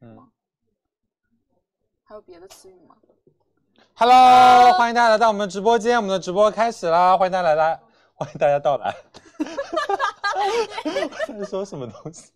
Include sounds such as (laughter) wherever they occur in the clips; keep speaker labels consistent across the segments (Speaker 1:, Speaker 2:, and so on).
Speaker 1: 嗯
Speaker 2: 还有别的词语吗？
Speaker 1: ，Hello，欢迎大家来到我们直播间，我们的直播开始啦！欢迎大家来来，欢迎大家到来。 (laughs) 我在说什么东西？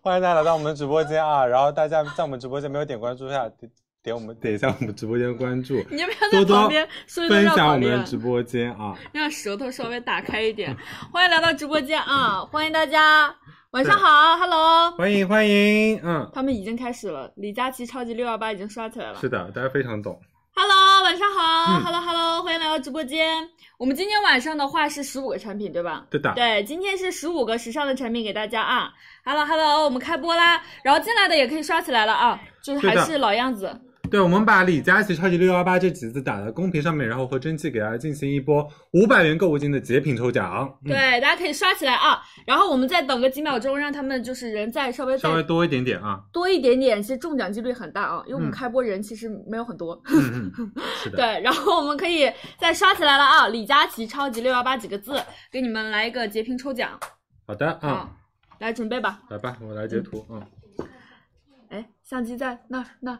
Speaker 1: 欢迎大家来到我们的直播间啊！然后大家在我们直播间没有点关注一下，点点我们点一下我们直播间关注，
Speaker 3: (laughs) 你就不要
Speaker 1: 多
Speaker 3: 在
Speaker 1: 多
Speaker 3: 旁边碎碎
Speaker 1: 分
Speaker 3: 绕
Speaker 1: 享
Speaker 3: 口
Speaker 1: 我们
Speaker 3: 令
Speaker 1: 的，直播间啊！
Speaker 3: 让舌头稍微打开一点。欢迎来到直播间啊！欢迎大家，晚上好，Hello。
Speaker 1: 欢迎欢迎，嗯，
Speaker 3: 他们已经开始了，李佳琦超级六幺八已经刷起来了。
Speaker 1: 是的，大家非常懂。
Speaker 3: Hello，晚上好、
Speaker 1: 嗯
Speaker 3: h e l l o Hello，欢迎来到直播间。我们今天晚上的话是十五个产品，对吧？
Speaker 1: 对的，
Speaker 3: 对，今天是十五个时尚的产品给大家啊！Hello Hello，我们开播啦，然后进来的也可以刷起来了啊，就是还
Speaker 1: 对的
Speaker 3: 是老样子，
Speaker 1: 对，我们把李佳琦超级六幺八这几字打到公屏上面，然后和蒸汽给大家进行一波五百元购物金的截屏抽奖。嗯
Speaker 3: 对，大家可以刷起来啊，然后我们再等个几秒钟，让他们就是人再稍微再
Speaker 1: 稍微多一点点啊。
Speaker 3: 多一点点，其实中奖几率很大啊，因为我们
Speaker 1: 嗯
Speaker 3: 开播人其实没有很多。
Speaker 1: 嗯嗯，是
Speaker 3: (laughs)
Speaker 1: 的。
Speaker 3: 对，然后我们可以再刷起来了啊！李佳琦超级六幺八几个字，给你们来一个截屏抽奖
Speaker 1: 好的
Speaker 3: 啊、
Speaker 1: 啊，
Speaker 3: 来准备吧。
Speaker 1: 来吧，我来截图。嗯，
Speaker 3: 哎，相机在那儿那儿，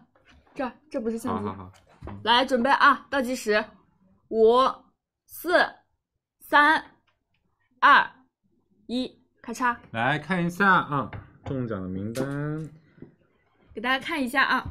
Speaker 3: 这儿这不是相
Speaker 1: 好
Speaker 3: 机。
Speaker 1: 好好，
Speaker 3: 来准备啊，倒计时，五、四、三、二、一，咔嚓，
Speaker 1: 来看一下啊，中奖的名单。
Speaker 3: 给大家看一下啊。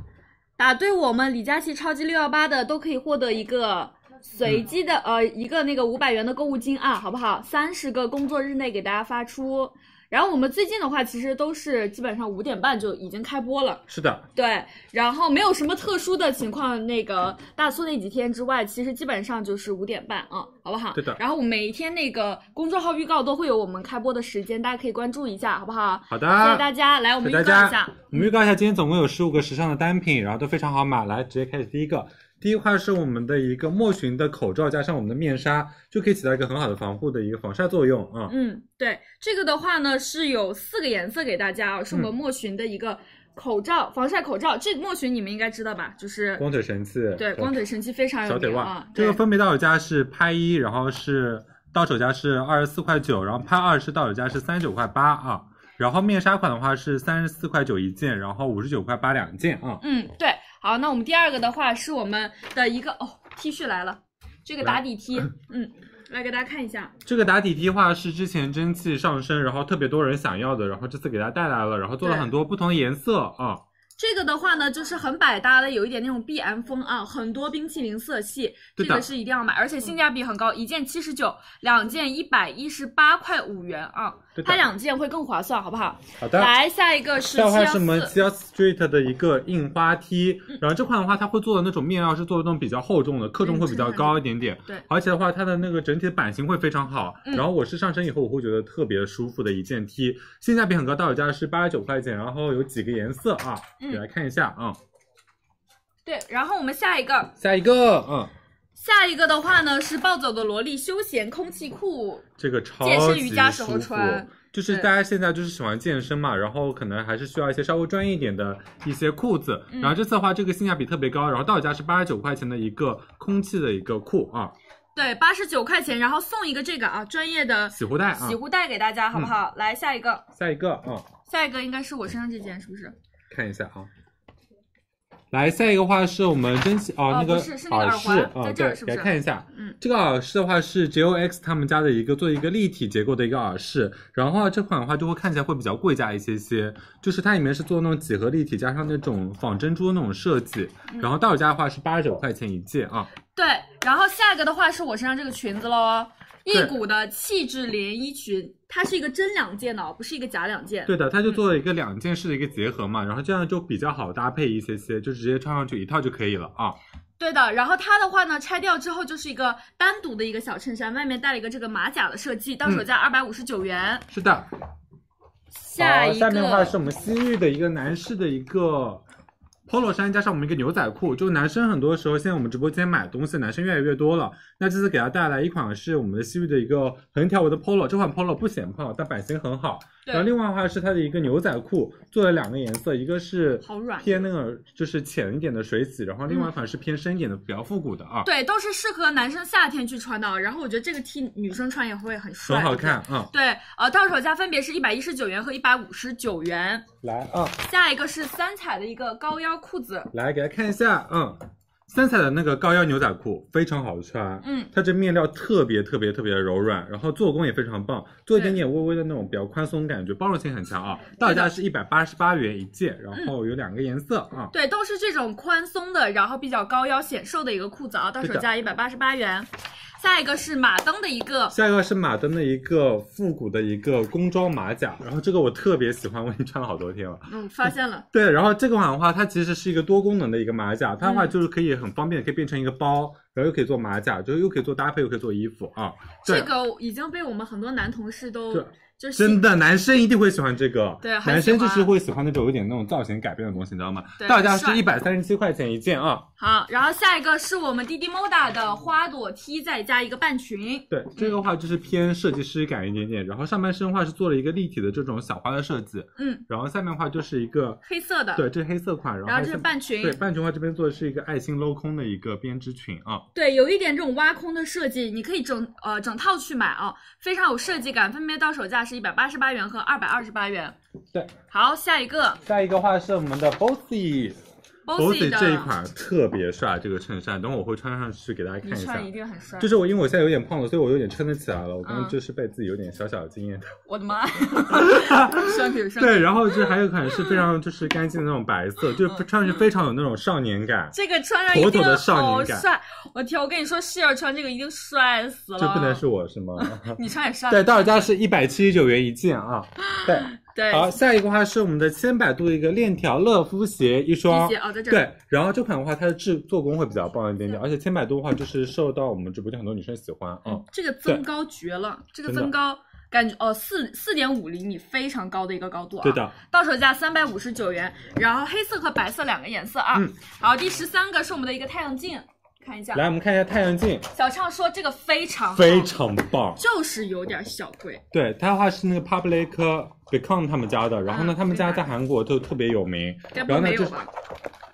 Speaker 3: 答对我们李佳琦超级六幺八的都可以获得一个随机的、
Speaker 1: 嗯
Speaker 3: 呃一个那个五百元的购物金啊，好不好？三十个工作日内给大家发出。然后我们最近的话，其实都是基本上五点半就已经开播了，
Speaker 1: 是的，
Speaker 3: 对，然后没有什么特殊的情况，那个大促那几天之外，其实基本上就是五点半啊，好不好？
Speaker 1: 对的
Speaker 3: 然后每一天那个公众号预告都会有我们开播的时间，大家可以关注一下，好不好？
Speaker 1: 好的。
Speaker 3: 谢谢大家，来我
Speaker 1: 给
Speaker 3: 们预告
Speaker 1: 大
Speaker 3: 一
Speaker 1: 家，
Speaker 3: 下，
Speaker 1: 我们预告一下，今天总共有十五个时尚的单品，然后都非常好买。来，直接开始第一个。第一块是我们的一个莫寻的口罩，加上我们的面纱，就可以起到一个很好的防护的一个防晒作用啊。
Speaker 3: 嗯，对，这个的话呢是有四个颜色给大家啊，是我
Speaker 1: 嗯
Speaker 3: 们莫寻的一个口罩，防晒口罩。这个莫寻你们应该知道吧？就是
Speaker 1: 光腿神器，
Speaker 3: 对光腿神器非常有
Speaker 1: 小腿
Speaker 3: 名
Speaker 1: 袜
Speaker 3: 啊，，
Speaker 1: 这个
Speaker 3: 对
Speaker 1: 分别到手价是拍一，然后是到手价是二十四块九，然后拍二是到手价是三十九块八啊。然后面纱款的话是三十四块九一件，然后五十九块八两件啊。
Speaker 3: 嗯，对，好，那我们第二个的话是我们的一个哦，T 恤来了，这个
Speaker 1: (laughs)
Speaker 3: 打底 T，嗯，来给大家看一下，
Speaker 1: 这个打底 T 的话是之前蒸汽上升，然后特别多人想要的，然后这次给大家带来了，然后做了
Speaker 3: 对
Speaker 1: 很多不同的颜色啊。
Speaker 3: 这个的话呢就是很百搭的，有一点那种碧蓝风啊，很多冰淇淋色系，这
Speaker 1: 对的嗯
Speaker 3: 个是一定要买，而且性价比很高，一件七十九，两件一百一十八块五元啊
Speaker 1: 对，的啊
Speaker 3: 它两件会更划算，好不好？
Speaker 1: 好的。
Speaker 3: 来下一个是
Speaker 1: 再换
Speaker 3: 714，
Speaker 1: 是我们 Cia Street 的一个印花 T，然
Speaker 3: 嗯
Speaker 1: 后这款的话，它会做的那种面料是做的那种比较厚重的，克重会比较高一点点。
Speaker 3: 嗯对
Speaker 1: 而且的话，它的那个整体的版型会非常好。
Speaker 3: 嗯
Speaker 1: 然后我是上身以后，我会觉得特别舒服的一件 T，性价比很高，到手价是八十九块钱，然后有几个颜色啊，
Speaker 3: 嗯
Speaker 1: 给来看一下啊、
Speaker 3: 对，然后我们下一个，
Speaker 1: 下一个，嗯，
Speaker 3: 下一个的话呢是暴走的萝莉休闲空气裤，
Speaker 1: 这个超
Speaker 3: 健身
Speaker 1: 级
Speaker 3: 瑜伽时
Speaker 1: 舒
Speaker 3: 候
Speaker 1: 服。
Speaker 3: 穿
Speaker 1: 就是
Speaker 3: 对
Speaker 1: 大家现在就是喜欢健身嘛，然后可能还是需要一些稍微专业一点的一些裤子。
Speaker 3: 嗯
Speaker 1: 然后这次的话，这个性价比特别高，然后到手价是八十九块钱的一个空气的一个裤啊，
Speaker 3: 对，八十九块钱，然后送一个这个啊，专业的
Speaker 1: 洗护带啊嗯
Speaker 3: 洗。护带给大家，好不好？来下一个，
Speaker 1: 下一个啊，
Speaker 3: 下一个应该是我身上这件，是不是？
Speaker 1: 看一下啊。来，下一个话是我们蒸汽哦
Speaker 3: 哦，
Speaker 1: 那个
Speaker 3: 不是是那个
Speaker 1: 耳
Speaker 3: 耳
Speaker 1: 饰
Speaker 3: 环
Speaker 1: 啊，
Speaker 3: 在这儿
Speaker 1: 对
Speaker 3: 是，不
Speaker 1: 来
Speaker 3: 是
Speaker 1: 看一下，
Speaker 3: 嗯，
Speaker 1: 这个耳饰的话是 JOX 他们家的一个做一个立体结构的一个耳饰，然后啊这款的话就会看起来会比较贵价一些些，就是它里面是做那种几何立体加上那种仿珍珠的那种设计，
Speaker 3: 嗯
Speaker 1: 然后到手价的话是八十九块钱一件啊，
Speaker 3: 对，然后下一个的话是我身上这个裙子喽，一
Speaker 1: 对
Speaker 3: 股的气质连衣裙，它是一个真两件的哦，不是一个假两件。
Speaker 1: 对的，它就做了一个两件式的一个结合嘛，然后这样就比较好搭配一些些，就直接穿上去一套就可以了啊，
Speaker 3: 对的，然后它的话呢，拆掉之后就是一个单独的一个小衬衫，外面带了一个这个马甲的设计，到
Speaker 1: 嗯
Speaker 3: 手价二百五十九元。
Speaker 1: 是的，
Speaker 3: 下
Speaker 1: 好
Speaker 3: 一个，
Speaker 1: 哦下面的话是我们西域的一个男士的一个 polo 衫，加上我们一个牛仔裤。就男生很多时候，现在我们直播间买东西，男生越来越多了。那这次给大家带来一款是我们的西域的一个横条纹的 polo，这款 polo 不显胖，但版型很好。
Speaker 3: 对
Speaker 1: 然后另外的话是它的一个牛仔裤，做了两个颜色，一个是
Speaker 3: 好软
Speaker 1: 偏那个就是浅一点的水洗，然后另外一款是偏深一点的，比较复古的啊，
Speaker 3: 对，都是适合男生夏天去穿的。啊然后我觉得这个 T 女生穿也会很帅，
Speaker 1: 很好看啊。
Speaker 3: 对，呃，到手价分别是一百一十九元和一百五十九元。
Speaker 1: 来啊，
Speaker 3: 下一个是三彩的一个高腰裤子，
Speaker 1: 来给大家看一下，嗯，三彩的那个高腰牛仔裤非常好穿，
Speaker 3: 嗯，
Speaker 1: 它这面料特别特别特别的柔软，然后做工也非常棒，做一点点微微的那种比较宽松感觉，包容性很强啊。到价是一百八十八元一件，然后有两个颜色啊。
Speaker 3: 对，都是这种宽松的，然后比较高腰显瘦的一个裤子啊，到手价一百八十八元。下一个是马登的一个，
Speaker 1: 下一个是马登的一个复古的一个工装马甲，然后这个我特别喜欢，我已经穿了好多天了。
Speaker 3: 嗯，发现了，
Speaker 1: 对，然后这个款的话，它其实是一个多功能的一个马甲，它
Speaker 3: 嗯
Speaker 1: 的话就是可以很方便，可以变成一个包，然后又可以做马甲，就又可以做搭配，又可以做衣服啊。对
Speaker 3: 这个已经被我们很多男同事都
Speaker 1: 对
Speaker 3: 就是
Speaker 1: 真
Speaker 3: 喜
Speaker 1: 的，男生一定会喜欢这个。
Speaker 3: 对很喜欢
Speaker 1: 男生就是会喜欢那种有点那种造型改变的东西，你知道吗？
Speaker 3: 对
Speaker 1: 到价是
Speaker 3: 很
Speaker 1: 一百三十七块钱一件啊。
Speaker 3: 好。然后下一个是我们滴滴 Moda 的花朵 T，再加一个半裙，
Speaker 1: 对，这个话就是偏设计师感一点点，然后上半身的话是做了一个立体的这种小花的设计，
Speaker 3: 嗯，
Speaker 1: 然后下面的话就是一个，
Speaker 3: 黑色的，
Speaker 1: 对，这是黑色款，然后
Speaker 3: 然后这
Speaker 1: 下
Speaker 3: 是半裙，
Speaker 1: 对半裙的话这边做的是一个爱心镂空的一个编织裙啊。
Speaker 3: 对，有一点这种挖空的设计，你可以整呃整套去买啊，非常有设计感，分别到手价是一百八十八元和二百二十八元。
Speaker 1: 对，
Speaker 3: 好，下一个
Speaker 1: 下一个话是我们的 Bossy。
Speaker 3: Bossy 的，
Speaker 1: 这一款特别帅，这个衬衫，等会我会穿上去给大家
Speaker 3: 你
Speaker 1: 看一下
Speaker 3: 穿。一定很帅。
Speaker 1: 就是我，因为我现在有点胖了，所以我有点撑得起来了。我刚
Speaker 3: 嗯
Speaker 1: 刚就是被自己有点小小的惊艳
Speaker 3: (laughs)
Speaker 1: 到。
Speaker 3: 我的
Speaker 1: (laughs)
Speaker 3: 妈呀，身体身体。
Speaker 1: 对，然后就是还有一款是非常就是干净的那种白色，
Speaker 3: 嗯
Speaker 1: 就是穿上去非常有那种少年感，
Speaker 3: 这个穿上
Speaker 1: 妥
Speaker 3: 一
Speaker 1: 妥
Speaker 3: 定
Speaker 1: 的少
Speaker 3: 好
Speaker 1: 年感
Speaker 3: 帅！我天，我跟你说，室友穿这个一定帅死了。
Speaker 1: 就不能是我是吗？
Speaker 3: 你穿也帅。
Speaker 1: (laughs) 对，到手价是一百七十九元一件啊。对，
Speaker 3: 嗯 (laughs) 对，
Speaker 1: 好，下一个话是我们的千百度的一个链条乐肤鞋一双
Speaker 3: 皮鞋。哦，在这儿。
Speaker 1: 对，然后这款的话，它的制做工会比较棒一点点，而且千百度的话，就是受到我们直播间很多女生喜欢啊。嗯
Speaker 3: 这个增高绝了，这个
Speaker 1: 真的
Speaker 3: 增高感觉哦四四点五厘米非常高的一个高度啊。
Speaker 1: 对的，
Speaker 3: 到手价三百五十九元，然后黑色和白色两个颜色啊。
Speaker 1: 嗯
Speaker 3: 好，第十三个是我们的一个太阳镜，看一下。
Speaker 1: 来，我们看一下太阳镜，
Speaker 3: 小畅说这个非常好
Speaker 1: 非，常棒。
Speaker 3: 就是有点小贵。
Speaker 1: 对，它的话是那个 Public Become 他们家的，然后呢，
Speaker 3: 嗯
Speaker 1: 他们家在韩国就特别有名，
Speaker 3: 该
Speaker 1: 然
Speaker 3: 不会
Speaker 1: 后呢
Speaker 3: 没
Speaker 1: 就
Speaker 3: 有
Speaker 1: 是
Speaker 3: 吧？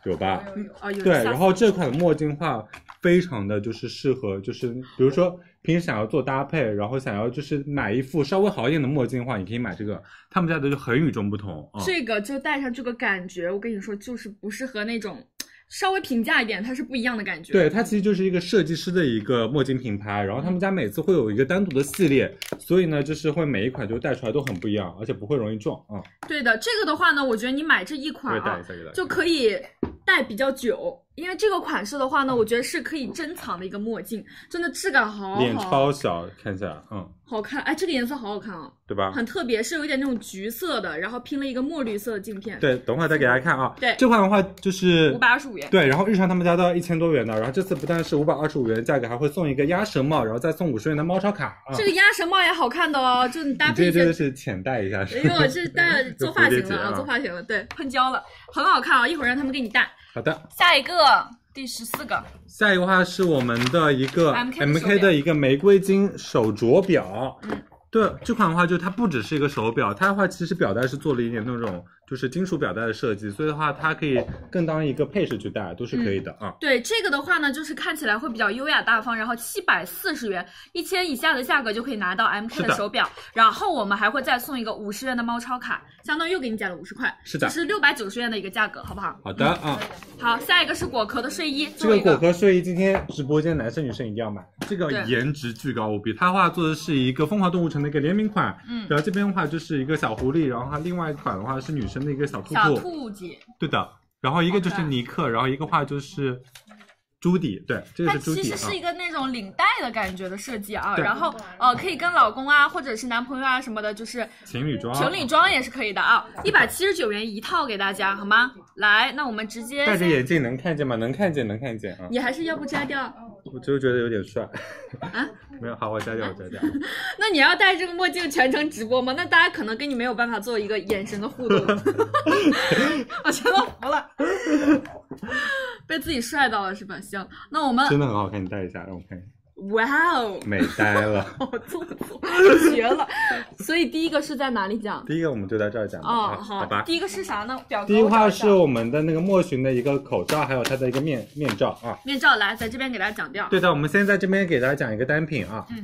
Speaker 1: 有吧？
Speaker 3: 嗯哦，有
Speaker 1: 对，
Speaker 3: 吓死
Speaker 1: 然后这款墨镜的话，非常的就是适合，就是比如说平时想要做搭配，然后想要就是买一副稍微好一点的墨镜的话，你可以买这个，他们家的就很与众不同啊。
Speaker 3: 这个就戴上这个感觉，我跟你说，就是不是和那种稍微平价一点，它是不一样的感觉。
Speaker 1: 对，它其实就是一个设计师的一个墨镜品牌，然后他
Speaker 3: 嗯
Speaker 1: 们家每次会有一个单独的系列，所以呢，就是会每一款就带出来都很不一样，而且不会容易撞啊。
Speaker 3: 对的，这个的话呢，我觉得你买这一
Speaker 1: 我
Speaker 3: 款
Speaker 1: 也带
Speaker 3: 啊
Speaker 1: 一，下给大家。
Speaker 3: 就可以戴比较久，因为这个款式的话呢，
Speaker 1: 嗯
Speaker 3: 我觉得是可以珍藏的一个墨镜，真的质感好
Speaker 1: 脸
Speaker 3: 好
Speaker 1: 超小，看一下，嗯，
Speaker 3: 好看，哎，这个颜色好好看啊，
Speaker 1: 对吧？
Speaker 3: 很特别，是有一点那种橘色的，然后拼了一个墨绿色的镜片，，
Speaker 1: 对，等会儿再给大家看啊。
Speaker 3: 对
Speaker 1: 这款的话就是
Speaker 3: 五百二十五元，
Speaker 1: 对，然后日常他们家都要一千多元的，然后这次不但是五百二十五元的价格，还会送一个鸭舌帽，然后再送五十元的猫超卡啊。
Speaker 3: 这个鸭舌帽也好看的哦，就你搭
Speaker 1: 你
Speaker 3: 配一
Speaker 1: 这
Speaker 3: 下
Speaker 1: (laughs) 真的是浅带一下，
Speaker 3: 哎
Speaker 1: 是吧
Speaker 3: 呦，我是戴了做发
Speaker 1: 蝴蝶
Speaker 3: 型了
Speaker 1: 结 (laughs)
Speaker 3: 啊，
Speaker 1: 啊
Speaker 3: 做发型了，对，喷胶了，很好看啊！一会儿让他们给你戴。
Speaker 1: (laughs) 好的，
Speaker 3: 下一个，第十四个，
Speaker 1: 下一个话是我们的一个
Speaker 3: MK 的
Speaker 1: MK
Speaker 3: 手表
Speaker 1: 的一个玫瑰金手镯表。
Speaker 3: 嗯
Speaker 1: 对，这款的话就它不只是一个手表，它的话其实表带是做了一点那种就是金属表带的设计，所以的话它可以更当一个配饰去戴，都是可以的啊。
Speaker 3: 对这个的话呢，就是看起来会比较优雅大方，然后七百四十元，一千以下的价格就可以拿到 MK
Speaker 1: 是的
Speaker 3: 的手表，然后我们还会再送一个五十元的猫超卡，相当于又给你减了五十块，
Speaker 1: 是的
Speaker 3: 就是六百九十元的一个价格，好不好？嗯
Speaker 1: 好的啊，
Speaker 3: 好，下一个是果壳的睡衣，最
Speaker 1: 这
Speaker 3: 后
Speaker 1: 个
Speaker 3: 一
Speaker 1: 果壳睡衣今天直播间男生女生一定要买，这个
Speaker 3: 对
Speaker 1: 颜值巨高无比。它的话做的是一个疯狂动物城的一个联名款，
Speaker 3: 嗯
Speaker 1: 然后这边的话就是一个小狐狸，然后它另外一款的话是女生的一个小兔
Speaker 3: 小
Speaker 1: 兔，
Speaker 3: 兔姐，
Speaker 1: 对的，然后一个就是
Speaker 3: 好的
Speaker 1: 尼克，然后一个话就是朱迪，对，这个
Speaker 3: 它
Speaker 1: 是朱
Speaker 3: 其
Speaker 1: 迪
Speaker 3: 实
Speaker 1: 啊。
Speaker 3: 是一个那种领带的感觉的设计啊，
Speaker 1: 对
Speaker 3: 然后呃可以跟老公啊或者是男朋友啊什么的，就是
Speaker 1: 情侣装，
Speaker 3: 情侣装也是可以的啊，一百七十九元一套给大家，好吗？来，那我们直接
Speaker 1: 戴着眼镜能看见吗？能看见，能看见啊！
Speaker 3: 你还是要不摘掉？
Speaker 1: 我就是觉得有点帅。
Speaker 3: 啊
Speaker 1: (laughs) 没有，好，我摘掉，我摘 (laughs) 掉。
Speaker 3: 那你要戴这个墨镜全程直播吗？那大家可能跟你没有办法做一个眼神的互
Speaker 1: (laughs)
Speaker 3: 动。我真的服了，被自己帅到了是吧？行，那我们
Speaker 1: (laughs) 真的很好看，你戴一下，让我看一下。
Speaker 3: 哇哦，
Speaker 1: 美
Speaker 3: (laughs)
Speaker 1: 呆了。
Speaker 3: 好做作，绝了！所以第一个是在哪里讲？
Speaker 1: 第一个我们就到这儿讲吧，
Speaker 3: 哦，
Speaker 1: 啊好吧。
Speaker 3: 第一个是啥呢？表格
Speaker 1: 第一
Speaker 3: 我找
Speaker 1: 话
Speaker 3: 找
Speaker 1: 是我们的那个莫寻的一个口罩，还有它的一个面面罩啊。
Speaker 3: 面罩，来，在这边给大家讲掉。
Speaker 1: 对的，我们先在这边给大家讲一个单品啊。
Speaker 3: 嗯。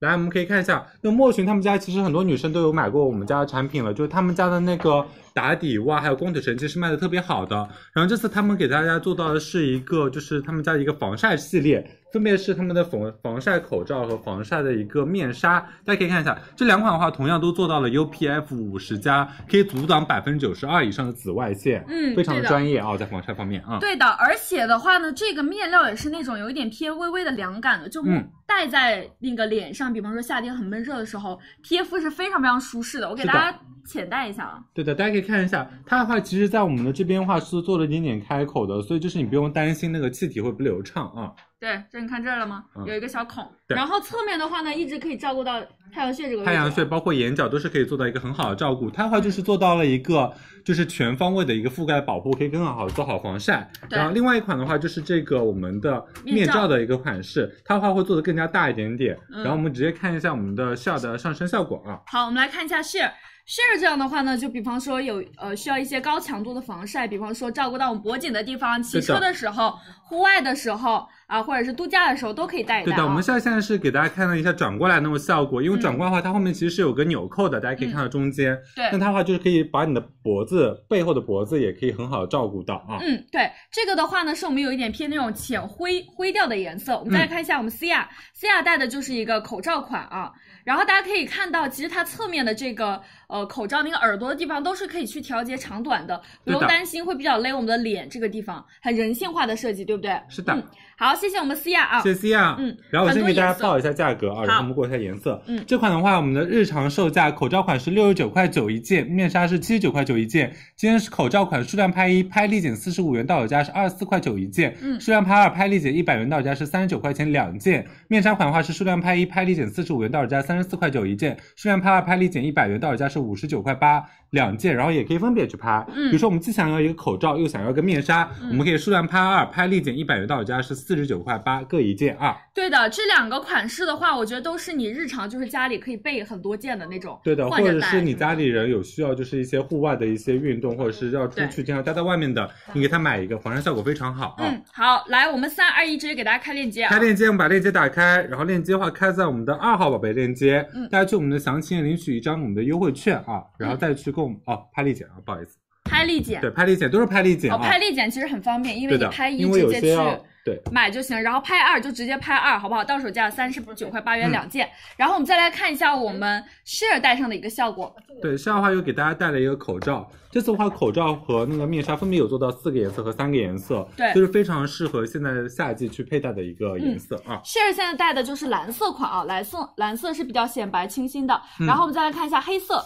Speaker 1: 来，我们可以看一下，那莫寻他们家其实很多女生都有买过我们家的产品了，就是他们家的那个打底袜还有公腿绳，其实卖的特别好的。然后这次他们给大家做到的是一个，就是他们家的一个防晒系列，分别是他们的防防晒口罩和防晒的一个面纱。大家可以看一下，这两款的话同样都做到了 UPF 五十加，可以阻挡百分之九十二以上的紫外线，
Speaker 3: 嗯
Speaker 1: 非常
Speaker 3: 对的
Speaker 1: 专业啊、在防晒方面啊。
Speaker 3: 对的，而且的话呢，这个面料也是那种有一点偏微微的凉感的，就
Speaker 1: 嗯
Speaker 3: 戴在那个脸上，比方说夏天很闷热的时候，贴肤是非常非常舒适的。我给
Speaker 1: 是
Speaker 3: 大
Speaker 1: 的
Speaker 3: 家浅带一下啊，
Speaker 1: 对的，大家可以看一下，它的话其实，在我们的这边的话是做了一点点开口的，所以就是你不用担心那个气体会不流畅啊。
Speaker 3: 对，这你看这儿了吗？
Speaker 1: 嗯
Speaker 3: 有一个小孔，
Speaker 1: 对
Speaker 3: 然后侧面的话呢，一直可以照顾到太阳穴这个位置。
Speaker 1: 太阳穴包括眼角都是可以做到一个很好的照顾，它的话就是做到了一个就是全方位的一个覆盖保护，可以更好地做好防晒。
Speaker 3: 对
Speaker 1: 然后另外一款的话就是这个我们的
Speaker 3: 面
Speaker 1: 面
Speaker 3: 罩
Speaker 1: 罩的一个款式，它的话会做的更加大一点点。
Speaker 3: 嗯
Speaker 1: 然后我们直接看一下我们的笑的上身效果啊。
Speaker 3: 好，我们来看一下 share。share 这样的话呢，就比方说有呃需要一些高强度的防晒，比方说照顾到我们脖颈的地方，骑
Speaker 1: 对的
Speaker 3: 车的时候、户外的时候啊，或者是度假的时候都可以戴一戴、
Speaker 1: 对
Speaker 3: 啊。
Speaker 1: 的，我们现在现在是给大家看了一下转过来那种效果，因为
Speaker 3: 嗯
Speaker 1: 转过来的话，它后面其实是有个纽扣的，大家可以看到中间。
Speaker 3: 对
Speaker 1: 那它的话就是可以把你的脖子背后的脖子也可以很好的照顾到啊。
Speaker 3: 嗯，对，这个的话呢，是我们有一点偏那种浅灰灰调的颜色。我们再来看一下我
Speaker 1: 嗯
Speaker 3: 们 C 亚、c 亚戴的就是一个口罩款啊。然后大家可以看到，其实它侧面的这个呃口罩那个耳朵的地方都是可以去调节长短的，不
Speaker 1: 对的
Speaker 3: 用担心会比较勒我们的脸这个地方，很人性化的设计，对不对？
Speaker 1: 是的
Speaker 3: 嗯、好，谢谢我们 C 亚啊。
Speaker 1: 谢谢啊，
Speaker 3: 嗯
Speaker 1: 然后我先给大家
Speaker 3: 很多颜色
Speaker 1: 报一下价格啊，然后
Speaker 3: 好
Speaker 1: 我们过一下颜色。
Speaker 3: 嗯
Speaker 1: 这款的话，我们的日常售价口罩款是六十九块九一件，面纱是七十九块九一件。今天是口罩款数量拍一，拍立减四十五元，到手价是二十四块九一件。
Speaker 3: 嗯
Speaker 1: 数量拍二，拍立减一百元，到手价是三十九块钱两件。面纱款的话是数量拍一，拍立减四十五元，到手价三十四块九一件。数量拍二，拍立减一百元，到手价是五十九块八两件。然后也可以分别去拍，
Speaker 3: 嗯
Speaker 1: 比如说我们既想要一个口罩，又想要一个面纱，
Speaker 3: 嗯
Speaker 1: 我们可以数量拍二，拍立减一百元，到手价是四十九块八各一件啊。
Speaker 3: 对的，这两个款式的话，我觉得都是你日常就是家里可以备很多件的那种，
Speaker 1: 对的，或
Speaker 3: 换着
Speaker 1: 者
Speaker 3: 戴
Speaker 1: 是你家里人有需要，就是一些户外的一些运动，或者是要出去经常待在外面的，你给他买一个，防晒效果非常好啊。
Speaker 3: 嗯，好，来，我们三二一，直接给大家开链接啊。
Speaker 1: 开链接，我们把链接打开，然后链接的话开在我们的二号宝贝链接，
Speaker 3: 嗯
Speaker 1: 大家去我们的详情页领取一张我们的优惠券啊，然后再去购哦拍立减啊，不好意思，
Speaker 3: 拍立减，
Speaker 1: 对拍立减都是拍立减
Speaker 3: 哦，
Speaker 1: 啊，
Speaker 3: 拍立减其实很方便，因为
Speaker 1: 对
Speaker 3: 你
Speaker 1: 的
Speaker 3: 拍，一
Speaker 1: 因为有
Speaker 3: 直接
Speaker 1: 些
Speaker 3: 去
Speaker 1: 要对
Speaker 3: 买就行，然后拍二就直接拍二，好不好？到手价三十九块八
Speaker 1: 嗯
Speaker 3: 元两件。然后我们再来看一下我们 share 戴上的一个效果，
Speaker 1: 对，夏的话又给大家带了一个口罩，这次的话口罩和那个面纱分别有做到四个颜色和三个颜色，
Speaker 3: 对嗯
Speaker 1: 就是非常适合现在夏季去佩戴的一个颜色啊。
Speaker 3: share 现在戴的就是蓝色款啊，蓝色蓝色是比较显白清新的。
Speaker 1: 嗯
Speaker 3: 然后我们再来看一下黑色，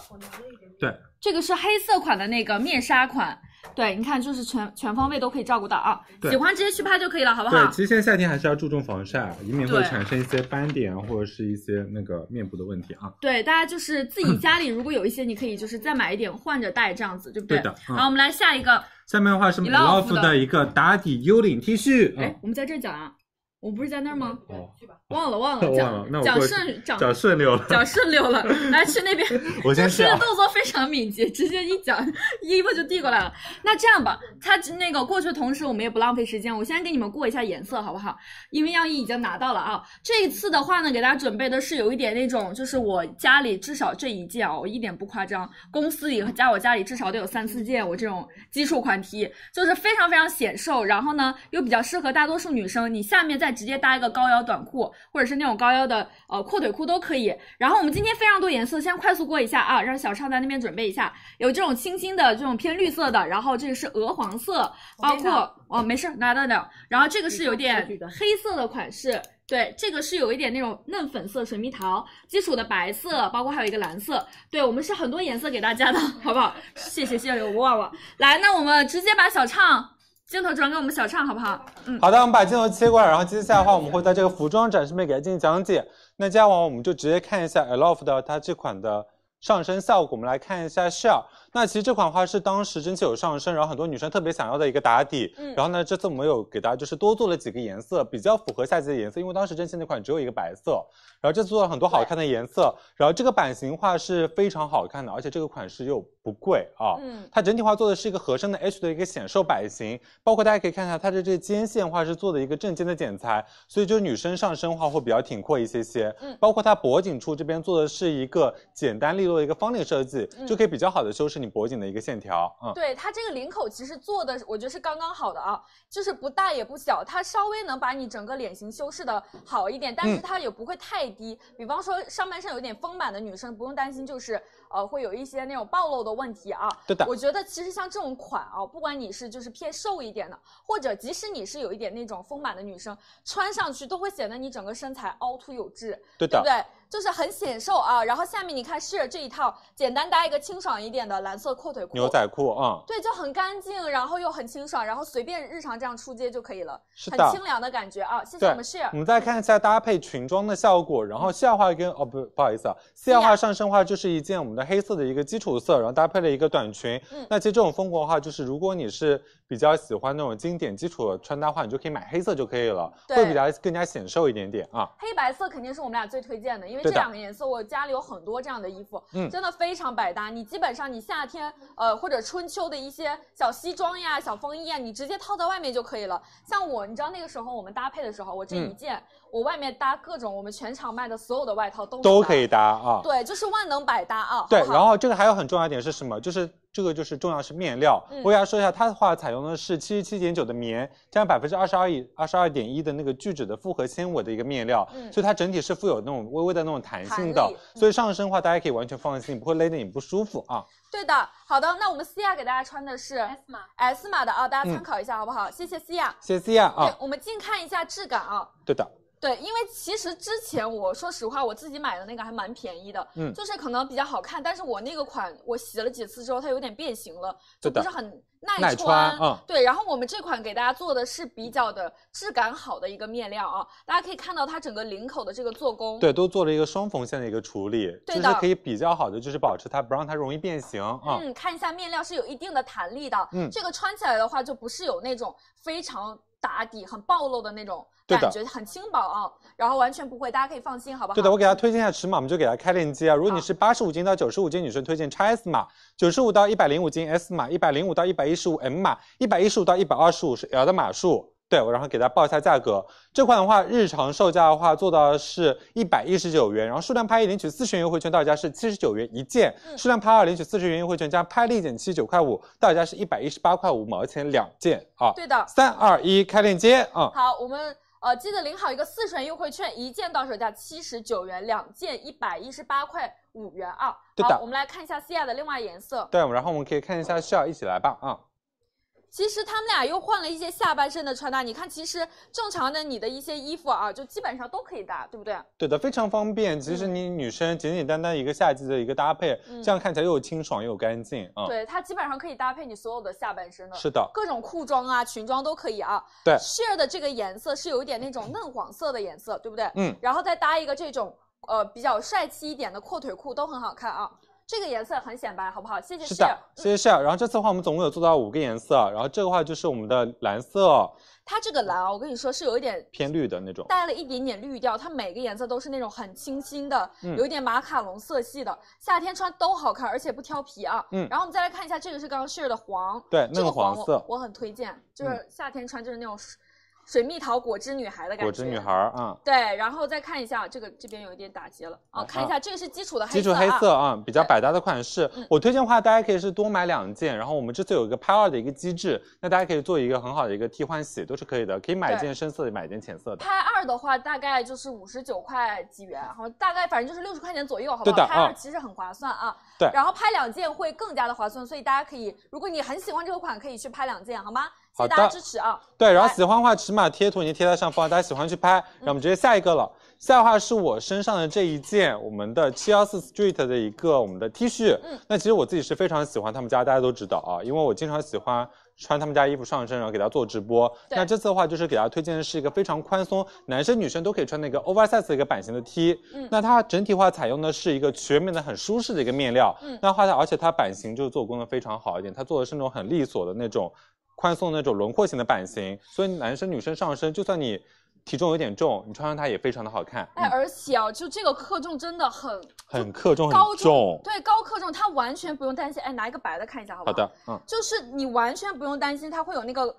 Speaker 1: 对，
Speaker 3: 这个是黑色款的那个面纱款。对，你看，就是全全方位都可以照顾到啊，
Speaker 1: 对
Speaker 3: 喜欢直接去拍就可以了，好不
Speaker 1: 对
Speaker 3: 好，
Speaker 1: 其？实现在夏天还是要注重防晒，以免会
Speaker 3: 对
Speaker 1: 产生一些斑点啊，或者是一些那个面部的问题啊。
Speaker 3: 对，大家就是自己家里如果有一些，你可以就是再买一点换着戴，这样子，对不
Speaker 1: 对
Speaker 3: 对？
Speaker 1: 的嗯
Speaker 3: 好，我们来下一个，
Speaker 1: 下面的话是
Speaker 3: Love
Speaker 1: Love
Speaker 3: 的
Speaker 1: 的一个打底 U 领 T 恤
Speaker 3: 哎
Speaker 1: 啊，，
Speaker 3: 我们在这儿讲啊，我不是在那儿吗？
Speaker 1: 哦，
Speaker 3: 忘了忘了，
Speaker 1: (laughs) 忘了，那
Speaker 3: 讲讲
Speaker 1: 我过去
Speaker 3: 顺讲
Speaker 1: (laughs) 讲顺溜了，
Speaker 3: 讲顺溜了，来去那边。
Speaker 1: (laughs) 我先
Speaker 3: 这
Speaker 1: 吃
Speaker 3: 吃的
Speaker 1: 啊。
Speaker 3: 动作非常敏捷，直接一讲衣服就递过来了。那这样吧，他那个过去的同时，我们也不浪费时间，我先给你们过一下颜色，好不好？因为样衣已经拿到了啊。这一次的话呢，给大家准备的是有一点那种，就是我家里至少这一件啊，我一点不夸张，公司里和加我家里至少得有三四件我这种基础款 T，就是非常非常显瘦，然后呢又比较适合大多数女生。你下面再直接搭一个高腰短裤，或者是那种高腰的呃阔腿裤都可以。然后我们今天非常多颜色，先快速过一下啊，让小畅在那边准备一下。有这种清新的这种偏绿色的，然后这个是鹅黄色，包括哦没事拿得了。然后这个是有点黑色的款式。对，这个是有一点那种嫩粉色水蜜桃，基础的白色，包括还有一个蓝色。对，我们是很多颜色给大家的，好不好？谢谢谢谢刘旺旺。来，那我们直接把小畅镜头转给我们小畅，好不好？嗯，
Speaker 1: 好的，我们把镜头切过来，然后接下来的话，我们会在这个服装展示面给大家进行讲解。那接下来我们就直接看一下 Aloft 的它这款的上身效果，我们来看一下 Shell。那其实这款花是当时蒸汽有上升，然后很多女生特别想要的一个打底。
Speaker 4: 嗯
Speaker 1: 然后呢，这次我们有给大家就是多做了几个颜色，比较符合夏季的颜色，因为当时蒸汽那款只有一个白色，然后这次做了很多好看的颜色，然后这个版型画是非常好看的，而且这个款式又不贵啊。
Speaker 4: 嗯，
Speaker 1: 它整体画做的是一个合身的 H 的一个显瘦版型，包括大家可以看一下它的这肩线画是做的一个正肩的剪裁，所以就是女生上身画会比较挺阔一些些。
Speaker 4: 嗯
Speaker 1: 包括它脖颈处这边做的是一个简单利落的一个方领设计，
Speaker 4: 嗯
Speaker 1: 就可以比较好的修饰你脖颈的一个线条。嗯，
Speaker 3: 对它这个领口其实做的，我觉得是刚刚好的啊，就是不大也不小，它稍微能把你整个脸型修饰的好一点，但是
Speaker 1: 嗯
Speaker 3: 它也不会太低。比方说上半身有点丰满的女生，不用担心就是呃会有一些那种暴露的问题啊。
Speaker 1: 对的
Speaker 3: 我觉得其实像这种款啊，不管你是就是偏瘦一点的，或者即使你是有一点那种丰满的女生，穿上去都会显得你整个身材凹凸有致。
Speaker 1: 对
Speaker 3: 对
Speaker 1: 的
Speaker 3: 不。对？就是很显瘦啊。然后下面你看是这一套，简单搭一个清爽一点的蓝色阔腿裤，
Speaker 1: 牛仔裤，嗯，
Speaker 3: 对，就很干净，然后又很清爽，然后随便日常这样出街就可以了，
Speaker 1: 是
Speaker 3: 很
Speaker 1: 的。
Speaker 3: 清凉的感觉啊。谢谢
Speaker 1: 对
Speaker 3: 我们 share
Speaker 1: 我。们再看一下搭配裙装的效果，然后西亚花跟哦不不好意思啊，西亚花上身的话就是一件我们的黑色的一个基础色，然后搭配了一个短裙。
Speaker 3: 嗯
Speaker 1: 那其实这种风格的话，就是如果你是比较喜欢那种经典基础的穿搭的话，你就可以买黑色就可以了，
Speaker 3: 对
Speaker 1: 会比较更加显瘦一点点啊。
Speaker 3: 黑白色肯定是我们俩最推荐的，因为这
Speaker 1: 对的
Speaker 3: 两个颜色我家里有很多这样的衣服，
Speaker 1: 嗯
Speaker 3: 真的非常百搭。你基本上你夏天呃或者春秋的一些小西装呀、小风衣呀，啊你直接套在外面就可以了。像我，你知道那个时候我们搭配的时候，我这一
Speaker 1: 嗯
Speaker 3: 件、我外面搭各种我们全场卖的所有的外套都
Speaker 1: 都
Speaker 3: 能搭
Speaker 1: 可以搭啊。
Speaker 3: 对，就是万能百搭啊。
Speaker 1: 对
Speaker 3: 好，不好
Speaker 1: 然后这个还有很重要一点是什么？就是这个就是重要是面料，
Speaker 3: 嗯
Speaker 1: 我给大家说一下，它的话采用的是七十七点九的棉，加上百分之二十二以二十二点一的那个聚酯的复合纤维的一个面料，
Speaker 3: 嗯
Speaker 1: 所以它整体是富有那种微微的那种弹性
Speaker 3: 弹
Speaker 1: 的
Speaker 3: 力，嗯
Speaker 1: 所以上身的话大家可以完全放心，不会勒得你不舒服啊。
Speaker 3: 对的，好的，那我们西亚给大家穿的是
Speaker 5: S 码
Speaker 3: S 码的啊，大家
Speaker 1: 嗯
Speaker 3: 参考一下好不好？谢谢西亚。
Speaker 1: 谢谢西亚
Speaker 3: 对
Speaker 1: 啊，，
Speaker 3: 我们近看一下质感啊。
Speaker 1: 对的，
Speaker 3: 对，因为其实之前我说实话，我自己买的那个还蛮便宜的，
Speaker 1: 嗯
Speaker 3: 就是可能比较好看，但是我那个款我洗了几次之后，它有点变形了，就
Speaker 1: 对的
Speaker 3: 不是很耐
Speaker 1: 耐穿嗯
Speaker 3: 对，然后我们这款给大家做的是比较的质感好的一个面料啊，大家可以看到它整个领口的这个做工，
Speaker 1: 对，都做了一个双缝线的一个处理，
Speaker 3: 对
Speaker 1: 就
Speaker 3: 的
Speaker 1: 是可以比较好的就是保持它，不让它容易变形啊。
Speaker 3: 嗯，看一下面料是有一定的弹力的，
Speaker 1: 嗯
Speaker 3: 这个穿起来的话就不是有那种非常打底、很暴露的那种
Speaker 1: 对的
Speaker 3: 感觉，很轻薄啊，然后完全不会，大家可以放心，好不好？
Speaker 1: 对的，我给大家推荐一下尺码，我们就给大家开链接啊。如果
Speaker 3: 好
Speaker 1: 你是八十五斤到九十五斤女生，推荐 x S 码；九十五到一百零五斤 S 码；一百零五到一百一十五 M 码；一百一十五到一百二十五是 L 的码数。对，我然后给大家报一下价格。这款的话，日常售价的话做到的是一百一十九元，然后数量拍一领取四十元优惠券，到手价是七十九元一件；
Speaker 3: 嗯
Speaker 1: 数量拍二领取四十元优惠券加拍立减七十九块五，到手价是一百一十八块五毛钱两件啊。
Speaker 3: 对的，
Speaker 1: 三二一，开链接啊！
Speaker 3: 好，我们呃记得领好一个四十元优惠券，一件到手价七十九元，两件一百一十八块五元啊。
Speaker 1: 对的
Speaker 3: 好，我们来看一下西亚的另外颜色，
Speaker 1: 对，然后我们可以看一下需要一起来吧啊。
Speaker 3: 其实他们俩又换了一些下半身的穿搭，你看，其实正常的你的一些衣服啊，就基本上都可以搭，对不对？
Speaker 1: 对的，非常方便。其实你女生简简单单一个夏季的一个搭配，
Speaker 3: 嗯
Speaker 1: 这样看起来又清爽又干净啊。
Speaker 3: 对，它基本上可以搭配你所有的下半身的。
Speaker 1: 是的，
Speaker 3: 各种裤装啊、裙装都可以啊。
Speaker 1: 对
Speaker 3: ，share 的这个颜色是有一点那种嫩黄色的颜色，对不对？
Speaker 1: 嗯。
Speaker 3: 然后再搭一个这种呃比较帅气一点的阔腿裤，都很好看啊。这个颜色很显白，好不好？谢谢嗯
Speaker 1: 是
Speaker 3: share
Speaker 1: 的。，谢谢夏。然后这次的话，我们总共有做到五个颜色，然后这个话就是我们的蓝色
Speaker 3: 它这个蓝啊，我跟你说是有一点。
Speaker 1: 偏绿的那种，
Speaker 3: 带了一点点绿调，它每个颜色都是那种很清新的，
Speaker 1: 嗯
Speaker 3: 有一点马卡龙色系的，夏天穿都好看，而且不挑皮啊。
Speaker 1: 嗯
Speaker 3: 然后我们再来看一下，这个是刚刚 share 的黄，
Speaker 1: 对，
Speaker 3: 这
Speaker 1: 嫩
Speaker 3: 个
Speaker 1: 黄
Speaker 3: 我
Speaker 1: 色，嗯
Speaker 3: 我很推荐，就是夏天穿就是那种水水蜜桃果汁女孩的感觉。
Speaker 1: 果汁女孩。儿啊，
Speaker 3: 对，然后再看一下这个，这边有一点打结了啊，
Speaker 1: 啊
Speaker 3: 看一下这个是基础的黑色、啊，
Speaker 1: 基础黑色啊，比较百搭的款式
Speaker 3: 嗯。
Speaker 1: 我推荐的话，大家可以是多买两件，然后我们这次有一个拍二的一个机制，那大家可以做一个很好的一个替换洗，都是可以的，可以买一
Speaker 3: 对
Speaker 1: 件深色的，买一件浅色的。
Speaker 3: 拍二的话，大概就是五十九块几元，好，大概反正就是六十块钱左右，好不
Speaker 1: 对
Speaker 3: 好？
Speaker 1: 的
Speaker 3: 拍二
Speaker 1: 嗯
Speaker 3: 其实很划算啊。
Speaker 1: 对
Speaker 3: 然后拍两件会更加的划算，所以大家可以，如果你很喜欢这个款，可以去拍两件，好吗？谢谢
Speaker 1: 好的
Speaker 3: 大家支持啊。
Speaker 1: 对，然后
Speaker 3: 来
Speaker 1: 喜欢的话，尺码贴图已经贴在上方，大家喜欢去拍。然后
Speaker 3: 嗯
Speaker 1: 我们直接下一个了，下一个的话是我身上的这一件我们的七幺四 Street 的一个我们的 T 恤。
Speaker 3: 嗯
Speaker 1: 那其实我自己是非常喜欢他们家，大家都知道啊，因为我经常喜欢穿他们家衣服上身，然后给大家做直播。
Speaker 3: 对
Speaker 1: 那这次的话，就是给大家推荐的是一个非常宽松，男生女生都可以穿的一个 oversize 的一个版型的 T。 (laughs)
Speaker 3: 嗯
Speaker 1: 那它整体话采用的是一个全棉的很舒适的一个面料。
Speaker 3: 嗯
Speaker 1: 那话它而且它版型就是做工的非常好一点，它做的是那种很利索的那种宽松的那种轮廓型的版型，所以男生女生上身，就算你体重有点重，你穿上它也非常的好看。
Speaker 3: 哎，而且啊，就这个克重真的很
Speaker 1: 很克重，
Speaker 3: 高
Speaker 1: 嗯很重。
Speaker 3: 对高克重，它完全不用担心。哎，拿一个白的看一下，好不
Speaker 1: 好
Speaker 3: 好？
Speaker 1: 的，嗯，
Speaker 3: 就是你完全不用担心它会有那个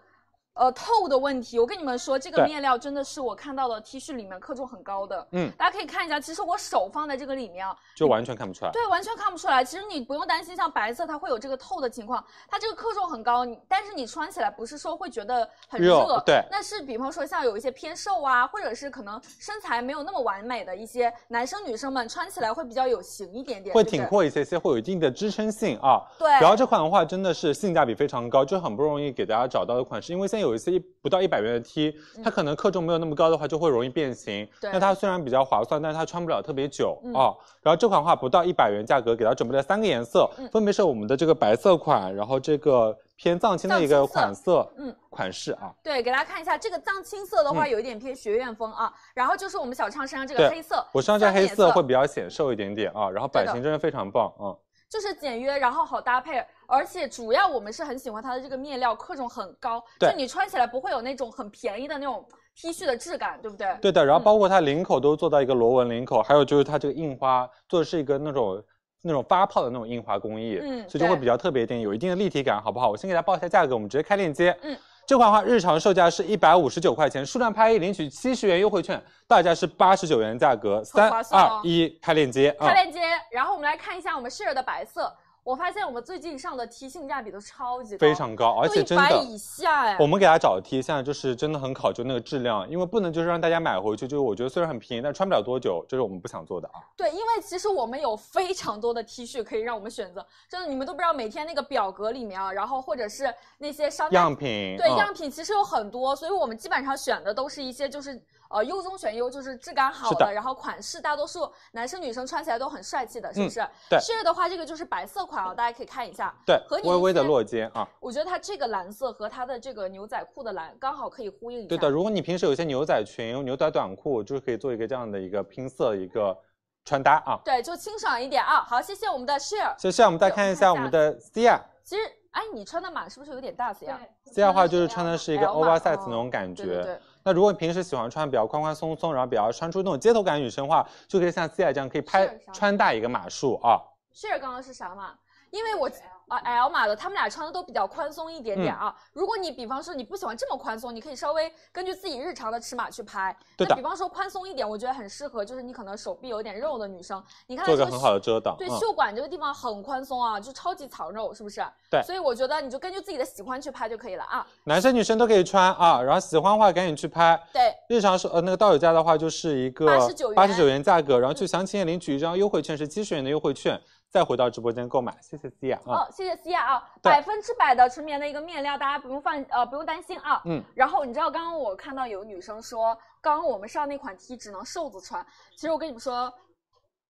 Speaker 3: 呃透的问题。我跟你们说，这个
Speaker 1: 对
Speaker 3: 面料真的是我看到的 T 恤里面克重很高的。
Speaker 1: 嗯
Speaker 3: 大家可以看一下，其实我手放在这个里面，啊，
Speaker 1: 就完全看不出来。
Speaker 3: 对，完全看不出来。其实你不用担心，像白色它会有这个透的情况，它这个克重很高，你但是你穿起来不是说会觉得很
Speaker 1: 热
Speaker 3: 热，
Speaker 1: 对
Speaker 3: 那是比方说像有一些偏瘦啊，或者是可能身材没有那么完美的一些男生女生们穿起来会比较有型一点点，
Speaker 1: 会
Speaker 3: 对不
Speaker 1: 挺
Speaker 3: 对
Speaker 1: 阔一些些，会有一定的支撑性啊。
Speaker 3: 对，
Speaker 1: 然后这款的话真的是性价比非常高，就很不容易给大家找到的款式。因为现在有一些一不到一百元的 T，它可能克重没有那么高的话，就会容易变形。
Speaker 3: 嗯对
Speaker 1: 那它虽然比较划算，但是它穿不了特别久
Speaker 3: 嗯
Speaker 1: 啊。然后这款的话不到一百元价格，给大家准备了三个颜色
Speaker 3: 嗯，
Speaker 1: 分别是我们的这个白色款，然后这个偏藏青的一个
Speaker 3: 藏青色
Speaker 1: 款色，
Speaker 3: 嗯，
Speaker 1: 款式啊。
Speaker 3: 对，给大家看一下这个藏青色的话，
Speaker 1: 嗯
Speaker 3: 有一点偏学院风啊。然后就是我们小畅身上这
Speaker 1: 对
Speaker 3: 个黑色，
Speaker 1: 我身上这
Speaker 3: 三个
Speaker 1: 黑
Speaker 3: 颜
Speaker 1: 色会比较显瘦一点点啊，然后版型真的非常棒啊。
Speaker 3: 就是简约，然后好搭配，而且主要我们是很喜欢它的这个面料，克重很高，
Speaker 1: 对
Speaker 3: 就你穿起来不会有那种很便宜的那种 T 恤的质感，对不对？
Speaker 1: 对的，然后包括它领口都是做到一个螺纹领口，还有就是它这个印花做的是一个那种那种发泡的那种印花工艺，
Speaker 3: 嗯
Speaker 1: 所以就会
Speaker 3: 对
Speaker 1: 比较特别一点，有一定的立体感，好不好？我先给大家报一下价格，我们直接开链接。
Speaker 3: 嗯。
Speaker 1: 这款的话日常售价是一百五十九块钱，数量拍一领取七十元优惠券，到手价是八十九元价格。三
Speaker 3: 很划算
Speaker 1: 二
Speaker 3: 哦
Speaker 1: 一，开链接啊
Speaker 3: 开！链接，然后我们来看一下我们 share 的白色，我发现我们最近上的 T 性价比都超级高，
Speaker 1: 非常高，而且真
Speaker 3: 哦都一
Speaker 1: 的
Speaker 3: 百以下哎
Speaker 1: 我。们给大家找的 T，现在就是真的很考究那个质量，因为不能就是让大家买回去，就是我觉得虽然很便宜，但穿不了多久，这是我们不想做的啊。
Speaker 3: 对，因为其实我们有非常多的 T 恤可以让我们选择，真的你们都不知道每天那个表格里面啊，然后或者是那些商家
Speaker 1: 样品
Speaker 3: 对，
Speaker 1: 嗯
Speaker 3: 样品其实有很多，所以我们基本上选的都是一些就是呃优中选优，就是质感好
Speaker 1: 是
Speaker 3: 的，
Speaker 1: 的
Speaker 3: 然后款式大多数男生女生穿起来都很帅气的，是不是？
Speaker 1: 嗯对
Speaker 3: s h a r 的话，这个就是白色款啊，大家可以看一下。
Speaker 1: 对
Speaker 3: 和，你
Speaker 1: 微微的
Speaker 3: 一些
Speaker 1: 落肩啊。
Speaker 3: 我觉得它这个蓝色和它的这个牛仔裤的蓝刚好可以呼应一下。
Speaker 1: 对的，如果你平时有一些牛仔裙、牛仔短裤，就是可以做一个这样的一个拼色一个穿搭啊。
Speaker 3: 对就清爽一点啊。好，谢谢我们的 share。
Speaker 1: 接下来我们再看一下
Speaker 3: 对
Speaker 1: 我们的 Cia，Cia
Speaker 3: 其实，哎，你穿的码是不是有点大 C 呀？
Speaker 1: 的话就是穿的是一个
Speaker 3: L 码
Speaker 1: oversize
Speaker 3: 哦
Speaker 1: 那种感觉。
Speaker 3: 对对对，
Speaker 1: 那如果你平时喜欢穿比较宽宽松松，然后比较穿出那种街头感的女生的话，就可以像 Cia 这样可以拍
Speaker 3: 是啥
Speaker 1: 穿大一个码数啊。
Speaker 3: share 刚刚是啥码？因为我啊 L 码的，他们俩穿的都比较宽松一点
Speaker 1: 嗯
Speaker 3: 点啊。如果你比方说你不喜欢这么宽松，你可以稍微根据自己日常的尺码去拍。
Speaker 1: 对
Speaker 3: 那
Speaker 1: 的
Speaker 3: 比方说宽松一点，我觉得很适合，就是你可能手臂有点肉的女生，你看
Speaker 1: 做
Speaker 3: 它
Speaker 1: 一个
Speaker 3: 这
Speaker 1: 很好的遮挡。
Speaker 3: 对
Speaker 1: 嗯
Speaker 3: 袖管这个地方很宽松啊，就超级藏肉，是不是？
Speaker 1: 对
Speaker 3: 所以我觉得你就根据自己的喜欢去拍就可以了啊。
Speaker 1: 男生女生都可以穿啊，然后喜欢的话赶紧去拍。
Speaker 3: 对，
Speaker 1: 日常是呃那个到手价的话就是一个
Speaker 3: 89元嗯
Speaker 1: 89元价格，然后去详情页领取一张优惠券是七十元的优惠券，再回到直播间购买。谢谢思雅啊，
Speaker 3: 哦，谢谢思雅啊，
Speaker 1: 对
Speaker 3: 百分之百的纯棉的一个面料，大家不用放呃不用担心啊。
Speaker 1: 嗯，
Speaker 3: 然后你知道刚刚我看到有女生说，刚刚我们上那款 T 只能瘦子穿，其实我跟你们说，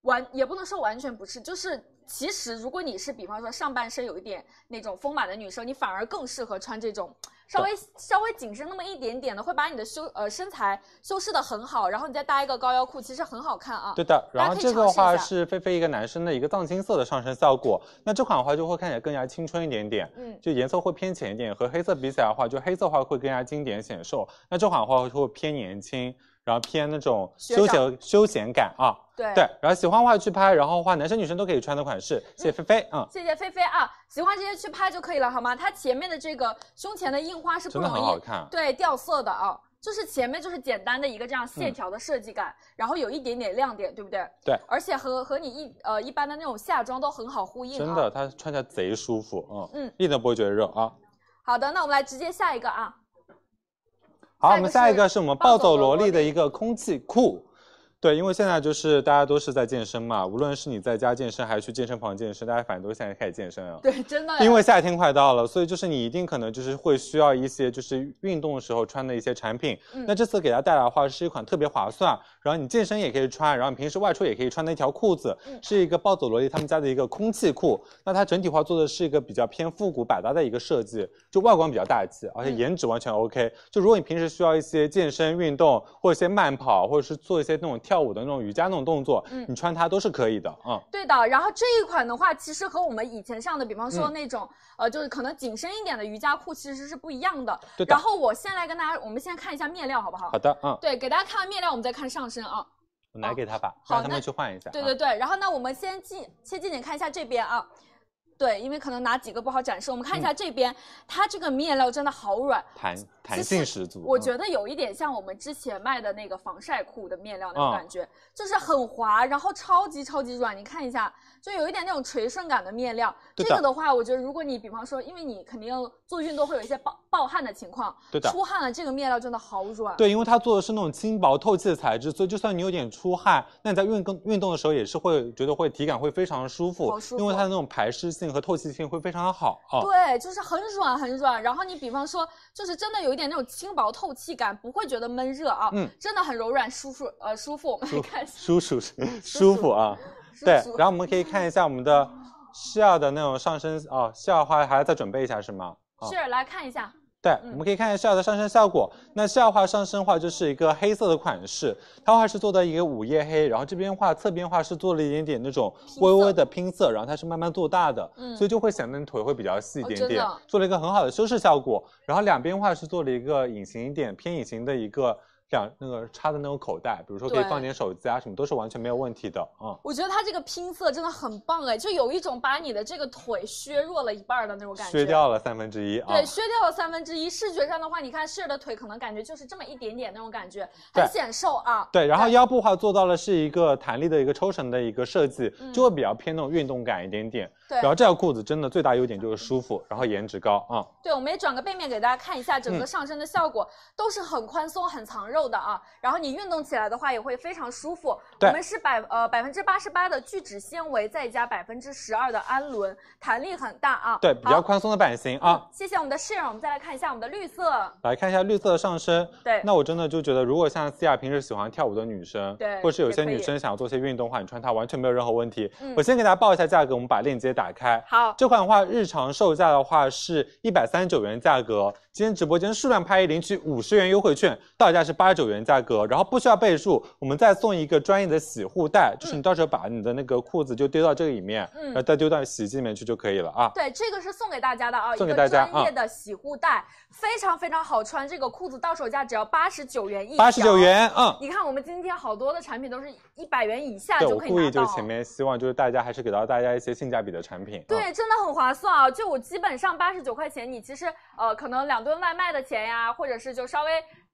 Speaker 3: 完也不能说完全不是，就是。其实，如果你是比方说上半身有一点那种丰满的女生，你反而更适合穿这种稍微稍微紧身那么一点点的，会把你的修呃身材修饰的很好，然后你再搭一个高腰裤，其实很好看啊。
Speaker 1: 对的。
Speaker 3: 大
Speaker 1: 然
Speaker 3: 家可
Speaker 1: 后
Speaker 3: 以
Speaker 1: 这个的话
Speaker 3: 尝试
Speaker 1: 是菲菲一个男生的一个藏青色的上身效果，那这款的话就会看起来更加青春一点点。
Speaker 3: 嗯，
Speaker 1: 就颜色会偏浅一点，和黑色比起来的话，就黑色的话会更加经典显瘦，那这款的话会偏年轻，然后偏那种
Speaker 3: 学
Speaker 1: 休
Speaker 3: 长
Speaker 1: 闲休闲感啊。
Speaker 3: 对
Speaker 1: 对，然后喜欢的话去拍，然后的话男生女生都可以穿的款式。谢谢菲菲，嗯，
Speaker 3: 谢谢菲菲啊，喜欢直接去拍就可以了，好吗？它前面的这个胸前的印花是不
Speaker 1: 真的
Speaker 3: 容
Speaker 1: 很好
Speaker 3: 易
Speaker 1: 看。
Speaker 3: 对掉色的啊，就是前面就是简单的一个这样线条的设计感，然后有一点点亮点，对不对？
Speaker 1: 对
Speaker 3: 而且和和你一呃一般的那种夏装都很好呼应、啊，
Speaker 1: 真的，。它穿起来贼舒服，嗯
Speaker 3: 嗯
Speaker 1: 一点都不会觉得热啊。
Speaker 3: 好的，那我们来直接下一个啊， (laughs)
Speaker 1: 好，
Speaker 3: 下一个
Speaker 1: 我们下一个是我们暴走萝莉
Speaker 3: 暴走萝
Speaker 1: 的
Speaker 3: 莉
Speaker 1: 一个空气裤。对，因为现在就是大家都是在健身嘛，无论是你在家健身还是去健身房健身，大家反正都现在开始健身啊。
Speaker 3: 对，真的。
Speaker 1: 因为夏天快到了，所以就是你一定可能就是会需要一些就是运动时候穿的一些产品。
Speaker 3: 嗯
Speaker 1: 那这次给大家带来的话是一款特别划算，然后你健身也可以穿，然后你平时外出也可以穿的一条裤子，
Speaker 3: 嗯
Speaker 1: 是一个暴走萝莉他们家的一个空气裤。那它整体话做的是一个比较偏复古百搭的一个设计，就外观比较大气，而且
Speaker 3: 嗯
Speaker 1: 颜值完全 OK。就如果你平时需要一些健身运动，或者一些慢跑，或者是做一些那种跳舞的那种瑜伽那种动作，
Speaker 3: 嗯
Speaker 1: 你穿它都是可以的啊。嗯
Speaker 3: 对的，然后这一款的话，其实和我们以前上的，比方说
Speaker 1: 嗯
Speaker 3: 那种、呃，就是可能紧身一点的瑜伽裤，其实是不一样的。
Speaker 1: 对的
Speaker 3: 然后我先来跟大家，我们先看一下面料，好不好？
Speaker 1: 好的，嗯，
Speaker 3: 对，给大家看完面料，我们再看上身啊。
Speaker 1: 我拿给他吧，
Speaker 3: 好
Speaker 1: 让他
Speaker 3: 那
Speaker 1: 们去换一下。
Speaker 3: 对
Speaker 1: 啊
Speaker 3: 对对，然后呢，我们先近切近点看一下这边啊。对，因为可能哪几个不好展示，我们看一
Speaker 1: 嗯
Speaker 3: 下这边，它这个面料真的好软，
Speaker 1: 弹
Speaker 3: 其
Speaker 1: 弹
Speaker 3: 实
Speaker 1: 性十足。嗯
Speaker 3: 我
Speaker 1: 得
Speaker 3: 觉得有一点像我们之前卖的那个防晒裤的面料那种
Speaker 1: 啊
Speaker 3: 感觉，就是很滑，然后超级超级软。你看一下，就有一点那种垂顺感的面料。
Speaker 1: 对
Speaker 3: 这
Speaker 1: 的
Speaker 3: 个的话，我觉得如果你比方说，因为你肯定要做运动会有一些暴暴汗的情况，
Speaker 1: 对的
Speaker 3: 出汗了，这个面料真的好软。
Speaker 1: 对，因为它做的是那种轻薄透气的材质，所以就算你有点出汗，那你在运动运动的时候也是会觉得会体感会非常舒服
Speaker 3: 好，舒
Speaker 1: 因为
Speaker 3: 服
Speaker 1: 它的那种排湿性和透气性会非常好啊。
Speaker 3: 对，就是很软很软。然后你比方说，就是真的有一点那种轻薄透气感，不会觉得闷热啊，
Speaker 1: 嗯
Speaker 3: 真的很柔软舒服呃舒服。我们来
Speaker 1: 舒
Speaker 3: 看一下，
Speaker 1: 舒舒舒服啊。
Speaker 3: 舒
Speaker 1: (laughs) 对
Speaker 3: 服，
Speaker 1: 然后我们可以看一下我们的需要的那种上身哦，需要的话还要再准备一下是吗？啊
Speaker 3: 是来看一下，
Speaker 1: 对，
Speaker 3: 嗯
Speaker 1: 我们可以看一下它的上身效果。那下画上身的话就是一个黑色的款式，它话是做的一个午夜黑，然后这边画侧边画是做了一点点那种
Speaker 3: 拼色
Speaker 1: 微微的拼色，然后它是慢慢做大的，
Speaker 3: 嗯
Speaker 1: 所以就会显得你腿会比较细一
Speaker 3: 哦
Speaker 1: 点
Speaker 3: 真的
Speaker 1: 点，做了一个很好的修饰效果。然后两边画是做了一个隐形一点偏隐形的一个两那个插的那种口袋，比如说可以
Speaker 3: 对
Speaker 1: 放点手机啊什么都是完全没有问题的，嗯。
Speaker 3: 我觉得它这个拼色真的很棒哎，就有一种把你的这个腿削弱了一半儿的那种感觉。
Speaker 1: 削掉了三分之一啊！
Speaker 3: 对，削掉了三分之一。视觉上的话，你看是的腿可能感觉就是这么一点点那种感觉，
Speaker 1: 对
Speaker 3: 很显瘦啊。
Speaker 1: 对，然后
Speaker 3: 对
Speaker 1: 腰部的话做到了是一个弹力的一个抽绳的一个设计，
Speaker 3: 嗯
Speaker 1: 就会比较偏那种运动感一点点。
Speaker 3: 对嗯
Speaker 1: 然后这条裤子真的最大优点就是舒服，然后颜值高啊、
Speaker 3: 对，我们也转个背面给大家看一下
Speaker 1: 嗯
Speaker 3: 整个上身的效果，都是很宽松、很藏肉的啊。然后你运动起来的话也会非常舒服。
Speaker 1: 对
Speaker 3: 我们是百呃百分之八十八的聚酯纤维，再加百分之十二的氨纶，弹力很大啊。
Speaker 1: 对，比较
Speaker 3: 好。嗯
Speaker 1: 宽松的版型啊。
Speaker 3: 谢谢我们的 share，我们再来看一下我们的绿色。
Speaker 1: 来看一下绿色的上身，
Speaker 3: 对
Speaker 1: 那我真的就觉得，如果像西亚平时喜欢跳舞的女生，
Speaker 3: 对
Speaker 1: 或是有些
Speaker 3: 也可以
Speaker 1: 女生想要做些运动的话，你穿它完全没有任何问题。
Speaker 3: 嗯
Speaker 1: 我先给大家报一下价格，我们把链接打开。
Speaker 3: 好，
Speaker 1: 这款的话，日常售价的话是一百三十九元价格，今天直播间数量拍一领取五十元优惠券，到手价是八十九元价格，然后不需要备注，我们再送一个专业的洗护袋，就是你到时候把你的那个裤子就丢到这个里面，
Speaker 3: 嗯
Speaker 1: 然后再丢到洗衣机里面去就可以了啊。
Speaker 3: 对，这个是送给大家的啊，
Speaker 1: 送给大家
Speaker 3: 一个专业的洗护带，非常非常好穿。这个裤子到手价只要八十九元一，
Speaker 1: 八十九。元，嗯。
Speaker 3: 你看，我们今天好多的产品都是一百元以下
Speaker 1: 对，
Speaker 3: 就
Speaker 1: 我
Speaker 3: 可以
Speaker 1: 故意
Speaker 3: 拿
Speaker 1: 就
Speaker 3: 到
Speaker 1: 是。前面希望就是大家还是给到大家一些性价比的产品。嗯
Speaker 3: 对，真的很划算啊！就我基本上八十九块钱，你其实呃可能两顿外卖的钱呀，或者是就稍微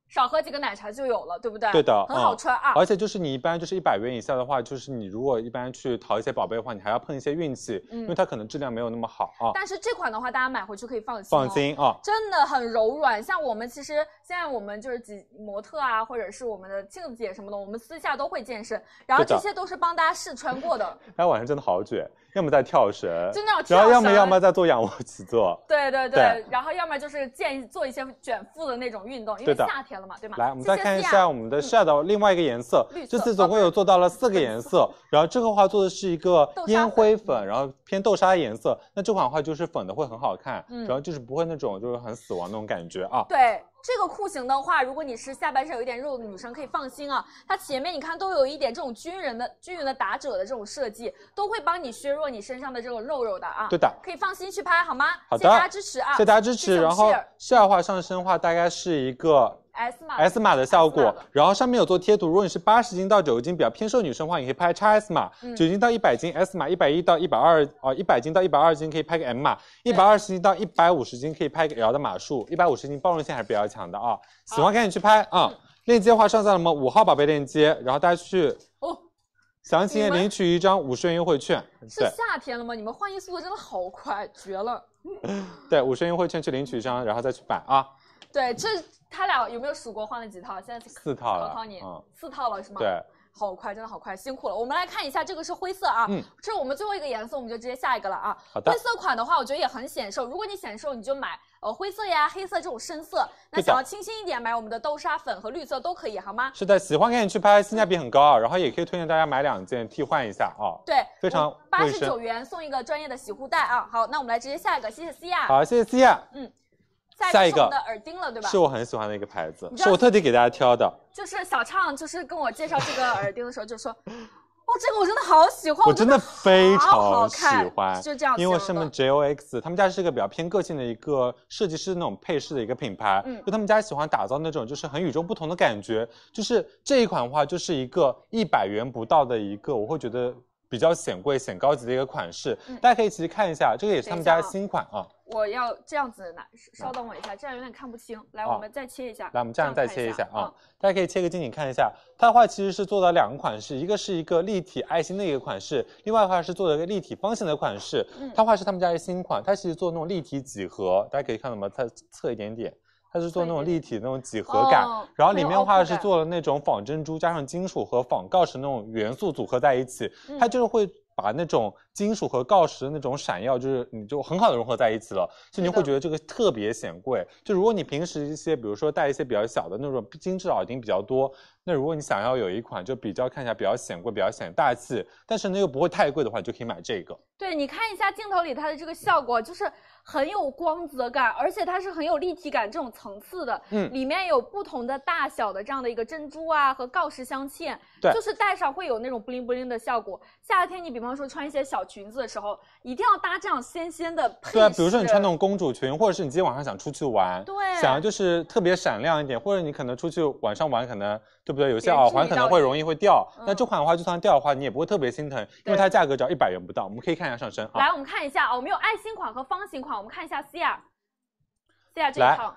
Speaker 3: 少喝几个奶茶就有了，对不对？
Speaker 1: 对的
Speaker 3: 很好
Speaker 1: 嗯
Speaker 3: 穿啊。
Speaker 1: 而且就是你一般就是一百元以下的话，就是你如果一般去淘一些宝贝的话，你还要碰一些运气，
Speaker 3: 嗯
Speaker 1: 因为它可能质量没有那么好啊。
Speaker 3: 但是哦这款的话，大家买回去可以放心、哦。
Speaker 1: 放心啊，
Speaker 3: 真的很柔软。像我们其实现在我们就是几模特啊，或者是我们的庆姐什么的，我们私下都会健身，然后
Speaker 1: 对的
Speaker 3: 这些都是帮大家试穿过
Speaker 1: (laughs)
Speaker 3: 的，
Speaker 1: 他晚上真的好卷，要么在跳绳，
Speaker 3: 就那种
Speaker 1: 然
Speaker 3: 跳绳。
Speaker 1: 后要么要么在做仰卧起坐。
Speaker 3: 对对对，
Speaker 1: 对
Speaker 3: 然后要么就是建议做一些卷腹的那种运动，因
Speaker 1: 对
Speaker 3: 为
Speaker 1: 的
Speaker 3: 夏天了嘛，对吗？
Speaker 1: 来，我们
Speaker 3: 谢
Speaker 1: 再
Speaker 3: 谢
Speaker 1: 看一
Speaker 3: Sia
Speaker 1: 下我们的 s h a d 另外一个颜色
Speaker 3: 嗯绿，色哦
Speaker 1: 这次总共有做到了四个颜色，然后这个话做的是一个
Speaker 3: 豆沙粉嗯
Speaker 1: 烟灰粉，然后偏豆沙颜色。那这款的话就是粉的会很好看，
Speaker 3: 嗯
Speaker 1: 然后就是不会那种就是很死亡那种感觉啊。
Speaker 3: 对这个裤型的话，如果你是下半身有一点肉的女生，可以放心啊。它前面你看都有一点这种军人的均匀的打褶的这种设计，都会帮你削弱你身上的这种肉肉的啊。
Speaker 1: 对的，
Speaker 3: 可以放心去拍好吗？
Speaker 1: 好
Speaker 3: 谢谢
Speaker 1: 的
Speaker 3: 大家支持啊！
Speaker 1: 谢谢大家支
Speaker 3: 谢
Speaker 1: 持。
Speaker 3: 谢我
Speaker 1: 然
Speaker 3: 们
Speaker 1: 后
Speaker 3: share
Speaker 1: 下话上身的话大概是一个
Speaker 3: S 码
Speaker 1: S 码的效果
Speaker 3: S 码的，
Speaker 1: 然后上面有做贴图。如果你是八十斤到九十斤比较偏瘦女生的话，你可以拍 XS 码；
Speaker 3: 嗯
Speaker 1: 九十斤到一百斤 S 码，一百一到一百二哦，一百斤到一百二斤可以拍个 M 码，一百二十斤到一百五十斤可以拍个 L 的码数。一百五十斤包容性还是比较强的啊，喜欢赶紧去拍啊！
Speaker 3: 嗯
Speaker 1: 链接的话上在了吗？五号宝贝链接，然后大家去
Speaker 3: 哦
Speaker 1: 详情页
Speaker 3: 你们
Speaker 1: 领取一张五十元优惠券。
Speaker 3: 是
Speaker 1: 对
Speaker 3: 夏天了吗？你们换衣速度真的好快，绝了！
Speaker 1: 对，五十元优惠券去领取一张，然后再去买啊，
Speaker 3: 对，这他俩有没有数过换了几套？现在
Speaker 1: 四套
Speaker 3: 考
Speaker 1: 了
Speaker 3: 考你，
Speaker 1: 嗯
Speaker 3: 四套了是吗？
Speaker 1: 对。
Speaker 3: 好快，真的好快，辛苦了。我们来看一下，这个是灰色啊，
Speaker 1: 嗯
Speaker 3: 这是我们最后一个颜色，我们就直接下一个了啊。
Speaker 1: 好的
Speaker 3: 灰，色款的话，我觉得也很显瘦。如果你显瘦，你就买呃灰色呀、黑色这种深色。那
Speaker 1: 对的
Speaker 3: 想要清新一点，买我们的豆沙粉和绿色都可以，好吗？
Speaker 1: 是的，喜欢赶紧去拍，性价比很高啊。然后也可以推荐大家买两件替换一下啊。
Speaker 3: 对，
Speaker 1: 非常
Speaker 3: 八
Speaker 1: 卫
Speaker 3: 十
Speaker 1: 生
Speaker 3: 九元送一个专业的洗护带啊。好，那我们来直接下一个，谢谢思亚。
Speaker 1: 好，谢谢思亚，
Speaker 3: 下
Speaker 1: 下
Speaker 3: 一
Speaker 1: 一
Speaker 3: 个啊是我
Speaker 1: 个
Speaker 3: 们的耳钉了，对吧？
Speaker 1: 是我很喜欢的一个牌子
Speaker 3: 你，知道
Speaker 1: 是我特地给大家挑的。
Speaker 3: 就是小畅，就是跟我介绍这个耳钉的时候，就说， (laughs) 哇，这个我真的好喜欢，
Speaker 1: 我真的非
Speaker 3: 好好
Speaker 1: 常喜
Speaker 3: 看
Speaker 1: 欢，
Speaker 3: 就这样
Speaker 1: 因为
Speaker 3: 形
Speaker 1: 上
Speaker 3: 容
Speaker 1: 面
Speaker 3: 的
Speaker 1: JOX，他们家是一个比较偏个性的一个设计师那种配饰的一个品牌，
Speaker 3: 嗯
Speaker 1: 就他们家喜欢打造那种就是很与众不同的感觉。就是这一款的话，就是一个一百元不到的一个，我会觉得比较显贵、显高级的一个款式。
Speaker 3: 嗯
Speaker 1: 大家可以其实看一下，这个也是他们家的
Speaker 3: 等一下啊
Speaker 1: 新款啊。
Speaker 3: 我要这样子拿，稍等我一下，这样有点看不清。来，
Speaker 1: 啊
Speaker 3: 我们再切一下。
Speaker 1: 嗯来，我们这样再切一下
Speaker 3: 看
Speaker 1: 啊，大家可以切个近景看一下。它的话其实是做到两个款式，一个是一个立体爱心的一个款式，另外的话是做了一个立体方形的款式。
Speaker 3: 嗯
Speaker 1: 它的话是他们家的新款，它其实做那种立体几何，大家可以看到吗？它侧一点点，它是做那种立体的那种几何感。
Speaker 3: 哦
Speaker 1: 然后里面
Speaker 3: 很有
Speaker 1: 的话
Speaker 3: 凹凸
Speaker 1: 是
Speaker 3: 感
Speaker 1: 做了那种仿珍珠加上金属和仿锆石那种元素组合在一起，
Speaker 3: 嗯
Speaker 1: 它就是会把那种金属和锆石的那种闪耀，就是你就很好的融合在一起了，所以你
Speaker 3: 是的
Speaker 1: 会觉得这个特别显贵。就如果你平时一些，比如说戴一些比较小的那种精致耳钉比较多，那如果你想要有一款就比较看起来比较显贵、比较显大气，但是呢又不会太贵的话，你就可以买这个。
Speaker 3: 对，你看一下镜头里它的这个效果，就是很有光泽感，而且它是很有立体感这种层次的。
Speaker 1: 嗯
Speaker 3: 里面有不同的大小的这样的一个珍珠啊和锆石镶嵌，
Speaker 1: 对
Speaker 3: 就是戴上会有那种 bling bling 的效果。夏天你比方说穿一些小裙子的时候，一定要搭这样纤纤的配饰。
Speaker 1: 对啊，比如说你穿那种公主裙，或者是你今天晚上想出去玩，
Speaker 3: 对
Speaker 1: 想要就是特别闪亮一点，或者你可能出去晚上玩，可能对不对？有些
Speaker 3: 别人
Speaker 1: 耳
Speaker 3: 注
Speaker 1: 环
Speaker 3: 意
Speaker 1: 可
Speaker 3: 到
Speaker 1: 能会
Speaker 3: 你
Speaker 1: 容易会掉，那
Speaker 3: 嗯
Speaker 1: 这款的话就算掉的话，你也不会特别心疼，因
Speaker 3: 对
Speaker 1: 为它价格只要一百元不到。我们可以看一下上身
Speaker 3: 来，
Speaker 1: 啊，
Speaker 3: 我们看一下啊，我们有爱心款和方形款，我们看一下 C R。C R 这
Speaker 1: 来
Speaker 3: 一套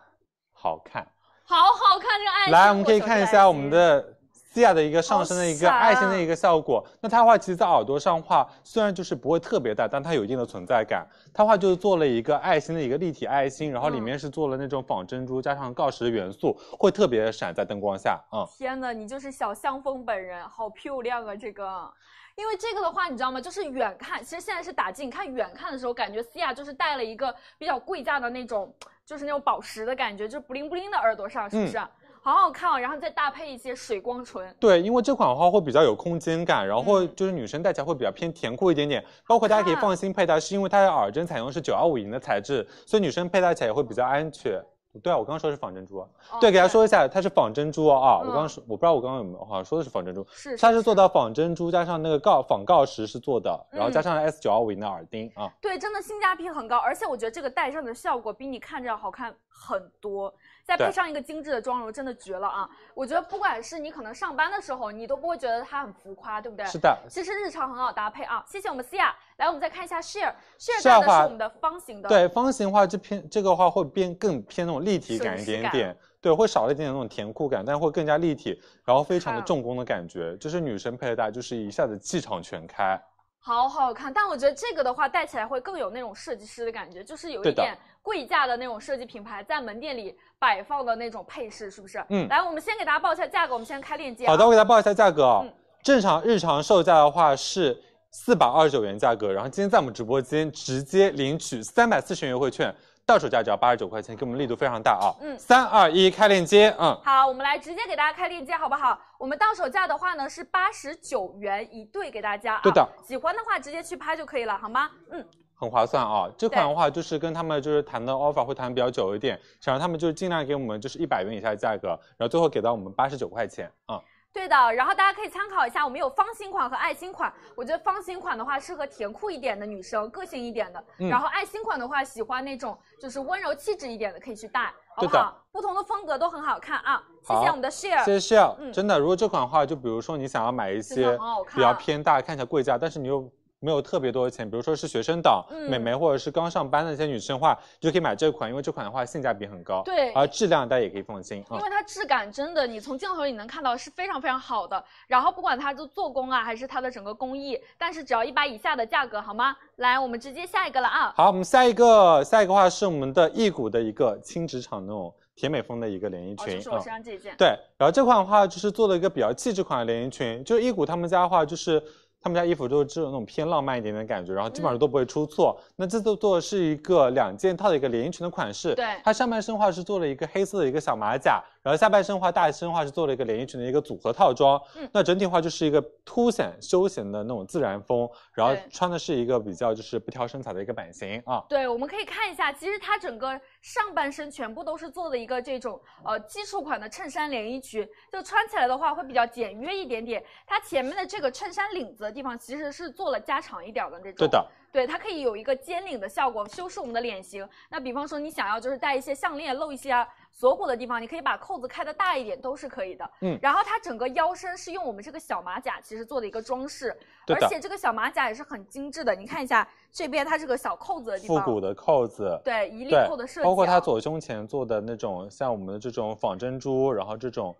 Speaker 1: 好看。
Speaker 3: 好好看，这个爱心。
Speaker 1: 来，我们可以看一下我们。的。西亚的一个上身的一个
Speaker 3: 好闪啊
Speaker 1: 爱心的一个效果，那它的话其实，在耳朵上的话虽然就是不会特别大，但它有一定的存在感。它的话就是做了一个爱心的一个立体爱心，然后里
Speaker 3: 嗯
Speaker 1: 面是做了那种仿珍珠加上锆石的元素，会特别闪在灯光下，嗯。
Speaker 3: 天呐，你就是小香风本人，好漂亮啊！这个，因为这个的话，你知道吗？就是远看，其实现在是打近看，远看的时候感觉西亚就是戴了一个比较贵价的那种，就是那种宝石的感觉，就是不灵不灵的耳朵上，是不
Speaker 1: 嗯
Speaker 3: 是？好好看哦，然后再搭配一些水光唇，
Speaker 1: 对，因为这款的话会比较有空间感，然后
Speaker 3: 嗯
Speaker 1: 会
Speaker 3: 啊
Speaker 1: 就是女生戴起来会比较偏甜酷一点点。包括大家可以
Speaker 3: 看
Speaker 1: 放心佩戴，是因为它的耳针采用是九二五银的材质，所以女生佩戴起来也会比较安全。对啊，我刚刚说的是仿珍珠啊。
Speaker 3: 哦
Speaker 1: 对，给大家说一下，它是仿珍珠啊。我
Speaker 3: 嗯
Speaker 1: 刚刚说，我不知道我刚刚有没有好像说的是仿珍珠，
Speaker 3: 是
Speaker 1: 它是做到仿珍珠加上那个锆仿锆石是做的，然后加
Speaker 3: 嗯
Speaker 1: 上 S 九二五银的耳钉啊。
Speaker 3: 对，真的性价比很高，而且我觉得这个戴上的效果比你看着要好看很多，再配
Speaker 1: 对
Speaker 3: 上一个精致的妆容，真的绝了啊！我觉得不管是你可能上班的时候，你都不会觉得它很浮夸，对不对？
Speaker 1: 是的，
Speaker 3: 其实日常很好搭配啊。谢谢我们思雅，来我们再看一下 Share，Share
Speaker 1: 是啊
Speaker 3: 戴的
Speaker 1: 话
Speaker 3: 是我们的方形的，，
Speaker 1: 对，方形的话，这偏这个的话会变更偏那种立体感一点
Speaker 3: 松弛
Speaker 1: 点，对，会少了一点点那种甜酷感，但会更加立体，然后非常的
Speaker 3: 看
Speaker 1: 重工的感觉，就是女生佩戴就是一下子气场全开。
Speaker 3: 好好看。但我觉得这个的话戴起来会更有那种设计师的感觉，就是有一
Speaker 1: 对的
Speaker 3: 点贵价的那种设计品牌在门店里摆放的那种配饰，是不是？
Speaker 1: 嗯
Speaker 3: 来，我们先给大家报一下价格，我们先开链接、啊。
Speaker 1: 好的，我给大家报一下价格啊、
Speaker 3: 嗯
Speaker 1: 正常日常售价的话是。四百二十九元价格，然后今天在我们直播间直接领取三百四十元优惠券，到手价只要八十九块钱，给我们力度非常大啊！
Speaker 3: 嗯
Speaker 1: 三二一，开链接，嗯，
Speaker 3: 好，我们来直接给大家开链接，好不好？我们到手价的话呢是八十九元一对给大家啊。
Speaker 1: 对的
Speaker 3: 喜欢的话直接去拍就可以了，好吗？嗯，
Speaker 1: 很划算啊！这款
Speaker 3: 对
Speaker 1: 的话就是跟他们就是谈的 offer 会谈比较久一点，想让他们就是尽量给我们就是一百元以下的价格，然后最后给到我们八十九块钱啊、
Speaker 3: 对的。然后大家可以参考一下，我们有方形款和爱心款。我觉得方形款的话适合甜酷一点的女生，个性一点的。
Speaker 1: 嗯
Speaker 3: 然后爱心款的话，喜欢那种就是温柔气质一点的可以去戴，好不
Speaker 1: 对的
Speaker 3: 好？不同的风格都很好看啊。谢
Speaker 1: 好
Speaker 3: 谢我们的 share。
Speaker 1: 谢谢 Shell，、
Speaker 3: 嗯
Speaker 1: 真的，如果这款的话，就比如说你想要买一
Speaker 3: 真的
Speaker 1: 些
Speaker 3: 很好看啊
Speaker 1: 比较偏大、看起来贵价，但是你又没有特别多的钱，比如说是学生党、
Speaker 3: 嗯
Speaker 1: 美眉或者是刚上班的一些女生的话，你就可以买这款，因为这款的话性价比很高，
Speaker 3: 对
Speaker 1: 而质量大家也可以放心啊
Speaker 3: 因。为它质感真的，你从镜头里能看到是非常非常好的。然后不管它的做工啊，还是它的整个工艺，但是只要一百以下的价格，好吗？来，我们直接下一个了啊。
Speaker 1: 好，我们下一个，下一个话是我们的一股的一个轻职场那种甜美风的一个连衣
Speaker 3: 哦，
Speaker 1: 裙，
Speaker 3: 就是我
Speaker 1: 嗯
Speaker 3: 身上这一件，
Speaker 1: 对，然后这款的话就是做了一个比较气质款的连衣裙，就一股他们家的话就是。他们家衣服都是这种那种偏浪漫一点点的感觉，然后基本上都不会出错。
Speaker 3: 嗯
Speaker 1: 那这次做的是一个两件套的一个连衣裙的款式，
Speaker 3: 对
Speaker 1: 它上半身的话是做了一个黑色的一个小马甲，然后下半身的话大身的话是做了一个连衣裙的一个组合套装。
Speaker 3: 嗯
Speaker 1: 那整体的话就是一个凸显休闲的那种自然风，然后
Speaker 3: 对
Speaker 1: 穿的是一个比较就是不挑身材的一个版型啊。
Speaker 3: 对，我们可以看一下，其实它整个上半身全部都是做的一个这种呃基础款的衬衫连衣裙，就穿起来的话会比较简约一点点。它前面的这个衬衫领子的地方其实是做了加长一点儿的这种。
Speaker 1: 对的，
Speaker 3: 对，它可以有一个尖领的效果，修饰我们的脸型。那比方说你想要就是戴一些项链，露一些啊锁骨的地方，你可以把扣子开的大一点，都是可以的。
Speaker 1: 嗯
Speaker 3: 然后它整个腰身是用我们这个小马甲其实做的一个装饰，
Speaker 1: 对
Speaker 3: 而
Speaker 1: 的
Speaker 3: 且这个小马甲也是很精致的。你看一下这边它这个小扣子的地
Speaker 1: 复
Speaker 3: 方，
Speaker 1: 古的扣子，
Speaker 3: 对一粒
Speaker 1: 对，
Speaker 3: 扣的设计啊、
Speaker 1: 包括它左胸前做的那种像我们的这种仿珍珠，然后这种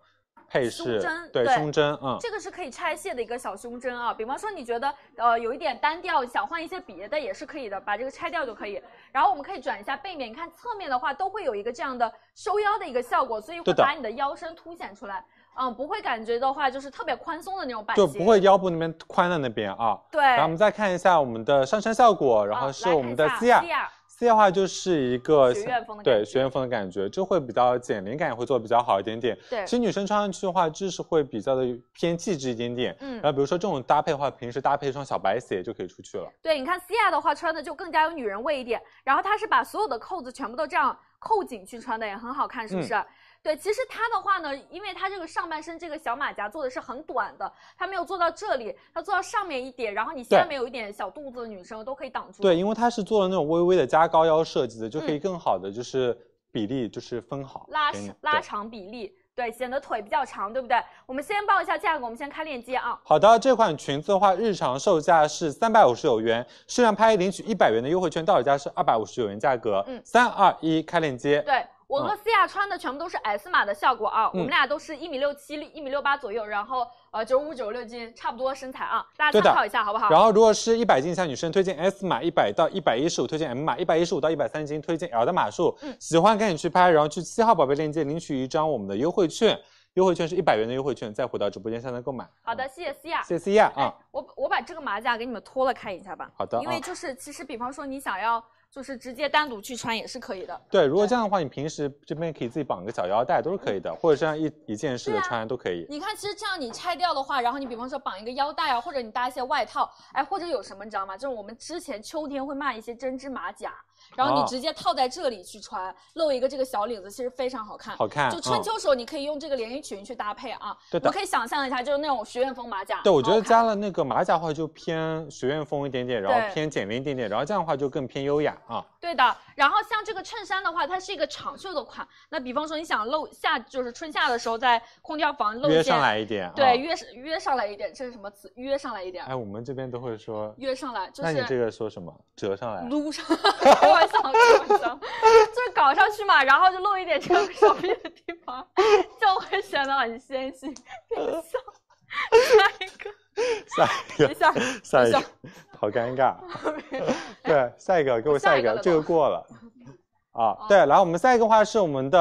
Speaker 1: 配饰
Speaker 3: 胸针，
Speaker 1: 对
Speaker 3: 对
Speaker 1: 胸针，嗯，
Speaker 3: 这个是可以拆卸的一个小胸针啊，比方说你觉得呃有一点单调，想换一些别的也是可以的，把这个拆掉就可以。然后我们可以转一下背面，你看侧面的话都会有一个这样的收腰的一个效果，所以会
Speaker 1: 对的
Speaker 3: 把你的腰身凸显出来。嗯，不会感觉的话就是特别宽松的那种版
Speaker 1: 就
Speaker 3: 型，
Speaker 1: 不会腰部那边宽的那边啊。
Speaker 3: 对。
Speaker 1: 然后我们再看一下我们的上身效果，然
Speaker 3: 啊
Speaker 1: 后
Speaker 3: 来
Speaker 1: 是我
Speaker 3: 看
Speaker 1: 们
Speaker 3: 一
Speaker 1: 的
Speaker 3: 下
Speaker 1: C 亚
Speaker 3: C 亚
Speaker 1: C 的话就是一个
Speaker 3: 学院风的感觉
Speaker 1: 对学院风的感觉，就会比较减龄感也会做的比较好一点点。
Speaker 3: 对
Speaker 1: 其实女生穿上去的话，就是会比较的偏气质一点点。
Speaker 3: 嗯
Speaker 1: 然后比如说这种搭配的话，平时搭配一双小白鞋就可以出去了。
Speaker 3: 对，你看 C 啊亚的话穿的就更加有女人味一点，然后它是把所有的扣子全部都这样扣紧去穿的，也很好看，
Speaker 1: 嗯
Speaker 3: 是不是？对，其实它的话呢，因为它这个上半身这个小马甲做的是很短的，它没有做到这里，它做到上面一点，然后你
Speaker 1: 对
Speaker 3: 下面有一点小肚子的女生都可以挡住。
Speaker 1: 对，因为它是做了那种微微的加高腰设计的，就可以更好的就是比例就是分好
Speaker 3: 嗯拉
Speaker 1: 给你
Speaker 3: 长拉。
Speaker 1: 对
Speaker 3: 长比例，对，显得腿比较长，对不对？我们先报一下价格，我们先开链接啊。
Speaker 1: 好的，这款裙子的话，日常售价是三百五十九元，数量拍领取一百元的优惠券，到手价是二百五十九元价格。
Speaker 3: 嗯
Speaker 1: 三二一，开链接。
Speaker 3: 对我和
Speaker 1: 嗯
Speaker 3: 思雅穿的全部都是 S 码的效果啊，我
Speaker 1: 嗯
Speaker 3: 们俩都是一米六七、一米六八左右，然后呃九五九六斤，差不多身材啊，大
Speaker 1: 对
Speaker 3: 家
Speaker 1: 的
Speaker 3: 参考一下好不好？
Speaker 1: 然后，如果是一百斤以下女生，推荐 S 码；一百到一百一十五，推荐 M 码；一百一十五到一百三十斤，推荐 L 的码数。
Speaker 3: 嗯
Speaker 1: 喜欢赶紧去拍，然后去七号宝贝链接领取一张我们的优惠券，优惠券是一百元的优惠券，再回到直播间下单购买。
Speaker 3: 好的，，谢谢思雅。
Speaker 1: 谢谢亚
Speaker 3: 哎
Speaker 1: 啊，，
Speaker 3: 我我把这个马甲给你们脱了看一下吧，
Speaker 1: 好的
Speaker 3: 因为
Speaker 1: 啊
Speaker 3: 就是其实比方说你想要就是直接单独去穿也是可以的，
Speaker 1: 对，如果这样的话，你平时这边可以自己绑个小腰带，都是可以的，或者这样一一件式的
Speaker 3: 对啊
Speaker 1: 穿都可以。
Speaker 3: 你看，其实这样你拆掉的话，然后你比方说绑一个腰带啊，或者你搭一些外套，哎，或者有什么你知道吗？就是我们之前秋天会卖一些针织马甲，然后
Speaker 1: 哦
Speaker 3: 你直接套在这里去穿，露一个这个小领子，其实非常好看。
Speaker 1: 好看
Speaker 3: 就春
Speaker 1: 嗯
Speaker 3: 秋时候你可以用这个连衣裙去搭配啊。
Speaker 1: 对
Speaker 3: 你
Speaker 1: 的
Speaker 3: 可以想象一下，就是那种学院风马甲。
Speaker 1: 对，我觉
Speaker 3: 好
Speaker 1: 得
Speaker 3: 好看
Speaker 1: 加了那个马甲的话就偏学院风一点点，然后
Speaker 3: 对
Speaker 1: 偏减龄一点点，然后这样的话就更偏优雅啊。
Speaker 3: 对的，然后像这个衬衫的话，它是一个长袖的款。那比方说你想露夏，就是春夏的时候，在空调房露一
Speaker 1: 约
Speaker 3: 件
Speaker 1: 上，来一点。
Speaker 3: 对，
Speaker 1: 啊。
Speaker 3: 约上约上来一点，这是什么词？约上来一点，
Speaker 1: 哎，我们这边都会说，
Speaker 3: 约上来就是。
Speaker 1: 那你这个说什么？折上来。
Speaker 3: 撸上，开玩笑，开玩笑， (laughs) 就是搞上去嘛，然后就露一点这个手臂的地方，这样会显得很纤细。 (laughs) 别笑，下一个，
Speaker 1: 下一个
Speaker 3: (laughs) 别，笑，
Speaker 1: 下一
Speaker 3: 笑
Speaker 1: 个，好
Speaker 3: (laughs)
Speaker 1: 尴尬。对，下一个，给我
Speaker 3: 下
Speaker 1: 下一
Speaker 3: 一个
Speaker 1: 个，
Speaker 3: 了
Speaker 1: 这个
Speaker 3: 吧 (laughs)
Speaker 1: 过了。啊
Speaker 3: 哦，
Speaker 1: 对，然后我们下一个话是我们的，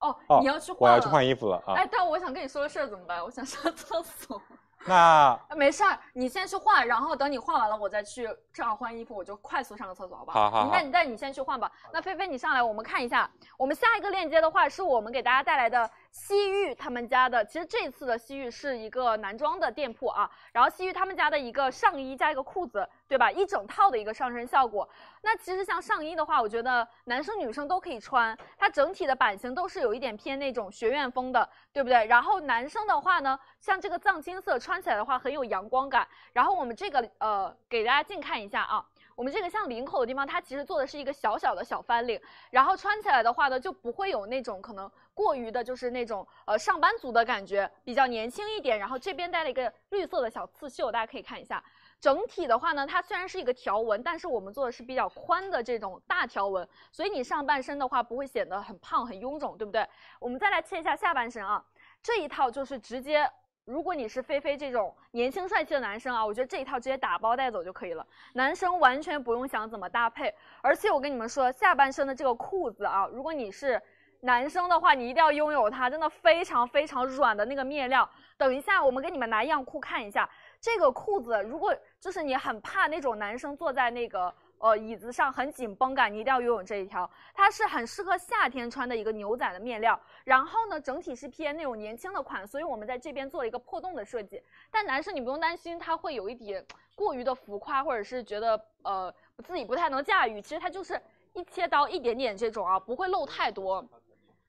Speaker 3: 哦，
Speaker 1: 哦
Speaker 3: 你要去换，
Speaker 1: 我要去。换衣服了啊。
Speaker 3: 哎，但我想跟你说个事儿，怎么办？我想上厕所。
Speaker 1: 那
Speaker 3: 哎没事儿，你先去换，然后等你换完了，我再去正好换衣服，我就快速上个厕所，好不好？
Speaker 1: 好好好
Speaker 3: 那你带你先去换吧。那菲菲，你上来，我们看一下。我们下一个链接的话，是我们给大家带来的西域他们家的。其实这次的西域是一个男装的店铺啊，然后西域他们家的一个上衣加一个裤子，对吧？一整套的一个上身效果。那其实像上衣的话，我觉得男生女生都可以穿，它整体的版型都是有一点偏那种学院风的，对不对？然后男生的话呢，像这个藏青色穿起来的话很有阳光感。然后我们这个呃，给大家近看一下啊，我们这个像领口的地方，它其实做的是一个小小的小翻领，然后穿起来的话呢，就不会有那种可能过于的就是那种呃上班族的感觉，比较年轻一点。然后这边带了一个绿色的小刺绣，大家可以看一下。整体的话呢，它虽然是一个条纹，但是我们做的是比较宽的这种大条纹，所以你上半身的话不会显得很胖很臃肿，对不对？我们再来切一下下半身啊，这一套就是直接，如果你是菲菲这种年轻帅气的男生啊，我觉得这一套直接打包带走就可以了，男生完全不用想怎么搭配。而且我跟你们说，下半身的这个裤子啊，如果你是男生的话，你一定要拥有它，真的非常非常软的那个面料。等一下，我们给你们拿样裤看一下。这个裤子，如果就是你很怕那种男生坐在那个呃椅子上很紧绷感，你一定要拥有这一条。它是很适合夏天穿的一个牛仔的面料，然后呢，整体是偏那种年轻的款，所以我们在这边做了一个破洞的设计。但男生你不用担心，它会有一点过于的浮夸，或者是觉得呃自己不太能驾驭。其实它就是一切刀一点点这种啊，不会露太多。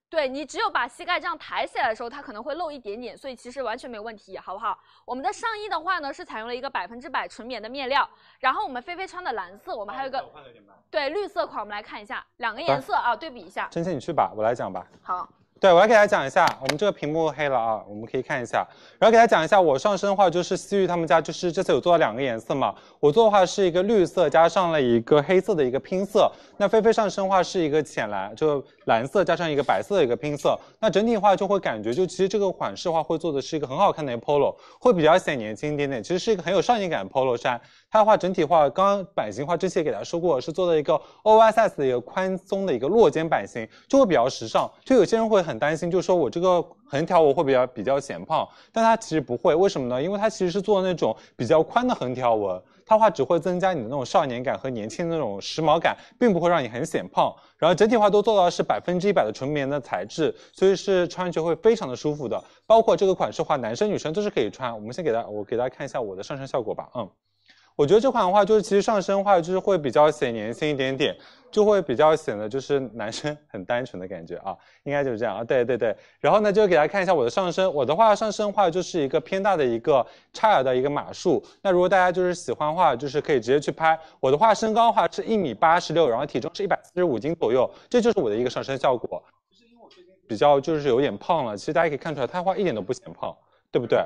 Speaker 3: 对你只有把膝盖这样抬起来的时候，它可能会露一点点，所以其实完全没问题，好不好？我们的上衣的话呢，是采用了一个百分之百纯棉的面料，然后我们菲菲穿的蓝色，我们还有一个、对绿色款，我们来看一下两个颜色啊，对比一下。
Speaker 1: 真倩，你去吧，我来讲吧。
Speaker 3: 好，
Speaker 1: 对，我来给大家讲一下，我们这个屏幕黑了啊，我们可以看一下。然后给大家讲一下，我上身的话就是西域他们家，就是这次有做了两个颜色嘛。我做的话是一个绿色加上了一个黑色的一个拼色，那菲菲上身的话是一个浅蓝，就蓝色加上一个白色的一个拼色。那整体的话就会感觉，就其实这个款式的话会做的是一个很好看的一个 polo，会比较显年轻一点点，其实是一个很有少年感的 polo 衫。它的话整体的话，刚刚版型的话之前给大家说过，是做的一个 oversize 的一个宽松的一个落肩版型，就会比较时尚。就有些人会很担心，就说我这个横条我会比较比较显胖，但它其实不会，为什么呢？因为它其实是做那种比较宽的横条纹，它的话只会增加你的那种少年感和年轻的那种时髦感，并不会让你很显胖。然后整体的话都做到是百分之一百的纯棉的材质，所以是穿上去会非常的舒服的。包括这个款式的话，男生女生都是可以穿。我们先给大家，我给大家看一下我的上身效果吧，嗯。我觉得这款的话，就是其实上身的话，就是会比较显年轻一点点，就会比较显得就是男生很单纯的感觉啊，应该就是这样啊，对对对。然后呢，就给大家看一下我的上身，我的话上身的话就是一个偏大的一个叉腰的一个码数。那如果大家就是喜欢的话，就是可以直接去拍。我的话身高的话是一米八十六，然后体重是一百四十五斤左右，这就是我的一个上身效果。比较就是有点胖了，其实大家可以看出来，它的话一点都不显胖，对不对？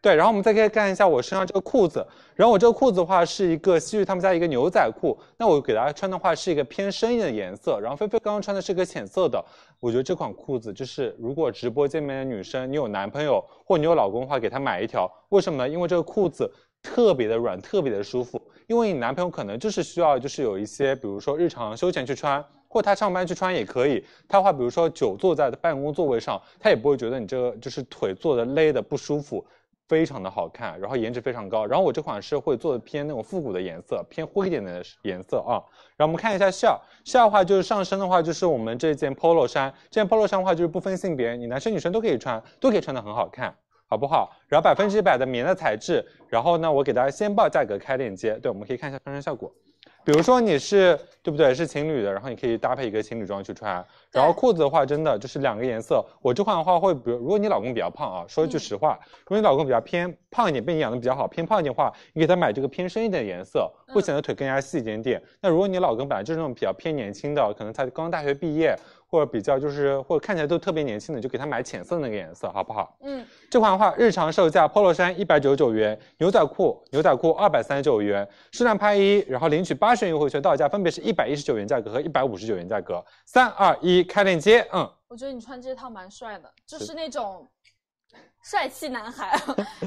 Speaker 1: 对，然后我们再可以看一下我身上这个裤子，然后我这个裤子的话是一个西域他们家一个牛仔裤，那我给大家穿的话是一个偏深一点的颜色，然后菲菲刚刚穿的是一个浅色的，我觉得这款裤子就是如果直播间里面的女生你有男朋友或你有老公的话，给他买一条，为什么呢？因为这个裤子特别的软，特别的舒服，因为你男朋友可能就是需要就是有一些比如说日常休闲去穿。或他上班去穿也可以，他的话，比如说久坐在办公座位上，他也不会觉得你这个就是腿坐的勒的不舒服，非常的好看，然后颜值非常高。然后我这款是会做的偏那种复古的颜色，偏灰一点的颜色啊。然后我们看一下 shell shell 的话，就是上身的话，就是我们这件 polo 衫，这件 polo 衫的话就是不分性别，你男生女生都可以穿，都可以穿的很好看，好不好？然后百分之一百的棉的材质，然后呢，我给大家先报价格开链接，对，我们可以看一下上身效果。比如说你是对不对？是情侣的，然后你可以搭配一个情侣装去穿。然后裤子的话，真的就是两个颜色。我这款的话会，比如如果你老公比较胖啊，说一句实话，如果你老公比较偏胖一点，被你养的比较好，偏胖一点的话，你给他买这个偏深一点的颜色，会显得腿更加细一点点。那如果你老公本来就是那种比较偏年轻的，可能才刚大学毕业，或者比较就是或者看起来都特别年轻的，就给他买浅色那个颜色，好不好？
Speaker 3: 嗯，
Speaker 1: 这款的话，日常售价 polo 衫一百九十九元，牛仔裤牛仔裤二百三十九元，数量拍一，然后领取八十元优惠券，到手价分别是一百一十九元价格和一百五十九元价格。三二一，开链接，嗯。
Speaker 3: 我觉得你穿这套蛮帅的，就是那种帅气男孩。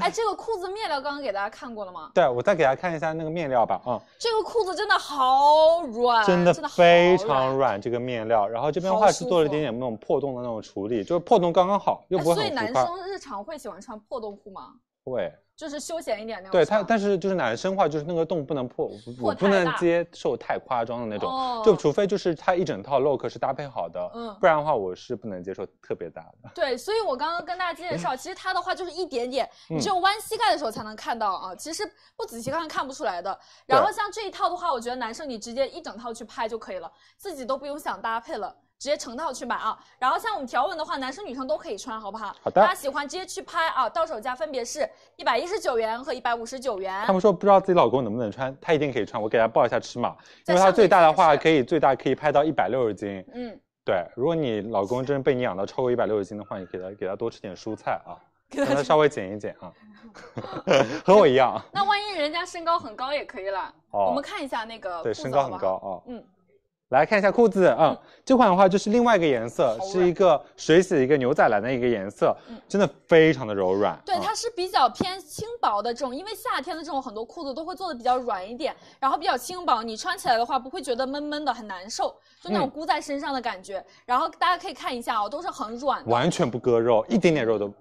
Speaker 3: 哎，这个裤子面料刚刚给大家看过了吗？
Speaker 1: 对，我再给大家看一下那个面料吧，啊、
Speaker 3: 这个裤子真的好软，
Speaker 1: 真的
Speaker 3: 呃好
Speaker 1: 非常软，这个面料。然后这边的话
Speaker 3: 好
Speaker 1: 是
Speaker 3: 舒
Speaker 1: 做了一
Speaker 3: 服
Speaker 1: 点点那种破洞的那种处理，就是破洞刚刚好，又
Speaker 3: 哎
Speaker 1: 不会
Speaker 3: 所以
Speaker 1: 很
Speaker 3: 男
Speaker 1: 浮夸。
Speaker 3: 生日常会喜欢穿破洞裤吗？
Speaker 1: 对，
Speaker 3: 就是休闲一点那种。
Speaker 1: 对
Speaker 3: 是吧
Speaker 1: 它，但是就是男生的话，就是那个洞不能破，我
Speaker 3: 破
Speaker 1: 不
Speaker 3: 太
Speaker 1: 能
Speaker 3: 大
Speaker 1: 接受太夸张的那种，
Speaker 3: 哦
Speaker 1: 就除非就是它一整套 look 是搭配好的，
Speaker 3: 嗯
Speaker 1: 不然的话我是不能接受特别大的。
Speaker 3: 对，所以我刚刚跟大家介绍，其实它的话就是一点点，
Speaker 1: 嗯
Speaker 3: 你只有弯膝盖的时候才能看到啊，其实不仔细看看不出来的。然后像这一套的话，我觉得男生你直接一整套去拍就可以了，自己都不用想搭配了。直接成套去买啊，然后像我们条纹的话，男生女生都可以穿，好不好？
Speaker 1: 好的
Speaker 3: 大家喜欢直接去拍啊，到手价分别是一百一十九元和一百五十九元。
Speaker 1: 他们说不知道自己老公能不能穿，他一定可以穿，我给他报一下尺码，因
Speaker 3: 在
Speaker 1: 为他
Speaker 3: 上
Speaker 1: 最
Speaker 3: 面
Speaker 1: 大的
Speaker 3: 显
Speaker 1: 话
Speaker 3: 示
Speaker 1: 可以最大可以拍到一百六十斤，
Speaker 3: 嗯，
Speaker 1: 对，如果你老公真被你养到超过一百六十斤的话，你给他给他多吃点蔬菜啊，
Speaker 3: 给
Speaker 1: 让
Speaker 3: 大
Speaker 1: 他
Speaker 3: 家。
Speaker 1: 稍微减一减
Speaker 3: (laughs)
Speaker 1: 啊，和我一样，啊
Speaker 3: 那万一人家身高很高也可以啦，
Speaker 1: 哦
Speaker 3: 我们看一下那个
Speaker 1: 对，
Speaker 3: 裤子
Speaker 1: 身高
Speaker 3: 好不
Speaker 1: 很
Speaker 3: 好
Speaker 1: 高啊，
Speaker 3: 嗯，
Speaker 1: 来看一下裤子，嗯，这款的话就是另外一个颜色，
Speaker 3: 好嗯
Speaker 1: 是一个水洗的一个牛仔蓝的一个颜色，真的非常的柔软。
Speaker 3: 对，
Speaker 1: 嗯
Speaker 3: 它是比较偏轻薄的这种，因为夏天的这种很多裤子都会做的比较软一点，然后比较轻薄，你穿起来的话不会觉得闷闷的，很难受，就那种
Speaker 1: 嗯
Speaker 3: 箍在身上的感觉。然后大家可以看一下哦，都是很软的。
Speaker 1: 完全不割肉，一点点肉 (laughs) 都，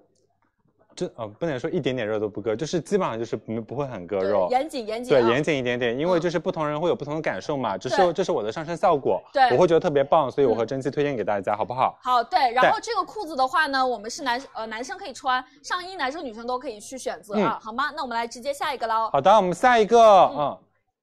Speaker 1: 真呃不能说一点点肉都不割，就是基本上就是不不会很割
Speaker 3: 对
Speaker 1: 肉，
Speaker 3: 严谨严谨、啊，
Speaker 1: 对严谨一点点，因为
Speaker 3: 嗯
Speaker 1: 就是不同人会有不同的感受嘛，只是
Speaker 3: 对
Speaker 1: 这是我的上身效果，
Speaker 3: 对嗯
Speaker 1: 我会觉得特别棒，所以我和蒸汽推荐给大家，好不好？
Speaker 3: 好，对，然
Speaker 1: 对
Speaker 3: 后这个裤子的话呢，我们是男呃男生可以穿，上衣男生女生都可以去选择啊，好吗？那我们来直接下一个喽。
Speaker 1: 嗯好的，我们下一个，嗯，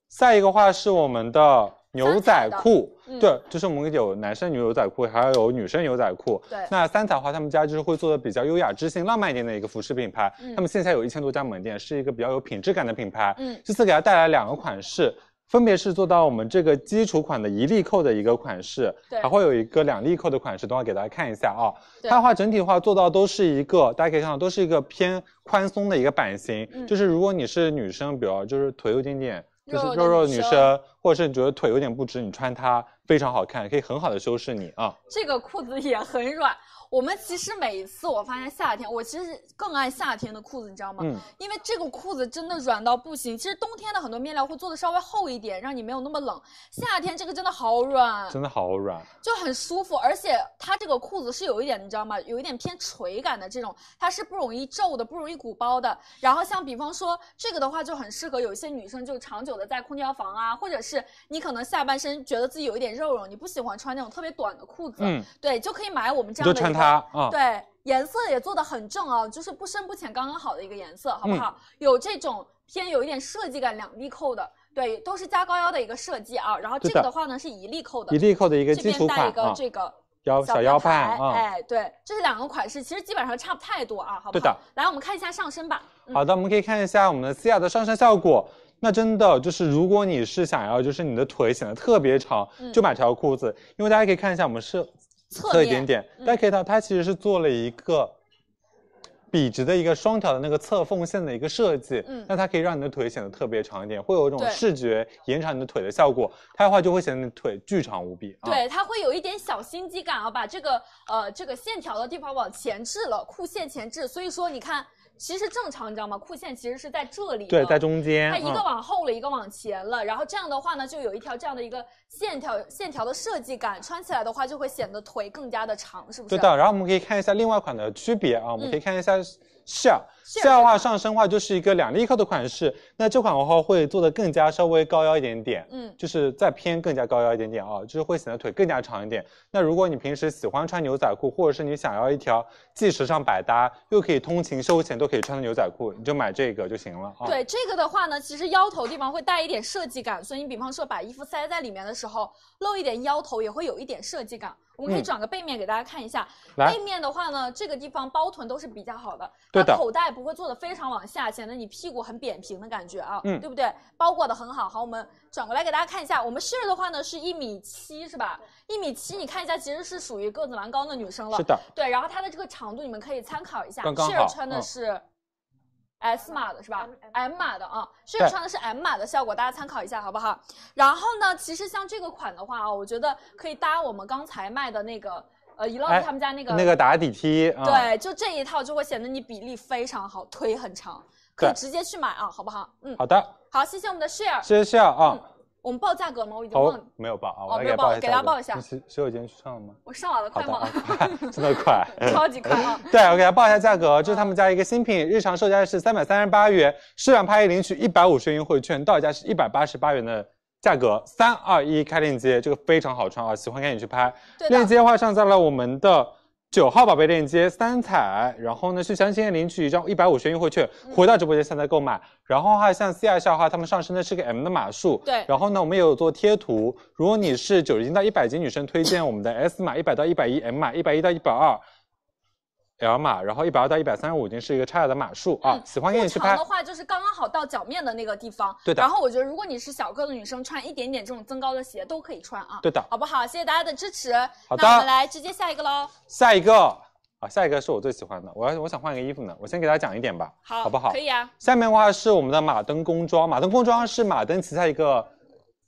Speaker 1: 下一个话是我们的牛仔裤，
Speaker 3: 三彩的嗯
Speaker 1: 对，就是我们有男生牛仔裤，还有女生牛仔裤。
Speaker 3: 对
Speaker 1: 那三彩花他们家就是会做的比较优雅、知性、浪漫一点的一个服饰品牌，
Speaker 3: 嗯
Speaker 1: 他们线下有一千多家门店，是一个比较有品质感的品牌。
Speaker 3: 嗯
Speaker 1: 这次给大家带来两个款式。分别是做到我们这个基础款的一粒扣的一个款式，
Speaker 3: 对
Speaker 1: 还会有一个两粒扣的款式，等会儿给大家看一下啊。
Speaker 3: 对
Speaker 1: 它的话整体的话做到都是一个，大家可以看到都是一个偏宽松的一个版型，
Speaker 3: 嗯
Speaker 1: 就是如果你是女生，比如就是腿有一点点。就是
Speaker 3: 肉
Speaker 1: 肉肉
Speaker 3: 的
Speaker 1: 的
Speaker 3: 女
Speaker 1: 女
Speaker 3: 生
Speaker 1: 生，或者是你觉得腿有点不直，你穿它非常好看，可以很好的修饰你啊。
Speaker 3: 这个裤子也很软。我们其实每一次我发现夏天，我其实更爱夏天的裤子，你知道吗？
Speaker 1: 嗯，
Speaker 3: 因为这个裤子真的软到不行。其实冬天的很多面料会做的稍微厚一点，让你没有那么冷。夏天这个真的好软，
Speaker 1: 真的好软。
Speaker 3: 就很舒服，而且它这个裤子是有一点，你知道吗？有一点偏垂感的这种，它是不容易皱的，不容易鼓包的。然后像比方说这个的话，就很适合有一些女生就长久的在空调房啊，或者是你可能下半身觉得自己有一点肉肉，你不喜欢穿那种特别短的裤子，
Speaker 1: 嗯，
Speaker 3: 对，就可以买我们这
Speaker 1: 你
Speaker 3: 样的
Speaker 1: 就
Speaker 3: 一个。
Speaker 1: 穿它啊。
Speaker 3: 对，颜色也做的很正啊，就是不深不浅，刚刚好的一个颜色，好不
Speaker 1: 嗯
Speaker 3: 好？有这种偏有一点设计感，两粒扣的，对，都是加高腰的一个设计啊。然后这个
Speaker 1: 对的
Speaker 3: 的话呢是一粒扣的，
Speaker 1: 一粒扣的一个
Speaker 3: 这
Speaker 1: 基
Speaker 3: 边
Speaker 1: 础
Speaker 3: 带
Speaker 1: 款
Speaker 3: 一个
Speaker 1: 啊，
Speaker 3: 这个
Speaker 1: 腰小腰
Speaker 3: 牌
Speaker 1: 盘啊。
Speaker 3: 哎，对，这是两个款式，其实基本上差不太多啊，好不好？
Speaker 1: 对的。
Speaker 3: 来，我们看一下上身吧。嗯
Speaker 1: 好的，我们可以看一下我们的西亚的上身效果。那真的就是，如果你是想要，就是你的腿显得特别长，
Speaker 3: 嗯
Speaker 1: 就买这条裤子，因为大家可以看一下，我们是
Speaker 3: 侧
Speaker 1: 侧一
Speaker 3: 面
Speaker 1: 点点，
Speaker 3: 嗯
Speaker 1: 大家可以看到它其实是做了一个笔直的一个双条的那个侧缝线的一个设计，
Speaker 3: 嗯
Speaker 1: 那它可以让你的腿显得特别长一点，会有一种
Speaker 3: 对
Speaker 1: 视觉延长你的腿的效果，它的话就会显得你腿巨长无比。啊、
Speaker 3: 对，它会有一点小心机感啊，把这个呃这个线条的地方往前置了，裤线前置。所以说，你看，其实正常，你知道吗？裤线其实是在这里的。
Speaker 1: 对，在中间，
Speaker 3: 它一
Speaker 1: 嗯
Speaker 3: 个往后了，一个往前了，然后这样的话呢，就有一条这样的一个线条线条的设计感，穿起来的话就会显得腿更加的长，是不嗯是？
Speaker 1: 对的，然后我们可以看一下另外款的区别啊，我们可以看一下 shell。
Speaker 3: Shell
Speaker 1: 下的话，上身话就是一个两粒扣的款式，那这款的话会做的更加稍微高腰一点点，
Speaker 3: 嗯
Speaker 1: 就是再偏更加高腰一点点啊，就是会显得腿更加长一点。那如果你平时喜欢穿牛仔裤，或者是你想要一条既时尚百搭又可以通勤休闲都可以穿的牛仔裤，你就买这个就行了啊。
Speaker 3: 对这个的话呢，其实腰头地方会带一点设计感，所以你比方说把衣服塞在里面的时候，露一点腰头也会有一点设计感。我们可以
Speaker 1: 嗯
Speaker 3: 转个背面给大家看一下，
Speaker 1: 来
Speaker 3: 背面的话呢，这个地方包臀都是比较好的，
Speaker 1: 对的
Speaker 3: 它口袋不会做的非常往下，显得你屁股很扁平的感觉啊，
Speaker 1: 嗯
Speaker 3: 对不对？包裹的很好。好，我们转过来给大家看一下，我们 s h 的话呢是一米七是吧？一米七，你看一下，其实是属于个子蛮高的女生了。
Speaker 1: 是的，
Speaker 3: 对，然后它的这个长度你们可以参考一下。
Speaker 1: 刚刚
Speaker 3: Sheer
Speaker 1: 好
Speaker 3: 穿的
Speaker 1: 嗯
Speaker 3: 是 S 码的是吧
Speaker 6: M-M
Speaker 3: ？M 码的啊
Speaker 1: 对
Speaker 3: ，Sheer 穿的是 M 码的效果，大家参考一下好不好？然后呢，其实像这个款的话啊，我觉得可以搭我们刚才卖的那个呃 e l o n
Speaker 1: 哎
Speaker 3: 他们家那个
Speaker 1: 那个打底 T 啊，
Speaker 3: 对，就这一套就会显得你比例非常好，腿很长，可以
Speaker 1: 对
Speaker 3: 直接去买啊，好不好？嗯，
Speaker 1: 好的，
Speaker 3: 好，谢谢我们的 Sheer，
Speaker 1: 谢谢 shell 啊。
Speaker 3: 我们报价格吗？我已经
Speaker 1: 好
Speaker 3: 忘了，，
Speaker 1: 没有报啊，
Speaker 3: 哦
Speaker 1: 我
Speaker 3: 嗯
Speaker 1: 来
Speaker 3: 没有
Speaker 1: 给
Speaker 3: 报
Speaker 1: 报
Speaker 3: 给
Speaker 1: 一下这个。
Speaker 3: 大家报一下
Speaker 1: 你洗洗手间去上了吗？
Speaker 3: 我上网了，
Speaker 1: 好
Speaker 3: 快
Speaker 1: 的
Speaker 3: 吗。
Speaker 1: 啊？，快，真的哎快
Speaker 3: (laughs)
Speaker 1: 嗯
Speaker 3: 超级快啊！
Speaker 1: 对，我给大家报一下价格，这是他们家一个新品，日常售价是三百三十八元，数量拍一领取一百五十元优惠券，到手价是一百八十八元的价格。三二一，开链接，这个非常好穿啊，喜欢赶紧去拍。
Speaker 3: 对的
Speaker 1: 链接的话上在了我们的九号宝贝链接三彩，然后呢去详情页领取一张一百五十元优惠券，
Speaker 3: 嗯
Speaker 1: 回到直播间下单购买。然后哈，像 C R 笑哈，他们上身的是个 M 的码数，
Speaker 3: 对
Speaker 1: 然后呢，我们也有做贴图，如果你是九十斤到一百斤女生，推荐我们的 S 码一百到一百一，M 码一百一到一百二。L 码，然后一百二到一百三十五斤是一个 XL 的码数啊，
Speaker 3: 嗯
Speaker 1: 喜欢跟你去
Speaker 3: 裤
Speaker 1: 拍
Speaker 3: 长的，话就是刚刚好到脚面的那个地方。
Speaker 1: 对的
Speaker 3: 然后我觉得，如果你是小个的女生，穿一点点这种增高的鞋都可以穿啊。
Speaker 1: 对的
Speaker 3: 好不好？谢谢大家的支持。
Speaker 1: 好的
Speaker 3: 那我们来直接下一个喽。
Speaker 1: 下一个啊，下一个是我最喜欢的，我要我想换个衣服呢，我先给大家讲一点吧，
Speaker 3: 好，
Speaker 1: 不好？
Speaker 3: 可以啊。
Speaker 1: 下面的话是我们的马登工装，马登工装是马登旗下一个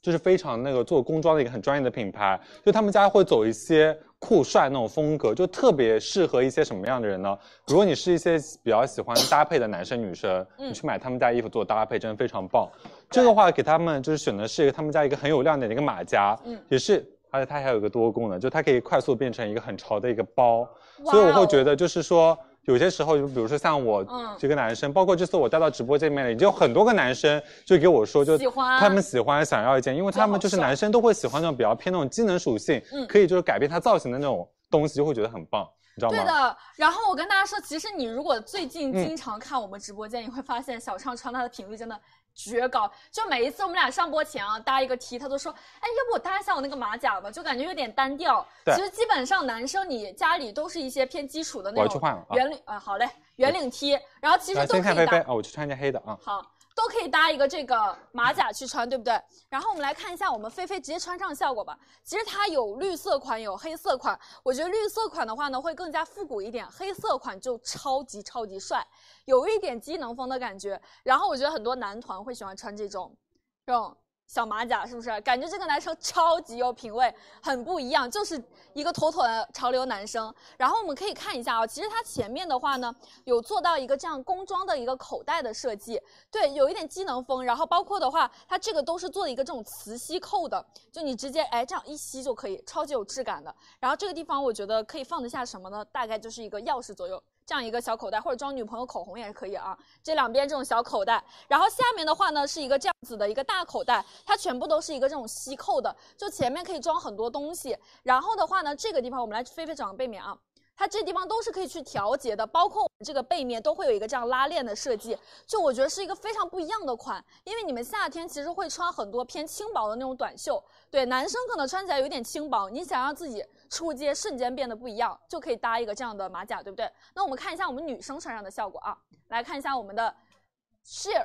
Speaker 1: 就是非常那个做工装的一个很专业的品牌，就他们家会走一些酷帅那种风格，就特别适合一些什么样的人呢？如果你是一些比较喜欢搭配的男生女生，
Speaker 3: 嗯
Speaker 1: 你去买他们家衣服做搭配，真的非常棒。这个话给他们就是选的是一个他们家一个很有亮点的一个马甲，
Speaker 3: 嗯
Speaker 1: 也是，而且它还有一个多功能，就它可以快速变成一个很潮的一个包，
Speaker 3: 哇哦
Speaker 1: 所以我会觉得就是说。有些时候，就比如说像我
Speaker 3: 嗯
Speaker 1: 这个男生，包括这次我带到直播间里面，已经有很多个男生就给我说，就
Speaker 3: 喜欢
Speaker 1: 他们喜欢想要一件，因为他们就是
Speaker 3: 这好帅
Speaker 1: 男生都会喜欢那种比较偏那种机能属性，
Speaker 3: 嗯
Speaker 1: 可以就是改变他造型的那种东西，就会觉得很棒，你知道吗？
Speaker 3: 对的，然后我跟大家说，其实你如果最近
Speaker 1: 嗯
Speaker 3: 经常看我们直播间，你会发现小畅穿搭的频率真的绝高。就每一次我们俩上播前啊，搭一个 T，他都说，哎，要不我搭一下我那个马甲吧，就感觉有点单调。
Speaker 1: 对
Speaker 3: 其实基本上男生你家里都是一些偏基础的
Speaker 1: 我
Speaker 3: 那
Speaker 1: 要去
Speaker 3: 种
Speaker 1: 换了啊
Speaker 3: 圆领，啊、好嘞，圆领 T，然后其实
Speaker 1: 来，
Speaker 3: 都
Speaker 1: 先
Speaker 3: 可
Speaker 1: 看
Speaker 3: 以
Speaker 1: 菲菲
Speaker 3: 搭
Speaker 1: 啊，我去穿一件黑的啊，
Speaker 3: 好，都可以搭一个这个马甲去穿，对不对？然后我们来看一下我们菲菲直接穿上效果吧。其实它有绿色款，有黑色款。我觉得绿色款的话呢，会更加复古一点，黑色款就超级超级帅，有一点机能风的感觉。然后我觉得很多男团会喜欢穿这种，这种。小马甲是不是？感觉这个男生超级有品味，很不一样，就是一个妥妥的潮流男生。然后我们可以看一下啊、其实它前面的话呢，有做到一个这样工装的一个口袋的设计，对，有一点机能风，然后包括的话，它这个都是做一个这种磁吸扣的，就你直接哎这样一吸就可以，超级有质感的。然后这个地方我觉得可以放得下什么呢？大概就是一个钥匙左右这样一个小口袋，或者装女朋友口红也可以啊。这两边这种小口袋，然后下面的话呢是一个这样子的一个大口袋，它全部都是一个这种吸扣的，就前面可以装很多东西。然后的话呢，这个地方我们来菲菲长背面啊。它这地方都是可以去调节的，包括我们这个背面都会有一个这样拉链的设计，就我觉得是一个非常不一样的款，因为你们夏天其实会穿很多偏轻薄的那种短袖，对，男生可能穿起来有点轻薄，你想让自己出街瞬间变得不一样，就可以搭一个这样的马甲，对不对？那我们看一下我们女生穿上的效果啊，来看一下我们的 sheer。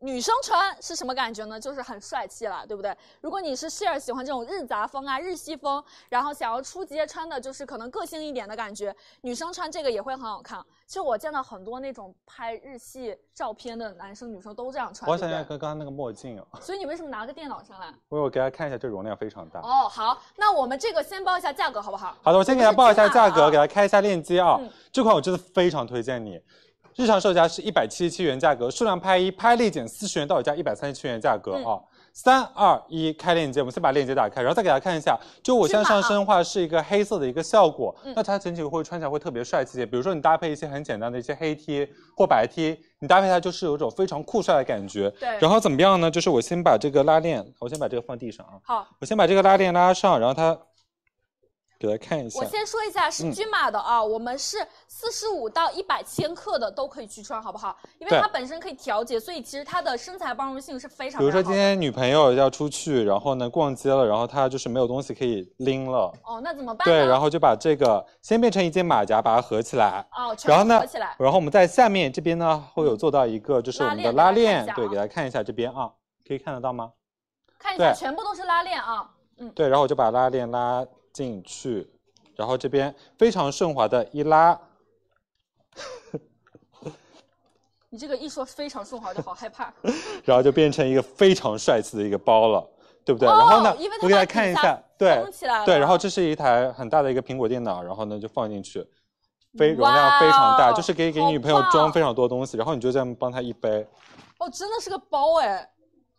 Speaker 3: 女生穿是什么感觉呢？就是很帅气啦，对不对？如果你是 sheer 喜欢这种日杂风啊、日系风，然后想要出街穿的就是可能个性一点的感觉，女生穿这个也会很好看。其实我见到很多那种拍日系照片的男生女生都这样穿，
Speaker 1: 我
Speaker 3: 对
Speaker 1: 想
Speaker 3: 不
Speaker 1: 要
Speaker 3: 对？
Speaker 1: 跟刚刚那个墨镜啊，
Speaker 3: 所以你为什么拿个电脑上来？
Speaker 1: 因为我给大家看一下，这容量非常大。
Speaker 3: 哦，好，那我们这个先报一下价格好不好？
Speaker 1: 好的，我先给大家报一下价格，
Speaker 3: 我们是
Speaker 1: 给
Speaker 3: 芝麻
Speaker 1: 大家开一下链接啊。
Speaker 3: 嗯
Speaker 1: 这款我真的非常推荐你，日常售价是一百七十七元价格，数量拍一拍立减四十元到手价一百三十七元价格
Speaker 3: 嗯
Speaker 1: 啊。三二一，开链接，我们先把链接打开，然后再给大家看一下。就我现在上身的话是一个黑色的一个效果，
Speaker 3: 嗯
Speaker 1: 那它整体会穿起来会特别帅气一些。比如说你搭配一些很简单的一些黑 T 或白 T，你搭配它就是有一种非常酷帅的感觉。
Speaker 3: 对
Speaker 1: 然后怎么样呢？就是我先把这个拉链，我先把这个放地上啊，
Speaker 3: 好，
Speaker 1: 我先把这个拉链拉上，然后它给大家看一下。
Speaker 3: 我先说一下是
Speaker 1: 嗯
Speaker 3: 均码的啊，我们是四十五到一百千克的都可以去穿，好不好？因为
Speaker 1: 对
Speaker 3: 它本身可以调节，所以其实它的身材包容性是非常。
Speaker 1: 比如说今。天女朋友要出去，然后呢逛街了，然后她就是没有东西可以拎了，
Speaker 3: 哦，那怎么办呢？
Speaker 1: 对，然后就把这个先变成一件马甲，把它合起来。
Speaker 3: 哦，全部
Speaker 1: 然后呢
Speaker 3: 合起来，，
Speaker 1: 然后我们在下面这边呢会有做到一个，就是我们的
Speaker 3: 嗯拉
Speaker 1: 拉
Speaker 3: 链
Speaker 1: 链，
Speaker 3: 给大家看一下啊
Speaker 1: 对，给大家看一下这边啊，可以看得到吗？
Speaker 3: 看一下，
Speaker 1: 对
Speaker 3: 全部都是拉链啊。
Speaker 1: 对，然后我就把拉链拉进去，然后这边非常顺滑的一拉，
Speaker 3: 你这个一说非常顺滑，我
Speaker 1: (laughs)
Speaker 3: 就好害怕。
Speaker 1: 然后就变成一个非常帅气的一个包了，对不对？
Speaker 3: 哦
Speaker 1: 然后呢
Speaker 3: 因为，它
Speaker 1: 我给大
Speaker 3: 把
Speaker 1: 家
Speaker 3: 底
Speaker 1: 看一
Speaker 3: 下
Speaker 1: 下，对
Speaker 3: 封起来了
Speaker 1: 对，然后这是一台很大的一个苹果电脑，然后呢就放进去，非容
Speaker 3: 哇哦
Speaker 1: 量非常大，就是可以给
Speaker 3: 好
Speaker 1: 女朋友
Speaker 3: 棒
Speaker 1: 装非常多东西，然后你就这样帮她一背，
Speaker 3: 哦，真的是个包哎，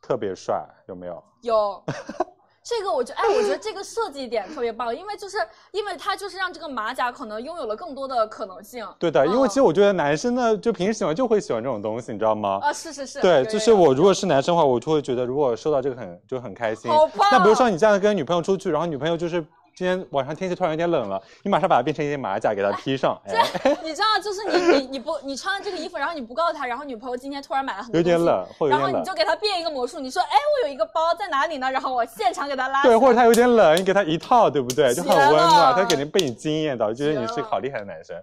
Speaker 1: 特别帅，有没有？
Speaker 3: 有。 (laughs) 这个我觉得，哎，我觉得这个设计点特别棒，因为就是因为它就是让这个马甲可能拥有了更多的可能性。
Speaker 1: 对的，因
Speaker 3: 嗯
Speaker 1: 为其实我觉得男生呢，就平时喜欢就会喜欢这种东西，你知道吗？
Speaker 3: 啊，是是是，有
Speaker 1: 对，
Speaker 3: 有
Speaker 1: 就是
Speaker 3: 有
Speaker 1: 我如果是男生的话，我就会觉得如果收到这个很就很开心。
Speaker 3: 好棒
Speaker 1: 那比如说你这样跟女朋友出去，然后女朋友就是今天晚上天气突然有点冷了，你马上把它变成一件马甲给她披上，哎，
Speaker 3: 你知道，就是你你你不你穿了这个衣服，然后你不告诉他，然后女朋友今天突然买了很多
Speaker 1: 有点
Speaker 3: 东西
Speaker 1: 冷，会有
Speaker 3: 然
Speaker 1: 点
Speaker 3: 后你
Speaker 1: 冷。
Speaker 3: 就给他变一个魔术，你说哎我有一个包在哪里呢？然后我现场给他拉起来。
Speaker 1: 对，或者他有点冷，你给他一套，对不对？就很温
Speaker 3: 绝了
Speaker 1: 暖，他肯定被你惊艳到，觉得你是
Speaker 3: 绝
Speaker 1: 个
Speaker 3: 了
Speaker 1: 好厉害的
Speaker 3: (laughs)
Speaker 1: 男生，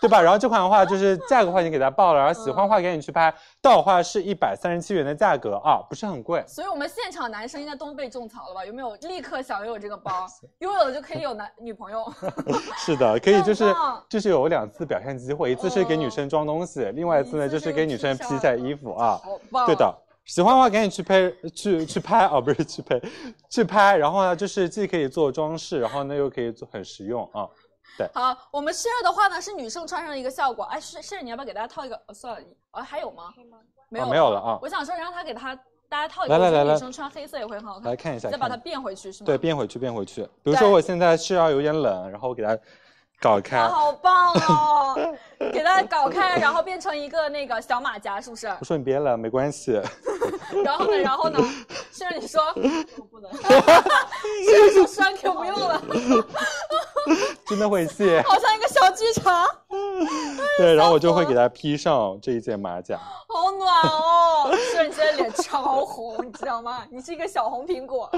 Speaker 1: 对吧？然后这款的话就是价格的话已经给他报了，然后喜欢的话赶紧去拍，到手的话是一百三十七元的价格啊，不是很贵。
Speaker 3: 所以我们现场男生应该都被种草了吧？有没有立刻想拥有这个
Speaker 1: (laughs)
Speaker 3: 包？拥有了就可以有男女朋友。 (laughs)
Speaker 1: 是的，可以就是
Speaker 3: 太棒
Speaker 1: 就是有两次表现机会，一次是给女生装东西，另外一次呢
Speaker 3: 一次
Speaker 1: 就是是给
Speaker 3: 披
Speaker 1: 女生
Speaker 3: 上
Speaker 1: 披一下衣服啊。
Speaker 3: 好棒！哦
Speaker 1: 对的，喜欢的话赶紧去拍，去去拍哦，不是去拍， (laughs) 去拍。然后呢，就是既可以做装饰，然后呢又可以做很实用啊。
Speaker 3: 好，我们 share 的话呢是女生穿上的一个效果。哎，share share 你要不要给大家套一个？哦、算了，你哦还有吗？没有、
Speaker 1: 哦没有了啊
Speaker 3: 我想说让他给他大家套一个，
Speaker 1: 来来
Speaker 3: 我觉得
Speaker 1: 来来
Speaker 3: 女生穿黑色也会很好看
Speaker 1: 来。看一下，
Speaker 3: 再把它
Speaker 1: 看
Speaker 3: 变回去是吗？
Speaker 1: 对，变回去，变回去。比如说
Speaker 3: 嗯对
Speaker 1: 我现在是要有点冷，然后我给它搞开
Speaker 3: 啊，。好棒
Speaker 1: (laughs)
Speaker 3: 哦！给它搞开，然后变成一个那个小马甲，是不
Speaker 1: (laughs)
Speaker 3: 是？
Speaker 1: 我说你别冷，没关系。
Speaker 3: 然后呢，然后呢？虽然你
Speaker 1: (laughs)
Speaker 3: 说我不能，虽然说栓 Q 不用了，
Speaker 1: 真的会
Speaker 3: (laughs)
Speaker 1: 谢。
Speaker 3: 好像一个小剧场，
Speaker 1: 对，然后我就会给它披上这一件马甲。
Speaker 3: 好暖哦！虽然你现在脸超红，你知道吗？ (laughs) 你是一个小红苹果。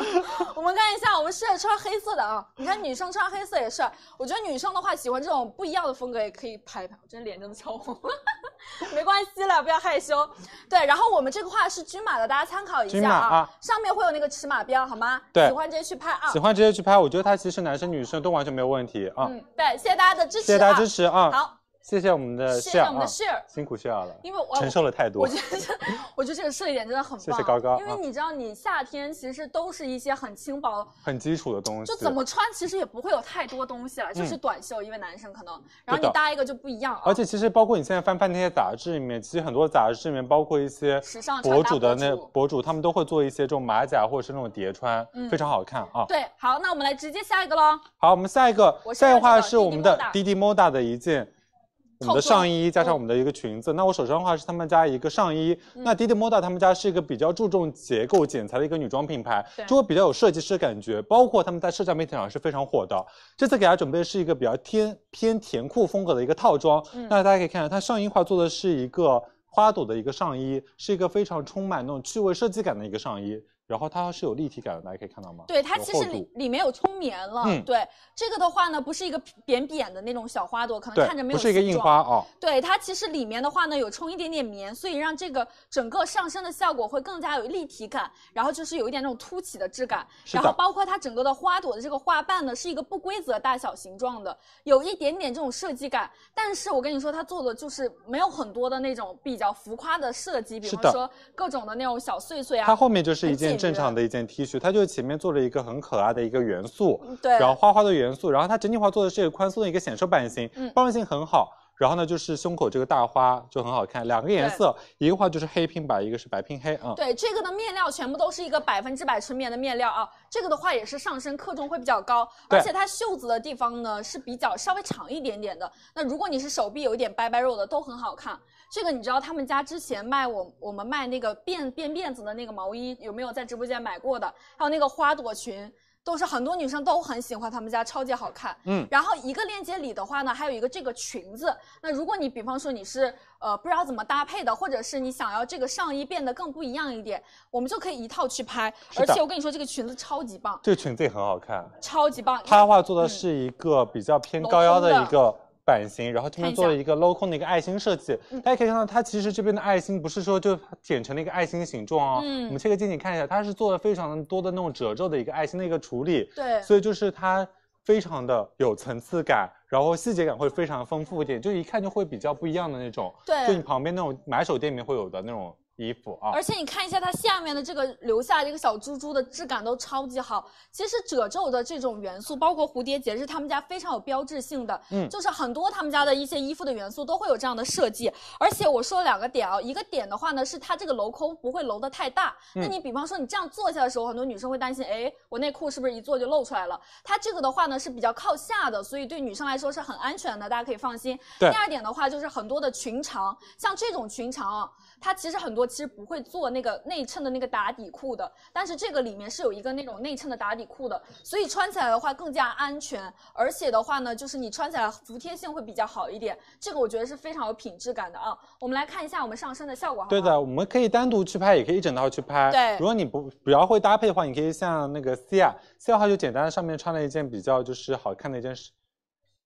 Speaker 3: 我们看一下，我们试着穿黑色的啊。你看女生穿黑色也帅，我觉得女生的话喜欢这种不一样的风格也可以拍一拍。我真的脸真的超红， (laughs) 没关系啦，不要害羞。对，然后我们这个话是均码的，大家参考一
Speaker 1: 均
Speaker 3: 下
Speaker 1: 码
Speaker 3: 啊
Speaker 1: 啊，
Speaker 3: 上面会有那个尺码标，好吗？
Speaker 1: 对
Speaker 3: 喜欢直接去拍啊
Speaker 1: 喜。欢直接去拍，我觉得它其实男生女生都完全没有问题啊。
Speaker 3: 嗯，对，谢谢大家的支持、啊，
Speaker 1: 谢谢大家支持啊！，
Speaker 3: 好，
Speaker 1: 谢谢我们的
Speaker 3: 谢谢
Speaker 1: share
Speaker 3: 我们的
Speaker 1: 啊，
Speaker 3: share，、
Speaker 1: 辛苦 share 了，
Speaker 3: 因为呃我
Speaker 1: 承受了太多
Speaker 3: 我觉。得这，我觉得这个设计点真的很棒。
Speaker 1: 谢谢高高
Speaker 3: 因为
Speaker 1: 啊
Speaker 3: 你知道，你夏天其实都是一些很轻薄，
Speaker 1: 很基础的东西，
Speaker 3: 就怎么穿其实也不会有太多东西了，就是短袖，因为男生可能，然后
Speaker 1: 对
Speaker 3: 你
Speaker 1: 嗯的
Speaker 3: 搭一个就不一样啊。
Speaker 1: 而且其实包括你现在翻翻那些杂志里面，其实很多杂志里面，包括一些
Speaker 3: 时尚穿搭
Speaker 1: 博主的那哦
Speaker 3: 博主
Speaker 1: 博主，他们都会做一些这种马甲或者是那种叠穿，
Speaker 3: 嗯
Speaker 1: 非常好看啊。
Speaker 3: 对，好，那我们来直接下一个喽。
Speaker 1: 好，我们下一个
Speaker 3: 我，是
Speaker 1: 下一个话
Speaker 3: 这个
Speaker 1: 是我们的
Speaker 3: Didi
Speaker 1: Didi Moda 的一件。我们的
Speaker 3: 套装
Speaker 1: 上衣加
Speaker 3: 哦
Speaker 1: 上我们的一个裙子，那我手上的话是他们家一个上衣。
Speaker 3: 嗯
Speaker 1: 那 Didi Moda 他们家是一个比较注重结构剪裁的一个女装品牌
Speaker 3: 对，
Speaker 1: 就会比较有设计师感觉，包括他们在社交媒体上是非常火的。这次给大家准备的是一个比较偏偏甜酷风格的一个套装，
Speaker 3: 嗯
Speaker 1: 那大家可以看到它上衣话做的是一个花朵的一个上衣，是一个非常充满那种趣味设计感的一个上衣，然后它是有立体感的，大家可以看到吗？
Speaker 3: 对，它
Speaker 1: 有
Speaker 3: 其
Speaker 1: 厚
Speaker 3: 实里
Speaker 1: 度
Speaker 3: 里面有充棉了。
Speaker 1: 嗯
Speaker 3: 对，这个的话呢，不是一个扁扁的那种小花朵，可能
Speaker 1: 对
Speaker 3: 看着没，有
Speaker 1: 不是一个
Speaker 3: 形
Speaker 1: 印
Speaker 3: 状
Speaker 1: 花啊、
Speaker 3: 对，它其实里面的话呢，有充一点点棉，所以让这个整个上身的效果会更加有立体感，然后就是有一点那种凸起的质感。
Speaker 1: 是
Speaker 3: 然
Speaker 1: 的
Speaker 3: 后包括它整个的花朵的这个花瓣呢，是一个不规则大小形状的，有一点点这种设计感。但是我跟你说，它做的就是没有很多的那种比较浮夸的设计，比
Speaker 1: 是
Speaker 3: 方
Speaker 1: 的
Speaker 3: 说各种的那种小碎碎
Speaker 1: 它
Speaker 3: 啊。
Speaker 1: 后面就是一
Speaker 3: 很
Speaker 1: 件
Speaker 3: 简
Speaker 1: 正常的一件 T 恤，它就前面做了一个很可爱的一个元素，
Speaker 3: 嗯对，
Speaker 1: 然后花花的元素，然后它整体话做的是一个宽松的一个显瘦版型
Speaker 3: 嗯，
Speaker 1: 包容性很好。然后呢，就是胸口这个大花就很好看，两个颜
Speaker 3: 对
Speaker 1: 色，一个话就是黑拼白，一个是白拼黑啊。嗯
Speaker 3: 对，这个的面料全部都是一个百分之百纯棉的面料啊，这个的话也是上身克重会比较高，而
Speaker 1: 对
Speaker 3: 且它袖子的地方呢是比较稍微长一点点的。那如果你是手臂有一点掰掰肉的，都很好看。这个你知道他们家之前卖我我们卖那个辫辫辫子的那个毛衣有没有在直播间买过的？还有那个花朵裙。都是很多女生都很喜欢他们家，超级好看。
Speaker 1: 嗯
Speaker 3: 然后一个链接里的话呢，还有一个这个裙子，那如果你比方说你是呃不知道怎么搭配的，或者是你想要这个上衣变得更不一样一点，我们就可以一套去拍。
Speaker 1: 是
Speaker 3: 而
Speaker 1: 的
Speaker 3: 且我跟你说，这个裙子超级棒，
Speaker 1: 这个裙子也很好看，
Speaker 3: 超级棒。
Speaker 1: 它的话做的是
Speaker 3: 嗯
Speaker 1: 一个比较偏高腰的一个版型，然后这边做了一个镂空的一个爱心设计。
Speaker 3: 嗯
Speaker 1: 大家可以看到，它其实这边的爱心不是说就剪成了一个爱心形状哦。
Speaker 3: 嗯
Speaker 1: 我们切个近景看一下，它是做了非常多的那种褶皱的一个爱心的一个处理。
Speaker 3: 对
Speaker 1: 所以就是它非常的有层次感，然后细节感会非常丰富一点，就一看就会比较不一样的那种。
Speaker 3: 对
Speaker 1: 就你旁边那种买手店里面会有的那种衣服啊。
Speaker 3: 而且你看一下它下面的这个留下这个小珠珠的质感都超级好。其实褶皱的这种元素，包括蝴蝶结，是他们家非常有标志性的。
Speaker 1: 嗯
Speaker 3: 就是很多他们家的一些衣服的元素都会有这样的设计。而且我说两个点啊，一个点的话呢是它这个镂空不会镂的太大。那
Speaker 1: 嗯
Speaker 3: 你比方说你这样坐下的时候，很多女生会担心，哎，我内裤是不是一坐就露出来了？它这个的话呢是比较靠下的，所以对女生来说是很安全的，大家可以放心。
Speaker 1: 对
Speaker 3: 第二点的话就是很多的裙长，像这种裙长啊，它其实很多其实不会做那个内衬的那个打底裤的，但是这个里面是有一个那种内衬的打底裤的，所以穿起来的话更加安全，而且的话呢，就是你穿起来服帖性会比较好一点。这个我觉得是非常有品质感的啊。我们来看一下我们上身的效果好不
Speaker 1: 对
Speaker 3: 好，
Speaker 1: 的，我们可以单独去拍，也可以一整套去拍。
Speaker 3: 对
Speaker 1: 如果你不比较会搭配的话，你可以像那个 Cia，Cia 的话就简单，上面穿了一件比较就是好看的一件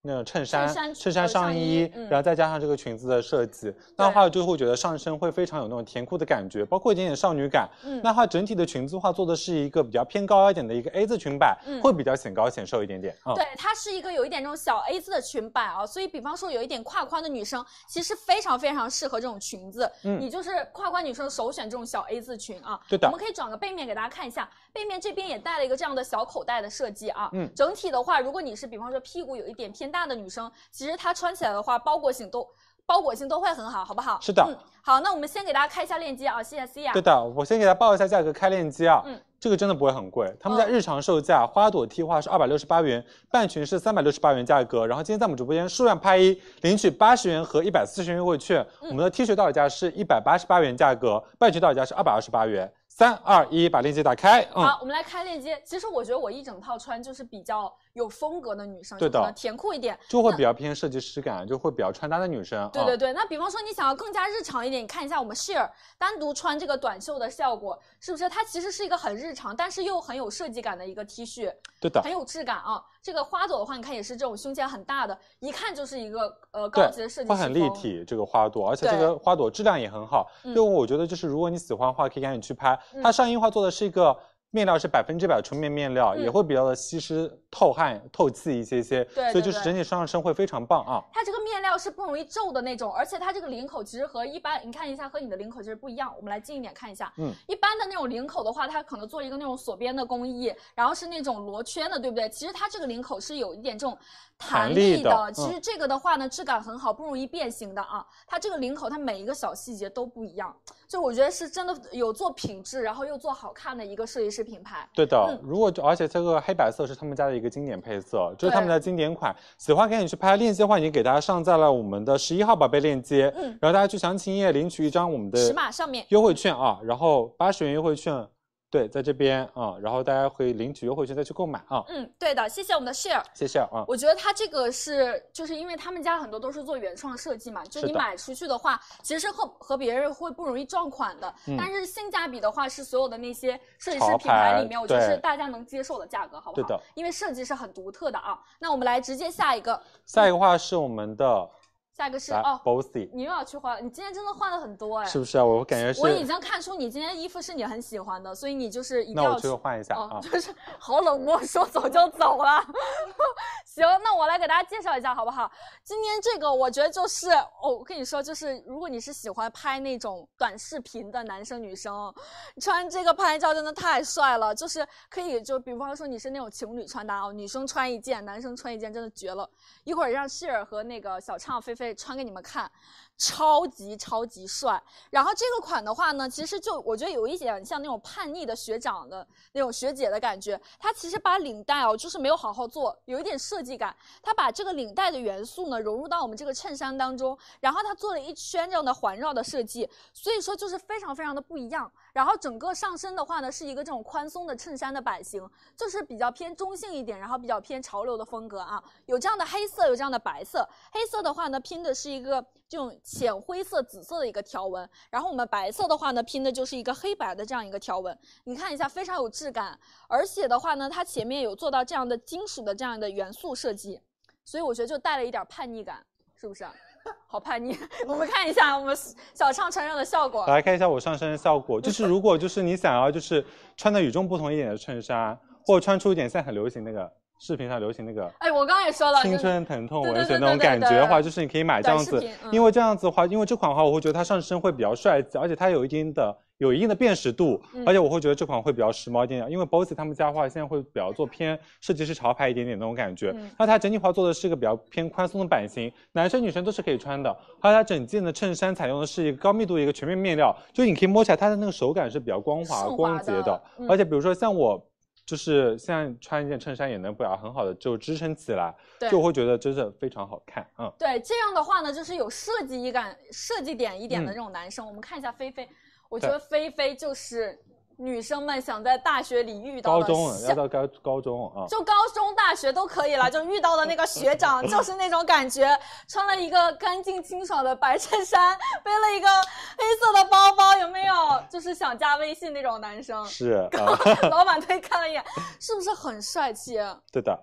Speaker 1: 那种衬衫、
Speaker 3: 衬衫
Speaker 1: 衫
Speaker 3: 呃
Speaker 1: 上
Speaker 3: 上
Speaker 1: 衣，
Speaker 3: 衣嗯
Speaker 1: 然后再加上这个裙子的设计，那
Speaker 3: 对
Speaker 1: 话就会觉得上身会非常有那种甜酷的感觉，包括一点点少女感。
Speaker 3: 嗯
Speaker 1: 那话整体的裙子话做的是一个比较偏高一点的一个 A 字裙摆，
Speaker 3: 嗯
Speaker 1: 会比较显高显瘦一点点啊。
Speaker 3: 对，它是一个有一点这种小 A 字的裙摆啊，所以比方说有一点胯宽的女生，其实非常非常适合这种裙子。
Speaker 1: 嗯
Speaker 3: 你就是胯宽女生首选这种小 A 字裙啊。
Speaker 1: 对的
Speaker 3: 我们可以转个背面给大家看一下，背面这边也带了一个这样的小口袋的设计啊。
Speaker 1: 嗯
Speaker 3: 整体的话，如果你是比方说屁股有一点偏大的女生，其实她穿起来的话，包裹性都包裹性都会很好，好不好？
Speaker 1: 是的
Speaker 3: 嗯，好，那我们先给大家开一下链接啊，谢谢思雅。
Speaker 1: 对的，我先给大家报一下价格，开链接啊。
Speaker 3: 嗯
Speaker 1: 这个真的不会很贵，他们家
Speaker 3: 嗯
Speaker 1: 日常售价、花朵 T 花是二百六十八元，半裙是三百六十八元价格。然后今天在我们直播间数量拍一，领取八十元和一百四十元优惠券。
Speaker 3: 嗯
Speaker 1: 我们的 T 恤到手价是一百八十八元价格，半裙到手价是二百二十八元。三二一，把链接打开。嗯
Speaker 3: 好，，我们来开链接。其实我觉得我一整套穿就是比较有风格的女生，
Speaker 1: 对的
Speaker 3: 就可能甜酷一点。
Speaker 1: 就会比较偏设计师感，就会比较穿搭的女生。
Speaker 3: 对
Speaker 1: 嗯
Speaker 3: 对对，那比方说你想要更加日常一点，你看一下我们 Sheer 单独穿这个短袖的效果，是不是？它其实是一个很日常，但是又很有设计感的一个 T 恤，
Speaker 1: 对的
Speaker 3: 很。有质感啊。这个花朵的话，你看也是这种胸前很大的，一看就是一个呃高级的设计师
Speaker 1: 会很立
Speaker 3: 风。
Speaker 1: 体，这个花朵，而且
Speaker 3: 对
Speaker 1: 这个花朵质量也很好。
Speaker 3: 嗯
Speaker 1: 就我觉得，就是如果你喜欢的话，可以赶紧去拍。
Speaker 3: 嗯
Speaker 1: 它上衣话做的是一个面料是百分之百纯棉面料，
Speaker 3: 嗯
Speaker 1: 也会比较的吸湿、透汗、透气一些些。
Speaker 3: 对
Speaker 1: 所
Speaker 3: 对
Speaker 1: 以就是
Speaker 3: 对
Speaker 1: 整体上身会非常棒啊。
Speaker 3: 它这个面料是不容易皱的那种，而且它这个领口其实和一般你看一下和你的领口其实不一样，我们来近一点看一下。
Speaker 1: 嗯，
Speaker 3: 一般的那种领口的话，它可能做一个那种锁边的工艺，然后是那种罗圈的，对不对？其实它这个领口是有一点这种弹力
Speaker 1: 弹力的
Speaker 3: 其实这个的话呢，质感很好，不容易变形的啊。它这个领口它每一个小细节都不一样，就我觉得是真的有做品质，然后又做好看的一个设计师品牌。
Speaker 1: 对的，
Speaker 3: 嗯
Speaker 1: 如果就而且这个黑白色是他们家的一个经典配色，就
Speaker 3: 对
Speaker 1: 是他们的经典款。喜欢赶紧去拍链接的话，已经给大家上在了我们的十一号宝贝链接，
Speaker 3: 嗯
Speaker 1: 然后大家去详情页领取一张我们的
Speaker 3: 尺码上面
Speaker 1: 优惠券啊，然后八十元优惠券，对，在这边啊，然后大家会领取优惠券再去购买啊，
Speaker 3: 嗯，对的，谢谢我们的 share。
Speaker 1: 谢谢啊。
Speaker 3: 我觉得它这个是，就是因为他们家很多都是做原创设计嘛，就是你
Speaker 1: 的
Speaker 3: 买出去的话，其实和和别人会不容易撞款的。
Speaker 1: 嗯
Speaker 3: 但是性价比的话，是所有的那些设计师
Speaker 1: 潮
Speaker 3: 品牌
Speaker 1: 牌
Speaker 3: 里面，我觉得
Speaker 1: 对
Speaker 3: 是大家能接受的价格，好不好？
Speaker 1: 对的。
Speaker 3: 因为设计是很独特的啊。那我们来直接下一个，
Speaker 1: 下一个话是我们的
Speaker 3: 下一个是
Speaker 1: 来
Speaker 3: 哦，
Speaker 1: Bossy，
Speaker 3: 你又要去换了，你今天真的换了很多哎。
Speaker 1: 是不是啊？我感觉
Speaker 3: 我已
Speaker 1: 是，
Speaker 3: 经看出你今天衣服是你很喜欢的，所以你就是一定
Speaker 1: 那
Speaker 3: 要
Speaker 1: 我
Speaker 3: 去
Speaker 1: 去换一下
Speaker 3: 哦
Speaker 1: 啊，。
Speaker 3: 就是 (laughs) 好冷漠，说走就走了。 (laughs) 行，那我来给大家介绍一下好不好？今天这个我觉得就是，哦，我跟你说，就是如果你是喜欢拍那种短视频的男生女生，穿这个拍照真的太帅了，就是可以就比方说你是那种情侣穿搭哦，女生穿一件，男生穿一件，真的绝了。一会儿让希尔和那个小畅菲菲穿给你们看，超级超级帅。然后这个款的话呢，其实就我觉得有一点像那种叛逆的学长的那种学姐的感觉。它其实把领带哦，就是没有好好做，有一点设计感。它把这个领带的元素呢融入到我们这个衬衫当中，然后它做了一圈这样的环绕的设计，所以说就是非常非常的不一样。然后整个上身的话呢，是一个这种宽松的衬衫的版型，就是比较偏中性一点，然后比较偏潮流的风格啊。有这样的黑色，有这样的白色。黑色的话呢，拼的是一个这种浅灰色、紫色的一个条纹，然后我们白色的话呢，拼的就是一个黑白的这样一个条纹。你看一下，非常有质感，而且的话呢，它前面有做到这样的金属的这样的元素设计，所以我觉得就带了一点叛逆感，是不是啊？好叛逆！ (laughs) 我们看一下我们小畅穿上的效果。
Speaker 1: 啊来看一下我上身的效果，就是如果就是你想要就是穿的与众不同一点的衬衫，或者穿出一点现在很流行那个视频上流行那个
Speaker 3: 哎，我刚刚也说了，
Speaker 1: 青
Speaker 3: 就是
Speaker 1: 春疼痛
Speaker 3: 对
Speaker 1: 文
Speaker 3: 对
Speaker 1: 学
Speaker 3: 对
Speaker 1: 那
Speaker 3: 对
Speaker 1: 种
Speaker 3: 对
Speaker 1: 感觉的话，
Speaker 3: 对
Speaker 1: 就是你可以买这样
Speaker 3: 短
Speaker 1: 子
Speaker 3: 视频，嗯
Speaker 1: 因为这样子的话，因为这款的话，我会觉得它上身会比较帅气，而且它有一定的有一定的辨识度，
Speaker 3: 嗯
Speaker 1: 而且我会觉得这款会比较时髦一点点。因为 Bossy 他们家的话，现在会比较做偏设计师潮牌一点点那种感觉
Speaker 3: 嗯。
Speaker 1: 那它整体话做的是一个比较偏宽松的版型，男生女生都是可以穿的。还有它整件的衬衫采用的是一个高密度的一个全面面料，就是你可以摸起来它的那个手感是比较光滑
Speaker 3: 顺滑
Speaker 1: 光洁
Speaker 3: 的
Speaker 1: 的，
Speaker 3: 嗯
Speaker 1: 而且比如说像我。就是现在穿一件衬衫也能把它很好的就支撑起来，
Speaker 3: 对
Speaker 1: 就会觉得真的非常好看，嗯，
Speaker 3: 对，这样的话呢，就是有设计一感、设计点一点的
Speaker 1: 嗯
Speaker 3: 这种男生。我们看一下菲菲，我觉得菲菲就是女生们想在大学里遇到
Speaker 1: 高
Speaker 3: 的
Speaker 1: 中啊
Speaker 3: 像
Speaker 1: 要到高高中啊，
Speaker 3: 就高中、大学都可以了，就遇到的那个学长，
Speaker 1: (laughs)
Speaker 3: 就是那种感觉，穿了一个干净清爽的白衬衫，背了一个黑色的包包，有没有？就是想加微信那种男
Speaker 1: (laughs)。
Speaker 3: 生 (laughs)
Speaker 1: 是啊，
Speaker 3: (laughs) 老板推看了一眼，是不是很帅气？啊
Speaker 1: 对的，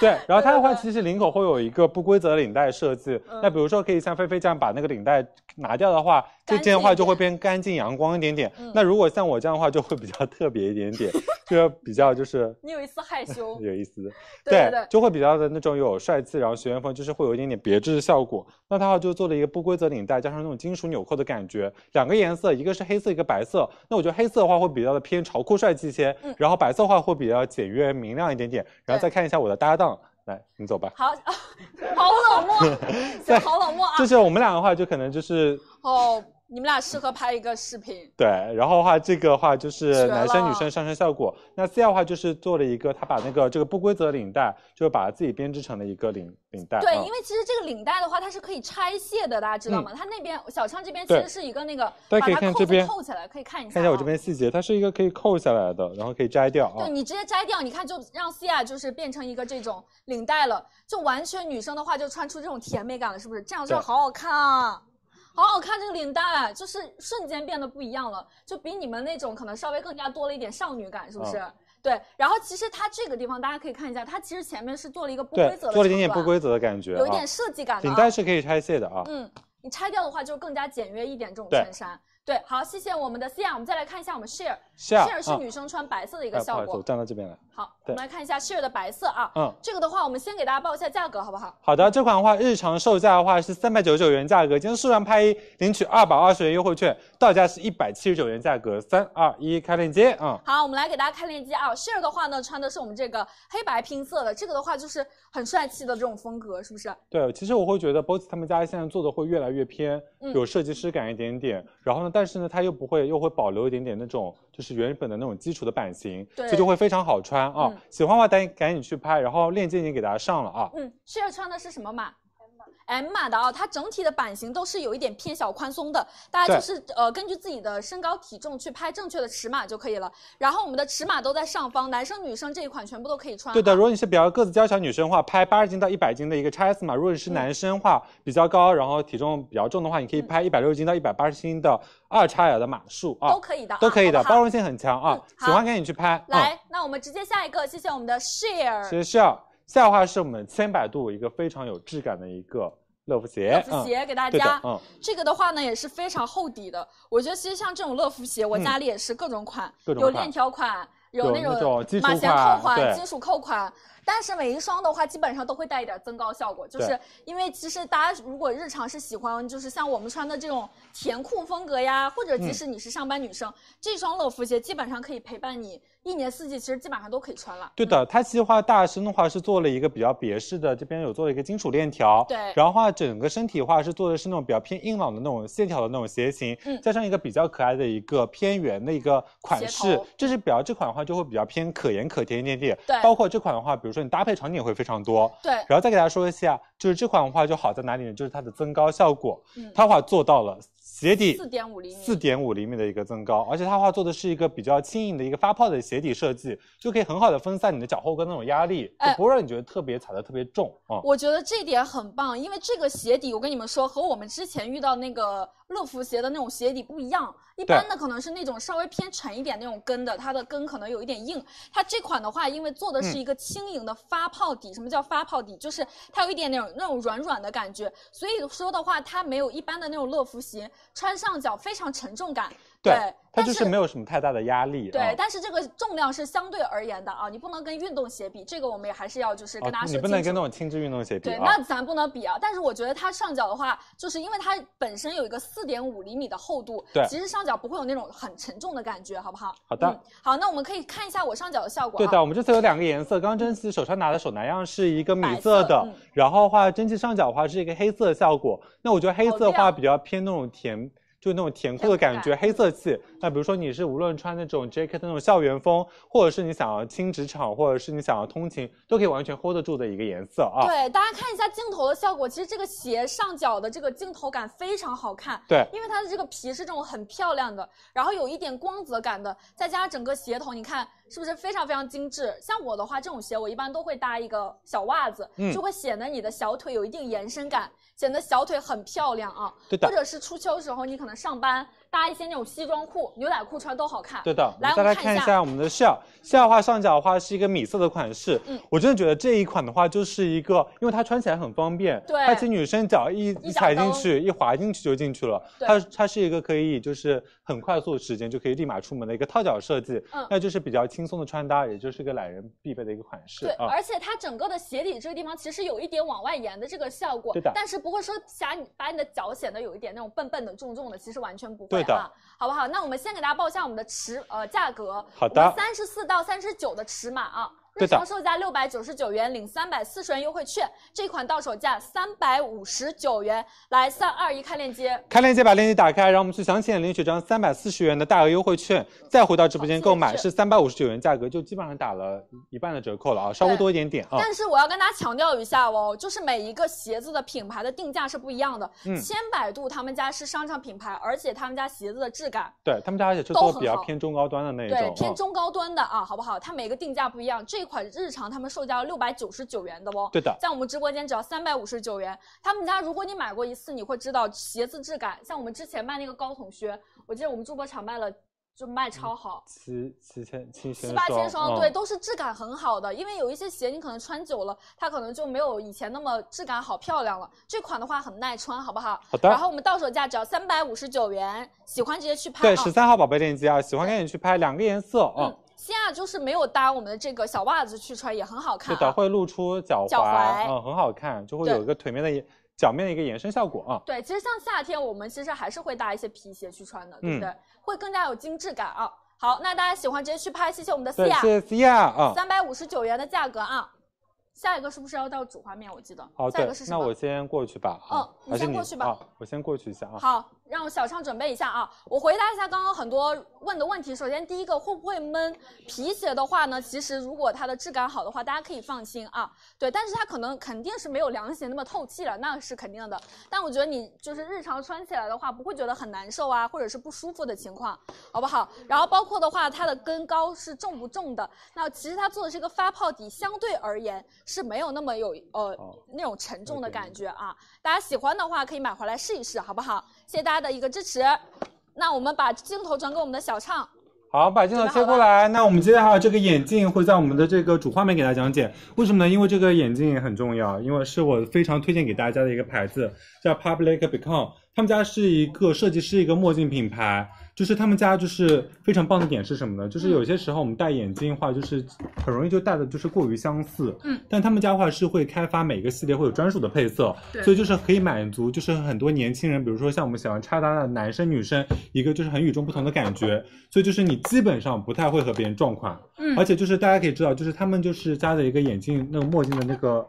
Speaker 1: 对，然后它的话，其实领口会有一个不规则的领带设计。
Speaker 3: 嗯
Speaker 1: 那比如说，可以像菲菲这样把那个领带拿掉的话，这
Speaker 3: 干
Speaker 1: 件的
Speaker 3: 净
Speaker 1: 话
Speaker 3: 一
Speaker 1: 就会
Speaker 3: 点
Speaker 1: 变干净阳光一点点。
Speaker 3: 嗯
Speaker 1: 那如果像我这样的话，就会比较特别一点
Speaker 3: (laughs)
Speaker 1: 点，就是比较就是，
Speaker 3: 你有一丝害羞
Speaker 1: 有意思。
Speaker 3: 对对，
Speaker 1: 就会比较的那种有帅气，然后学院风，就是会有一点点别致的效果。那它就做了一个不规则领带，加上那种金属纽扣的感觉，两个颜色，一个是黑色，一个白色。那我觉得黑色的话会比较的偏潮酷帅气一些，
Speaker 3: 嗯
Speaker 1: 然后白色的话会比较简约明亮一点点。然后
Speaker 3: 对
Speaker 1: 再看一下我的搭档，来，你走吧。
Speaker 3: 好， (laughs) 好冷
Speaker 1: (laughs)
Speaker 3: 漠，行，好冷漠啊
Speaker 1: 就！是我们俩的话，就可能就是
Speaker 3: 哦，你们俩适合拍一个视频，
Speaker 1: 对，然后的话，这个的话就是
Speaker 3: 绝
Speaker 1: 男生
Speaker 3: 了
Speaker 1: 女生上身效果。那 C 的话就是做了一个，他把那个这个不规则领带，就是把自己编织成了一个领领带。
Speaker 3: 对，
Speaker 1: 嗯
Speaker 3: 因为其实这个领带的话，它是可以拆卸的，大家知道吗？它那边小昌这边其
Speaker 1: 对
Speaker 3: 实是一个那个，把
Speaker 1: 大家可以
Speaker 3: 它
Speaker 1: 看
Speaker 3: 扣
Speaker 1: 这
Speaker 3: 子
Speaker 1: 边
Speaker 3: 扣起来，可以看一下。哦
Speaker 1: 看一下我这。边细节，它是一个可以扣下来的，然后可以摘掉啊
Speaker 3: 对。你直接摘掉，你看就让 C 亚就是变成一个这种领带了，就完全女生的话就穿出这种甜美感了，是不是？这样就
Speaker 1: 对
Speaker 3: 好好看啊，好好看这个领带，啊就是瞬间变得不一样了，就比你们那种可能稍微更加多了一点少女感，是不是？
Speaker 1: 嗯
Speaker 3: 对，然后其实它这个地方大家可以看一下，它其实前面是做了一个不
Speaker 1: 对
Speaker 3: 规则的，
Speaker 1: 做了一点点
Speaker 3: 长
Speaker 1: 不
Speaker 3: 短，
Speaker 1: 规则的感觉
Speaker 3: 有一点
Speaker 1: 啊。
Speaker 3: 设计感的、啊。
Speaker 1: 领带是可以拆卸的啊。
Speaker 3: 嗯，你拆掉的话就更加简约一点这种
Speaker 1: 对
Speaker 3: 衬衫。对，好，谢谢我们的 Sia，我们再来看一下我们 Share。
Speaker 1: 下
Speaker 3: Share 是
Speaker 1: 啊
Speaker 3: 女生穿白色的一
Speaker 1: 哎
Speaker 3: 个
Speaker 1: 不好
Speaker 3: 效
Speaker 1: 意思，我
Speaker 3: 果。
Speaker 1: 站到这边来。
Speaker 3: 好，我
Speaker 1: 对
Speaker 3: 们来看一下 Share 的白色啊。
Speaker 1: 嗯，
Speaker 3: 这个的话，我们先给大家报一下价格，好不好？
Speaker 1: 好的，这款的话日常售价的话是三百九十九元价格，今天数量拍一领取二百二十元优惠券，到价是一百七十九元价格。三二一，开链接啊！
Speaker 3: 好，我们来给大家看链接啊。Share 的话呢，穿的是我们这个黑白拼色的，这个的话就是很帅气的这种风格，是不是？
Speaker 1: 对，其实我会觉得 BOSS 他们家现在做的会越来越偏
Speaker 3: 嗯
Speaker 1: 有设计师感一点点，然后呢，但是呢，它又不会又会保留一点点那种就是原本的那种基础的版型，
Speaker 3: 对
Speaker 1: 所以就会非常好穿啊。
Speaker 3: 嗯
Speaker 1: 喜欢的话赶紧赶紧去拍，然后链接已经给大家上了啊。
Speaker 3: 嗯，Share 穿的是什么码？M 码的啊，它整体的版型都是有一点偏小宽松的，大家就是呃根据自己的身高体重去拍正确的尺码就可以了。然后我们的尺码都在上方，男生女生这一款全部都可以穿。啊
Speaker 1: 对的，如果你是比较个子娇小女生的话，拍八十斤到一百斤的一个 XS 码；如果你
Speaker 3: 嗯
Speaker 1: 是男生的话，比较高，然后体重比较重的话，你可以拍一百六十斤到一百八十斤的二 XL 的码数啊
Speaker 3: 都，可以的啊，
Speaker 1: 都可以的，
Speaker 3: 好不好
Speaker 1: 包容性很强啊
Speaker 3: 嗯。好
Speaker 1: 喜欢赶紧去拍。嗯
Speaker 3: 来，那我们直接下一个，谢谢我们的 Share
Speaker 1: 其实是要下的话是我们千百度一个非常有质感的一个乐福鞋，
Speaker 3: 乐福鞋给大
Speaker 1: 嗯，对
Speaker 3: 家
Speaker 1: 的，。嗯，
Speaker 3: 这个的话呢也是非常厚底的，我觉得其实像这种乐福鞋，我家里也是各种款，
Speaker 1: 嗯各种
Speaker 3: 有
Speaker 1: 款
Speaker 3: 链条款，
Speaker 1: 有
Speaker 3: 有那
Speaker 1: 那种基础
Speaker 3: 马衔
Speaker 1: 款
Speaker 3: 扣款、
Speaker 1: 对
Speaker 3: 金属扣款。但是每一双的话，基本上都会带一点增高效果，就是
Speaker 1: 对
Speaker 3: 因为其实大家如果日常是喜欢，就是像我们穿的这种甜酷风格呀，或
Speaker 1: 嗯
Speaker 3: 者即使你是上班女生，这双乐福鞋基本上可以陪伴你一年四季，其实基本上都可以穿了。
Speaker 1: 对的，它其实话大身的话是做了一个比较别式的，这边有做了一个金属链条，
Speaker 3: 对
Speaker 1: 然后话整个身体话是做的是那种比较偏硬朗的那种线条的那种鞋型，
Speaker 3: 嗯
Speaker 1: 加上一个比较可爱的一个偏圆的一个款
Speaker 3: 鞋
Speaker 1: 式
Speaker 3: 头，
Speaker 1: 就是比较这款的话就会比较偏可盐可甜一点点，
Speaker 3: 对
Speaker 1: 包括这款的话，比如说你搭配场景也会非常多，
Speaker 3: 对，
Speaker 1: 然后再给大家说一下，就是这款的话就好在哪里呢？就是它的增高效果，
Speaker 3: 嗯
Speaker 1: 它的话做到了鞋底
Speaker 3: 四点五厘米，
Speaker 1: 四点五厘米的一个增高，而且它的话做的是一个比较轻盈的一个发泡的鞋底设计，就可以很好的分散你的脚后跟那种压力，就
Speaker 3: 哎
Speaker 1: 不会让你觉得特别踩的特别重啊、嗯
Speaker 3: 我觉得这点很棒，因为这个鞋底，我跟你们说，和我们之前遇到那个乐福鞋的那种鞋底不一样。一般的可能是那种稍微偏沉一点那种跟的，它的跟可能有一点硬。它这款的话，因为做的
Speaker 1: 嗯
Speaker 3: 是一个轻盈的发泡底，什么叫发泡底？就是它有一点那种那种软软的感觉，所以说的话，它没有一般的那种乐福鞋穿上脚非常沉重感。
Speaker 1: 它
Speaker 3: 但
Speaker 1: 就是没有什么太大的压力。
Speaker 3: 对，
Speaker 1: 啊
Speaker 3: 但是这个重量是相对而言的啊，你不能跟运动鞋比，这个我们也还是要就是跟大家说
Speaker 1: 哦，你
Speaker 3: 清楚。
Speaker 1: 不能跟那种轻质运动鞋比
Speaker 3: 对，
Speaker 1: 啊
Speaker 3: 那。咱不能比啊。但是我觉得它上脚的话，就是因为它本身有一个四点五厘米的厚度，
Speaker 1: 对
Speaker 3: 其实上脚不会有那种很沉重的感觉，好不好？
Speaker 1: 好的
Speaker 3: 嗯好，那我们可以看一下我上脚的效果、啊。
Speaker 1: 对的，我们这次有两个颜色，刚刚蒸汽手上拿的手拿样是一个米色的，
Speaker 3: 白色嗯
Speaker 1: 然后的话蒸汽上脚的话是一个黑色的效果。那我觉得黑色的
Speaker 3: 好
Speaker 1: 话
Speaker 3: 亮
Speaker 1: 比较偏那种甜，就那种甜酷的感觉，
Speaker 3: 甜
Speaker 1: 黑色系。那比如说你是无论穿那种 jacket 那种校园风，或者是你想要轻职场，或者是你想要通勤，都可以完全 hold 得住的一个颜色啊。
Speaker 3: 对，大家看一下镜头的效果，其实这个鞋上脚的这个镜头感非常好看。
Speaker 1: 对
Speaker 3: 因为它的这个皮是这种很漂亮的，然后有一点光泽感的，再加上整个鞋头，你看是不是非常非常精致？像我的话，这种鞋我一般都会搭一个小袜子，
Speaker 1: 嗯
Speaker 3: 就会显得你的小腿有一定延伸感，显得小腿很漂亮啊。
Speaker 1: 对的
Speaker 3: 或者是初秋时候，你可能上班搭一些那种西装裤、牛仔裤穿都好看。
Speaker 1: 对的，我
Speaker 3: 来
Speaker 1: 们
Speaker 3: 我
Speaker 1: 再
Speaker 3: 们
Speaker 1: 来
Speaker 3: 看
Speaker 1: 看
Speaker 3: 一
Speaker 1: 一
Speaker 3: 下
Speaker 1: 下我们的笑。笑的话上角的话是一个米色的款式，
Speaker 3: 嗯
Speaker 1: 我真的觉得这一款的话就是一个，因为它穿起来很方便，
Speaker 3: 对
Speaker 1: 它其实女生脚一
Speaker 3: 一
Speaker 1: 一
Speaker 3: 脚
Speaker 1: 踩进
Speaker 3: 蹬
Speaker 1: 去，一滑进去就进去了，
Speaker 3: 对
Speaker 1: 它它是一个可以就是很快速时间就可以立马出门的一个套脚设计，
Speaker 3: 嗯
Speaker 1: 那就是比较轻松的穿搭，也就是个懒人必备的一个款式
Speaker 3: 对，
Speaker 1: 啊。
Speaker 3: 而且它整个的鞋底这个地方其实有一点往外延的这个效果，
Speaker 1: 对的
Speaker 3: 但是不会说把你把你的脚显得有一点那种笨笨的、重重的，其实完全不会
Speaker 1: 对的
Speaker 3: 啊，好不好？那我们先给大家报一下我们的尺呃价格，
Speaker 1: 好的
Speaker 3: 三十四到三十九的尺码啊。
Speaker 1: 对
Speaker 3: 日
Speaker 1: 的
Speaker 3: 常售价六百九十九元，领三百四十元优惠券。这款到手价三百五十九元，来三二一看链接。
Speaker 1: 开链接把链接打开，然后我们去详情点领取张三百四十元的大额优惠券，再回到直播间购买
Speaker 3: 好
Speaker 1: 是三百五十九元价格，就基本上打了一半的折扣了啊，稍微
Speaker 3: 对
Speaker 1: 多一点点啊。
Speaker 3: 但是我要跟大家强调一下哦，就是每一个鞋子的品牌的定价是不一样的。
Speaker 1: 嗯
Speaker 3: 千百度他们家是商场品牌，而且他们家鞋子的质感
Speaker 1: 对他们家而且是
Speaker 3: 都
Speaker 1: 做
Speaker 3: 很
Speaker 1: 比较
Speaker 3: 好
Speaker 1: 偏中高端的那一
Speaker 3: 对
Speaker 1: 种，
Speaker 3: 偏
Speaker 1: 嗯
Speaker 3: 中高端的啊，好不好？它每个定价不一样，这款日常他们售价六百九十九元的哦。
Speaker 1: 对的
Speaker 3: 在我们直播间只要三百五十九元。他们家如果你买过一次，你会知道鞋子质感，像我们之前卖那个高筒靴，我记得我们助播场卖了。就卖超好，
Speaker 1: 七七千七千
Speaker 3: 七八千双，对，
Speaker 1: 嗯
Speaker 3: 都是质感很好的。因为有一些鞋你可能穿久了，它可能就没有以前那么质感好漂亮了。这款的话很耐穿，好不好？
Speaker 1: 好
Speaker 3: 然
Speaker 1: 的。
Speaker 3: 后我们到手价只要三百五十九元，喜欢直接去拍。
Speaker 1: 对，
Speaker 3: 啊
Speaker 1: 十三号宝贝链接啊，喜欢赶紧去拍，两个颜色，嗯
Speaker 3: 嗯，，西亚就是没有搭我们的这个小袜子去穿，也很好看、啊。
Speaker 1: 对的，会露出脚
Speaker 3: 脚
Speaker 1: 踝，
Speaker 3: 踝
Speaker 1: 嗯，很好看，就会
Speaker 3: 对
Speaker 1: 有一个腿面的延脚面的一个延伸效果啊。
Speaker 3: 对，其实像夏天我们其实还是会搭一些皮鞋去穿的，对
Speaker 1: 嗯
Speaker 3: 不对？会更加有精致感啊。好，那大家喜欢直接去拍，谢谢我们的西
Speaker 1: 对，
Speaker 3: 亚，
Speaker 1: 谢谢西亚，嗯，
Speaker 3: 三百五十九元的价格啊。下一个是不是要到主画面？我记得，
Speaker 1: 好，
Speaker 3: 下一
Speaker 1: 对
Speaker 3: 个是，什
Speaker 1: 那
Speaker 3: 么？
Speaker 1: 我先过去吧，啊
Speaker 3: 嗯你
Speaker 1: 还是
Speaker 3: 先过去吧
Speaker 1: 啊我先过去一下啊。
Speaker 3: 好，让我小畅准备一下啊。我回答一下刚刚很多问的问题。首先，第一个会不会闷？皮鞋的话呢，其实如果它的质感好的话，大家可以放心啊。对，但是它可能肯定是没有凉鞋那么透气了，那是肯定的。但我觉得你就是日常穿起来的话，不会觉得很难受啊，或者是不舒服的情况，好不好？然后包括的话，它的跟高是重不重的？那其实它做的是一个发泡底，相对而言是没有那么有呃
Speaker 1: 好
Speaker 3: 那种沉重的
Speaker 1: 有点
Speaker 3: 感觉啊。大家喜欢的话可以买回来试一试，好不好？谢谢大家的一个支持。那我们把镜头转给我们的小畅，
Speaker 1: 好，把镜头切过来。那我们接下来这个眼镜会在我们的这个主画面给大家讲解，为什么呢？因为这个眼镜很重要，因为是我非常推荐给大家的一个牌子，叫 Public Become。他们家是一个设计师，一个墨镜品牌。就是他们家就是非常棒的点是什么呢？就是有些时候我们戴眼镜的话，就是很容易就戴的就是过于相似。
Speaker 6: 嗯，
Speaker 1: 但他们家的话是会开发每个系列会有专属的配色，
Speaker 6: 对
Speaker 1: 所以就是可以满足就是很多年轻人，比如说像我们喜欢插搭的男生女生，一个就是很与众不同的感觉。所以就是你基本上不太会和别人撞款，
Speaker 6: 嗯
Speaker 1: 而且就是大家可以知道，就是他们就是家的一个眼镜那个墨镜的那个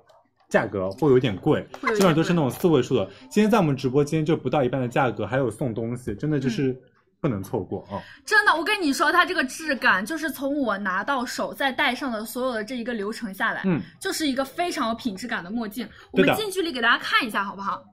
Speaker 1: 价格会有点贵，
Speaker 6: 会有点
Speaker 1: 基本上都是那种四位数的。今天在我们直播间就不到一半的价格，还有送东西，真的
Speaker 6: 嗯
Speaker 1: 就是不能错过啊！
Speaker 6: 真的，我跟你说，它这个质感就是从我拿到手再戴上的所有的这一个流程下来，
Speaker 1: 嗯，
Speaker 6: 就是一个非常有品质感的墨镜。我
Speaker 1: 对的
Speaker 6: 们近距离给大家看一下好不好？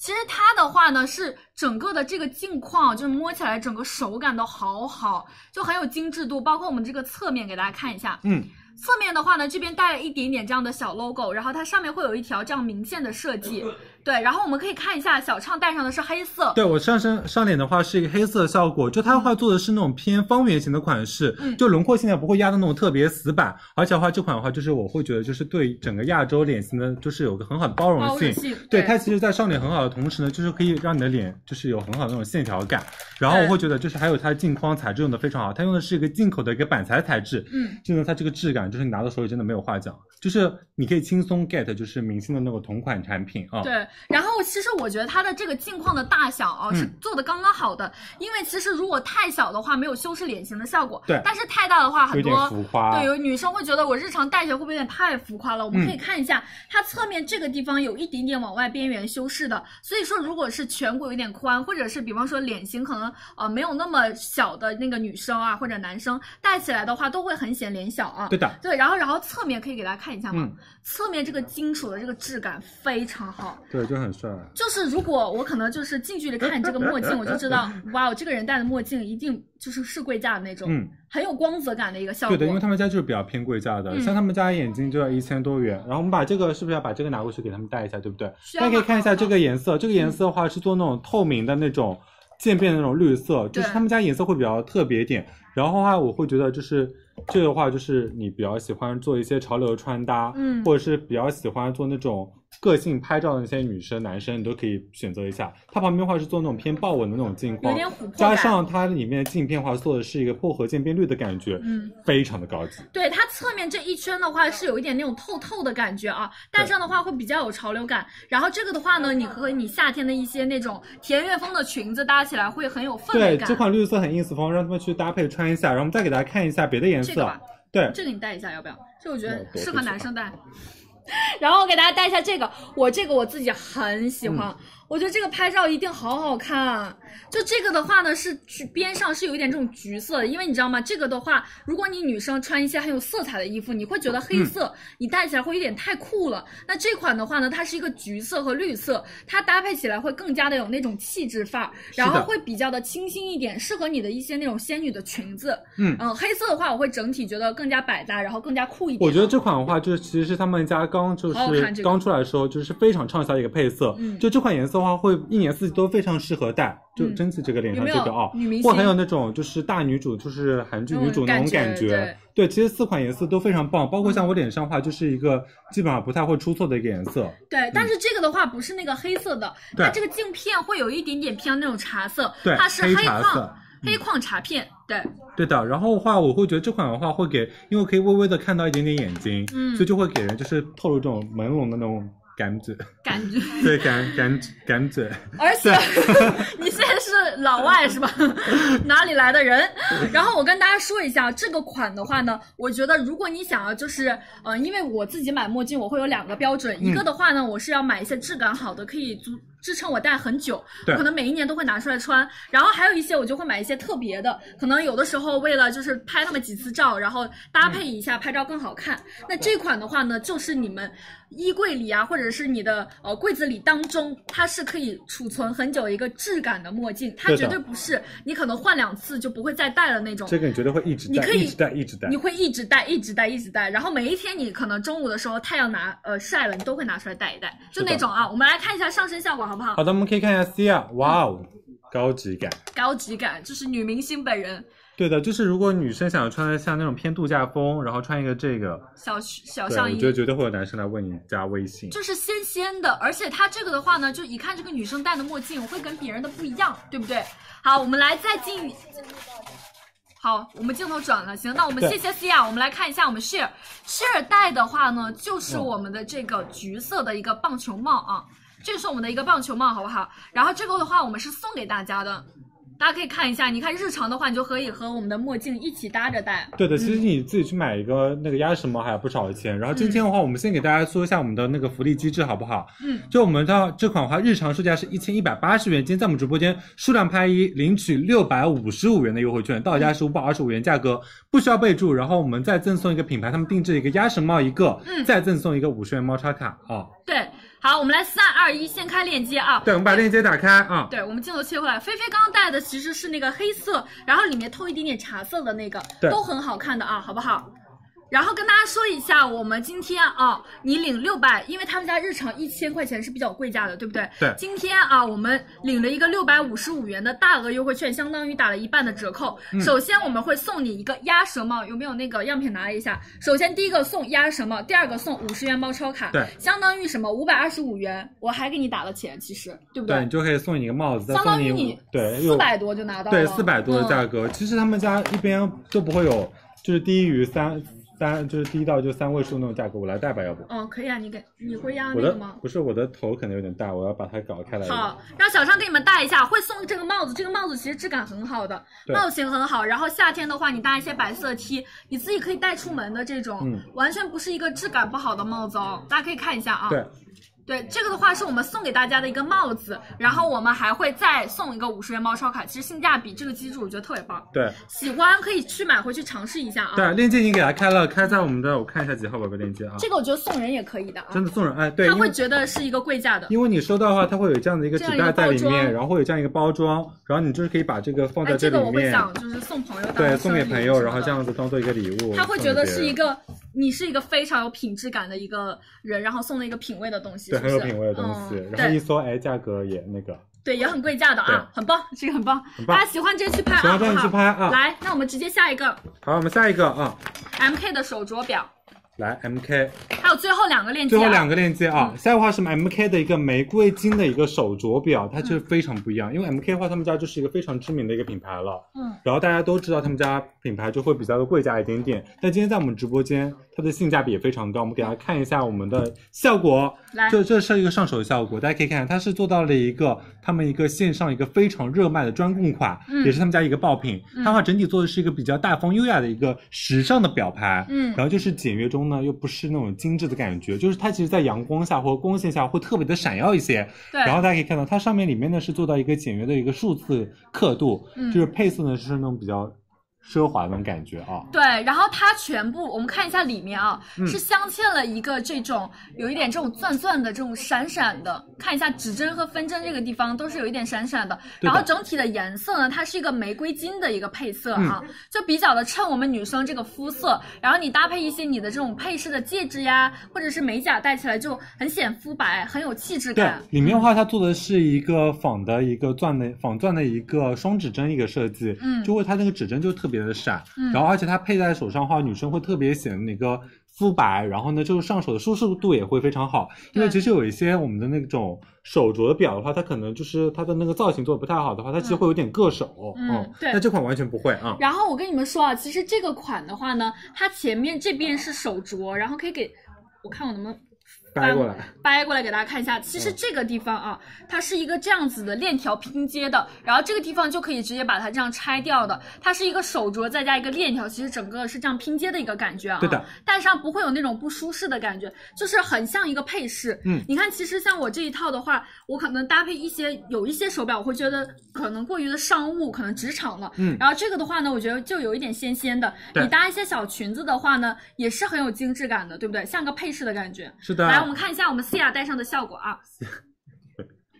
Speaker 6: 其实它的话呢，是整个的这个镜框，就是摸起来整个手感都好好，就很有精致度。包括我们这个侧面给大家看一下，
Speaker 1: 嗯，
Speaker 6: 侧面的话呢，这边带了一点点这样的小 logo，然后它上面会有一条这样明线的设计，对。然后我们可以看一下，小畅戴上的是黑色，
Speaker 7: 对我上身上脸的话是一个黑色的效果，就它的话做的是那种偏方圆形的款式，
Speaker 6: 嗯
Speaker 7: 就轮廓线条不会压的那种特别死板，而且的话这款的话就是我会觉得就是对整个亚洲脸型的，就是有个很好的包容
Speaker 6: 包
Speaker 7: 性
Speaker 6: 容。性，
Speaker 7: 对它其实，在上脸很好的同时呢，就是可以让你的脸就是有很好的那种线条感。然后
Speaker 6: 嗯
Speaker 7: 我会觉得，就是还有它镜框材质用的非常好，它用的是一个进口的一个板材材质，
Speaker 6: 嗯，
Speaker 7: 就呢它这个质感，就是你拿到手里真的没有话讲，就是你可以轻松 get 就是明星的那个同款产品啊。
Speaker 6: 对，然后其实我觉得它的这个镜框的大小啊、是
Speaker 7: 嗯
Speaker 6: 做的刚刚好的，因为其实如果太小的话没有修饰脸型的效果，
Speaker 7: 对
Speaker 6: 但是太大的话很
Speaker 1: 有点
Speaker 6: 多
Speaker 1: 浮
Speaker 7: 啊
Speaker 1: 夸，
Speaker 6: 对，有女生会觉得我日常戴着会不会有点太浮夸了？我
Speaker 7: 嗯
Speaker 6: 们可以看一下，它侧面这个地方有一点点往外边缘修饰的，所以说如果是颧骨有点宽，或者是比方说脸型可能呃没有那么小的那个女生啊或者男生戴起来的话，都会很显脸小啊。
Speaker 7: 对的，
Speaker 6: 对，然后然后侧面可以给大家看一下嘛，
Speaker 7: 嗯
Speaker 6: 侧面这个金属的这个质感非常好，
Speaker 7: 对，就很帅。
Speaker 6: 就是如果我可能就是近距离看这个墨镜，我就
Speaker 7: (laughs)
Speaker 6: 知道，哇哦，这个人戴的墨镜一定就是是贵价的那种，
Speaker 7: 嗯，
Speaker 6: 很有光泽感的一个效果。
Speaker 7: 对的，因为他们家就是比较偏贵价的，
Speaker 6: 嗯
Speaker 7: 像他们家眼镜就要一千多元。然后我们把这个是不是要把这个拿过去给他们戴一下，对不对？
Speaker 6: 需
Speaker 7: 大家可以
Speaker 6: 要嗯吗
Speaker 7: 看一下这个颜色，这个颜色的话是做那种透明的那种
Speaker 1: 渐变的那种绿色，就是
Speaker 6: 对
Speaker 1: 他们家颜色会比较特别一点。然后的话，我会觉得就是这个话，就是你比较喜欢做一些潮流穿搭，
Speaker 6: 嗯
Speaker 1: 或者是比较喜欢做那种个性拍照的那些女生、男生，你都可以选择一下。它旁边的话是做那种偏豹纹的那种镜框
Speaker 6: 有点琥珀，
Speaker 1: 加
Speaker 6: 感
Speaker 1: 上它里面的镜片的话做的是一个薄荷渐变绿的感觉，
Speaker 6: 嗯，
Speaker 1: 非常的高级。
Speaker 6: 对它侧面这一圈的话是有一点那种透透的感觉啊，戴上的话会比较有潮流感。然后这个的话呢，你和你夏天的一些那种田园风的裙子搭起来会很有氛围
Speaker 1: 对，
Speaker 6: 感。
Speaker 1: 这款绿色很 ins 风，让他们去搭配穿一下，然后我们再给大家看一下别的颜
Speaker 6: 这
Speaker 1: 色。
Speaker 6: 个吧
Speaker 1: 对，
Speaker 6: 这个你戴一下要不要？这我觉得
Speaker 1: 那我
Speaker 6: 适合
Speaker 1: 不
Speaker 6: 男
Speaker 1: 喜
Speaker 6: 生戴。 (laughs) 然后我给大家带一下这个，我这个我自己很喜
Speaker 1: 嗯
Speaker 6: 欢，我觉得这个拍照一定好好看啊。就这个的话呢，是橘边上是有一点这种橘色的，因为你知道吗？这个的话，如果你女生穿一些很有色彩的衣服，你会觉得
Speaker 1: 嗯
Speaker 6: 黑色、你戴起来会有点太酷了。那这款的话呢，它是一个橘色和绿色，它搭配起来会更加的有那种气质范儿，
Speaker 1: 是的
Speaker 6: 然后会比较的清新一点，适合你的一些那种仙女的裙子。
Speaker 1: 嗯
Speaker 6: 嗯，黑色的话，我会整体觉得更加百搭，然后更加酷一点。啊
Speaker 1: 我觉得这款的话，就是其实是他们家刚就
Speaker 6: 好好看这
Speaker 1: 是
Speaker 6: 个
Speaker 1: 刚出来的时候，就是非常畅销的一个配色。
Speaker 6: 嗯
Speaker 1: 就这款颜色的话，会一年四季都非常适合戴，就
Speaker 6: 嗯
Speaker 1: 珍惜这个脸
Speaker 6: 有
Speaker 1: 上
Speaker 6: 没
Speaker 1: 这
Speaker 6: 有
Speaker 1: 个啊
Speaker 6: 女明，
Speaker 1: 或很
Speaker 6: 星
Speaker 1: 有那种就是大女主，就是韩剧
Speaker 6: 那
Speaker 1: 女
Speaker 6: 种
Speaker 1: 主那
Speaker 6: 感
Speaker 1: 种感
Speaker 6: 觉
Speaker 1: 觉。对，其实四款颜色都非常棒，包括像我脸上的话，就是一
Speaker 6: 嗯
Speaker 1: 个基本上不太会出错的一个颜色。
Speaker 6: 对，但是这个的话不是那个黑色的，
Speaker 1: 嗯对
Speaker 6: 它这个镜片会有一点点偏那种茶色，
Speaker 1: 对
Speaker 6: 它是
Speaker 1: 黑茶
Speaker 6: 矿
Speaker 1: 色嗯
Speaker 6: 黑矿茶片，对，
Speaker 1: 对的，然后的话，我会觉得这款的话会给，因为可以微微的看到一点点眼睛，
Speaker 6: 嗯
Speaker 1: 所以就会给人就是透露这种朦胧的那种感觉，
Speaker 6: 感觉， (laughs)
Speaker 1: (laughs) 对，感感感觉，
Speaker 6: 而
Speaker 1: (laughs)
Speaker 6: 且你现在是老外是吧？哪里来的人？ (laughs) 然后我跟大家说一下，这个款的话呢，我觉得如果你想要就是，嗯、因为我自己买墨镜，我会有两个标准，
Speaker 1: 嗯
Speaker 6: 一个的话呢，我是要买一些质感好的，可以足。支撑我戴很久，
Speaker 1: 对
Speaker 6: 我可能每一年都会拿出来穿。然后还有一些我就会买一些特别的，可能有的时候为了就是拍那么几次照，然后搭配一下拍照更好看。那这款的话呢，就是你们衣柜里啊，或者是你的呃柜子里当中，它是可以储存很久一个质感的墨镜，它
Speaker 1: 对的
Speaker 6: 绝对不是你可能换两次就不会再戴的那种。
Speaker 1: 这个你觉得会一直
Speaker 6: 你
Speaker 1: 戴，
Speaker 6: 可以
Speaker 1: 一直戴，一直戴
Speaker 6: 你。会一直戴，一直戴，一直戴，然后每一天你可能中午的时候太阳拿呃晒了，你都会拿出来戴一戴，就是
Speaker 1: 的
Speaker 6: 那种啊。我们来看一下上身效果好不好？
Speaker 1: 好的，我们可以看一下 C 啊，哇哦，高级感。
Speaker 6: 高级感就是女明星本人，
Speaker 1: 对的，就是如果女生想穿的像那种偏度假风，然后穿一个这个，
Speaker 6: 小小
Speaker 1: 对，
Speaker 6: 上
Speaker 1: 我
Speaker 6: 衣
Speaker 1: 觉。得绝对会有男生来问你加微信。
Speaker 6: 就是仙仙的，而且它这个的话呢，就一看这个女生戴的墨镜会跟别人的不一样，对不对？好，我们来再进。好，我们镜头转了，行，那我们
Speaker 1: 对
Speaker 6: 谢谢 C 啊，我们来看一下我们 Share Share 戴的话呢，就是
Speaker 1: 嗯
Speaker 6: 我们的这个橘色的一个棒球帽啊，这是我们的一个棒球帽，好不好？然后这个的话，我们是送给大家的，大家可以看一下，你看日常的话，你就可以和我们的墨镜一起搭着戴，
Speaker 1: 对的，其
Speaker 6: 嗯
Speaker 1: 实你自己去买一个那个鸭舌帽还有不少钱。然后今天的话，我们先给大家说一下我们的那个福利机制，好不好？
Speaker 6: 嗯，
Speaker 1: 就我们的这款的话，日常售价是一千一百八十元，今天在我们直播间数量拍一，领取六百五十五元的优惠券，到手价是五百二十五元价格，不需要备注。然后我们再赠送一个品牌他们定制的一个鸭舌帽一个，
Speaker 6: 嗯
Speaker 1: 再赠送一个五十元猫叉卡啊。
Speaker 6: 对，好，我们来三二一，先开链接啊，
Speaker 1: 对，我们把链接打开啊。
Speaker 6: 对，我们镜头切回来，菲菲刚刚戴的其实是那个黑色，然后里面透一点点茶色的那个，
Speaker 1: 对
Speaker 6: 都很好看的啊，好不好？然后跟大家说一下，我们今天啊，你领六百，因为他们家日常一千块钱是比较贵价的，对不对？
Speaker 1: 对
Speaker 6: 今天啊，我们领了一个六百五十五元的大额优惠券，相当于打了一半的折扣。
Speaker 1: 嗯
Speaker 6: 首先我们会送你一个鸭舌帽，有没有那个样品拿一下？首先第一个送鸭舌帽，第二个送五十元猫超卡，
Speaker 1: 对
Speaker 6: 相当于什么？五百二十五元，我还给你打了钱，其实对不
Speaker 1: 对，你就可以送你一个帽子，再
Speaker 6: 相
Speaker 1: 送
Speaker 6: 当
Speaker 1: 你
Speaker 6: 于
Speaker 1: 五
Speaker 6: 你
Speaker 1: 对
Speaker 6: 四
Speaker 1: 又
Speaker 6: 百多就拿到了，嗯
Speaker 1: 对，四百多的价
Speaker 6: 格。
Speaker 1: 格，其实他们家一边都不会有，就是低于三三，就是低到就三位数那种价格。我来带吧，要不？
Speaker 6: 嗯，可以啊，你给你会压
Speaker 1: 我
Speaker 6: 那
Speaker 1: 的呃
Speaker 6: 个吗？
Speaker 1: 不是我的头可能有点大，我要把它搞开来。
Speaker 6: 好，让小张给你们戴一下，会送这个帽子，这个帽子其实质感很好的，
Speaker 1: 对
Speaker 6: 帽型很好。然后夏天的话，你搭一些白色 T，你自己可以带出门的这种，
Speaker 1: 嗯
Speaker 6: 完全不是一个质感不好的帽子哦，大家可以看一下啊。
Speaker 1: 对，
Speaker 6: 对，这个的话是我们送给大家的一个帽子，然后我们还会再送一个五十元猫超卡，其实性价比这个机制我觉得特别棒，
Speaker 1: 对
Speaker 6: 喜欢可以去买回去尝试一下啊。
Speaker 1: 对，链接已经给它开了，开在我们的，我看一下几号宝贝链接啊。
Speaker 6: 这个我觉得送人也可以的啊，
Speaker 1: 真的送人哎，对，
Speaker 6: 他
Speaker 1: 因
Speaker 6: 会
Speaker 1: 为
Speaker 6: 觉得是一个贵价的。
Speaker 1: 因为你收到的话，它会有这样的一个
Speaker 6: 这
Speaker 1: 纸
Speaker 6: 样一
Speaker 1: 袋
Speaker 6: 个
Speaker 1: 在
Speaker 6: 包
Speaker 1: 里
Speaker 6: 装
Speaker 1: 面，然后会有这样一个包装，然后你就是可以把这个放
Speaker 6: 哎，
Speaker 1: 在
Speaker 6: 这
Speaker 1: 里
Speaker 6: 个我会
Speaker 1: 面，
Speaker 6: 想，就是送朋友当
Speaker 1: 对，
Speaker 6: 生
Speaker 1: 送给
Speaker 6: 日
Speaker 1: 朋
Speaker 6: 礼
Speaker 1: 友，
Speaker 6: 什么
Speaker 1: 然后
Speaker 6: 的
Speaker 1: 这样子当做一个礼物。
Speaker 6: 他会
Speaker 1: 送给
Speaker 6: 觉得
Speaker 1: 别
Speaker 6: 是
Speaker 1: 人
Speaker 6: 一个你是一个非常有品质感的一个人，然后送了一个品味的东西，
Speaker 1: 对
Speaker 6: 是
Speaker 1: 很
Speaker 6: 不是
Speaker 1: 有品味的东西，
Speaker 6: 嗯、
Speaker 1: 然后一
Speaker 6: 对
Speaker 1: 搜哎，价格也那个
Speaker 6: 对，也很贵价的啊，很棒，这个很棒，
Speaker 1: 很棒
Speaker 6: 大家喜欢直接去拍
Speaker 1: 喜
Speaker 6: 啊，
Speaker 1: 欢
Speaker 6: 好
Speaker 1: 这样
Speaker 6: 不
Speaker 1: 去
Speaker 6: 好？
Speaker 1: 拍啊。
Speaker 6: 来，那我们直接下一个
Speaker 1: 好，我们下一个啊，
Speaker 6: M K 的手镯表，
Speaker 1: 来 M K，
Speaker 6: 还有最后两个链接、
Speaker 1: 最
Speaker 6: 啊，
Speaker 1: 后两个链接啊。下一个话是 M K 的一个玫瑰金的一个手镯表，它
Speaker 6: 嗯
Speaker 1: 就是非常不一样，因为 M K 的话他们家就是一个非常知名的一个品牌了，
Speaker 6: 嗯，
Speaker 1: 然后大家都知道他们家品牌就会比较的贵价一点点。但今天在我们直播间，它的性价比也非常高，我们给大家看一下我们的效果。
Speaker 6: 来，
Speaker 1: 这这是一个上手的效果，大家可以看，它是做到了一个他们一个线上一个非常热卖的专供款，
Speaker 6: 嗯
Speaker 1: 也是他们家一个爆品。它的话整体做的是一个比较大方优雅的一个时尚的表盘，
Speaker 6: 嗯
Speaker 1: 然后就是简约中呢又不失那种精致的感觉，就是它其实在阳光下或者光线下会特别的闪耀一些。
Speaker 6: 对，
Speaker 1: 然后大家可以看到，它上面里面呢是做到一个简约的一个数字刻度，
Speaker 6: 嗯
Speaker 1: 就是配色呢是那种比较奢华的那种感觉啊。
Speaker 6: 对，然后它全部我们看一下里面啊，
Speaker 1: 嗯
Speaker 6: 是镶嵌了一个这种有一点这种钻钻的这种闪闪的，看一下指针和分针这个地方都是有一点闪闪的。
Speaker 1: 对的
Speaker 6: 然后整体的颜色呢，它是一个玫瑰金的一个配色啊，
Speaker 1: 嗯
Speaker 6: 就比较的衬我们女生这个肤色。然后你搭配一些你的这种配饰的戒指呀，或者是美甲戴起来就很显肤白，很有气质
Speaker 1: 对
Speaker 6: 感，。
Speaker 1: 里面的话，它做的是一个仿的一个钻的仿钻的一个双指针一个设计，
Speaker 6: 嗯
Speaker 1: 就会它那个指针就特别的闪，
Speaker 6: 嗯
Speaker 1: 然后而且它佩戴手上的话，女生会特别显那个肤白，然后呢，就是上手的舒适度也会非常好，因为
Speaker 6: 对
Speaker 1: 其实有一些我们的那种手镯的表的话，它可能就是它的那个造型做的不太好的话，它其实
Speaker 6: 嗯
Speaker 1: 会有点硌手，
Speaker 6: 嗯对
Speaker 1: 那这款完全不会啊，
Speaker 6: 然后我跟你们说啊，其实这个款的话呢，它前面这边是手镯，然后可以给我看我能不能
Speaker 1: 掰过来，
Speaker 6: 掰过来给大家看一下。其
Speaker 1: 嗯
Speaker 6: 实这个地方啊，它是一个这样子的链条拼接的，然后这个地方就可以直接把它这样拆掉的。它是一个手镯再加一个链条，其实整个是这样拼接的一个感觉啊。
Speaker 1: 对的，
Speaker 6: 戴上不会有那种不舒适的感觉，就是很像一个配饰。
Speaker 1: 嗯
Speaker 6: 你看，其实像我这一套的话，我可能搭配一些有一些手表，我会觉得可能过于的商务，可能职场了。
Speaker 1: 嗯
Speaker 6: 然后这个的话呢，我觉得就有一点仙仙的。
Speaker 1: 对
Speaker 6: 你搭一些小裙子的话呢，也是很有精致感的，对不对？像个配饰的感觉。
Speaker 1: 是的，
Speaker 6: 来，我们看一下我们西雅戴上的效
Speaker 1: (laughs)
Speaker 6: 果啊。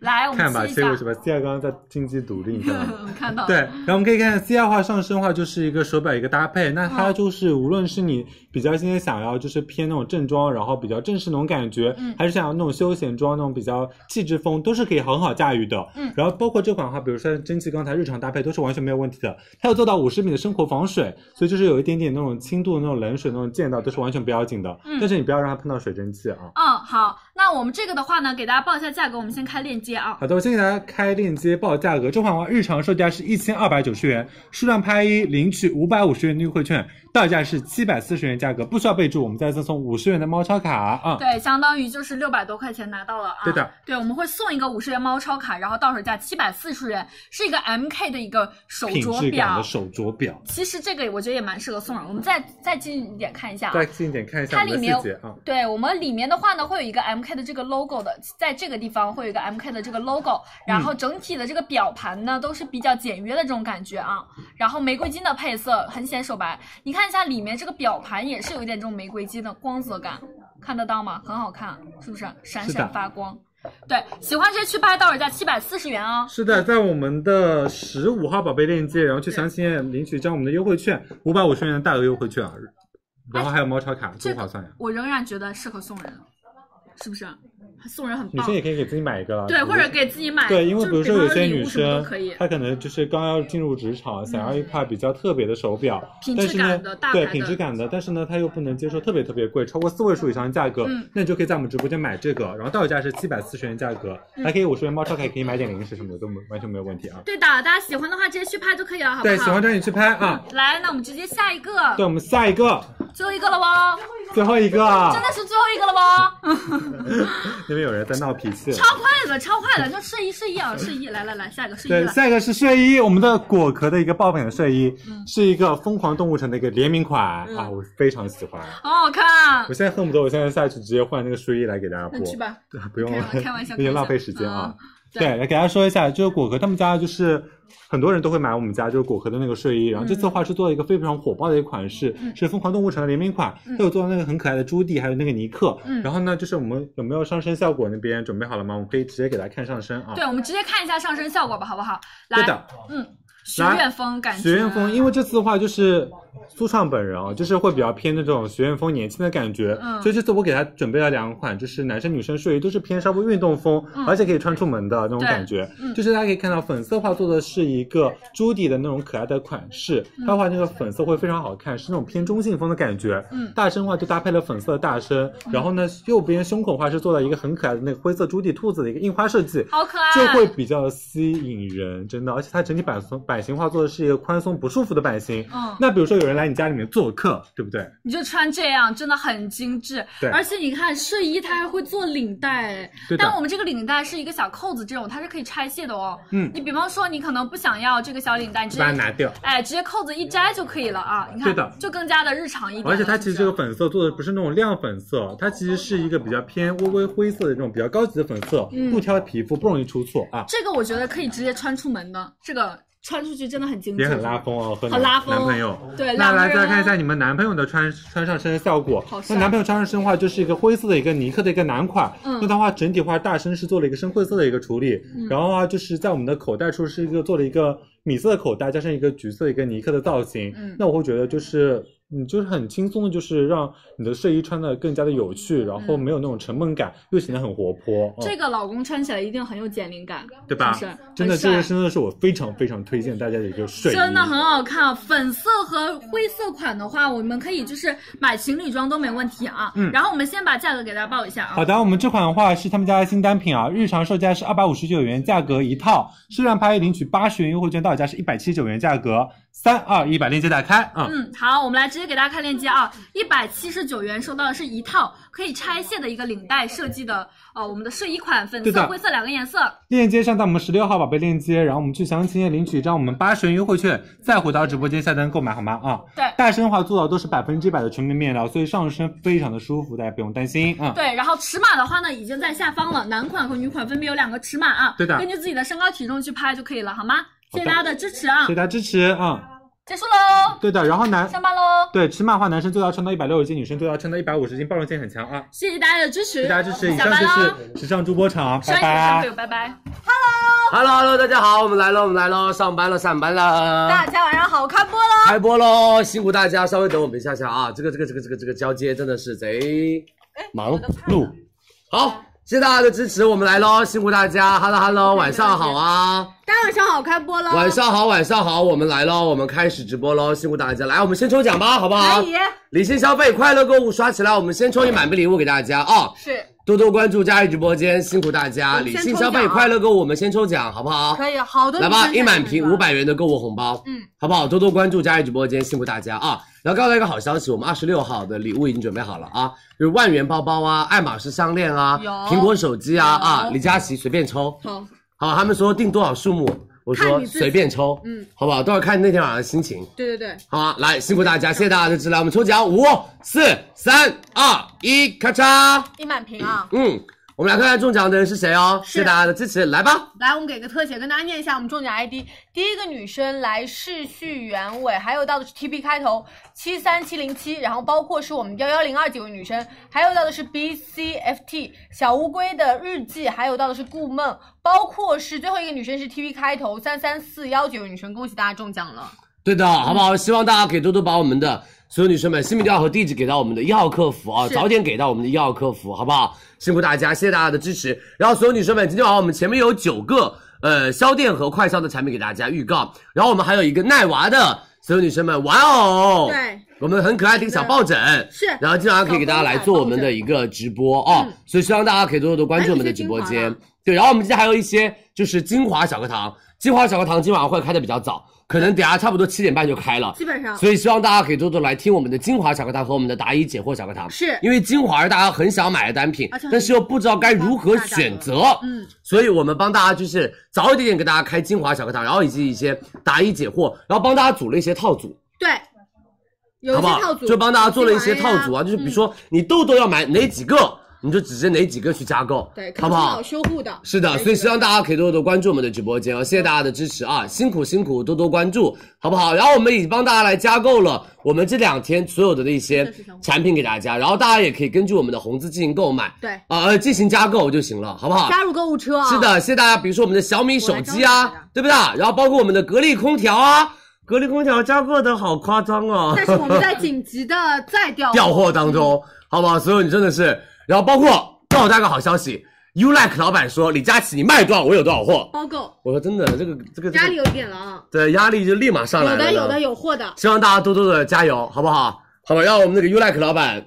Speaker 6: 来，我们
Speaker 1: 看吧，
Speaker 6: 试一
Speaker 1: 结
Speaker 6: 下。
Speaker 1: 果是吧？现在刚刚在经济独立，你看到吗？
Speaker 6: (laughs) 我们看到了
Speaker 1: 对，然后我们可以看 C 二话上身的话，就是一个手表一个搭配。
Speaker 6: 嗯
Speaker 1: 那它就是无论是你比较现在想要就是偏那种正装，然后比较正式那种感觉，
Speaker 6: 嗯
Speaker 1: 还是想要那种休闲装那种比较气质风，都是可以很好驾驭的。
Speaker 6: 嗯
Speaker 1: 然后包括这款的话，比如说蒸汽刚才日常搭配都是完全没有问题的。它有做到五十米的生活防水，所以就是有一点点那种轻度的那种冷水那种溅到都是完全不要紧的。
Speaker 6: 嗯
Speaker 1: 但是你不要让它碰到水蒸气啊。
Speaker 6: 嗯，好，那我们这个的话呢，给大家报一下价格，我们先开链接啊。
Speaker 1: 好的，我先给大家开链接报价格。这款的话，日常售价是一千二百九十元，数量拍一领取五百五十元的优惠券，到手价是七百四十元价格，不需要备注，我们再赠送五十元的猫超卡啊、
Speaker 6: 对，相当于就是六百多块钱拿到了啊。
Speaker 1: 对的，
Speaker 6: 对，我们会送一个五十元猫超卡，然后到手价七百四十元，是一个 MK 的一个手
Speaker 1: 品质
Speaker 6: 镯
Speaker 1: 感
Speaker 6: 表
Speaker 1: 的。手镯表。
Speaker 6: 其实这个我觉得也蛮适合送人，我们再再近一点看一下啊。
Speaker 1: 再近一点看一下我们的细节啊，
Speaker 6: 对我们里面的话呢，会有一个 MK 的这个 logo 的，在这个地方会有一个 MK 的这个 logo，然
Speaker 1: 嗯
Speaker 6: 后整体的这个表盘呢都是比较简约的这种感觉啊，然后玫瑰金的配色很显手白，你看一下里面这个表盘也是有一点这种玫瑰金的光泽感，看得到吗？很好看，是不是？闪
Speaker 1: 是的
Speaker 6: 闪发光。对，喜欢谁去拍，到手价七百四十元哦。
Speaker 1: 是的，在我们的十五号宝贝链接，然后去详情领取一张我们的优惠券，五百五十元的大额优惠券啊，然
Speaker 6: 哎
Speaker 1: 后还有猫超卡，多
Speaker 6: 这个
Speaker 1: 划算呀！
Speaker 6: 我仍然觉得适合送人，是不是？送人很
Speaker 1: 女
Speaker 6: 棒
Speaker 1: 生。也可以给自己买一个了，
Speaker 6: 对，
Speaker 1: 比如
Speaker 6: 或者给自己买。
Speaker 1: 对，因为
Speaker 6: 就
Speaker 1: 比如说
Speaker 6: 方
Speaker 1: 有些
Speaker 6: 礼
Speaker 1: 女
Speaker 6: 物什么
Speaker 1: 生
Speaker 6: 都可以，。嗯
Speaker 1: 她可能就是刚要进入职场，想要一块比较特别的手表，
Speaker 6: 品
Speaker 1: 但
Speaker 6: 质
Speaker 1: 是呢
Speaker 6: 感的大
Speaker 1: 对
Speaker 6: 牌
Speaker 1: 品
Speaker 6: 的
Speaker 1: 质感的，但是呢，她又不能接受特别特别贵，超过四位数以上的价格，
Speaker 6: 嗯
Speaker 1: 那你就可以在我们直播间买这个，然后到手价是七百四十元价格，
Speaker 6: 嗯
Speaker 1: 还可以五十元猫超卡，也可以买点零食什么的，都没完全没有问题啊。
Speaker 6: 对的，大家喜欢的话直接去拍就可以了，好不好？嗯
Speaker 1: 对，喜欢抓紧去拍啊！
Speaker 6: 来，那我们直接下一个，
Speaker 1: 对，我们下一个，
Speaker 6: 最后一个了哦，
Speaker 1: 最后一个，
Speaker 6: 真的是最后一个了哦，
Speaker 1: (laughs) 那边有人在闹脾气。
Speaker 6: 超快的，超快的，那睡衣睡衣啊，睡衣，来来来，下一个睡衣
Speaker 1: 对，
Speaker 6: 了，
Speaker 1: 下一个是睡衣，我们的果壳的一个爆品的睡衣，
Speaker 6: 嗯
Speaker 1: 是一个疯狂动物城的一个联名款、啊，我非常喜欢。
Speaker 6: 好好哦看
Speaker 1: 我，现在恨不得我现在下去直接换那个睡衣来给大家播
Speaker 6: 那，去吧，
Speaker 1: (laughs) 对不用了
Speaker 6: 开玩开玩笑，嗯
Speaker 1: 有点浪费时间啊。
Speaker 6: 对
Speaker 1: 对，来给大家说一下，就是果壳他们家就是很多人都会买我们家就是果壳的那个睡衣，然后这次
Speaker 6: 嗯
Speaker 1: 的话是做了一个非常火爆的一个款式，是疯狂动物城的联名款，它有做到那个很可爱的朱棣，还有那个尼克。
Speaker 6: 嗯
Speaker 1: 然后呢，就是我们有没有上身效果那边准备好了吗？我们可以直接给大家看上身啊。
Speaker 6: 对，我们直接看一下上身效果吧，好不好？
Speaker 1: 对
Speaker 6: 来，
Speaker 1: 的，
Speaker 6: 嗯，学院风感觉，
Speaker 1: 学院风，因为这次的话就是苏畅本人啊，就是会比较偏那种学院风、年轻的感觉。
Speaker 6: 嗯
Speaker 1: 所以这次我给他准备了两款，就是男生女生睡衣，都是偏稍微运动风，
Speaker 6: 嗯
Speaker 1: 而且可以穿出门的那种
Speaker 6: 对
Speaker 1: 感觉。
Speaker 6: 嗯
Speaker 1: 就是大家可以看到，粉色画做的是一个朱迪的那种可爱的款式，
Speaker 6: 嗯
Speaker 1: 它画那个粉色会非常好看，是那种偏中性风的感觉。
Speaker 6: 嗯
Speaker 1: 大身画就搭配了粉色的大身，然后呢，右边胸口画是做了一个很可爱的那个灰色朱迪兔子的一个印花设计，
Speaker 6: 好可爱，
Speaker 1: 就会比较吸引人，真的。而且它整体版松版型画做的是一个宽松不束缚的版型。
Speaker 6: 嗯，
Speaker 1: 那比如说有人来你家里面做客，对不对？
Speaker 6: 你就穿这样，真的很精致。
Speaker 1: 对
Speaker 6: 而且你看睡衣它还会做领带，
Speaker 1: 对的
Speaker 6: 但我们这个领带是一个小扣子这种，它是可以拆卸的哦。
Speaker 1: 嗯，
Speaker 6: 你比方说你可能不想要这个小领带，你直
Speaker 1: 把它
Speaker 6: 接
Speaker 1: 拿掉。
Speaker 6: 哎直接扣子一摘就可以了啊。你看，
Speaker 1: 对的
Speaker 6: 就更加的日常一点了。
Speaker 1: 而且它其实这
Speaker 6: 是
Speaker 1: 个
Speaker 6: 不
Speaker 1: 粉色做的不是那种亮粉
Speaker 6: 嗯
Speaker 1: 色，它其实是一个比较偏微微灰色的这种比较高级的粉色，
Speaker 6: 嗯
Speaker 1: 不挑皮肤，不容易出错啊，
Speaker 6: 是这个我觉得可以直接穿出门的，这个穿出去真的很精致，
Speaker 1: 也很拉。风哦，和
Speaker 6: 很嗯拉风
Speaker 1: 男朋友。
Speaker 6: 对，
Speaker 1: 那
Speaker 6: 两个
Speaker 1: 来
Speaker 6: 人啊
Speaker 1: 再看一下你们男朋友的穿穿上身的效果
Speaker 6: 好。帅
Speaker 1: 那男朋友穿上身的话，就是一个灰色的一个尼克的一个男款。
Speaker 6: 嗯
Speaker 1: 那的话整体话大身是做了一个深灰色的一个处理，然后啊就是在我们的口袋处是一个做了一个米色的口袋，加上一个橘色一个尼克的造型。
Speaker 6: 嗯
Speaker 1: 那我会觉得就是。你就是很轻松的，就是让你的睡衣穿的更加的有趣，然后没有那种沉闷感，又显得很活泼，嗯
Speaker 6: 嗯这个老公穿起来一定很有减龄感，
Speaker 1: 对吧
Speaker 6: 是不是？
Speaker 1: 真的，
Speaker 6: 很帅
Speaker 1: 这个真的是我非常非常推荐大家的一个睡衣，
Speaker 6: 真的很好看，粉色和灰色款的话，我们可以就是买情侣装都没问题啊。
Speaker 1: 嗯
Speaker 6: 然后我们先把价格给大家报一下啊
Speaker 1: 好。的，我们这款的话是他们家的新单品啊，日常售价是二百五十九元，价格一套，数量拍领取八十元优惠券，到手价是一百七十九元，价格三二一，把链接打开啊。嗯
Speaker 6: 嗯，好，我们来直接给大家看链接啊，一百七十九元收到的是一套可以拆卸的一个领带设计的，呃，我们的睡衣款，粉
Speaker 1: 对
Speaker 6: 色、
Speaker 1: 的
Speaker 6: 灰色两个颜色。
Speaker 1: 链接上到我们十六号宝贝链接，然后我们去详情页领取一张我们八十元优惠券，再回到直播间下单购买好吗？啊，
Speaker 6: 对
Speaker 1: 大身的话做到都是百分之百的纯棉面料，所以上身非常的舒服，大家不用担心啊。
Speaker 6: 对，然后尺码的话呢，已经在下方了，男款和女款分别有两个尺码啊，
Speaker 1: 对的
Speaker 6: 根据自己的身高体重去拍就可以了，好吗？谢谢
Speaker 1: 好的
Speaker 6: 大家的支持啊
Speaker 1: 谢谢！大家支持啊、
Speaker 6: 结束喽，
Speaker 1: 对的，然后男
Speaker 6: 上班喽，
Speaker 1: 对尺码的话，男生最高穿到一百六十斤，女生最高穿到一百五十斤，包容性很强啊。
Speaker 6: 谢谢大家的支持，
Speaker 1: 谢谢大家支持，以上
Speaker 6: 下班
Speaker 1: 就
Speaker 6: 喽，
Speaker 1: 是时尚主播场，拜
Speaker 6: 上一期上
Speaker 1: 拜
Speaker 6: 会。有拜拜。
Speaker 8: Hello Hello，大家好，我们来了，我们来了，上班了，上班了，
Speaker 6: 家晚上好，开播了。
Speaker 8: 开播喽，辛苦大家，稍微等我们一下下啊，这个这个这个这个这个交接真的是贼
Speaker 6: 哎
Speaker 8: 忙碌。好，谢谢大家的支持，我们来喽，辛苦大家，Hello
Speaker 6: 哎
Speaker 8: Hello，晚上好啊，
Speaker 6: 大家晚上好，开播了。
Speaker 8: 晚上好，晚上好，我们来喽，我们开始直播喽，辛苦大家，来，我们先抽奖吧，好不好
Speaker 6: 可？以，
Speaker 8: 理性消费，快乐购物，刷起来！我们先抽一满杯礼物给大家啊、
Speaker 6: 是
Speaker 8: 多多关注佳怡直播间，辛苦大
Speaker 6: 我
Speaker 8: 家！
Speaker 6: 们
Speaker 8: 理
Speaker 6: 先
Speaker 8: 性
Speaker 6: 抽
Speaker 8: 消费，
Speaker 6: 奖啊
Speaker 8: 快乐购物，我们先抽奖，好不好？
Speaker 6: 可以，好多
Speaker 8: 来
Speaker 6: 女
Speaker 8: 吧，
Speaker 6: 生
Speaker 8: 一满屏五
Speaker 6: 百。
Speaker 8: 百元的购物红包，
Speaker 6: 嗯
Speaker 8: 嗯，好不好？多多关注佳怡直播间，辛苦大家啊！然后告诉大家一个好消息，我们二十六号的礼物已经准备好了啊，就是万元包包啊，爱马仕项链啊
Speaker 6: 有，
Speaker 8: 苹果手机啊啊
Speaker 6: 有，
Speaker 8: 李佳琦随便抽，
Speaker 6: 好，
Speaker 8: 好，他们说定多少数目，我
Speaker 6: 看
Speaker 8: 说
Speaker 6: 你自己
Speaker 8: 随便抽，
Speaker 6: 嗯
Speaker 8: 嗯，好不好？都要看那天晚上的心情，
Speaker 6: 对对对，
Speaker 8: 好吧？来，辛苦大家，谢谢大家的支持，来我们抽奖，五、四、三、二、一，咔嚓，
Speaker 6: 一满屏啊！
Speaker 8: 嗯，我们来看看中奖的人是谁哦，谢谢大家的支持，来吧。
Speaker 9: 来，我们给个特写，跟大家念一下我们中奖 ID。第一个女生来世序原委，还有到的是 TP 开头七三七零七，然后包括是我们幺幺零二几位女生，还有到的是 BCFT 小乌龟的日记，还有到的是顾梦，包括是最后一个女生是 TP 开头三三四幺几位女生，恭喜大家中奖了。
Speaker 8: 对的，好不
Speaker 9: 嗯
Speaker 8: 好？希望大家可以多多把我们的所有女生们姓名、电话和地址给到我们的一号客服啊，
Speaker 9: 是
Speaker 8: 早点给到我们的一号客服，好不好？辛苦大家，谢谢大家的支持。然后所有女生们，今天晚上我们前面有九个呃销店和快销的产品给大家预告，然后我们还有一个耐娃的。所有女生们，玩偶，
Speaker 9: 对，
Speaker 8: 我们很可爱的一个小抱枕，
Speaker 9: 是
Speaker 8: (laughs) 然后今晚上可以给大家来做我们的一个直播哦，
Speaker 9: 嗯
Speaker 8: 所以希望大家可以多多关注我们的直播
Speaker 9: 还有一些精华
Speaker 8: 间
Speaker 9: 呢。
Speaker 8: 对，然后我们今天还有一些就是精华小课堂，精华小课堂今晚上会开的比较早，可能等下差不多七点半就开了，
Speaker 9: 基本上
Speaker 8: 所以希望大家可以多多来听我们的精华小课堂和我们的答疑解惑小课堂。
Speaker 9: 是
Speaker 8: 因为精华是大家很想买的单品
Speaker 9: 而且，很
Speaker 8: 但是又不知道该如何选择，
Speaker 9: 嗯，
Speaker 8: 所以我们帮大家就是早一点点给大家开精华小课堂，然后以及一些答疑解惑，然后帮大家组了一些套组，
Speaker 9: 对，有
Speaker 8: 好
Speaker 9: 一
Speaker 8: 不
Speaker 9: 些
Speaker 8: 好？
Speaker 9: 套组，
Speaker 8: 就帮大家做了一些套组啊，
Speaker 9: 嗯
Speaker 8: 就是比如说你痘痘要买哪几个，你就指着哪几个去加购，
Speaker 9: 对，
Speaker 8: 好不好
Speaker 9: 抗？衰老修护的，
Speaker 8: 是的，所以希望大家可以多多关注我们的直播间哦，谢谢大家的支持啊，辛苦辛苦，多多关注，好不好？然后我们已经帮大家来加购了我们这两天所有的那些产品给大家，然后大家也可以根据我们的红字进行购买，
Speaker 9: 对，
Speaker 8: 啊呃进行加购就行了，好不好？
Speaker 9: 加入购物车啊，
Speaker 8: 是的，谢谢大家，比如说我们的小米手机
Speaker 9: 我来
Speaker 8: 啊
Speaker 9: 找你来，
Speaker 8: 对不对？然后包括我们的格力空调啊。格力空调加购的好夸张啊！
Speaker 10: 但是我们在紧急的再调
Speaker 8: 调货当中，
Speaker 10: 嗯
Speaker 8: 好不好？所以你真的是，然后包括告诉大家个好消息，ULIKE 老板说李佳琦你卖多少我有多少货。
Speaker 10: 包购，
Speaker 8: 我说真的，这个这个这个
Speaker 10: 压力有一点了啊。
Speaker 8: 对压力就立马上来
Speaker 10: 有
Speaker 8: 了呢。
Speaker 10: 的有的有货的，
Speaker 8: 希望大家多多的加油，好不好？好吧，让我们那个 ULIKE 老板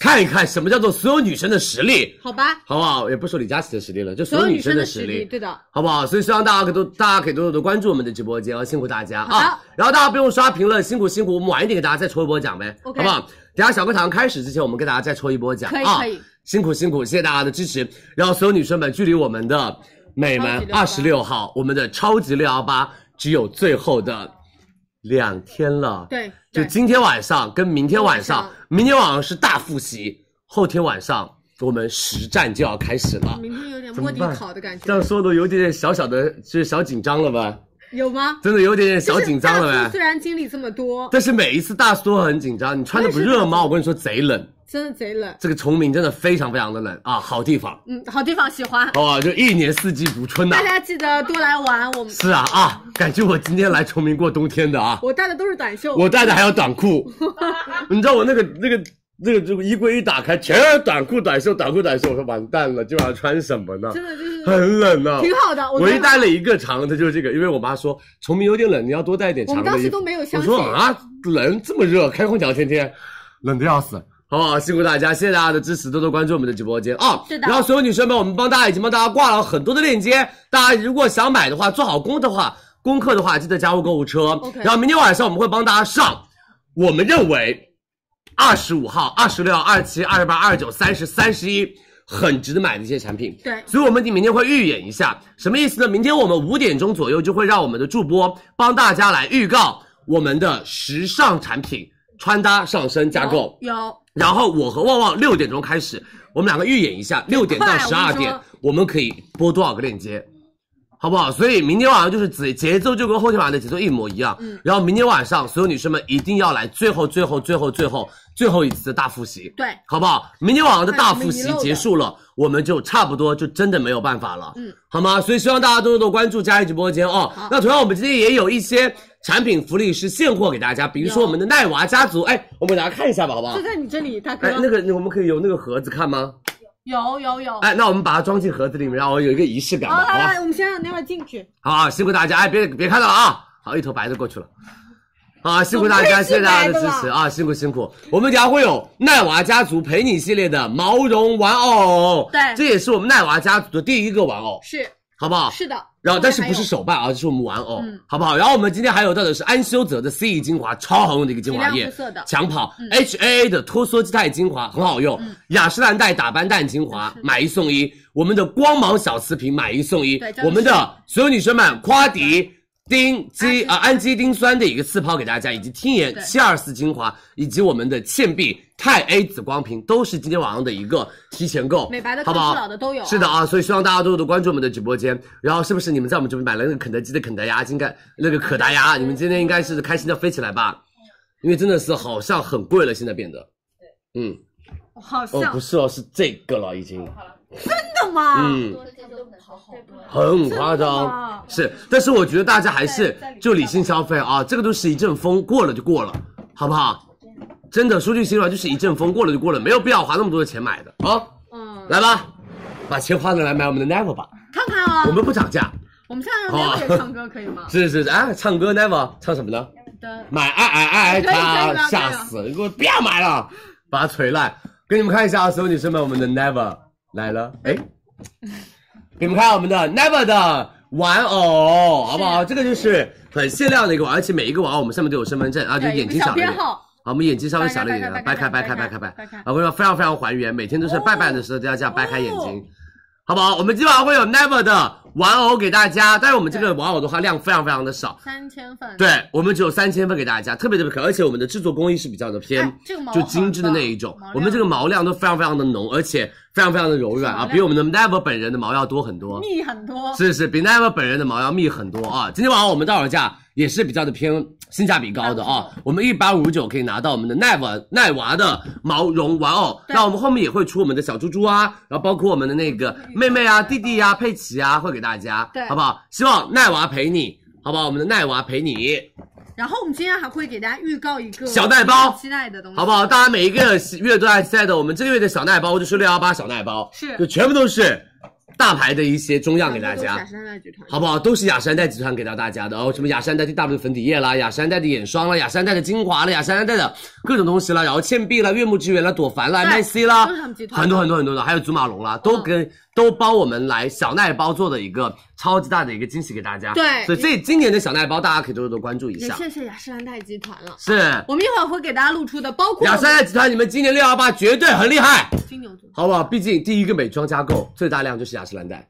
Speaker 8: 看一看什么叫做所有女生的实力，
Speaker 10: 好吧？
Speaker 8: 好不好？也不说李佳琦的实力了，就
Speaker 10: 所
Speaker 8: 有女
Speaker 10: 生
Speaker 8: 的
Speaker 10: 实
Speaker 8: 实力，啊
Speaker 10: 对的，
Speaker 8: 好不好？所以希望大家可以多大家可以多多的关注我们的直播间哦，辛苦大家
Speaker 10: 好
Speaker 8: 啊！然后大家不用刷屏了，辛苦辛苦，我们晚一点给大家再抽一波奖呗
Speaker 10: OK
Speaker 8: 好不好？等一下小课堂开始之前，我们给大家再抽一波奖
Speaker 10: 可以
Speaker 8: 啊！
Speaker 10: 可以
Speaker 8: 辛苦辛苦，谢谢大家的支持。然后所有女生们，距离我们的美门二
Speaker 10: 超
Speaker 8: 十
Speaker 10: 级
Speaker 8: 六号，我们的超级六幺八只有最后的两天了。
Speaker 10: 对
Speaker 8: 就
Speaker 10: 对
Speaker 8: 今天晚上跟明天晚上
Speaker 10: 晚上，
Speaker 8: 明天晚上是大复习，后天晚上我们实战就要开始了。
Speaker 10: 明天有点
Speaker 8: 啊怎么
Speaker 10: 摸底
Speaker 8: 办
Speaker 10: 考的感
Speaker 8: 这
Speaker 10: 觉，
Speaker 8: 样说的有点点小小的，就是小紧张了吧？
Speaker 10: 有吗？
Speaker 8: 真的有点点小
Speaker 10: 就是
Speaker 8: 紧张
Speaker 10: 大
Speaker 8: 了
Speaker 10: 叔虽
Speaker 8: 呗。
Speaker 10: 然经历这么多，
Speaker 8: 但是每一次大叔都很紧张，你穿的不热吗？我跟你说贼冷，
Speaker 10: 真的贼冷。
Speaker 8: 这个崇明真的非常非常的冷啊，好地方，
Speaker 10: 嗯，好地方喜欢，
Speaker 8: 好啊吧，就一年四季如春呐、
Speaker 10: 大家记得多来玩。我们
Speaker 8: 是啊啊，感觉我今天来崇明过冬天的啊，
Speaker 10: 我带的都是短袖，
Speaker 8: 我带的还有短裤，你知道我那个那个那个这个衣柜一打开，全是短裤、短袖、短裤、短袖，我说完蛋了，今晚上穿什么呢？
Speaker 10: 真的就是
Speaker 8: 很冷啊，
Speaker 10: 挺好的。
Speaker 8: 我
Speaker 10: 昨
Speaker 8: 一
Speaker 10: 天
Speaker 8: 带了一个长的，就是这个，因为我妈说崇明有点冷，你要多带一点
Speaker 10: 我
Speaker 8: 长的
Speaker 10: 们
Speaker 8: 衣服。
Speaker 10: 当时都没有相
Speaker 8: 我
Speaker 10: 信，
Speaker 8: 说啊，冷这么热，开空调天天，冷的要死。好不好？辛苦大家，谢谢大家的支持，多多关注我们的直播间啊！
Speaker 10: 是的
Speaker 8: 然后所有女生们，我们帮大家已经帮大家挂了很多的链接，大家如果想买的话，做好功的话，功课的话，记得加入购物车。
Speaker 10: OK
Speaker 8: 然后明天晚上我们会帮大家上，我们认为二十五号、二十六、二七、二十八、二十九、三十、三十一很值得买的一些产品。
Speaker 10: 对
Speaker 8: 所以我们明天会预演一下，什么意思呢？明天我们五点钟左右就会让我们的助播帮大家来预告我们的时尚产品、穿搭、上身、加
Speaker 6: 哦
Speaker 8: 购。
Speaker 10: 有
Speaker 8: 然后我和旺旺六点钟开始，我们两个预演一下，六点到十二
Speaker 10: 我跟你
Speaker 8: 点
Speaker 10: 说，
Speaker 8: 我们可以播多少个链接，好不好？所以明天晚上就是节节奏就跟后天晚上的节奏一模一样。嗯。然后明天晚上，所有女生们一定要来最后、最后、最后、最后、最后一次的大复习。
Speaker 10: 对
Speaker 8: 好不好？明天晚上的大复习
Speaker 10: 看有没有遗漏的
Speaker 8: 结束了，我们就差不多就真的没有办法了，嗯，好吗？所以希望大家多多关注佳怡直播间哦。那同样，我们今天也有一些产品福利是现货给大家，比如说我们的奈娃家族，哎，我们给大家看一下吧，好不好
Speaker 10: 就？在你这里，大哥
Speaker 8: 哎，，那个我们可以有那个盒子看吗？
Speaker 10: 有有有。
Speaker 8: 哎，那我们把它装进盒子里面，让我有一个仪式感
Speaker 10: 好，
Speaker 8: 吧，好
Speaker 10: 哦来
Speaker 8: 吧
Speaker 10: 来，？我们先让那边进去。
Speaker 8: 好啊，辛苦大家，哎，别别看到了啊，好，一头白的过去了。啊，辛苦大家，谢谢大家的支持啊，辛苦辛苦。我们等一下会有奈娃家族陪你系列的毛绒玩偶，
Speaker 10: 对
Speaker 8: 这也是我们奈娃家族的第一个玩偶，
Speaker 10: 是
Speaker 8: 好不好？
Speaker 10: 是的，
Speaker 8: 啊然后，但是
Speaker 10: 后面还
Speaker 8: 不
Speaker 10: 有
Speaker 8: 是手办啊，这是我们玩偶，
Speaker 10: 嗯
Speaker 8: 好不好？然后我们今天还有到的是安修泽的 CE 精华，超好用的一个精华
Speaker 10: 提
Speaker 8: 液
Speaker 10: 亮肤色的，嗯
Speaker 8: 抢跑、HAA 的脱羧基肽精华很好用，雅诗兰黛打斑蛋精华买一送一，我们的光芒小瓷瓶买一送一
Speaker 10: 对，真的
Speaker 8: 我们
Speaker 10: 是
Speaker 8: 的所有女生们，夸迪。丁基啊，氨基丁酸的一个次抛给大家，以及听妍
Speaker 10: 对
Speaker 8: 七二四精华，以及我们的倩碧肽 A 紫光瓶，都是今天晚上的一个提前购，
Speaker 10: 美白的、
Speaker 8: 好
Speaker 10: 抗
Speaker 8: 不好？
Speaker 10: 初老的都有。
Speaker 8: 是的，啊，所以希望大家多多的关注我们的直播间。然后是不是你们在我们这边买了那个肯德基的肯德鸭，应该那个可达鸭，你们今天应该是开心的飞起来吧？因为真的是好像很贵了，现在变得。嗯，
Speaker 10: 好
Speaker 8: 哦，
Speaker 10: 像
Speaker 8: 不是哦，是这个了已经。
Speaker 10: 真的吗？
Speaker 8: 嗯，很夸
Speaker 10: 真的
Speaker 8: 张
Speaker 10: 吗，
Speaker 8: 是，但是我觉得大家还是
Speaker 10: 在在里面
Speaker 8: 就理性消费啊，这个都是一阵风，过了就过了，好不好？真的，说句心里话，就是一阵风，过了就过了，没有必要花那么多的钱买的啊。
Speaker 10: 嗯，
Speaker 8: 来吧，把钱花拿来买我们的 Never 吧，
Speaker 10: 看看啊
Speaker 8: 我，们不涨价。
Speaker 10: 我们现在让那边唱歌可以吗？
Speaker 8: (laughs) 是是是，哎，唱歌 never 唱什么呢？
Speaker 10: 的
Speaker 8: 买哎爱爱爱
Speaker 10: 可
Speaker 8: 爱
Speaker 10: 以可以
Speaker 8: 他，
Speaker 10: 了
Speaker 8: 吓死！你给我不要买了，把它锤烂。给你们看一下啊，所有女生们，我们的 never 来了，哎，给你们看我们的 never 的玩偶，好不好？这个就是很限量的一个玩偶，而且每一个玩偶我们上面都有身份证啊，就
Speaker 10: 对，
Speaker 8: 眼
Speaker 10: 有个
Speaker 8: 睛
Speaker 10: 小
Speaker 8: 小了一
Speaker 10: 编
Speaker 8: 点。
Speaker 10: 号。
Speaker 8: 好，我们眼睛稍微小了一点啊，
Speaker 10: 掰
Speaker 8: 掰
Speaker 10: 开
Speaker 8: 开掰
Speaker 10: 掰
Speaker 8: 开
Speaker 10: 开
Speaker 8: 掰
Speaker 10: 掰
Speaker 8: 开
Speaker 10: 开
Speaker 8: 掰
Speaker 10: 掰开
Speaker 8: 啊，我跟你说非常非常还原，每天都是拜拜的时候都要这样掰开眼
Speaker 10: 哦
Speaker 8: 睛，好不好？我们今晚会有 Never 的玩偶给大家，但是我们这个玩偶的话量非常非常的少，
Speaker 10: 三千份。
Speaker 8: 对
Speaker 6: 哎
Speaker 8: 我们只有三千份给大家，特别特别可爱，而且我们的制作工艺是比较的偏
Speaker 10: 哎这个毛
Speaker 8: 就精致的那一种
Speaker 10: 好棒毛，料
Speaker 8: 我们这个毛量都非常非常的浓，而且非常非常的柔软啊，
Speaker 10: 毛料
Speaker 8: 比我们的 Never 本人的毛要多很多，
Speaker 10: 密很
Speaker 6: (laughs)
Speaker 10: 多，
Speaker 8: 是是，比 Never 本人的毛要密很多啊。今天晚上我们到手价也是比较的偏性价比高的啊，
Speaker 6: 嗯
Speaker 8: 我们一百五十九可以拿到我们的奈娃奈娃的毛绒玩偶。
Speaker 10: 对
Speaker 8: 那我们后面也会出我们的小猪猪啊，然后包括我们的那个妹妹啊、弟弟呀、佩奇啊，会给大家，
Speaker 10: 对
Speaker 8: 好不好？希望奈娃陪你，好不好？我们的奈娃陪你，
Speaker 6: 然后我们今天还会给大家预告一个
Speaker 8: 小奶包
Speaker 6: 期待的东西，
Speaker 8: 好不好？？大家每一个月都在期待的，我们这个月的小奶包就是六幺八小奶包，
Speaker 6: 是
Speaker 8: 就全部都是大牌的一些中样给大
Speaker 6: 都是
Speaker 8: 家
Speaker 6: 雅。诗兰黛集团
Speaker 8: 好不好？都是雅诗兰黛集团给到大家的哦，什么雅诗兰黛的大部分粉底液啦，雅诗兰黛的眼霜啦，雅诗兰黛的精华啦，雅诗兰黛的各种东西啦，然后倩碧啦、悦木之源啦、朵梵啦、
Speaker 6: 对嗯
Speaker 8: MIC 啦
Speaker 6: 都是他们集，团的
Speaker 8: 啊很多很多很多的，还有祖马龙啦，都跟、都帮我们来小奶包做的一个超级大的一个惊喜给大家。
Speaker 6: 对
Speaker 8: 所以这今年的小奶包大家可以多多关注一
Speaker 6: 也
Speaker 8: 下。
Speaker 6: 谢谢雅诗兰黛集团了。
Speaker 8: 是
Speaker 6: 我们一会儿会给大家露出的，包括
Speaker 8: 雅诗兰黛集团，你们今年六幺八绝对很厉害，
Speaker 6: 金牛座
Speaker 8: 好不好？毕竟第一个美妆加购最大量就是雅诗兰黛，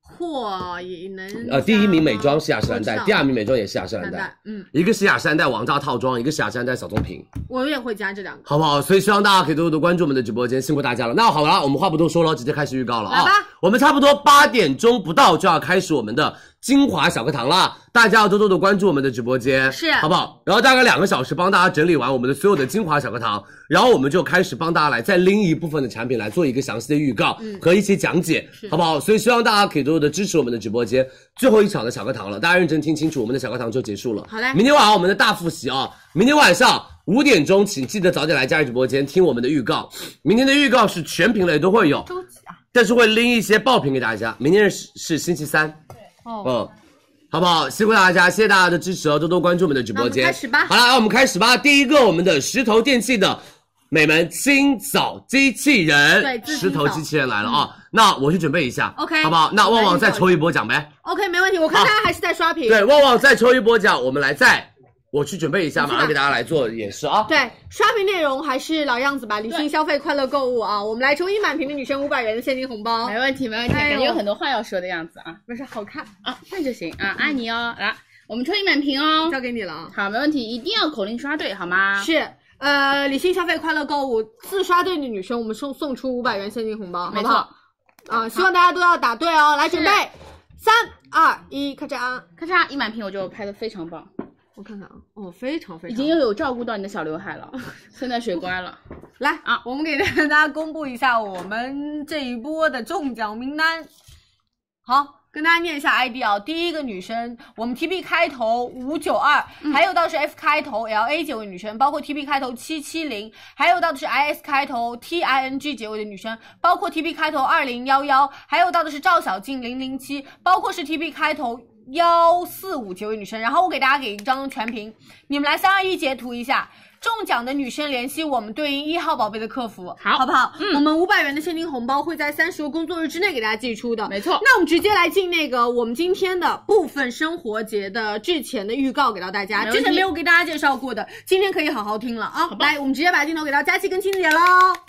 Speaker 6: 货也能
Speaker 8: 呃，第一名美妆是雅诗兰黛
Speaker 6: 我知，道啊
Speaker 8: 第二名美妆也是雅诗
Speaker 6: 雅
Speaker 8: 兰
Speaker 6: 诗兰
Speaker 8: 黛
Speaker 6: 黛。，嗯，
Speaker 8: 一个是雅诗兰黛王炸套装，一个是雅诗兰黛小棕瓶，
Speaker 6: 我也会加这两个。
Speaker 8: 好不好？所以希望大家可以多多关注我们的直播间，辛苦大家了。那好了，我们话不多说了，直接开始预告了啊
Speaker 6: 来吧！
Speaker 8: 我们差不多八点钟不到就要开始我们的精华小课堂啦，大家要多多的关注我们的直播间，
Speaker 6: 是
Speaker 8: 好不好？然后大概两个小时帮大家整理完我们的所有的精华小课堂，然后我们就开始帮大家来再拎一部分的产品来做一个详细的预告
Speaker 6: 嗯
Speaker 8: 和一些讲解，好不好？所以希望大家可以多多的支持我们的直播间。最后一场的小课堂了，大家认真听清楚，我们的小课堂就结束了。
Speaker 6: 好嘞
Speaker 8: 明天晚上我们的大复习啊，明天晚上五点钟，请记得早点来佳怡直播间听我们的预告。明天的预告是全品类都会有，
Speaker 6: 周几啊？
Speaker 8: 但是会拎一些爆品给大家。明天是是星期三，
Speaker 6: 哦，
Speaker 8: 嗯，好不好？辛苦大家，谢谢大家的支持哦，多多关注我们的直播
Speaker 6: 那
Speaker 8: 间。
Speaker 6: 我们开始吧
Speaker 8: 好了，那我们开始吧。第一个，我们的石头电器的美门清扫机器人，
Speaker 6: 对自己嗯
Speaker 8: 石头机器人来了啊、那我去准备一下
Speaker 6: OK
Speaker 8: 好不好？那旺旺再
Speaker 6: 我来去找
Speaker 8: 抽一波奖呗。
Speaker 6: OK，没问题。我看
Speaker 8: 好
Speaker 6: 大家还是在刷屏。
Speaker 8: 对，旺旺再抽一波奖，我们来再，我去准备一下，
Speaker 6: 你去吧
Speaker 8: 马上给大家来做演示啊。
Speaker 6: 对，刷屏内容还是老样子吧，理性消费，快乐购物啊！我们来抽一满屏的女生五百元的现金红包
Speaker 11: 没。问题，没问题，
Speaker 6: 哎呦
Speaker 11: 感觉有很多话要说的样子啊
Speaker 6: 不是好看，
Speaker 11: 啊，看就行啊，爱你哦，来，我们抽一满屏哦，
Speaker 6: 交给你了啊。
Speaker 11: 好，没问题，一定要口令刷对，好吗？
Speaker 6: 是，呃，理性消费，快乐购物，自刷对的女生，我们送送出五百元现金红包，好
Speaker 11: 没
Speaker 6: 不
Speaker 11: 错
Speaker 6: 好？啊、希望大家都要答对哦！来准备，三二一，开始啊！
Speaker 11: 咔嚓，一满屏我就拍的非常棒，
Speaker 6: 我看看啊，哦，非常非
Speaker 11: 已
Speaker 6: 常
Speaker 11: 经有照顾到你的小刘海
Speaker 6: (laughs)
Speaker 11: 了，现在水乖了，
Speaker 6: 来
Speaker 11: 啊
Speaker 6: 我们给大家公布一下我们这一波的中奖名单。好，跟大家念一下 ID 啊、第一个女生，我们 TB 开头五九二，
Speaker 11: 嗯
Speaker 6: 还有到是 F 开头 LA 结尾的女生，包括 TB 开头七七零，还有到的是 IS 开头 TING 结尾的女生，包括 TB 开头二零幺幺，还有到的是赵小静零零七，包括是 TB 开头。幺四五结尾女生，然后我给大家给一张全屏，你们来三二一截图一下。中奖的女生联系我们对应一号宝贝的客服，
Speaker 11: 好嗯
Speaker 6: 好不好？我们五百元的现金红包会在三十个工作日之内给大家寄出的。
Speaker 11: 没错，
Speaker 6: 那我们直接来进那个我们今天的部分生活节的之前的预告给到大家，
Speaker 11: 没问
Speaker 6: 之
Speaker 11: 题
Speaker 6: 前没有给大家介绍过的，今天可以好好听了啊！来，我们直接把镜头给到佳琪跟青姐喽。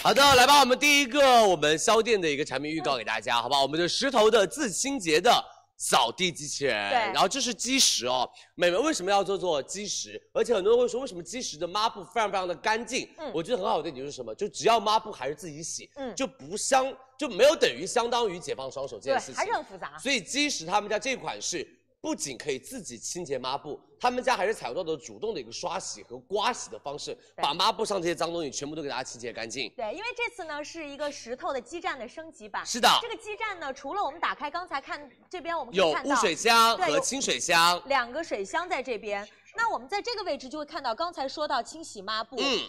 Speaker 8: 好的，来吧，我们第一个我们销店的一个产品预告给大家，好不好？我们的石头的自清洁的扫地机器人，
Speaker 12: 对
Speaker 8: 然后这是基石哦。美眉为什么要做做基石？而且很多人会说，为什么基石的抹布非常非常的干净？
Speaker 12: 嗯
Speaker 8: 我觉得很好的一点就是什么？就只要抹布还是自己洗，
Speaker 12: 嗯
Speaker 8: 就不相就没有等于相当于解放双手这
Speaker 12: 对
Speaker 8: 件事，情
Speaker 12: 还是。很复杂。
Speaker 8: 所以基石他们家这款是不仅可以自己清洁抹布，他们家还是采用到的主动的一个刷洗和刮洗的方式，把抹布上这些脏东西全部都给大家清洁干净。
Speaker 12: 对，因为这次呢是一个石头的基站的升级版。
Speaker 8: 是的，
Speaker 12: 这个基站呢，除了我们打开刚才看这边，我们可
Speaker 8: 有
Speaker 12: 以看
Speaker 8: 污
Speaker 12: 到
Speaker 8: 水箱
Speaker 12: 对
Speaker 8: 和
Speaker 12: 有
Speaker 8: 清水箱，
Speaker 12: 两个水箱在这边。那我们在这个位置就会看到刚才说到清洗抹布，
Speaker 8: 嗯。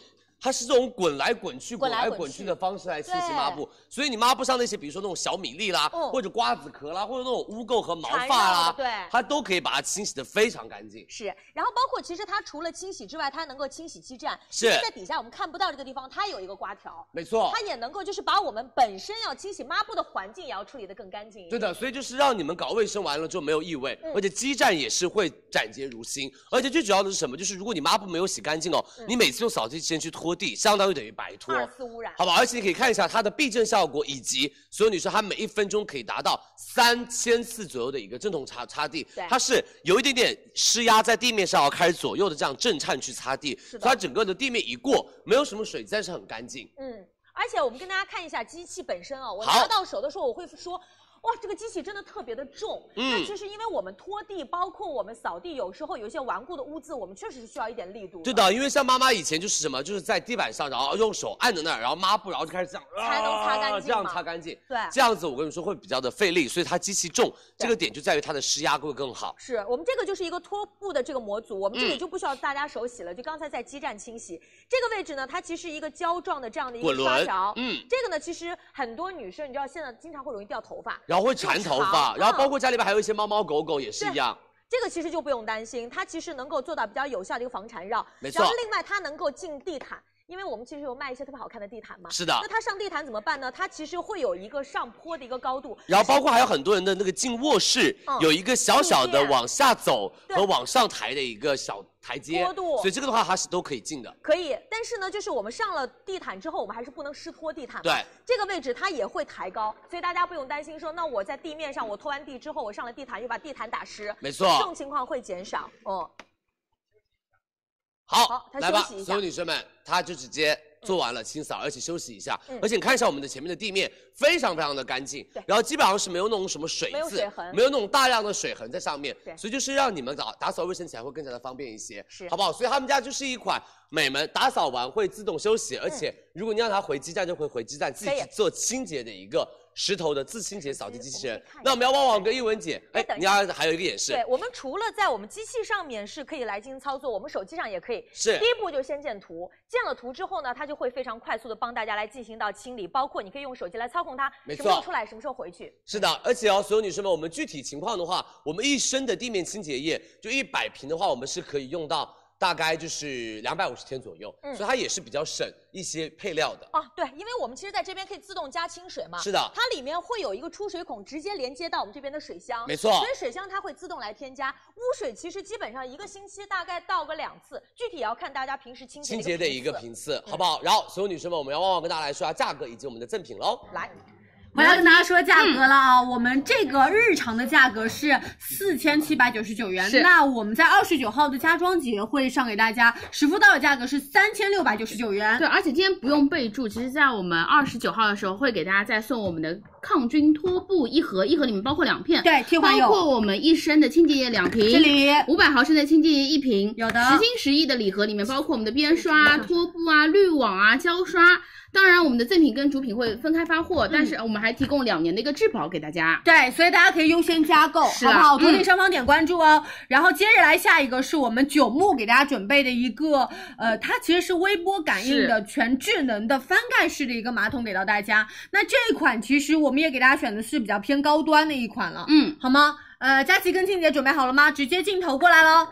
Speaker 8: 它是这种滚来滚去、滚
Speaker 12: 滚来
Speaker 8: 来
Speaker 12: 滚
Speaker 8: 滚去
Speaker 12: 去
Speaker 8: 的方式来清洗抹布，所以你抹布上那些，比如说那种小米粒啦，
Speaker 12: 嗯
Speaker 8: 或者瓜子壳啦，或者那种污垢和毛
Speaker 12: 缠
Speaker 8: 发啊
Speaker 12: 绕
Speaker 8: 啦，
Speaker 12: 的对
Speaker 8: 它都可以把它清洗的非常干净。
Speaker 12: 是，然后包括其实它除了清洗之外，它能够清洗基站，
Speaker 8: 是哦
Speaker 12: 因为在底下我们看不到这个地方，它有一个刮条，
Speaker 8: 没错
Speaker 12: 它，也能够就是把我们本身要清洗抹布的环境也要处理得更干净一
Speaker 8: 对
Speaker 12: 点。
Speaker 8: 的，所以就是让你们搞卫生完了之后没有异味，
Speaker 12: 嗯
Speaker 8: 而且基站也是会斩洁如新。而且最主要的是什么？就是如果你抹布没有洗干净哦，你每次用扫地机器人去拖地，相当于等于白拖。
Speaker 12: 嗯二次污染，
Speaker 8: 好吧，而且你可以看一下它的避震效果，以及所有女生她每一分钟可以达到三千次左右的一个震动擦擦地
Speaker 12: 对，
Speaker 8: 它是有一点点施压在地面上，开始左右的这样震颤去擦地，所
Speaker 12: 的
Speaker 8: 以它整个的地面一过，没有什么水，但是很干净。
Speaker 12: 嗯，而且我们跟大家看一下机器本身啊、我
Speaker 8: 好
Speaker 12: 拿到手的时候我会说。哇，这个机器真的特别的重。
Speaker 8: 嗯
Speaker 12: 那其实因为我们拖地，包括我们扫地，有时候有一些顽固的污渍，我们确实是需要一点力度。
Speaker 8: 对。的，因为像妈妈以前就是什么，就是在地板上，然后用手按着那儿，然后抹布，然后就开始这样，啊
Speaker 12: 才能擦干净嘛
Speaker 8: 这样擦干净。
Speaker 12: 对
Speaker 8: 这样子我跟你说会比较的费力，所以它机器重，这个点就在于它的施压会更好。
Speaker 12: 是我们这个就是一个拖布的这个模组，我们这里
Speaker 8: 嗯
Speaker 12: 就不需要大家手洗了，就刚才在基站清洗这个位置呢，它其实一个胶状的这样的一个
Speaker 8: 滚
Speaker 12: 刷
Speaker 8: 轮
Speaker 12: 条，，
Speaker 8: 嗯，
Speaker 12: 这个呢，其实很多女生你知道现在经常会容易掉头发，
Speaker 8: 然后会缠头发，
Speaker 12: 嗯
Speaker 8: 然后包括家里边还有一些猫猫狗狗也是一样。
Speaker 12: 这个其实就不用担心，它其实能够做到比较有效的一个防缠绕。
Speaker 8: 没错
Speaker 12: 然后另外它能够进地毯，因为我们其实有卖一些特别好看的地毯嘛。
Speaker 8: 是的啊
Speaker 12: 那它上地毯怎么办呢？它其实会有一个上坡的一个高度。
Speaker 8: 然后包括还有很多人的那个进卧室，
Speaker 12: 嗯
Speaker 8: 有一个小小的
Speaker 12: 路线
Speaker 8: 往下走
Speaker 12: 对
Speaker 8: 和往上抬的一个小台阶，
Speaker 12: 坡度
Speaker 8: 所以这个的话它是都可以进的。
Speaker 12: 可以，但是呢，就是我们上了地毯之后，我们还是不能湿拖地毯嘛。
Speaker 8: 对，
Speaker 12: 这个位置它也会抬高，所以大家不用担心说，那我在地面上我拖完地之后，我上了地毯又把地毯打湿，
Speaker 8: 没错
Speaker 12: 这种情况会减少。嗯，
Speaker 8: 好，
Speaker 12: 好他
Speaker 8: 来吧，
Speaker 12: 休息一下
Speaker 8: 所有女生们，她就直接做完了清扫，而且休息一下，
Speaker 12: 嗯
Speaker 8: 而且你看一下我们的前面的地面非常非常的干净
Speaker 12: 对，
Speaker 8: 然后基本上是没有那种什么水
Speaker 12: 没有
Speaker 8: 渍，
Speaker 12: 水痕
Speaker 8: 没有那种大量的水痕在上面，
Speaker 12: 对
Speaker 8: 所以就是让你们打打扫卫生起来会更加的方便一些，
Speaker 12: 是
Speaker 8: 好不好？所以他们家就是一款美门打扫完会自动休息，而且如果你让它回基站就会回基站自己
Speaker 12: 嗯可以
Speaker 8: 去做清洁的一个。石头的自清洁扫地机器人
Speaker 12: 我们可以看一下，
Speaker 8: 那我们要旺旺跟一文姐，
Speaker 12: 哎
Speaker 8: 哎
Speaker 12: 等，一
Speaker 8: 你
Speaker 12: 下
Speaker 8: 要还有一个演示
Speaker 12: 对，，我们除了在我们机器上面是可以来进行操作，我们手机上也可以。
Speaker 8: 是
Speaker 12: 第一步就是先建图，建了图之后呢，它就会非常快速的帮大家来进行到清理，包括你可以用手机来操控它，
Speaker 8: 没
Speaker 12: 什么时候
Speaker 8: 错
Speaker 12: 出来，什么时候回去。
Speaker 8: 是的，而且哦，所有女生们，我们具体情况的话，我们一升的地面清洁液就一百瓶的话，我们是可以用到大概就是两百五十天左右，
Speaker 12: 嗯
Speaker 8: 所以它也是比较省一些配料的。
Speaker 12: 哦，对，因为我们其实在这边可以自动加清水嘛，
Speaker 8: 是的
Speaker 12: 它里面会有一个出水孔，直接连接到我们这边的水箱，
Speaker 8: 没错
Speaker 12: 所以水箱它会自动来添加污水，其实基本上一个星期大概倒个两次，具体也要看大家平时清洁
Speaker 8: 清洁的一个
Speaker 12: 频
Speaker 8: 频次，好不好？然后所有女生们，我们要旺旺跟大家来说下价格以及我们的赠品喽。
Speaker 12: 次来。
Speaker 10: 我要跟大家说价格了啊，我们这个日常的价格是四千七百九十九元
Speaker 11: 是，
Speaker 10: 那我们在二十九号的家装节会上给大家实付到手价格是三千六百九十九元
Speaker 11: 对，。而且今天不用备注，其实在我们二十九号的时候会给大家再送我们的抗菌拖布一盒，一盒里面包括两片，
Speaker 10: 对，替换
Speaker 11: 包
Speaker 10: 有
Speaker 11: 括我们一升的清洁液两瓶，
Speaker 10: 这里
Speaker 11: 五百毫升的清洁液一瓶，
Speaker 10: 有的
Speaker 11: 十心十意的礼盒里面包括我们的边刷啊、拖布啊、滤网啊、胶刷。当然，我们的赠品跟主品会分开发货，但是我们还提供两年的一个质保给大家。
Speaker 10: 对，所以大家可以优先加购，
Speaker 11: 是
Speaker 10: 好
Speaker 11: 啊
Speaker 10: 不好？
Speaker 11: 嗯
Speaker 10: 头顶上方点关注哦。然后接着来下一个是我们九牧给大家准备的一个，呃，它其实是微波感应的全智能的翻盖式的一个马桶给到大家。那这一款其实我们也给大家选的是比较偏高端的一款了，
Speaker 11: 嗯，
Speaker 10: 好吗？呃，佳琪跟静姐准备好了吗？直接镜头过来喽。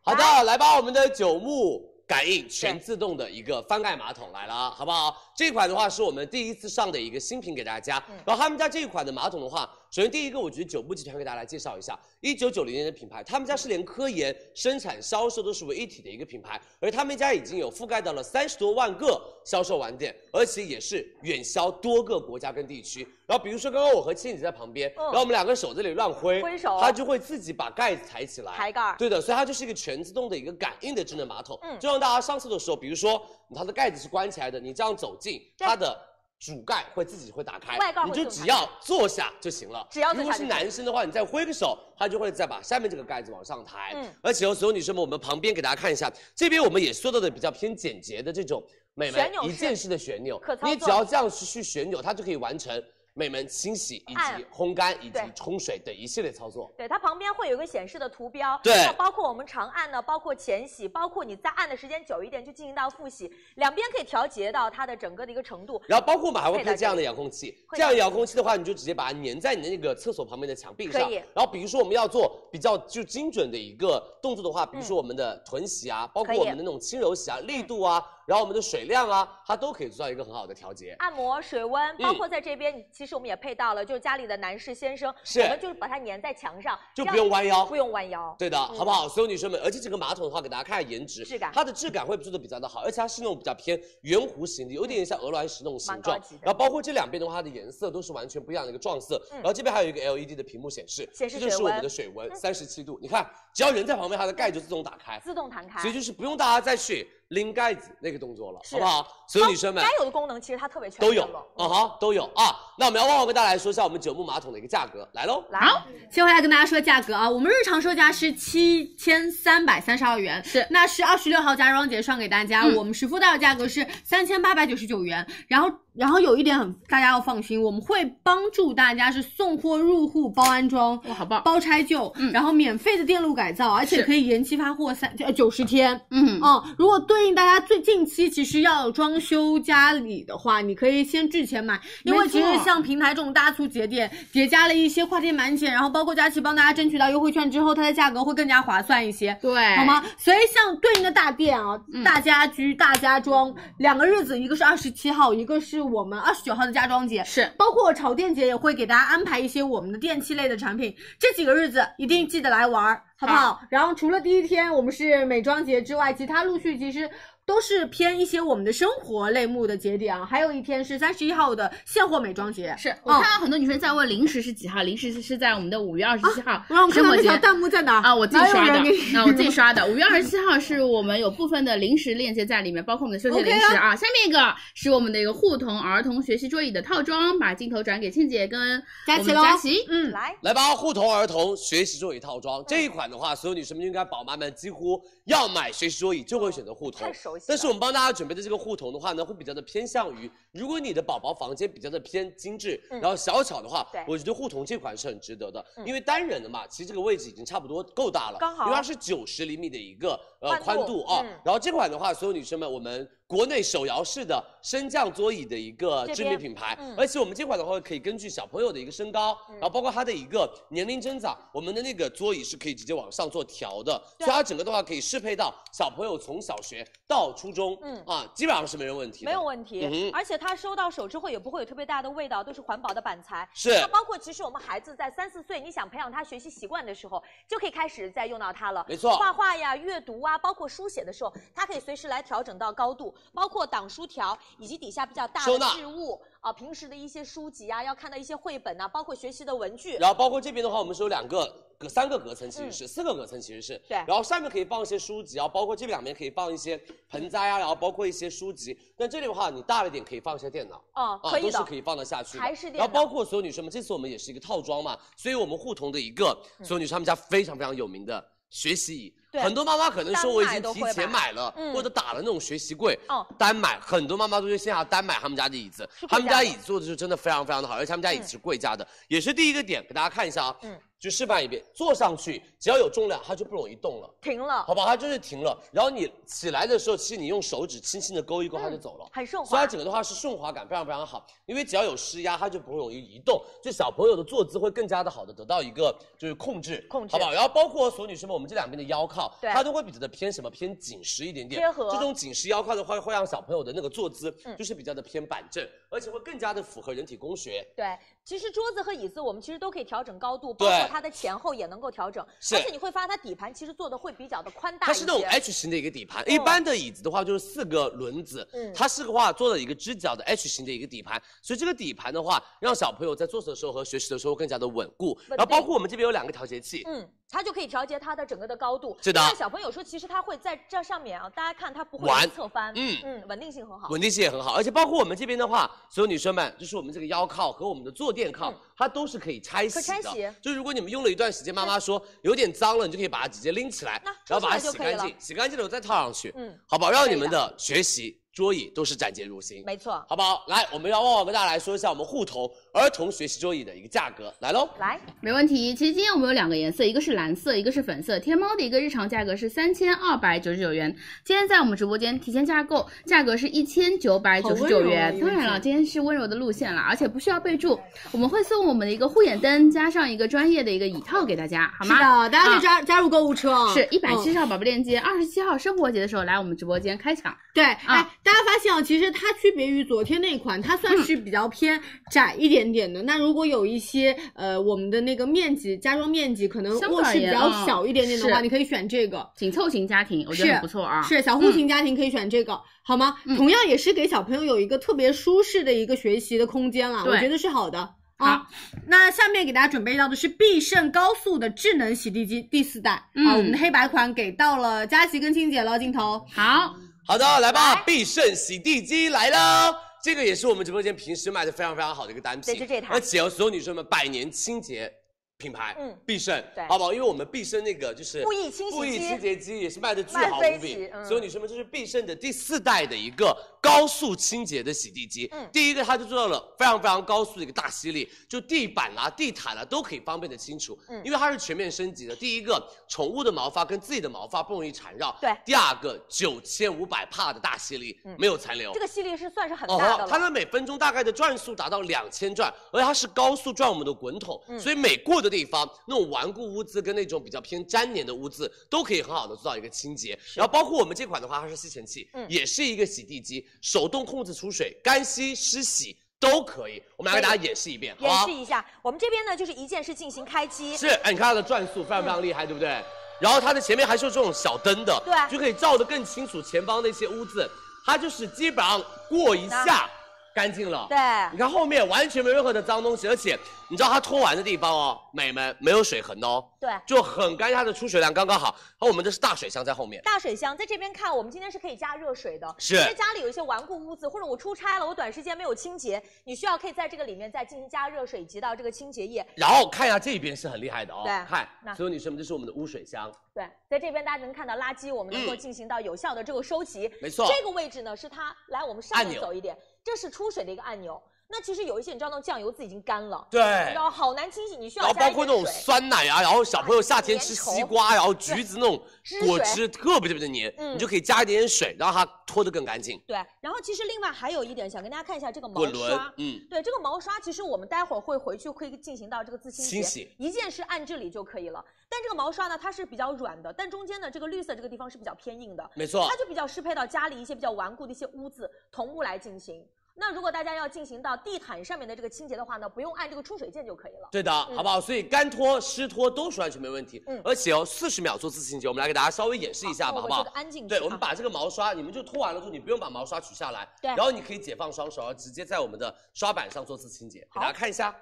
Speaker 8: 好的，来吧，我们的九牧感应全自动的一个翻盖马桶来了，啊好不好？这款的话是我们第一次上的一个新品给大家。
Speaker 12: 嗯
Speaker 8: 然后他们家这一款的马桶的话，首先第一个，我觉得九牧集团给大家来介绍一下，一九九零年的品牌，他们家是连科研、生产、销售都是为一体的一个品牌，而他们家已经有覆盖到了三十多万个销售网点，而且也是远销多个国家跟地区。然后比如说刚刚我和倩姐在旁边，
Speaker 12: 嗯
Speaker 8: 然后我们两个手这里乱挥，
Speaker 12: 挥手
Speaker 8: 它就会自己把盖子抬起来，
Speaker 12: 抬盖儿
Speaker 8: 对的，所以它就是一个全自动的一个感应的智能马桶，
Speaker 12: 嗯
Speaker 8: 就让大家上厕所的时候，比如说嗯它的盖子是关起来的，你这样走近，
Speaker 12: 对
Speaker 8: 它的主盖会自己会打开，
Speaker 12: 外盖会
Speaker 8: 你就
Speaker 12: 自动
Speaker 8: 只
Speaker 12: 打开
Speaker 8: 要坐下就行了。
Speaker 12: 只要坐
Speaker 8: 如果
Speaker 12: 下
Speaker 8: 是
Speaker 12: 就行
Speaker 8: 男生的话，你再挥个手，它就会再把下面这个盖子往上抬。
Speaker 12: 嗯
Speaker 8: 而且有所有女生们，我们旁边给大家看一下，这边我们也做到的比较偏简洁的这种美
Speaker 12: 旋
Speaker 8: 门
Speaker 12: 钮式
Speaker 8: 一键式的旋钮
Speaker 12: 可，操
Speaker 8: 你
Speaker 12: 作
Speaker 8: 只要这样去去旋钮，它就可以完成美门清洗以
Speaker 12: 按
Speaker 8: 及烘干以及
Speaker 12: 对
Speaker 8: 冲水等一系列操作。
Speaker 12: 对，它旁边会有一个显示的图标，
Speaker 8: 对
Speaker 12: 那包括我们长按呢，包括前洗，包括你再按的时间久一点就进行到复洗，两边可以调节到它的整个的一个程度。
Speaker 8: 然后包括我们还会
Speaker 12: 配
Speaker 8: 配
Speaker 12: 在
Speaker 8: 这样
Speaker 12: 这
Speaker 8: 的
Speaker 12: 里
Speaker 8: 遥控器，
Speaker 12: 会
Speaker 8: 这样的遥控器的话，你就直接把它粘在你的那个厕所旁边的墙壁上
Speaker 12: 可以。
Speaker 8: 然后比如说我们要做比较就精准的一个动作的话，比如说我们的臀洗啊，包括
Speaker 12: 嗯可以
Speaker 8: 我们的那种轻柔洗啊，力度啊，然后我们的水量啊，它都可以做到一个很好的调节。
Speaker 12: 按摩、水温，包
Speaker 8: 嗯
Speaker 12: 括在这边，其实我们也配到了，就是家里的男士先生，
Speaker 8: 是
Speaker 12: 我们就是把它粘在墙上，
Speaker 8: 就
Speaker 12: 这
Speaker 8: 不
Speaker 12: 样
Speaker 8: 用弯腰
Speaker 12: 不用弯腰。
Speaker 8: 对的，好不好？所有女生们，而且整个马桶的话，给大家看下颜值，
Speaker 12: 嗯质感
Speaker 8: 它的质感会做的比较的好，而且它是那种比较偏圆弧形的，有点像鹅卵石那种形状
Speaker 12: 蛮高级。的
Speaker 8: 然后包括这两边的话，它的颜色都是完全不一样的一个撞色。
Speaker 12: 嗯
Speaker 8: 然后这边还有一个 LED 的屏幕显示，
Speaker 12: 显示
Speaker 8: 这就是
Speaker 12: 水
Speaker 8: 我
Speaker 12: 温嗯
Speaker 8: 们的水温，三十七度。你看，只要人在旁边，它的盖就自动打开，
Speaker 12: 自动弹开
Speaker 8: 所以，就是不用大家再去拎盖子那个动作了，
Speaker 12: 是
Speaker 8: 好不好？所有女生们
Speaker 12: 该有的功能其实它特别全
Speaker 8: 都
Speaker 12: 面
Speaker 8: 有
Speaker 12: 了，
Speaker 8: 啊哈，都有啊。那我们要旺旺跟大家来说一下我们九牧马桶的一个价格，来喽。
Speaker 11: 好，
Speaker 6: 先回来跟大家说价格啊，我们日常售价是七千三百三十二元，
Speaker 11: 是
Speaker 6: 那是二十六号家装节算给大家，
Speaker 11: 嗯
Speaker 6: 我们实付到的价格是三千八百九十九元。然后，然后有一点很大家要放心，我们会帮助大家是送货入户、包安装、
Speaker 11: 哇，好棒，
Speaker 6: 包拆旧，
Speaker 11: 嗯
Speaker 6: 然后免费的电路改造，而且
Speaker 11: 是
Speaker 6: 可以延期发货三呃九十天。
Speaker 11: 嗯，
Speaker 6: 嗯，如果对应大家最近期其实要有装修家里的话，你可以先滞前买，因为
Speaker 11: 没
Speaker 6: 其实
Speaker 11: 错
Speaker 6: 像平台这种大促节点叠加了一些跨店满减，然后包括佳琦帮大家争取到优惠券之后，它的价格会更加划算一些。
Speaker 11: 对，
Speaker 6: 好？吗？所以像对应的大店啊，
Speaker 11: 嗯
Speaker 6: 大家居、大家装两个日子，一个是二十七号，一个是我们二十九号的家装节，
Speaker 11: 是
Speaker 6: 包括潮店节也会给大家安排一些我们的电器类的产品。这几个日子一定记得来玩儿，好不好？然后除了第一天我们是美妆节之外，其他陆续其实。都是偏一些我们的生活类目的节点啊，还有一天是三十一号的现货美妆节，
Speaker 11: 是我
Speaker 6: 嗯
Speaker 11: 看到很多女生在问零食是几号，零食是在我们的五月二十七
Speaker 6: 我
Speaker 11: 号
Speaker 6: 啊让我看
Speaker 11: 生
Speaker 6: 到
Speaker 11: 活
Speaker 6: 那
Speaker 11: 节
Speaker 6: 条弹幕在哪儿
Speaker 11: 啊，我自己刷
Speaker 6: 哪
Speaker 11: 的
Speaker 6: 有人给你，
Speaker 11: 啊，我自己刷
Speaker 6: (laughs)
Speaker 11: 的。五月二十七号是我们有部分的零食链接在里面，包括我们的休闲零食啊。下面一个是我们的一个护童儿童学习桌椅的套装，把镜头转给倩姐跟
Speaker 6: 佳
Speaker 11: 我
Speaker 6: 琪
Speaker 11: 们
Speaker 6: 喽
Speaker 11: 佳琪。
Speaker 6: 嗯，
Speaker 12: 来，
Speaker 8: 来吧，护童儿童学习座椅套
Speaker 12: 嗯
Speaker 8: 装这一款的话，所有女生们应该宝妈们几乎要买学习座椅就会选择护童
Speaker 12: 太。熟悉了。
Speaker 8: 但是我们帮大家准备的这个护童的话呢，会比较的偏向于，如果你的宝宝房间比较的偏精致，
Speaker 12: 嗯
Speaker 8: 然后小巧的话
Speaker 12: 对，
Speaker 8: 我觉得护童这款是很值得的，
Speaker 12: 嗯
Speaker 8: 因为单人的嘛，其实这个位置已经差不多够大了，
Speaker 12: 刚好
Speaker 8: 因为它是九十厘米的一个呃
Speaker 12: 宽
Speaker 8: 宽
Speaker 12: 度
Speaker 8: 度啊。
Speaker 12: 嗯
Speaker 8: 然后这款的话，所有女生们，我们国内手摇式的升降座椅的一个
Speaker 12: 这边
Speaker 8: 知名品牌，
Speaker 12: 嗯
Speaker 8: 而且我们这款的话可以根据小朋友的一个身高，
Speaker 12: 嗯
Speaker 8: 然后包括他的一个年龄增长，我们的那个座椅是可以直接往上做调的，
Speaker 12: 对
Speaker 8: 所以它整个的话可以适配到小朋友从小学到初中，
Speaker 12: 嗯
Speaker 8: 啊，基本上是没有问题的，
Speaker 12: 没有问题，
Speaker 8: 嗯哼
Speaker 12: 而且它收到手之后也不会有特别大的味道，都是环保的板材。
Speaker 8: 是
Speaker 12: 那包括其实我们孩子在三四岁，你想培养他学习习惯的时候，就可以开始在用到它了。
Speaker 8: 没错
Speaker 12: 画画呀、阅读啊，包括书写的时候，它可以随时来调整到高度，包括挡书条以及底下比较大
Speaker 8: 收
Speaker 12: 的
Speaker 8: 纳
Speaker 12: 置物啊，平时的一些书籍啊，要看到一些绘本呐、包括学习的文具。
Speaker 8: 然后包括这边的话，我们是有两个隔三个隔层，其实是、四个隔层，其实是
Speaker 12: 嗯对
Speaker 8: 然后上面可以放一些书籍，然后包括这边两边可以放一些盆栽啊，然后包括一些书籍。但这里的话，你大了一点可以放一些电脑。
Speaker 12: 嗯，
Speaker 8: 啊，
Speaker 12: 可以
Speaker 8: 都是
Speaker 12: 的
Speaker 8: 可。以放得下去的，
Speaker 12: 还是电
Speaker 8: 然后
Speaker 12: 脑
Speaker 8: 包括所有女生们，这次我们也是一个套装嘛，所以我们护童的一个所有女生她们家非常非常有名的学习椅，
Speaker 12: 嗯对
Speaker 8: 很多妈妈可能说我已经提前
Speaker 12: 单买
Speaker 8: 买了，
Speaker 12: 嗯
Speaker 8: 或者打了那种学习柜，
Speaker 12: 哦
Speaker 8: 单买，很多妈妈都去线下单买他们家的椅子
Speaker 12: 是，贵
Speaker 8: 他们
Speaker 12: 价
Speaker 8: 家
Speaker 12: 的
Speaker 8: 椅子做的是真的非常非常的好，而且他们家椅子是贵价的，也是第一个点给大家看一下啊，
Speaker 12: 嗯
Speaker 8: 就示范一遍，坐上去只要有重量，它就不容易动了。
Speaker 12: 停了，
Speaker 8: 好吧，它就是停了，然后你起来的时候，其实你用手指轻轻的勾一勾，它
Speaker 12: 嗯
Speaker 8: 就走了。
Speaker 12: 很顺
Speaker 8: 所以它
Speaker 12: 滑。
Speaker 8: 整个的话是顺滑感非常非常好，因为只要有施压，它就不会容易移动，就小朋友的坐姿会更加的好的得到一个就是控制，
Speaker 12: 控制
Speaker 8: 好不好？然后包括所有女生们，我们这两边的腰靠，
Speaker 12: 对
Speaker 8: 它都会比较的偏什么偏紧实一点点，
Speaker 12: 贴合
Speaker 8: 这种紧实腰靠的话，会让小朋友的那个坐姿
Speaker 12: 嗯
Speaker 8: 就是比较的偏板正，而且会更加的符合人体工学。
Speaker 12: 对，其实桌子和椅子我们其实都可以调整高度，包括
Speaker 8: 对
Speaker 12: 它的前后也能够调整。
Speaker 8: 是
Speaker 12: 而且你会发现它底盘其实做的会比较的宽大哦
Speaker 8: 它
Speaker 12: 一
Speaker 8: 是
Speaker 12: 些。
Speaker 8: 那种哎 H 型的一个底盘，一般的椅子的话就是四个轮子，
Speaker 12: 嗯
Speaker 8: 它是的话做了一个支脚的 H 型的一个底盘，所以这个底盘的话，让小朋友在做事的时候和学习的时候更加的稳固。
Speaker 12: 定
Speaker 8: 然后包括我们这边有两个调节器，
Speaker 12: 嗯，它就可以调节它的整个的高度。
Speaker 8: 是的
Speaker 12: 因为小朋友说，其实他会在这上面啊，大家看他不会
Speaker 8: 玩
Speaker 12: 侧翻，
Speaker 8: 嗯
Speaker 12: 嗯，稳定性很好。
Speaker 8: 稳定性也很好，而且包括我们这边的话，所有女生们，就是我们这个腰靠和我们的坐垫靠，
Speaker 12: 嗯
Speaker 8: 它都是可以拆洗
Speaker 12: 可
Speaker 8: 的。
Speaker 12: 拆洗
Speaker 8: 就如果你们用了一段时间，妈妈说有点脏了，你就可以把它直接拎起来
Speaker 12: 那，
Speaker 8: 然后把它
Speaker 12: 抽
Speaker 8: 洗
Speaker 12: 出来就可以
Speaker 8: 干
Speaker 12: 了
Speaker 8: 净，洗干净了再套上去，
Speaker 12: 嗯，
Speaker 8: 好不好？让
Speaker 12: 可以
Speaker 8: 你们
Speaker 12: 的
Speaker 8: 的学习桌椅都是展现如新。
Speaker 12: 没错。
Speaker 8: 好不好？来，我们要旺旺跟大家来说一下我们护童儿童学习桌椅的一个价格，来喽。
Speaker 12: 来，
Speaker 11: 没问题。其实今天我们有两个颜色，一个是蓝色，一个是粉色。天猫的一个日常价格是三千二百九十九元，今天在我们直播间提前加购，价格是一千九百九十九元。当然了，今天是温柔的路线了，而且不需要备注，我们会送我们的一个护眼灯，加上一个专业的一个椅套给大家，好
Speaker 6: 是
Speaker 11: 吗？
Speaker 6: 的，大家可以
Speaker 11: 啊
Speaker 6: 加、加入购物车啊，
Speaker 11: 是一百
Speaker 6: 嗯
Speaker 11: 七十号宝贝链接，二十七号生活节的时候来我们直播间开抢。
Speaker 6: 对，哎，大家发现啊，其实它区别于昨天那一款，它
Speaker 11: 嗯
Speaker 6: 算是比较偏窄一点点的。那如果有一些呃，我们的那个面积，家装面积可能
Speaker 11: 相对
Speaker 6: 卧
Speaker 11: 而
Speaker 6: 室比
Speaker 11: 言
Speaker 6: 较
Speaker 11: 啊
Speaker 6: 小一点点的话，
Speaker 11: 是
Speaker 6: 你可以选这个。
Speaker 11: 紧凑型家庭，我觉
Speaker 6: 是
Speaker 11: 得很不错啊。
Speaker 6: 是小户型家庭可以选这个，好吗？
Speaker 11: 嗯
Speaker 6: 同样也是给小朋友有一个特别舒适的一个学习的空间啦，
Speaker 11: 对
Speaker 6: 我觉得是好的。啊，那下面给大家准备到的是必胜高速的智能洗地机第四代、
Speaker 11: 嗯 (laughs)
Speaker 6: 啊，我们的黑白款给到了佳琪跟青姐了，镜头。
Speaker 11: 好，
Speaker 8: 好的，来吧，必胜洗地机来喽！这个也是我们直播间平时卖的非常非常好的一个单品，
Speaker 12: 对就这台
Speaker 8: 而且哦，所有女生们百年清洁品牌，
Speaker 12: 嗯
Speaker 8: 嗯，必胜，
Speaker 12: 对
Speaker 8: 好不好？因为我们必胜那个就是
Speaker 12: 布艺清洗机
Speaker 8: 布艺清洁机也是卖的巨
Speaker 12: 卖
Speaker 8: 好
Speaker 12: 飞
Speaker 8: 无比
Speaker 12: 起，嗯
Speaker 8: 所有女生们，这是必胜的第四代的一个高速清洁的洗地机，
Speaker 12: 嗯
Speaker 8: 第一个它就做到了非常非常高速的一个大吸力，就地板啦、地毯啊啦都可以方便的清除，
Speaker 12: 嗯
Speaker 8: 因为它是全面升级的，第一个宠物的毛发跟自己的毛发不容易缠绕，
Speaker 12: 对
Speaker 8: 第二个九千五百帕的大吸力，
Speaker 12: 嗯
Speaker 8: 没有残留。
Speaker 12: 这个吸力是算是很
Speaker 8: 哦，
Speaker 12: 大的
Speaker 8: 它
Speaker 12: 了。
Speaker 8: 的每分钟大概的转速达到两千转，而且它是高速转我们的滚筒，
Speaker 12: 嗯
Speaker 8: 所以每过的地方，那种顽固污渍跟那种比较偏粘黏的污渍，都可以很好的做到一个清洁。然后包括我们这款的话，它是吸尘器，
Speaker 12: 嗯
Speaker 8: 也是一个洗地机，手动控制出水，干吸、湿洗都可以。我们来给大家演示一遍，好
Speaker 12: 演
Speaker 8: 吧
Speaker 12: 示？一下，我们这边呢就是一键式进行开机，
Speaker 8: 是，哎，你看它的转速非常非常厉害，对不对？然后它的前面还是有这种小灯的，
Speaker 12: 对
Speaker 8: 就可以照得更清楚前方那些污渍。它就是基本上过一下干净了，
Speaker 12: 对，
Speaker 8: 你看后面完全没有任何的脏东西，而且你知道它拖完的地方哦，美们没有水痕的哦，
Speaker 12: 对
Speaker 8: 就很干净，它的出水量刚刚好。然后我们的是大水箱在后面，
Speaker 12: 大水箱在这边看，我们今天是可以加热水的。
Speaker 8: 是
Speaker 12: 因为家里有一些顽固污渍，或者我出差了，我短时间没有清洁，你需要可以在这个里面再进行加热水，以及到这个清洁液。
Speaker 8: 然后看一下这边是很厉害的哦，
Speaker 12: 对
Speaker 8: 看
Speaker 12: 那
Speaker 8: 所有女生们，这是我们的污水箱，
Speaker 12: 对，在这边大家能看到垃圾，我们能够
Speaker 8: 嗯
Speaker 12: 进行到有效的这个收集。
Speaker 8: 没错
Speaker 12: 这个位置呢是它来我们上
Speaker 8: 按
Speaker 12: 面
Speaker 8: 钮
Speaker 12: 走一点，这是出水的一个按钮。那其实有一些你知道那种酱油渍已经干了，
Speaker 8: 对
Speaker 12: 你知道好难清洗，你需
Speaker 8: 然
Speaker 12: 要
Speaker 8: 后
Speaker 12: 加
Speaker 8: 包
Speaker 12: 一
Speaker 8: 括
Speaker 12: 点
Speaker 8: 那种
Speaker 12: 水。
Speaker 8: 酸奶啊，然后小朋友夏天
Speaker 12: 粘稠
Speaker 8: 吃西瓜，啊然后橘子那种
Speaker 12: 汁水
Speaker 8: 果汁特别特别的黏，
Speaker 12: 嗯
Speaker 8: 你就可以加一点点水，让它拖得更干净。
Speaker 12: 对，然后其实另外还有一点想跟大家看一下这个毛
Speaker 8: 滚轮
Speaker 12: 刷，，
Speaker 8: 嗯，
Speaker 12: 对这个毛刷，其实我们待会儿会回去会进行到这个自清洁，
Speaker 8: 清洗
Speaker 12: 一键式按这里就可以了。但这个毛刷呢，它是比较软的，但中间的这个绿色这个地方是比较偏硬的，
Speaker 8: 没错
Speaker 12: 它，就比较适配到家里一些比较顽固的一些污渍，同步来进行。那如果大家要进行到地毯上面的这个清洁的话呢，不用按这个出水键就可以了。
Speaker 8: 对的，好不好？所以干拖、湿拖都是完全没问题。
Speaker 12: 嗯
Speaker 8: 而且哦，四十秒做自清洁，我们来给大家稍微演示一下吧，
Speaker 12: 那
Speaker 8: 好
Speaker 12: 啊
Speaker 8: 不
Speaker 12: 我们
Speaker 8: 好
Speaker 12: 就？安静去
Speaker 8: 对，我
Speaker 12: 啊
Speaker 8: 们把这个毛刷，你们就拖完了之后，你不用把毛刷取下来，
Speaker 12: 对
Speaker 8: 然后你可以解放双手，然后直接在我们的刷板上做自清洁，给
Speaker 12: 好
Speaker 8: 大家看一下，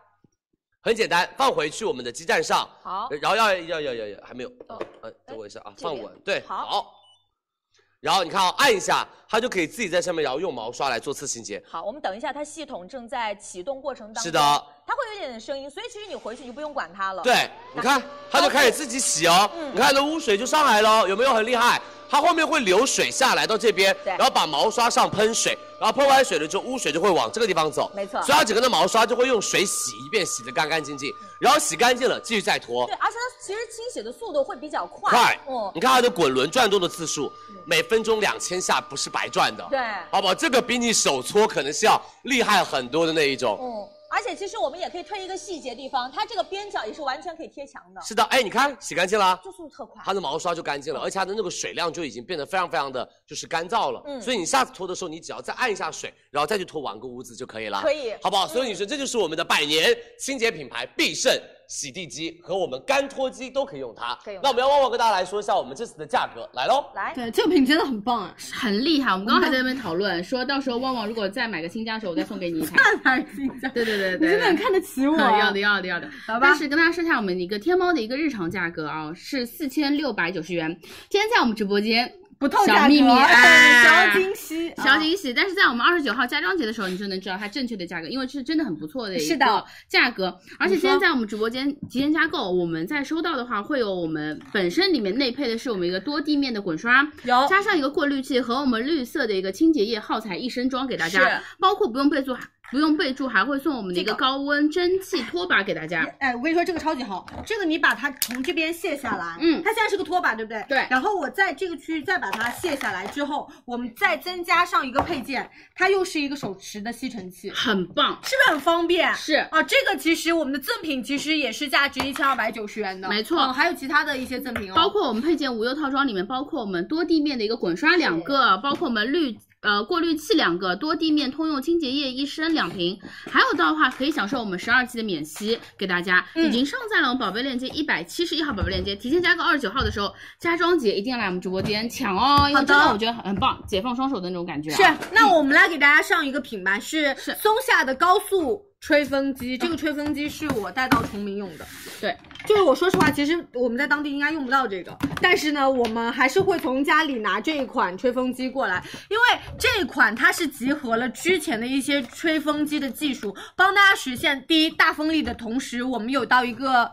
Speaker 8: 很简单，放回去我们的基站上，
Speaker 12: 好哦哎
Speaker 8: 然后要要要要要还没有，呃呃，等我一下啊，
Speaker 12: 这
Speaker 8: 放
Speaker 12: 边
Speaker 8: 稳，对，
Speaker 12: 好
Speaker 8: 然后你看啊、按一下，它就可以自己在上面，然后用毛刷来做次清洁。
Speaker 12: 好，我们等一下，它系统正在启动过程当中，
Speaker 8: 是的
Speaker 12: 它会有一点点声音，所以其实你回去你就不用管它了。
Speaker 8: 对，你看，它就开始自己洗哦。
Speaker 12: 嗯
Speaker 8: 你看它的污水就上来了哦，有没有很厉害？它后面会流水下来到这边，
Speaker 12: 对
Speaker 8: 然后把毛刷上喷水，然后喷完水了之后，污水就会往这个地方走。
Speaker 12: 没错
Speaker 8: 所以它整个的毛刷就会用水洗一遍，洗得干干净净，然后洗干净了继续再拖
Speaker 12: 对，。而且它其实清洗的速度会比较快。
Speaker 8: 快，
Speaker 12: 嗯
Speaker 8: 你，看它的滚轮转动的次数，每分钟两千下，不是白转的。
Speaker 12: 对，
Speaker 8: 好不好？这个比你手搓可能是要厉害很多的那一种。
Speaker 12: 嗯，而且其实我们也可以推一个细节地方，它这个边角也是完全可以贴墙的，
Speaker 8: 是的，哎，你看洗干净了啊。
Speaker 12: 就速度特快。
Speaker 8: 它的毛刷就干净了，
Speaker 12: 嗯
Speaker 8: 而且它的那个水量就已经变得非常非常的就是干燥了。
Speaker 12: 嗯
Speaker 8: 所以你下次拖的时候，你只要再按一下水，然后再去拖完个污渍就可以了，
Speaker 12: 可以嗯
Speaker 8: 好不好？所以女生，这就是我们的百年清洁品牌必胜洗地机和我们干拖机都可以用它。
Speaker 12: 可以用
Speaker 8: 那
Speaker 12: 它
Speaker 8: 我们要旺旺跟大家来说一下我们这次的价格，来喽。
Speaker 12: 来，
Speaker 10: 对，这个品真的很棒哎，
Speaker 11: 很厉害。我们刚刚还在那边讨论，说到时候旺旺如果再买个新家的时候，我再送给你一台。对对对对，
Speaker 10: 你真的很看得起
Speaker 6: 啊
Speaker 10: 我。
Speaker 11: 嗯要的要的要的，
Speaker 10: 好吧
Speaker 11: 但是跟大家说一下，我们一个天猫的一个日常价格啊、是四千六百九十元。今天在我们直播间
Speaker 10: 不透
Speaker 11: 小
Speaker 10: 价格，
Speaker 11: 秘密哎
Speaker 10: 小惊喜，啊
Speaker 11: 小惊喜，但是在我们二十九号家装节的时候，你就能知道它正确的价格，因为是真的很不错的一
Speaker 10: 是
Speaker 11: 个
Speaker 10: 的
Speaker 11: 价格。而且
Speaker 10: 你
Speaker 11: 今
Speaker 10: 说
Speaker 11: 天在我们直播间极限加购，我们在收到的话会有我们本身里面内配的是我们一个多地面的滚刷，
Speaker 10: 有
Speaker 11: 加上一个过滤器和我们绿色的一个清洁液耗材一身装给大
Speaker 10: 是
Speaker 11: 家，包括不用备注，不用备注还会送我们的一个
Speaker 10: 这个
Speaker 11: 高温蒸汽拖把给大家。
Speaker 10: 哎，我跟你说，这个超级好，这个你把它从这边卸下来，
Speaker 11: 嗯
Speaker 10: 它现在是个拖把，对不对？
Speaker 11: 对
Speaker 10: 然后我在这个区域再把它卸下来之后，我们再增加上一个配件，它又是一个手持的吸尘器，是
Speaker 11: 很棒，
Speaker 10: 不是很方便？
Speaker 11: 是
Speaker 10: 啊，这个其实我们的赠品其实也是价值一千二百九十元的，
Speaker 11: 没错
Speaker 10: 嗯还有其他的一些赠品哦，
Speaker 11: 包括我们配件无忧套装里面，包括我们多地面的一个滚刷两个，包括我们滤呃过滤器两个，多地面通用清洁液一升两瓶，还有的话可以享受我们十二期的免息给大家，
Speaker 10: 嗯
Speaker 11: 已经上在了我们宝贝链接一百七十一号宝贝链接，提前加购二十九号的时候，家装节一定要来我们直播间抢哦，因为
Speaker 10: 好的
Speaker 11: 真的我觉得很棒，解放双手的那种感觉、啊。
Speaker 10: 是，那我们来给大家上一个品吧，是
Speaker 11: 是嗯
Speaker 10: 松下的高速吹风机。这个吹风机是我带到崇明用的，
Speaker 11: 对，
Speaker 6: 就是我说实话，其实我们在当地应该用不到这个，但是呢，我们还是会从家里拿这一款吹风机过来，因为这一款它是集合了之前的一些吹风机的技术，帮大家实现第一大风力的同时，我们有到一个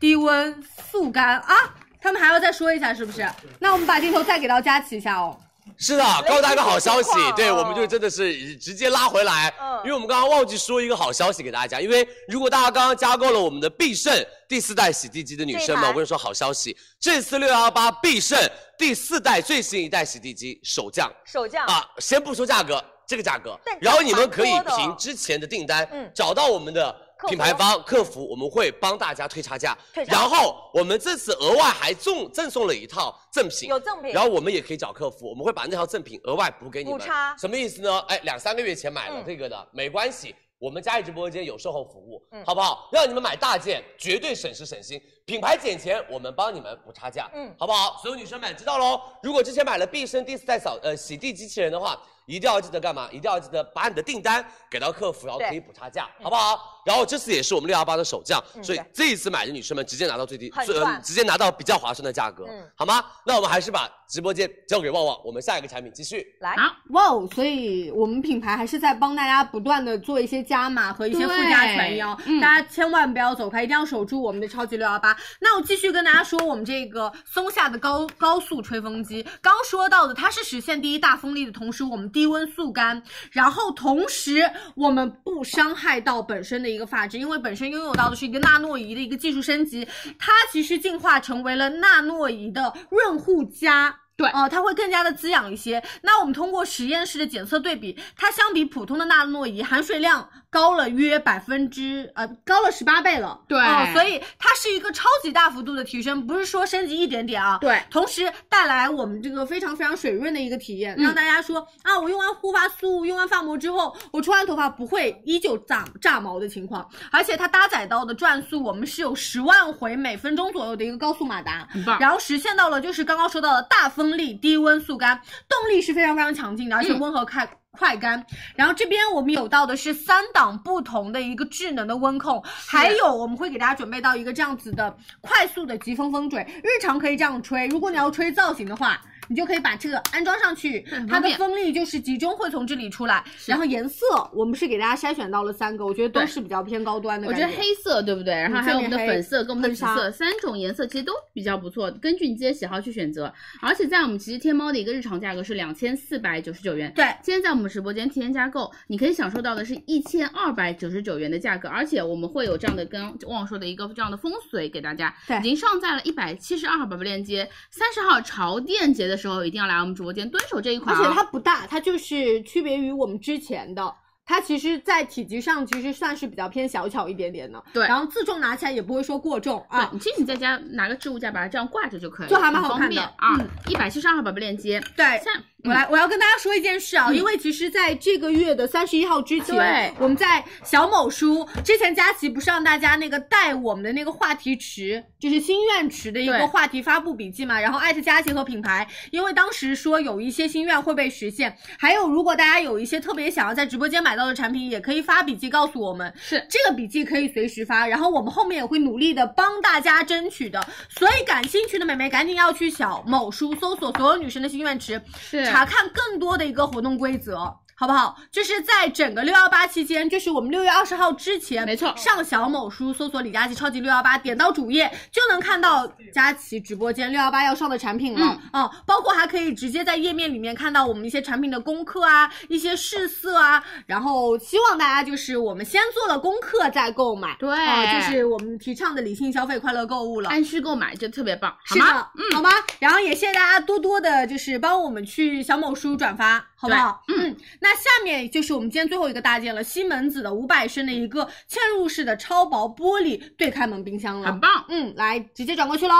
Speaker 6: 低温速干啊。他们还要再说一下是不是？那我们把镜头再给到佳琪一下哦。
Speaker 8: 是的，告诉大家一个好消息
Speaker 12: 情况，
Speaker 8: 对
Speaker 12: 哦
Speaker 8: 我们就真的是直接拉回来，
Speaker 12: 嗯
Speaker 8: 因为我们刚刚忘记说一个好消息给大家，因为如果大家刚刚加购了我们的必胜第四代洗地机的女生
Speaker 12: 这一
Speaker 8: 们，
Speaker 12: 台
Speaker 8: 我跟你说好消息，这次六幺八必胜第四代最新一代洗地机首降
Speaker 12: 手匠
Speaker 8: 啊，先不说价格，这个价格
Speaker 12: 嗯但，
Speaker 8: 然后你们
Speaker 12: 蛮
Speaker 8: 可
Speaker 12: 多
Speaker 8: 以
Speaker 12: 的哦
Speaker 8: 凭之前的订单，
Speaker 12: 嗯
Speaker 8: 找到我们的
Speaker 12: 客服
Speaker 8: 品牌方客服，我们会帮大家退差价，
Speaker 12: 退差价
Speaker 8: 然后我们这次额外还赠赠送了一套赠品，
Speaker 12: 有赠品
Speaker 8: 然后。然后我们也可以找客服，我们会把那套赠品额外补给你们。
Speaker 12: 补差
Speaker 8: 什么意思呢？哎，两三个月前买了
Speaker 12: 嗯
Speaker 8: 这个的、没关系，我们佳怡直播间有售后服务，
Speaker 12: 嗯
Speaker 8: 好不好？让你们买大件，绝对省时省心，品牌减钱，我们帮你们补差价，
Speaker 12: 嗯
Speaker 8: 好不好？所有女生们知道喽。如果之前买了必胜第四代扫呃洗地机器人的话，一定要记得干嘛？一定要记得把你的订单给到客服，然后
Speaker 12: 对
Speaker 8: 可以补差价，好不好？然后这次也是我们六幺八的首降，
Speaker 12: 嗯
Speaker 8: 所以
Speaker 12: 对
Speaker 8: 这一次买的女生们直接拿到最低，
Speaker 12: 很
Speaker 8: 最呃
Speaker 12: 赚
Speaker 8: 直接拿到比较划算的价格，
Speaker 12: 嗯
Speaker 8: 好吗？那我们还是把直播间交给旺旺，我们下一个产品继续。
Speaker 12: 来，
Speaker 11: 好
Speaker 6: 哇哦！所以我们品牌还是在帮大家不断的做一些加码和一些附加传腰，
Speaker 11: 对嗯
Speaker 6: 大家千万不要走开，一定要守住我们的超级六幺八。那我继续跟大家说我们这个松下的高高速吹风机，刚说到的，它是实现第一大风力的同时，我们低温速干，然后同时我们不伤害到本身的一个发质，因为本身拥有到的是一个纳诺仪的一个技术升级，它其实进化成为了纳诺仪的润护加。
Speaker 11: 对
Speaker 6: 哦、它会更加的滋养一些。那我们通过实验室的检测对比，它相比普通的纳诺仪含水量高了约百分之呃高了十八倍了。
Speaker 11: 对
Speaker 6: 哦、所以它是一个超级大幅度的提升，不是说升级一点点啊。
Speaker 11: 对，
Speaker 6: 同时带来我们这个非常非常水润的一个体验，
Speaker 11: 嗯
Speaker 6: 让大家说啊，我用完护发素、用完发膜之后，我吹完头发不会依旧炸炸毛的情况。而且它搭载到的转速，我们是有十万回每分钟左右的一个高速马达，
Speaker 11: 很棒
Speaker 6: 然后实现到了就是刚刚说到的大风力、低温速干，动力是非常非常强劲的，而且
Speaker 11: 嗯
Speaker 6: 温和快。快干，然后这边我们有到的是三档不同的一个智能的温控，还有我们会给大家准备到一个这样子的快速的疾风风嘴，日常可以这样吹。如果你要吹造型的话，你就可以把这个安装上去
Speaker 11: 很，
Speaker 6: 它
Speaker 11: 方
Speaker 6: 的
Speaker 11: 便
Speaker 6: 风力就是集中会从这里出来。然后颜色我们是给大家筛选到了三个，我觉得都
Speaker 11: 对
Speaker 6: 是比较偏高端的
Speaker 11: 我
Speaker 6: 感
Speaker 11: 觉
Speaker 6: 觉。嗯
Speaker 11: 得黑色对不对？然后还有我们的粉色跟我们的紫
Speaker 6: 黑
Speaker 11: 色三种颜色其实都比较不错，根据你自己的喜好去选择。而且在我们其实天猫的一个日常价格是两千四百九十九元，
Speaker 6: 对，
Speaker 11: 今天在我们直播间提前加购，你可以享受到的是一千二百九十九元的价格，而且我们会有这样的跟旺旺说的一个这样的风随给大家，
Speaker 6: 对
Speaker 11: 已经上在了一百七十二号宝贝链接，三十号潮店节的时候一定要来我们直播间蹲守这一
Speaker 6: 而
Speaker 11: 款、啊，
Speaker 6: 且它不大，它就是区别于我们之前的。它其实，在体积上其实算是比较偏小巧一点点的，
Speaker 11: 对
Speaker 6: 然后自重拿起来也不会说过重啊
Speaker 11: 啊，，其实你在家拿个置物架把它这样挂着就可以了，
Speaker 6: 就还蛮好
Speaker 11: 很
Speaker 6: 看的
Speaker 11: 方便啊。一百七十二号宝贝链接，
Speaker 6: 对，
Speaker 11: 像
Speaker 6: 我来，我要跟大家说一件事啊，因为其实在这个月的三十一号之前
Speaker 11: 嗯对，
Speaker 6: 我们在小某书之前，佳琪不是让大家那个带我们的那个话题池，就是心愿池的一个
Speaker 11: 对
Speaker 6: 话题发布笔记嘛，然后艾特佳琪和品牌，因为当时说有一些心愿会被实现，还有如果大家有一些特别想要在直播间买到的产品，也可以发笔记告诉我们，
Speaker 11: 是
Speaker 6: 这个笔记可以随时发，然后我们后面也会努力的帮大家争取的。所以感兴趣的美眉赶紧要去小某书搜索所有女生的心愿池，
Speaker 11: 是
Speaker 6: 查看更多的一个活动规则。好不好？就是在整个六幺八期间，就是我们六月二十号之前，
Speaker 11: 没错
Speaker 6: 上小某书搜索李佳琦超级六幺八，点到主页就能看到佳琦直播间六幺八要上的产品了。
Speaker 11: 嗯
Speaker 6: 啊，包括还可以直接在页面里面看到我们一些产品的功课啊，一些试色啊。然后希望大家就是我们先做了功课再购买，
Speaker 11: 对
Speaker 6: 啊，就是我们提倡的理性消费、快乐购物了。
Speaker 11: 按需购买，这特别棒，好
Speaker 6: 是
Speaker 11: 吗？
Speaker 6: 的，嗯，好吗？然后也谢谢大家多多的，就是帮我们去小某书转发，好不好？嗯，那下面就是我们今天最后一个大件了，西门子的五百升的一个嵌入式的超薄玻璃对开门冰箱了
Speaker 11: 很。棒，
Speaker 6: 嗯，来直接转过去喽。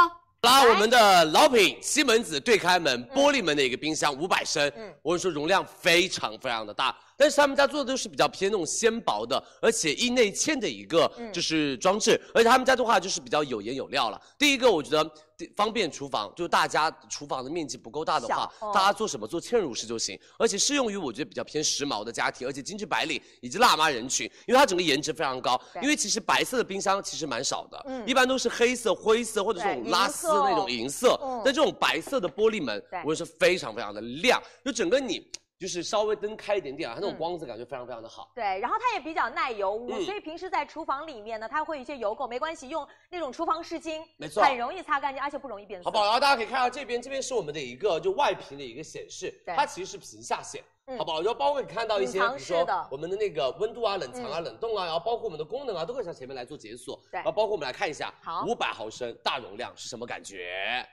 Speaker 8: 拉我们的老品西门子对开门玻璃门的一个冰箱五百升，
Speaker 12: 嗯
Speaker 8: 我跟你说容量非常非常的大，但是他们家做的都是比较偏那种纤薄的，而且一内嵌的一个
Speaker 12: 嗯
Speaker 8: 就是装置，而且他们家的话就是比较有颜有料了。第一个我觉得第方便厨房，就是大家厨房的面积不够大的话，
Speaker 12: 小哦
Speaker 8: 大家做什么做嵌入式就行，而且适用于我觉得比较偏时髦的家庭，而且精致白领以及辣妈人群，因为它整个颜值非常高。
Speaker 12: 对
Speaker 8: 因为其实白色的冰箱其实蛮少的，
Speaker 12: 嗯
Speaker 8: 一般都是黑色、灰色或者这
Speaker 12: 对
Speaker 8: 种
Speaker 12: 银
Speaker 8: 拉丝
Speaker 12: 色
Speaker 8: 那种银色，
Speaker 12: 嗯
Speaker 8: 但这种白色的玻璃门
Speaker 12: 对，
Speaker 8: 我觉得是非常非常的亮，就整个你就是稍微灯开一点点啊，它那种
Speaker 12: 嗯
Speaker 8: 光泽感觉非常非常的好。
Speaker 12: 对，然后它也比较耐油污，
Speaker 8: 嗯
Speaker 12: 所以平时在厨房里面呢，它会有一些油垢，没关系，用那种厨房湿巾，
Speaker 8: 没错
Speaker 12: 很容易擦干净，而且不容易变色。
Speaker 8: 好不好？然后大家可以看到这边，这边是我们的一个就外屏的一个显示，
Speaker 12: 对
Speaker 8: 它其实是屏下显，
Speaker 12: 嗯
Speaker 8: 好不好？然后包括你看到一些，
Speaker 12: 隐
Speaker 8: 比
Speaker 12: 藏
Speaker 8: 如
Speaker 12: 式
Speaker 8: 说
Speaker 12: 的嗯
Speaker 8: 我们的那个温度啊、冷藏啊、冷冻啊，然后包括我们的功能啊，都可以向前面来做解锁。
Speaker 12: 对
Speaker 8: 然后包括我们来看一下，
Speaker 12: 好
Speaker 8: 五百毫升大容量是什么感觉？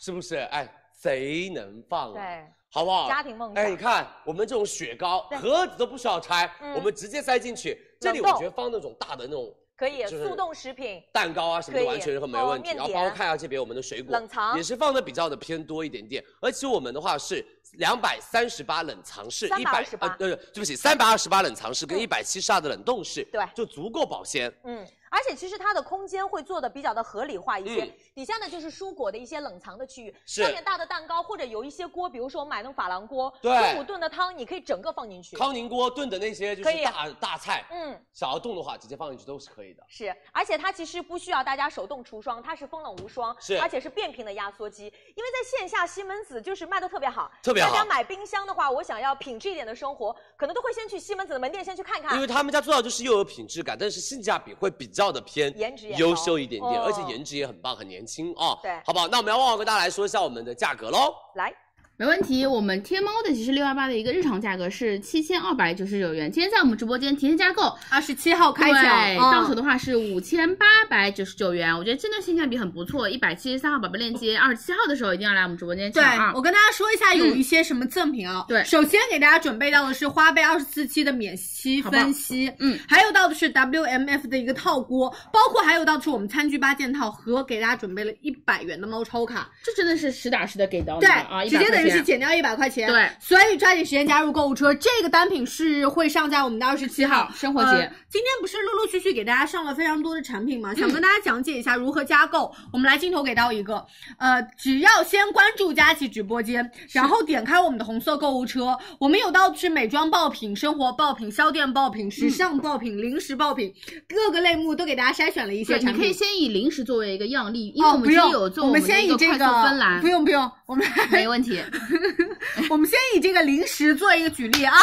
Speaker 8: 是不是？哎，贼能放啊！
Speaker 12: 对，
Speaker 8: 好不好？
Speaker 12: 家庭梦想
Speaker 8: 哎，你看我们这种雪糕
Speaker 12: 对
Speaker 8: 盒子都不需要拆，
Speaker 12: 嗯
Speaker 8: 我们直接塞进去。这里我
Speaker 12: 冷冻
Speaker 8: 觉得放那种大的那种
Speaker 12: 可以
Speaker 8: 就是
Speaker 12: 速冻食品，
Speaker 8: 蛋糕啊什么的
Speaker 12: 可以
Speaker 8: 完全和没问题。
Speaker 12: 哦面
Speaker 8: 然后
Speaker 12: 点
Speaker 8: 包括看一下这边我们的水果
Speaker 12: 冷藏
Speaker 8: 也是放的比较的偏多一点点，而且我们的话是。两百三十八冷藏式，一百
Speaker 12: 328
Speaker 8: 呃对对不起，三百二十八冷藏式跟一百七十二的冷冻式，
Speaker 12: 对
Speaker 8: 就足够保鲜。
Speaker 12: 嗯，而且其实它的空间会做的比较的合理化一些，
Speaker 8: 嗯
Speaker 12: 底下呢就是蔬果的一些冷藏的区域，
Speaker 8: 是
Speaker 12: 上面大的蛋糕或者有一些锅，比如说我们买那种珐琅锅，
Speaker 8: 对
Speaker 12: 中午炖的汤你可以整个放进去，
Speaker 8: 康宁锅炖的那些就
Speaker 12: 可以啊
Speaker 8: 是大大菜，
Speaker 12: 嗯。
Speaker 8: 想要冻的话直接放进去都是可以的。
Speaker 12: 是，而且它其实不需要大家手动除霜，它是风冷无霜，
Speaker 8: 是
Speaker 12: 而且是变频的压缩机。因为在线下西门子就是卖的特别好，
Speaker 8: 特别好
Speaker 12: 大家买冰箱的话，我想要品质一点的生活，可能都会先去西门子的门店先去看看。
Speaker 8: 因为他们家做到就是又有品质感，但是性价比会比较的偏
Speaker 12: 颜值也高
Speaker 8: 优秀一点点，
Speaker 12: 哦
Speaker 8: 而且颜值也很棒，很年轻啊、
Speaker 12: 对
Speaker 8: 好不好？那我们要旺旺跟大家来说一下我们的价格喽。
Speaker 12: 来，
Speaker 11: 没问题，我们天猫的其实六幺八的一个日常价格是七千二百九十九元，今天在我们直播间提前加购，
Speaker 6: 二十七号开
Speaker 11: 对，
Speaker 6: 奖，
Speaker 11: 到手
Speaker 6: 嗯
Speaker 11: 的话是五千八百九十九元，我觉得真的性价比很不错。一百七十三号宝贝链接，二十七号的时候一定要来我们直播间
Speaker 6: 对
Speaker 11: 抢啊！
Speaker 6: 我跟大家说一下有一些什么赠品啊。
Speaker 11: 对
Speaker 6: 首先给大家准备到的是花呗二十四期的免息分析，
Speaker 11: 嗯，
Speaker 6: 还有到的是 WMF 的一个套锅，包括还有到的是我们餐具八件套盒，给大家准备了一百元的猫超卡，
Speaker 11: 这真的是实打实的给到你
Speaker 6: 对，
Speaker 11: 们啊，
Speaker 6: 直接
Speaker 11: 100块
Speaker 6: 等于是
Speaker 11: 钱
Speaker 6: 减掉一百块钱，
Speaker 11: 对，
Speaker 6: 所以抓紧时间加入购物车。这个单品是会上在我们的二十七号
Speaker 11: 生活节嗯
Speaker 6: 呃今天不是陆陆续续给大家上了非常多的产品嘛，想跟大家讲解一下如何加购。我们来镜头给到一个，呃，只要先关注佳琦直播间，然后点开我们的红色购物车，我们有到的是美妆爆品、生活爆品、销店爆品、
Speaker 11: 嗯
Speaker 6: 时尚爆品、零食爆品，各个类目都给大家筛选了一些
Speaker 11: 对，
Speaker 6: 产
Speaker 11: 你
Speaker 6: 品。
Speaker 11: 可以先以零食作为一个样例，因为
Speaker 6: 哦，
Speaker 11: 我
Speaker 6: 不
Speaker 11: 们今
Speaker 6: 用
Speaker 11: 天，有做
Speaker 6: 我
Speaker 11: 们
Speaker 6: 们
Speaker 11: 的
Speaker 6: 先
Speaker 11: 一
Speaker 6: 以
Speaker 11: 个
Speaker 6: 这
Speaker 11: 快速芬兰
Speaker 6: 不，用不用，我们来
Speaker 11: 没问题。
Speaker 6: (laughs) 我们先以这个零食做一个举例啊。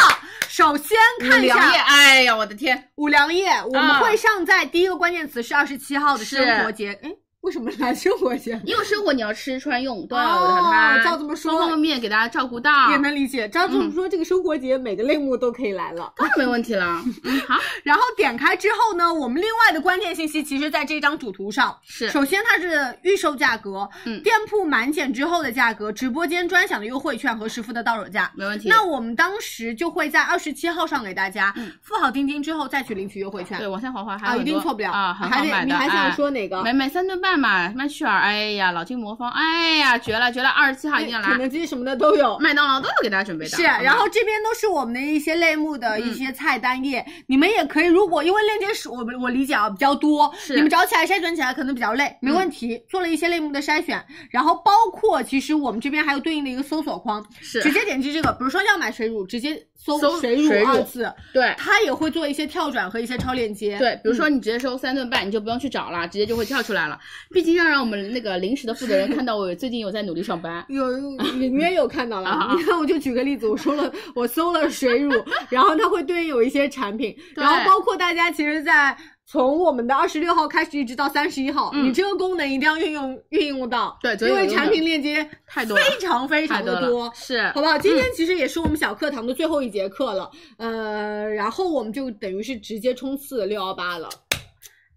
Speaker 6: 首先 (laughs) 看一
Speaker 11: 粮液，
Speaker 6: 下
Speaker 11: 哎呀，我的天，
Speaker 6: 五粮液，我们
Speaker 11: 啊
Speaker 6: 会上在第一个关键词是二十七号的
Speaker 11: 是
Speaker 6: 生活节。哎，为什么来生活节？
Speaker 11: 因为生活你要吃穿用都要有的
Speaker 6: 哦
Speaker 11: 它，
Speaker 6: 照这么说
Speaker 11: 方方面面给大家照顾到，
Speaker 6: 也能理解，张总说这个生活节每个类目都可以来了。
Speaker 11: 当然 (laughs) 没问题
Speaker 6: (laughs)
Speaker 11: 了。嗯，好，
Speaker 6: 然后点开之后呢，我们另外的关键信息其实在这张主图上，
Speaker 11: 是
Speaker 6: 首先它是预售价格，
Speaker 11: 嗯
Speaker 6: 店铺满减之后的价格，直播间专享的优惠券和实付的到手价。
Speaker 11: 没问题。
Speaker 6: 那我们当时就会在二十七号上给大家付好定金之后再去领取优惠券。
Speaker 11: 嗯对，往下滑滑还有
Speaker 6: 啊，一
Speaker 11: 很多
Speaker 6: 定错不了
Speaker 11: 啊，很好
Speaker 6: 还得
Speaker 11: 买
Speaker 6: 你
Speaker 11: 的。
Speaker 6: 还想
Speaker 11: 哎
Speaker 6: 说哪个？
Speaker 11: 买买三顿半嘛，麦趣尔，哎呀，老金魔方，哎呀，绝了绝了，二十七号一定要
Speaker 6: 肯
Speaker 11: 来，
Speaker 6: 德基什么的都有。
Speaker 11: 麦当劳都有给大家准备的。啊嗯
Speaker 6: 是，
Speaker 11: 好吗
Speaker 6: 然后这边都是我们的一些类目的一些菜单页，你们也可以，如果因为链接是我们我理解啊比较多，
Speaker 11: 是嗯
Speaker 6: 你们找起来筛选起来可能比较累，没问题，做了一些类目的筛选，然后包括其实我们这边还有对应的一个搜索框，
Speaker 11: 是
Speaker 6: 直接点击这个，比如说要买水乳，直接搜
Speaker 11: 搜
Speaker 6: 水乳
Speaker 11: 水乳
Speaker 6: 二字，
Speaker 11: 对
Speaker 6: 它也会做一些跳转和一些超链接，。
Speaker 11: 对，比如说你直接搜三顿半，你就不用去找了，直接就会跳出来了。毕竟要让我们那个临时的负责人看到我最近有在努力上班
Speaker 6: 有里面有看到了
Speaker 11: 啊，
Speaker 6: 你 (laughs) 看我就举个例子，我说了，我搜了水乳，然后它会对应有一些产品，
Speaker 11: 对
Speaker 6: 然后包括大家其实，在从我们的二十六号开始一直到三十一号，
Speaker 11: 嗯
Speaker 6: 你这个功能一定要运用运用到，
Speaker 11: 对昨
Speaker 6: 因
Speaker 11: 天有
Speaker 6: 为
Speaker 11: 用
Speaker 6: 产
Speaker 11: 的
Speaker 6: 品链接
Speaker 11: 太多了
Speaker 6: 非常 (laughs) 非
Speaker 11: 太
Speaker 6: 常
Speaker 11: 多
Speaker 6: 的
Speaker 11: 了，是
Speaker 6: 好不好？今天其实也是我们小课堂的最后一节课了，呃，然后我们就等于是直接冲刺六幺八了，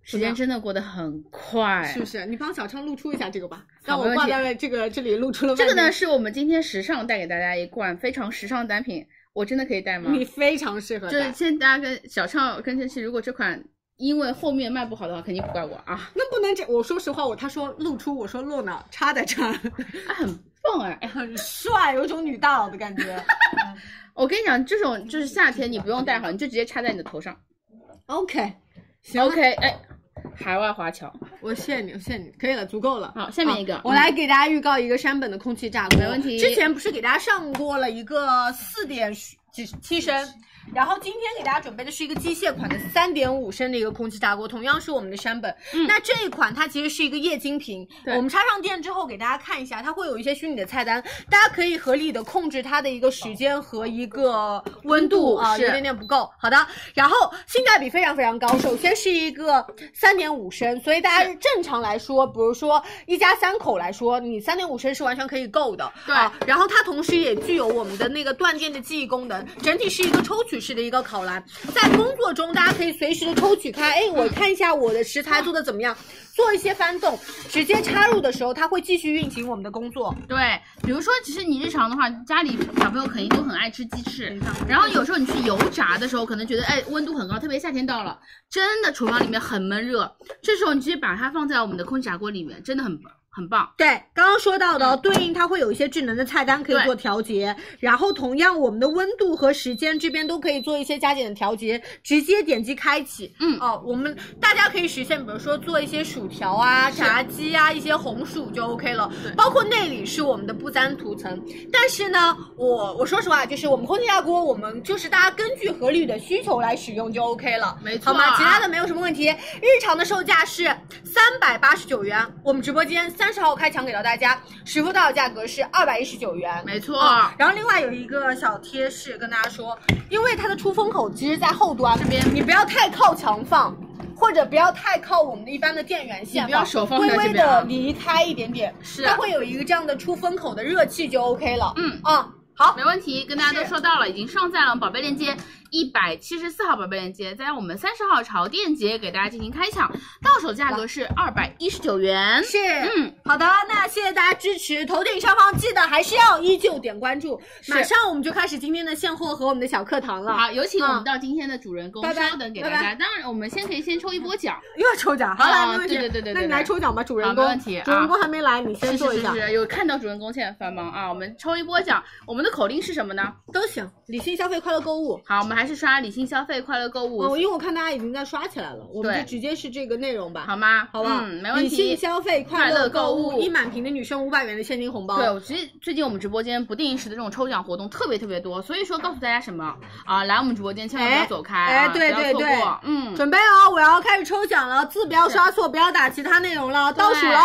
Speaker 11: 时间真的过得很快，
Speaker 6: 是不是？你帮小畅露出一下这个吧，
Speaker 11: 好
Speaker 6: 让我
Speaker 11: 没问
Speaker 6: 挂
Speaker 11: 题
Speaker 6: 在了这个这里露出了
Speaker 11: 这个
Speaker 6: 外面
Speaker 11: 呢，是我们今天时尚带给大家一款非常时尚单品，我真的可以带吗？
Speaker 6: 你非常适合
Speaker 11: 就是
Speaker 6: 戴。
Speaker 11: 先大家跟小畅跟晨曦，如果这款因为后面卖不好的话，肯定不怪我
Speaker 6: (laughs)
Speaker 11: 啊，
Speaker 6: 那不能这，我说实话，我他说露出，我说露呢，插在这儿，
Speaker 11: 啊很棒哎！哎呀
Speaker 6: 很帅，有一种女大佬的感觉。
Speaker 11: 我跟你讲，这种就是夏天你不用戴好，你就直接插在你的头上。
Speaker 6: (laughs) OK，行啊
Speaker 11: OK，哎，海外华侨，
Speaker 6: 我谢你，我谢你，可以了，足够了。
Speaker 11: 好，下面一个嗯
Speaker 6: 好，我来给大家预告一个山本的空气炸锅，
Speaker 11: 没问题
Speaker 6: 嗯之前不是给大家上过了一个四点几七升，然后今天给大家准备的是一个机械款的三点五升的一个空气炸锅，同样是我们的山本。那这一款它其实是一个液晶屏，
Speaker 11: 嗯对
Speaker 6: 我们插上电之后给大家看一下，它会有一些虚拟的菜单，大家可以合理的控制它的一个时间和一个温度
Speaker 11: 温度
Speaker 6: 啊，
Speaker 11: 是
Speaker 6: 有点点不够。好的，然后性价比非常非常高，首先是一个三点五升，所以大家正常来说，比如说一家三口来说，你三点五升是完全可以够的。
Speaker 11: 对
Speaker 6: 啊然后它同时也具有我们的那个断电的记忆功能，整体是一个抽取式的一个烤篮，在工作中大家可以随时的抽取开，哎，我看一下我的食材做的怎么样，做一些翻动，直接插入的时候，它会继续运行我们的工作。
Speaker 11: 对，比如说，其实你日常的话，家里小朋友肯定都很爱吃鸡翅，
Speaker 6: 嗯
Speaker 11: 然后有时候你去油炸的时候，可能觉得哎温度很高，特别夏天到了，真的厨房里面很闷热，这时候你直接把它放在我们的空气炸锅里面，真的很很棒。
Speaker 6: 对，刚刚说到的
Speaker 11: 嗯
Speaker 6: 哦，对应它会有一些智能的菜单可以做调节，然后同样我们的温度和时间这边都可以做一些加减的调节，直接点击开启。
Speaker 11: 嗯
Speaker 6: 哦，我们大家可以实现，比如说做一些薯条啊、炸鸡啊、一些红薯就 OK 了
Speaker 11: 对，
Speaker 6: 包括内里是我们的不粘涂层。但是呢，我我说实话，就是我们空气炸锅，我们就是大家根据合理的需求来使用就 OK 了。
Speaker 11: 没
Speaker 6: 好
Speaker 11: 错
Speaker 6: 吗？
Speaker 11: 啊
Speaker 6: 其他的没有什么问题。日常的售价是三百八十九元，我们直播间三十号开抢给到大家，实付到手价格是二百一十九元。
Speaker 11: 没错，
Speaker 6: 啊然后另外有一个小贴士跟大家说，因为它的出风口其实在后端这边，你不要太靠墙放。或者不要太靠我们的一般的电源线
Speaker 11: 你不要手放
Speaker 6: 微
Speaker 11: 在
Speaker 6: 微
Speaker 11: 这边啊
Speaker 6: 的离开一点点，
Speaker 11: 是
Speaker 6: 它会有一个这样的出风口的热气就 OK 了。
Speaker 11: 嗯
Speaker 6: 啊，好，
Speaker 11: 没问题，跟大家都说到了，已经上在了宝贝链接一百七十四号宝贝链接，在我们三十号潮店节给大家进行开抢，到手价格是二百一十九元。
Speaker 6: 是，
Speaker 11: 嗯，
Speaker 6: 好的，那谢谢大家支持，头顶上方记得还是要依旧点关注，
Speaker 11: 是
Speaker 6: 马上我们就开始今天的现货和我们的小课堂了，
Speaker 11: 好，有请我
Speaker 6: 嗯
Speaker 11: 们到今天的主人公，
Speaker 6: 拜拜
Speaker 11: 稍等给大家。当然，我们先可以先抽一波奖，
Speaker 6: 又要抽奖，好
Speaker 11: 啊
Speaker 6: 来，没问题，
Speaker 11: 对对对对对
Speaker 6: 那你来抽奖吧，主人
Speaker 11: 好
Speaker 6: 公，
Speaker 11: 没问题啊
Speaker 6: 主人公还没来，你先
Speaker 11: 是
Speaker 6: 做
Speaker 11: 是
Speaker 6: 一下
Speaker 11: 是，是，有看到主人公现在繁忙啊，我们抽一波奖。我们的口令是什么呢？
Speaker 6: 都行，理性消费，快乐购物。
Speaker 11: 好，我们还是刷理性消费，快乐购物，
Speaker 6: 哦，因为我看大家已经在刷起来了，我们
Speaker 11: 对
Speaker 6: 就直接是这个内容吧，
Speaker 11: 好吗？
Speaker 6: 好不好？
Speaker 11: 嗯，没问
Speaker 6: 理性
Speaker 11: 题。
Speaker 6: 消费，快
Speaker 11: 快乐
Speaker 6: 购
Speaker 11: 购物
Speaker 6: 一满屏的女生五百元的现金红包。
Speaker 11: 对，嗯我其实最近我们直播间不定时的这种抽奖活动特别特别多，所以说告诉大家什么啊？来我们直播间千万不要走开，
Speaker 6: 哎哎
Speaker 11: 啊
Speaker 6: 对
Speaker 11: 不
Speaker 6: 对
Speaker 11: 要错
Speaker 6: 对
Speaker 11: 过，嗯，
Speaker 6: 准备哦，我要开始抽奖了，字不要刷错，不要打其他内容了，倒数了哦，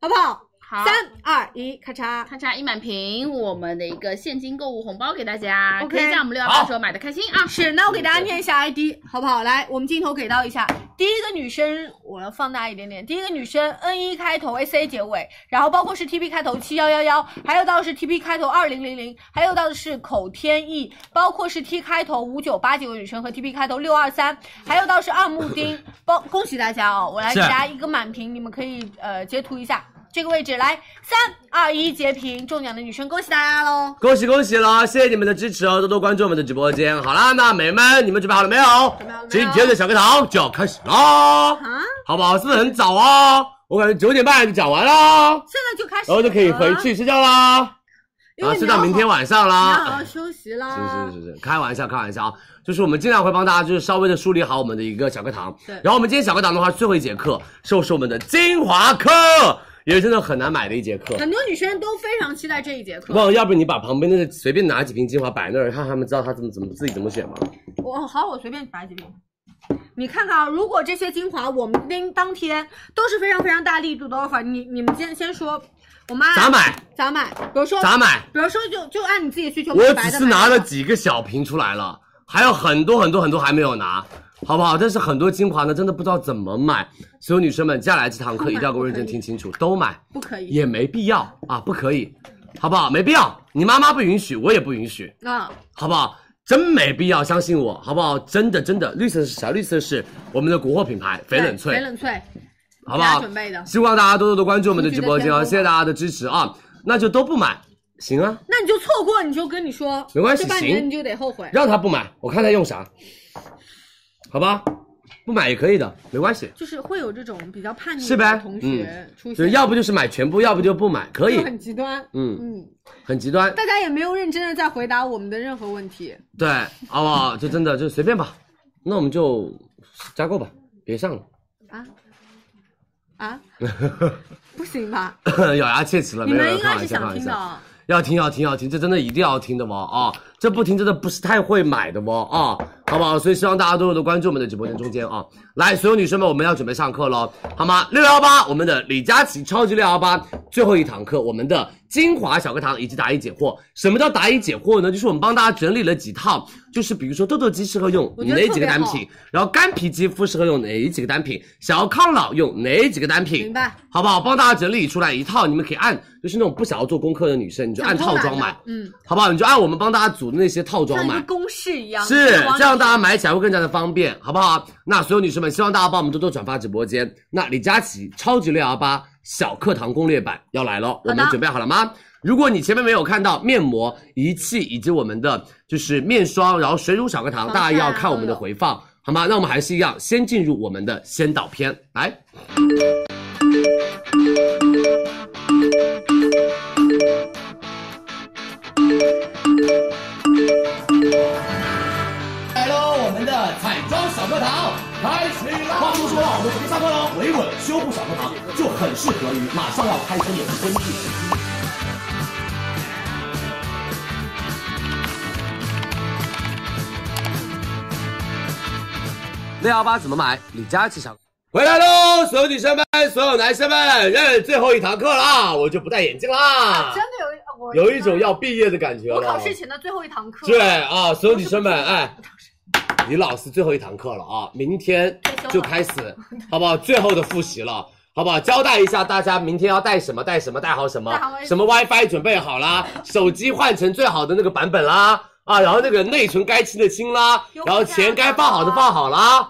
Speaker 6: 好不好？
Speaker 11: 好，
Speaker 6: 三二一，咔嚓！
Speaker 11: 咔嚓一满屏，我们的一个现金购物红包给大家
Speaker 6: OK
Speaker 11: 可以在我们六幺八的时候买的开心啊！
Speaker 6: 是，那我给大家念一下 ID 好不好？来，我们镜头给到一下，第一个女生，我要放大一点点。第一个女生 N 一开头，S A 结尾，然后包括是 T P 开头七幺幺幺，还有到的是 T P 开头二零零零，还有到的是口天意，包括是 T 开头五九八九的女生和 T P 开头六二三，还有到是二木丁，包恭喜大家哦！我来给大家一个满屏，你们可以呃截图一下这个位置，来三二一截屏，中奖的女生恭喜大家喽！
Speaker 8: 恭喜恭喜了，谢谢你们的支持哦，多多关注我们的直播间。好啦，那美们，你们准备好了没有？今天的小课堂就要开始啦， (laughs) 好不好？是不是很早啊？我感觉九点半就讲完啦，
Speaker 6: 现在就开始，
Speaker 8: 然后就可以回去睡觉啦，
Speaker 6: 因为
Speaker 8: 然后
Speaker 6: 你
Speaker 8: 睡到
Speaker 6: 要
Speaker 8: 啊明天
Speaker 6: 好
Speaker 8: 晚上
Speaker 6: 你要好
Speaker 8: 啦
Speaker 6: 好。休息啦。
Speaker 8: 是是是是，开玩笑开玩笑啊，就是我们尽量会帮大家就是稍微的梳理好我们的一个小课堂。
Speaker 6: 对
Speaker 8: 然后我们今天小课堂的话，最后一节课是我是我们的精华课，也是真的很难买的一节课。
Speaker 6: 很多女生都非常期待这一节课。
Speaker 8: 忘，要不你把旁边那个随便拿几瓶精华摆那儿，让他们知道他怎么怎么自己怎么选嘛。
Speaker 6: 我好，我随便摆几瓶。你看看啊，如果这些精华我们那当天都是非常非常大力度的 offer，你你们先先说，我妈
Speaker 8: 咋买？
Speaker 6: 咋买？比如说
Speaker 8: 咋？买？
Speaker 6: 比如说就就按你自己需求，
Speaker 8: 我
Speaker 6: 白
Speaker 8: 只
Speaker 6: 的
Speaker 8: 是
Speaker 6: 买
Speaker 8: 拿了
Speaker 6: 白的
Speaker 8: 几个小瓶出来了，还有很多很多很多还没有拿，好不好？但是很多精华呢，真的不知道怎么买，所有女生们接下来这堂课一定要给我认真听清楚，都买
Speaker 6: 不可以
Speaker 8: 也没必要啊，不可以，好不好？没必要，你妈妈不允许，我也不允许，
Speaker 6: 啊，
Speaker 8: 好不好？真没必要，相信我，好不好？真的真的，绿色是啥？绿色是我们的国货品牌翡冷翠，
Speaker 6: 翡冷翠，
Speaker 8: 好不
Speaker 6: 给大家
Speaker 8: 好？
Speaker 6: 准备的
Speaker 8: 希望大家多多的关注我们的直播间
Speaker 6: 数据的天空
Speaker 8: 啊，谢谢大家的支持啊！那就都不买，行啊，
Speaker 6: 那你就错过，你就跟你说，
Speaker 8: 没关系
Speaker 6: 这半年
Speaker 8: 行
Speaker 6: 你就得后悔。
Speaker 8: 让他不买，我看他用啥，好吧？不买也可以的，没关系。
Speaker 6: 就是会有这种比较叛逆
Speaker 8: 是呗嗯
Speaker 6: 的同学出
Speaker 8: 就
Speaker 6: 现，
Speaker 8: 要不就是买全部，要不就不买，可以
Speaker 6: 就，很极端。
Speaker 8: 嗯，
Speaker 6: 嗯，
Speaker 8: 很极端，
Speaker 6: 大家也没有认真的在回答我们的任何问题。
Speaker 8: 对，好不好？就真的就随便吧，那我们就加购吧，别上了， (laughs)
Speaker 6: 啊，不行吧？ (laughs)
Speaker 8: 咬牙切齿了，
Speaker 6: 你
Speaker 8: 啊没有
Speaker 6: 们
Speaker 8: 人
Speaker 6: 应
Speaker 8: 开
Speaker 6: 该
Speaker 8: 玩
Speaker 6: 是
Speaker 8: 笑，开
Speaker 6: 想
Speaker 8: 玩
Speaker 6: 听的
Speaker 8: 笑。
Speaker 6: 哦。
Speaker 8: 要听要听要听，这真的一定要听的哦啊！这不听真的不是太会买的哦啊，好不好？所以希望大家多多的关注我们的直播间中间啊！来，所有女生们，我们要准备上课喽，好吗？六幺八，我们的李佳琦超级六幺八最后一堂课，我们的精华小课堂以及答疑解惑。什么叫答疑解惑呢？就是我们帮大家整理了几套，就是比如说痘痘肌适合用
Speaker 6: 我觉得
Speaker 8: 哪几个单
Speaker 6: 特别
Speaker 8: 品，然后干皮肌肤适合用哪几个单品，想要抗老用哪几个单品，
Speaker 6: 明白？
Speaker 8: 好不好？帮大家整理出来一套，你们可以按，就是那种不想要做功课的女生，你哎就按套装买，
Speaker 6: 嗯，
Speaker 8: 好不好？你就按我们帮大家组的那些套装
Speaker 6: 像一个
Speaker 8: 买，
Speaker 6: 公式一样。
Speaker 8: 是这样，大家买起来会更加的方便，好不好？那所有女生们，希望大家帮我们多多转发直播间。那李佳琦超级六幺八小课堂攻略版要来了，我们准备好了吗？如果你前面没有看到面膜、仪器以及我们的就是面霜，然后水乳小课堂，
Speaker 6: 防晒
Speaker 8: 大
Speaker 6: 啊
Speaker 8: 家要看我们
Speaker 6: 都
Speaker 8: 的
Speaker 6: 有
Speaker 8: 回放，好吗？那我们还是一样，先进入我们的先导片，来。来喽，我们的彩妆小课堂开始啦！话说说啊了，我们上课喽，维稳修复小课堂就很适合于马上要开春的春季。六幺八怎么买？李佳琦小。回来喽，所有女生们，所有男生们，认最后一堂课啦，我就不戴眼镜啦，
Speaker 6: 啊真的有一我
Speaker 8: 有一种要毕业的感觉了。
Speaker 6: 我考试前的最后一堂课。
Speaker 8: 对啊，所有女生们，哎，李老师最后一堂课了啊，明天就开始，好不好？最后的复习了。好不好？交代一下大家，明天要带什么？带什么？带好什么
Speaker 6: 带好？
Speaker 8: 什么 WiFi 准备
Speaker 6: (laughs)
Speaker 8: 好啦？手机换成最好的那个版本啦！啊，然后那个内存该清的清啦，然后钱该放好的放好啦，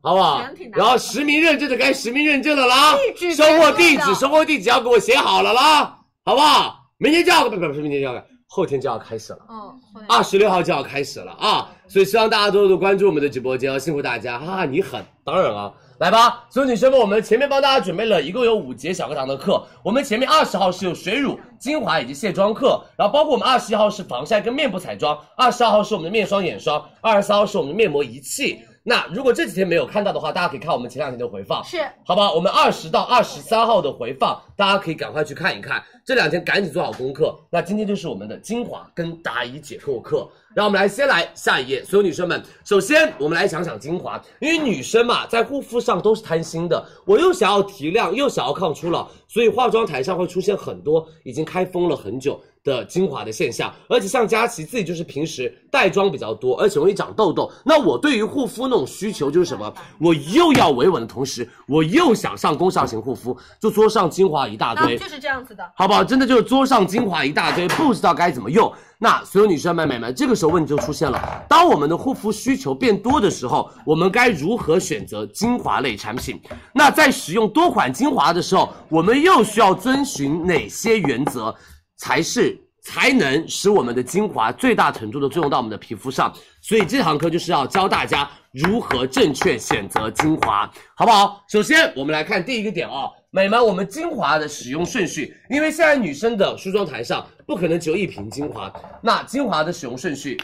Speaker 8: 好不好
Speaker 6: 钱挺？难
Speaker 8: 然后实名认证的该实名认证的啦
Speaker 6: 地，址
Speaker 8: 收货
Speaker 6: 该
Speaker 8: 地
Speaker 6: 放
Speaker 8: 址
Speaker 6: 的
Speaker 8: 收货地址要给我写好了啦，好不好？明天就要不不不是明天就要后天就要开始了。
Speaker 6: 嗯，后来
Speaker 8: 二十六号就要开始了啊，所以希望大家多多关注我们的直播间哦，辛苦大家，哈哈，你狠，当然啊，来吧，所有女生们，我们前面帮大家准备了一共有五节小课堂的课，我们前面二十号是有水乳、精华以及卸妆课，然后包括我们二十一号是防晒跟面部彩妆，二十二号是我们的面霜、眼霜，二十三号是我们的面膜仪器。那如果这几天没有看到的话，大家可以看我们前两天的回放，
Speaker 6: 是
Speaker 8: 好吧，我们二十到二十三号的回放，大家可以赶快去看一看。这两天赶紧做好功课。那今天就是我们的精华跟答疑解惑课。让我们来先来下一页，所有女生们，首先我们来想想精华，因为女生嘛，在护肤上都是贪心的，我又想要提亮，又想要抗初老，所以化妆台上会出现很多已经开封了很久的精华的现象，而且像佳琪自己就是平时带妆比较多，而且容易长痘痘。那我对于护肤那种需求就是什
Speaker 6: 啊
Speaker 8: 么？我又要维稳的同时，我又想上功效型护肤，就桌上精华一大
Speaker 6: 然后
Speaker 8: 堆，
Speaker 6: 啊就是这样子的。
Speaker 8: 好不好？真的就是桌上精华一大堆，不知道该怎么用。那所有女生妹妹们，这个时候问题就出现了：当我们的护肤需求变多的时候，我们该如何选择精华类产品？那在使用多款精华的时候，我们又需要遵循哪些原则，才是才能使我们的精华最大程度的作用到我们的皮肤上？所以这堂课就是要教大家如何正确选择精华，好不好？首先我们来看第一个点啊、美们，我们精华的使用顺序，因为现在女生的梳妆台上不可能只有一瓶精华，那精华的使用顺序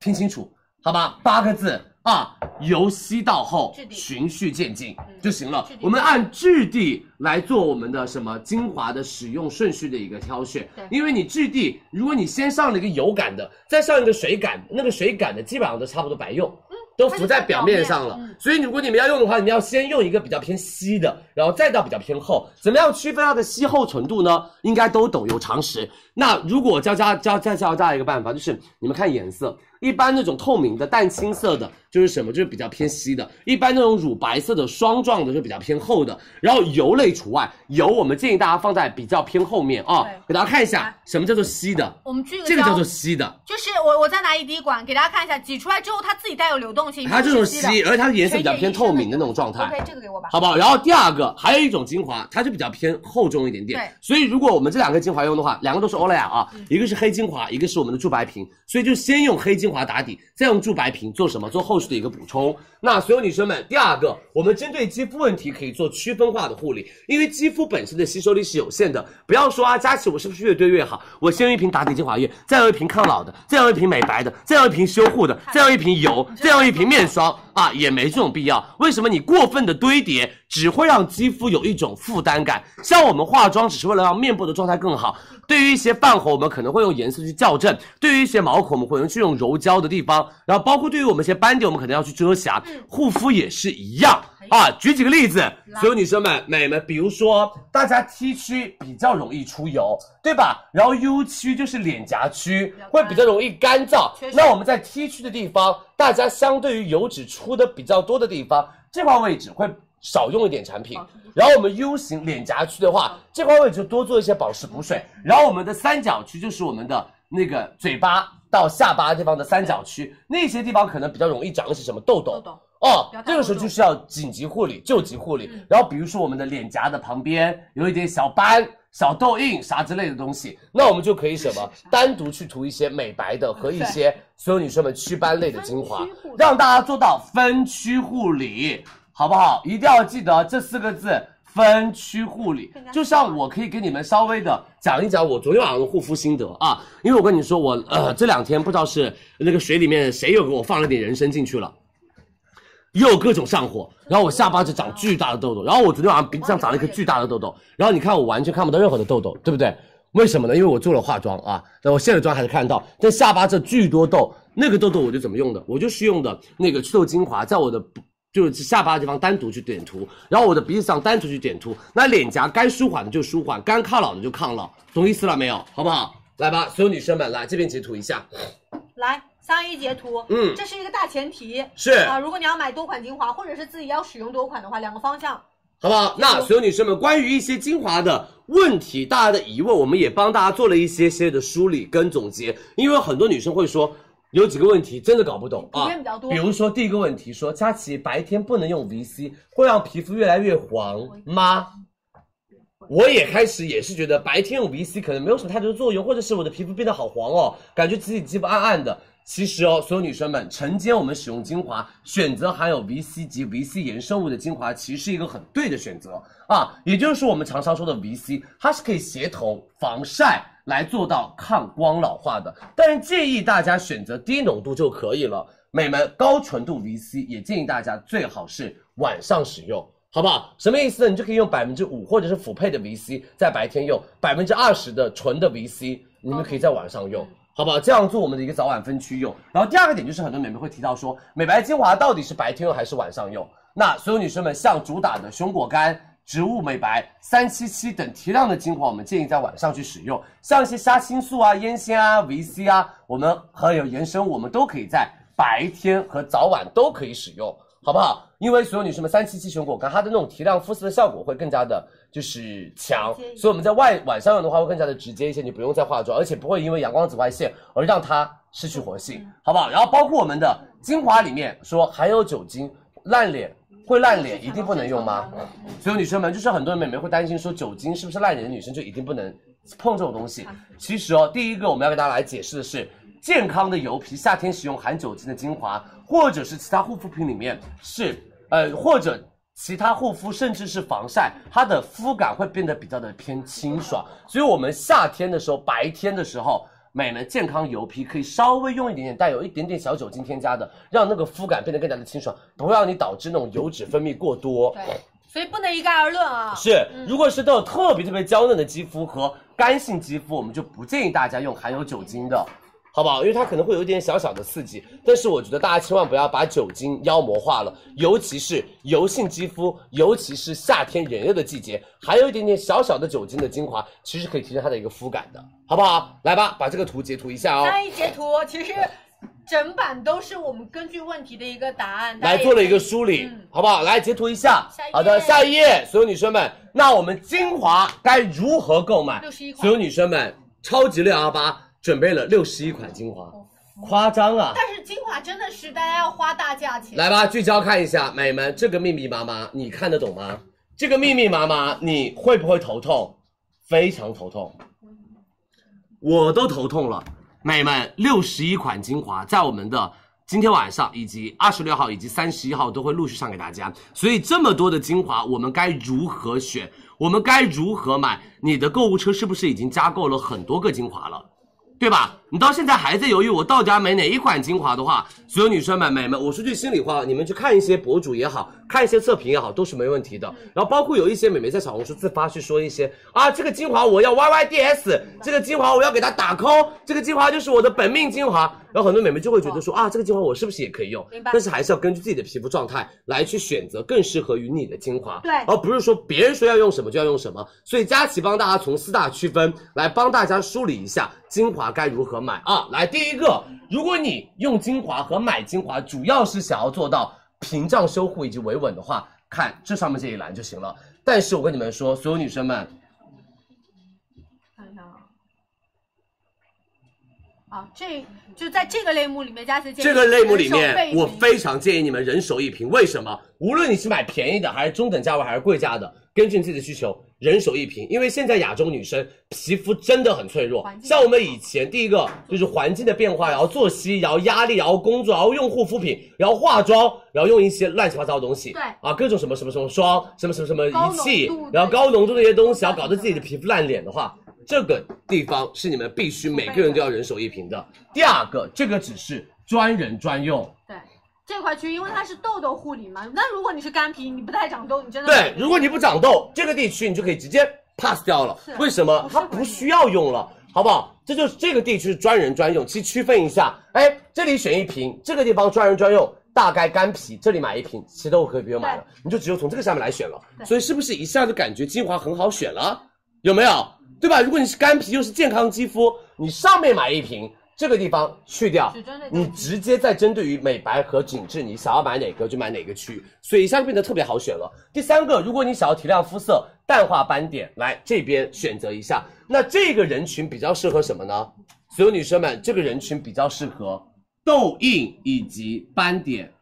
Speaker 8: 听清楚，好吧？八个字啊，由稀到厚，循序渐进就行了。我们按质地来做我们的什么精华的使用顺序的一个挑选，因为你质地，如果你先上了一个油感的，再上一个水感，那个水感的基本上都差不多白用。都浮在表面嗯上了。所以如果你们要用的话，你们要先用一个比较偏稀的，然后再到比较偏厚。怎么样区分它的稀厚程度呢？应该都懂，有常识。那如果教教教再教大家一个办法，就是你们看颜色，一般那种透明的、淡青色的，就是什么，就是比较偏稀的；一般那种乳白色的、霜状的，就比较偏厚的。然后油类除外，油我们建议大家放在比较偏后面啊。
Speaker 6: 对
Speaker 8: 给大家看一下什么叫做稀的，
Speaker 6: 我们聚个
Speaker 8: 这个
Speaker 6: 焦
Speaker 8: 叫做稀的，
Speaker 6: 就是我我再拿一滴管给大家看一下，挤出来之后它自己带有流动性，
Speaker 8: 哎它这种
Speaker 6: 是的
Speaker 8: 稀，而且它的颜色比较偏透明的那种状态。
Speaker 6: OK，这个给我吧。
Speaker 8: 好不好？然后第二个还有一种精华，它就比较偏厚重一点点。
Speaker 6: 对嗯
Speaker 8: 所以如果我们这两个精华用的话，两个都是欧莱雅啊，一个是黑精华，一个是我们的驻白瓶，所以就先用黑精精华打底，再用驻白瓶做什么？做后续的一个补充。那所有女生们，第二个，我们针对肌肤问题可以做区分化的护理，因为肌肤本身的吸收力是有限的。不要说啊，佳琪，我是不是越堆越好？我先用一瓶打底精华液，再用一瓶抗老的，再用一瓶美白的，再用一瓶修护的，再用一瓶油，再用一瓶面霜啊，也没这种必要。为什么你过分的堆叠只会让肌肤有一种负担感？像我们化妆只是为了让面部的状态更好，对于一些泛红，我们可能会用颜色去校正；对于一些毛孔，我们会去用柔焦的地方，然后包括对于我们一些斑点，我们可能要去遮瑕。护肤也是一样啊。举几个例子，所有女生们、美们，比如说大家 T 区比较容易出油，对吧？然后 U 区就是脸颊区会比较容易干燥。那我们在 T 区的地方，大家相对于油脂出的比较多的地方，这块位置会。少用一点产品，然后我们 U 型脸颊区的话，这块位置多做一些保湿补水，然后我们的三角区就是我们的那个嘴巴到下巴地方的三角区，那些地方可能比较容易长一些什么痘
Speaker 10: 豆
Speaker 8: 痘。
Speaker 10: 豆，
Speaker 8: 哦
Speaker 10: 不要，太嗯
Speaker 8: 这个时候就是要紧急护理、救急护理。然后比如说我们的脸颊的旁边有一点小斑、小痘印啥之类的东西，那我们就可以什么单独去涂一些美白的和一些所有女生们祛斑类的精华，让大家做到分区护理，好不好？一定要记得这四个字。分区护理，就像我可以给你们稍微的讲一讲我昨天晚上的护肤心得啊，因为我跟你说我呃这两天不知道是那个水里面谁又给我放了点人参进去了，又各种上火，然后我下巴就长巨大的痘痘，然后我昨天晚上鼻子上长了一颗巨大的痘痘，然后你看我完全看不到任何的痘痘，对不对？为什么呢？因为我做了化妆啊，但我卸了妆还是看得到，但下巴这巨多痘，那个痘痘我就怎么用的？我就是用的那个祛痘精华，在我的就是下巴的地方单独去点涂，然后我的鼻子上单独去点涂，那脸颊该舒缓的就舒缓，该抗老的就抗老，懂意思了没有？好不好？来吧，所有女生们，来这边截图一下，
Speaker 10: 来三 A 截图，
Speaker 8: 嗯
Speaker 10: 这是一个大前提
Speaker 8: 是
Speaker 10: 啊。如果你要买多款精华，或者是自己要使用多款的话，两个方
Speaker 8: 啊
Speaker 10: 向。
Speaker 8: 好不好？那所有女生们，关于一些精华的问题，大家的疑问，我们也帮大家做了一些些的梳理跟总结。因为很多女生会说，有几个问题真的搞不懂
Speaker 10: 普
Speaker 8: 啊
Speaker 10: 遍比较。多
Speaker 8: 比如说第一个问题说，佳琪白天不能用 VC，会让皮肤越来越黄吗？我也开始也是觉得白天用 VC 可能没有什么太多的作用，或者是我的皮肤变得好黄哦，感觉自己肌肤暗暗的。其实哦，所有女生们，晨间我们使用精华，选择含有 VC 及 VC 衍生物的精华，其实是一个很对的选择啊。也就是我们常常说的 VC，它是可以协同防晒来做到抗光老化的，但是建议大家选择低浓度就可以了。美们，高纯度 VC 也建议大家最好是晚上使用。好不好？什么意思呢？你就可以用百分之五或者是辅配的 VC 在白天用，百分之二十的纯的 VC 你们可以在晚上用，好不好？这样做我们的一个早晚分区用。然后第二个点就是很多美眉会提到说，美白精华到底是白天用还是晚上用？那所有女生们，像主打的熊果苷。植物美白、三七七等提亮的精华，我们建议在晚上去使用。像一些虾青素啊、烟酰啊、VC 啊，我们还有延伸物，我们都可以在白天和早晚都可以使用。好不好？因为所有女生们，三七七熊果苷它的那种提亮肤色的效果会更加的，就是强，所以我们在外晚上用的话会更加的直接一些，你不用再化妆，而且不会因为阳光紫外线而让它失去活性，好不好？然后包括我们的精华里面说含有酒精，烂脸会烂
Speaker 6: 嗯
Speaker 8: 脸一定不能用吗？所有女生们，就是很多美眉会担心说酒精是不是烂脸的女生就一定不能碰这种东西。其实哦，第一个我们要给大家来解释的是，健康的油皮夏天使用含酒精的精华，或者是其他护肤品里面是呃或者。其他护肤甚至是防晒，它的肤感会变得比较的偏清爽，所以我们夏天的时候，白天的时候，美们健康油皮可以稍微用一点点带有一点点小酒精添加的，让那个肤感变得更加的清爽，不会让你导致那种油脂分泌过多。
Speaker 10: 所以不能一概而论啊。
Speaker 8: 是，如果是那种特别特别娇嫩的肌肤和干性肌肤，我们就不建议大家用含有酒精的，好不好？因为它可能会有一点小小的刺激。但是我觉得大家千万不要把酒精妖魔化了，尤其是油性肌肤，尤其是夏天炎热的季节，还有一点点小小的酒精的精华，其实可以提升它的一个肤感的，好不好？来吧，把这个图截图一下哦。
Speaker 10: 三 A 截图其实整版都是我们根据问题的一个答案，大家
Speaker 8: 来
Speaker 10: 也
Speaker 8: 做了
Speaker 10: 可以嗯
Speaker 8: 一个梳理，好不好？来截图一下
Speaker 10: 下一。页
Speaker 8: 好的，下一页，所有女生们，那我们精华该如何购
Speaker 10: 61
Speaker 8: 买？
Speaker 10: 款
Speaker 8: 所有女生们，超级六幺八准备了六十一款精华，夸张啊！
Speaker 6: 嗯
Speaker 10: 但是精华真的是大家要花大价钱，
Speaker 8: 来吧，聚焦看一下，美们，这个密密麻麻，你看得懂吗？这个密密麻麻，你会不会头痛？非常头痛，我都头痛了。美们，六十一款精华在我们的。今天晚上以及二十六号以及三十一号都会陆续上给大家，所以这么多的精华，我们该如何选？我们该如何买？你的购物车是不是已经加购了很多个精华了？对吧？你到现在还在犹豫我到底要买哪一款精华的话，所有女生们、美们，我说句心里话，你们去看一些博主也好看一些测评也好，都是没问题的。然后包括有一些美眉在小红书自发去说一些啊，这个精华我要 YYDS，这个精华我要给它打 call，这个精华就是我的本命精华。然后很多美眉就会觉得说啊，这个精华我是不是也可以用？但是还是要根据自己的皮肤状态来去选择更适合于你的精华。
Speaker 10: 对
Speaker 8: 而不是说别人说要用什么就要用什么。所以佳琪帮大家从四大区分来帮大家梳理一下精华该如何买啊。来，第一个，如果你用精华和买精华主要是想要做到屏障修护以及维稳的话，看这上面这一栏就行了。但是我跟你们说，所有女生们，
Speaker 10: 看一下啊，啊，这就在这个类目里面，佳琪建议
Speaker 8: 这个类目里
Speaker 10: 人手备
Speaker 8: 面，
Speaker 10: 品
Speaker 8: 我非常建议你们人手一瓶。为什么？无论你是买便宜的，还是中等价位，还是贵价的，根据你自己的需求，人手一瓶。因为现在亚洲女生皮肤真的很脆弱，像我们以前第一个就是环境的变化，然后作息，然后压力，然后工作，然后用护肤品，然后化妆，然后用一些乱七八糟的东西，
Speaker 10: 对
Speaker 8: 啊，各种什么什么什么霜，什么什么什么
Speaker 10: 高浓
Speaker 8: 仪器
Speaker 10: 度，
Speaker 8: 然后
Speaker 10: 的
Speaker 8: 高浓度的一些东西，然后搞得自己的皮肤烂脸的话，这个地方是你们必须每个人都要人手一瓶的。第二个，这个只是专人专用。
Speaker 10: 对这块区，因为它是痘痘护理嘛。那如果你是干皮，你不太长痘，你真的
Speaker 8: 对，如果你不长痘，这个地区你就可以直接 pass 掉了。为什么？它不需要用了，好不好？这就是这个地区是专人专用，其实区分一下，哎，这里选一瓶，这个地方专人专用。大概干皮，这里买一瓶，其实都可以不用买了，你就只有从这个上面来选了。所以是不是一下就感觉精华很好选了？有没有？对吧？如果你是干皮又是健康肌肤，你上面买一瓶，这个地方去掉
Speaker 10: 只针对，
Speaker 8: 你直接再针对于美白和紧致，你想要买哪个就买哪个区域，所以一下就变得特别好选了。第三个，如果你想要提亮肤色、淡化斑点，来这边选择一下。那这个人群比较适合什么呢？所有女生们，这个人群比较适合痘印以及斑点。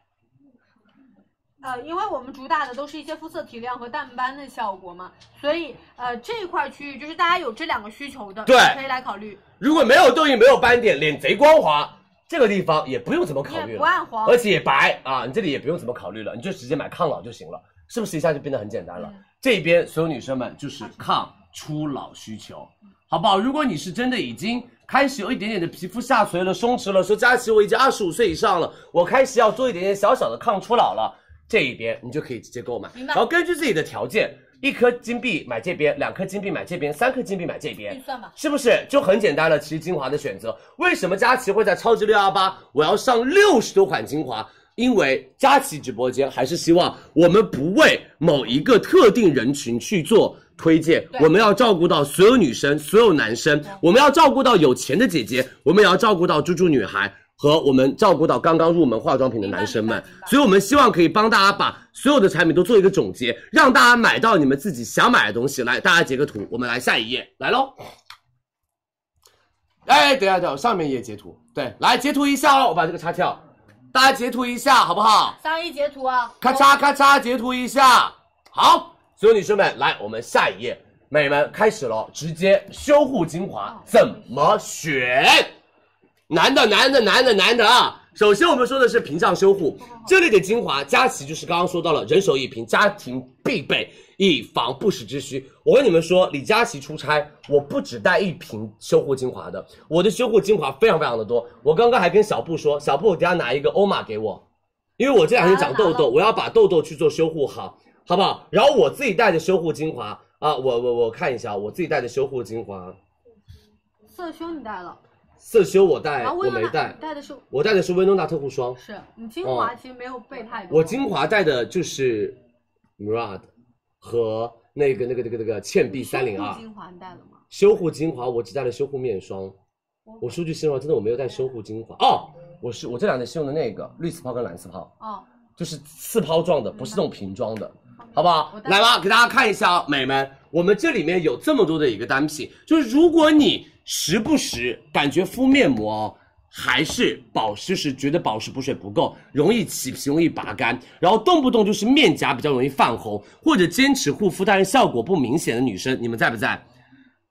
Speaker 10: 呃，因为我们主打的都是一些肤色提亮和淡斑的效果嘛，所以呃这一块区域就是大家有这两个需求的，
Speaker 8: 对
Speaker 10: 可以来考虑。
Speaker 8: 如果没有痘印、没有斑点，脸贼光滑，这个地方也不用怎么考虑
Speaker 10: 也
Speaker 8: 了，
Speaker 10: 不暗黄
Speaker 8: 而且也白啊，你这里也不用怎么考虑了，你就直接买抗老就行了，是不是一下就变得很简单了？这边所有女生们就是抗初老需求，好不好？如果你是真的已经开始有一点点的皮肤下垂了、松弛了，说佳琪我已经二十五岁以上了，我开始要做一点点小小的抗初老了，这一边你就可以直接购买，然后根据自己的条件。一颗金币买这边，两颗金币买这边，三颗金币买这边，
Speaker 10: 预算吧，
Speaker 8: 是不是就很简单了？其实精华的选择，为什么佳琦会在超级六幺八我要上六十多款精华？因为佳琦直播间还是希望我们不为某一个特定人群去做推荐，我们要照顾到所有女生、所有男生，我们要照顾到有钱的姐姐，我们也要照顾到猪猪女孩。和我们照顾到刚刚入门化妆品的男生们，所以我们希望可以帮大家把所有的产品都做一个总结，让大家买到你们自己想买的东西。来，大家截个图，我们来下一页，来喽。哎，等一下，等一下，上面一页截图，对，来截图一下哦，我把这个擦掉，大家截图一下好不好？
Speaker 10: 三一截图啊，
Speaker 8: 咔嚓咔嚓，截图一下。好，所有女生们，来，我们下一页，美们开始喽，直接修护精华怎么选？男的，男的，男的，男的啊！首先我们说的是屏障修护，这里的精华，佳琦就是刚刚说到了，人手一瓶，家庭必备，以防不时之需。我跟你们说，李佳琦出差，我不只带一瓶修护精华的，我的修护精华非常非常的多。我刚刚还跟小布说，小布，等一下拿一个欧玛给我，因为我这两天长痘痘，我要把痘痘去做修护好，好不好？然后我自己带的修护精华啊，我我我看一下，我自己带的修护精华，
Speaker 10: 色修你带了，
Speaker 8: 色修我带，
Speaker 10: 然后
Speaker 8: 哎我
Speaker 10: 薇诺
Speaker 8: 没
Speaker 10: 娜
Speaker 8: 带
Speaker 10: 你。带的是
Speaker 8: 我带的是薇诺娜特护霜，
Speaker 10: 是你精华其实没有备太多，
Speaker 8: 我精华带的就是 Murad 和那个那个那个那个倩碧三零
Speaker 10: 修护
Speaker 8: 二
Speaker 10: 精华你带了吗？
Speaker 8: 修护精华，我只带了修护面霜。我数据心话，真的我没有带修护精华哦，我是我这两天是用的那个绿丝泡跟蓝丝泡，
Speaker 10: 哦，
Speaker 8: 就是次泡状的，不是那种瓶装的，好不好
Speaker 10: 我？带
Speaker 8: 来吧，给大家看一下啊，美们，我们这里面有这么多的一个单品，就是如果你时不时感觉敷面膜哦还是保湿时觉得保湿补水不够，容易起皮，容易拔干，然后动不动就是面颊比较容易泛红，或者坚持护肤但是效果不明显的女生，你们在不在？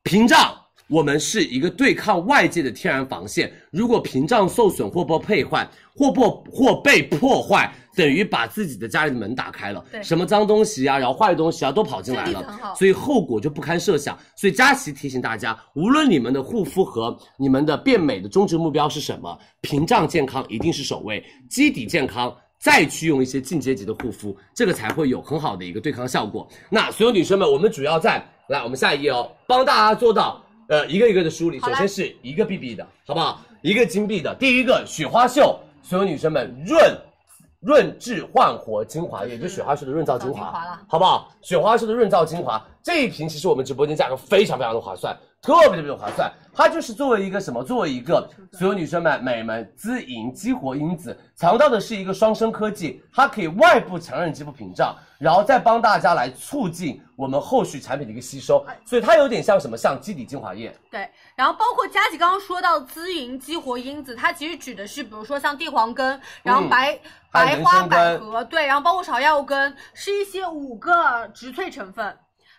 Speaker 8: 屏障我们是一个对抗外界的天然防线。如果屏障受损或被配换，或破或被破坏，等于把自己的家里的门打开了，
Speaker 10: 对
Speaker 8: 什么脏东西啊，然后坏东西啊都跑进来
Speaker 10: 这个例子很
Speaker 8: 了
Speaker 10: 好，
Speaker 8: 所以后果就不堪设想。所以佳琪提醒大家，无论你们的护肤和你们的变美的终极目标是什么，屏障健康一定是首位，基底健康。再去用一些进阶级的护肤，这个才会有很好的一个对抗效果。那所有女生们，我们主要在来，我们下一页哦，帮大家做到呃一个一个的梳理。首先是一个 BB 的，好不好？一个金币的，第一个雪花秀，所有女生们润润质焕活精华液，也就是雪花秀的润燥精华，好不好？雪花秀的润燥精华这一瓶，其实我们直播间价格非常非常的划算，特别特别的划算。它就是作为一个什么，作为一个所有女生们、美们滋阴激活因子，强调的是一个双生科技，它可以外部强韧肌肤屏障，然后再帮大家来促进我们后续产品的一个吸收，所以它有点像什么，像基底精华液。
Speaker 10: 对，然后包括佳琪刚刚说到滋阴激活因子，它其实指的是比如说像地黄根，然后白、
Speaker 8: 还有
Speaker 10: 白花
Speaker 8: 人参
Speaker 10: 百
Speaker 8: 嗯根
Speaker 10: 合，对，然后包括芍药根，是一些五个植萃成分，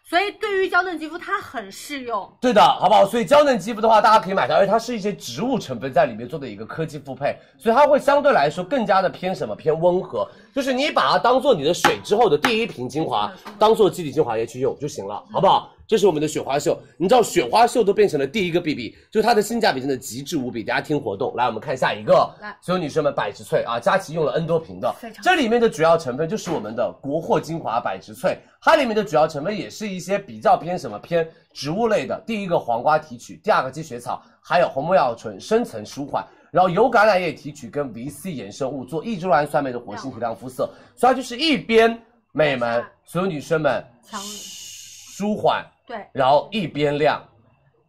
Speaker 10: 所以对于娇嫩肌肤它很适用。
Speaker 8: 对的，好不好？所以娇嫩肌肤的话，大家可以买它，而且它是一些植物成分在里面做的一个科技复配，所以它会相对来说更加的偏什么？偏温和，就是你把它当做你的水之后的第一瓶精华，当做基底精华液去用就行了，好不好？这是我们的雪花秀，你知道雪花秀都变成了第一个 BB，就是它的性价比真的极致无比。大家听活动，来我们看下一个，
Speaker 10: 来
Speaker 8: 所有女生们百植萃啊，佳琪用了 N 多瓶的
Speaker 10: 非，常
Speaker 8: 这里面的主要成分就是我们的国货精华百植萃，它里面的主要成分也是一些比较偏什么偏植物类的。第一个黄瓜提取，第二个积雪草，还有红没药醇深层舒缓。然后油橄榄液提取跟 VC 衍生物做异珠兰酸酶的活性提亮肤色，所以它就是一边美们所有女生们
Speaker 10: 强
Speaker 8: 舒缓，
Speaker 10: 对，
Speaker 8: 然后一边亮，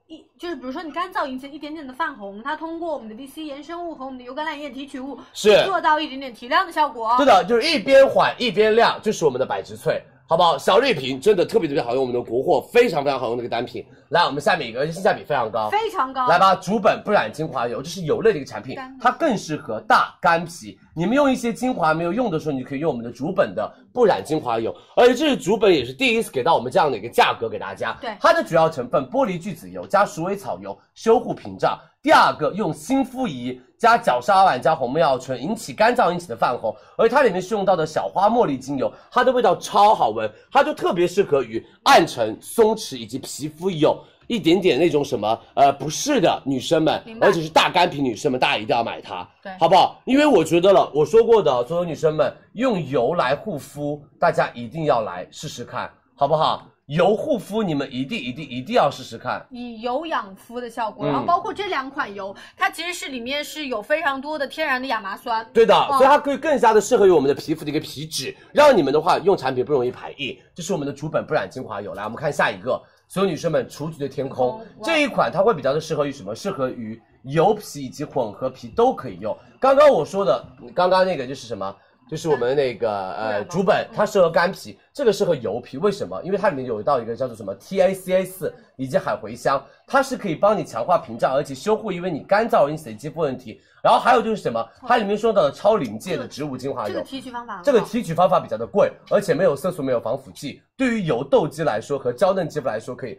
Speaker 10: 一就是比如说你干燥引起一点点的泛红，它通过我们的 VC 衍生物和我们的油橄榄液提取物，
Speaker 8: 是
Speaker 10: 做到一点点提亮的效果。
Speaker 8: 对的，就是一边缓一边亮，就是我们的百植萃，好不好？小绿瓶真的特别特别好用，我们的国货非常非常好用的一个单品。来，我们下面一个，而且性价比非常高。
Speaker 10: 哦非常高。
Speaker 8: 来吧，竹本不染精华油，这是油类的一个产品
Speaker 10: 干皮，
Speaker 8: 它更适合大干皮。你们用一些精华没有用的时候，你可以用我们的竹本的不染精华油，而且这是竹本也是第一次给到我们这样的一个价格给大家。
Speaker 10: 对
Speaker 8: 它的主要成分玻璃聚酯油加鼠尾草油修护屏障，第二个用新肤仪加角鲨烷加红木药醇引起干燥引起的泛红，而它里面是用到的小花茉莉精油，它的味道超好闻，它就特别适合于暗沉、松弛以及皮肤有。一点点那种什么呃不适的女生们
Speaker 10: 明，白
Speaker 8: 而且是大干皮女生们，大家一定要买它，
Speaker 10: 对
Speaker 8: 好不好？因为我觉得了，我说过的，所有女生们用油来护肤，大家一定要来试试看，好不好？油护肤你们一定一定一定要试试看，
Speaker 10: 以油养肤的效果，
Speaker 8: 嗯
Speaker 10: 然后包括这两款油，它其实是里面是有非常多的天然的亚麻酸，
Speaker 8: 对的，所以它可以更加的适合于我们的皮肤的一个皮脂，让你们的话用产品不容易排异。这是我们的竹本不染精华油，来我们看下一个，所有女生们雏菊的天空、这一款，它会比较的适合于什么？适合于油皮以及混合皮都可以用。刚刚我说的，刚刚那个就是什么？就是我们那个呃竹本，它适合干皮，这个适合油皮，为什么？因为它里面有到一个叫做什么 TACA 四以及海茴香，它是可以帮你强化屏障，而且修护因为你干燥引起的肌肤问题。然后还有就是什么？它里面说到的超临界的植物精华
Speaker 10: 这个
Speaker 8: 油，
Speaker 10: 提取方法很好
Speaker 8: 啊这个提取方法比较的贵，而且没有色素，没有防腐剂，对于油痘肌来说和娇嫩肌肤来说可以。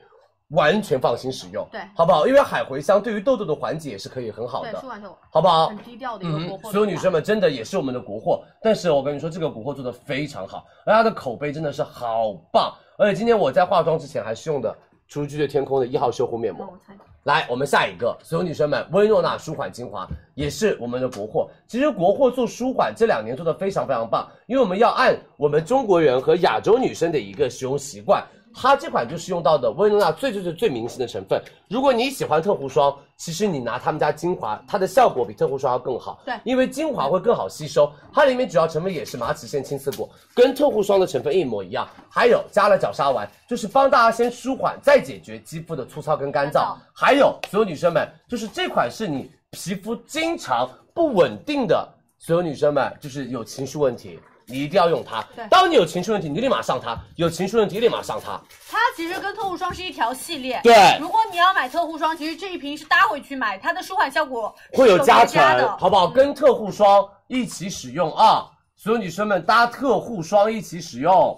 Speaker 8: 完全放心使用，
Speaker 10: 对
Speaker 8: 好不好？因为海茴香对于痘痘的缓解也是可以很好
Speaker 10: 对，
Speaker 8: 的
Speaker 10: 舒，缓效果
Speaker 8: 好不好
Speaker 10: 很？低调的一个国
Speaker 8: 嗯，
Speaker 10: 货、
Speaker 8: 所有女生，们真的也是我们的国货，但是我跟你说，这个国货做的非常好，而它的口碑真的是好棒。而且今天我在化妆之前还是用的雏菊的天空的一号修护面膜。
Speaker 10: 我猜
Speaker 8: 来，我们下一个，所有女生们，薇诺娜舒缓精华也是我们的国货。其实国货做舒缓这两年做的非常非常棒，因为我们要按我们中国人和亚洲女生的一个使用习惯。它这款就是用到的薇诺娜最最最最明星的成分。如果你喜欢特护霜，其实你拿他们家精华，它的效果比特护霜要更好。
Speaker 10: 对
Speaker 8: 因为精华会更好吸收，它里面主要成分也是马齿苋青刺果，跟特护霜的成分一模一样。还有加了角鲨烷，就是帮大家先舒缓，再解决肌肤的粗糙跟干
Speaker 10: 干
Speaker 8: 燥
Speaker 10: 燥。
Speaker 8: 还有所有女生们，就是这款是你皮肤经常不稳定的，所有女生们就是有情绪问题，你一定要用它
Speaker 10: 对。
Speaker 8: 当你有情绪问题，你就立马上它；有情绪问题立马上它。
Speaker 10: 它其实跟特护霜是一条系列。
Speaker 8: 对
Speaker 10: 如果你要买特护霜，其实这一瓶是搭回去买，它的舒缓效果
Speaker 8: 会有加成
Speaker 10: 加，的。
Speaker 8: 好不好？跟特护霜一起使用啊！所有女生们搭特护霜一起使用，，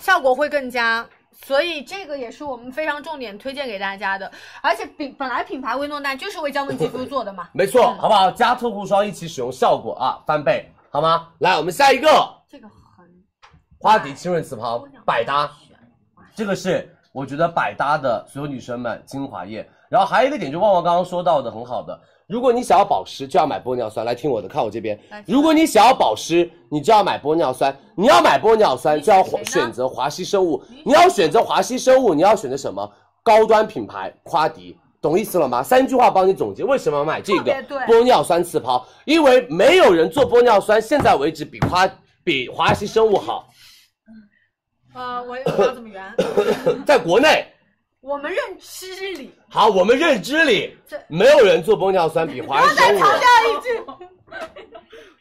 Speaker 10: 效果会更加
Speaker 6: 所以这个也是我们非常重点推荐给大家的。而且品本来品牌薇诺娜就是为娇嫩肌肤做的嘛
Speaker 10: (laughs)
Speaker 8: 没错，好不好？加特护霜一起使用，效果啊翻倍，好吗？来，我们下一个，
Speaker 6: 这个很
Speaker 8: 花迪清润糍粑百搭，这个是我觉得百搭的所有女生们精华液。然后还有一个点，就旺旺刚刚说到的很好的，如果你想要保湿，就要买玻尿酸。来听我的，看我这边。如果你想要保湿，你就要买玻尿酸。你要买玻尿酸，就要华选择华熙生物。你要选择华熙生物，你要选择什么？高端品牌夸迪，懂意思了吗？三句话帮你总结为什么要买这个玻尿酸糍粑，因为没有人做玻尿酸，现在为止比夸比华熙生物好。
Speaker 6: 呃，我也不知道怎么
Speaker 8: (laughs)
Speaker 6: 圆。
Speaker 8: 在国内，
Speaker 6: 我们认知里，
Speaker 8: 好，我们认知里
Speaker 6: 这
Speaker 8: 没有人做玻尿酸比华熙生物。
Speaker 6: 哦 (laughs)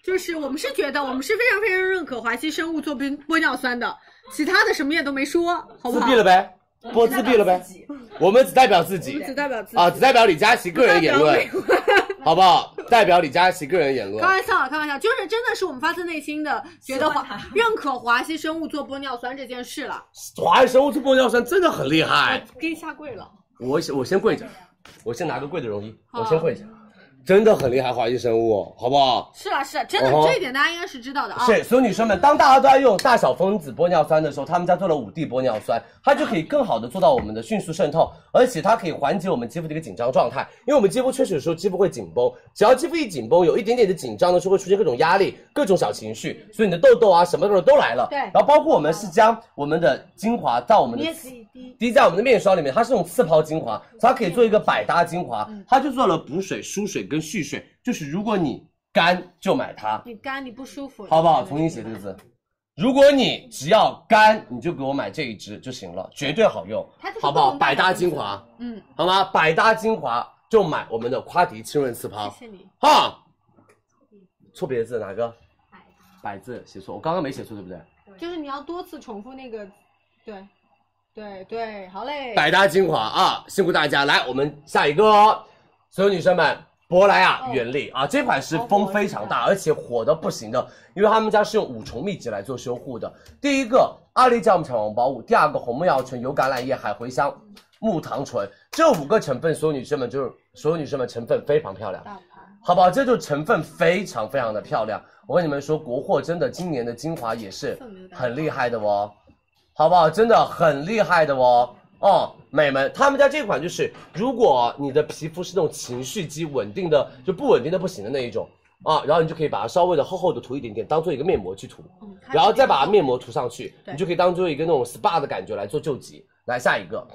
Speaker 6: 就是我们是觉得我们是非常非常认可华熙生物做玻玻尿酸的，其他的什么也都没说，好不
Speaker 8: 自
Speaker 6: 好？
Speaker 8: 闭了呗，播自闭了呗，我们只代表自己
Speaker 6: 只代表自己
Speaker 8: 啊，只代表李佳琦个人言论， (laughs) 好不好？代表李佳琦个人言论
Speaker 6: 开。玩笑啊，开玩笑，就是真的是我们发自内心的觉得华认可华熙生物做玻尿酸这件事了，
Speaker 8: 华人生物做玻尿酸真的很厉害，
Speaker 6: 可以下跪了。
Speaker 8: 我先我先跪着，我先拿个跪的容易，
Speaker 6: 好
Speaker 8: 我先跪着，真的很厉害，华谊生物，好不好？
Speaker 6: 是啦是啦，啊真的、
Speaker 8: 哦吼
Speaker 6: 这一点大家应该是知道的啊。
Speaker 8: 是，所有女生们，当大家都在用大小分子玻尿酸的时候，他们家做了五 D 玻尿酸，它就可以更好的做到我们的迅速渗透，而且它可以缓解我们肌肤的一个紧张状态。因为我们肌肤缺水的时候，肌肤会紧绷，只要肌肤一紧绷，有一点点的紧张的时候，会出现各种压力、各种小情绪，所以你的痘痘啊什么的都来了。
Speaker 6: 对
Speaker 8: 然后包括我们是将我们的精华到我们的
Speaker 6: 你也可以滴，
Speaker 8: 滴在我们的面霜里面，它是那种次抛精华，所以它可以做一个百搭精华，
Speaker 6: 嗯
Speaker 8: 它就做了补水、疏水跟蓄水。就是如果你干就买它，
Speaker 6: 你干你不舒服，
Speaker 8: 好不好？重新写这个字。如果你只要干，你就给我买这一支就行了，绝对好用
Speaker 6: 它就，是
Speaker 8: 好不好？
Speaker 6: 不能
Speaker 8: 百
Speaker 6: 带
Speaker 8: 搭
Speaker 6: 的
Speaker 8: 精华，
Speaker 6: 嗯，
Speaker 8: 好吗？百搭精华就买我们的夸迪清润糍粑，
Speaker 6: 谢谢你。
Speaker 8: 哈。错别字哪个？百字写错，我刚刚没写错对不对？
Speaker 6: 就是你要多次重复那个，对，对对，好嘞。
Speaker 8: 百搭精华啊，辛苦大家！来，我们下一个哦，所有女生们，珀莱雅原力、啊，这款是风非常大，而且火的不行的，因为他们家是用五重秘籍来做修护的。第一个阿丽酵母产王宝舞，第二个红木药醇、有橄榄叶、海茴香、木糖醇，这五个成分，所有女生们就是所有女生们成分非常漂亮。好不好？这就成分非常非常的漂亮。我跟你们说，国货真的今年的精华也是很厉害的哦，好不好？真的很厉害的哦。哦，美们，他们家这款就是，如果你的皮肤是那种情绪肌稳定的，就不稳定的不行的那一种啊，然后你就可以把它稍微的厚厚的涂一点点，当做一个面膜去涂，然后再把面膜涂上去，你就可以当做一个那种 SPA 的感觉来做救急。来下一个，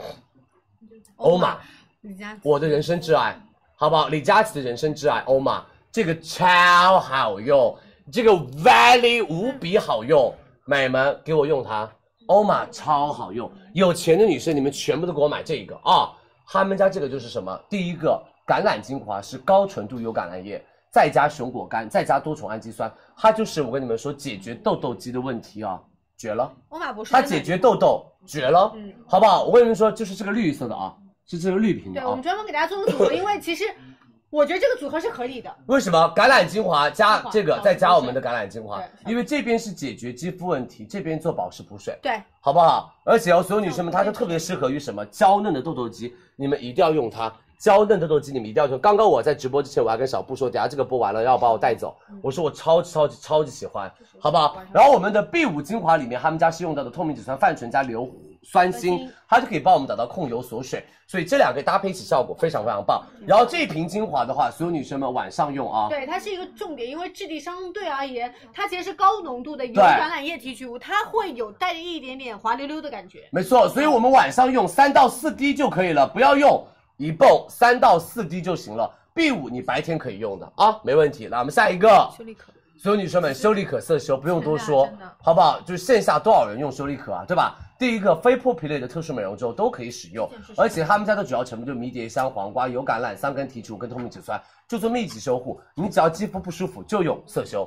Speaker 8: 欧玛，
Speaker 6: 李佳琦
Speaker 8: 我的人生挚爱，好不好？李佳琦的人生挚爱，欧玛，这个超好用，这个 Valley 无比好用，美们给我用它，欧玛超好用，有钱的女生你们全部都给我买这个啊！他们家这个就是什么？第一个橄榄精华是高纯度有橄榄叶，再加熊果苷，再加多重氨基酸，它就是我跟你们说解决痘痘肌的问题啊，绝了！
Speaker 6: 欧玛博士
Speaker 8: 它
Speaker 6: 真的嗯
Speaker 8: 解决痘痘绝了，好不好？我跟你们说，就是这个绿色的啊，是这个绿瓶的
Speaker 6: 对，
Speaker 8: 啊。
Speaker 6: 我们专门给大家做个组合，因为其实我觉得这个组合是合理的。
Speaker 8: 为什么橄榄精华加
Speaker 6: 精华
Speaker 8: 这个，
Speaker 6: 嗯
Speaker 8: 再加我们的橄榄精华
Speaker 6: 对？
Speaker 8: 因为这边是解决肌肤问题，这边做保湿补水，
Speaker 6: 对，
Speaker 8: 好不好？而且哦，所有女生们，它就特别适合于什么娇嫩的痘痘肌，你们一定要用它。娇嫩的痘痘肌你们一定要用。刚刚我在直播之前，我还跟小布说，等下这个播完了要把我带走。我说我超级超级超嗯级喜欢，好不好？然后我们的 B 五精华里面，他们家是用到的透明质酸泛醇加硫酸锌，它就可以帮我们达到控油锁水，所以这两个搭配一起效果非常非常棒。然后这一瓶精华的话，所有女生们晚上用啊，
Speaker 6: 对，它是一个重点，因为质地相对而言，它其实是高浓度的有
Speaker 8: 对
Speaker 6: 橄榄叶提取物，它会有带着一点点滑溜溜的感觉。
Speaker 8: 没错，所以我们晚上用三到四滴就可以了，不要用一泵，三到四滴就行了。B 五你白天可以用的啊，没问题。来，我们下一个
Speaker 6: 修丽可，
Speaker 8: 所有女生们，修丽可色修不用多说
Speaker 6: 真的真的，
Speaker 8: 好不好？就是线下多少人用修丽可啊，对吧？第一个非破皮类的特殊美容粥都可以使用，而且他们家的主要成分就是迷迭香、黄瓜、有橄榄、三根提取物跟透明质酸，就做密集修护。你只要肌肤不舒服就用色修，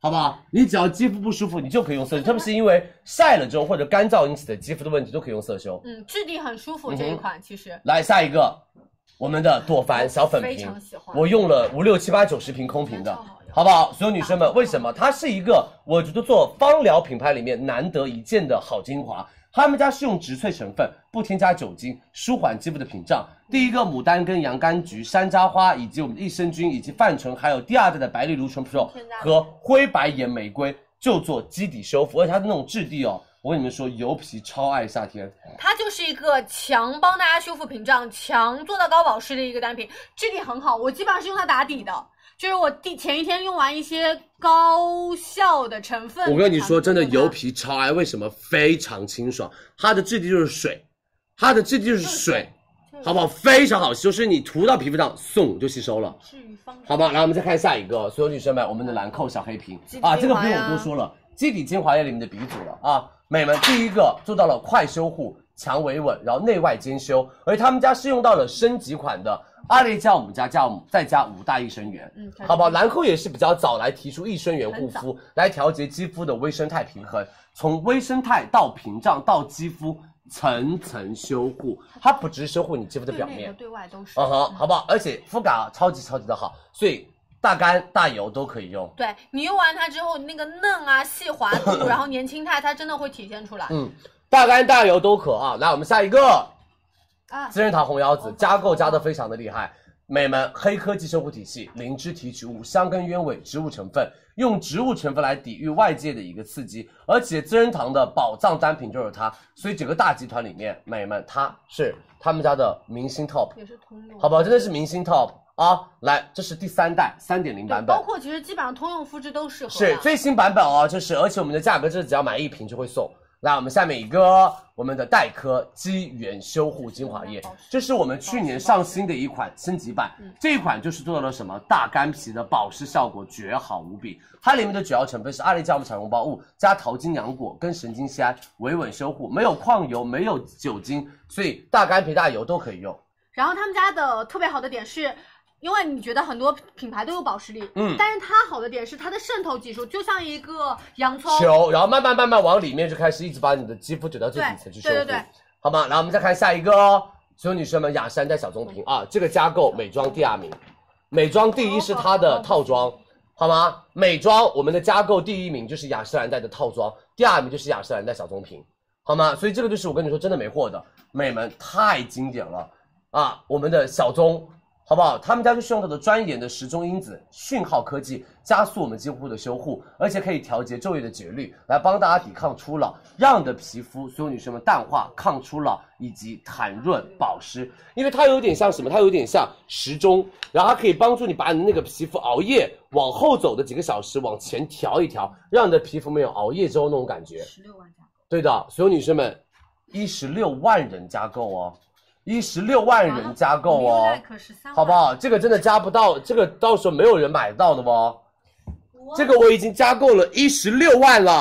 Speaker 8: 好不好？你只要肌肤不舒服，你就可以用色修，特别是因为晒了之后或者干燥引起的肌肤的问题都可以用色修。
Speaker 6: 嗯，质地很舒服这一款，其实
Speaker 8: 来下一个，我们的朵凡小粉
Speaker 6: 非
Speaker 8: 瓶
Speaker 6: 常，喜欢。
Speaker 8: 我用了五六七八九十瓶空瓶的，好不好？所有女生们，为什么它是一个我觉得做芳疗品牌里面难得一见的好精华？他们家是用植萃成分，不添加酒精，舒缓肌肤的屏障。第一个牡丹根、洋甘菊、山楂花，以及我们的益生菌，以及泛醇，还有第二代的白藜芦醇 Pro 和灰白岩玫瑰，就做基底修复，而且它的那种质地哦，我跟你们说，油皮超爱夏天。
Speaker 10: 它就是一个强帮大家修复屏障、强做到高保湿的一个单品，质地很好，我基本上是用它打底的。就是我第前一天用完一些高效的成分，
Speaker 8: 我跟你说，真的油皮超爱，为什么？非常清爽，它的质地就是水，它的质地就是水，好不好？非常好吸收，就是你涂到皮肤上，送就吸收了，好吧？来，我们再看下一个，所有女生们，我们的兰蔻小黑瓶啊，这个不用我多说了，基底精华液里面的鼻祖了啊，美们，第一个做到了快修护、强维稳，然后内外兼修，而他们家是用到了升级款的。阿丽加我们家酵母，再加五大益生元，嗯，好不好？兰蔻也是比较早来提出益生元护肤，来调节肌肤的微生态平衡，从微生态到屏障到肌肤层层修护，它不只是修护你肌肤的表面，
Speaker 10: 对外都是。
Speaker 8: 嗯哼，好不好？而且肤感超级超级的好，所以大干大油都可以用。
Speaker 10: 对你用完它之后，那个嫩啊、细滑
Speaker 8: (coughs)
Speaker 10: 度，然后年轻态，它真的会体现出来。
Speaker 8: 嗯，大干大油都可啊。来，我们下一个。
Speaker 10: 啊，
Speaker 8: 资生堂红腰子加购加的非常的厉害，美们黑科技修护体系，灵芝提取物、香根鸢尾植物成分，用植物成分来抵御外界的一个刺激，而且资生堂的宝藏单品就是它，所以整个大集团里面，美们它是他们家的明星 top，
Speaker 10: 也是通用，
Speaker 8: 好不好？真的是明星 top 啊！来，这是第三代三点零
Speaker 10: 对，
Speaker 8: 版本
Speaker 10: 包，括其实基本上通用肤质都适合。
Speaker 8: 是，最新版本哦，就是而且我们的价格就是只要买一瓶就会送。来，我们下面一个我们的黛珂肌源修护精华
Speaker 10: 嗯
Speaker 8: 液，这是我们去年上新的一款升级版。这一款就是做到了什么大干皮的保湿效果绝好无比。它里面的主要成分是阿丽酵母产红孢物加桃金娘果跟神经酰胺，维稳修护，没有矿油，没有酒精，所以大干皮大油都可以用。
Speaker 10: 然后他们家的特别好的点是，因为你觉得很多品牌都有保湿力，
Speaker 8: 嗯
Speaker 10: 但是它好的点是它的渗透技术，就像一个洋葱，
Speaker 8: 球，然后慢慢慢慢往里面就开始一直把你的肌肤卷到最底层去修复，
Speaker 10: 对对对
Speaker 8: 好吗？然后我们再看下一个哦，所有女生们，雅诗兰黛小棕瓶啊，这个加购美妆第二名，美妆第一是它的套装，好吗？美妆我们的加购第一名就是雅诗兰黛的套装，第二名就是雅诗兰黛小棕瓶，好吗？所以这个就是我跟你说真的没货的，美们太经典了啊！我们的小棕。好不好？他们家就是用到的专研的时钟因子讯号科技，加速我们肌肤的修护，而且可以调节昼夜的节律，来帮大家抵抗初老，让你的皮肤所有女生们淡化、抗初老以及弹润保湿。因为它有点像什么？它有点像时钟，然后它可以帮助你把你的那个皮肤熬夜往后走的几个小时往前调一调，让你的皮肤没有熬夜之后那种感觉。
Speaker 10: 十六万加，
Speaker 8: 对的，所有女生们，一十六万人加购哦，一十六万人加购
Speaker 10: 啊
Speaker 8: 哦。
Speaker 10: 我们优待可十三万，
Speaker 8: 好不？好？这个真的加不到，这个到时候没有人买到的哦。这个我已经加购了一十六万了，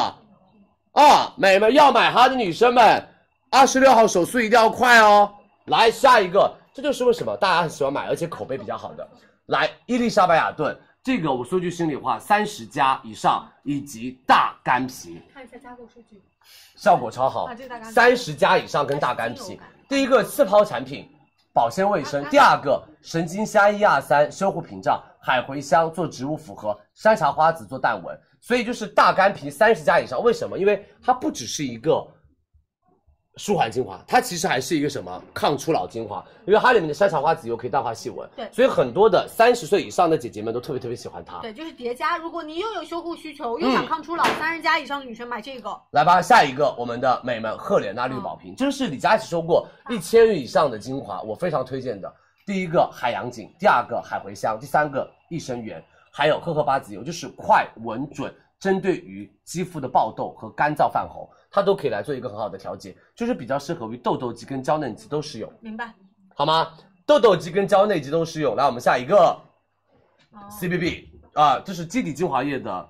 Speaker 8: 啊，美们要买它的女生们，二十六号手速一定要快哦。来下一个，这就是为什么大家很喜欢买，而且口碑比较好的。来，伊丽莎白雅顿，这个我说句心里话，三十加以上以及大干皮，
Speaker 10: 看一下加购数据，
Speaker 8: 效果超好
Speaker 10: 啊这个大干，皮
Speaker 8: 三十加以上跟大干皮。第一个次抛产品，保鲜卫
Speaker 10: 啊
Speaker 8: 生；第二个神经酰胺一二三修护屏障，海茴香做植物复合，山茶花籽做淡纹。所以就是大干皮三十加以上，为什么？因为它不只是一个舒缓精华，它其实还是一个什么抗初老精华，因为它里面的山茶花籽油可以淡化细纹。
Speaker 10: 对
Speaker 8: 所以很多的三十岁以上的姐姐们都特别特别喜欢它。
Speaker 10: 对，就是叠加。如果你又有修护需求，
Speaker 8: 嗯
Speaker 10: 又想抗初老，三十加以上的女生买这个，
Speaker 8: 来吧，下一个我们的美们赫莲娜绿宝瓶，这是李佳琦说过一千日以上的精华，我非常推荐的。第一个海洋锦，第二个海茴香，第三个益生元，还有荷荷巴籽油，就是快稳准，针对于肌肤的爆痘和干燥泛红，它都可以来做一个很好的调节，就是比较适合于痘痘肌跟娇嫩肌都适用，
Speaker 10: 明白？
Speaker 8: 好吗？痘痘肌跟娇嫩肌都适用。来，我们下一个 CBB 啊，这是基底精华液的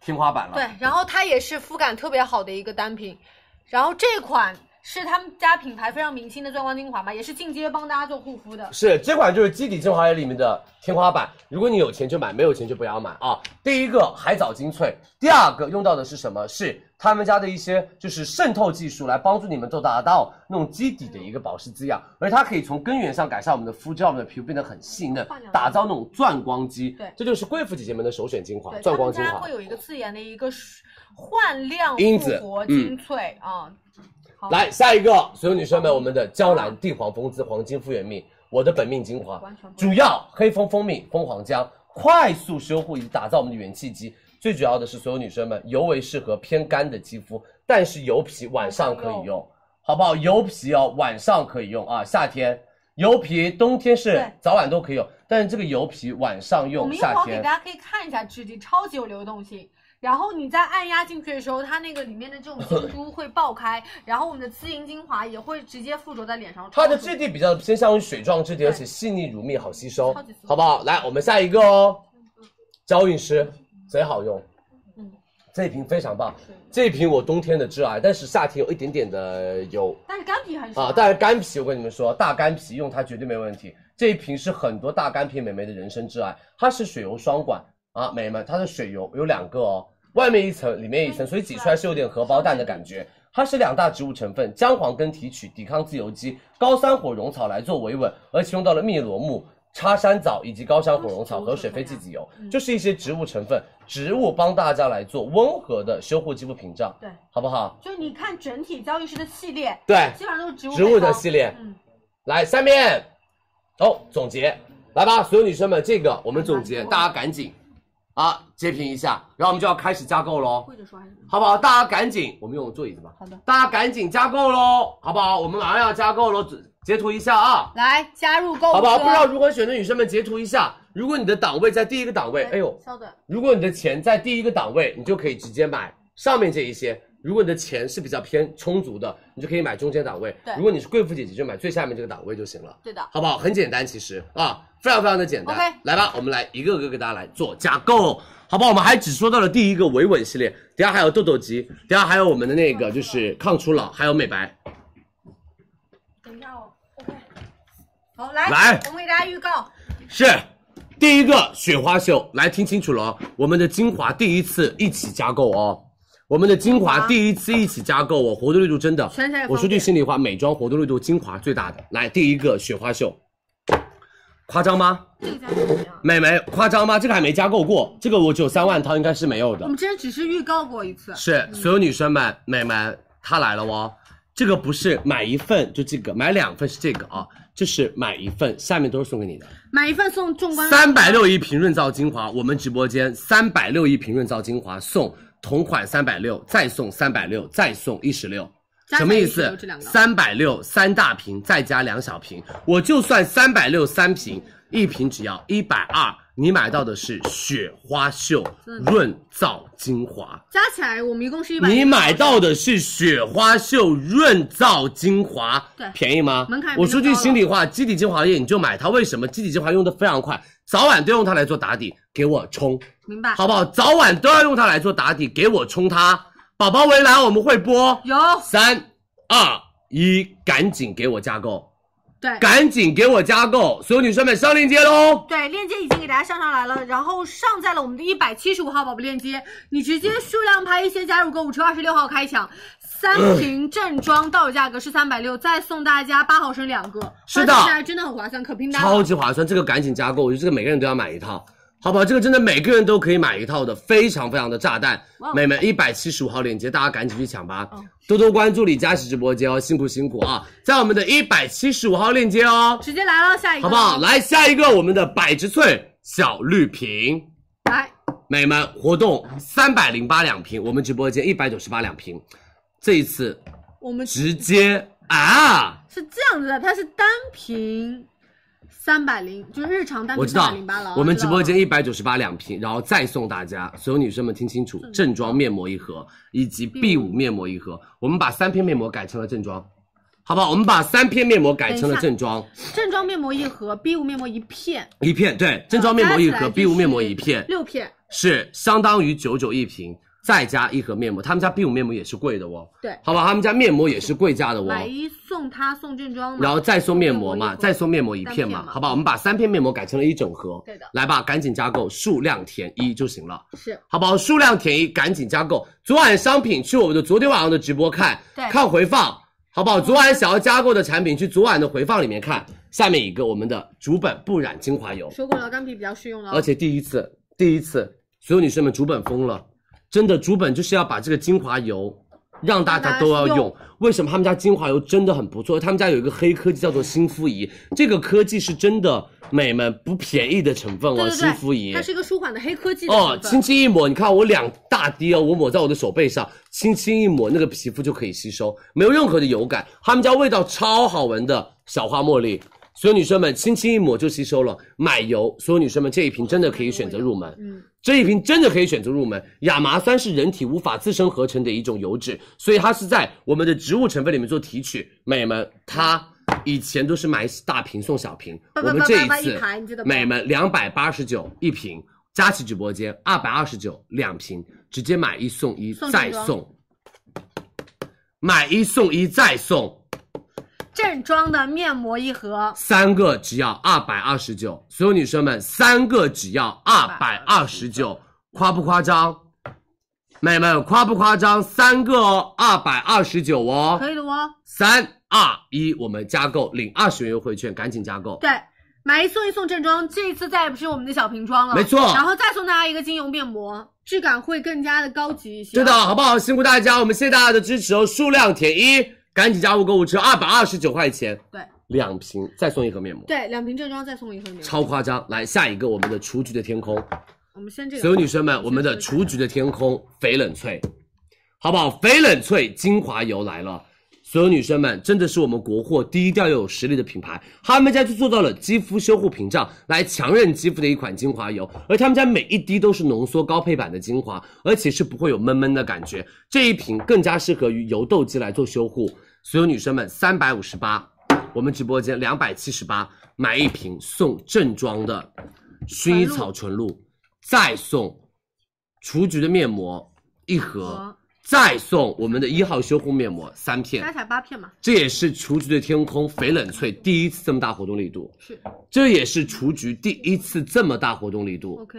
Speaker 8: 天花板了。
Speaker 10: 对，然后它也是肤感特别好的一个单品，然后这款是他们家品牌非常明星的钻光精华嘛，也是进阶帮大家做护肤的。
Speaker 8: 是这款就是基底精华液里面的天花板，如果你有钱就买，没有钱就不要买啊。第一个海藻精粹，第二个用到的是什么？是他们家的一些就是渗透技术来帮助你们做达到那种基底的一个保湿滋养，而它可以从根源上改善我们的肤质，让我们的皮肤变得很细嫩，打造那种钻光肌。
Speaker 10: 对
Speaker 8: 这就是贵妇姐姐们的首选精华，
Speaker 10: 对，
Speaker 8: 钻
Speaker 10: 他
Speaker 8: 光
Speaker 10: 们
Speaker 8: 精
Speaker 10: 家
Speaker 8: 华
Speaker 10: 会。有一个自研的一个焕亮
Speaker 8: 因子嗯
Speaker 10: 复活精粹啊、
Speaker 8: 来下一个，所有女生们，我们的娇兰地黄蜂姿黄金复原蜜，我的本命精华，主要黑蜂蜂蜜、蜂皇浆，快速修护以及打造我们的元气肌。最主要的是，所有女生们尤为适合偏干的肌肤，但是油皮晚上可以用，好不好？油皮哦，晚上可以用啊，夏天油皮，冬天是早晚都可以用，但是这个油皮晚上
Speaker 6: 我
Speaker 8: 用，
Speaker 6: 们一会
Speaker 8: 夏
Speaker 6: 儿
Speaker 8: 天
Speaker 6: 给大家可以看一下质地，超级有流动性。然后你在按压进去的时候，它那个里面的这种金珠会爆开，然后我们的滋莹精华也会直接附着在脸上。
Speaker 8: 它的
Speaker 6: 超级
Speaker 8: 质地比较偏向于水状质地，而且细腻如蜜，好吸收
Speaker 6: 超级酥，嗯
Speaker 8: 好不好？来，我们下一个哦，娇韵诗贼好用，这一瓶非常棒，这一瓶我冬天的挚爱，但是夏天有一点点的油
Speaker 6: 但是干皮很少
Speaker 8: 啊，但是干皮我跟你们说，大干皮用它绝对没问题，这一瓶是很多大干皮美眉的人生挚爱，它是水油双管啊，美眉们，它的水油有两个哦，外面一层，里面一层，所以挤出来是有点荷包蛋的感觉。它是两大植物成分姜黄根提取，抵抗自由基，高山火绒草来做维稳，而且用到了蜜罗木、插山藻以及高山火绒草嗯和水飞栉籽油，就是一些植物成分，植物帮大家来做温和的修护肌肤屏障，
Speaker 6: 对，
Speaker 8: 好不好？
Speaker 6: 就是你看整体娇韵诗的系列，
Speaker 8: 对
Speaker 6: 基本上都是植物
Speaker 8: 植物
Speaker 6: 配
Speaker 8: 的
Speaker 6: 方
Speaker 8: 系列，
Speaker 6: 嗯，
Speaker 8: 来下面，哦，总结，来吧，所有女生们，这个我们总结，大家赶紧啊截屏一下，然后我们就要开始加购喽。
Speaker 6: 或者说还是
Speaker 8: 好不好？大家赶紧，我们用座椅子吧。好的，大家赶紧加购喽，好不好？我们马上要加购喽，截图一下啊，
Speaker 6: 来加入购物车，
Speaker 8: 好不好？不知道如何选的女生们截图一下。如果你的档位在第一个档位，哎呦，
Speaker 6: 稍等，
Speaker 8: 如果你的钱在第一个档位，你就可以直接买上面这一些。如果你的钱是比较偏充足的，你就可以买中间档位。
Speaker 6: 对
Speaker 8: 如果你是贵妇姐姐，就买最下面这个档位就行了，
Speaker 6: 对的，
Speaker 8: 好不好？很简单，其实啊，非常非常的简单。
Speaker 6: OK
Speaker 8: 来吧，我们来一个个给大家来做加购，好不好？我们还只说到了第一个维稳系列，等一下还有痘痘肌，等一下还有我们的那个就是抗初老，还有美白。
Speaker 6: 等一下哦，OK，好来
Speaker 8: 来
Speaker 6: 我们给大家预告，
Speaker 8: 是第一个雪花秀，来听清楚了哦，我们的精华第一次一起加购哦。我们的精华第一次一起加购哦，活动力度真的
Speaker 6: 啊全家也，
Speaker 8: 我说句
Speaker 6: 方便
Speaker 8: 心里话，美妆活动力度精华最大的。来，第一个雪花秀，夸张吗？
Speaker 6: 这个价格怎么样？
Speaker 8: 美眉夸张吗？这个还没加购过，这个我只有三万套，应该是没有的
Speaker 6: 我。们之前只是预告过一次，
Speaker 8: 是所有女生们、美们，它来了哦。这个不是买一份就这个，买两份是这个啊，这是买一份，下面都是送给你的。
Speaker 6: 买一份送众观
Speaker 8: 三百六一瓶润燥精华，我们直播间三百六一瓶润燥精华送同款三百六，再送三百六，再送一十六。
Speaker 6: 加起
Speaker 8: 什
Speaker 6: 来
Speaker 8: 么意
Speaker 6: 116
Speaker 8: 思
Speaker 6: 这两？个
Speaker 8: 三百六三大瓶，再加两小瓶，我就算三百六三瓶，一瓶只要一百二，你买到的是雪花秀润燥精华。
Speaker 6: 加起来我们一共是一百，
Speaker 8: 你买到的是雪花秀润燥精华，
Speaker 6: 对
Speaker 8: 便宜吗？
Speaker 6: 门槛也没那么
Speaker 8: 我说句心里话，基底精华液你就买它，为什么？基底精华用的非常快，早晚都用它来做打底，给我冲，
Speaker 6: 明白？
Speaker 8: 好不好？早晚都要用它来做打底，给我冲它。宝宝围栏我们会播，
Speaker 6: 有
Speaker 8: 三二一，赶紧给我加购，
Speaker 6: 对。
Speaker 8: 赶紧给我加购，所有女生们上链接喽。
Speaker 6: 对，链接已经给大家上上来了，然后上在了我们的一百七十五号宝贝链接，你直接数量拍一，先加入购物车，二十六号开抢，三瓶正装到手价格是三百六，再送大家八毫升两个，
Speaker 8: 是的
Speaker 6: 换算下来真的很划算，可拼单
Speaker 8: 超
Speaker 6: 了。
Speaker 8: 级划算，这个赶紧加购，我觉得这个每个人都要买一套，好不好？这个真的每个人都可以买一套的，非常非常的炸弹
Speaker 6: 哇。
Speaker 8: 美们，一百七十五号链接，大家赶紧去抢吧！多多关注李佳琦直播间哦，辛苦辛苦啊！在我们的一百七十五号链接哦，
Speaker 6: 直接来了，下一个
Speaker 8: 好不好？来下一个，我们的百植萃小绿瓶。
Speaker 6: 来，
Speaker 8: 美们，活动三百零八两瓶，我们直播间一百九十八两瓶，这一次
Speaker 6: 我们是
Speaker 8: 直接啊！
Speaker 6: 这样子的，它是单瓶三百零，就是日常单
Speaker 8: 我
Speaker 6: 瓶
Speaker 8: 知
Speaker 6: 三
Speaker 8: 道
Speaker 6: 百零八了啊，，
Speaker 8: 我们
Speaker 6: 知
Speaker 8: 直
Speaker 6: 道
Speaker 8: 播
Speaker 6: 了
Speaker 8: 间一百九十八两瓶，然后再送大家所有女生们听清楚，正装面膜一盒以及
Speaker 6: 嗯
Speaker 8: B 五面膜一盒，我们把三片面膜改成了正装，好不好？我们把三片面膜改成了正装，
Speaker 6: 正装面膜一盒，B 五面膜一片，呃
Speaker 8: 一片对，正装面膜一
Speaker 6: 加起
Speaker 8: 盒
Speaker 6: 来
Speaker 8: ，B 五面膜一片，
Speaker 6: 六片，
Speaker 8: 是相当于九九一瓶，再加一盒面膜，他们家 B 五面膜也是贵的哦，
Speaker 6: 对
Speaker 8: 好吧，他们家面膜也是贵价的哦，
Speaker 6: 买一送他送正装嘛，
Speaker 8: 然后再送面膜
Speaker 6: 送面膜一
Speaker 8: 嘛，
Speaker 6: 盒
Speaker 8: 再送面膜一片
Speaker 6: 单
Speaker 8: 嘛
Speaker 6: 片，嘛
Speaker 8: 好不好？我们把三片面膜改成了一整盒。
Speaker 6: 对的
Speaker 8: 来吧，赶紧加购，数量填一就行了，
Speaker 6: 是
Speaker 8: 好不好？数量填一，赶紧加购。昨晚商品去我们的昨天晚上的直播看，看回放，好不好？昨晚想要加购的产品去昨晚的回放里面看。下面一个我们的竹本不染精华油，
Speaker 6: 说过了，干皮比较适用了。
Speaker 8: 而且第一次，第一次，所有女生们，竹本疯了，真的，竹本就是要把这个精华油让大家都要用。为什么他们家精华油真的很不错？他们家有一个黑科技叫做新肤仪，这个科技是真的美们不便宜的成分哦，
Speaker 6: 对对
Speaker 8: 新肤仪
Speaker 6: 对，它是一个舒缓的黑科技的
Speaker 8: 哦
Speaker 6: 成，分
Speaker 8: 轻轻一抹，你看我两大滴哦，我抹在我的手背上，轻轻一抹，那个皮肤就可以吸收，没有任何的油感。他们家味道超好闻的小花茉莉，所有女生们轻轻一抹就吸收了。买油，所有女生们这一瓶真的可以选择入门，嗯，这一瓶真的可以选择入门。亚麻酸是人体无法自身合成的一种油脂，所以它是在我们的植物成分里面做提取。美们，它以前都是买大瓶送小瓶，
Speaker 6: 叭
Speaker 8: 我
Speaker 6: 叭
Speaker 8: 们
Speaker 6: 叭
Speaker 8: 这
Speaker 6: 叭叭
Speaker 8: 次
Speaker 6: 一排你记得不
Speaker 8: 美们两百八十九一瓶，佳琦直播间二百二十九两瓶，直接买一送一
Speaker 6: 送
Speaker 8: 再
Speaker 6: 正装
Speaker 8: 送，买一送一再送。
Speaker 6: 正装的面膜一盒，
Speaker 8: 三个只要二百二十九，所有女生们，三个只要二百二十九，夸不夸张？美们，夸不夸张？三个哦，二百二十九哦。
Speaker 6: 可以的哦。
Speaker 8: 三二一，我们加购领二十元优惠券，赶紧加购。
Speaker 6: 对，买一送一送正装，这一次再也不是我们的小瓶装了，
Speaker 8: 没错
Speaker 6: 然后再送大家一个精油面膜，质感会更加的高级一些。
Speaker 8: 对的，啊好不好？辛苦大家，我们谢谢大家的支持哦，数量填一，赶紧加入购物车，二百二十九块钱，
Speaker 6: 对，
Speaker 8: 两瓶再送一盒面膜，
Speaker 6: 对，两瓶正装再送一盒面膜。
Speaker 8: 超夸张。来下一个，我们的雏菊的天空，
Speaker 6: 我们先这个。
Speaker 8: 所有女生们，我们的雏菊的天空翡冷翠，好不好？翡冷翠精华油来了。所有女生们，真的是我们国货低调又有实力的品牌，他们家就做到了肌肤修护屏障，来强韧肌肤的一款精华油，而他们家每一滴都是浓缩高配版的精华，而且是不会有闷闷的感觉。这一瓶更加适合于油痘肌来做修护。所有女生们，三百五十八，我们直播间两百七十八，买一瓶送正装的薰衣草纯露，再送雏菊的面膜一盒
Speaker 6: 盒，
Speaker 8: 再送我们的一号修护面膜三片
Speaker 6: 大家。才八片嘛，
Speaker 8: 这也是雏菊的天空翡冷翠第一次这么大活动力度，
Speaker 6: 是
Speaker 8: 这也是雏菊第一次这么大活动力度，
Speaker 6: OK。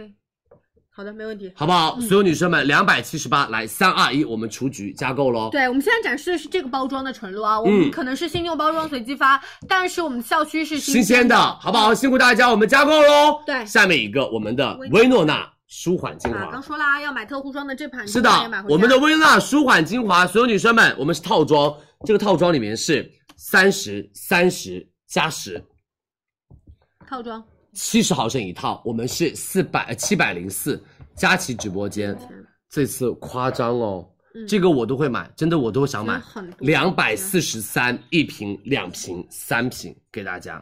Speaker 6: 好的，没问题。
Speaker 8: 好不好？所有女生们，两百七十八，来三二一，我们雏菊加购喽。
Speaker 6: 对，我们现在展示的是这个包装的纯露啊，我们
Speaker 8: 嗯
Speaker 6: 可能是新用包装随机发，但是我们校区是
Speaker 8: 新
Speaker 6: 鲜
Speaker 8: 鲜的，好不好？辛苦大家，我们加购喽。
Speaker 6: 对
Speaker 8: 下面一个我们的薇诺娜舒缓精
Speaker 6: 啊，
Speaker 8: 华
Speaker 6: 刚，说啦，要买特护霜的这盘，
Speaker 8: 是
Speaker 6: 你也
Speaker 8: 的
Speaker 6: 买，回家
Speaker 8: 我们的薇诺娜舒缓精华，所有女生们，我们是套装，这个套装里面是三十三十加十，
Speaker 6: 套装，
Speaker 8: 七十毫升一套，我们是四百呃七百零四，佳琦直播间，这次夸张哦，这个我都会买，真的我都想
Speaker 6: 嗯
Speaker 8: 买
Speaker 6: 真的很，多嗯
Speaker 8: 两百四十三一瓶、两瓶、三瓶给大家，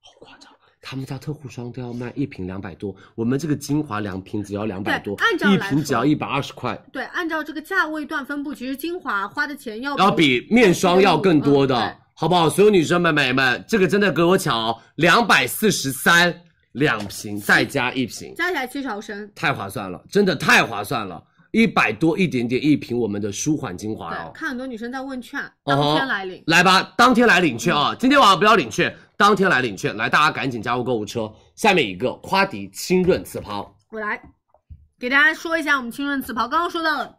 Speaker 8: 好夸张。他们家特护霜都要卖一瓶两百多，我们这个精华两瓶只要两百多，
Speaker 6: 对按照来
Speaker 8: 一
Speaker 6: 说
Speaker 8: 瓶只要一百二十块，
Speaker 6: 对，按照这个价位段分布，其实精华花的钱要
Speaker 8: 要比面霜要更多的，
Speaker 6: 嗯对
Speaker 8: 好不好？所有女生们、美们，这个真的给我抢哦，两百四十三两瓶再加一瓶，
Speaker 6: 加起来七十毫升，
Speaker 8: 太划算了，真的太划算了，一百多一点点一瓶我们的舒缓精华
Speaker 6: 对，
Speaker 8: 哦。
Speaker 6: 看很多女生在问券，
Speaker 8: 嗯
Speaker 6: 当
Speaker 8: 哼
Speaker 6: 天来领。
Speaker 8: 来吧，当天来领券啊、
Speaker 6: 嗯
Speaker 8: 今天晚上不要领券，当天来领券。来，大家赶紧加入购物车。下面一个夸迪清润次抛，
Speaker 6: 我来给大家说一下我们清润次抛，刚刚说到了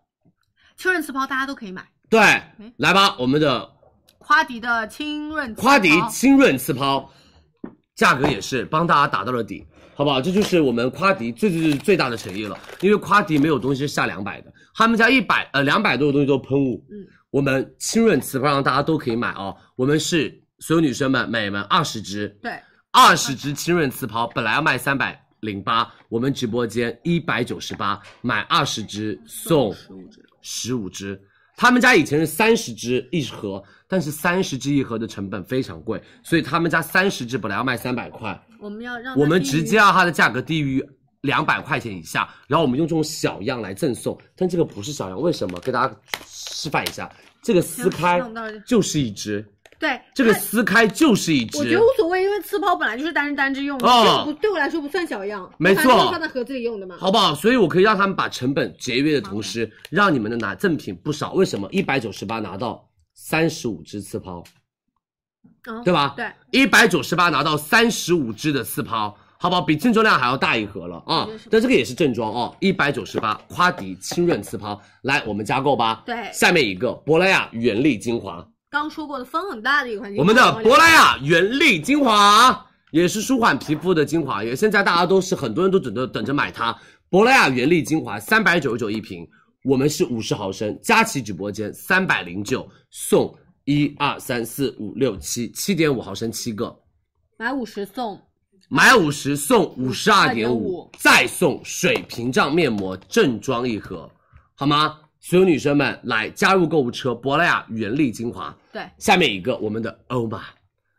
Speaker 6: 清润次抛，大家都可以买，
Speaker 8: 对，
Speaker 6: 嗯
Speaker 8: 来吧，我们的
Speaker 6: 夸迪的清润次抛
Speaker 8: 夸迪清润次抛，价格也是帮大家打到了底，好不好？这就是我们夸迪最最最最大的诚意了，因为夸迪没有东西是下两百的，他们家一百呃两百多的东西都喷雾，嗯，我们清润次抛让大家都可以买哦，我们是所有女生们、美们二十支，
Speaker 6: 对，
Speaker 8: 二十支清润次抛本来要卖三百。零八，我们直播间一百九十八，买二十支送十五支。他们家以前是三十支一盒，但是三十支一盒的成本非常贵，所以他们家三十支本来要卖三百块，
Speaker 6: 我们要让它
Speaker 8: 我们
Speaker 6: 低于
Speaker 8: 直接让啊它的价格低于两百块钱以下，然后我们用这种小样来赠送。但这个不是小样，为什么？给大家示范一下，这个撕
Speaker 6: 行
Speaker 8: 开
Speaker 6: 那我们到这儿
Speaker 8: 就是一支，
Speaker 6: 对
Speaker 8: 这个
Speaker 6: 它
Speaker 8: 撕开就是一
Speaker 6: 我觉得
Speaker 8: 支
Speaker 6: 无。所谓，因为次抛本来就是单人单支用的，
Speaker 8: 哦
Speaker 6: 这个不对我来说不算小样，
Speaker 8: 没错
Speaker 6: 我反正都放在盒子里用的嘛。
Speaker 8: 好不好？所以我可以让他们把成本节约的同时，让你们的拿赠品不少。为什么？一百九十八拿到三十五支次抛，
Speaker 6: 嗯，
Speaker 8: 对吧？
Speaker 6: 对，
Speaker 8: 一百九十八拿到三十五支的次抛，好不好？比正装量还要大一盒了啊！但这个也是正装哦，一百九十八夸迪清润次抛，来我们加购吧。
Speaker 6: 对
Speaker 8: 下面一个珀莱雅原力精华，
Speaker 6: 刚说过的风很大的一款精华，
Speaker 8: 我们的珀莱雅原力精华也是舒缓皮肤的精华液，现在大家都是很多人都等着等着买它。珀莱雅原力精华三百九十九一瓶，我们是五十毫升，佳琦直播间三百零九送一二三四五六七七点五毫升七个，
Speaker 6: 买五十送
Speaker 8: 买五十送五十二点五
Speaker 6: 52.5，
Speaker 8: 再送水屏障面膜正装一盒，好吗？所有女生们来加入购物车，珀莱雅原力精华。
Speaker 6: 对，
Speaker 8: 下面一个我们的欧玛，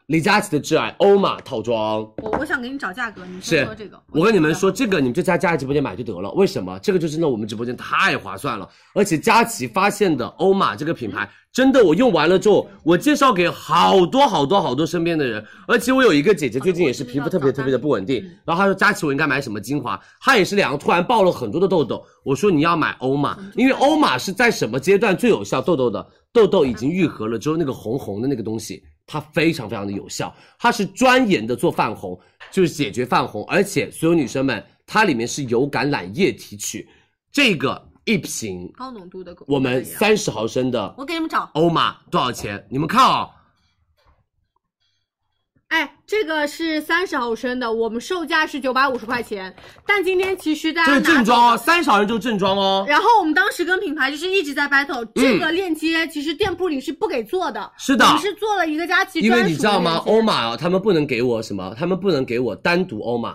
Speaker 8: 李佳琦的挚爱欧玛套装。
Speaker 6: 我，我想给你找价格，你先
Speaker 8: 是
Speaker 6: 说这个。
Speaker 8: 我跟你们说，这个你们就在佳琦直播间买就得了。为什么？这个就真的我们直播间太划算了，而且佳琦发现的欧玛这个品牌，真的我用完了之后，我介绍给好多好多好多身边的人。而且我有一个姐姐最近也是皮肤特别特别的不稳定，然后她说佳琦我应该买什么精华？她也是脸上突然爆了很多的痘痘，我说你要买欧玛，因为欧玛是在什么阶段最有效痘痘的？痘痘已经愈合了之后，那个红红的那个东西，它非常非常的有效，它是专研的做泛红，就是解决泛红，而且所有女生们，它里面是有橄榄叶提取，这个一瓶
Speaker 6: 高浓度的狗，
Speaker 8: 我们
Speaker 6: 可以啊
Speaker 8: 三十毫升的
Speaker 6: 我给你们找，
Speaker 8: 欧玛多少钱？你们看哦，
Speaker 6: 哎，这个是三十毫升的，我们售价是九百五十块钱，但今天其实大
Speaker 8: 这
Speaker 6: 家
Speaker 8: 是
Speaker 6: 拿走
Speaker 8: 正装哦，三十毫升就是正装哦，
Speaker 6: 然后我们当时跟品牌就是一直在 battle，、这个链接其实店铺里是不给做的，
Speaker 8: 嗯是的
Speaker 6: 我们是做了一个佳琦
Speaker 8: 因
Speaker 6: 专属
Speaker 8: 为
Speaker 6: 的链接，
Speaker 8: 你知道吗？欧玛哦，他们不能给我什么，他们不能给我单独欧玛。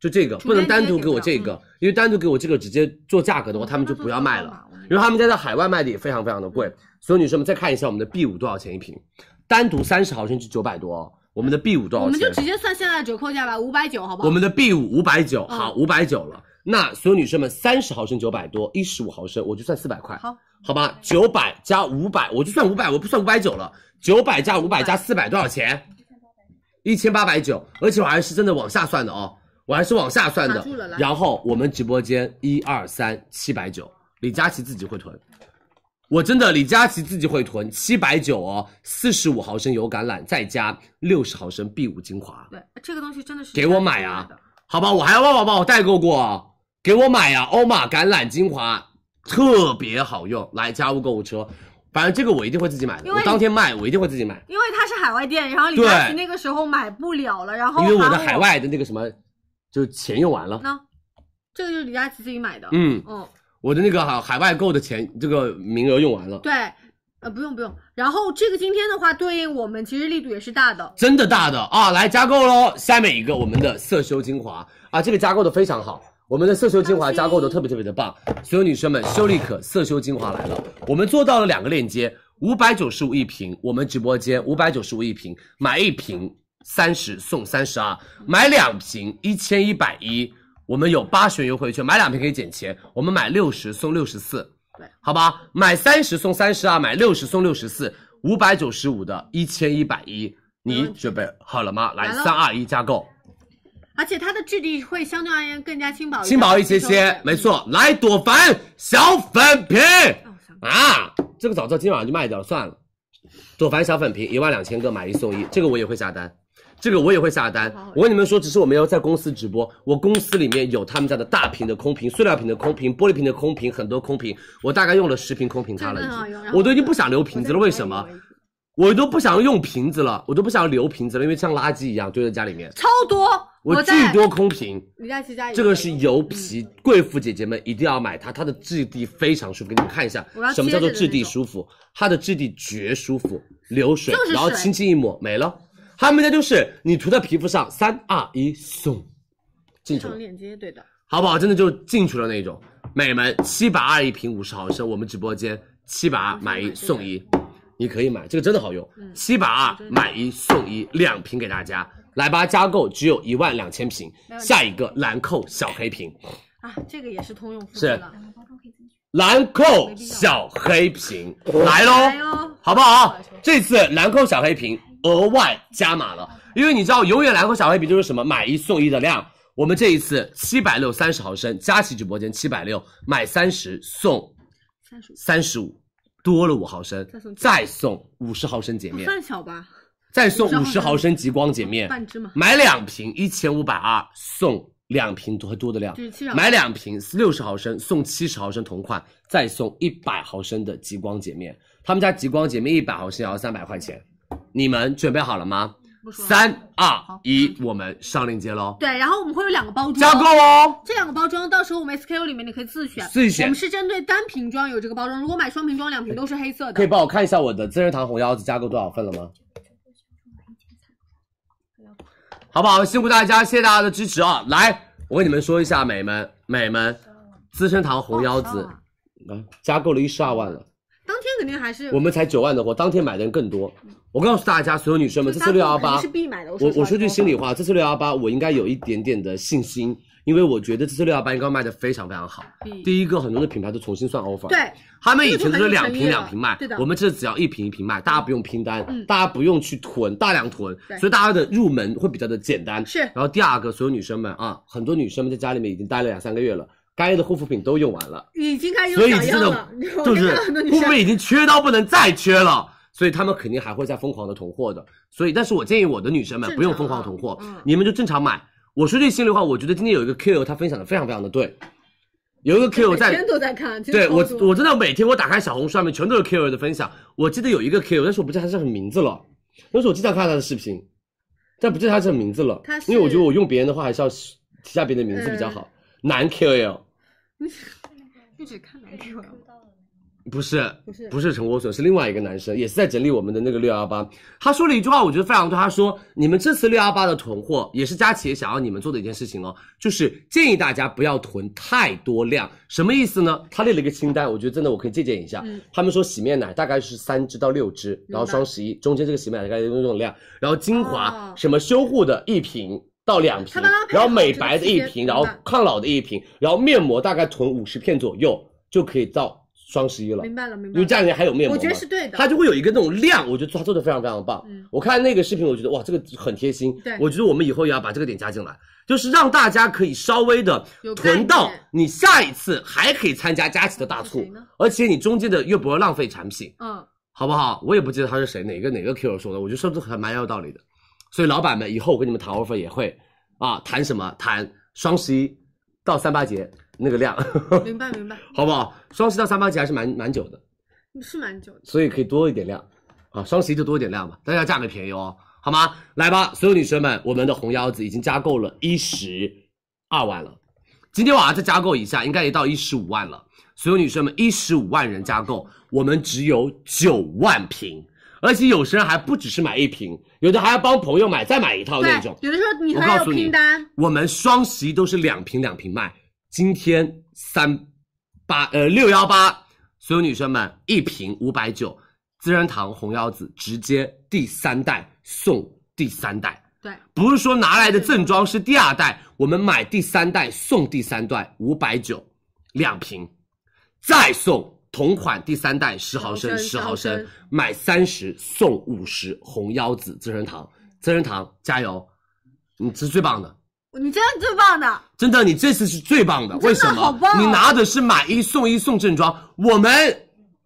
Speaker 8: 就这个
Speaker 6: 除非
Speaker 8: 不能单独
Speaker 6: 你也
Speaker 8: 给我这
Speaker 6: 给不
Speaker 8: 个，因为单独给我这个直接做价格的话，
Speaker 6: 哦
Speaker 8: 他们就不要卖了。因为他们家在海外卖的也非常非常的贵。所有女生们再看一下我们的 B 五多少钱一瓶，单独三十毫升是九百多，我们的 B 五多
Speaker 6: 我
Speaker 8: 少
Speaker 6: 们就直
Speaker 8: 钱？
Speaker 6: 接算现在的折扣价吧，五百九，好不好？
Speaker 8: 我们的 B 五五百九，
Speaker 6: 嗯
Speaker 8: 好五百九了。那所有女生们，三十毫升九百多，一十五毫升我就算四百块，
Speaker 6: 好，
Speaker 8: 好吧，九百加五百，我就算五百，我不算五百九了，九百加五百加四百多少钱？一千八百九，而且我还是真的往下算的哦，我还是往下算
Speaker 6: 卡
Speaker 8: 的
Speaker 6: 住了来。
Speaker 8: 然后我们直播间一二三七百九，李佳琦自己会囤。我真的，李佳琦自己会囤七百九哦，四十五毫升油橄榄，再加六十毫升 B 五精华。
Speaker 6: 对，这个东西真的是
Speaker 8: 给我买啊！好吧，我还要旺旺帮我代购过啊，给我买呀、欧玛橄榄精华特别好用，来加入购物车。反正这个我一定会自己买的，
Speaker 6: 因为
Speaker 8: 我当天卖我一定会自己买，
Speaker 6: 因为它是海外店，然后李佳琦
Speaker 8: 对
Speaker 6: 那个时候买不了了，然后
Speaker 8: 因为我
Speaker 6: 把
Speaker 8: 的海外的那个什么，就钱用完了。
Speaker 6: 那这个就是李佳琦自己买的，
Speaker 8: 嗯，
Speaker 6: 嗯，
Speaker 8: 我的那个海海外购的钱这个名额用完了，
Speaker 6: 对，呃，不用不用。然后这个今天的话，对应我们其实力度也是大的，
Speaker 8: 真的大的啊！来加购喽！下面一个我们的色修精华啊，这个加购的非常好，我们的色修精华加购的特别特别的棒。所有女生们，修丽可色修精华来了，我们做到了两个链接，五百九十五一瓶，我们直播间五百九十五一瓶，买一瓶三十送三十二，买两瓶一千一百一，我们有八十元优惠券，买两瓶可以减钱，我们买六十送六十四。好吧，买三十送三十二，啊买六十送六十四，五百九十五的一千一百一，你准备好了吗？来，
Speaker 6: 来了
Speaker 8: 三二一，加购，
Speaker 6: 而且它的质地会相对而言更加轻薄，
Speaker 8: 轻薄一些些，没。错，来朵凡小粉瓶
Speaker 6: 哦我想
Speaker 8: 啊，这个早知道今晚上就卖掉了，算了。朵凡小粉瓶一万两千个买一送一，这个我也会下单，这个我也会下单。我跟你们说，只是我没有在公司直播，我公司里面有他们家的大瓶的空瓶、塑料瓶的空瓶、玻璃瓶的空瓶，很多空瓶，我大概用了十瓶空瓶它了已
Speaker 6: 真的很好用
Speaker 8: 经
Speaker 6: 然，后
Speaker 8: 我都已经不想留瓶子了，为什么？我都不想用瓶子了，我都不想留瓶子了，因为像垃圾一样堆在家里面。
Speaker 6: 超多，
Speaker 8: 我巨
Speaker 6: 在
Speaker 8: 多空瓶，
Speaker 6: 李佳琦家也
Speaker 8: 这个
Speaker 6: 有嗯
Speaker 8: 是油皮，贵妇姐姐们一定要买它，它的质地非常舒服，给你们看一下
Speaker 6: 我要，
Speaker 8: 什么叫做质
Speaker 6: 接着的那
Speaker 8: 地
Speaker 6: 种
Speaker 8: 舒服？它的质地绝舒服，流水，
Speaker 6: 就是水
Speaker 8: 然后轻轻一抹没了。他们家就是你涂在皮肤上，三二一送，进去
Speaker 6: 上
Speaker 8: 了，
Speaker 6: 链接，对的，
Speaker 8: 好不好？真的就进去了那种。美们，七百二一瓶，五十毫升，我们直播间七百二买一送一，你可以买，这个真的好用，七百二买一送一，两瓶给大家。来吧，加购只有一万两千瓶。下一个兰蔻小黑瓶，
Speaker 6: 啊，这个也是通用肤
Speaker 8: 是
Speaker 6: 质的，
Speaker 8: 兰蔻小黑瓶来
Speaker 6: 来哦
Speaker 8: 喽，
Speaker 6: 哟，
Speaker 8: 好不好？这次兰蔻小黑瓶额外加码了，因为你知道，永远兰蔻小黑瓶就是什么买一送一的量。我们这一次七百六三十毫升，佳琦直播间七百六买三十送
Speaker 6: 三十五
Speaker 8: 三十五，多了五毫升
Speaker 6: 再送，
Speaker 8: 再送五十毫升洁面，
Speaker 6: 算哦小吧，
Speaker 8: 再送五
Speaker 6: 50
Speaker 8: 十毫升极光洁面，
Speaker 6: 半支嘛，
Speaker 8: 买两瓶一千五百二送两瓶多多的量，
Speaker 6: 就是七毫升
Speaker 8: 买两瓶六十毫升送七十毫升同款，再送一百毫升的极光洁面。他们家极光洁面一百毫升也要三百块钱，你们准备好了吗？
Speaker 6: 不说了
Speaker 8: 三二
Speaker 6: 好
Speaker 8: 一，我们上链接喽，
Speaker 6: 对，然后我们会有两个包装，
Speaker 8: 加购哦。
Speaker 6: 这两个包装到时候我们 SKU 里面你可以自选，
Speaker 8: 自
Speaker 6: 我
Speaker 8: 选
Speaker 6: 们是针对单瓶装有这个包装，如果买双瓶装，两瓶都是黑色
Speaker 8: 可以
Speaker 6: 的。
Speaker 8: 帮我看一下我的资生堂红腰子加购多少份了吗？好不好？辛苦大家，谢谢大家的支持啊！来，我跟你们说一下，美们美们，资生堂红腰子
Speaker 6: 哦
Speaker 8: 啊，加购了一十二万了，
Speaker 6: 当天肯定还是
Speaker 8: 我们才九万的货，当天买的人更多。我告诉大家，所有女生们，这次六幺
Speaker 6: 肯定
Speaker 8: 八
Speaker 6: 是，必买的。
Speaker 8: 我我说
Speaker 6: 说
Speaker 8: 句心里
Speaker 6: 话，
Speaker 8: 话，这次六幺八我应该有一点点的信心，因为我觉得这次六幺八应该卖的非常非常好。第一个，很多的品牌都重新算 offer，
Speaker 6: 对，
Speaker 8: 他们以前都
Speaker 6: 这
Speaker 8: 是两
Speaker 6: 个就很有诚意
Speaker 8: 瓶
Speaker 6: 了
Speaker 8: 两瓶卖
Speaker 6: 对的，
Speaker 8: 我们这只要一瓶一瓶卖，大家不用拼单，
Speaker 6: 嗯
Speaker 8: 大家不用去囤，大量囤，
Speaker 6: 对
Speaker 8: 所以大家的入门会比较的简单。
Speaker 6: 是
Speaker 8: 然后第二个，所有女生们啊，很多女生们在家里面已经待了两三个月了，该的护肤品都用完了，
Speaker 6: 已经开始
Speaker 8: 所
Speaker 6: 有小
Speaker 8: 以真
Speaker 6: 样
Speaker 8: 的
Speaker 6: 了，你知道吗
Speaker 8: 就
Speaker 6: 我
Speaker 8: 是
Speaker 6: 看到很多女
Speaker 8: 护肤
Speaker 6: 生
Speaker 8: 品已经缺到不能再缺了，所以他们肯定还会再疯狂的囤货的。所以，但是我建议我的女生们
Speaker 6: 正常啊
Speaker 8: 不用疯狂囤货，
Speaker 6: 嗯
Speaker 8: 你们就正常买。我说句心里话，我觉得今天有一个 Q 他分享的非常非常的对，有一个 Q 在
Speaker 6: 每天都在看，其实
Speaker 8: 对
Speaker 6: 超
Speaker 8: 我
Speaker 6: 多，
Speaker 8: 我真的每天我打开小红书上面全都是 KOL 的分享。我记得有一个 KOL，但是我不记得他是什么名字了，但是我经常看他的视频，但不记得他是什么名字了
Speaker 6: 他。是嗯
Speaker 8: 因为我觉得我用别人的话还是要提下别人的名字比较好。男 KOL
Speaker 6: 就只看男 Q
Speaker 8: 不是
Speaker 6: 不是
Speaker 8: 不是陈国顺，是另外一个男生，也是在整理我们的那个六幺八。他说了一句话，我觉得非常对。他说：“你们这次六幺八的囤货，也是佳琪也想要你们做的一件事情哦，就是建议大家不要囤太多量。什么意思呢？他列了一个清单，我觉得真的我可以借鉴一下。
Speaker 6: 嗯
Speaker 8: 他们说洗面奶大概是三支到六支，然后双十一中间这个洗面奶大概用这种量，然后精华、
Speaker 6: 哦
Speaker 8: 什么修护的一瓶。”到两
Speaker 6: 他
Speaker 8: 瓶
Speaker 6: 帮他，配
Speaker 8: 然后
Speaker 6: 好
Speaker 8: 美
Speaker 6: 这个
Speaker 8: 白的
Speaker 6: 季
Speaker 8: 一
Speaker 6: 节
Speaker 8: 瓶，
Speaker 6: 明
Speaker 8: 然后
Speaker 6: 白
Speaker 8: 抗老的一瓶，然后面膜大概囤五十片左右就可以到双十一了。
Speaker 6: 明白了明白
Speaker 8: 因为
Speaker 6: 了，
Speaker 8: 家里面还有面膜
Speaker 6: 我
Speaker 8: 嘛，
Speaker 6: 觉得是对的，
Speaker 8: 它就会有一个那种量，我觉得它做的非常非常棒。
Speaker 6: 嗯
Speaker 8: 我看那个视频，我觉得哇，这个很贴心。
Speaker 6: 对
Speaker 8: 我觉得我们以后也要把这个点加进来，就是让大家可以稍微的
Speaker 6: 有概
Speaker 8: 囤到
Speaker 6: 念
Speaker 8: 你下一次还可以参加佳琦的大
Speaker 6: 是
Speaker 8: 促
Speaker 6: 谁呢，
Speaker 8: 而且你中间的又不会浪费产品，
Speaker 6: 嗯，
Speaker 8: 好不好？我也不记得他是谁，哪个哪个 Q 说的，我觉得说的还蛮有道理的。所以老板们，以后我跟你们谈 offer 也会啊，谈什么？谈双十一到三八节那个量， (laughs)
Speaker 6: 明白明白，
Speaker 8: 好不好？双十一到三八节还是蛮蛮久的。
Speaker 6: 是蛮久的。
Speaker 8: 所以可以多一点量啊，双十一就多一点量吧，但是要价格便宜哦，好吗？来吧，所有女生们，我们的红腰子已经加购了一十二万了，今天晚上再加购一下，应该也到一十五万了。所有女生们，一十五万人加购，我们只有九万瓶，而且有些人还不只是买一瓶，有的还要帮朋友买再买一套那种
Speaker 6: 对，。有的时候你
Speaker 8: 我
Speaker 6: 还
Speaker 8: 告
Speaker 6: 有
Speaker 8: 诉你
Speaker 6: 拼单，，
Speaker 8: 我们双十一都是两瓶两瓶卖，今天三八呃六幺八，所有女生们一瓶五百九，资生堂红腰子直接第三代送第三代，
Speaker 6: 对，
Speaker 8: 不是说拿来的正装是第二代，我们买第三代送第三代五百九两瓶，再送同款第三代十毫升十
Speaker 6: 十
Speaker 8: 毫
Speaker 6: 毫升
Speaker 8: 升，买三十送五十红腰子资生堂，资生堂加油，你是最棒的。
Speaker 6: 你真的最棒的，
Speaker 8: 真的，你这次是最棒的，
Speaker 6: 的
Speaker 8: 为什
Speaker 6: 好
Speaker 8: 么？
Speaker 6: 棒
Speaker 8: 你拿的是买一送一送正装，我们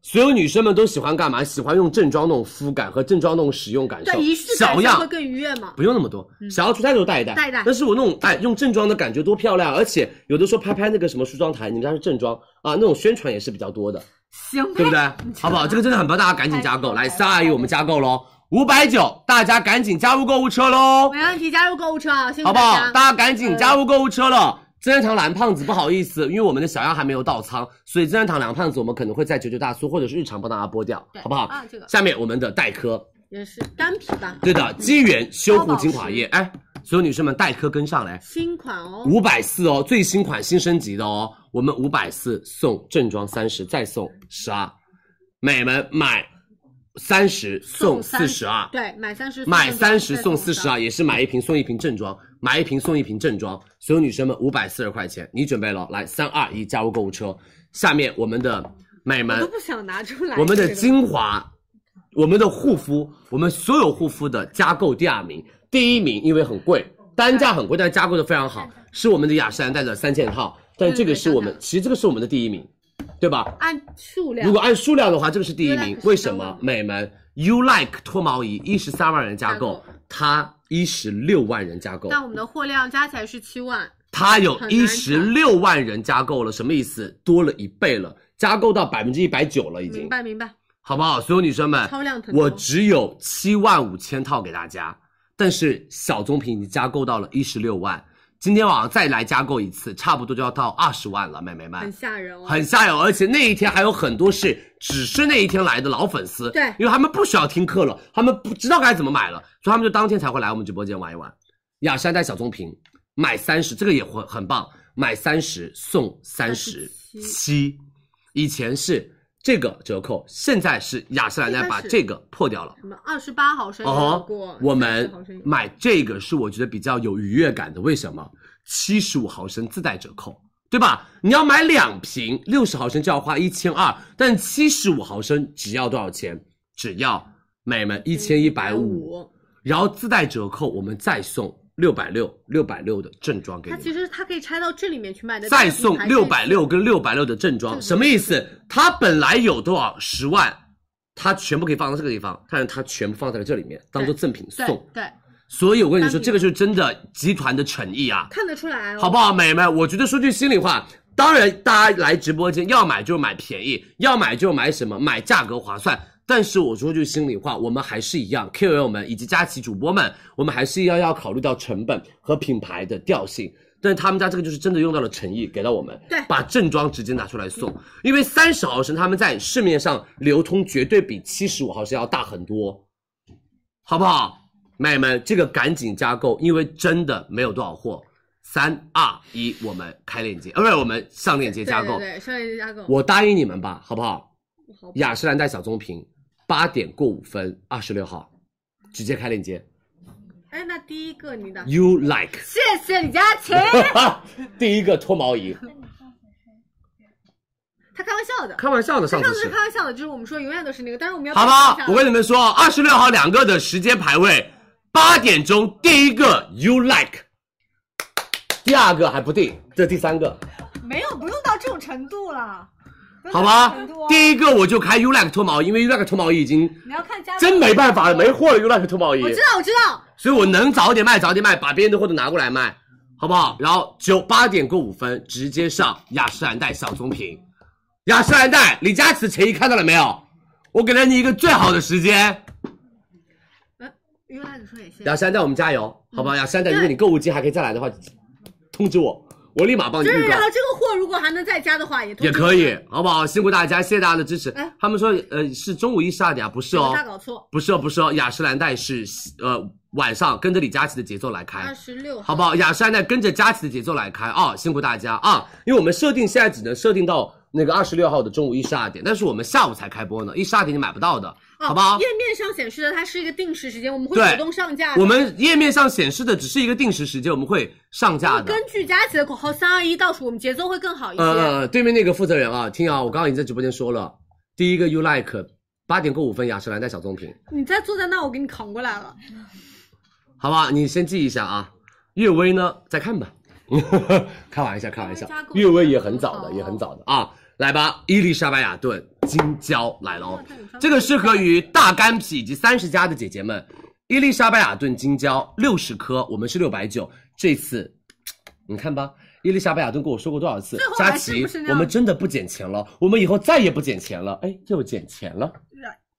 Speaker 8: 所有女生们都喜欢干嘛？喜欢用正装那种肤感和正装那种使用感受，
Speaker 6: 对，仪式感
Speaker 8: 小
Speaker 6: 才
Speaker 8: 样
Speaker 6: 会更愉悦嘛。
Speaker 8: 不用那么多，想要出差就带一带。
Speaker 6: 带一带
Speaker 8: 但是我那种哎，用正装的感觉多漂亮，而且有的时候拍拍那个什么梳妆台，你们家是正装啊，那种宣传也是比较多的，
Speaker 6: 行呗，
Speaker 8: 对不对？好不好？这个真的很棒，大家赶紧加购。来，三二一，我们加购喽，五百九，大家赶紧加入购物车喽。
Speaker 6: 没问题，加入购物车啊，辛
Speaker 8: 好
Speaker 6: 苦
Speaker 8: 不
Speaker 6: 大
Speaker 8: 好？
Speaker 6: 家。
Speaker 8: 大家赶紧加入购物车了。
Speaker 6: 嗯
Speaker 8: 资生堂蓝胖子，不好意思，因为我们的小样还没有到仓，所以资生堂蓝胖子我们可能会在九九大促或者是日常帮大家播掉，
Speaker 6: 对
Speaker 8: 好不好？
Speaker 6: 啊这个嗯
Speaker 8: 下面我们的黛珂，
Speaker 6: 也是单品吧，
Speaker 8: 对的，肌源修护精华液，哎，所有女生们黛珂跟上来，
Speaker 6: 新款哦，
Speaker 8: 五百四哦，最新款新升级的哦，我们五百四送正装三十，再送十二，美们买三十送四十二，
Speaker 6: 对，买三十啊
Speaker 8: 买三十送四十啊
Speaker 6: 二，
Speaker 8: 二，也是买一瓶送一瓶正装，买一瓶送一瓶正装。所有女生们五百四十块钱，你准备了？来，三二一，加入购物车。下面我们的美
Speaker 6: 我
Speaker 8: 们
Speaker 6: 都，不想拿出来。
Speaker 8: 我们的
Speaker 6: 这个
Speaker 8: 精华，我们的护肤，我们所有护肤的加购第二名，第一名因为很贵，单价很贵，但是加购的非常好，是我们的雅诗兰黛的三件套，但这个是我们，其实这个是我们的第一名，对吧？
Speaker 6: 按数量，
Speaker 8: 如果按数量的话，这个是第一
Speaker 6: You
Speaker 8: 名
Speaker 6: like。
Speaker 8: 为什
Speaker 6: 是单
Speaker 8: 么？
Speaker 6: 位
Speaker 8: 美们，You Like 脱毛仪一十三万人加购
Speaker 6: 加购，
Speaker 8: 它一十六万人加购，
Speaker 6: 但我们的货量加起来是七万，
Speaker 8: 它有
Speaker 6: 很
Speaker 8: 一
Speaker 6: 难
Speaker 8: 十六万人加购了，什么意思？多了一倍了，加购到百分之一百九了，已经
Speaker 6: 明，白明白，
Speaker 8: 好不好？所有女生们，
Speaker 6: 超量腾挪
Speaker 8: 我只有七万五千套给大家，但是小棕瓶已经加购到了一十六万，今天晚上再来加购一次，差不多就要到二十万了，妹妹们
Speaker 6: 很。吓人哦。
Speaker 8: 很吓人，而且那一天还有很多是只是那一天来的老粉丝，
Speaker 6: 对
Speaker 8: 因为他们不需要听课了，他们不知道该怎么买了，所以他们就当天才会来我们直播间玩一玩。雅诗兰黛小棕瓶买三十，这个也很很棒，买三十送三十七，以前是这个折扣，现在是雅诗兰黛把
Speaker 6: 一开始
Speaker 8: 这个破掉了。
Speaker 6: 什么二十八毫升也有
Speaker 8: 哦
Speaker 6: 过，
Speaker 8: 我
Speaker 6: 30
Speaker 8: 们
Speaker 6: 毫升有
Speaker 8: 买这个是我觉得比较有愉悦感的，为什么？七十五毫升自带折扣，对吧？你要买两瓶，六十毫升就要花一千二，但七十五毫升只要多少钱？只要美们一千一
Speaker 6: 嗯
Speaker 8: 百五，
Speaker 6: 150
Speaker 8: 然后自带折扣，我们再送六百六、六百六的正装给
Speaker 6: 它
Speaker 8: 你
Speaker 6: 其
Speaker 8: 们。
Speaker 6: 实它可以拆到这里面去卖的，
Speaker 8: 再送六百六跟六百六的正
Speaker 6: 正
Speaker 8: 装，
Speaker 6: 装
Speaker 8: 什么意思？它本来有多少十万，它全部可以放到这个地方，但是它全部放在了这里面，当做赠品
Speaker 6: 对
Speaker 8: 送。
Speaker 6: 对，
Speaker 8: 所以我跟你说，
Speaker 6: 单品
Speaker 8: 这个就是真的集团的诚意啊，
Speaker 6: 看得出来哦，
Speaker 8: 好不好，美们？我觉得说句心里话，当然大家来直播间要买就买便宜，要买就买什么，买价格划算。但是我说句心里话，我们还是一样，KOL 们以及佳琦主播们，我们还是要要考虑到成本和品牌的调性。但是他们家这个就是真的用到了诚意，给到我们，
Speaker 6: 对
Speaker 8: 把正装直接拿出来送，因为三十毫升他们在市面上流通绝对比七十五毫升要大很多。好不好？妹们，这个赶紧加购，因为真的没有多少货。三二一，我们开链接，呃，不是我们上链接
Speaker 6: 对
Speaker 8: 加购。
Speaker 6: 对对，商业加购，
Speaker 8: 我答应你们吧，好不好？
Speaker 6: 好
Speaker 8: 雅诗兰黛小棕瓶，八点过五分，二十六号，直接开链接。
Speaker 6: 哎，那第一个你打，
Speaker 8: You like，
Speaker 6: 谢谢李佳琦，哎
Speaker 8: (laughs) 第一个脱毛仪，
Speaker 6: 他开玩笑的，
Speaker 8: 开玩笑的，
Speaker 6: 他
Speaker 8: 上次
Speaker 6: 是
Speaker 8: 是
Speaker 6: 开，玩笑的，就是我们说永远都是那个，但是我们要
Speaker 8: 好不
Speaker 6: 保证一
Speaker 8: 好？
Speaker 6: 下
Speaker 8: 我跟你们说，二十六号两个的时间排位，八点钟第一个 You like，第二个还不定，这第三个。
Speaker 10: 没有，不用到这种程度了。
Speaker 8: 好吧，
Speaker 6: 啊
Speaker 8: 第一个我就开 U Like 脱毛衣，因为 U Like 脱毛衣已经
Speaker 10: 你要看家
Speaker 8: 真没办法了，没货了 U Like 脱毛衣
Speaker 6: 我，知道我知道，
Speaker 8: 所以我能早点卖早点卖，把别人的货都拿过来卖，好不好？然后九八点过五分直接上雅诗兰黛小棕瓶，雅诗兰黛李佳琦的诚意看到了没有？我给了你一个最好的时间，
Speaker 6: 于大你说也谢谢
Speaker 8: 雅，诗兰黛我们加油，好不好？雅诗兰黛，如果你购物金还可以再来的话，通知我，我立马帮你
Speaker 6: 就是
Speaker 8: 预告
Speaker 6: 然。后这个货如果还能再加的话，也通
Speaker 8: 也
Speaker 6: 知
Speaker 8: 可
Speaker 6: 我
Speaker 8: 以，好不好？辛苦大家，谢谢大家的支持
Speaker 6: 哎。
Speaker 8: 他们说，呃，是中午一十二点啊，不是哦
Speaker 6: 我，大搞错，
Speaker 8: 不是哦，不是哦，雅诗兰黛是呃晚上跟着李佳琦的节奏来
Speaker 6: 二
Speaker 8: 开，
Speaker 6: 十六
Speaker 8: 哎好不好？雅诗兰黛跟着佳琦的节奏来开啊、辛苦大家啊！因为我们设定现在只能设定到那个二十六号的中午一十二点，但是我们下午才开播呢，一十二点你买不到的，好不好？
Speaker 6: 哦页面上显示的它是一个定时时间，我们会
Speaker 8: 对
Speaker 6: 主动上架的，
Speaker 8: 我们页面上显示的只是一个定时时间，我们会上架的。
Speaker 6: 根据佳琦的口号三二一倒数，我们节奏会更好一些。
Speaker 8: 呃，对面那个负责人啊，听啊，我刚刚已经在直播间说了，第一个 You Like 八点过五分雅诗兰黛小棕瓶，
Speaker 6: 你再坐在那，我给你扛过来了。
Speaker 8: 好不好？你先记一下啊。岳薇呢，再看吧。 (laughs) 开玩笑，开玩笑。岳薇也很早的，也很早的啊。来吧，伊丽莎白雅顿金胶来喽，哦
Speaker 6: 哦
Speaker 8: 这个适合于大干皮以及三十加的姐姐们。伊丽莎白雅顿金胶六十颗，我们是六百九，这次你看吧。伊丽莎白雅顿跟我说过多少次
Speaker 6: 最后？
Speaker 8: 佳
Speaker 6: 还是
Speaker 8: 琪
Speaker 6: 不是那，样
Speaker 8: 我们真的不减钱了，我们以后再也不减钱了。哎，又减钱了。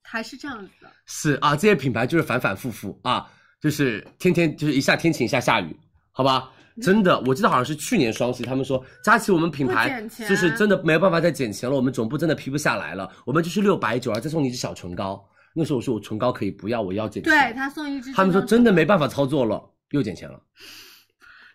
Speaker 6: 还是这样子的，
Speaker 8: 是啊，这些品牌就是反反复复啊，就是天天就是一下天晴一下下雨，好吧？真的，我记得好像是去年双十一，他们说佳琪，我们品
Speaker 6: 不
Speaker 8: 牌
Speaker 6: 减钱
Speaker 8: 就是真的没有办法再减钱了，我们总部真的批不下来了，我们就是六百九，然后再送你一支小唇膏。那时候我说我唇膏可以不要，我要减钱。
Speaker 6: 对他送一支，
Speaker 8: 他们说真的没办法操作了，又减钱了。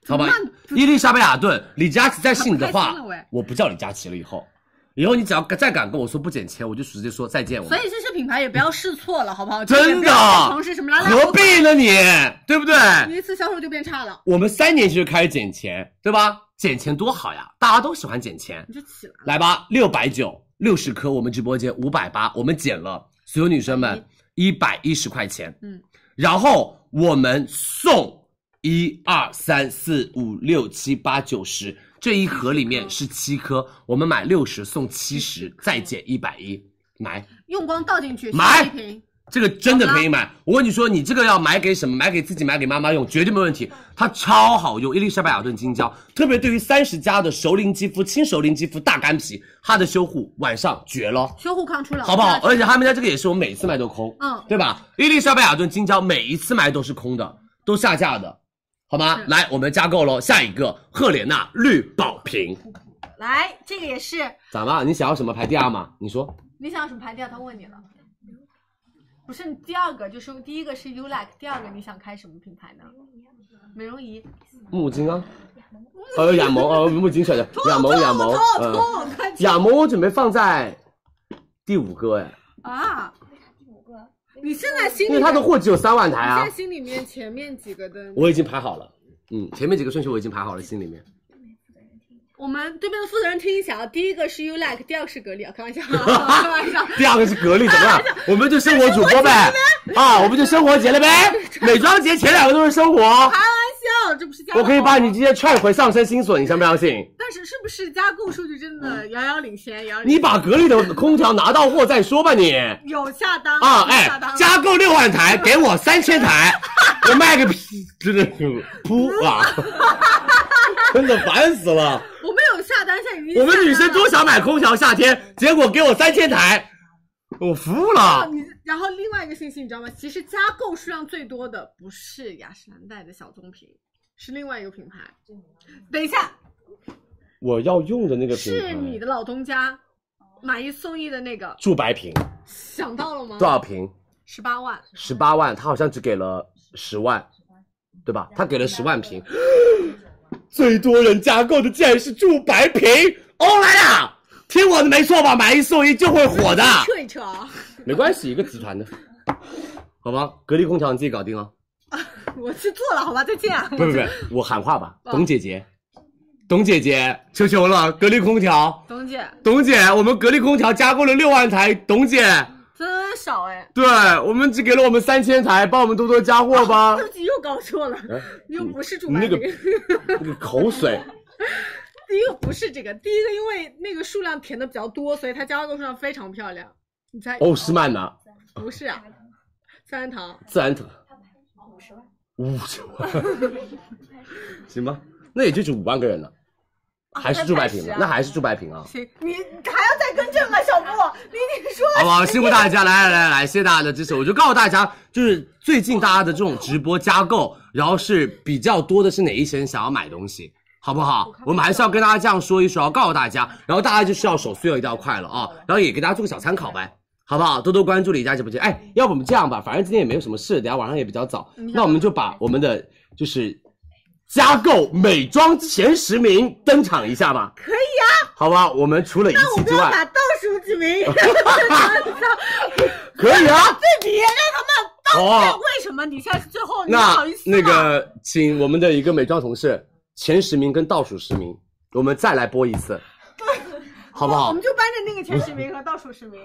Speaker 8: 好吧
Speaker 6: 怎么，
Speaker 8: 伊丽莎白雅顿、李佳琦再信你的
Speaker 6: 太
Speaker 8: 话
Speaker 6: 开心了喂，
Speaker 8: 我不叫李佳琦了。以后，以后你只要再敢跟我说不减钱，我就直接说再见。我们
Speaker 6: 所以这些品牌也不要试错了，好不好？
Speaker 8: 真的
Speaker 6: 尝试什么拉拉
Speaker 8: 何必呢你？对不对？
Speaker 6: 你一次销售就变差了，
Speaker 8: 我们三年前就开始减钱，对吧？减钱多好呀，大家都喜欢减钱
Speaker 6: 你。就起来了。
Speaker 8: 来吧，六百九六十颗，我们直播间五百八，我们减了，所有女生们一百一十块钱。
Speaker 6: 嗯，
Speaker 8: 然后我们送一二三四五六七八九十，这一盒里面是七颗，我们买六十送七十，再减一百一，买。
Speaker 6: 用光倒进去，
Speaker 8: 买
Speaker 6: 洗一瓶
Speaker 8: 这个真的可以买。我跟你说，你这个要买给什么？买给自己，买给妈妈用，绝对没问题。它超好用，伊丽莎白雅顿金胶，特别对于三十加的熟龄肌肤、轻熟龄肌肤、大干皮，它的修护晚上绝了。
Speaker 6: 修护抗初老，
Speaker 8: 好不好？
Speaker 6: 对
Speaker 8: 而且他们家这个也是我每次卖都空，
Speaker 6: 嗯
Speaker 8: 对吧？伊丽莎白雅顿金胶每一次卖都是空的，都下架的，好吗？来，我们加购喽，下一个赫莲娜绿宝瓶，
Speaker 6: 来，这个也是，
Speaker 8: 咋啦？你想要什么排第二吗？你说
Speaker 6: 你想要什么排第二？他问你了。不是，第二个就是第一个是 U Like，第二个你想开什么品牌呢？美容仪。
Speaker 8: 木精
Speaker 6: (laughs)
Speaker 8: 啊，呃，雅萌，呃，木精选的，雅萌，雅萌，嗯，雅萌我准备放在第五个哎，
Speaker 6: 啊，你现在心里
Speaker 8: 因
Speaker 6: 面，
Speaker 8: 为它的货只有三万台
Speaker 6: 你
Speaker 8: 啊
Speaker 6: 现在，心里面前面几个的，
Speaker 8: 我已经排好了，嗯，前面几个顺序我已经排好了，心里面。
Speaker 6: 我们对面的负责人听一下啊，第一个是 U Like，第二个是格力啊，开玩笑啊，
Speaker 8: (laughs)
Speaker 6: 开玩笑。
Speaker 8: 第二个是格力，怎么了？我们就生活主播呗，啊，我们就生活节了呗。美妆节前两个都是生活，
Speaker 6: 开玩笑，这不是加购。
Speaker 8: 我可以把你直接踹回上升新索，你相不相信？
Speaker 6: 但是是不是加购数据真的遥遥领先？遥遥领
Speaker 8: 嗯你把格力的空调拿到货再说吧你。
Speaker 6: 先有下单
Speaker 8: 啊，
Speaker 6: 有
Speaker 8: 哎
Speaker 6: 下单，
Speaker 8: 加购六万台，给我三千台，我卖个屁，真的是噗啊， (laughs) 真的烦死了。
Speaker 6: 我们有下单，现在已经
Speaker 8: (laughs) 我们
Speaker 6: 下单
Speaker 8: 女生
Speaker 6: 了
Speaker 8: 都想买空调，夏天，结果给我三千台，我服了。
Speaker 6: 哦你然后另外一个信息你知道吗？其实加购数量最多的不是雅诗兰黛的小棕瓶，是另外一个品牌。等一下，
Speaker 8: 我要用的那个
Speaker 6: 是你的老东家，买一送一的那个，
Speaker 8: 驻白瓶
Speaker 6: 哦 (laughs) 想到了吗？
Speaker 8: 多少瓶？
Speaker 6: 十八万，
Speaker 8: 十八万，他好像只给了十万，对吧？他给了十万瓶，最多人加购的竟然是驻白瓶，欧莱雅，啊听我的没错吧？买一送一就会火 (laughs) 的，
Speaker 6: 撤一撤啊！
Speaker 8: 没关系，一个集团的，好吧？格力空调你自己搞定哦。
Speaker 6: (laughs) 我去做了，好吧，再见啊。
Speaker 8: 不不不，嗯我喊话吧，董姐姐，董姐姐，求求了，格力空调，
Speaker 6: 董姐，
Speaker 8: 董姐，我们格力空调加购了六万台，董姐，
Speaker 6: 真少哎，
Speaker 8: 对我们只给了我们三千台，帮我们多多加货吧。
Speaker 6: 自己又搞错了，
Speaker 8: 哎
Speaker 6: 又不是主
Speaker 8: 你
Speaker 6: 白
Speaker 8: 那
Speaker 6: 瓶
Speaker 8: 个，那个口水，
Speaker 6: (laughs) 第一个不是这个，第一个因为那个数量填的比较多，所以它加购数量非常漂亮。你猜？
Speaker 8: 欧诗漫呢？
Speaker 6: 不是啊，三元堂。
Speaker 8: 自然堂五十万，五 (laughs) 十万，行吧，那也就是五万个人了，还是
Speaker 6: 那
Speaker 8: 住白
Speaker 6: 开
Speaker 8: 瓶
Speaker 6: 始
Speaker 8: 了，
Speaker 6: 啊
Speaker 8: 那还是住白瓶啊。
Speaker 6: 行，你还要再更正吗，小布？你已经说
Speaker 8: 好不好？辛苦大家，来来来来，谢谢大家的支持。我就告诉大家，就是最近大家的这种直播加购，然后是比较多的是哪一些人想要买东西。好不好？我们还是要跟大家这样说一说，要告诉大家，然后大家就是要手速要一定要快了啊，然后也给大家做个小参考呗，好不好？多多关注李佳直播间。哎，要不我们这样吧，反正今天也没有什么事，等下晚上也比较早，
Speaker 6: 嗯
Speaker 8: 那我们就把我们的就是加购美妆前十名登场一下吧，
Speaker 6: 可以啊，
Speaker 8: 好吧？我们除了一
Speaker 6: 我
Speaker 8: 期
Speaker 6: 们
Speaker 8: 之
Speaker 6: 要
Speaker 8: 外，
Speaker 6: 把倒数几
Speaker 8: (laughs)
Speaker 6: 名 (laughs) 对比，
Speaker 8: 可
Speaker 6: (laughs)
Speaker 8: 以啊。
Speaker 6: 让他们
Speaker 8: 好啊
Speaker 6: 倒数。为什么你现在是最后？ (laughs) 你
Speaker 8: 那
Speaker 6: 好意思吗啊
Speaker 8: 那个，请我们的一个美妆同事前十名跟倒数十名，我们再来播一
Speaker 6: (laughs)
Speaker 8: 次，好不
Speaker 6: 我
Speaker 8: 好
Speaker 6: 们？就搬着那个前十名
Speaker 8: (laughs)
Speaker 6: 和倒数十名。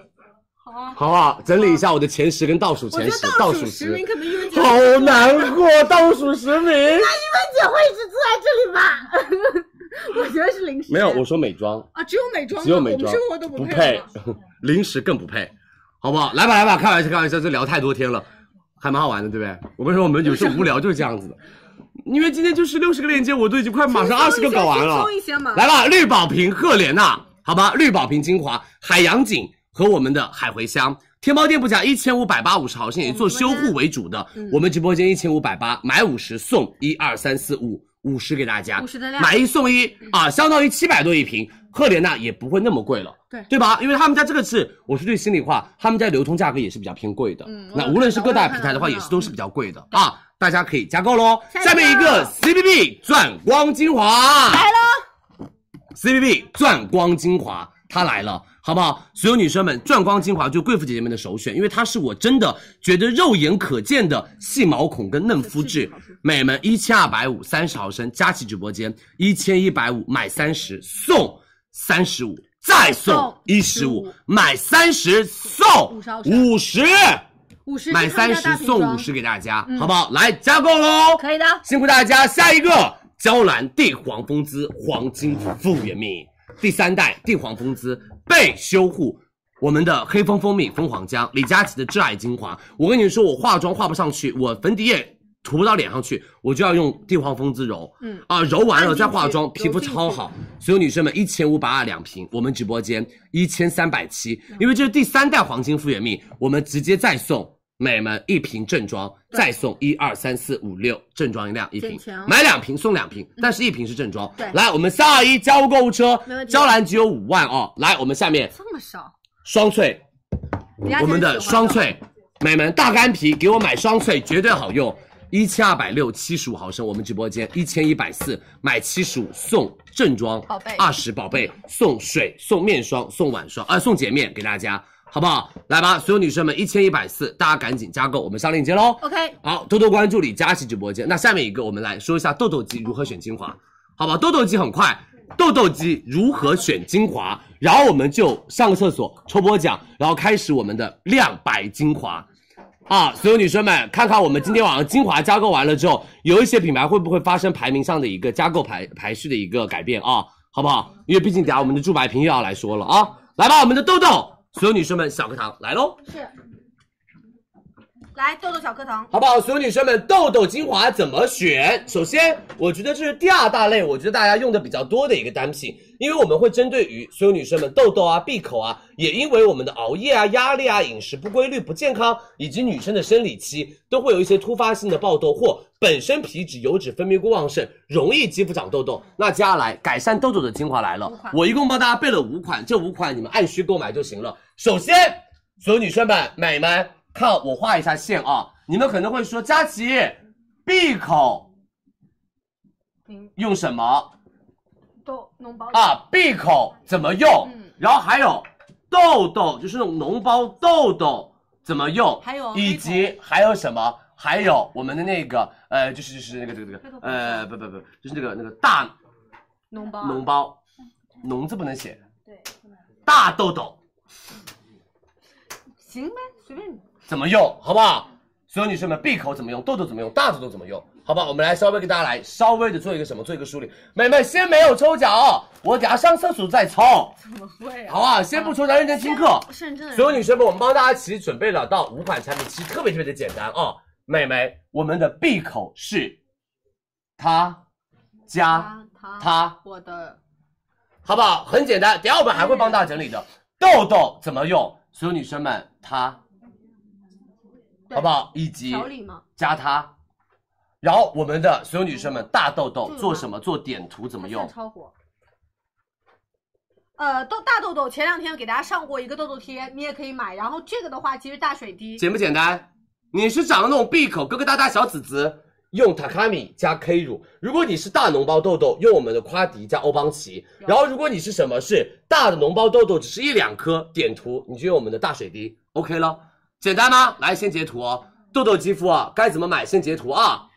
Speaker 6: 好啊，
Speaker 8: 好不好？整理一下我的前十跟倒数
Speaker 6: 我觉
Speaker 8: 前
Speaker 6: 得
Speaker 8: 十，
Speaker 6: 倒
Speaker 8: 倒
Speaker 6: 数
Speaker 8: 数
Speaker 6: 十名
Speaker 8: 十，
Speaker 6: 可能因为
Speaker 8: 好难过，倒数十名。
Speaker 6: (laughs) 姐会一直坐在这里吧？ (laughs) 我觉得是零食。
Speaker 8: 没有，我说美妆，
Speaker 6: 啊，只有美妆吗，
Speaker 8: 只有美妆
Speaker 6: 我们生活都
Speaker 8: 不
Speaker 6: 配
Speaker 8: 配
Speaker 6: 了吗。，
Speaker 8: (laughs) 零食更不配，好不好？来吧来吧，开玩笑开玩笑，这聊太多天了，还蛮好玩的，对不对？我跟你说，我们有时候无聊就是这样子的，因为今天就是六十个链接，我都已经快马上二十个搞完了
Speaker 6: 轻。松一些嘛。
Speaker 8: 来吧，绿宝瓶赫莲娜，好吧，绿宝瓶精华、海洋锦和我们的海茴香。天猫店铺价一千五百八五十毫升，也做修护为主的。我们直播间一千五百八，买五十送一二三四五五十给大家，
Speaker 6: 50的量
Speaker 8: 买一送一啊，相当于七百多一瓶。赫莲娜也不会那么贵了，
Speaker 6: 对
Speaker 8: 对吧？因为他们家这个是，我说句心里话，他们家流通价格也是比较偏贵的。
Speaker 6: 嗯我
Speaker 8: 那
Speaker 6: 有
Speaker 8: 无论是
Speaker 6: 看到
Speaker 8: 各大
Speaker 6: 我有
Speaker 8: 平
Speaker 6: 看
Speaker 8: 台
Speaker 6: 到
Speaker 8: 的话，
Speaker 6: 我有
Speaker 8: 也
Speaker 6: 看
Speaker 8: 是
Speaker 6: 到
Speaker 8: 都是比较贵的啊，大家可以加购喽。嗯下面一个 CBB 钻光精华来了。CBB 钻光精华，它来了，好不好？所有女生们，钻光精华就是贵妇姐姐们的首选，因为它是我真的觉得肉眼可见的细毛孔跟嫩肤质。美们，一千二百五三十毫升，佳琦直播间一千一百五买三十送三十五，再送
Speaker 6: 送
Speaker 8: 一十五，买三十送五十，
Speaker 6: 五十
Speaker 8: 买三十送五十，给大家，好不好？来加购喽！
Speaker 6: 嗯可以的。
Speaker 8: 辛苦大家。下一个，娇兰地黄蜂姿黄金复原蜜，第三代地黄蜂姿被修护。我们的黑蜂蜂蜜、蜂皇浆、李佳琦的挚爱精华，我跟你说，我化妆化不上去，我粉底液涂不到脸上去，我就要用地黄蜂姿揉，嗯啊，揉完了再化妆，皮肤超好。所有女生们，一千五百二两瓶，我们直播间一千三百七，因为这是第三代黄金复原蜜，我们直接再送每门一瓶正装，再送一二三四五六正装一辆一瓶
Speaker 6: 捡钱哦，
Speaker 8: 买两瓶送两瓶，但是一瓶是正装。
Speaker 6: 对
Speaker 8: 来我们三二一加入购物车
Speaker 6: 没问，题
Speaker 8: 娇兰只有五万哦。来我们下面
Speaker 6: 这么少，
Speaker 8: 双萃，
Speaker 6: 家
Speaker 8: 嗯我们
Speaker 6: 真
Speaker 8: 的
Speaker 6: 喜欢
Speaker 8: 双萃，美们大干皮，给我买双萃，绝对好用。一千二百六七十五毫升，我们直播间一千一百四，买七十五送正装，
Speaker 10: 宝贝
Speaker 8: 二十宝贝送水送面霜送晚霜啊、送洁面给大家，好不好？来吧，所有女生们一千一百四，大家赶紧加购，我们上链接喽。
Speaker 10: OK，
Speaker 8: 好，多多关注李佳琦直播间。那下面一个，我们来说一下痘痘肌如何选精华，好吧？痘痘肌很快，痘痘肌如何选精华？然后我们就上个厕所抽波奖，然后开始我们的亮白精华。啊，所有女生们，看看我们今天晚上精华加购完了之后，有一些品牌会不会发生排名上的一个加购排排序的一个改变啊？好不好？因为毕竟等下我们的驻白瓶又要来说了啊！来吧，我们的痘痘，所有女生们小课堂来喽！
Speaker 10: 来豆豆小课堂，
Speaker 8: 好不好？所有女生们，痘痘精华怎么选？首先，我觉得这是第二大类，我觉得大家用的比较多的一个单品，因为我们会针对于所有女生们痘痘啊、闭口啊，也因为我们的熬夜啊、压力啊、饮食不规律、不健康，以及女生的生理期，都会有一些突发性的爆痘或本身皮脂油脂分泌过旺盛，容易肌肤长痘痘。那接下来改善痘痘的精华来了，我一共帮大家备了五款，这五款你们按需购买就行了。首先，所有女生们、美们，看我画一下线啊！你们可能会说，佳琪，闭口用什么
Speaker 10: 豆脓包
Speaker 8: 啊？闭口怎么用？
Speaker 10: 嗯
Speaker 8: 然后还有痘痘，就是那种脓包痘痘怎么用？
Speaker 10: 还有
Speaker 8: 以及还有什么？还有我们的那个呃，就是就是那个这个这个呃，不不不，就是那个那个大
Speaker 10: 脓包
Speaker 8: 脓包，脓字不能写，大痘痘。
Speaker 6: 行呗，随便你。
Speaker 8: 怎么用，好不好？所有女生们，闭口怎么用，痘痘怎么用，大痘痘怎么用，好不好？我们来稍微给大家来稍微的做一个什么，做一个梳理。美们，先没有抽奖哦，我等下上厕所再抽，
Speaker 6: 怎么会
Speaker 8: 好不好？先不抽奖，认真听课。
Speaker 6: 哦是认真的人
Speaker 8: 所有女生们，我们帮大家其实准备了到五款产品，其实特别特别的简单哦。美眉，我们的闭口是它加
Speaker 6: 他他
Speaker 8: 它
Speaker 6: 我的
Speaker 8: 好不好？很简单，等一下我们还会帮大家整理的。痘痘怎么用？所有女生们，它
Speaker 6: 对
Speaker 8: 好不好？以及
Speaker 6: 调理嘛，
Speaker 8: 加它，然后我们的所有女生们，大痘
Speaker 6: 这
Speaker 8: 痘
Speaker 6: 个吗
Speaker 8: 嗯做什么？做点涂怎
Speaker 6: 它
Speaker 8: 么
Speaker 6: 现在
Speaker 8: 用？
Speaker 6: 超火，
Speaker 10: 呃，痘大痘痘，前两天给大家上过一个痘痘贴，你也可以买。然后这个的话，其实大水滴，
Speaker 8: 简不简单？你是长了那种闭口、疙疙瘩瘩、小紫紫，用塔卡米加 K 乳；如果你是大脓包痘痘，用我们的夸迪加欧邦奇。然后如果你是什么是大的脓包痘痘，只是一两颗点涂，你就用我们的大水滴，OK 了，简单吗？来，先截图哦，痘痘肌肤啊，该怎么买先截图啊，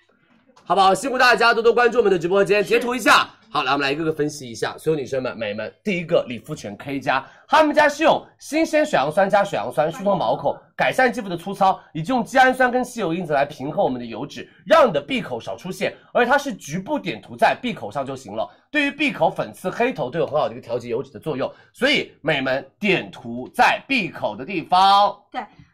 Speaker 8: 好不好？辛苦大家多多关注我们的直播间，截图一下。好，来我们来一个个分析一下，所有女生们、美们，第一个理肤泉 K 加，他们家是用新鲜水杨酸加水杨酸疏通毛孔，改善肌肤的粗糙，以及用肌氨酸跟稀有因子来平衡我们的油脂，让你的闭口少出现，而且它是局部点涂在闭口上就行了。对于闭口、粉刺、黑头都有很好的一个调节油脂的作用，所以美们点涂在闭口的地方。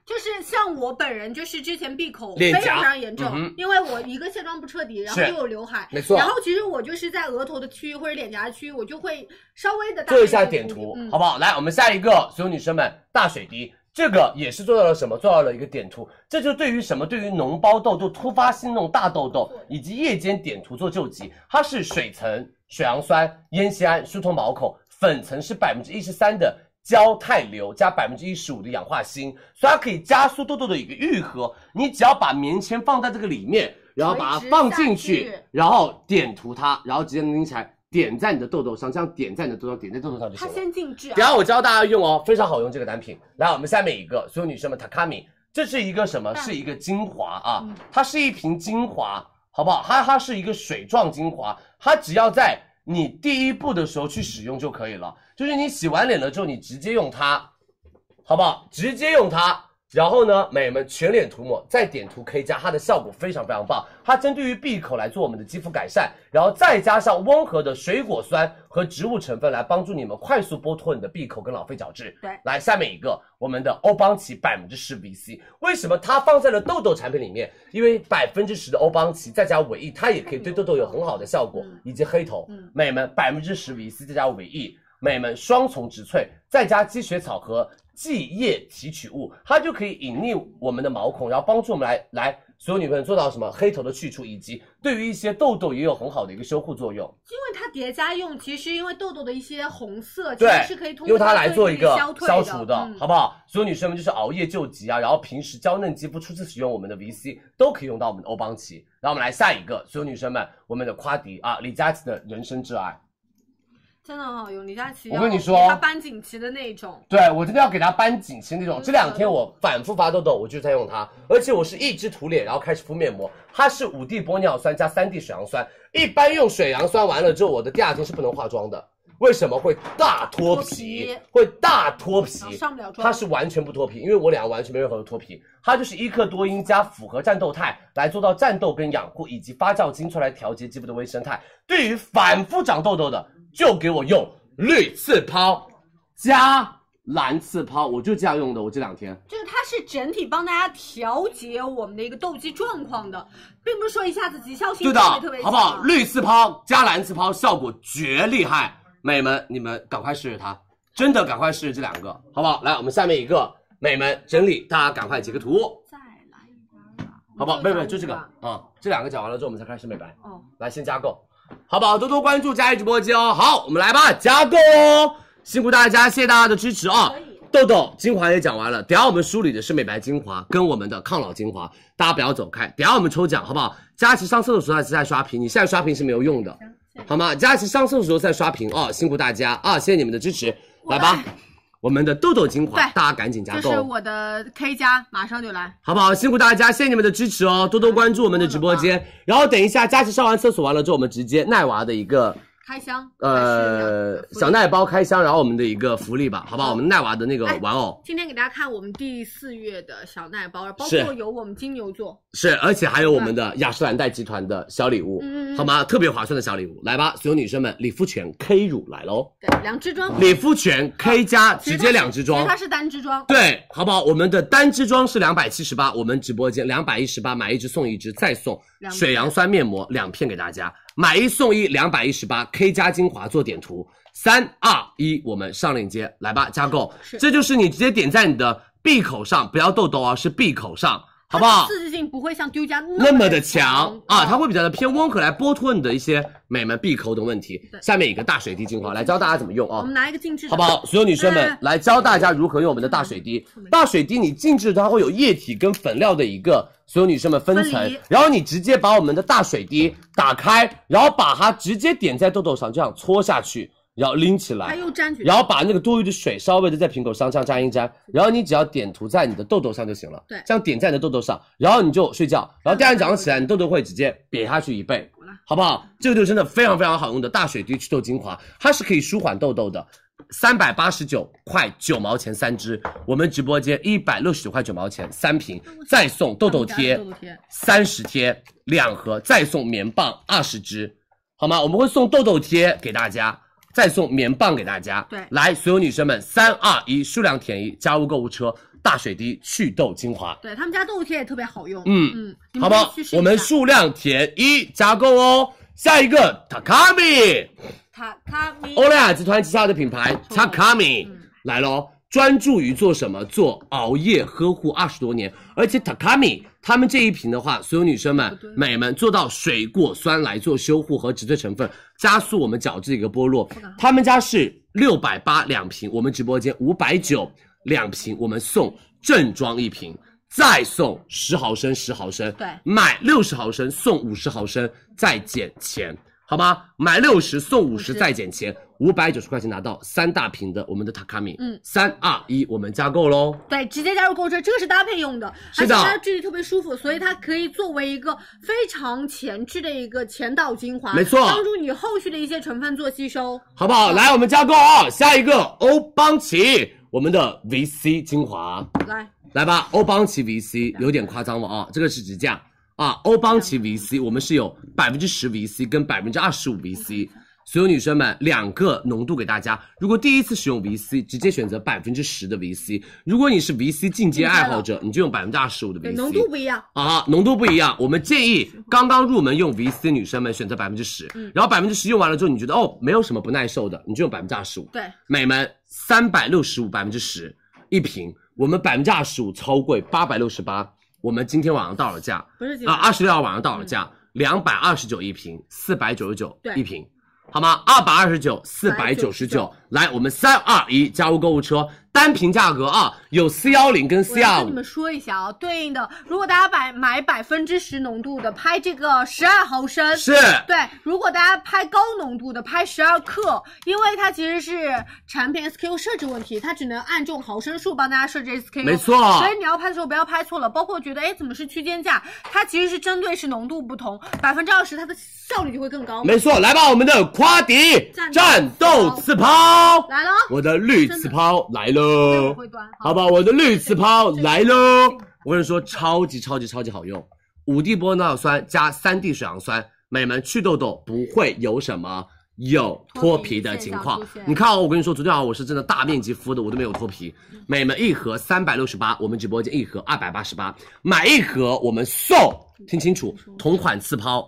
Speaker 6: 就是像我本人，就是之前闭口非
Speaker 8: 脸颊
Speaker 6: 常非常严重
Speaker 8: 嗯哼，
Speaker 6: 因为我一个卸妆不彻底，然后
Speaker 8: 是
Speaker 6: 又有刘海，
Speaker 8: 没错
Speaker 6: 然后其实我就是在额头的区域或者脸颊区域，我就会稍微的嗯
Speaker 8: 做一下点涂，好不好？来，我们下一个，所有女生们，大水滴。这个也是做到了什么？做到了一个点涂，这就对于什么？对于脓包痘痘、突发性那种大痘痘，以及夜间点涂做救急。它是水层水杨酸、烟酰胺疏通毛孔，粉层是百分之一十三的胶肽硫加百分之一十五的氧化锌，所以它可以加速痘痘的一个愈合。你只要把棉签放在这个里面，然后把它放进
Speaker 6: 垂直
Speaker 8: 去
Speaker 6: 下去，
Speaker 8: 然后点涂它，然后直接拎起来点在你的痘痘上，这样点在你的痘痘，点在痘痘上就行
Speaker 6: 它
Speaker 8: 了。
Speaker 6: 先静置啊，
Speaker 8: 然后我教大家用哦，非常好用这个单品。来，我们下面一个，所有女生们，Takami，这是一个什么？是一个精华啊，它是一瓶精华，好不好？它它是一个水状精华，它只要在你第一步的时候去使用就可以了，就是你洗完脸了之后，你直接用它，好不好？直接用它。然后呢，美们全脸涂抹，再点涂 K 加，它的效果非常非常棒。它针对于闭口来做我们的肌肤改善，然后再加上温和的水果酸和植物成分来帮助你们快速剥脱你的闭口跟老废角质。
Speaker 6: 对
Speaker 8: 来下面一个我们的欧邦奇百分之十 VC，为什么它放在了痘痘产品里面？因为百分之十的欧邦奇再加维 E，它也可以对痘痘有很好的效果，以及黑头。美们百分之十 VC 再加维 E，美门双重植萃，再加积雪草和蓟叶提取物，它就可以隐匿我们的毛孔，然后帮助我们来来所有女朋友做到什么黑头的去除，以及对于一些痘痘也有很好的一个修护作用。
Speaker 6: 因为它叠加用，其实因为痘痘的一些红色，其
Speaker 8: 对
Speaker 6: 实是可以通过
Speaker 8: 用它来做一个
Speaker 6: 消退
Speaker 8: 消除
Speaker 6: 的，嗯
Speaker 8: 的，好不好？所有女生们就是熬夜救急啊，然后平时娇嫩肌肤初次使用我们的 VC 都可以用到我们的欧邦琪。然后我们来下一个，所有女生们，我们的夸迪啊，李佳琦的人生挚爱。
Speaker 6: 真的很哦好用。李佳琦，
Speaker 8: 我跟你说
Speaker 6: 它扳锦旗的那种，
Speaker 8: 对我真的要给它扳紧其实那种。这两天我反复发痘痘，我就在用它，而且我是一直涂脸，然后开始敷面膜。它是五 D 玻尿酸加三 D 水杨酸，一般用水杨酸完了之后，我的第二天是不能化妆的。为什么会大脱
Speaker 6: 脱
Speaker 8: 皮
Speaker 6: 皮？
Speaker 8: 会大脱皮
Speaker 6: 然后？上不了妆
Speaker 8: 它是完全不脱皮，因为我俩完全没有任何的脱皮。它就是一克多因加复合战斗肽来做到战斗跟养护，以及发酵精粹来调节肌肤的微生态。对于反复长痘痘的，就给我用绿刺抛加蓝刺抛，我就这样用的。我这两天
Speaker 6: 就是它是整体帮大家调节我们的一个痘肌状况的，并不是说一下子急效性
Speaker 8: 对
Speaker 6: 特别
Speaker 8: 的
Speaker 6: 特别，
Speaker 8: 好不好？绿刺抛加蓝刺抛效果绝厉害，美们你们赶快试试它，真的赶快试试这两个，好不好？来，我们下面一个美们整理，大家赶快截个图，
Speaker 6: 再来一张吧，
Speaker 8: 好不好？
Speaker 6: 我
Speaker 8: 妹
Speaker 6: 们
Speaker 8: 妹就这个
Speaker 6: 讲一
Speaker 8: 啊、这两个讲完了之后，我们才开始美白。
Speaker 6: 哦，
Speaker 8: 来先加购，好不好？多多关注佳怡直播间哦。好，我们来吧，加购哦，辛苦大家，谢谢大家的支持啊。痘痘精华也讲完了，等下我们梳理的是美白精华跟我们的抗老精华，大家不要走开，等下我们抽奖好不好？佳琪上厕所的时候还是在刷屏，你现在刷屏是没有用的，好吗？佳琪上厕所的时候在刷屏哦，辛苦大家啊，谢谢你们的支持，来吧，我们的痘痘精华，
Speaker 6: 对
Speaker 8: 大家赶紧加
Speaker 6: 个，
Speaker 8: 购
Speaker 6: 就
Speaker 8: 哦。
Speaker 6: 是我的 K 加，马上就来。
Speaker 8: 好不好？辛苦大家，谢谢你们的支持哦，多多关注我们的直播间。然后等一下，佳琪上完厕所完了之后，我们直接奈娃的一个
Speaker 6: 开箱，
Speaker 8: 呃
Speaker 6: 还是两个福利
Speaker 8: 小奈包开箱，然后我们的一个福利吧，好不好？我们奈娃的那个玩偶
Speaker 6: 今天给大家看我们第四月的小奶包，包
Speaker 8: 是
Speaker 6: 括有我们金牛座，
Speaker 8: 是，而且还有我们的雅诗兰黛集团的小礼物，
Speaker 6: 嗯嗯嗯
Speaker 8: 好吗？特别划算的小礼物，来吧，所有女生们，理肤泉 K 乳来喽！
Speaker 6: 对，两支装，
Speaker 8: 理肤泉 K 加
Speaker 6: 嗯其
Speaker 8: 直
Speaker 6: 实它
Speaker 8: 接
Speaker 6: 是
Speaker 8: 两支
Speaker 6: 其
Speaker 8: 装
Speaker 6: 实它，是单支装，
Speaker 8: 对，好不好？我们的单支装是两百七十八，我们直播间两百一十八，买一支送一支，再送
Speaker 6: 两片
Speaker 8: 水杨酸面膜两片给大家，买一送一，两百一十八，K 加精华做点涂，三二一，我们上链接来吧，加购，
Speaker 6: 是
Speaker 8: 这就是你直接点在你的闭口上，不要痘痘啊，是闭口上，好不好
Speaker 6: 它的？刺激性不会像丢家
Speaker 8: 那
Speaker 6: 那么
Speaker 8: 么的
Speaker 6: 的嗯
Speaker 8: 强啊，它会比较的偏温和，来剥脱你的一些美们闭口的问题。下面一个大水滴精华，来教大家怎么用啊。
Speaker 6: 我们拿一个静置的，嗯
Speaker 8: 好不好？所有女生们
Speaker 6: 哎
Speaker 8: 来教大家如何用我们的大水滴。大水滴你静置它会有液体跟粉料的一个，所有女生们分
Speaker 6: 分
Speaker 8: 层
Speaker 6: 离，
Speaker 8: 然后你直接把我们的大水滴打开，然后把它直接点在痘痘上，这样搓下去，然后拎起
Speaker 6: 它
Speaker 8: 来。
Speaker 6: 又沾取，
Speaker 8: 然后把那个多余的水稍微的在瓶口上这样沾一沾，然后你只要点涂在你的痘痘上就行了。
Speaker 6: 对
Speaker 8: 这样点在你的痘痘上，然后你就睡觉，然后第二天早上起来，你痘痘会直接瘪下去一倍，好不好？这个就是真的非常非常好用的大水滴祛痘精华，它是可以舒缓痘痘的。三百八十九块九毛钱三支，我们直播间一百六十九块九毛钱三瓶，再送痘痘贴
Speaker 6: 痘痘贴
Speaker 8: 三十贴两盒，再送棉棒二十支，好吗？我们会送痘痘贴给大家，再送棉棒给大家。
Speaker 6: 对
Speaker 8: 来，所有女生们，三二一，数量填一，加入购物车，大水滴祛痘精华。
Speaker 6: 对他们家痘痘贴也特别好用，
Speaker 8: 嗯
Speaker 6: 嗯，你
Speaker 8: 好
Speaker 6: 们可以
Speaker 8: 不好
Speaker 6: 去？试一
Speaker 8: 我们
Speaker 6: 下
Speaker 8: 数量填一，加购哦。下一个 Takami，
Speaker 6: 它它咪
Speaker 8: 欧莱雅集团旗下的品牌 Takami 来喽，专注于做什么？做熬夜呵护二十多年，而且 Takami 他们这一瓶的话，所有女生们、美们做到水果酸来做修护和植萃成分，加速我们角质的一个剥落。他们家是六百八两瓶，我们直播间五百九两瓶，我们送正装一瓶。再送十毫升，十毫升，
Speaker 6: 对
Speaker 8: 买六十毫升送五十毫升，再减钱，好吗？买六十送五十，
Speaker 6: 50
Speaker 8: 再减钱，五百九十块钱拿到三大瓶的我们的 Takami。
Speaker 6: 嗯
Speaker 8: 三二一，我们加购喽。
Speaker 6: 对，直接加入购物车，这个是搭配用的，
Speaker 8: 是
Speaker 6: 而且
Speaker 8: 的
Speaker 6: 它质地特别舒服，所以它可以作为一个非常前置的一个前导精华，
Speaker 8: 没错
Speaker 6: 帮助你后续的一些成分做吸收。
Speaker 8: 好不好？来，我们加购啊、下一个欧邦琪，我们的 VC 精华，
Speaker 6: 来，
Speaker 8: 来吧，欧邦琪 VC 有点夸张了啊，这个是直价啊，欧邦琪 VC 我们是有百分之十 VC 跟百分之二十五 VC，所有女生们两个浓度给大家。如果第一次使用 VC，直接选择百分之十的 VC；如果你是 VC 进阶爱好者，你就用百分之二十五的 VC。
Speaker 6: 对，浓度不一样。
Speaker 8: 啊，浓度不一样。我们建议刚刚入门用 VC 的女生们选择百分之十，然后百分之十用完了之后，你觉得哦没有什么不耐受的，你就用百分之二十五。
Speaker 6: 对，
Speaker 8: 美们三百六十五百分之十一瓶，我们百分之二十五超贵八百六十八，我们今天晚上到了价，
Speaker 6: 不是几
Speaker 8: 啊二十六号晚上到了价两百二十九一瓶，四百九十九
Speaker 6: 对
Speaker 8: 一瓶。好吗？二百二十九，四百九十九，来，我们三二一，加入购物车，单瓶价格啊，有四幺零跟
Speaker 6: 我
Speaker 8: 四
Speaker 6: 要
Speaker 8: 二
Speaker 6: 跟你
Speaker 8: 五，
Speaker 6: 们说一下啊，对应的，如果大家买买百分之十浓度的，拍这个十二毫升
Speaker 8: 是
Speaker 6: 对。如果大家拍高浓度的，拍十二克，因为它其实是产品 SKU 设置问题，它只能按这种毫升数帮大家设置 SKU。
Speaker 8: 没错
Speaker 6: 所以你要拍的时候不要拍错了，包括觉得哎怎么是区间价，它其实是针对是浓度不同，百分之二十它的效率就会更高。
Speaker 8: 没错，来吧，我们的夸迪
Speaker 6: 战斗
Speaker 8: 战斗刺抛，
Speaker 6: 来喽，
Speaker 8: 我的绿刺抛来
Speaker 6: 这我
Speaker 8: 喽，
Speaker 6: 会端。
Speaker 8: 好不好？我的绿刺抛来喽，我跟你说，超级超级超级好用，五地玻尿酸加三地水杨酸，美们去痘痘不会有什么。有脱皮的情况
Speaker 6: 脱皮现象出，现
Speaker 8: 你看哦，我跟你说，昨天晚上我是真的大面积敷的，我都没有脱皮。美们一盒三百六十八，我们直播间一盒二百八十八，买一盒我们送，听清楚，同款次抛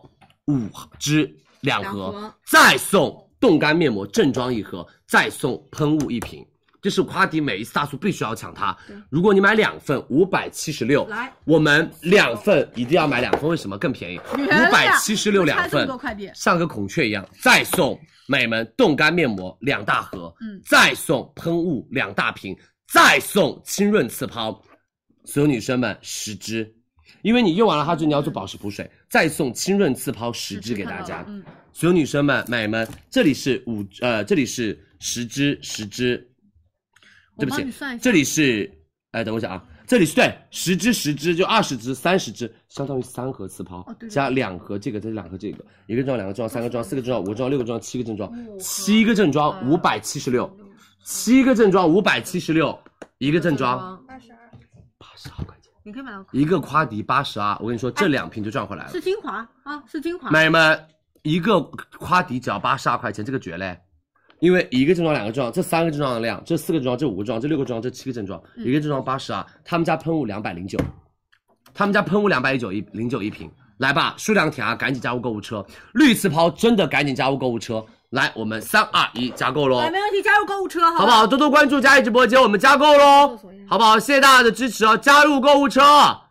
Speaker 8: 五支两
Speaker 6: 两
Speaker 8: 盒
Speaker 6: 盒，
Speaker 8: 再送冻干面膜正装一盒，再送喷雾一瓶。这是夸迪每一次大促必须要抢它。如果你买两份，五百七十六，
Speaker 6: 来，
Speaker 8: 我们两份一定要买两份，为什么更便宜？
Speaker 6: 女人
Speaker 8: 五
Speaker 6: 了
Speaker 8: 百七十六两
Speaker 6: 差这么
Speaker 8: 份
Speaker 6: 多，快递
Speaker 8: 像个孔雀一样，再送美们冻干面膜两大盒，
Speaker 6: 嗯
Speaker 8: 再送喷雾两大瓶，再送清润次抛，所有女生们十支，因为你用完了它就你要做保湿补水，再送清润次抛十支给大家，
Speaker 6: 嗯，
Speaker 8: 所有女生们美们，这里是五呃这里是十支十支，
Speaker 6: 我
Speaker 8: 对不
Speaker 6: 帮你
Speaker 8: 起
Speaker 6: 算一，下，
Speaker 8: 这里是哎等我一下啊。这里是对十支、十支就二十支、三十支，相当于三盒次抛，
Speaker 6: 哦对对
Speaker 8: 加两盒这个，再两盒这个，一个正装、两个正装、三个正装、四个正装、五个正装、六个正装、七个正装，七个正装五百七十六，七个正装五百七十六，一个正装
Speaker 6: 装，
Speaker 8: 八十二块钱，
Speaker 6: 你可以买到
Speaker 8: 一个夸迪八十二，我跟你说这两瓶就赚回来了
Speaker 6: 是，精华啊，是精华。
Speaker 8: 美们，一个夸迪只要八十二块钱，这个绝嘞！因为一个正装、两个正装，这三个正装的量，这四个正装、这五个正装、这六个正装、这七个正装，
Speaker 6: 嗯
Speaker 8: 一个正装八十二，他们家喷雾两百零九，他们家喷雾两百一九一零九一瓶，来吧，数量填啊，赶紧加入购物车，绿刺抛真的赶紧加入购物车，来，我们三二一加购喽
Speaker 6: 来，！哎没问题，加入购物车，好
Speaker 8: 好不好？？多多关注佳怡直播间，我们加购喽，好不好？谢谢大家的支持哦，加入购物车，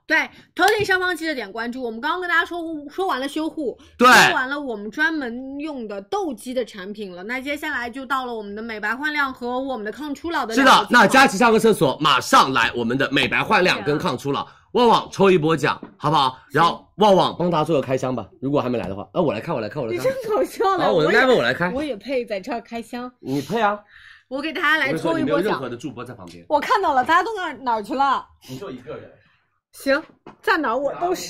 Speaker 6: 对，头顶上方记得点关注。我们刚刚跟大家说说完了修护，
Speaker 8: 对
Speaker 6: 说完了我们专门用的痘肌的产品了。那接下来就到了我们的美白焕亮和我们的抗初老的
Speaker 8: 是
Speaker 6: 两个
Speaker 8: 的
Speaker 6: 阶，
Speaker 8: 那
Speaker 6: 段
Speaker 8: 佳琪上个厕所，马上来我们的美白焕亮跟抗初老，旺旺抽一波奖，好不好？然后旺旺帮大家做个开箱吧，如果还没来的话，啊，我来看，我来看，我来
Speaker 6: 你
Speaker 8: 看
Speaker 6: 真，搞笑
Speaker 8: 啊，
Speaker 6: 了，
Speaker 8: 我的
Speaker 6: 也
Speaker 8: level 我来开，
Speaker 6: 我也配在这儿开箱？
Speaker 8: 你配啊，
Speaker 6: 我给大家来
Speaker 8: 我跟你说
Speaker 6: 抽一
Speaker 8: 你没有
Speaker 6: 波
Speaker 8: 任
Speaker 6: 奖
Speaker 8: 何。的助播在旁边，
Speaker 6: 我看到了，大家都哪哪儿去了？
Speaker 8: 你就一个人，
Speaker 6: 行，在哪儿我都是，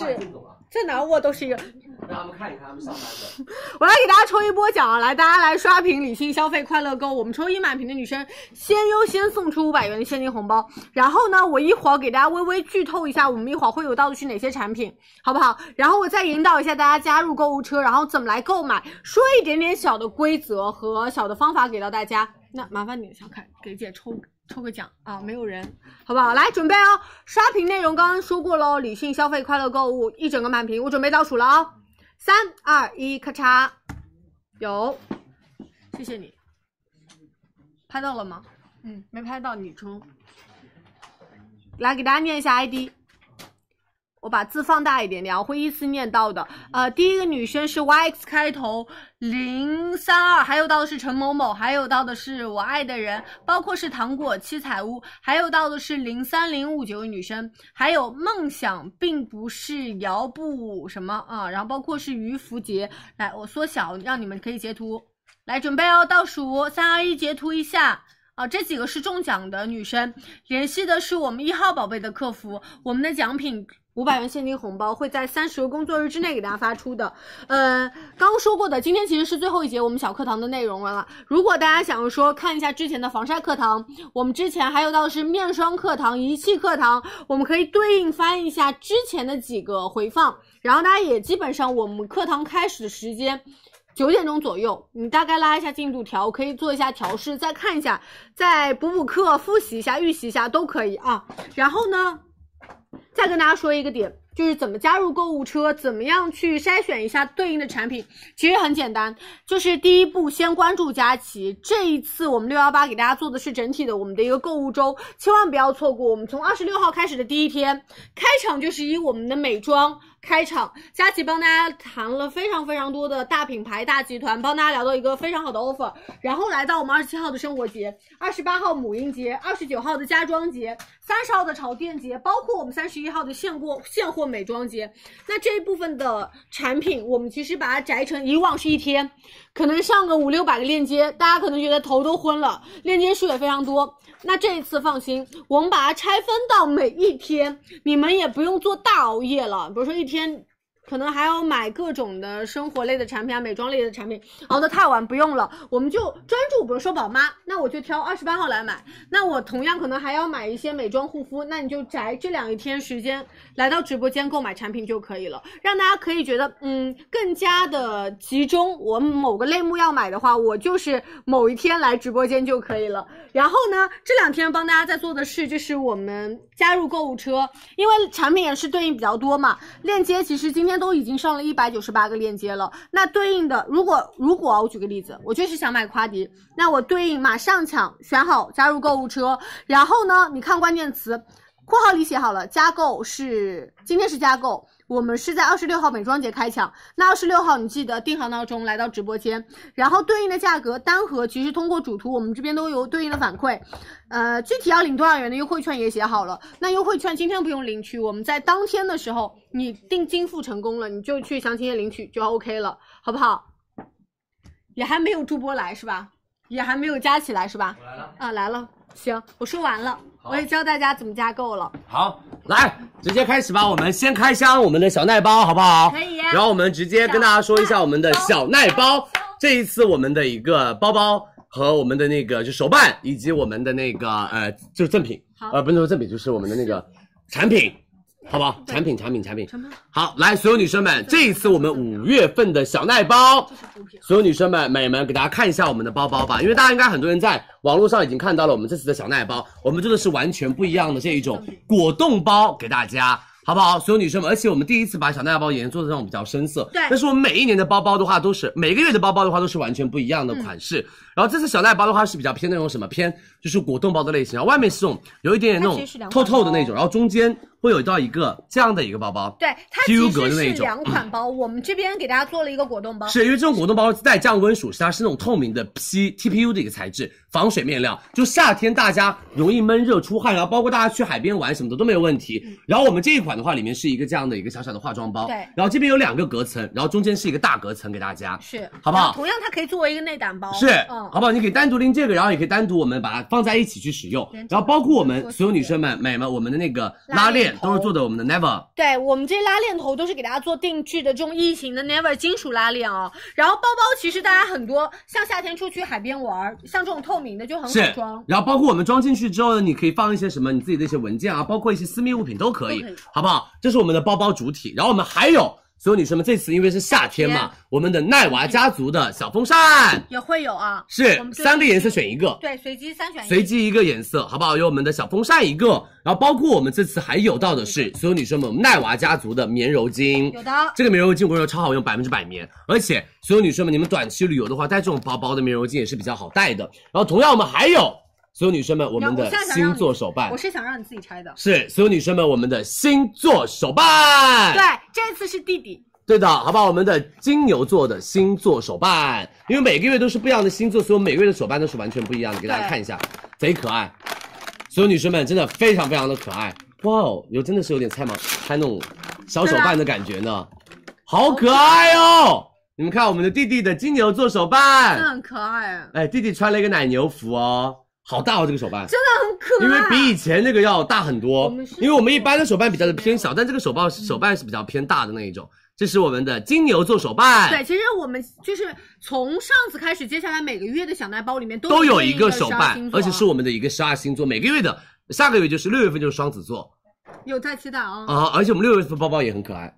Speaker 6: 在哪儿我都是一个。
Speaker 8: 让他们看一看他们上班的，
Speaker 6: 我来给大家抽一波奖啊！来，大家来刷屏，理性消费，快乐购。我们抽一满屏的女生，先优先送出五百元的现金红包。然后呢，我一会儿给大家微微剧透一下，我们一会儿会有到底是哪些产品，好不好？然后我再引导一下大家加入购物车，然后怎么来购买，说一点点小的规则和小的方法给到大家。那麻烦你小凯给姐抽抽个奖啊，没有人，好不好？来准备哦，刷屏内容刚刚说过喽，理性消费，快乐购物，一整个满屏，我准备倒数了啊、哦。三二一，咔嚓，有，谢谢你，拍到了吗？嗯，没拍到，你抽。来给大家念一下 ID，我把字放大一点点啊，我会依次念到的。呃，第一个女生是 YX 开头零三二，还有到的是陈某某，还有到的是我爱的人，包括是糖果七彩屋，还有到的是零三零五九女生，还有梦想并不是摇不什么啊，然后包括是于福杰，来我缩小，让你们可以截图，来准备哦，倒数三二一，截图一下。啊，这几个是中奖的女生，联系的是我们一号宝贝的客服，我们的奖品五百元现金红包会在三十个工作日之内给大家发出的。呃，刚刚说过的，今天其实是最后一节我们小课堂的内容了啦。如果大家想说看一下之前的防晒课堂，我们之前还有到的是面霜课堂、仪器课堂，我们可以对应翻一下之前的几个回放，然后大家也基本上我们课堂开始的时间。九点钟左右，你大概拉一下进度条，可以做一下调试，再看一下，再补补课，复习一下，预习一下都可以啊。然后呢，再跟大家说一个点，就是怎么加入购物车，怎么样去筛选一下对应的产品。其实很简单，就是第一步先关注佳琦。这一次我们六幺八给大家做的是整体的我们的一个购物周，千万不要错过。我们从二十六号开始的第一天，开场就是以我们的美妆。开场，佳琦帮大家谈了非常非常多的大品牌、大集团，帮大家聊到一个非常好的 offer，然后来到我们二十七号的生活节，二十八号母婴节，二十九号的家装节，三十号的潮店节，包括我们三十一号的现货现货美妆节。那这一部分的产品，我们其实把它摘成以往是一天，可能上个五六百个链接，大家可能觉得头都昏了，链接数也非常多。那这一次放心，我们把它拆分到每一天，你们也不用做大熬夜了。比如说一天，可能还要买各种的生活类的产品啊、美妆类的产品，熬得太晚不用了，我们就专注。比如说宝妈，那我就挑二十八号来买。那我同样可能还要买一些美妆护肤，那你就宅这两一天时间来到直播间购买产品就可以了，让大家可以觉得嗯更加的集中。我某个类目要买的话，我就是某一天来直播间就可以了。然后呢，这两天帮大家在做的事就是我们加入购物车，因为产品也是对应比较多嘛。链接其实今天都已经上了一百九十八个链接了，那对应的如果如果啊我举个例子，我就是想买夸迪，那我对应马上抢选好加入购物车，然后呢，你看关键词。括号里写好了，加购是今天是加购，我们是在二十六号美妆节开抢。那二十六号你记得定好闹钟来到直播间，然后对应的价格单盒其实通过主图我们这边都有对应的反馈，呃，具体要领多少元的优惠券也写好了。那优惠券今天不用领取，我们在当天的时候你定金付成功了，你就去详情页领取就 OK 了，好不好？也还没有助播来是吧？也还没有加起来是吧？
Speaker 8: 来了，
Speaker 6: 啊，来了，行，我说完了，
Speaker 8: 好
Speaker 6: 我也教大家怎么加购了。
Speaker 8: 好，来直接开始吧，我们先开箱我们的小奈包，好不好？
Speaker 6: 可以
Speaker 8: 然后我们直接跟大家说一下我们的小奈包，这一次我们的一个包包和我们的那个就手办，以及我们的那个呃就是赠品，呃不是说赠品，就是我们的那个产品，好不好？产品产品产品。好，来所有女生们，这一次我们五月份的小奈包，所有女生们、美们，给大家看一下我们的包包吧，因为大家应该很多人在网络上已经看到了我们这次的小奈包，我们做的是完全不一样的这一种果冻包给大家。好不好？所有女生们，而且我们第一次把小奈包颜色做的那种比较深色，
Speaker 6: 对
Speaker 8: 但是我们每一年的包包的话，都是每个月的包包的话，都是完全不一样的款式。
Speaker 6: 嗯
Speaker 8: 然后这次小奈包的话是比较偏那种什么偏，就是果冻包的类型，然后外面是这种有一点点那
Speaker 6: 它其实是
Speaker 8: 种
Speaker 6: 两
Speaker 8: 透
Speaker 6: 款
Speaker 8: 透的那种，然后中间会有到一个这样的一个包包。
Speaker 6: 对，它
Speaker 8: 鸡
Speaker 6: 其
Speaker 8: 油
Speaker 6: 实
Speaker 8: 格的那
Speaker 6: 是
Speaker 8: 一种
Speaker 6: 两款包，我们这边给大家做了一个果冻包。
Speaker 8: 是因为这种果冻包带降温属性，它是那种透明的 P T P U 的一个材质，防水面料。就夏天大家容易闷热出汗，然后包括大家去海边玩什么的都没有问题。然后我们这一款的话，里面是一个这样的一个小小的化妆包，
Speaker 6: 对
Speaker 8: 然后这边有两个隔层，然后中间是一个大隔层给大家，
Speaker 6: 是，
Speaker 8: 好不好
Speaker 6: 然后同样，它可以作为一个内胆包。
Speaker 8: 是，
Speaker 6: 嗯，
Speaker 8: 好不好？你可以单独拎这个，然后也可以单独我们把它放在一起去使用。然后包括我们所有女生们、美们，我们的那个拉链都是做的我们的 Never。
Speaker 6: 对我们这拉链头都是给大家做定制的这种异形的 Never 金属拉链哦。然后包包其实大家很多，像夏天出去海边玩儿，像这种透明的就很
Speaker 8: 是
Speaker 6: 好装，。
Speaker 8: 然后包括我们装进去之后呢，你可以放一些什么你自己的一些文件啊，包括一些私密物品都可以，好不好？这是我们的包包主体。然后我们还有所有女生们，这次因为是夏天嘛，我们的奈娃家族的小风扇
Speaker 6: 也会有啊。
Speaker 8: 是
Speaker 6: 我们随机
Speaker 8: 三个颜色选一个。
Speaker 6: 对，随机三选一。
Speaker 8: 随机一个颜色，好不好？有我们的小风扇一个，然后包括我们这次还有到的是所有女生们，我们奈娃家族的棉柔巾，
Speaker 6: 有的
Speaker 8: 这个棉柔巾我跟你说超好用，百分之百棉，而且所有女生们，你们短期旅游的话，带这种薄薄的棉柔巾也是比较好带的。然后同样，我们还有所有女生们，我们
Speaker 6: 我
Speaker 8: 的
Speaker 6: 现在想
Speaker 8: 星
Speaker 6: 让你
Speaker 8: 座手办
Speaker 6: 我，是想让你自己拆的。
Speaker 8: 是所有女生们，我们的星座手办，
Speaker 6: 对，这次是弟弟，
Speaker 8: 对的，好不好？我们的金牛座的星座手办，因为每个月都是不一样的星座，所以每个月的手办都是完全不一样的，给大家
Speaker 6: 对
Speaker 8: 看一下，贼可爱。所有女生们真的非常非常的可爱，哇哦，有真的是有点拆盲拆那种小手办的感觉呢，好可爱哦！你们看我们的弟弟的金牛座手办，
Speaker 6: 真的很可爱啊，
Speaker 8: 哎，弟弟穿了一个奶牛服哦，好大哦这个手办，
Speaker 6: 真的很可爱。
Speaker 8: (laughs) 因为比以前那个要大很
Speaker 6: 我
Speaker 8: 多
Speaker 6: 们是，
Speaker 8: 因为我们一般的手办比较的偏小，但这个手办手办是比较偏大的那一种。这是我们的金牛座手
Speaker 6: 对，
Speaker 8: 办，
Speaker 6: 其实我们就是从上次开始，接下来每个月的小奶包里面都
Speaker 8: 都有
Speaker 6: 一
Speaker 8: 一个手办，而且是
Speaker 6: 我
Speaker 8: 我们的一个十二星座，每个月的下个月就是六月份就是双子座
Speaker 6: 有在期待啊。
Speaker 8: 啊，而且我们六月份包包也很可爱，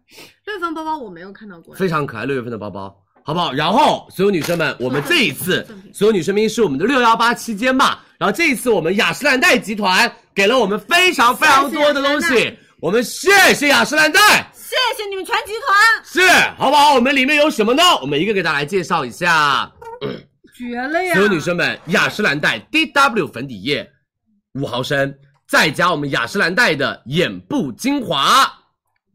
Speaker 6: 六月份包包我没有看到过，
Speaker 8: 非常可爱，六月份的包包。好不好？然后所有女生们，我们这
Speaker 6: (laughs)
Speaker 8: 一次所有女生们是我们的六幺八期间嘛，然后这一次我们雅诗兰黛集团给了我们非常非常多的东
Speaker 6: 谢谢雅诗
Speaker 8: 西，我们谢谢雅诗兰黛。
Speaker 6: 谢谢你们全集团，
Speaker 8: 是，好不好？我们里面有什么呢？我们一个给大家来介绍一下。
Speaker 6: 绝了呀！
Speaker 8: 所有女生们，雅诗兰黛 DW 粉底液五毫升，再加我们雅诗兰黛的眼部精华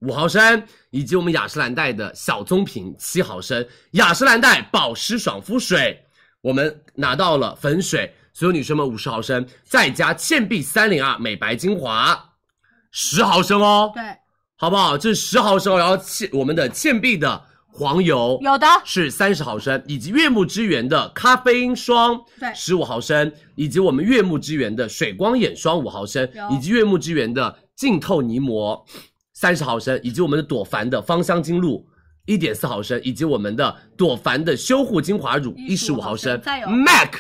Speaker 8: 五毫升，以及我们雅诗兰黛的小棕瓶七毫升，雅诗兰黛保湿爽肤水，我们拿到了粉水，所有女生们五十毫升，再加倩碧三零二美白精华十毫升哦，
Speaker 6: 对，
Speaker 8: 好不好？这十毫升哦，然后倩我们的倩碧的黄油
Speaker 6: 有的
Speaker 8: 是三十毫升，以及悦木之源的咖啡因霜，
Speaker 6: 对
Speaker 8: 十五毫升，以及我们悦木之源的水光眼霜五毫升，
Speaker 6: 有
Speaker 8: 以及悦木之源的净透泥膜三十毫升，以及我们的朵梵的芳香精露。一点四毫升，以及我们的朵梵的修护精华乳一十
Speaker 6: 15
Speaker 8: 五毫升
Speaker 6: 毫升再有
Speaker 8: ，MAC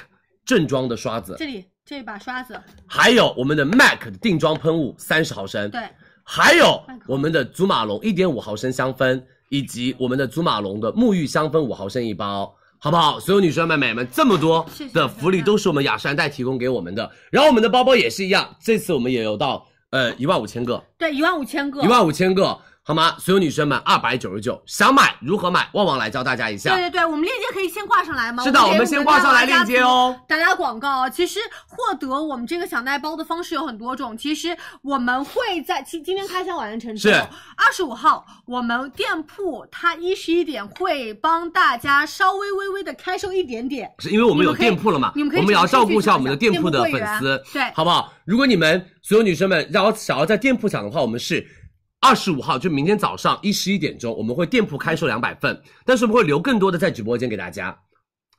Speaker 8: 正装的刷子，
Speaker 6: 这里这一把刷子，
Speaker 8: 还有我们的 MAC 的定妆喷雾三十毫升，
Speaker 6: 对，
Speaker 8: 还有我们的祖马龙一点五毫升香氛，以及我们的祖马龙的沐浴香氛五毫升一包。好不好？所有女生们、美们，这么多的
Speaker 6: 啊
Speaker 8: 福利都是我们雅诗兰黛提供给我们的。然后我们的包包也是一样，这次我们也有到呃一万五千个，
Speaker 6: 对，一万五千个，
Speaker 8: 一万五千个，好吗？所有女生们，二百九十九，想买如何买？旺旺来教大家一下。
Speaker 6: 对对对，我们链接可以先挂上来吗？
Speaker 8: 是的，我们先挂上来链接。哦。
Speaker 6: 打打广告啊！其实获得我们这个小奈包的方式有很多种。其实我们会在，其实今天开箱完成之后，二十五号我们店铺它一十一点会帮大家稍微微微的开售一点点。
Speaker 8: 是因为我们有店铺了嘛，
Speaker 6: 你们可以
Speaker 8: 我们也要照顾一下我们的店铺的粉
Speaker 6: 你们
Speaker 8: 丝
Speaker 6: 可以去，对
Speaker 8: 好不好？如果你们所有女生们，然后想要在店铺抢的话，我们是二十五号，就明天早上一十一点钟，我们会店铺开售两百份，但是我们会留更多的在直播间给大家，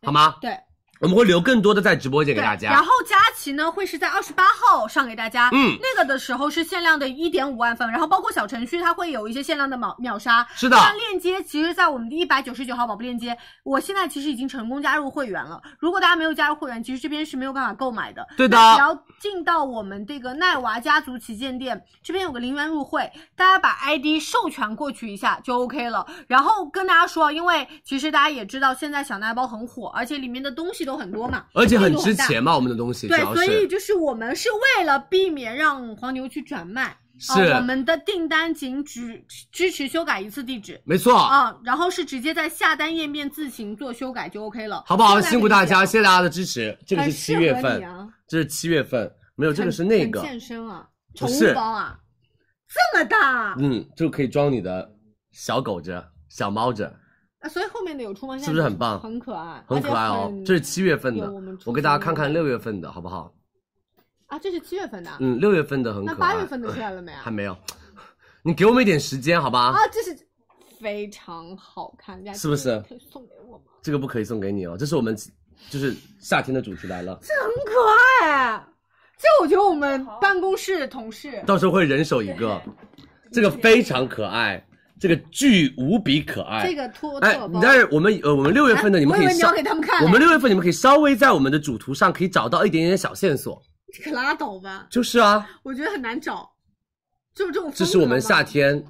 Speaker 8: 好吗？
Speaker 6: 嗯对，
Speaker 8: 我们会留更多的在直播间给
Speaker 6: 对，
Speaker 8: 大家。
Speaker 6: 然后佳琦呢会是在二十八号上给大家，
Speaker 8: 嗯
Speaker 6: 那个的时候是限量的一点五万份，然后包括小程序它会有一些限量的秒秒杀。
Speaker 8: 是的
Speaker 6: 那链接其实，在我们的一百九十九号宝贝链接，我现在其实已经成功加入会员了。如果大家没有加入会员，其实这边是没有办法购买的。
Speaker 8: 对的
Speaker 6: 那只要进到我们这个奈娃家族旗舰店，这边有个零元入会，大家把 ID 授权过去一下就 OK 了。然后跟大家说啊，因为其实大家也知道，现在小奈包很火，而且里面的东西都很多嘛，
Speaker 8: 而且很
Speaker 6: 力度
Speaker 8: 值
Speaker 6: 大
Speaker 8: 钱嘛，我们的东西主
Speaker 6: 对，
Speaker 8: 要
Speaker 6: 所以呃
Speaker 8: 是
Speaker 6: 就是我们是为了避免让黄牛去转卖，
Speaker 8: 是
Speaker 6: 啊我们的订单仅只支持修改一次地址
Speaker 8: 没错，
Speaker 6: 啊，然后是直接在下单页面自行做修改就 OK 了，
Speaker 8: 好不好？
Speaker 6: 现在
Speaker 8: 辛苦
Speaker 6: 可以
Speaker 8: 大
Speaker 6: 点
Speaker 8: 家，，谢谢大家的支持。这个是
Speaker 6: 很
Speaker 8: 七
Speaker 6: 适
Speaker 8: 月
Speaker 6: 合
Speaker 8: 份
Speaker 6: 你，啊，
Speaker 8: 这是七月份，没有这个是那
Speaker 6: 很
Speaker 8: 个，
Speaker 6: 健身啊，
Speaker 8: 不
Speaker 6: 宠
Speaker 8: 是
Speaker 6: 物包啊，这么大，
Speaker 8: 嗯，就可以装你的小狗着、小猫着。
Speaker 6: 啊所以后面的有冲锋
Speaker 8: 是不是很棒
Speaker 6: 很可爱，
Speaker 8: 很可爱
Speaker 6: 而
Speaker 8: 哦
Speaker 6: 且很，
Speaker 8: 这是七月份的
Speaker 6: 有我们，
Speaker 8: 我给大家
Speaker 6: 出
Speaker 8: 看
Speaker 6: 生的
Speaker 8: 看六月份的好不好？
Speaker 6: 啊，这是七月份的啊，
Speaker 8: 嗯，六月份的很可
Speaker 6: 那
Speaker 8: 爱。
Speaker 6: 八月份的出来了没啊
Speaker 8: 还？没有，你给我们一点时间好吧？
Speaker 6: 啊，这是非常好看，大家
Speaker 8: 是不是
Speaker 6: 可以送给我吗？
Speaker 8: 这个不可以送给你哦，这是我们就是夏天的主题来了，
Speaker 6: 很可爱。这我觉得我们办公室同事
Speaker 8: 到时候会人手一个，这个非常可爱，这个巨无比可爱。
Speaker 6: 这个托
Speaker 8: 哎
Speaker 6: 特，包，哎
Speaker 8: 但是我们呃，我们六月份的你们
Speaker 6: 我
Speaker 8: 可
Speaker 6: 以啊为你
Speaker 8: 稍
Speaker 6: 要给他们看嘞，
Speaker 8: 我们六月份你们可以稍微在我们的主图上可以找到一点点小线索，
Speaker 6: 可拉倒吧，
Speaker 8: 就是啊，
Speaker 6: 我觉得很难找，就是这种风格嘛。
Speaker 8: 这是我们夏天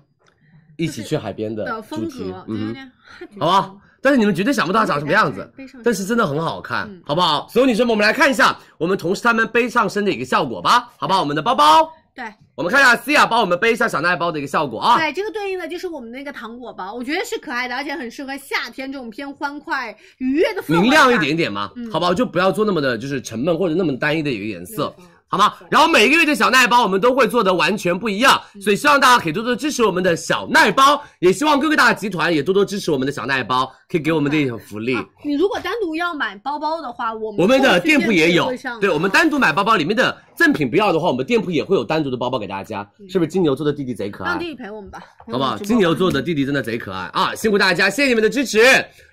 Speaker 8: 一起去海边
Speaker 6: 的
Speaker 8: 的主
Speaker 6: 风
Speaker 8: 题
Speaker 6: 格，，就有
Speaker 8: 嗯哼。
Speaker 6: 点
Speaker 8: 好吧？但是你们绝对想不到它长什么样子
Speaker 6: 背 (laughs) 上，身
Speaker 8: 但是真的很好看
Speaker 6: 嗯，
Speaker 8: 好不好？所有女生们，我们来看一下我们同事他们背上身的一个效果吧，好不好？我们的包包，
Speaker 6: 对
Speaker 8: 我们看一下思雅帮我们背一下小奈包的一个效果啊。
Speaker 6: 对，这个对应的就是我们那个糖果包，我觉得是可爱的，而且很适合夏天这种偏欢快愉悦的氛围，
Speaker 8: 明亮一点。点嘛，
Speaker 6: 嗯
Speaker 8: 好不好？就不要做那么的，就是沉闷或者那么单一的一个颜色，好吗？然后每个月的小奈包我们都会做的完全不一样，
Speaker 6: 嗯
Speaker 8: 所以希望大家可以多多支持我们的小奈包，也希望各个大集团也多多支持我们的小奈包，可以给我们的一点福利。
Speaker 6: 啊你如果单独要买包包的话，我们
Speaker 8: 我
Speaker 6: 我
Speaker 8: 们的店铺也有，对我们
Speaker 6: 单。
Speaker 8: 单独买包包里面的赠品不要的话，我们店铺也会有单独的包包给大家，
Speaker 6: 嗯
Speaker 8: 是不是？金牛座的弟弟贼可爱，
Speaker 6: 让弟弟陪我们吧，
Speaker 8: 好不好？
Speaker 6: 直播
Speaker 8: 金牛座的弟弟真的贼可爱啊！辛苦大家，谢谢你们的支持。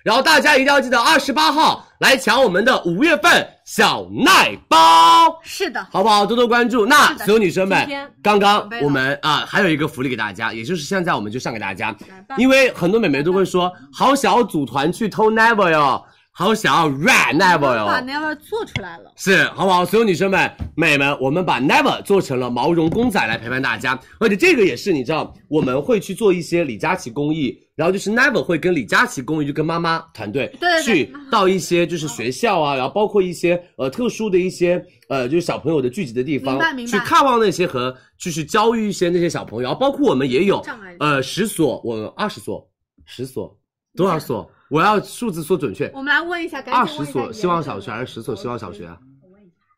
Speaker 8: 然后大家一定要记得二十八号来抢我们的五月份小奈包，
Speaker 6: 是的，
Speaker 8: 好不好？多多关注。那
Speaker 6: 是的
Speaker 8: 所有女生们
Speaker 6: 今天，
Speaker 8: 刚刚
Speaker 6: 准备了
Speaker 8: 我们啊、还有一个福利给大家，也就是现在我们就上给大家
Speaker 6: 来吧，
Speaker 8: 因为很多美眉都会说好想要组团去偷 never 哟。好想要 Red
Speaker 6: 我
Speaker 8: Never
Speaker 6: 们把
Speaker 8: 哦，
Speaker 6: Never 做出来了，
Speaker 8: 是，好不好？所有女生们、美们，我们把 Never 做成了毛绒公仔来陪伴大家，而且这个也是你知道，我们会去做一些李佳琦公益，然后就是 Never 会跟李佳琦公益就跟妈妈团队
Speaker 6: 对对
Speaker 8: 去到一些就是学校啊，然后包括一些呃特殊的一些呃就是小朋友的聚集的地方
Speaker 6: 明白，明白
Speaker 8: 去看望那些和就是教育一些那些小朋友，然后包括我们也有
Speaker 6: 障碍人
Speaker 8: 呃十所，我们二十所，十所多少所？我要数字说准确，
Speaker 6: 我们来问一下，赶
Speaker 8: 二
Speaker 6: 紧
Speaker 8: 十
Speaker 6: 问一下
Speaker 8: 所希望小学还是十所希望小学啊？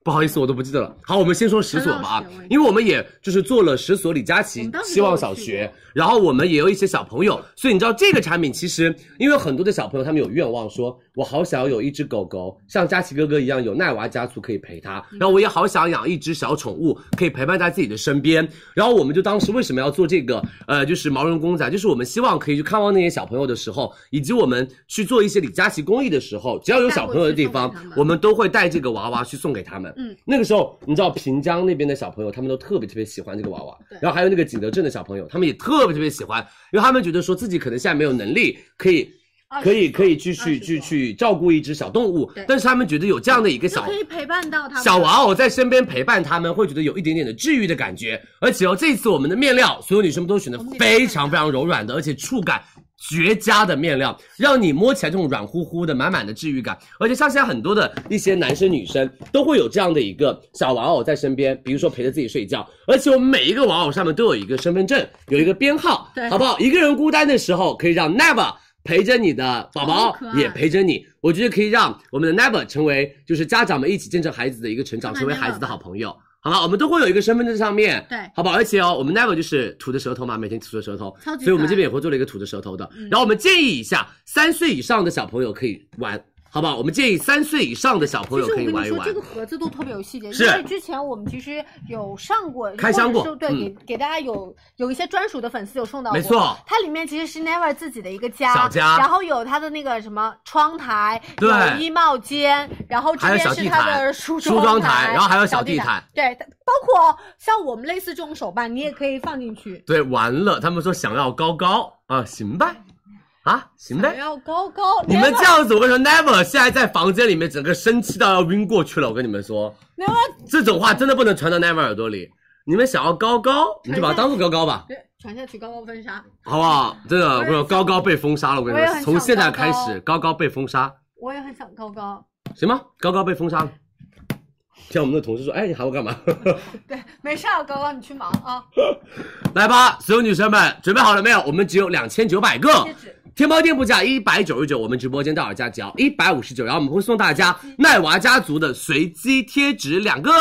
Speaker 8: 不好意思，我都不记得了。好，我们先说十所吧啊
Speaker 6: 陈老师我也，
Speaker 8: 因为我们也就是做了十所李佳
Speaker 6: 我
Speaker 8: 琦
Speaker 6: 们当时
Speaker 8: 希望小
Speaker 6: 都有
Speaker 8: 学
Speaker 6: 去，
Speaker 8: 然后我们也有一些小朋友，所以你知道这个产品其实，因为很多的小朋友他们有愿望说，我好想要有一只狗狗，像佳琦哥哥一样有奈娃家族可以陪他，
Speaker 6: 嗯
Speaker 8: 然后我也好想养一只小宠物，可以陪伴在自己的身边。然后我们就当时为什么要做这个呃，就是毛绒公仔，就是我们希望可以去看望那些小朋友的时候，以及我们去做一些李佳琦公益的时候，只要有小朋友的地方
Speaker 6: 带过去送给他们，
Speaker 8: 我们都会带这个娃娃去送给他们。
Speaker 6: 嗯，
Speaker 8: 那个时候你知道平江那边的小朋友，他们都特别特别喜欢这个娃娃，然后还有那个景德镇的小朋友，他们也特别特别喜欢，因为他们觉得说自己可能现在没有能力可以。可以可以去去去去照顾一只小动物，但是他们觉得有这样的一个
Speaker 6: 就
Speaker 8: 小
Speaker 6: 可以陪伴到他们。
Speaker 8: 小玩偶在身边陪伴他们，会觉得有一点点的治愈的感觉。而且哦，这次我们的面料，所有女生们都选的非常非常柔软的，而且触感。绝佳的面料，让你摸起来这种软乎乎的、满满的治愈感。而且像现在很多的一些男生女生都会有这样的一个小玩偶在身边，比如说陪着自己睡觉。而且我们每一个玩偶上面都有一个身份证，有一个编号，
Speaker 6: 对
Speaker 8: 好不好？一个人孤单的时候，可以让 Never 陪着你的宝宝
Speaker 6: (laughs) 好可，爱
Speaker 8: 也陪着你。我觉得可以让我们的 Never 成为，就是家长们一起见证孩子的一个成长，
Speaker 6: 慢慢
Speaker 8: 成为孩子的好朋友。好吧，我们都会有一个身份证上面，
Speaker 6: 对
Speaker 8: 好不好？而且哦，我们 never 就是吐着舌头嘛，每天吐着舌头，
Speaker 6: 超级
Speaker 8: 所以我们
Speaker 6: 可爱嗯
Speaker 8: 这边也会做了一个吐着舌头的。然后我们建议一下，三岁以上的小朋友可以玩，好不好？我们建议三岁以上的小朋
Speaker 6: 其
Speaker 8: 友
Speaker 6: 实我
Speaker 8: 可以
Speaker 6: 跟你
Speaker 8: 玩一
Speaker 6: 说，
Speaker 8: 玩
Speaker 6: 这。个盒子都特别有细节，
Speaker 8: 是
Speaker 6: 因为之前我们其实有上过，
Speaker 8: 开箱过
Speaker 6: 或
Speaker 8: 嗯
Speaker 6: 者是对，给给大家有有一些专属的粉丝有送到过，
Speaker 8: 没错
Speaker 6: 它里面其实是 Never 自己的一个家，
Speaker 8: 小家
Speaker 6: 然后有它的那个什么窗台，
Speaker 8: 对
Speaker 6: 有衣帽间，然后这
Speaker 8: 还有
Speaker 6: 边
Speaker 8: 小
Speaker 6: 是
Speaker 8: 地
Speaker 6: 它
Speaker 8: 毯
Speaker 6: 的梳
Speaker 8: 梳妆台
Speaker 6: 台，
Speaker 8: 然后还有小
Speaker 6: 地
Speaker 8: 地毯，
Speaker 6: 对，包括像我们类似这种手办，你也可以放进去。
Speaker 8: 对，完了，他们说想要高高啊，行呗，啊，行
Speaker 6: 想
Speaker 8: 呗。
Speaker 6: 要高高，
Speaker 8: 你们这样子，我跟你说，Never 现在在房间里面整个生气到要晕过去了。我跟你们说，
Speaker 6: Never
Speaker 8: 这种话真的不能传到 Never 耳朵里。你们想要高高，你就把它当做高高吧，
Speaker 6: 对传下去高高分纱，
Speaker 8: 好不好？真的，我跟你说，高高被封杀了。我跟你
Speaker 6: 我也很
Speaker 8: 说，
Speaker 6: 想
Speaker 8: 从现在
Speaker 6: 高高
Speaker 8: 开始，高高被封杀，
Speaker 6: 我也很想高高。
Speaker 8: 行吗？高高被封杀了。像我们的同事说，哎，你喊我干嘛？ (laughs)
Speaker 6: 对，没事儿，高高你去忙啊。
Speaker 8: 来吧，所有女生们，准备好了没有？我们只有两千九百个
Speaker 6: 贴纸，
Speaker 8: 天猫店铺价一百九十九，我们直播间到手价只哦要一百五十九，然后我们会送大家奈娃家族的随机贴纸两个。
Speaker 6: 给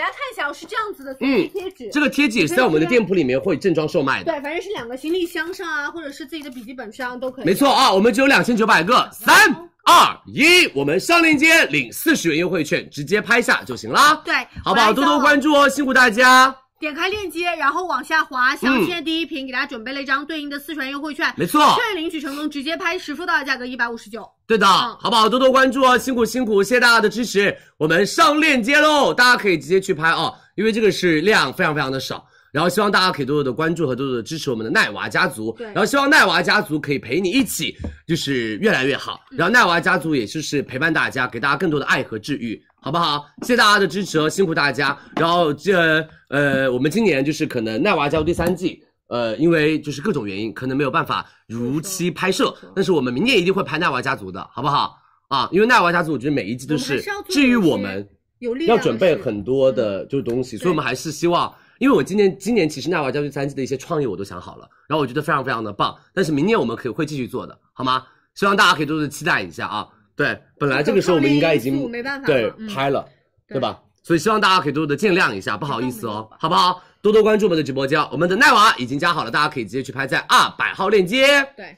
Speaker 6: 大家看一下，我是这样子的
Speaker 8: 嗯
Speaker 6: 随机贴纸。
Speaker 8: 这个贴纸也是在我们的店铺里面会正装售卖的，
Speaker 6: 对，反正是两个行李箱上啊，或者是自己的笔记本上都可以。
Speaker 8: 没错啊，我们只有两千九百个，三
Speaker 6: 哦
Speaker 8: 二一，我们上链接领四十元优惠券，直接拍下就行啦，
Speaker 6: 对，
Speaker 8: 好不好？
Speaker 6: 我来
Speaker 8: 多多
Speaker 6: 到
Speaker 8: 关注哦，辛苦大家。
Speaker 6: 点开链接，然后往下滑，详情的第一屏，给大家准备了一张对应的四十元优惠券，
Speaker 8: 没错
Speaker 6: 券领取成功，直接拍实付到的价格一百五十九。
Speaker 8: 对的，好不好？多多关注哦，辛苦辛苦，谢谢大家的支持。我们上链接喽，大家可以直接去拍哦，因为这个是量非常非常的少。然后希望大家可以多多的关注和多多的支持我们的奈娃家族，
Speaker 6: 对
Speaker 8: 然后希望奈娃家族可以陪你一起，就是越来越好。然后奈娃家族也就是陪伴大家，给大家更多的爱和治愈，好不好？谢谢大家的支持哦，辛苦大家。然后这呃，我们今年就是可能奈娃家族第三季，呃，因为就是各种原因，可能没有办法如期拍摄，但是我们明年一定会拍《奈娃家族》的，好不好？啊，因为《奈娃家族》我觉得每一季都
Speaker 6: 我
Speaker 8: 是
Speaker 6: 们还是要做
Speaker 8: 至于
Speaker 6: 一些
Speaker 8: 我们
Speaker 6: 有力量的
Speaker 8: 要
Speaker 6: 嗯
Speaker 8: 准备
Speaker 6: 是
Speaker 8: 很多的就是东西，所以我们还是希望，因为我今年今年其实《奈娃家族》三季的一些创意我都想好了，然后我觉得非常非常的棒，但是明年我们可以会继续做的，好吗？希望大家可以多多期待一下啊！对，本来这个时候我们应该已
Speaker 6: 有创意因
Speaker 8: 经
Speaker 6: 素没办法
Speaker 8: 对
Speaker 6: 了嗯
Speaker 8: 拍了，
Speaker 6: 对
Speaker 8: 对吧？所以希望大家可以多多的见谅一下，不好意思哦，好不好？多多关注我们的直播间哦，我们的奈娃已经加好了，大家可以直接去拍在二百号链接。
Speaker 6: 对，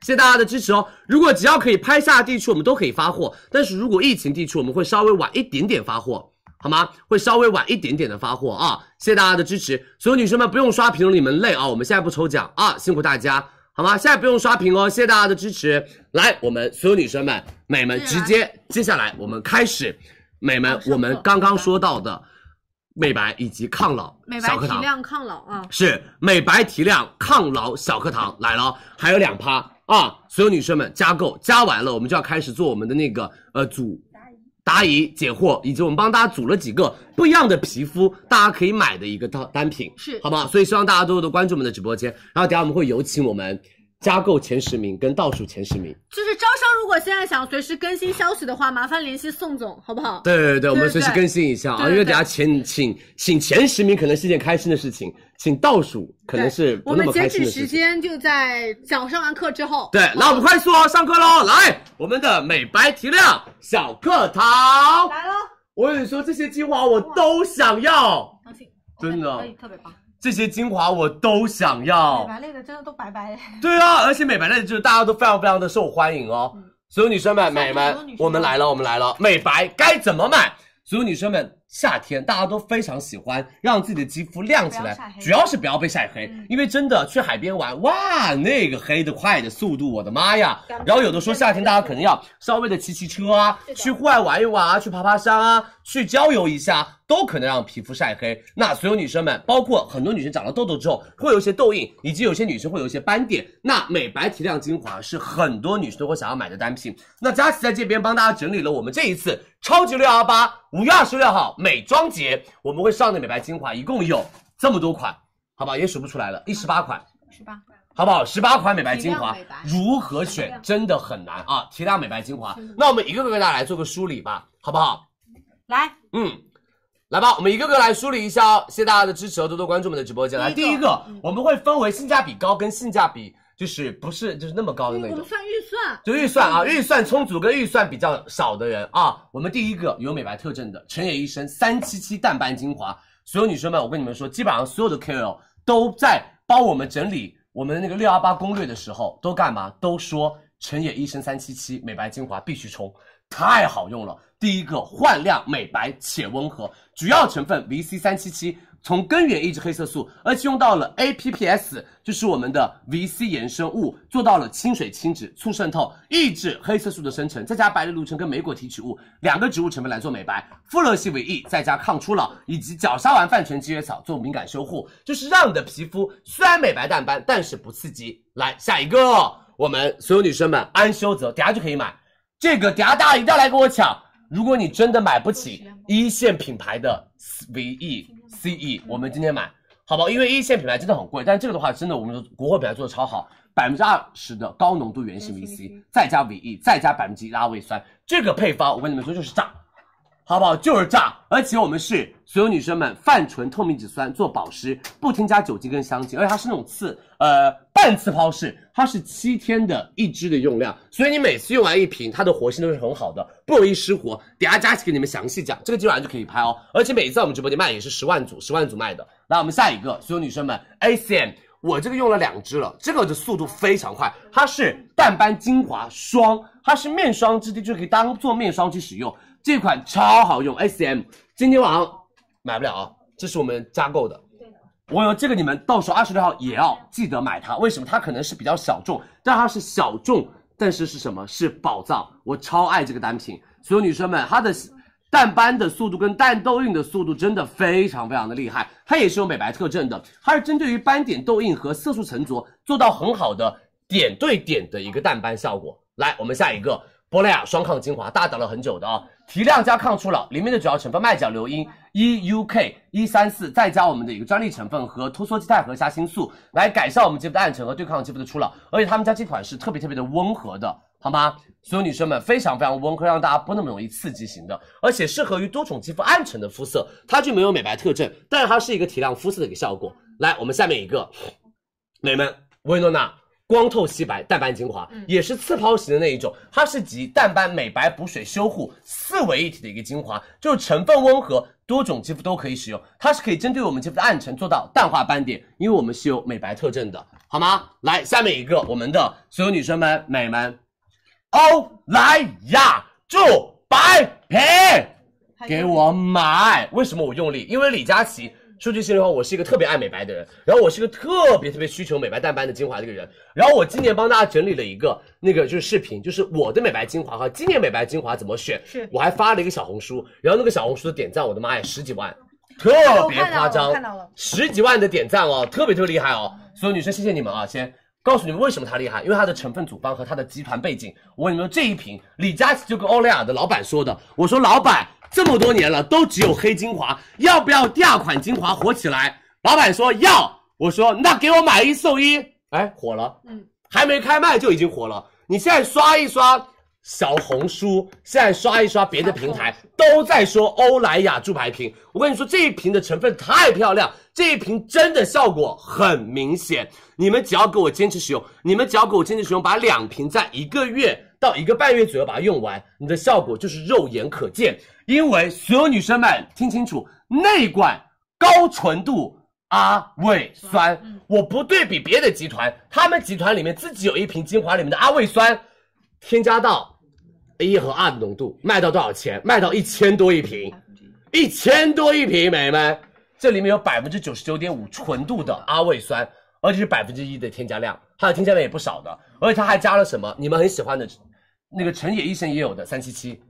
Speaker 8: 谢谢大家的支持哦。如果只要可以拍下的地区，我们都可以发货，但是如果疫情地区，我们会稍微晚一点点发货。好吗？会稍微晚一点点的发货啊！谢谢大家的支持，所有女生们不用刷屏了，你们累啊！我们现在不抽奖啊，辛苦大家，好吗？现在不用刷屏哦，谢谢大家的支持。来，我们所有女生们、
Speaker 6: 啊
Speaker 8: 美们，直接接下来我们开始，美们，我们刚刚说到的美白以及抗老
Speaker 6: 美白
Speaker 8: 小课
Speaker 6: 提
Speaker 8: 堂。
Speaker 6: 亮抗老啊，
Speaker 8: 是美白提亮抗老小课堂来了哦，还有两趴啊！所有女生们加购，加完了我们就要开始做我们的那个呃组。答疑解惑，以及我们帮大家组了几个不一样的皮肤，大家可以买的一个单单品，
Speaker 6: 是
Speaker 8: 好不好？所以希望大家多多的关注我们的直播间，然后等下我们会有请我们加购前十名跟倒数前十名，
Speaker 6: 就是招商如果现在想要随时更新消息的话，麻烦联系宋总，好不好？
Speaker 8: 对对对，我们随时
Speaker 6: 对
Speaker 8: 更新一下啊，
Speaker 6: 对对
Speaker 8: 因为等
Speaker 6: 对
Speaker 8: 下前请请前十名可能是一件开心的事情，请倒数可能是
Speaker 6: 我
Speaker 8: 不那
Speaker 6: 们
Speaker 8: 么
Speaker 6: 截
Speaker 8: 开心
Speaker 6: 止
Speaker 8: 的事
Speaker 6: 时
Speaker 8: 情。
Speaker 6: 间就在讲上完课之后。
Speaker 8: 对，那我们快速哦，上课喽！来，我们的美白提亮小课堂来了。我跟你说，这些精华我都想要，真的
Speaker 6: 可以，特别棒。
Speaker 8: 这些精华我都想要
Speaker 6: 美。白类的真的都白白的，
Speaker 8: 对啊，而且美白类就是大家都非常非常的受欢迎哦。
Speaker 6: 嗯
Speaker 8: 所有女生们、美们
Speaker 6: 所有女，生
Speaker 8: 我们来了，我们来了，美白该怎么买？所有女生们，夏天大家都非常喜欢让自己的肌肤亮起
Speaker 6: 不要
Speaker 8: 来
Speaker 6: 晒，黑嗯
Speaker 8: 主要是不要被晒黑，因为真的去海边玩，哇，那个黑的快的速度，我的妈呀！然后有的说夏天大家可能要稍微的骑骑车啊，去户外玩一玩啊，去爬爬山啊，去郊游一下，啊都可能让皮肤晒黑。那所有女生们，包括很多女生长了痘痘之后，会有一些痘印，以及有些女生会有一些斑点。那美白提亮精华是很多女生都会想要买的单品。那佳琦在这边帮大家整理了我们这一次超级六幺八五月二十六号美妆节我们会上的美白精华，一共有这么多款，好吧，也数不出来了，一十八款。
Speaker 6: 是吧？
Speaker 8: 好不好？十八款美白精华
Speaker 6: 提亮美白
Speaker 8: 如何选，真的很难啊！提亮美白精华，那我们一个个给大家来做个梳理吧，好不好？
Speaker 6: 来，
Speaker 8: 嗯，来吧，我们一个个来梳理一下哦。谢谢大家的支持哦，多多关注我们的直播间。来，第一个，我们会分为性价比高跟性价比就是不是就是那么高的那
Speaker 6: 嗯我们
Speaker 8: 种。
Speaker 6: 算预算，
Speaker 8: 就预算啊，预算充足跟预算比较少的人啊，我们第一个有美白特征的成野医生三七七淡斑精华，所有女生们，我跟你们说，基本上所有的 KOL 都在帮我们整理我们的那个六幺八攻略的时候，都干嘛？都说成野医生三七七美白精华必须冲，太好用了。第一个焕亮美白且温和，主要成分 VC 三七七，从根源抑制黑色素，而且用到了 APPS，就是我们的 VC 衍生物，做到了亲水亲脂、促渗透、抑制黑色素的生成，再加白藜芦醇跟莓果提取物两个植物成分来做美白，富勒烯维 E 再加抗初老，以及角鲨烷泛醇积雪草做敏感修护，就是让你的皮肤虽然美白淡斑，但是不刺激。来下一个，我们所有女生们，安修泽，等下就可以买。这个等下大家一定要来跟我抢。如果你真的买不起一线品牌的 VE、CE，我们 E，今天买，好不好？因为一线品牌真的很贵，但这个的话，真的我们说国货品牌做的超好，百分之二十的高浓度原型 VC，再加 VE，再加百分之一拉胃酸，这个配方我跟你们说就是炸，好不好？就是炸！而且我们是所有女生们泛醇透明质酸做保湿，不添加酒精跟香精，而且它是那种次呃半次抛式，它是七天的一支的用量，所以你每次用完一瓶，它的活性都是很好的，不容易失活。等下佳琪给你们详细讲，这个今晚就可以拍哦。而且每一次在我们直播间卖也是十万组，十万组卖的。来，我们下一个，所有女生们 (laughs) ACM。我这个用了两支了，这个的速度非常快，它是淡斑精华霜，它是面霜质地，就可以当做面霜去使用。这款超好用，S M，今天晚上买不了啊，这是我们加购的。我有这个，你们到时候二十六号也要记得买它。为什么？它可能是比较小众，但它是小众，但是是什么？是宝藏。我超爱这个单品，所有女生们，它的淡斑的速度跟淡痘印的速度真的非常非常的厉害。它也是有美白特征的，它是针对于斑点、痘印和色素沉着做到很好的点对点的一个淡斑效果。来，我们下一个珀莱雅双抗精华，大家等了很久的啊、提亮加抗初老，里面的主要成分麦角硫因、EUK ，E 一三四，再加我们的一个专利成分和脱羧基肽和虾青素，来改善我们肌肤的暗沉和对抗肌肤的初老。而且他们家这款是特别特别的温和的，好吗？所有女生们非常非常温和，让大家不那么容易刺激型的，而且适合于多种肌肤暗沉的肤色，它就没有美白特征，但是它是一个提亮肤色的一个效果。来，我们下面一个，美们，薇诺娜光透皙白淡斑精华，也是次抛型的那一种，它是集淡斑、美白、补水、修护四为一体的一个精华，就是成分温和，多种肌肤都可以使用。它是可以针对我们肌肤的暗沉做到淡化斑点，因为我们是有美白特征的，好吗？来，下面一个我们的所有女生们、美们，欧莱雅驻白瓶。给我买！为什么我用力？因为李佳琦，说句心里话，我是一个特别爱美白的人，然后我是一个特别特别需求美白淡斑的精华的一个人。然后我今年帮大家整理了一个那个就是视频，就是我的美白精华和今年美白精华怎么选。
Speaker 6: 是
Speaker 8: 我还发了一个小红书，然后那个小红书的点赞，我的妈呀，十几万！特别夸
Speaker 10: 我
Speaker 8: 张
Speaker 10: 看到了，
Speaker 8: 十几万的点赞哦，特别特别厉害哦。所有女生，谢谢你们啊！先告诉你们为什么它厉害，因为它的成分组帮和它的集团背景。我跟你们说，这一瓶李佳琦就跟欧莱雅的老板说的，我说老板这么多年了都只有黑精华，要不要第二款精华火起来？老板说要，我说那给我买一送一，哎，火了，嗯，还没开卖就已经火了。你现在刷一刷。小红书现在刷一刷别的平台都在说欧莱雅驻白瓶，我跟你说这一瓶的成分太漂亮，这一瓶真的效果很明显。你们只要给我坚持使用，你们只要给我坚持使用，把两瓶在一个月到一个半月左右把它用完，你的效果就是肉眼可见。因为所有女生们听清楚，内管高纯度阿魏啊酸，
Speaker 10: 嗯
Speaker 8: 我不对比别的集团，他们集团里面自己有一瓶精华里面的阿魏酸，添加到 A 和 R 的浓度，卖到多少钱？卖到一千多一瓶，一千多一瓶，美们，这里面有百分之九十九点五纯度的阿魏酸，而且是百分之一的添加量，它的添加量也不少的，而且它还加了什么？你们很喜欢的，那个陈野医生也有的三七七。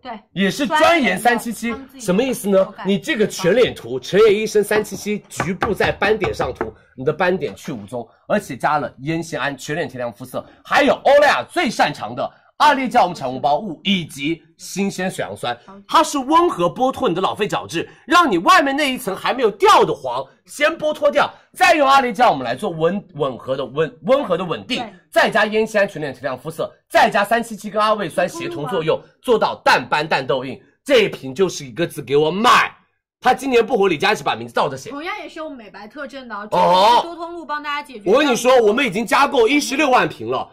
Speaker 10: 对，
Speaker 8: 也是专研三七七
Speaker 10: 专研的帮自，己
Speaker 8: 什么意思呢
Speaker 10: 修改？
Speaker 8: 你这个全脸涂，陈野医生三七七局部在斑点上涂，你的斑点去无踪，而且加了烟酰胺，全脸提亮肤色，还有欧莱雅最擅长的二裂酵母产物孢物以及新鲜水杨酸，它是温和剥脱你的老废角质，让你外面那一层还没有掉的黄先剥脱掉，再用二裂酵母来做温吻合的温温和的稳定，再加烟酰胺全脸提亮肤色，再加三七七跟阿魏酸协同作用，做到淡斑淡痘印。这一瓶就是一个字，给我买！他今年不火，李佳琦把名字倒着写。
Speaker 10: 同样也是有美白特征的哦，这
Speaker 8: 哦
Speaker 10: 个是多通路帮大家解决。
Speaker 8: 我跟你说，我们已经加购一十六万瓶了，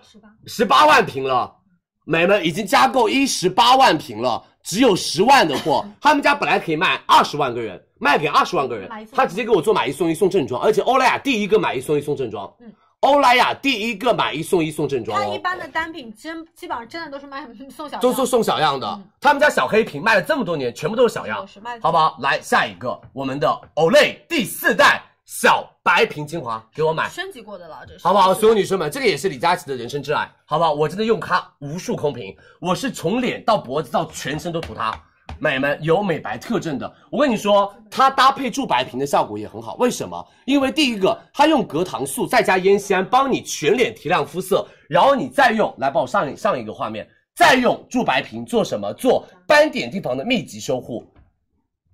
Speaker 8: 十八万瓶了，美们已经加购一十八万瓶了，只有十万的
Speaker 10: (laughs)
Speaker 8: 货，他们家本来可以卖二十万个人，卖给二十万个人
Speaker 10: 买一，送一
Speaker 8: 他直接给我做买一送一送正装，而且欧莱雅第一个买一送一送正装，欧莱雅第一个买一送一送正装
Speaker 10: 它
Speaker 8: 哦
Speaker 10: 嗯一。般的单品真基本上真的都是卖送小样
Speaker 8: 都是送小样的，
Speaker 10: 嗯
Speaker 8: 他们家小黑瓶卖了这么多年，全部都是小样
Speaker 10: 我是卖，的
Speaker 8: 好不好？来下一个，我们的 Olay 第四代小白瓶精华，给我买，
Speaker 10: 升级过的了，这是
Speaker 8: 好不好？所有女生们，这个也是李佳琦的人生挚爱，好不好？我真的用它无数空瓶，我是从脸到脖子到全身都涂它。美们有美白特征的，我跟你说，它搭配驻白瓶的效果也很好。为什么？因为第一个，它用隔糖素再加烟酰胺，帮你全脸提亮肤色，然后你再用，来帮我上一上一个画面，再用驻白瓶做什么？做斑点地方的密集修护。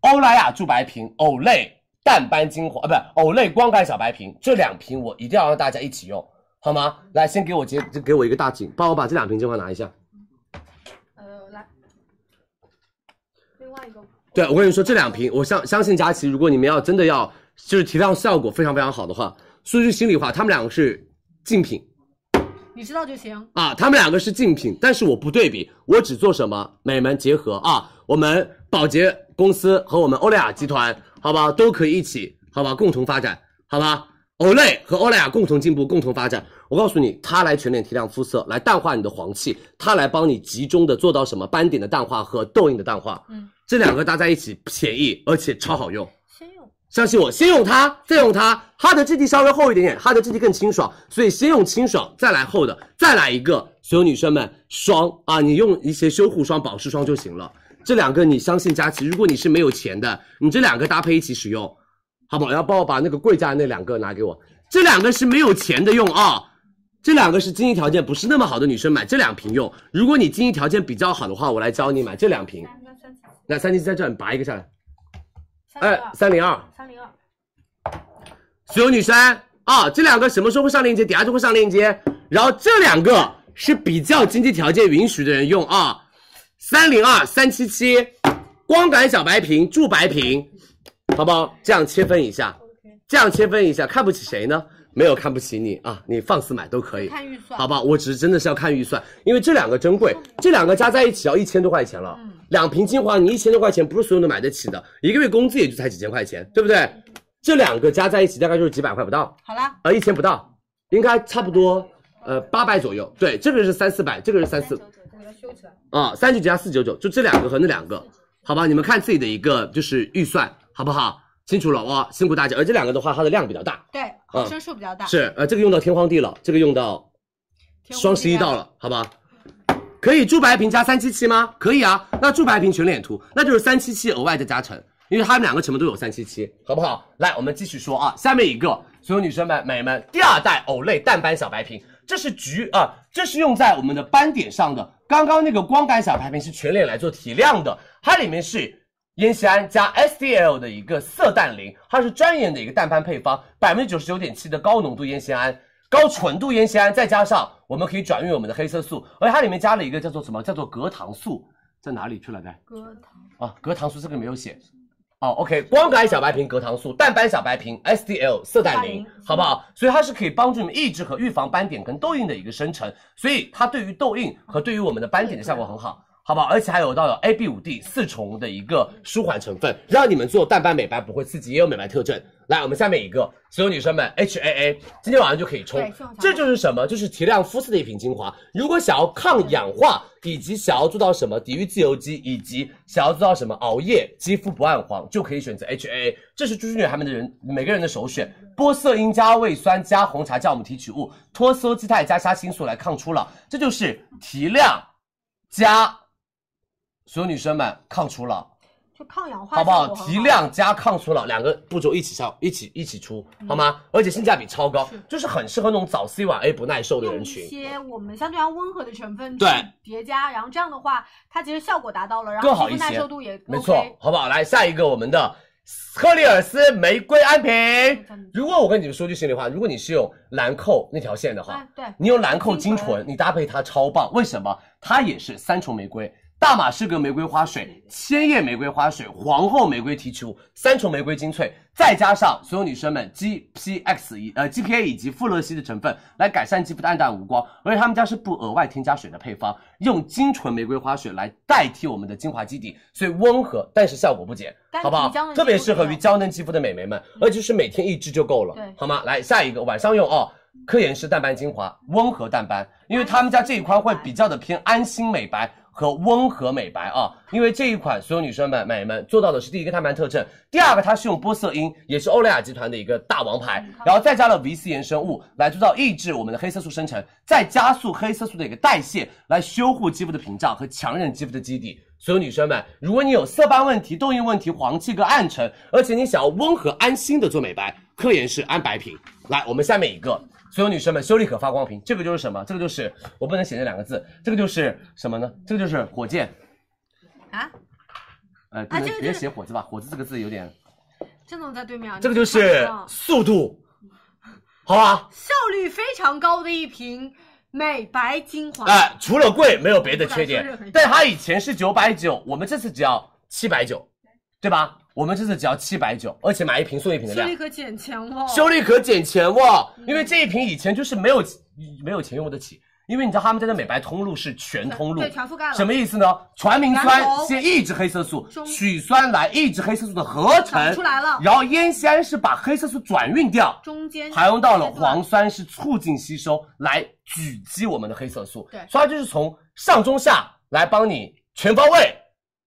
Speaker 8: 欧莱雅驻白瓶、Olay 淡斑精华啊，不，Olay 光感小白瓶，这两瓶我一定要让大家一起用，好吗？来，先给我结，给我一个大景，帮我把这两瓶精华拿一下。
Speaker 10: 呃来，另外一个
Speaker 8: 对，我跟你说，这两瓶，我相相信佳琦，如果你们要真的要就是提亮效果非常非常好的话，说句心里话，他们两个是竞品
Speaker 10: 你知道就行。
Speaker 8: 啊，他们两个是竞品，但是我不对比，我只做什么美门结合啊，我们宝洁公司和我们欧莱雅集团，好吧，都可以一起，好吧，共同发展，好吧。Olay 和欧莱雅共同进步，共同发展。我告诉你，它来全脸提亮肤色，来淡化你的黄气，它来帮你集中的做到什么斑点的淡化和痘印的淡化。嗯，这两个搭在一起便宜，而且超好用。
Speaker 10: 先用
Speaker 8: 相信我，先用它，再用它。它的质地稍微厚一点点，它的质地更清爽，所以先用清爽，再来厚的，再来一个。所有女生们，霜啊，你用一些修护霜、保湿霜就行了。这两个你相信佳琦，如果你是没有钱的，你这两个搭配一起使用，好不好？要帮我把那个贵价的那两个拿给我，这两个是没有钱的用啊。这两个是经济条件不是那么好的女生买这两瓶用，如果你经济条件比较好的话，我来教你买这两瓶。那三七七在这，你拔一个下来，
Speaker 10: 三零
Speaker 8: 哎，
Speaker 10: 二
Speaker 8: 三零二。
Speaker 10: 三零二，
Speaker 8: 所有女生啊，这两个什么时候会上链接？底下就会上链接。然后这两个是比较经济条件允许的人用啊，三零二三七七，光感小白瓶驻白瓶，好不好？这样切分一下，这样切分一下，看不起谁呢？没有看不起你啊，你放肆买都可以，
Speaker 10: 看预算
Speaker 8: 好吧？我只是真的是要看预算，因为这两个珍贵，这两个加在一起要一千多块钱了。
Speaker 10: 嗯
Speaker 8: 两瓶精华你一千多块钱不是所有人都买得起的，一个月工资也就才几千块钱，对不对？这两个加在一起大概就是几百块不到，
Speaker 10: 好啦，
Speaker 8: 呃，一千不到，应该差不多，呃，八百左右。对，这个是三四百，这个是三四
Speaker 10: 我给它修起来。
Speaker 8: 啊，三九九加四九九，就这两个和那两个，好吧？你们看自己的一个就是预算，好不好？清楚了哇，辛苦大家。而这两个的话，它的量比较大，
Speaker 10: 对，
Speaker 8: 嗯
Speaker 10: 毫升数比较大。
Speaker 8: 是呃，这个用到天荒地老，这个用到
Speaker 10: 天
Speaker 8: 双
Speaker 10: 空
Speaker 8: 十一
Speaker 10: 之家
Speaker 8: 到了，好吧？可以驻白瓶加三七七吗？可以啊，那驻白瓶全脸涂，那就是三七七额外再加成，因为他们两个成本都有三七七，好不好？来，我们继续说啊，下面一个，所有女生们、美们，第二代 Olay 淡斑小白瓶，这是橘啊、这是用在我们的斑点上的。刚刚那个光感小白瓶是全脸来做提亮的，它里面是烟酰胺加 SDL 的一个色淡灵，它是专研的一个淡斑配方，百分之九十九点七的高浓度烟酰胺。高纯度烟酰胺，再加上我们可以转运我们的黑色素，而且它里面加了一个叫做什么？叫做格糖素，在哪里去了呢？啊，格糖素这个没有写。哦，OK，光感小白瓶、格糖素、淡斑小白瓶、SDL 色淡灵，好不好？所以它是可以帮助你们抑制和预防斑点跟痘印的一个生成，所以它对于痘印和对于我们的斑点的效果很好。好不好？而且还有到有 A B 五 D 四重的一个舒缓成分，让你们做淡斑美白不会刺激，也有美白特征。来，我们下面一个，所有女生们 H A A，今天晚上就可以冲
Speaker 10: 对这种小白
Speaker 8: 这就是什么？就是提亮肤色的一瓶精华。如果想要抗氧化，以及想要做到什么抵御自由基，以及想要做到什么熬夜肌肤不暗黄，就可以选择 H A A，这是猪猪女孩们的人每个人的首选。玻色因加胃酸加红茶酵母提取物，脱羧基肽加虾青素来抗初老，这就是提亮加所有女生们抗初老。
Speaker 6: 就抗氧化
Speaker 8: 好不好？
Speaker 6: 效果很
Speaker 8: 提亮加抗初老两个步骤一起上，一起一起出，
Speaker 6: 嗯
Speaker 8: 好吗？而且性价比超高，就是很适合那种早 C 晚 A 不耐受的
Speaker 6: 用
Speaker 8: 人
Speaker 6: 一
Speaker 8: 群，
Speaker 6: 些我们相对来温和的成分
Speaker 8: 对
Speaker 6: 去叠加，然后这样的话，它其实效果达到了，然
Speaker 8: 更好
Speaker 6: 后
Speaker 8: 一
Speaker 6: 皮肤耐
Speaker 8: 些
Speaker 6: 受度也 OK,
Speaker 8: 没错，好不好？来下一个我们的科丽尔斯玫瑰安
Speaker 6: 哎
Speaker 8: 瓶。如果我跟你们说句心里话，如果你是用兰蔻那条线的话
Speaker 6: 啊，，对，
Speaker 8: 你用兰蔻精
Speaker 6: 精
Speaker 8: 纯，你搭配它超棒。为什么？它也是三重玫瑰。大马士革玫瑰花水、千叶玫瑰花水、皇后玫瑰提取物、三重玫瑰精粹，再加上所有女生们 GPX 以呃 GPA 以及富勒烯的成分来改善肌肤的暗淡无光，而且他们家是不额外添加水的配方，用精纯玫瑰花水来代替我们的精华基底，所以温和但是效果不减，
Speaker 6: 但
Speaker 8: 好不好
Speaker 6: 皮胶？呢
Speaker 8: 特别
Speaker 6: 肌肤
Speaker 8: 适合
Speaker 6: 比较
Speaker 8: 于娇嫩肌肤的美眉们，而且就是每天一支就够了，
Speaker 6: 对
Speaker 8: 好吗？来下一个晚上用哦，科颜氏淡斑精华，温和淡斑，因为他们家这一款会比较的偏安心美白和温和美白啊，因为这一款所有女生们、美眉们做到的是第一个淡斑特征，第二个它是用玻色因，也是欧莱雅集团的一个大王牌，然后再加了 VC 衍生物来做到抑制我们的黑色素生成，再加速黑色素的一个代谢，来修护肌肤的屏障和强韧肌肤的基底。所有女生们，如果你有色斑问题、痘印问题、黄气跟暗沉，而且你想要温和安心的做美白，科颜氏安白瓶。来，我们下面一个，所有女生们，修丽可发光瓶，这个就是什么？这个就是我不能写这两个字，这个就是什么呢？这个就是火箭。
Speaker 6: 啊？
Speaker 8: 呃，不能
Speaker 6: 这个
Speaker 8: 别
Speaker 6: 就是
Speaker 8: 写火字吧，火字这个字有点，
Speaker 6: 郑总在对面啊，
Speaker 8: 这个就
Speaker 6: 你看
Speaker 8: 是
Speaker 6: 不到
Speaker 8: 速度，好吧？
Speaker 6: 效率非常高的一瓶美白精华，
Speaker 8: 哎、除了贵没有别的缺点
Speaker 6: 不敢说任何一句，
Speaker 8: 但它以前是九百九，我们这次只要七百九，对吧？我们这次只要七百九，而且买一瓶送一瓶的
Speaker 6: 修
Speaker 8: 量
Speaker 6: 丽，可减钱哦，
Speaker 8: 修丽可减钱哇！因为这一瓶以前就是没有没有钱用得起，因为你知道他们家的美白通路是全通路，
Speaker 6: 对全覆盖了，
Speaker 8: 什么意思呢？传明
Speaker 6: 然
Speaker 8: 酸
Speaker 6: 后
Speaker 8: 先抑制黑色素
Speaker 6: 中，
Speaker 8: 曲酸来抑制黑色素的合
Speaker 6: 长
Speaker 8: 成
Speaker 6: 出，来了，
Speaker 8: 然后烟酰胺是把黑色素转运掉，
Speaker 6: 中间
Speaker 8: 还用到了
Speaker 6: 阶段
Speaker 8: 磺酸是促进吸收，来狙击我们的黑色素。
Speaker 6: 对
Speaker 8: 所以它就是从上中下来帮你全方位、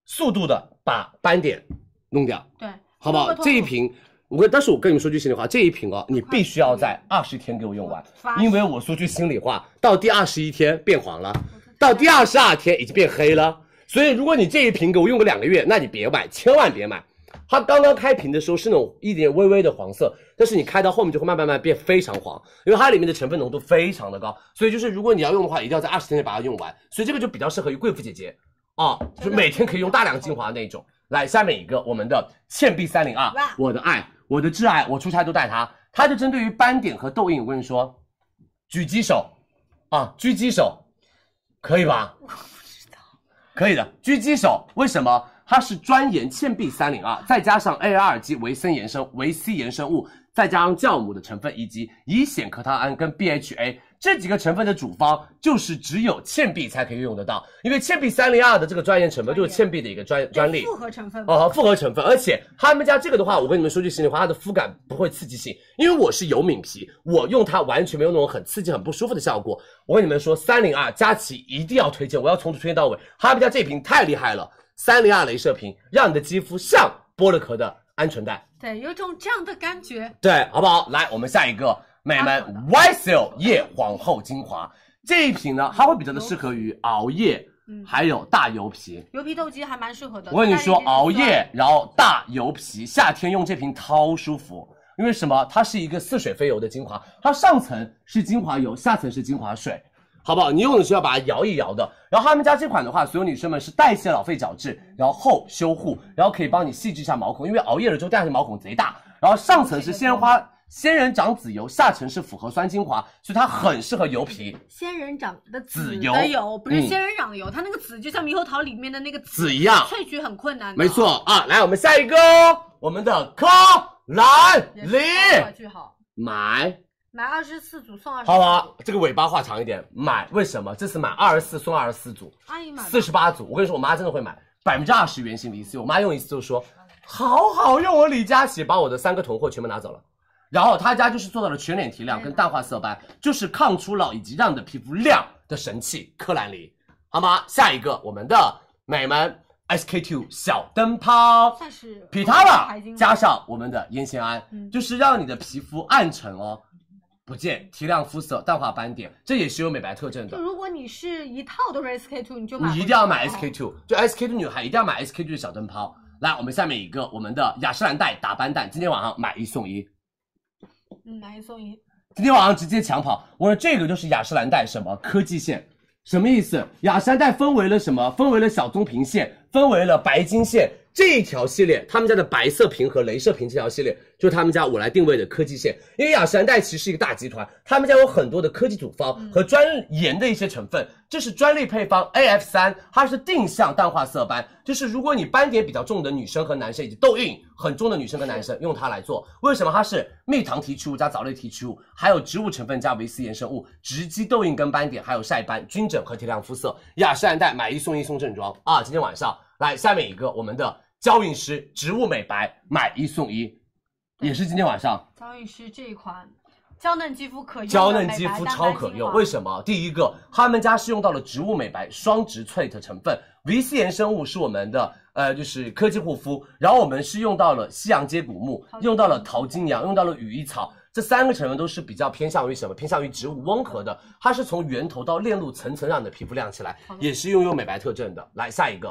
Speaker 8: 速度的把斑点弄掉，
Speaker 6: 对，
Speaker 8: 好不好？
Speaker 6: 通过
Speaker 8: 这一瓶。我跟，但是我跟你们说句心里话，这一瓶哦，你必须要在二十天给我用完
Speaker 6: 发，誓
Speaker 8: 因为我说句心里话，到第二十一天变黄了，到第二十二天已经变黑了，所以如果你这一瓶给我用个两个月，那你别买，千万别买。它刚刚开瓶的时候是那种一点微微的黄色，但是你开到后面就会慢慢慢慢变非常黄，因为它里面的成分浓度非常的高，所以就是如果你要用的话，一定要在二十天内把它用完，所以这个就比较适合于贵妇姐姐啊，就是每天可以用大量精华那一种。来，下面一个我们的倩碧三零二，我的爱，我的挚爱，我出差都带它，它就针对于斑点和痘印，我跟你说，狙击手啊，狙击手，可以吧？可以的，狙击手为什么？它是专研倩碧三零二，再加上 A 二及维生衍生维 C 衍生物，再加上酵母的成分以及乙酰壳糖胺跟 BHA 这几个成分的主方，就是只有倩碧才可以用得到，因为倩碧三零二的这个专研成分就是倩碧的一个专专利
Speaker 6: 复合成 (laughs) 分，
Speaker 8: 哦，复合成分，而且他们家这个的话，我跟你们说句心里话，它的肤感不会刺激性，因为我是油敏皮，我用它完全没有那种很刺激、很不舒服的效果。我跟你们说，三零二佳琦一定要推荐，我要从头推荐到尾。他们家这瓶太厉害了，三零二镭射瓶，让你的肌肤像剥了壳的鹌鹑蛋，
Speaker 6: 对，有一种这样的感觉，
Speaker 8: 对，好不好？来，我们下一个，美们 YSL 夜皇后精华这一瓶呢，它会比较的适合于熬夜还有大油皮。
Speaker 10: 油皮痘肌还蛮适合的。
Speaker 8: 我跟你说，
Speaker 10: 但是
Speaker 8: 熬夜然后大油皮，夏天用这瓶超舒服。因为什么？它是一个似水非油的精华，它上层是精华油，下层是精华水，好不好？你用的时候要把它摇一摇的。然后他们家这款的话，所有女生们是代谢老废角质，然后厚修护，然后可以帮你细致一下毛孔，因为熬夜了之后第二天毛孔贼大。然后上层是鲜花仙人掌籽油，下层是复合酸精华，所以它很适合油皮。
Speaker 10: 仙人掌的
Speaker 8: 籽
Speaker 10: 籽
Speaker 8: 油
Speaker 10: 的油，不是
Speaker 8: 嗯
Speaker 10: 仙人掌的油，它那个籽就像猕猴桃里面的那个
Speaker 8: 籽一样
Speaker 10: 萃取很困难的。
Speaker 8: 没错啊，来我们下一个哦，我们的科兰
Speaker 10: 也是
Speaker 8: 丽
Speaker 10: 非常巨好，
Speaker 8: 买。
Speaker 10: 买二十四组送二十。
Speaker 8: 好吧，这个尾巴画长一点，买为什么？这次买二十四送二十四组，
Speaker 10: 阿姨买吧
Speaker 8: 四十八组。我跟你说，我妈真的会买，百分之二十原型离 C。我妈用一次就说，好好用。我李佳琦把我的三个囤货全部拿走了，然后她家就是做到了全脸提亮跟淡化色斑，就是抗初老以及让你的皮肤亮的神器科兰黎，好吗？下一个我们的美们 SK two 小灯泡，
Speaker 10: 算是
Speaker 8: 皮
Speaker 10: 财经
Speaker 8: Pitara
Speaker 10: 吧
Speaker 8: 加上我们的烟酰胺，就是让你的皮肤暗沉哦，不见提亮肤色、淡化斑点，这也是有美白特征
Speaker 10: 就
Speaker 6: 嗯
Speaker 8: 的。
Speaker 10: 如果你是一套都是 SK two，你就买。
Speaker 8: 你一定要买 SK two，就 SK two 女孩一定要买 SK two 的小灯泡。来，我们下面一个我们的雅诗兰黛打斑蛋，今天晚上买一送一，
Speaker 10: 嗯，买一送一。
Speaker 8: 今天晚上直接抢跑。我说这个就是雅诗兰黛什么科技线，什么意思？雅诗兰黛分为了什么？分为了小棕瓶线，分为了白金线这一条系列，他们家的白色瓶和镭射瓶这条系列，就是他们家我来定位的科技线。因为雅诗兰黛其实是一个大集团，他们家有很多的科技组方和专研的一些成分，这是专利配方 AF 三，它是定向淡化色斑，就是如果你斑点比较重的女生和男生，以及痘印很重的女生和男生，用它来做。为什么？它是蜜糖提取物加藻类提取物，还有植物成分加维 C 衍生物，直击痘印跟斑点，还有晒斑、均整和提亮肤色。雅诗兰黛买一送一送正装啊！今天晚上来下面一个我们的娇韵诗植物美白买一送一，也是今天晚上。
Speaker 10: 娇韵诗这一款，娇嫩肌肤可用的
Speaker 8: 娇嫩肌肤
Speaker 10: 啊
Speaker 8: 啊超可用，为
Speaker 10: 什
Speaker 8: 什么？第一个，他们家是用到了植物美白双植萃的成分，VC 衍生物是我们的呃就是科技护肤，然后我们是用到了西洋接骨木，用到了桃金娘，用到了羽衣草。这三个成分都是比较偏向于什么？偏向于植物温和的，它是从源头到链路层层嗯让你的皮肤亮起来，也是拥有美白特征的。来下一个，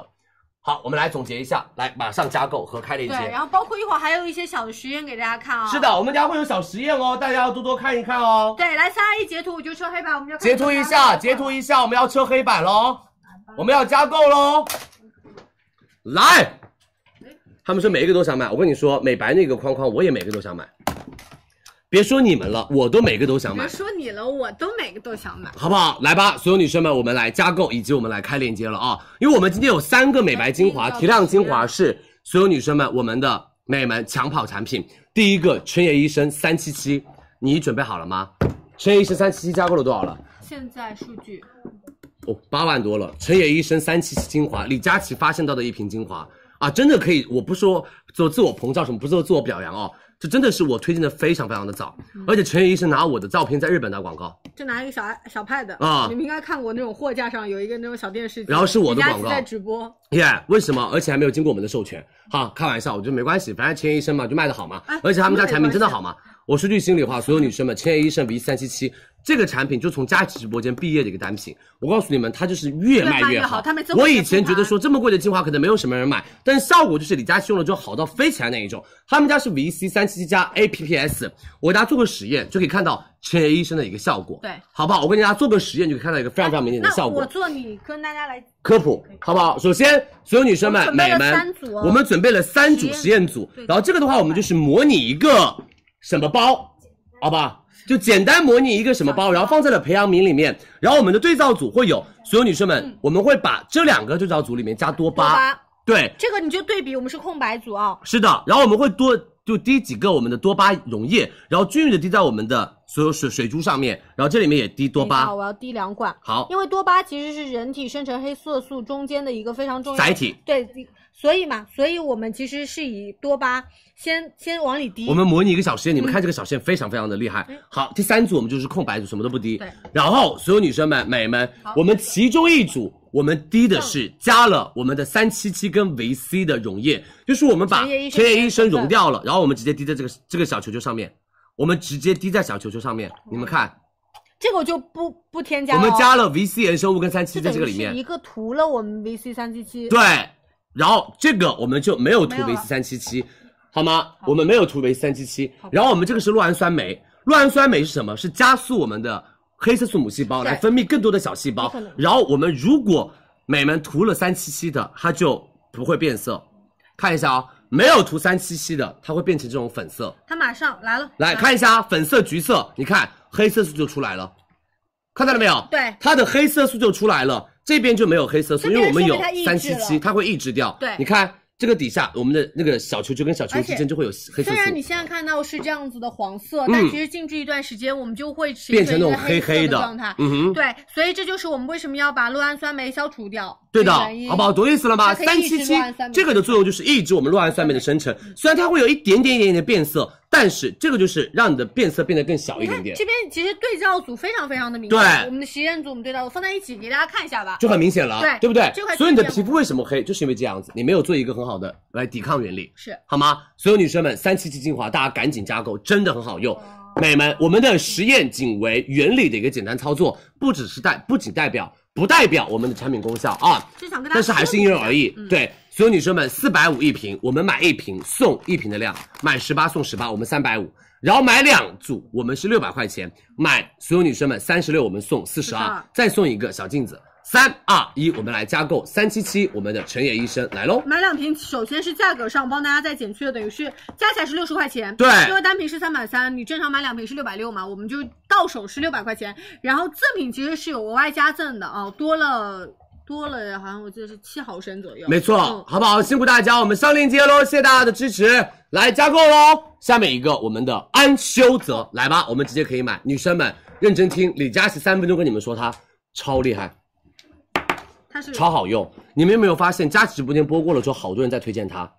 Speaker 8: 好，我们来总结一下，来马上加购和开链
Speaker 10: 对，
Speaker 8: 接。
Speaker 10: 然后包括一会儿还有一些小的实验给大家看啊。
Speaker 8: 是。的，我们家会有小实验哦，大家要多多看一看哦。
Speaker 10: 对，来三二一截图，我就车黑白，我们就
Speaker 8: 截图一
Speaker 6: (laughs)
Speaker 8: 下，截图一下，我们要车黑板喽，我们要加购喽。来，他们说每一个都想买，我跟你说，美白那个框框我也每个都想买，别说你们了，我都每个都想买
Speaker 6: 别，说你了，我都每个都想买。
Speaker 8: 好不好？来吧，所有女生们，我们来加购以及我们来开链接了啊，因为我们今天有三个美白精
Speaker 6: 哎
Speaker 8: 华、提亮精华是所有女生们我们的美们抢跑产品。第一个陈野医生三七七，你准备好了吗？陈野医生三七七加购了多少了？
Speaker 10: 现在数据，
Speaker 8: 哦，八万多了。陈野医生三七七精华，李佳琦发现到的一瓶精华啊，真的可以，我不说做自我膨胀什么，不是做自我表扬哦，这真的是我推荐的非常非常的早，而且陈野医生拿我的照片在日本打广告，
Speaker 6: 就拿一个小 i- 小 pad
Speaker 8: 啊
Speaker 6: 你们应该看过那种货架上有一个那种小电视机，
Speaker 8: 然后是我
Speaker 6: 李
Speaker 8: 的
Speaker 6: 佳
Speaker 8: 广告
Speaker 6: 琦在直播，
Speaker 8: 耶、为什么？而且还没有经过我们的授权，哈，开玩笑，我觉得没关系，反正陈野医生嘛，就卖的好嘛，
Speaker 6: 哎
Speaker 8: 而且他们家产
Speaker 6: 没关
Speaker 8: 品
Speaker 6: 系
Speaker 8: 真的好嘛。我说句心里话，所有女生们，千叶医生 V 三七七这个产品就从佳琦直播间毕业的一个单品。我告诉你们，它就是越卖
Speaker 6: 越卖越
Speaker 8: 好。
Speaker 6: 好它每次
Speaker 8: 我
Speaker 6: 会
Speaker 8: 以前
Speaker 6: 精华
Speaker 8: 觉得说这么贵的精华可能没有什么人买，但效果就是李佳琦用了之后好到飞起来那一种。他们家是 V C 三七七加 A P P S，我给大家做个实验就可以看到千叶医生的一个效果，
Speaker 10: 对，
Speaker 8: 好不好？我跟大家做个实验就可以看到一个非常非常明显的效
Speaker 10: 那
Speaker 8: 果
Speaker 10: 我。做你跟大家来
Speaker 8: 科普，好不好？首先，所有女生们、
Speaker 10: 我们准备
Speaker 8: 美
Speaker 10: 了
Speaker 8: 们
Speaker 10: 三组，哦
Speaker 8: 我们准备了三组实验组，然后这个的话，我们就是模拟一个什么包，好吧？就简单模拟一个什么包，然后放在了培养皿里面，然后我们的对照组会有所有女生们，我们会把这两个对照组里面加多巴，
Speaker 10: 嗯八，
Speaker 8: 对，
Speaker 10: 这个你就对比，我们是空白组
Speaker 6: 哦
Speaker 10: 啊，
Speaker 8: 是的，然后我们会多就滴几个我们的多巴溶液，然后均匀的滴在我们的所有水水珠上面，然后这里面也滴多
Speaker 6: 等一下
Speaker 8: 巴，
Speaker 6: 我要滴两管，
Speaker 8: 好，
Speaker 6: 因为多巴其实是人体生成黑色素中间的一个非常重要
Speaker 8: 载
Speaker 6: 的
Speaker 8: 体，
Speaker 6: 对，所以嘛，所以我们其实是以多巴先先往里滴，
Speaker 8: 我们模拟一个小实验，你们看这个小实验非常非常的厉害。
Speaker 6: 嗯
Speaker 8: 好，第三组我们就是空白组，什么都不滴。
Speaker 10: 对。
Speaker 8: 然后所有女生们、美们，我们其中一组我们滴的是加了我们的三七七跟维 C 的溶液，就是我们把
Speaker 6: 陈叶医生
Speaker 8: 陈叶医
Speaker 6: 的成
Speaker 8: 生
Speaker 6: 分
Speaker 8: 溶掉了，然后我们直接滴在这个这个小球球上面，我们直接滴在小球球上面，你们看，
Speaker 6: 这个我就不不添嗯加
Speaker 8: 我
Speaker 6: 了哦。
Speaker 8: 们加了 VC 延收物跟三七
Speaker 6: 这
Speaker 8: 在
Speaker 6: 等
Speaker 8: 这
Speaker 6: 于
Speaker 8: 个里
Speaker 6: 是一
Speaker 8: 面，
Speaker 6: 个涂了我们 VC 三七七。
Speaker 8: 对，然后这个我们就没有涂
Speaker 6: 没有了
Speaker 8: VC 三七七，好吗？我们没有涂 VC 三七七，然后我们这个是酪氨酸酶，酪氨酸酶是什么？是加速我们的黑色素母细胞来分泌更多的小细胞，然后我们如果美们涂了三七七的，它就不会变色，看一下啊、没有涂三七七的，它会变成这种粉色。
Speaker 6: 它马上来了，
Speaker 8: 来看一下啊，粉色、橘色，你看黑色素就出来了，看到了没有？
Speaker 6: 对
Speaker 8: 它的黑色素就出来了，这边就没有黑色素，
Speaker 6: 这
Speaker 8: 因
Speaker 6: 边
Speaker 8: 为我们有
Speaker 6: 说明它
Speaker 8: 三
Speaker 6: 抑
Speaker 8: 七
Speaker 6: 制了
Speaker 8: 七，它会抑制掉。
Speaker 6: 对
Speaker 8: 你看这个底下，我们的那个小球球跟小球
Speaker 6: 而且
Speaker 8: 之间就会有黑色
Speaker 6: 虽然你
Speaker 8: 素，
Speaker 6: 现在看到是这样子的黄色，
Speaker 8: 嗯
Speaker 6: 但其实静置一段时间，我们就会形
Speaker 8: 变成那种
Speaker 6: 一个黑色
Speaker 8: 黑
Speaker 6: 的
Speaker 8: 的
Speaker 6: 状态。
Speaker 8: 嗯哼，
Speaker 6: 对，所以这就是我们为什么要把酪氨酸酶消除掉。
Speaker 8: 对的
Speaker 6: 原因，
Speaker 8: 好不好？懂意思了吧？
Speaker 6: 它可
Speaker 8: 三
Speaker 6: 以抑制
Speaker 8: 七七
Speaker 6: 酪氨酸酶
Speaker 8: 这个的作用就是抑制我们酪氨酸酶的生成，虽然它会有一点点一点点的变色，但是这个就是让你的变色变得更小一
Speaker 6: 你看
Speaker 8: 点点
Speaker 6: 这，边其实对照组非常非常的明显，
Speaker 8: 对
Speaker 6: 我们的实验组我们对照组放在一起给大家看一下吧。
Speaker 8: 就很明显了，
Speaker 6: 对
Speaker 8: 不对
Speaker 6: 这块？
Speaker 8: 所以你的
Speaker 6: 就是
Speaker 8: 皮肤为什么黑，就是因为这样子，你没有做一个很好的来抵抗原理，
Speaker 6: 是
Speaker 8: 好吗？所有女生们，三七七精华大家赶紧加购，真的很好用。美们，我们的实验仅为原理的一个简单操作，不只是代，不仅代表，不代表我们的产品功效啊。
Speaker 6: 就想跟大家，
Speaker 8: 但是还是因嗯人而异。对，所有女生们，四百五一瓶，我们买一瓶送一瓶的量，买十八送十八，我们三百五。然后买两组，我们是六百块钱。买所有女生们三十六，我们送四十二
Speaker 6: 42，
Speaker 8: 再送一个小镜子。三二一，我们来加购三七七，我们的陈野医生来喽。
Speaker 6: 买两瓶，首先是价格上我帮大家再减去了，等于是加起来是六十块钱。
Speaker 8: 对
Speaker 6: 因为单瓶是三百三，你正常买两瓶是六百六嘛，我们就到手是六百块钱。然后赠品其实是有额外加赠的啊，多了多了，好像我记得是七毫升左右。
Speaker 8: 没错，
Speaker 6: 嗯
Speaker 8: 好不好？辛苦大家，我们上链接喽，谢谢大家的支持，来加购喽。下面一个我们的安修泽，来吧，我们直接可以买。女生们认真听，李佳琦三分钟跟你们说它超厉害，
Speaker 6: 它是
Speaker 8: 超好用。你们有没有发现，佳琦直播间播过了之后，好多人在推荐它。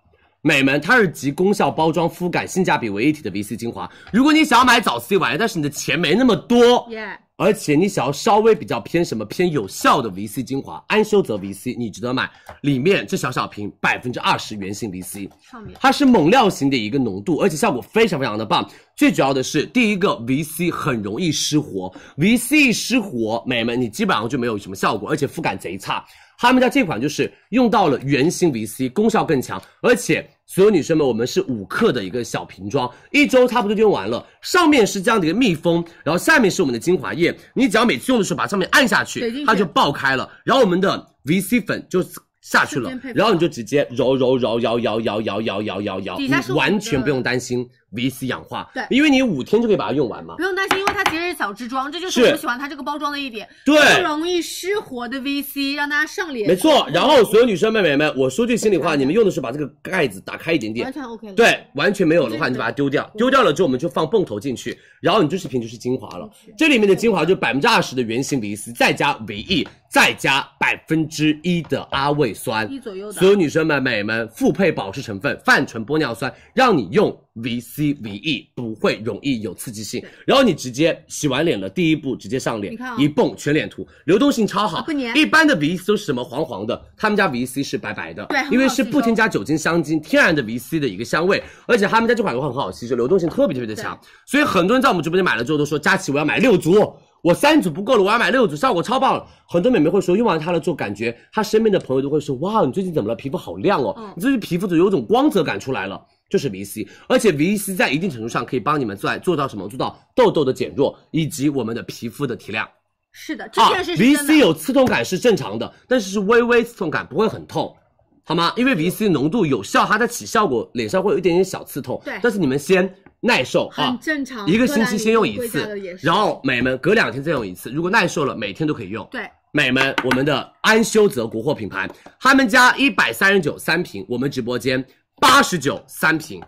Speaker 8: 美们，它是集功效、包装、肤感、性价比为一体的 VC 精华。如果你想要买早 C 晚 A，但是你的钱没那么多，
Speaker 6: 耶，
Speaker 8: 而且你想要稍微比较偏什么偏有效的 VC 精华，安修泽 VC 你值得买，里面这小小瓶百分之二十原型 VC，
Speaker 6: 上面
Speaker 8: 它是猛料型的一个浓度，而且效果非常非常的棒。最主要的是，第一个 VC 很容易失活，VC 失活，美们你基本上就没有什么效果，而且肤感贼差。他们家这款就是用到了原型 VC，功效更强，而且所有女生们，我们是五克的一个小瓶装，一周差不多就用完了。上面是这样的一个密封，然后下面是我们的精华液，你只要每次用的时候把上面按下
Speaker 6: 怼
Speaker 8: 去，
Speaker 6: 进去
Speaker 8: 它就爆开了。然后我们的 VC 粉就下去了
Speaker 6: 瞬间配，方
Speaker 8: 然后你就直接揉揉揉摇摇摇摇摇摇摇摇，
Speaker 6: 底
Speaker 8: 你
Speaker 6: 下是我们的
Speaker 8: 完全不用担心 VC 氧化，
Speaker 6: 对
Speaker 8: 因为你五天就可以把它用完嘛
Speaker 6: 不。用担心，因为它其实是小支装，这就是
Speaker 8: 是
Speaker 6: 我喜欢它这个包装的一点，
Speaker 8: 对，
Speaker 6: 不容易失活的 VC，让大家上脸。
Speaker 8: 没错。然后所有女生妹妹们，我说句心里话，你们用的时候把这个盖子打开一点
Speaker 6: 完
Speaker 8: 点，
Speaker 6: 全 OK 了。
Speaker 8: 对，完全没有
Speaker 6: 对
Speaker 8: 的话，
Speaker 6: 对对
Speaker 8: 你就把它丢掉。丢掉了之后，我们就放泵头进去，然后你就是瓶就是精华了。这里面的精华就百分之二十的原型维 C，再加维 E，再加百分之一的阿魏酸，
Speaker 6: 一左右的
Speaker 8: 所有女生们、美们，复配保湿成分泛醇玻尿酸，让你用 VC、VE E，不会容易有刺激性。然后你直接洗完脸了，第一步直接上脸，
Speaker 6: 你看啊
Speaker 8: 一泵全脸涂，流动性超好。
Speaker 6: 啊不粘
Speaker 8: 一般的 VC 都是什么黄黄的，他们家 VC 是白白的，
Speaker 6: 对很好
Speaker 8: 因为是不
Speaker 6: 吸收
Speaker 8: 添加酒精、香精，天然的 VC 的一个香味，而且他们家这款的话很好吸收，流动性特别特别的强。所以很多人在我们直播间买了之后都说，佳琪我要买六组。我三组不够了，我要买六组，效果超棒了。很多美眉会说，用完它了之后，感觉她身边的朋友都会说，哇，你最近怎么了？皮肤好亮哦，
Speaker 6: 嗯
Speaker 8: 你最近皮肤就有一种光泽感出来了。就是 VC，而且 VC 在一定程度上可以帮你们做做到什么？做到痘痘的减弱，以及我们的皮肤的提亮。
Speaker 6: 是的，这
Speaker 8: 啊
Speaker 6: 件事是真的。
Speaker 8: ，VC 有刺痛感是正常的，但是是微微刺痛感，不会很痛，好吗？因为 VC 浓度有效，它在起效果，脸上会有一点点小刺痛。
Speaker 6: 对
Speaker 8: 但是你们先耐受啊
Speaker 6: 很，正常，
Speaker 8: 一个星期先用一
Speaker 6: 荷兰
Speaker 8: 次
Speaker 6: 的也，是
Speaker 8: 然后美们隔两天再用一次，如果耐受了，每天都可以用。
Speaker 6: 对，
Speaker 8: 美们，我们的安修泽国货品牌，他们家一百三十九三瓶，我们直播间八十九三瓶，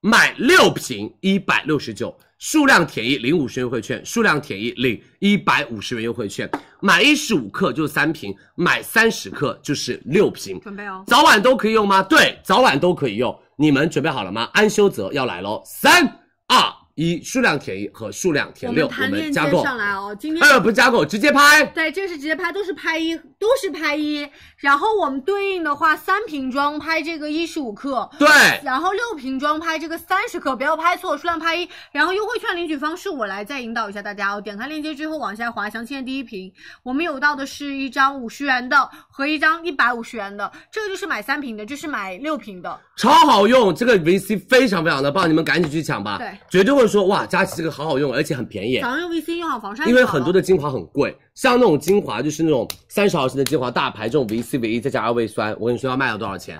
Speaker 8: 买六瓶一百六十九，数量填一领五十元优惠券，数量填一领一百五十元优惠券，买一十五克就是三瓶，买三十克就是六瓶，
Speaker 6: 准备哦，
Speaker 8: 早晚都可以用吗？对，早晚都可以用。你们准备好了吗？安修泽要来喽！三二一数量填一和数量
Speaker 6: 我
Speaker 8: 填六，
Speaker 6: 们
Speaker 8: 我
Speaker 6: 谈
Speaker 8: 们
Speaker 6: 链
Speaker 8: 加
Speaker 6: 接
Speaker 8: 购。
Speaker 6: 上来哦，今天
Speaker 8: 哎，不是加购，直接拍。
Speaker 6: 对，这是直接拍，都是拍一，都是拍一。然后我们对应的话，三瓶装拍这个一十五克，
Speaker 8: 对，
Speaker 6: 然后六瓶装拍这个三十克，不要拍错，数量拍一。然后优惠券领取方式我来再引导一下大家哦，点开链接之后往下滑，详情页第一屏，我们有到的是一张五十元的和一张一百五十元的，这个就是买三瓶的，这是买六瓶的，
Speaker 8: 超好用，这个 VC 非常非常的棒，你们赶紧去抢吧。
Speaker 6: 对，
Speaker 8: 绝对会说哇，佳琪这个好好用，而且很便宜。
Speaker 6: 早上用 VC 用好防晒就好了，
Speaker 8: 因为很多的精华很贵，像那种精华就是那种三十毫升的精华大牌，这种 VC、V 一再加二胃酸，我跟你说要卖到多少钱？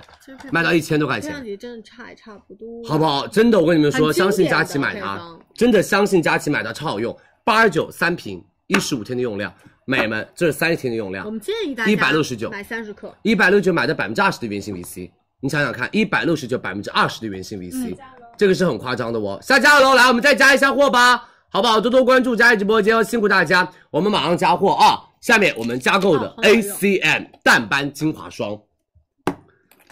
Speaker 8: 卖到一千多块
Speaker 6: 这样
Speaker 8: 钱，
Speaker 6: 也真的差也差不多，
Speaker 8: 好不好？真的，我跟你们说，
Speaker 6: 很经典
Speaker 8: 相
Speaker 6: 的
Speaker 8: 信佳琪买啊它
Speaker 6: 配方，
Speaker 8: 真的相信佳琪买它超好用，八十九三瓶，一十五天的用量，美们，这是三十天的用量
Speaker 6: 我，们建议大家
Speaker 8: 169
Speaker 6: 买三十克，
Speaker 8: 一百六十九买的百分之二十的原型 VC，你想想看，一百六十九百分之二十的原型 VC，、这个
Speaker 6: 嗯
Speaker 8: 是很夸张的哦。下架喽，来我们再加一下货吧，好不好？多多关注佳怡直播间哦，辛苦大家，我们马上加货啊！下面我们加购的
Speaker 6: 哦很好用
Speaker 8: ACM 淡斑精华霜。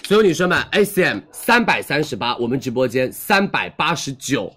Speaker 8: 所有女生们，ACM 三百三十八，我们直播间三百八十九，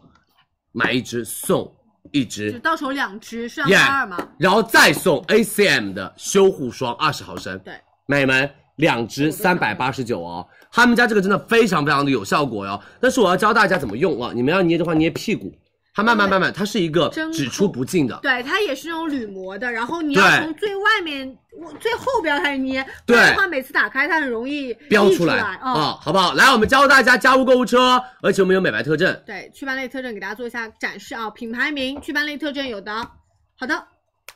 Speaker 8: 买一支送一支，
Speaker 6: 就到手两支，数量
Speaker 8: 耶
Speaker 6: 拍二嘛。
Speaker 8: 然后再送 ACM 的修护霜二十毫升，
Speaker 6: 对，
Speaker 8: 美们两支三百八十九哦。他们家这个真的非常非常的有效果哟，但是我要教大家怎么用啊，你们要捏的话捏屁股，它慢慢慢慢，它是一个
Speaker 6: 真
Speaker 8: 只出不进的，
Speaker 6: 对，它也是那种铝膜的，然后你要
Speaker 8: 对
Speaker 6: 从最外面、我最后边开始捏，不
Speaker 8: 对
Speaker 6: 然的话每次打开它很容易
Speaker 8: 飙
Speaker 6: 溢
Speaker 8: 出
Speaker 6: 出
Speaker 8: 来
Speaker 6: 啊、
Speaker 8: 啊，好不好？来，我们教大家加入购物车，而且我们有美白特证，
Speaker 6: 对，祛斑类特征给大家做一下展示啊，品牌名、祛斑类特征有的。好的，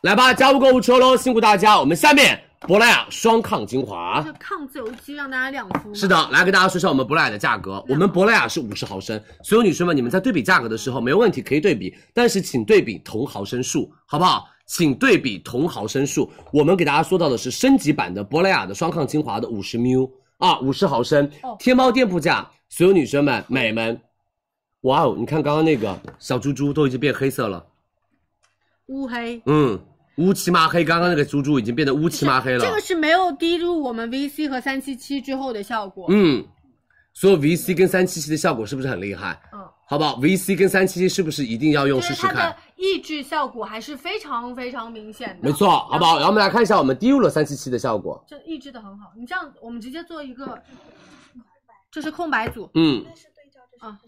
Speaker 8: 来吧，加入购物车喽，辛苦大家。我们下面珀莱雅双抗精华
Speaker 6: 这。抗自由基让大家亮肤。
Speaker 8: 啊是，的，来跟大家说一下我们珀莱雅的价
Speaker 6: 嗯
Speaker 8: 格。我们珀莱雅是五十毫升，所有女生们，你们在对比价格的时候没问题，可以对比，但是请对比同毫升数，好不好？请对比同毫升数。我们给大家说到的是升级版的珀莱雅的双抗精华的五十 ml 啊，五十毫升，
Speaker 6: 哦
Speaker 8: 天猫店铺价，所有女生们、美们，哇哦，你看刚刚那个小猪猪都已经变黑色了，
Speaker 6: 乌黑。
Speaker 8: 嗯，乌漆嘛黑，刚刚那个猪猪已经变得乌漆嘛黑了。
Speaker 6: 这个是没有滴入我们 VC 和三七七之后的效果。
Speaker 8: 嗯，所以 VC 跟三七七的效果是不是很厉害？
Speaker 6: 嗯，
Speaker 8: 好不好？VC 跟三七七是不是一定要用
Speaker 6: 就
Speaker 8: 试
Speaker 6: 是
Speaker 8: 试
Speaker 6: 它
Speaker 8: 看
Speaker 6: 的？抑制效果还是非常非常明显的，
Speaker 8: 没错，好不好？然后我们来看一下我们滴入了三七七的效果。
Speaker 6: 这抑制的很好。你这样，我们直接做一个，这是空白组，
Speaker 8: 嗯，
Speaker 6: 啊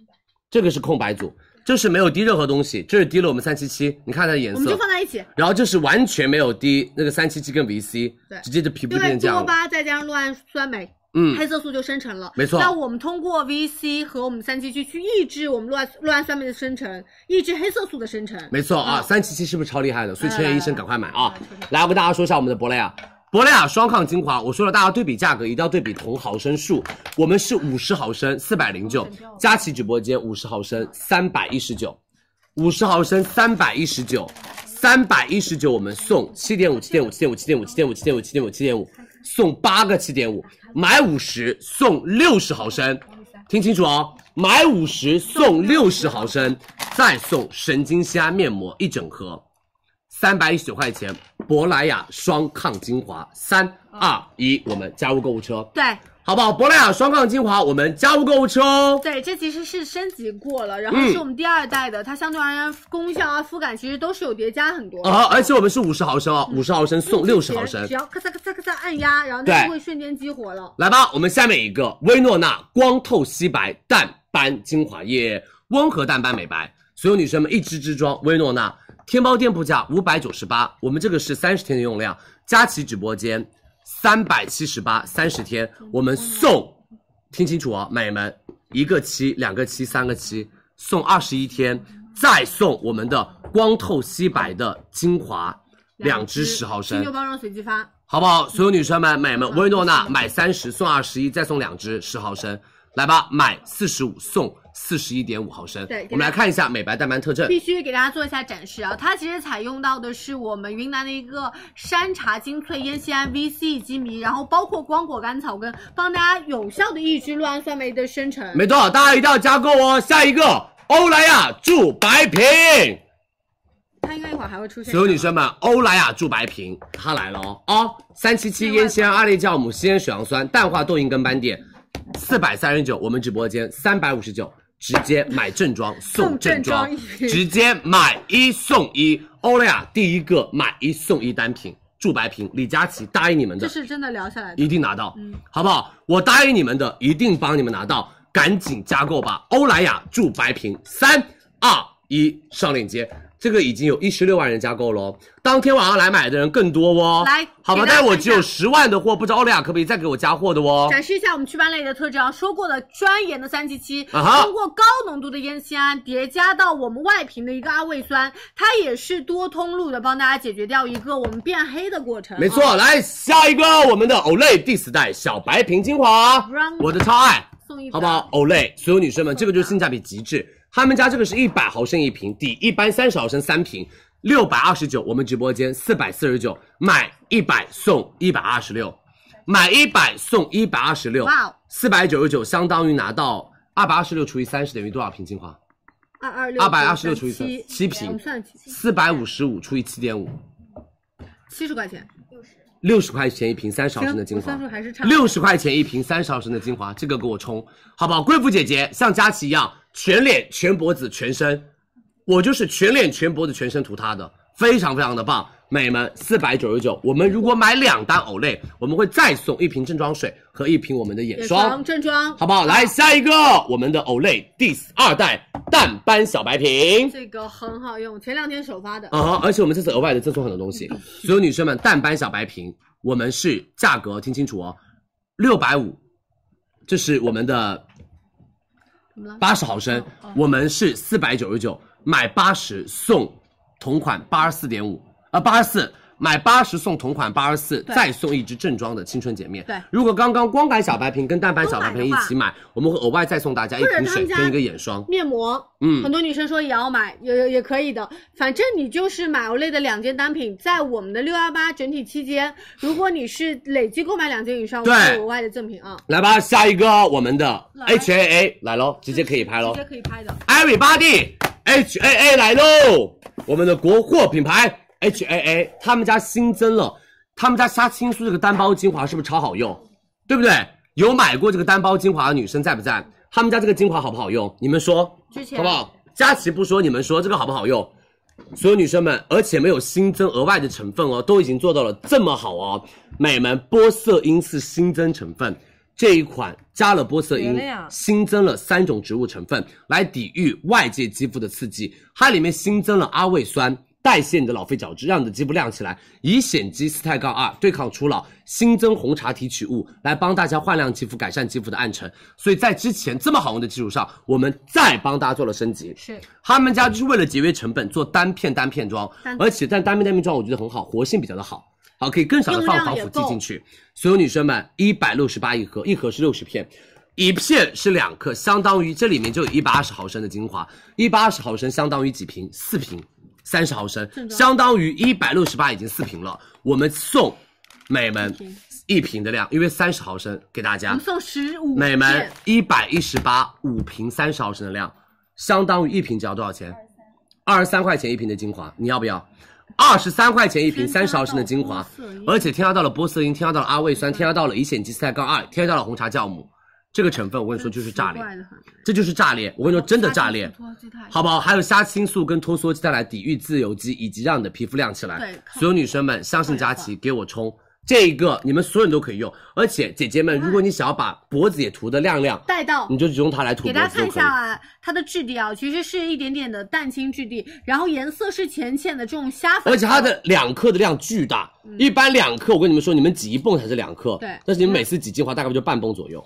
Speaker 8: 这个是空白组，这是没有滴任何东西，这是滴了我们三七七，你看它的颜
Speaker 6: 我们就
Speaker 8: 色。
Speaker 6: 放在一起，
Speaker 8: 然后这是完全没有滴那个三七七跟 VC，
Speaker 6: 对
Speaker 8: 直接就皮肤
Speaker 6: 因
Speaker 8: 就
Speaker 6: 为
Speaker 8: 变
Speaker 6: 多
Speaker 8: 这样了。
Speaker 6: 巴再加上酪氨酸酶，
Speaker 8: 嗯
Speaker 6: 黑色素就生成了。
Speaker 8: 没错
Speaker 6: 那我们通过 VC 和我们三七七去抑制我们酪氨酪氨酸酶的生成，抑制黑色素的生成。
Speaker 8: 没错啊，
Speaker 6: 嗯
Speaker 8: 三七七是不是超厉害的？所以陈
Speaker 6: 来
Speaker 8: 妍
Speaker 6: 来
Speaker 8: 医生赶快买啊
Speaker 6: 来来！
Speaker 8: 来，我跟大家说一下我们的啊珀莱雅，珀莱雅双抗精华，我说了，大家对比价格一定要对比同毫升数，我们是五十毫升四百零九，佳琦直播间五十毫升三百一十九，五十毫升三百一十九，三百一十九我们送七点五七点五七点五七点五七点五七点五七点五七点五，送八个七点五，买五十送六十毫升。听清楚哦，买五十送六十毫升，再送神经酰胺面膜一整盒，三百一十九块钱，珀莱雅双抗精华，三二一，我们加入购物车，
Speaker 6: 对
Speaker 8: 好不好？珀莱雅双抗精华，我们加入购物车哦。
Speaker 6: 对，这其实是升级过了，然后
Speaker 8: 嗯
Speaker 6: 是我们第二代的，它相对而言功效啊、肤感其实都是有叠加很多的。
Speaker 8: 啊，而且我们是五十毫升哦，五十毫升送六十毫升
Speaker 6: 只，要咔嚓咔嚓咔嚓按压，然后它
Speaker 8: 对
Speaker 6: 就会瞬间激活了。
Speaker 8: 来吧，我们下面一个薇诺娜光透皙白淡斑精华液，温和淡斑美白，所有女生们一支支装薇诺娜，天猫店铺价五百九十八，我们这个是三十天的用量，佳琦直播间三百七十八，三十天我们送，听清楚哦，美们，一个七、两个七、三个七，送二十一天，再送我们的光透皙白的精华两支十毫升
Speaker 6: 新，旧包装随机发，
Speaker 8: 好不好？所有女生们、美们，薇诺娜买三十送二十一，再送两支十毫升，来吧，买四十五送四十一点五毫升。
Speaker 6: 对给大家
Speaker 8: 我们来看一下美白淡斑特 (laughs) 征。
Speaker 6: 必须给大家做一下展示啊！它其实采用到的是我们云南的一个山茶精粹烟酰胺 VC 以及醚，然后包括光果甘草根，帮大家有效的抑制酪氨酸酶的生成。
Speaker 8: 没错，大家一定要加购哦。下一个欧莱雅驻白瓶，
Speaker 6: 它应该一会儿还会出现。
Speaker 8: 所有女生们，欧莱雅驻白瓶它来了哦啊！三七七烟酰胺阿列酵母、稀烟水杨酸、淡化痘印跟斑点，四百三十九，我们直播间三百五十九。直接买正装送正装
Speaker 6: 送正装一，
Speaker 8: (laughs) 直接买一送一。欧莱雅第一个买一送一单品，驻白瓶，李佳琦答应你们的
Speaker 6: 这，是真的聊下来的。
Speaker 8: 一定拿到，
Speaker 6: 嗯
Speaker 8: 好不好？我答应你们的，一定帮你们拿到，赶紧加购吧！欧莱雅驻白瓶，三二一，上链接。这个已经有一十六万人加购喽，当天晚上来买的人更多哦。
Speaker 6: 来
Speaker 8: 好吧，
Speaker 6: 给大家
Speaker 8: 但是我
Speaker 6: 看一
Speaker 8: 只
Speaker 6: 下
Speaker 8: 有十万的货，不知道欧莱雅可不可以再给我加货的哦。
Speaker 6: 展示一下我们祛斑类的特征啊，说过的专研的三七七，
Speaker 8: 啊哈
Speaker 6: 通过高浓度的烟酰胺叠加到我们外屏的一个阿魏酸，它也是多通路的，帮大家解决掉一个我们变黑的过程。
Speaker 8: 没错，
Speaker 6: 啊
Speaker 8: 来下一个我们的 Olay 第四代小白瓶精华
Speaker 6: Run，
Speaker 8: 我的超爱，
Speaker 6: 啊送一嗯
Speaker 8: 好不好？？Olay，所有女生们，这个就是性价比极致。他们家这个是一百毫升一瓶，抵一般三十毫升三瓶，六百二十九。我们直播间四百四十九，买一百送一百二十六，买一百送一百二十六
Speaker 6: 哇哦，
Speaker 8: 四百九十九相当于拿到二百二十六除以三十等于多少瓶精华？
Speaker 6: 二二六
Speaker 8: 226除以三
Speaker 6: 七哎
Speaker 8: 七瓶
Speaker 6: 我们算起
Speaker 8: 四百五十五除以七点五，
Speaker 6: 七十块钱，
Speaker 8: 六十块钱一瓶三十毫
Speaker 6: 行，
Speaker 8: 升的精
Speaker 6: 我
Speaker 8: 华
Speaker 6: 算。数还是差
Speaker 8: 六十块钱一瓶三十毫升的精华，这个给我冲，好不好？贵妇姐姐像佳琪一样，全脸、全脖子、全身，我就是全脸、全脖子、全身涂它的，非常非常的棒。美们，四百九十九，我们如果买两单 Olay，我们会再送一瓶正装水和一瓶我们的眼
Speaker 6: 眼
Speaker 8: 霜，
Speaker 6: 霜正装，
Speaker 8: 好不好？来下一个，我们的 Olay 第二代淡斑小白瓶。
Speaker 6: 这个很好用，前两天首发的，
Speaker 8: 啊、而且我们这次额外的赠送很多东
Speaker 6: 嗯
Speaker 8: 西，所有女生们，淡斑小白瓶，我们是价格听清楚哦，六百五，这是我们的八十毫
Speaker 6: 哦
Speaker 8: 升，我们是四百九十九，买八十送同款八十四点五，啊八十四。买八十送同款八十四，再送一支正装的青春洁面。
Speaker 6: 对
Speaker 8: 如果刚刚光感小白瓶跟淡斑小白瓶
Speaker 6: 都买
Speaker 8: 一
Speaker 6: 的话
Speaker 8: 起买，我们会额外再送大家一
Speaker 6: 或者
Speaker 8: 瓶
Speaker 6: 他
Speaker 8: 水
Speaker 6: 们家
Speaker 8: 跟一个眼霜。
Speaker 6: 面膜，
Speaker 8: 嗯
Speaker 6: 很多女生说也要买，也也也可以的。反正你就是买 Olay 的两件单品，在我们的六幺八整体期间，如果你是累计购买两件以上，我
Speaker 8: 对
Speaker 6: 们有额外的赠品啊，
Speaker 8: 来吧，下一个我们的
Speaker 6: 来
Speaker 8: H A A 来喽，直接可以拍喽
Speaker 6: 直。接可以拍的。
Speaker 8: Everybody H A A 来喽！我们的国货品牌 H A A，他们家新增了，他们家虾青素这个单包精华是不是超好用？对不对？有买过这个单包精华的女生在不在？他们家这个精华好不好用？你们说
Speaker 6: 之前
Speaker 8: 好不好？佳琪不说，你们说这个好不好用？所有女生们，而且没有新增额外的成分哦，都已经做到了这么好哦。美们，玻色因是新增成分，这一款加了玻色因
Speaker 10: 绝了呀，
Speaker 8: 新增了三种植物成分来抵御外界肌肤的刺激，它里面新增了阿魏酸。代谢你的老废角质，让你的肌肤亮起来。乙酰基斯肽杠二对抗初老，新增红茶提取物来帮大家焕亮肌肤、改善肌肤的暗沉。所以在之前这么好用的基础上，我们再帮大家做了升级。
Speaker 10: 是
Speaker 8: 他们家就是为了节约成本做单片单片装，而且但单片单片装我觉得很好，活性比较的好，好可以更少的放防腐剂进去。所有女生们，一百六十八一盒，一盒是六十片。一片是两克，相当于这里面就有一百二十毫升的精华，一百二十毫升相当于几瓶？四瓶，三十毫升，相当于一百六十八已经四瓶了。我们送美们一瓶的量，因为三十毫升给大
Speaker 6: 我
Speaker 8: 家
Speaker 6: 们，送十五
Speaker 8: 美们
Speaker 6: 件，
Speaker 8: 一百一十八五瓶三十毫升的量，相当于一瓶只要多少钱？二十三块钱一瓶的精华，你要不要？二十三块钱一瓶三十毫升的精华，而且添加到了玻色因，添加到了阿魏酸，添加到了乙酰基肽杠二，添加到了红茶酵母，这个成分我跟你说就是炸裂，这就是炸裂，我跟你说真的炸裂，好不好？还有虾青素跟脱羧基肽来抵御自由基，以及让你的皮肤亮起来
Speaker 6: 对。
Speaker 8: 所有女生们，相信佳琪，给我冲！这一个你们所有人都可以用，而且姐
Speaker 6: 嗯
Speaker 8: 姐们，如果你想要把脖子也涂的亮亮，
Speaker 6: 带到
Speaker 8: 你就只用它来涂
Speaker 6: 给
Speaker 8: 脖
Speaker 6: 大家
Speaker 8: 子
Speaker 6: 看
Speaker 8: 就
Speaker 6: 一
Speaker 8: 可
Speaker 6: 下
Speaker 8: 以。
Speaker 6: 啊，它的质地啊，其实是一点点的蛋清质地，然后颜色是浅浅的这种虾粉，
Speaker 8: 而且它的两克的量巨大，一般两克，我跟你们说，你们挤一泵才是两克，
Speaker 6: 嗯对
Speaker 8: 但是你们每次挤精华大概就半泵左右，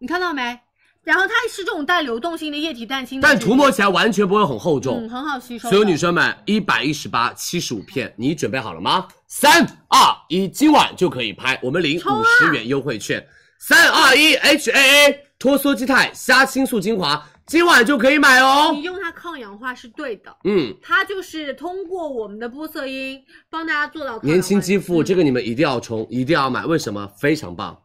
Speaker 6: 你看到没？然后它是这种带流动性的液体蛋清的质
Speaker 8: 但
Speaker 6: 地，
Speaker 8: 涂抹起来完全不会很厚重。
Speaker 6: 嗯很好吸收的。
Speaker 8: 所有女生们，一百一十八七十五片，你准备好了吗？三二一，今晚就可以拍，我们领
Speaker 6: 冲啊
Speaker 8: 五十元优惠券。三二一，H A A 脱羧基肽虾青素精华，今晚就可以买哦
Speaker 6: 你。用它抗氧化是对的，
Speaker 8: 嗯，
Speaker 6: 它就是通过我们的玻色因帮大家做到抗氧化
Speaker 8: 年轻肌
Speaker 6: 嗯
Speaker 8: 肤，这个你们一定要冲，一定要买，为什么？非常棒，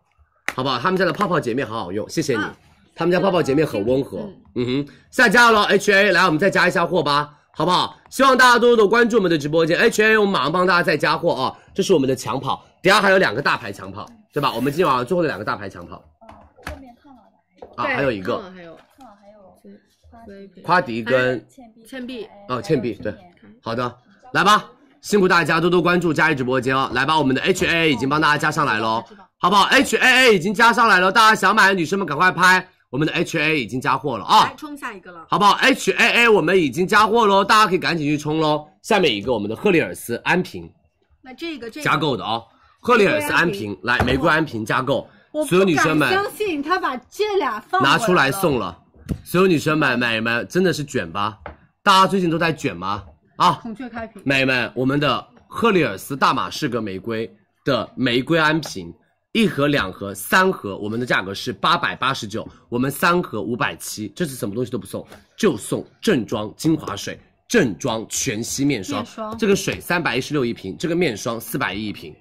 Speaker 8: 好不好？他们家的泡泡洁面好好用，谢谢你。
Speaker 6: 啊
Speaker 8: 他们家泡泡洁面很温和，嗯哼，下架了 H A，来我们再加一下货吧，好不好？希望大家多多的关注我们的直播间 H A，我们马上帮大家再加货啊，这是我们的抢跑，等一下还有两个大牌抢跑，对吧？我们今天晚啊上最后的两个大牌抢跑，啊，还有一个，
Speaker 6: 还有
Speaker 8: 夸迪跟
Speaker 6: 倩碧，
Speaker 8: 哦倩碧对，好的，来吧，辛苦大家多多关注佳怡直播间啊！来吧，我们的 H A A 已经帮大家加上来了哦，好不好？H A A 已经加上来了，大家想买的女生们赶快拍，我们的 H A 已经加货了啊！
Speaker 6: 来冲下一个了。
Speaker 8: 好不好？H A A 我们已经加货喽，大家可以赶紧去冲喽。下面一个我们的赫丽尔斯安瓶
Speaker 6: 那这个这个
Speaker 8: 加购的哦，赫丽尔斯安瓶来玫瑰安瓶加购，所有女生们
Speaker 6: 我不敢相信他把这俩放
Speaker 8: 拿出来
Speaker 6: 了
Speaker 8: 送了，所有女生们美们真的是卷吧？大家最近都在卷吗？啊，
Speaker 6: 孔雀开
Speaker 8: (laughs)
Speaker 6: 屏，
Speaker 8: 美们，我们的赫丽尔斯大马士革玫瑰的玫瑰安瓶。一盒、两盒、三盒，我们的价格是八百八十九，我们三盒五百七，这次什么东西都不送，就送正装精华水、正装全息面霜，
Speaker 6: 面霜
Speaker 8: 这个水三百一十六一瓶，这个面霜四百一一瓶，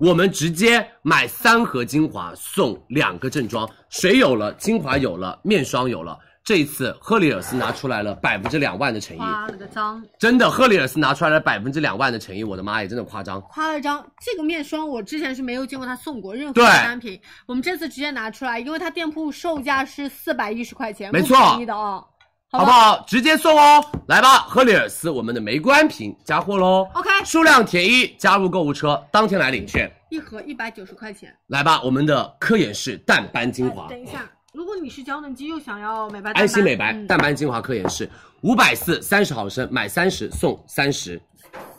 Speaker 8: 我们直接买三盒精华送两个正装，水有了，精华有了，面霜有了，这一次赫丽尔斯拿出来了百分之两万的诚意，
Speaker 6: 夸了个脏，
Speaker 8: 真的，赫丽尔斯拿出来了百分之两万的诚意，我的妈呀，真的夸张。
Speaker 6: 夸了张。这个面霜我之前是没有见过他送过任何
Speaker 8: 对
Speaker 6: 的单品，我们这次直接拿出来，因为它店铺售价是四百一十块钱，
Speaker 8: 没
Speaker 6: 不
Speaker 8: 错
Speaker 6: 便宜的啊、
Speaker 8: 好不
Speaker 6: 吧？
Speaker 8: 好？直接送哦！来吧，赫丽尔斯，我们的玫瑰安瓶加货喽
Speaker 6: OK
Speaker 8: 数量填一，加入购物车，当天来领券。
Speaker 6: 一盒一百九十块钱。
Speaker 8: 来吧，我们的科颜氏淡斑精华
Speaker 6: 哎，等一下，如果你是娇嫩肌又想要美白淡斑，
Speaker 8: 安心美白
Speaker 6: 嗯
Speaker 8: 淡斑精华科颜氏，五百四三十毫升，买三十送三十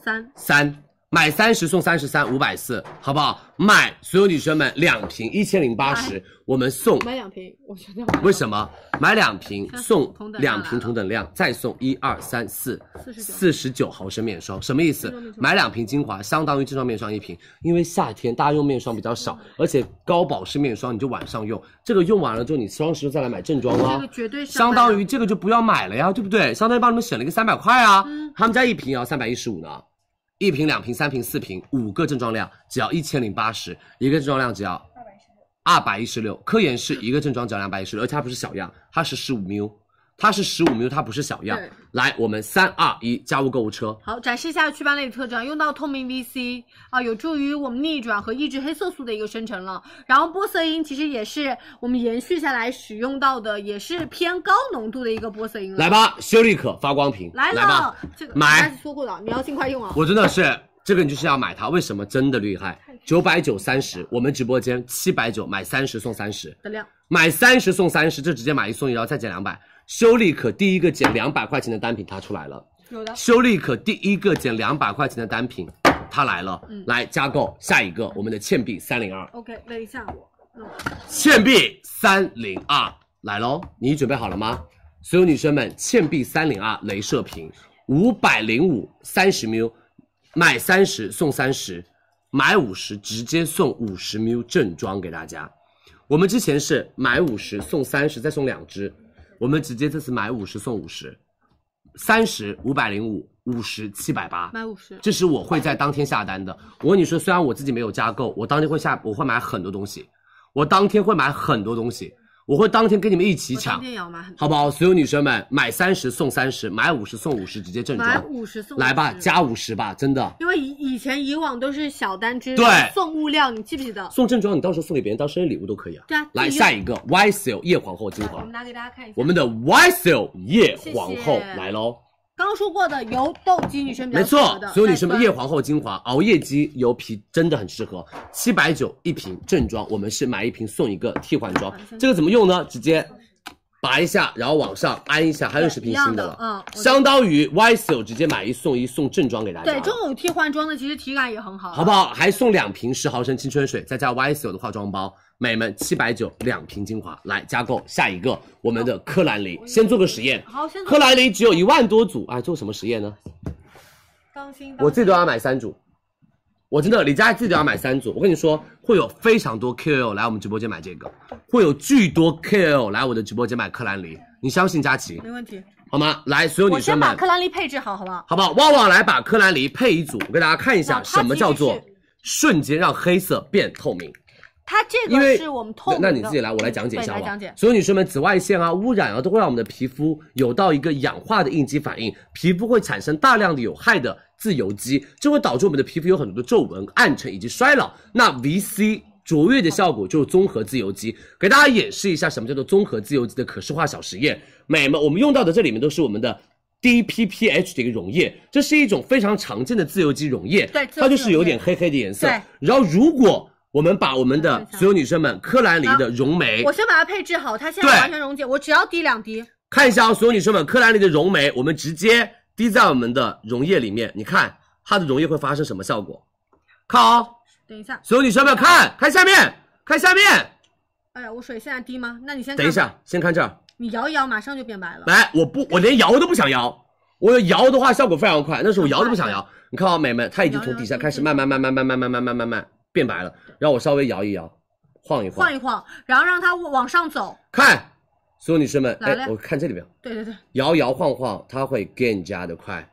Speaker 6: 三，
Speaker 8: 三，买三十送三十三，五百四，好不好？买所有女生们两瓶一千零八
Speaker 6: 哎
Speaker 8: 十，我们送
Speaker 6: 买两瓶，我觉得
Speaker 8: 为什么买两瓶
Speaker 6: 现在
Speaker 8: 送
Speaker 6: 同等量
Speaker 8: 两瓶同等量，再送一二三四
Speaker 6: 49
Speaker 8: 四十九毫升面霜？什么意思
Speaker 6: 正装面？霜
Speaker 8: 买两瓶精华相当于正装面霜一瓶，因为夏天大家用面霜比较少，
Speaker 6: 嗯
Speaker 8: 而且高保湿面霜你就晚上用，这个用完了之后你双十再来买正装
Speaker 6: 这
Speaker 8: 啊
Speaker 6: 个。绝对是要
Speaker 8: 相当于
Speaker 6: 买
Speaker 8: 这个就不要买了呀，对不对？相当于帮你们省了一个三百块啊。
Speaker 6: 嗯
Speaker 8: 他们家一瓶也要三百一十五呢，一瓶、两瓶、三瓶、四瓶，五个正装量只要一千零八十，一个正装量只要二百一十六。科颜氏一个正装只要两百一十六，而且它不是小样，它是十五 ml，它是十五 ml，它不是小样
Speaker 6: 对。
Speaker 8: 来，我们三二一，加入购物车。
Speaker 6: 好，展示一下祛斑类的特征，用到透明 VC 啊，有助于我们逆转和抑制黑色素的一个生成了。然后玻色因其实也是我们延续下来使用到的，也是偏高浓度的一个玻色因了。
Speaker 8: 来吧，修丽可发光瓶，
Speaker 6: 来了，
Speaker 8: 吧，
Speaker 6: 这个
Speaker 8: 买
Speaker 6: 我刚才说过的，你要尽快用啊。
Speaker 8: 我真的是这个，你就是要买它，为什么真的厉害？九百九三十，我们直播间七百九买三十送三十，
Speaker 6: 的量
Speaker 8: 买三十送三十，这直接买一送一，然后再减两百。修丽可第一个减两百块钱的单品它出来了，
Speaker 6: 有的
Speaker 8: 修丽可第一个减两百块钱的单品它来了，
Speaker 6: 嗯
Speaker 8: 来加购下一个我们的倩碧三零二，
Speaker 6: ，OK，等一下我，
Speaker 8: 倩碧三零二来喽，你准备好了吗？所有女生们，倩碧三零二镭射瓶，五百零五三十 ml，买三十送三十，买五十直接送五十 ml 正装给大家。我们之前是买五十送三十，再送两支，我们直接这次买五十送五十，三十五百零五，五十七百八，
Speaker 6: 买五十，
Speaker 8: 这是我会在当天下单的。我跟你说，虽然我自己没有加购，我当天会下，我会买很多东西，我当天会买很多东西，我会当天跟你们一起
Speaker 6: 我当
Speaker 8: 抢
Speaker 6: 天，也要买很多，
Speaker 8: 好不好？所有女生们，买三十送三十，买五十送五十，直接正
Speaker 6: 买
Speaker 8: 装，
Speaker 6: 五十送
Speaker 8: 来吧，
Speaker 6: 50
Speaker 8: 加五十吧，真的
Speaker 6: 因为以以前以往都是小单支，
Speaker 8: 对
Speaker 6: 送物料，你记不记得？
Speaker 8: 送正装，你到时候送给别人当生日礼物都可以啊。
Speaker 6: 对啊，
Speaker 8: 来
Speaker 6: 自己
Speaker 8: 下
Speaker 6: 用
Speaker 8: 一个 YSL 夜皇后精
Speaker 6: 我
Speaker 8: 华
Speaker 6: 们，拿给大家看一下，
Speaker 8: 我们的 YSL 夜皇
Speaker 6: 谢
Speaker 8: 后
Speaker 6: 谢
Speaker 8: 来喽。
Speaker 6: 刚刚说过的油痘肌女生比较
Speaker 8: 没
Speaker 6: 适合
Speaker 8: 错
Speaker 6: 的，
Speaker 8: 所有女生
Speaker 6: 带酸
Speaker 8: 们，夜皇后精华熬夜肌油皮真的很适合，七百九一瓶正装，我们是买一瓶送一个替换装。这个怎么用呢？直接拔一下，然后往上按一下，还有是瓶新了，
Speaker 6: 一样的嗯
Speaker 8: 相当于 YSL 直接买一送一送正装给大家
Speaker 6: 对
Speaker 8: 了，
Speaker 6: 这种有替换装的，其实体感也很好，
Speaker 8: 好不好？还送两瓶十毫升青春水，再加 YSL 的化妆包，美们七百九两瓶精华，来加购下一个我们的科兰黎，先做个实验，
Speaker 6: 好，现在
Speaker 8: 科兰黎只有一万多组，哎，做什么实验呢？
Speaker 6: 当心，
Speaker 8: 我自己都要买三组，我真的李佳琦自己都要买三组。我跟你说，会有非常多 KOL 来我们直播间买这个，会有巨多 KOL 来我的直播间买克兰黎，你相信佳琪
Speaker 6: 没问题。
Speaker 8: 好吗？来，所有
Speaker 6: 我
Speaker 8: 女生
Speaker 6: 先把
Speaker 8: 们，
Speaker 6: 克兰丽配置好，好不好？
Speaker 8: 好不好？旺旺来把克兰黎配一组，我给大家看一下
Speaker 6: 哇它
Speaker 8: 什么叫
Speaker 6: 其
Speaker 8: 做
Speaker 6: 实
Speaker 8: 瞬间让黑色变透明。
Speaker 6: 它这
Speaker 8: 因
Speaker 6: 个
Speaker 8: 为
Speaker 6: 是我们透明的，
Speaker 8: 那那你自己来，我来讲解一下
Speaker 6: 对
Speaker 8: 吧。
Speaker 6: 来讲解。
Speaker 8: 所有女生们，紫外线啊、污染啊，都会让我们的皮肤有到一个氧化的应激反应，皮肤会产生大量的有害的自由基，这会导致我们的皮肤有很多的皱纹、暗沉以及衰老。那 VC 卓越的效果就是综合自由基。给大家演示一下什么叫做综合自由基的可视化小实验。美们，我们用到的这里面都是我们的 DPPH 的一个溶液，这是一种非常常见的自由基溶液，
Speaker 10: 对自由基
Speaker 8: 它就是有
Speaker 10: 溶液
Speaker 8: 点黑黑的颜色
Speaker 10: 对。
Speaker 8: 然后如果我们把我们的所有女生们科兰黎的溶酶，
Speaker 10: 我先把它配置好，它现在
Speaker 8: 哎对
Speaker 10: 完全溶解，我只要滴两滴。
Speaker 8: 看一下啊，所有女生们，科兰黎的溶酶，我们直接滴在我们的溶液里面，你看它的溶液会发生什么效果？看哦，
Speaker 10: 等一下，
Speaker 8: 所有女生们看，看下面，看下面。
Speaker 10: 哎呀，我水现在滴吗？那你先看
Speaker 8: 等一，下，先看这儿。
Speaker 10: 你摇一摇，马上就变白了。
Speaker 8: 来，我不，我连摇都不想摇。我摇的话效果非常快，但是我摇都不想摇。你看啊，美们，它已经从底下开始慢慢慢慢慢慢慢慢慢慢慢变白了。然后我稍微摇一摇，晃一晃，
Speaker 10: 晃一晃，然后让它往上走。
Speaker 8: 看，所有女生们，
Speaker 10: 来了
Speaker 8: 哎，我看这里边，
Speaker 10: 对对对，
Speaker 8: 摇摇晃晃，它会更加的快。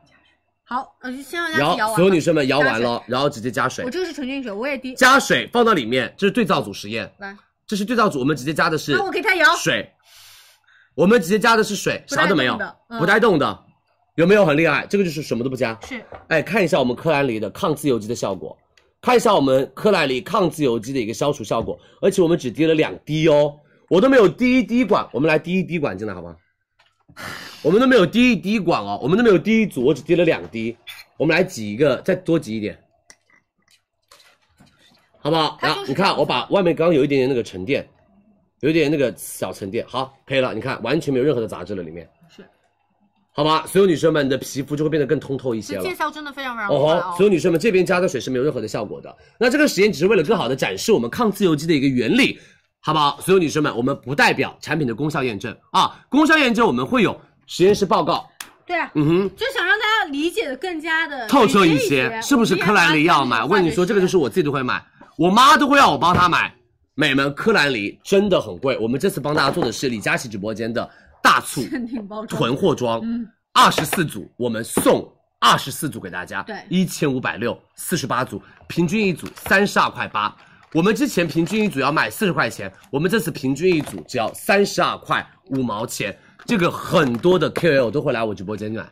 Speaker 10: 好，呃，先让大
Speaker 8: 然
Speaker 10: 家
Speaker 8: 后
Speaker 10: 摇完吧。
Speaker 8: 所有女生们摇完
Speaker 10: 加
Speaker 8: 了，然后直接加水
Speaker 10: 我，这个是纯净水，我也滴。
Speaker 8: 加水放到里面，这是对照组实验。
Speaker 10: 来，啊
Speaker 8: 这是对照组，我们直接加的是
Speaker 10: 那我给它摇。
Speaker 8: 水，我们直接加的是水，
Speaker 10: 不带
Speaker 8: 啥都没有
Speaker 10: 动的，嗯
Speaker 8: 不带动的，有没有很厉害？这个就是什么都不加。
Speaker 10: 是，
Speaker 8: 哎，看一下我们科兰黎的抗自由基的效果，看一下我们科兰黎抗自由基的一个消除效果，而且我们只滴了两滴哦，我都没有滴一滴管，我们来滴一滴管进来好吗？我们都没有滴一滴管哦，我们都没有滴一组，我只滴了两滴，我们来挤一个，再多挤一点，好不好？
Speaker 10: 它
Speaker 8: 然
Speaker 10: 就是
Speaker 8: 后
Speaker 10: 这
Speaker 8: 你看，
Speaker 10: 样子
Speaker 8: 我把外面刚刚有一点点那个沉淀，有一点那个小沉淀，好，可以了，你看完全没有任何的杂质了里面，
Speaker 10: 是，
Speaker 8: 好吧？所有女生们，你的皮肤就会变得更通透一些
Speaker 10: 这
Speaker 8: 了。
Speaker 10: 见效真的非常非常快
Speaker 8: 哦吼，所
Speaker 10: 哦。
Speaker 8: 有女生们，这边加的水是没有任何的效果的。那这个实验只是为了更好的展示我们抗自由基的一个原理，好不好？所有女生们，我们不代表产品的功效验证啊，功效验证我们会有实验室报告。
Speaker 10: 对啊，
Speaker 8: 嗯哼，
Speaker 10: 就想让大家理解的更加的
Speaker 8: 透彻一
Speaker 10: 一。
Speaker 8: 些，是不是科兰黎要买？我跟你说，这个就是是我自己都会买，我妈都会让我帮她买。美们，科兰黎真的很贵，我们这次帮大家做的是李佳琦直播间的大促
Speaker 10: 限定包装
Speaker 8: 囤货装，二十四组，我们送二十四组给大家，
Speaker 10: 对
Speaker 8: 一千五百六，四十八组，平均一组三十二块八。我们之前平均一组要卖四十块钱，我们这次平均一组只要三十二块五毛钱。这个很多的 KOL 都会来我直播间买，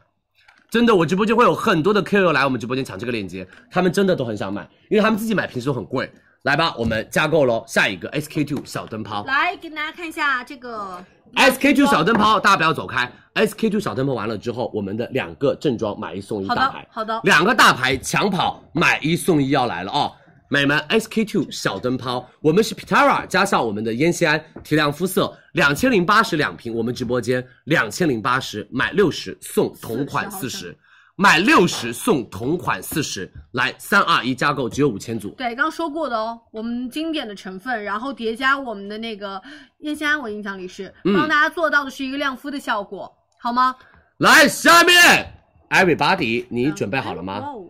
Speaker 8: 真的，我直播间会有很多的 KOL 来我们直播间抢这个链接，他们真的都很想买，因为他们自己买平时都很贵。来吧，我们加购喽，下一个 SK two 小灯泡。
Speaker 10: 来给大家看一下这个
Speaker 8: SK 哎 two 小灯泡，大家不要走开。SK two 小灯泡完了之后，我们的两个正装买一送一
Speaker 10: 好
Speaker 8: 大
Speaker 10: 的
Speaker 8: 牌，
Speaker 10: 好的，
Speaker 8: 两个大牌抢跑买一送一要来了哦。美们，SK two 小灯泡，我们是 Pitara 加上我们的烟酰胺提亮肤色，两千零八十两瓶，我们直播间两千零八十买六十送同款四十，买六十送同款四十，来三二一加购只有五千组，
Speaker 10: 对，刚刚说过的哦，我们经典的成分，然后叠加我们的那个烟酰胺，我印象里是
Speaker 8: 嗯
Speaker 10: 帮大家做到的是一个亮肤的效果，好吗？
Speaker 8: 来下面，Everybody 你准备好了吗
Speaker 10: 哇哦，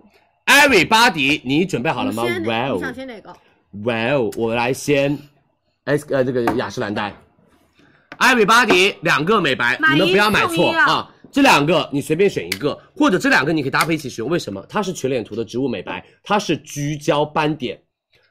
Speaker 8: ？Everybody 你准备好了吗？
Speaker 10: 你先
Speaker 8: 哇
Speaker 10: 哪
Speaker 8: 哦！
Speaker 10: 你想先哪个？
Speaker 8: 哇哦，我来先，S 呃这个雅诗兰黛，Everybody 两个美白，
Speaker 10: 买一
Speaker 8: 你们不要买
Speaker 10: 送
Speaker 8: 错
Speaker 10: 一啊
Speaker 8: 啊。这两个你随便选一个，或者这两个你可以搭配一起使用。为什么？它是全脸涂的植物美白，它是聚焦斑点，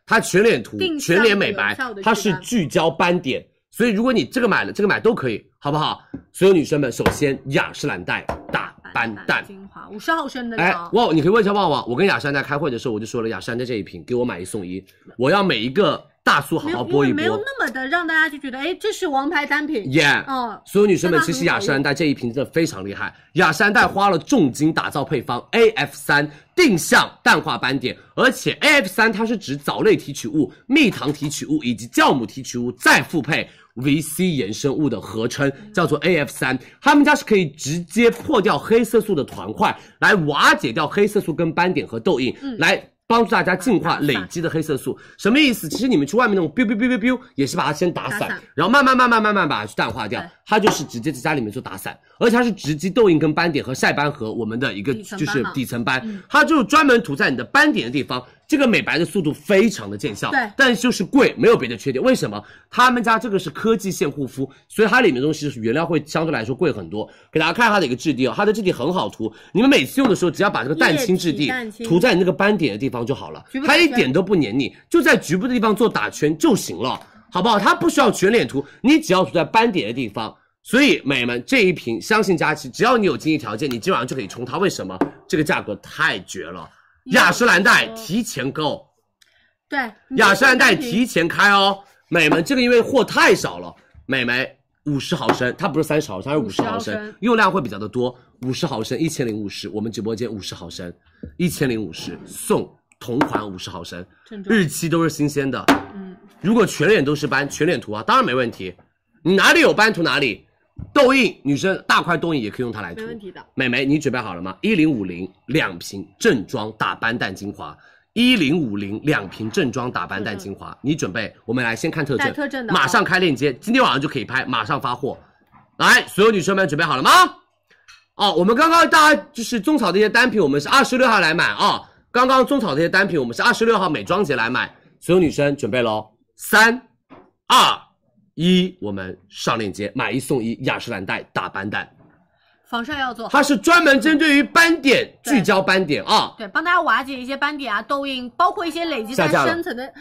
Speaker 8: 它全脸涂
Speaker 10: 定向
Speaker 8: 全脸美白
Speaker 10: 有效的，
Speaker 8: 它是
Speaker 10: 祛斑
Speaker 8: 聚焦斑点。所以如果你这个买了，这个买都可以，好不好？所有女生们，首先雅诗兰黛打斑蛋，
Speaker 10: 精华，五十毫升的那
Speaker 8: 哎
Speaker 10: 个，哦，
Speaker 8: 旺，你可以问一下旺旺，我跟雅诗兰黛开会的时候，我就说了，雅诗兰黛这一瓶给我买一送一，我要每一个大促好
Speaker 10: 没
Speaker 8: 好
Speaker 10: 有，因
Speaker 8: 播
Speaker 10: 为
Speaker 8: 一
Speaker 10: 没有
Speaker 8: 播。
Speaker 10: 那么的让大家就觉得，哎，这是王牌单品。
Speaker 8: 耶！
Speaker 10: 嗯
Speaker 8: 所有女生们，
Speaker 10: 真的
Speaker 8: 其
Speaker 10: 很
Speaker 8: 实雅诗兰黛这一瓶真的非常厉害。雅诗兰黛花了重金打造配方 AF 三定向淡化斑点，而且 AF 三它是指藻类提取物、蜜糖提取物以及酵母提取物再复配 VC 衍生物的合称，叫做 AF 三。他们家是可以直接破掉黑色素的团块，来瓦解掉黑色素跟斑点和痘印，来。帮助大家净化累积嗯的黑色素，什么意思？其实你们去外面那种 biu biu biu biu biu，也是把它先打
Speaker 10: 打
Speaker 8: 散
Speaker 10: 散，
Speaker 8: 然后慢慢慢慢慢慢把它去淡化掉
Speaker 10: 对，
Speaker 8: 它就是直接在家里面做打散，而且它是直击痘印跟斑点和晒斑和我们的一个
Speaker 10: 底层
Speaker 8: 就
Speaker 10: 斑嗯
Speaker 8: 是
Speaker 10: 嘛
Speaker 8: 底层斑，它就是专门涂在你的斑点的地方。这个美白的速度非常的见效，
Speaker 10: 对
Speaker 8: 但就是贵，没有别的缺点。为什么？他们家这个是科技线护肤，所以它里面的东西原料会相对来说贵很多。给大家看它的一个质地哦，它的质地很好涂，你们每次用的时候只要把这个蛋清质
Speaker 10: 液体
Speaker 8: 地
Speaker 10: 蛋清
Speaker 8: 涂在你那个斑点的地方就好了
Speaker 10: 局，部打
Speaker 8: 它
Speaker 10: 圈
Speaker 8: 一点都不黏腻，就在局部的地方做打圈就行了，好不好？它不需要全脸涂，你只要涂在斑点的地方。所以，美们，这一瓶相信佳琦，只要你有经济条件，你基本上就可以冲它。为什么？这个价格太绝了！雅诗兰黛提前购，
Speaker 6: 对，
Speaker 8: 雅诗兰黛提前开哦，美们，这个因为货太少了，美眉五十毫升，它不是三十毫升，它是五十毫
Speaker 6: 50毫升
Speaker 8: 升，用量会比较的多，五十毫升一千零五十，我们直播间五十毫升一千零五十送同款五十毫升，日期都是新鲜的，
Speaker 6: 嗯，
Speaker 8: 如果全脸都是斑，全脸涂啊，当然没问题，你哪里有斑涂哪里，痘印女生大块痘印也可以用它来涂，
Speaker 6: 没问题的。
Speaker 8: 美眉，你准备好了吗？一零五零两瓶正装打斑蛋精华，一零五零两瓶正装打斑蛋精华，你准备？我们来先看特
Speaker 6: 嗯带
Speaker 8: 征，
Speaker 6: 特征的啊
Speaker 8: 马上开链接，今天晚上就可以拍，马上发货。来，所有女生们准备好了吗？哦，我们刚刚大家就是种草这些单品，我们是二十六号来买啊、刚刚种草这些单品，我们是二十六号美妆节来买，所有女生准备喽，三、二、一，我们上链接，买一送一，雅诗兰黛打斑蛋。
Speaker 6: 防晒要做好，
Speaker 8: 它是专门针对于斑点
Speaker 6: 对
Speaker 8: 聚焦斑点啊，
Speaker 6: 对，帮大家瓦解一些斑点啊、痘印，包括一些累积在
Speaker 8: 下架了
Speaker 6: 深层的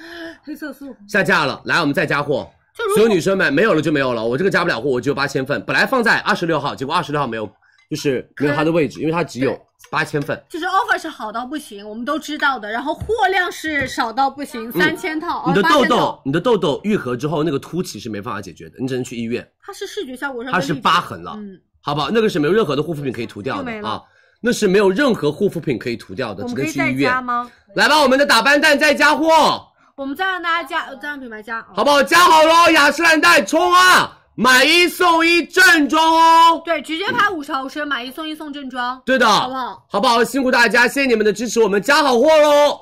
Speaker 6: 黑色素。
Speaker 8: 下架了，来我们再加货。
Speaker 6: 就如
Speaker 8: 所有
Speaker 6: 果
Speaker 8: 女生们没有了就没有了，我这个加不了货，我只有八千份，本来放在二十六号，结果二十六号没有，就是没有它的位置，因为它只有八千份。
Speaker 6: 就是 offer 是好到不行，我们都知道的，然后货量是少到不行，三千套，
Speaker 8: 嗯你的
Speaker 6: 哦
Speaker 8: 痘，
Speaker 6: 8000套
Speaker 8: 痘，你的痘痘愈合之后，那个凸起是没办法解决的，你只能去医院，
Speaker 6: 它是视觉效果上
Speaker 8: 它是
Speaker 6: 跟立体
Speaker 8: 疤痕了，
Speaker 6: 嗯，
Speaker 8: 好不好？那个是没有任何的护肤品可以涂掉
Speaker 6: 就没
Speaker 8: 的
Speaker 6: 了
Speaker 8: 啊，那是没有任何护肤品可以涂掉的，
Speaker 6: 我
Speaker 8: 只
Speaker 6: 们可
Speaker 8: 能
Speaker 6: 以
Speaker 8: 去
Speaker 6: 再
Speaker 8: 医院
Speaker 6: 加。吗？
Speaker 8: 来吧，我们的打斑蛋再加货。
Speaker 6: 我们再让大家加，呃再让品牌加，
Speaker 8: 好不好？加好喽，雅诗兰黛冲啊！买一送一正装哦。
Speaker 6: 对，直接拍五十毫升，买一送一送正装，
Speaker 8: 对的，
Speaker 6: 好不好？
Speaker 8: 好不好？辛苦大家，谢谢你们的支持，我们加好货喽！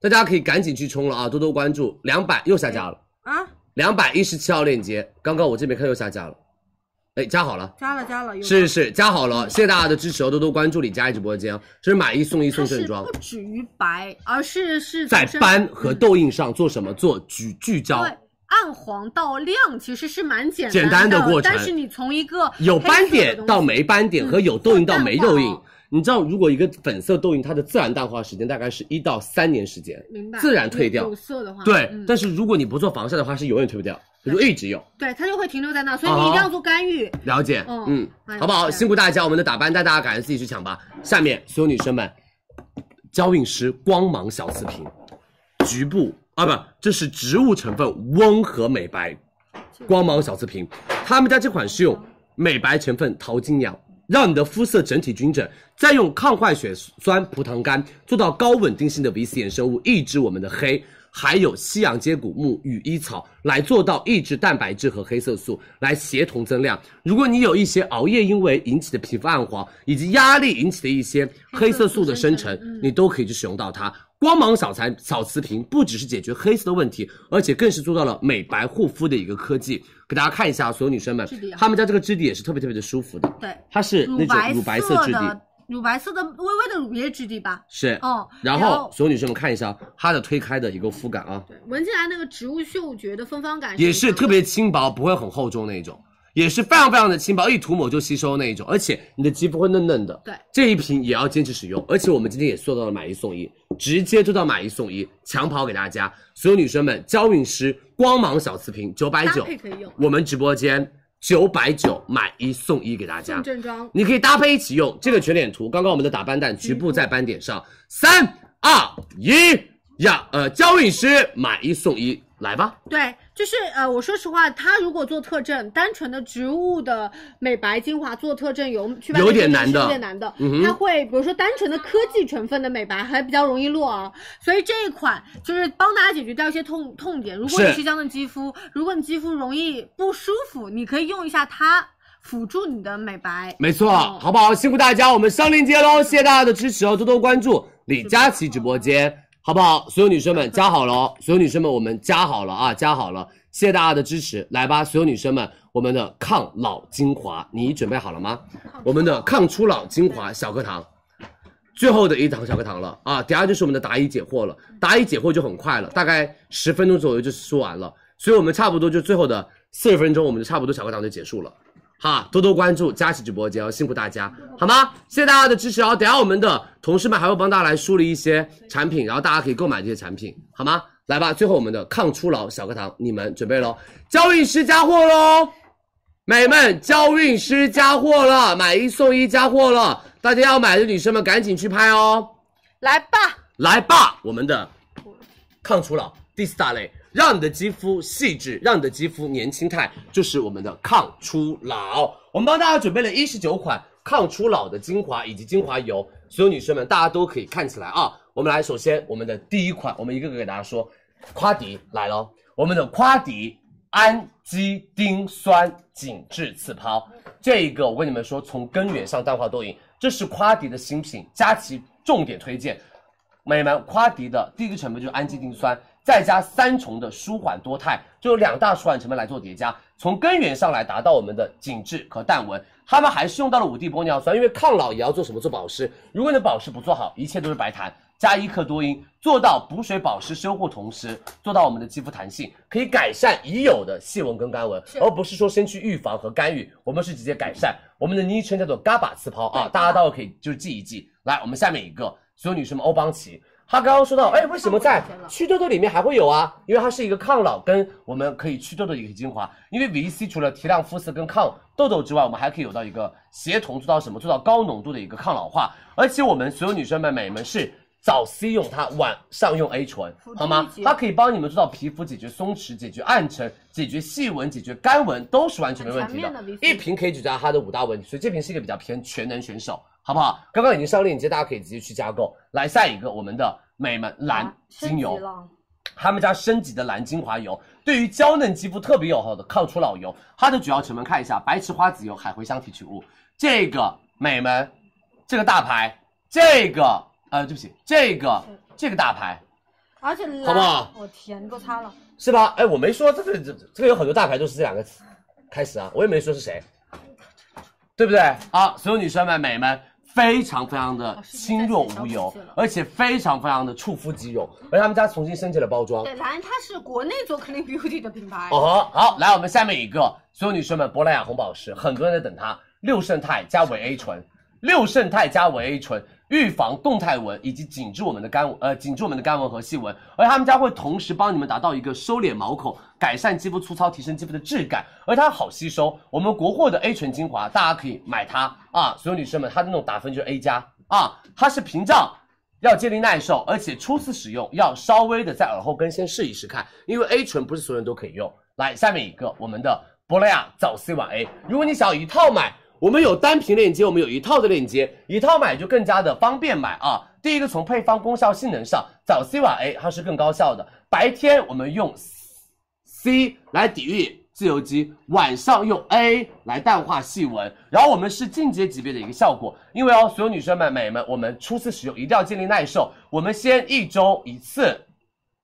Speaker 8: 大家可以赶紧去冲了啊，多多关注。两百又下架了，
Speaker 6: 啊，
Speaker 8: 两百一十七号链接，刚刚我这边看又下架了，哎，加好了。
Speaker 6: 加了加了，有
Speaker 8: 是是是，加好
Speaker 6: 嗯
Speaker 8: 了，谢谢大家的支持哦，多多关注李佳琦直播间哦，这是买一送一
Speaker 6: 它
Speaker 8: 送
Speaker 6: 是
Speaker 8: 正装
Speaker 6: 不，止于白，而是是嗯
Speaker 8: 在
Speaker 6: 从
Speaker 8: 斑
Speaker 6: 深
Speaker 8: 和痘印上做什么？做聚聚焦，
Speaker 6: 对。暗黄到亮其实是蛮简
Speaker 8: 简
Speaker 6: 单
Speaker 8: 单的过程
Speaker 6: 但是你从一个
Speaker 8: 有
Speaker 6: 黑色的
Speaker 8: 斑点
Speaker 6: 东
Speaker 8: 到
Speaker 6: 西
Speaker 8: 没斑点
Speaker 6: 嗯
Speaker 8: 和有痘印到没痘
Speaker 6: 淡
Speaker 8: 印
Speaker 6: 化哦，
Speaker 8: 你知道，如果一个粉色痘印，它的自然淡化时间大概是一到三年时间，
Speaker 6: 明白
Speaker 8: 自然退掉
Speaker 6: 有色的话，
Speaker 8: 对
Speaker 6: 嗯。
Speaker 8: 但是如果你不做防晒的话，是永远退不掉，它就一直有。
Speaker 6: 对，它就会停留在那，
Speaker 8: 啊
Speaker 6: 所以你一定要做干预。
Speaker 8: 了解，
Speaker 6: 嗯
Speaker 8: 嗯
Speaker 6: 哎，呀
Speaker 8: 好不好？
Speaker 6: 是
Speaker 8: 辛苦大家，我们的打扮带大家赶紧自己去抢吧。下面所有女生们，娇韵诗光芒小瓷瓶，局部啊不，这是植物成分温和美白，光芒小瓷瓶，他们家这款是用美白成分淘金氧。让你的肤色整体均整，再用抗坏血酸葡萄苷做到高稳定性的 VC 衍生物，抑制我们的黑，还有西洋接骨木羽衣草来做到抑制蛋白质和黑色素，来协同增亮。如果你有一些熬夜因为引起的皮肤暗黄，以及压力引起的一些黑色素的生成，你都可以去使用到它。光芒小材小瓷瓶不只是解决黑色的问题，而且更是做到了美白护肤的一个科技。给大家看一下，所有女生们
Speaker 6: 质地啊，
Speaker 8: 她们家这个质地也是特别特别的舒服的，
Speaker 6: 对，
Speaker 8: 它是那种
Speaker 6: 白
Speaker 8: 乳白色质地
Speaker 6: 的，，乳白色的微微的乳液质地吧。
Speaker 8: 是。
Speaker 6: 哦，
Speaker 8: 然后所有女生们看一下它的推开的一个肤感啊，
Speaker 6: 对闻起来那个植物嗅觉的芬芳感
Speaker 8: 也是
Speaker 6: 非常
Speaker 8: 特别轻薄，不会很厚重那一种，也是非常非常的轻薄，一涂抹就吸收那一种，而且你的肌肤会嫩嫩的。
Speaker 6: 对，
Speaker 8: 这一瓶也要坚持使用，而且我们今天也做到了买一送一，直接做到买一送一，抢跑给大家，所有女生们，娇韵诗光芒小瓷瓶九百
Speaker 6: 搭
Speaker 8: 九
Speaker 6: 配，可以用，
Speaker 8: 我们直播间九百九买一送一给大家
Speaker 6: 送，正装。
Speaker 8: 你可以搭配一起用。这个全脸涂，刚刚我们的打斑蛋局部在斑点上，三二一呀，呃，娇韵诗买一送一，来吧。
Speaker 6: 对，就是呃，我说实话，它如果做特证，单纯的植物的美白精华做特证有祛斑
Speaker 8: 有
Speaker 6: 的特征
Speaker 8: 点难
Speaker 6: 是
Speaker 8: 的
Speaker 6: 有点难的。
Speaker 8: 嗯哼
Speaker 6: 它会比如说单纯的科技成分的美白还比较容易落啊，所以这一款就是帮大家解决掉一些痛痛点。如果
Speaker 8: 是
Speaker 6: 你是这样的肌肤，如果你肌肤容易不舒服，你可以用一下它辅助你的美白。
Speaker 8: 没错，
Speaker 6: 嗯
Speaker 8: 好不好？辛苦大家，我们上链接喽，谢谢大家的支持哦，多多关注李佳琦直播间，好不好？所有女生们加好了哦，所有女生们我们加好了啊，加好了，谢谢大家的支持，来吧，所有女生们，我们的抗老精华，你准备好了吗？我们的抗初老精华小课堂。最后的一堂小课堂了啊，等下就是我们的答疑解惑了。答疑解惑就很快了，大概十分钟左右就说完了，所以我们差不多就最后的四十分钟，我们就差不多小课堂就结束了。哈，多多关注佳琦直播间哦，辛苦大家，好吗？谢谢大家的支持哦。等一下我们的同事们还会帮大家来梳理一些产品，然后大家可以购买这些产品，好吗？来吧，最后我们的抗初老小课堂，你们准备喽，娇韵诗加货喽，美们，娇韵诗加货了，买一送一加货了，大家要买的女生们赶紧去拍哦，
Speaker 6: 来吧，
Speaker 8: 来吧，我们的抗初老第四大类，让你的肌肤细致，让你的肌肤年轻态，就是我们的抗初老。我们帮大家准备了一十九款抗初老的精华以及精华油，所有女生们大家都可以看起来啊。我们来，首先我们的第一款，我们一个个给大家说，夸迪来了，我们的夸迪氨基丁酸紧致次抛，这一个我跟你们说，从根源上淡化痘印，这是夸迪的新品，佳琦重点推荐。美们，夸迪的第一个成分就是氨基丁酸，再加三重的舒缓多肽，就有两大舒缓成分来做叠加，从根源上来达到我们的紧致和淡纹。他们还是用到了五地玻尿酸，因为抗老也要做什么？做保湿。如果你的保湿不做好，一切都是白谈。加一克多因，做到补水保湿修护，同时做到我们的肌肤弹性，可以改善已有的细纹跟干纹，而不是说先去预防和干预，我们是直接改善。我们的昵称叫做嘎巴次抛啊，大家到时候可以就是记一记。来，我们下面一个，所有女生们，欧邦琪，她刚刚说到，哎，为什么在祛痘痘里面还会有啊？因为它是一个抗老跟我们可以祛痘的一个精华。因为 VC 除了提亮肤色跟抗痘痘之外，我们还可以有到一个协同做到什么？做到高浓度的一个抗老化。而且我们所有女生们、美们是。早 C 用它，晚上用 A 醇，好吗？它可以帮你们做到皮肤解决松弛、解决暗沉、解决细纹、解决干纹，都是完全没问题的。一瓶可以解决它的五大问题，所以这瓶是一个比较偏全能选手，好不好？刚刚已经上链接，大家可以直接去加购。来下一个，我们的美们
Speaker 6: 啊
Speaker 8: 蓝精油，他们家升级的蓝精华油，对于娇嫩肌肤特别友好的抗初老油，它的主要成分看一下：白池花籽油、海茴香提取物。这个美们，这个大牌，这个。呃，对不起，这个这个大牌
Speaker 6: 而且蓝
Speaker 8: 好不好
Speaker 6: 我天，你给我擦了，
Speaker 8: 是吧？哎，我没说这个，这这个有很多大牌都是这两个词开始啊，我也没说是谁，对不对？好，所有女生们、美们，非常非常的轻弱无油，而且非常非常的触肤即溶，而且他们家重新升级了包装。
Speaker 6: 对，蓝它是国内做 clean beauty 的品牌，
Speaker 8: 哦吼，好，来我们下面一个，所有女生们，珀莱雅红宝石，很多人在等它，六胜肽加维 A 醇，六胜肽加维 A 醇。预防动态纹以及紧致我们的干纹，呃，紧致我们的干纹和细纹，而他们家会同时帮你们达到一个收敛毛孔、改善肌肤粗糙、提升肌肤的质感，而它好吸收。我们国货的 A 醇精华，大家可以买它啊，所有女生们，它的那种打分就是 A 加啊，它是屏障。要建立耐受，而且初次使用要稍微的在耳后根先试一试看，因为 A 醇不是所有人都可以用。来，下面一个我们的珀莱雅早 C 晚 A，如果你想要一套买，我们有单瓶链接，我们有一套的链接，一套买就更加的方便买啊。第一个从配方、功效、性能上，早 C 晚 A 它是更高效的。白天我们用 C 来抵御自由基，晚上用 A 来淡化细纹，然后我们是进阶级别的一个效果。因为哦，所有女生们、美们，我们初次使用一定要建立耐受，我们先一周一次，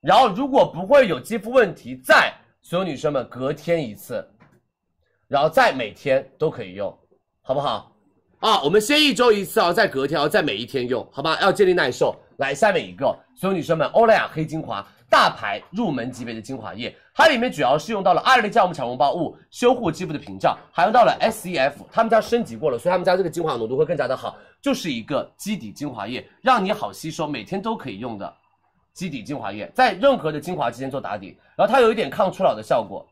Speaker 8: 然后如果不会有肌肤问题，再所有女生们隔天一次，然后再每天都可以用。好不好？啊，我们先一周一次啊，再隔天啊，再每一天用，好吧？要建立耐受。来，下面一个，所有女生们，欧莱雅黑精华大牌入门级别的精华液，它里面主要是用到了二类酵母产红孢物修护肌肤的屏障，还用到了 SCF，他们家升级过了，所以他们家这个精华浓度会更加的好，就是一个基底精华液，让你好吸收，每天都可以用的基底精华液，在任何的精华之间做打底，然后它有一点抗初老的效果。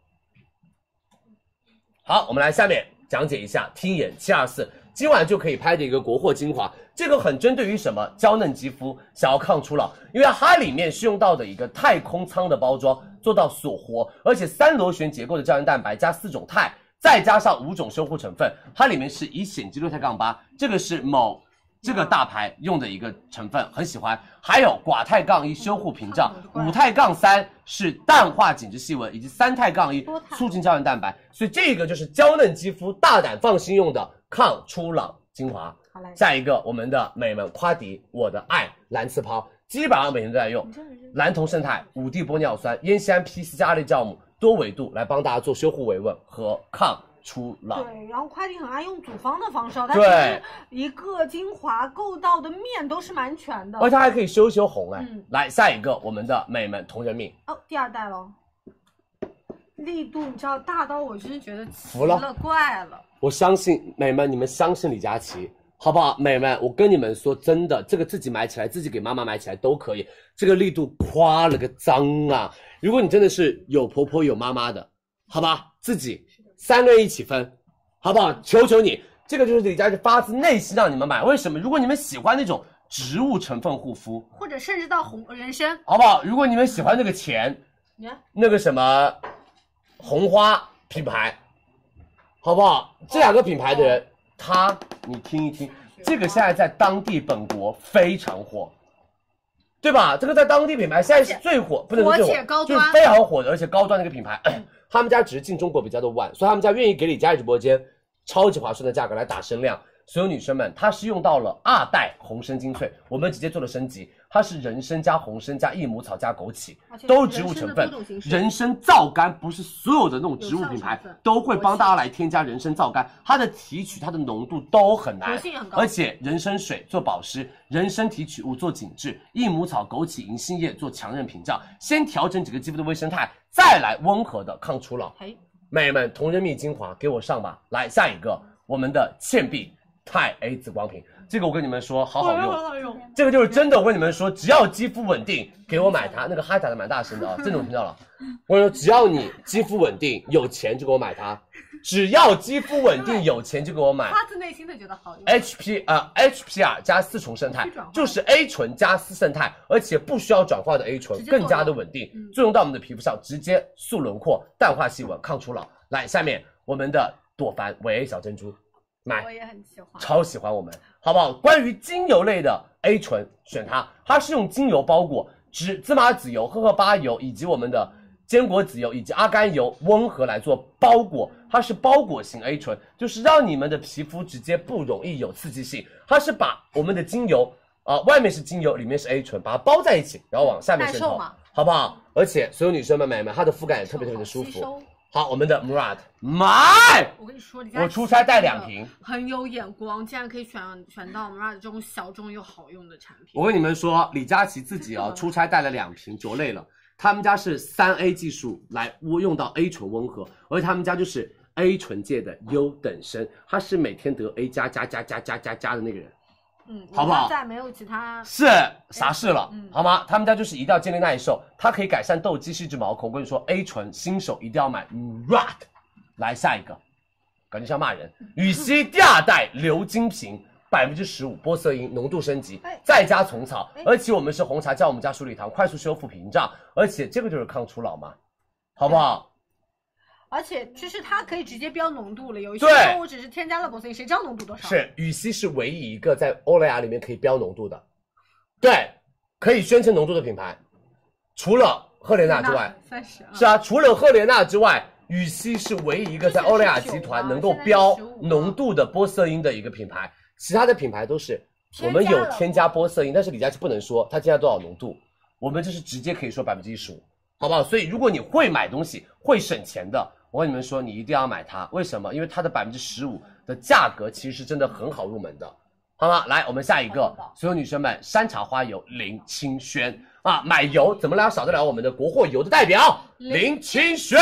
Speaker 8: 好，我们来下面讲解一下听眼七二四，今晚就可以拍的一个国货精华，这个很针对于什么娇嫩肌肤，想要抗初老，因为它里面是用到的一个太空舱的包装，做到锁活，而且三螺旋结构的胶原蛋白加四种肽，再加上五种修护成分，它里面是乙酰基六肽杠八，这个是某。这个大牌用的一个成分很喜欢，还有寡肽杠一修护屏
Speaker 6: 嗯
Speaker 8: 障，五肽杠三是淡化紧致细纹，以及三肽杠一促进胶原蛋白，所以这个就是娇嫩肌肤大胆放心用的抗初老精华。下一个我们的美们夸迪我的爱蓝刺抛，基本上每天都在用，蓝铜胜肽、五地玻尿酸、烟酰胺 P 四加二类酵母多维度来帮大家做修护维纹和抗初老。
Speaker 6: 对，然后快递很爱用组方的防晒，它其
Speaker 8: 对
Speaker 6: 实一个精华够到的面都是蛮全的。
Speaker 8: 而且它还可以修一修红哎、
Speaker 6: 嗯
Speaker 8: 来下一个，我们的美们同仁命
Speaker 6: 哦，第二代了，力度你知道大到我真是觉得奇
Speaker 8: 服了
Speaker 6: 怪了。
Speaker 8: 我相信美们，你们相信李佳琦，好不好？美们，我跟你们说，真的，这个自己买起来，自己给妈妈买起来都可以。这个力度夸了个脏啊！如果你真的是有婆婆有妈妈的，好吧，自己三个人一起分，好不好？求求你，这个就是李佳琦发自内心让你们买。为什么？如果你们喜欢那种植物成分护肤，
Speaker 6: 或者甚至到红人参，
Speaker 8: 好不好？如果你们喜欢这个钱，
Speaker 10: 你看
Speaker 8: 那个什么红花品牌，好不好？这两个品牌的人，他你听一听，这个现在在当地本国非常火，对吧？这个在当地品牌现在是最火，不能说最
Speaker 10: 火且高
Speaker 8: 火，就
Speaker 10: 端
Speaker 8: 是非常火的，而且高端的一个品牌。 (clears throat) 他们家只是进中国比较的晚，所以他们家愿意给李佳琦直播间超级划算的价格来打声量。所有女生们，它是用到了二代红参精粹，我们直接做了升级，它是人参加红参加益母草加枸杞，都是植物成分。人参皂苷不是所有的那种植物品牌都会帮大家来添加人参皂苷，它的提取它的浓度都很难，而且人参水做保湿，人参提取物做紧致，益母草、枸杞、银杏叶做强韧屏障。先调整整个肌肤的微生态，再来温和的抗初老。美们，同仁蜜精华给我上吧！来下一个，我们的倩碧太 A 紫光瓶，这 (laughs) 个我跟你们说，好好用，
Speaker 10: 好用。
Speaker 8: 这个就是真的，我跟你们说，只要肌肤稳定，给我买它。那个哈打的蛮大
Speaker 10: (laughs)
Speaker 8: 声的啊，这种听到了。我跟你说，只要你肌肤稳定，有钱就给我买它。只要肌肤稳定，有钱就给
Speaker 10: (laughs)
Speaker 8: 我买。
Speaker 10: 发自内心的觉得好用。
Speaker 8: HP 啊、HPR 加四重胜肽，就是 A 醇加四胜肽，而且不需要转化的 A 醇，
Speaker 10: 直接作嗯
Speaker 8: 更
Speaker 10: 用
Speaker 8: 加的稳定，作用到我们的皮肤上，直接塑轮廓、淡化细纹、抗初老。来，下面我们的朵梵维 A 小珍珠，买
Speaker 10: 我也很喜欢。
Speaker 8: 超喜欢我们，好不好？关于精油类的 A 醇，选它，它是用精油包裹芝芝麻籽油、荷荷巴油以及我们的坚果籽油以及阿甘油温和来做包裹，它是包裹型 A 醇，就是让你们的皮肤直接不容易有刺激性，它是把我们的精油啊、外面是精油，里面是 A 醇，把它包在一起，然后往下面渗
Speaker 10: 耐受
Speaker 8: 透
Speaker 10: 嘛，
Speaker 8: 好不好？而且所有女生们、美眉们，它的肤感也特别特别的舒
Speaker 10: 吸
Speaker 8: 服
Speaker 10: 收。
Speaker 8: 好，我们的 Murad 买，
Speaker 10: 我跟你说，李佳琦
Speaker 8: 我出差带两瓶。
Speaker 10: 很有眼光，竟然可以选选到 Mara 这种小众又好用的产品。
Speaker 8: 我跟你们说，李佳琦自己
Speaker 10: 真
Speaker 8: 哦
Speaker 10: 的
Speaker 8: 出差带了两瓶，酒累了。他们家是三 A 技术来窝用到 A 醇温和，而且他们家就是 A 醇界的优等生，他是每天得 A 加加加加加加加的那个人，
Speaker 10: 嗯，
Speaker 8: 好不好
Speaker 10: 我现在没有其他
Speaker 8: 是啥事了，
Speaker 10: 嗯
Speaker 8: 好吗？他们家就是一定要建立耐受，它可以改善痘肌、细致毛孔。我跟你说，A 醇新手一定要买 Rad。来下一个，感觉像骂人。 (laughs) 羽西第二代鎏金瓶，百分之十五玻色因浓度升级，再加虫草，而且我们是红茶加我们家鼠李糖，快速修复屏障，而且这个就是抗初老嘛，好不好？
Speaker 10: 而且就是它可以直接标浓度了，有一些
Speaker 8: 对
Speaker 10: 动物只是添加了铂金，谁知道浓度多少？，
Speaker 8: 是羽西是唯一一个在欧莱雅里面可以标浓度的，对，可以宣称浓度的品牌，除了赫莲娜之外，
Speaker 10: 三十啊，
Speaker 8: 是啊，除了赫莲娜之外，羽西是啊唯一一个在欧莱雅集团能够标浓度的玻色因的一个品牌，其他的品牌都是我们有添加玻色因，但是李佳琦不能说它添加多少浓度，我们就是直接可以说百分之一十五，好不好？所以如果你会买东西、会省钱的，我跟你们说，你一定要买它。为什么？因为它的百分之十五的价格其实真的很好入门的。好吗？来，我们下一个，所有女生们，山茶花油林清轩啊，买油怎么来少得了我们的国货油的代表林清轩，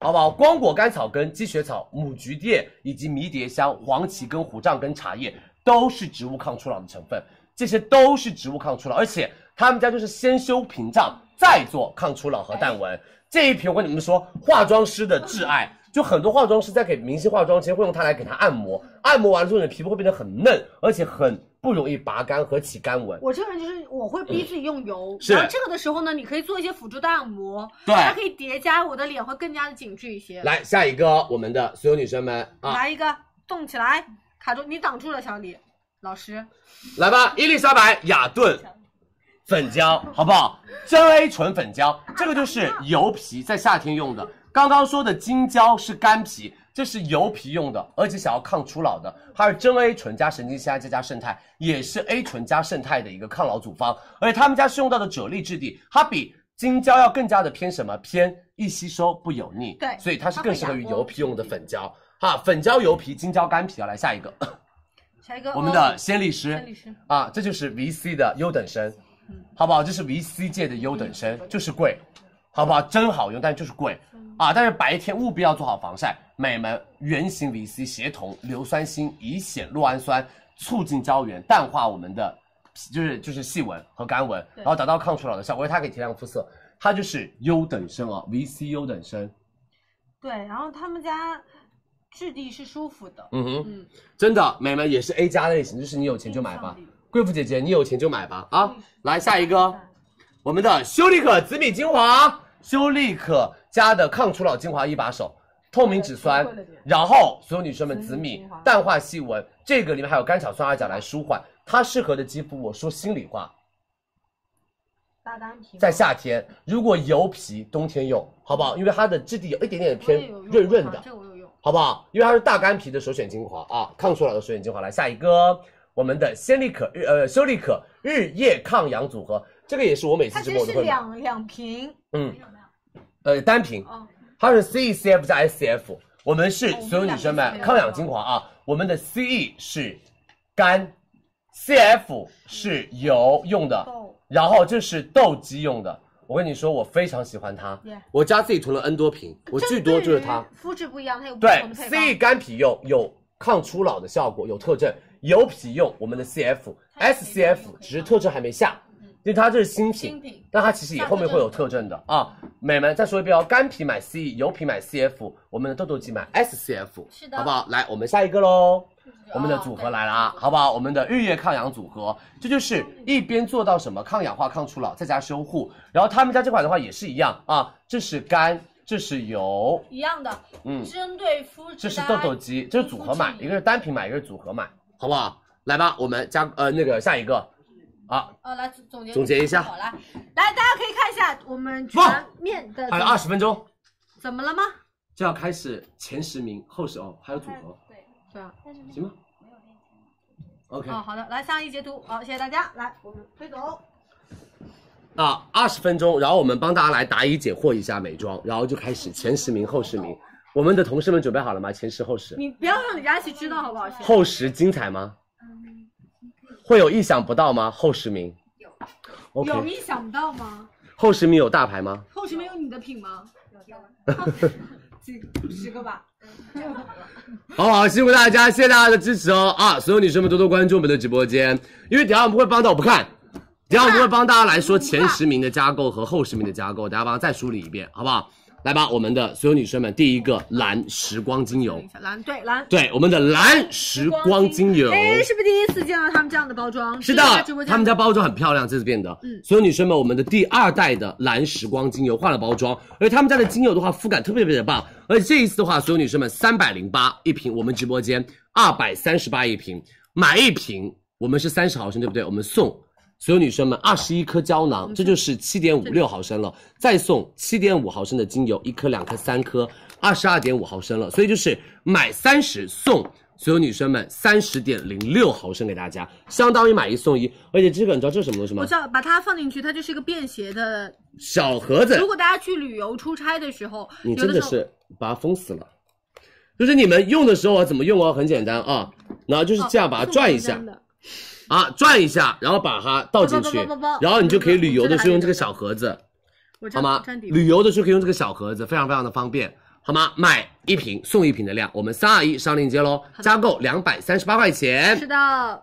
Speaker 8: 好不好？光果甘草根、积雪草、母菊叶以及迷迭香、黄芪根、虎杖根、茶叶都是植物抗初老的成分，这些都是植物抗初老，而且他们家就是先修屏障，再做抗初老和淡纹。这一瓶我跟你们说，化妆师的挚爱，就很多化妆师在给明星化妆前会用它来给它按摩，按摩完了之后你的皮肤会变得很嫩，而且很不容易拔干和起干纹。
Speaker 10: 我这个人就是我会逼自己用油，
Speaker 8: 嗯是
Speaker 10: 然后这个的时候呢，你可以做一些辅助的按摩，
Speaker 8: 对
Speaker 10: 它可以叠加，我的脸会更加的紧致一些。
Speaker 8: 来下一个哦，我们的所有女生们啊，
Speaker 10: 来一个动起来，卡住你挡住了小李老师，
Speaker 8: 来吧，伊丽莎白雅顿粉胶，好不好？真 A 醇粉胶，这个就是油皮，在夏天用的。刚刚说的金胶是干皮，这是油皮用的，而且想要抗初老的，它是真 A 醇加神经酰胺再加胜肽，也是 A 醇加胜肽的一个抗老组方。而且他们家是用到的啫喱质地，它比金胶要更加的偏什么？偏易吸收不油腻，
Speaker 10: 对
Speaker 8: 所以它是更适合于油皮用的粉胶。哈，粉胶油皮，金胶干皮啊，来下一个，
Speaker 10: 下
Speaker 6: 嗯
Speaker 10: 一个
Speaker 8: 我们的鲜丽诗，
Speaker 10: 哦李师
Speaker 8: 啊，这就是 VC 的优等生，好不好？这是 VC 界的优等生，就是贵，好不好？真好用，但就是贵啊！但是白天务必要做好防晒。美们，原型 VC 协同硫酸锌、乙酰酪氨酸，促进胶原，淡化我们的就是就是细纹和干纹，然后达到抗初老的效果，因为它可以提亮肤色。它就是优等生啊，VC 优等生。
Speaker 10: 对，然后他们家质地是舒服的，
Speaker 8: 嗯哼，
Speaker 10: 嗯
Speaker 8: 真的，美们也是 A 加类型，就是你有钱就买吧
Speaker 10: 印象力。
Speaker 8: 贵妇姐嗯姐，你有钱就买吧啊！来下一个，我们的修丽可紫米精华，修丽可家的抗初老精华一把手，透明质酸，然后所有女生们紫米淡化细纹，这个里面还有甘草酸二钾来舒缓它适合的肌肤。我说心里话，
Speaker 10: 大单皮
Speaker 8: 在夏天如果油皮，冬天用好不好？因为它的质地有一点点偏润润的，
Speaker 10: 啊这个我有用。
Speaker 8: 好不好？因为它是大干皮的首选精华啊，抗初老的首选精华。来下一个，我们的仙丽可日呃修丽可日夜抗氧组合，这个也是我每次
Speaker 10: 它
Speaker 8: 直
Speaker 10: 其
Speaker 8: 播
Speaker 10: 实
Speaker 8: 我都
Speaker 10: 是
Speaker 8: 会买，
Speaker 10: 两两瓶，
Speaker 8: 嗯，呃单瓶
Speaker 10: 哦，
Speaker 8: 它是 CECF 加 SCF，我们是所有女
Speaker 10: 哦我们两
Speaker 8: 生
Speaker 10: 个是没
Speaker 8: 们
Speaker 10: 有
Speaker 8: 抗氧精华啊，我们的 CE 是干，CF 是油用的，然后这是痘肌用的。我跟你说，我非常喜欢它
Speaker 10: Yeah
Speaker 8: 我家自己囤了 N 多瓶，我
Speaker 10: 这
Speaker 8: 最
Speaker 10: 个
Speaker 8: 多
Speaker 10: 对
Speaker 8: 就是
Speaker 10: 于
Speaker 8: 它。
Speaker 10: 肤质不一样，它有不
Speaker 8: 对
Speaker 10: 同的配方。
Speaker 8: ，C 干皮用有抗初老的效果，有特征；油皮用我们的 CF，SCF 只是特征还没下，因为它这是新品，
Speaker 10: 新嗯品
Speaker 8: 但它其实也后面会有特征的啊。美们再说一遍哦，干皮买 C，油皮买 CF，我们的痘痘肌买 SCF，
Speaker 10: 是的
Speaker 8: 好不好？来，我们下一个喽。我们的
Speaker 10: 哦
Speaker 8: 组合
Speaker 10: 对
Speaker 8: 来了啊，好不好？我们的日月抗氧组合，这就是一边做到什么抗氧化、抗初老，再加修护。然后他们家这款的话也是一样啊，这是干，这是油，
Speaker 10: 一样的，
Speaker 8: 嗯，
Speaker 10: 针对肤质，
Speaker 8: 这是痘痘肌，这是组合买，一个是单品买，一个是组合买，好不好？来吧，我们加呃那个下一个，啊，
Speaker 10: 呃，来总总结
Speaker 8: 总结一下
Speaker 10: 好来，来，大家可以看一下我们全面的
Speaker 8: 还哎有二十分钟
Speaker 10: 怎么了吗？
Speaker 8: 就要开始前十名、后十哦，还有组合，
Speaker 10: 对啊，
Speaker 8: 行吗？OK，
Speaker 10: 哦，好的，来下一截图，好，谢谢大家，来我们推走。
Speaker 8: 啊，二十分钟，然后我们帮大家来答疑解惑一下美妆，然后就开始前十名、后十名。我们的同事们准备好了吗？前十、后十，
Speaker 6: 嗯
Speaker 10: 你不要让李佳琦知道好不好？先
Speaker 8: 后十精彩吗？会有意想不到吗？后十名有
Speaker 10: 有
Speaker 8: ，OK，
Speaker 10: 意想不到吗？
Speaker 8: 后十名有大牌吗？
Speaker 10: 后十没有你的品吗？ (laughs) 几十个吧，
Speaker 8: 好不好？辛苦大家，谢谢大家的支持哦啊！所有女生们多多关注我们的直播间，因为等一下我们会帮到我不看，等一下我们会帮大家来说前十名的加购和后十名的加购，大家帮他再梳理一遍，好不好？来吧，我们的所有女生们，第一个蓝时光精油，
Speaker 10: 蓝对蓝。
Speaker 8: 对，我们的蓝时光精油。
Speaker 10: 哎，是不是第一次见到他们这样的包装？
Speaker 8: 是
Speaker 10: 这家
Speaker 8: 的
Speaker 10: 直播，间
Speaker 8: 他们家包装很漂亮，这次变得。所有女生们，我们的第二代的蓝时光精油换了包装，而且他们家的精油的话，肤感特别特别的棒。而且这一次的话，所有女生们，三百零八一瓶，我们直播间二百三十八一瓶，买一瓶我们是三十毫升，对不对？我们送所有女生们二十一颗胶
Speaker 10: 嗯
Speaker 8: 囊，这就是七点五六毫升了，再送七点五毫升的精油，一颗、两颗、三颗，二十二点五毫升了，所以就是买三十送。所有女生们，三十点零六毫升给大家，相当于买一送一，而且这个你知道这是什么东西吗
Speaker 10: 我知？道，把它放进去，它就是一个便携的。
Speaker 8: 小盒子
Speaker 10: 如，果大家去旅游出差的时候，
Speaker 8: 你
Speaker 10: 有
Speaker 8: 真的
Speaker 10: 时候
Speaker 8: 是把它封死了，就是你们用的时候啊，怎么用啊？很简单啊，然后
Speaker 10: 哦
Speaker 8: 就是这样把它转一下，啊，转一下，然后把它倒进去
Speaker 10: 不不不不不，
Speaker 8: 然后你就可以旅游的时候用这个小盒子，
Speaker 10: 我这
Speaker 8: 好吗？
Speaker 10: 这样抵
Speaker 8: 旅游的时候可以用这个小盒子，非常非常的方便，好吗？买一瓶送一瓶的量，我们三二一上链接喽，加购两百三十八块钱。
Speaker 10: 是的，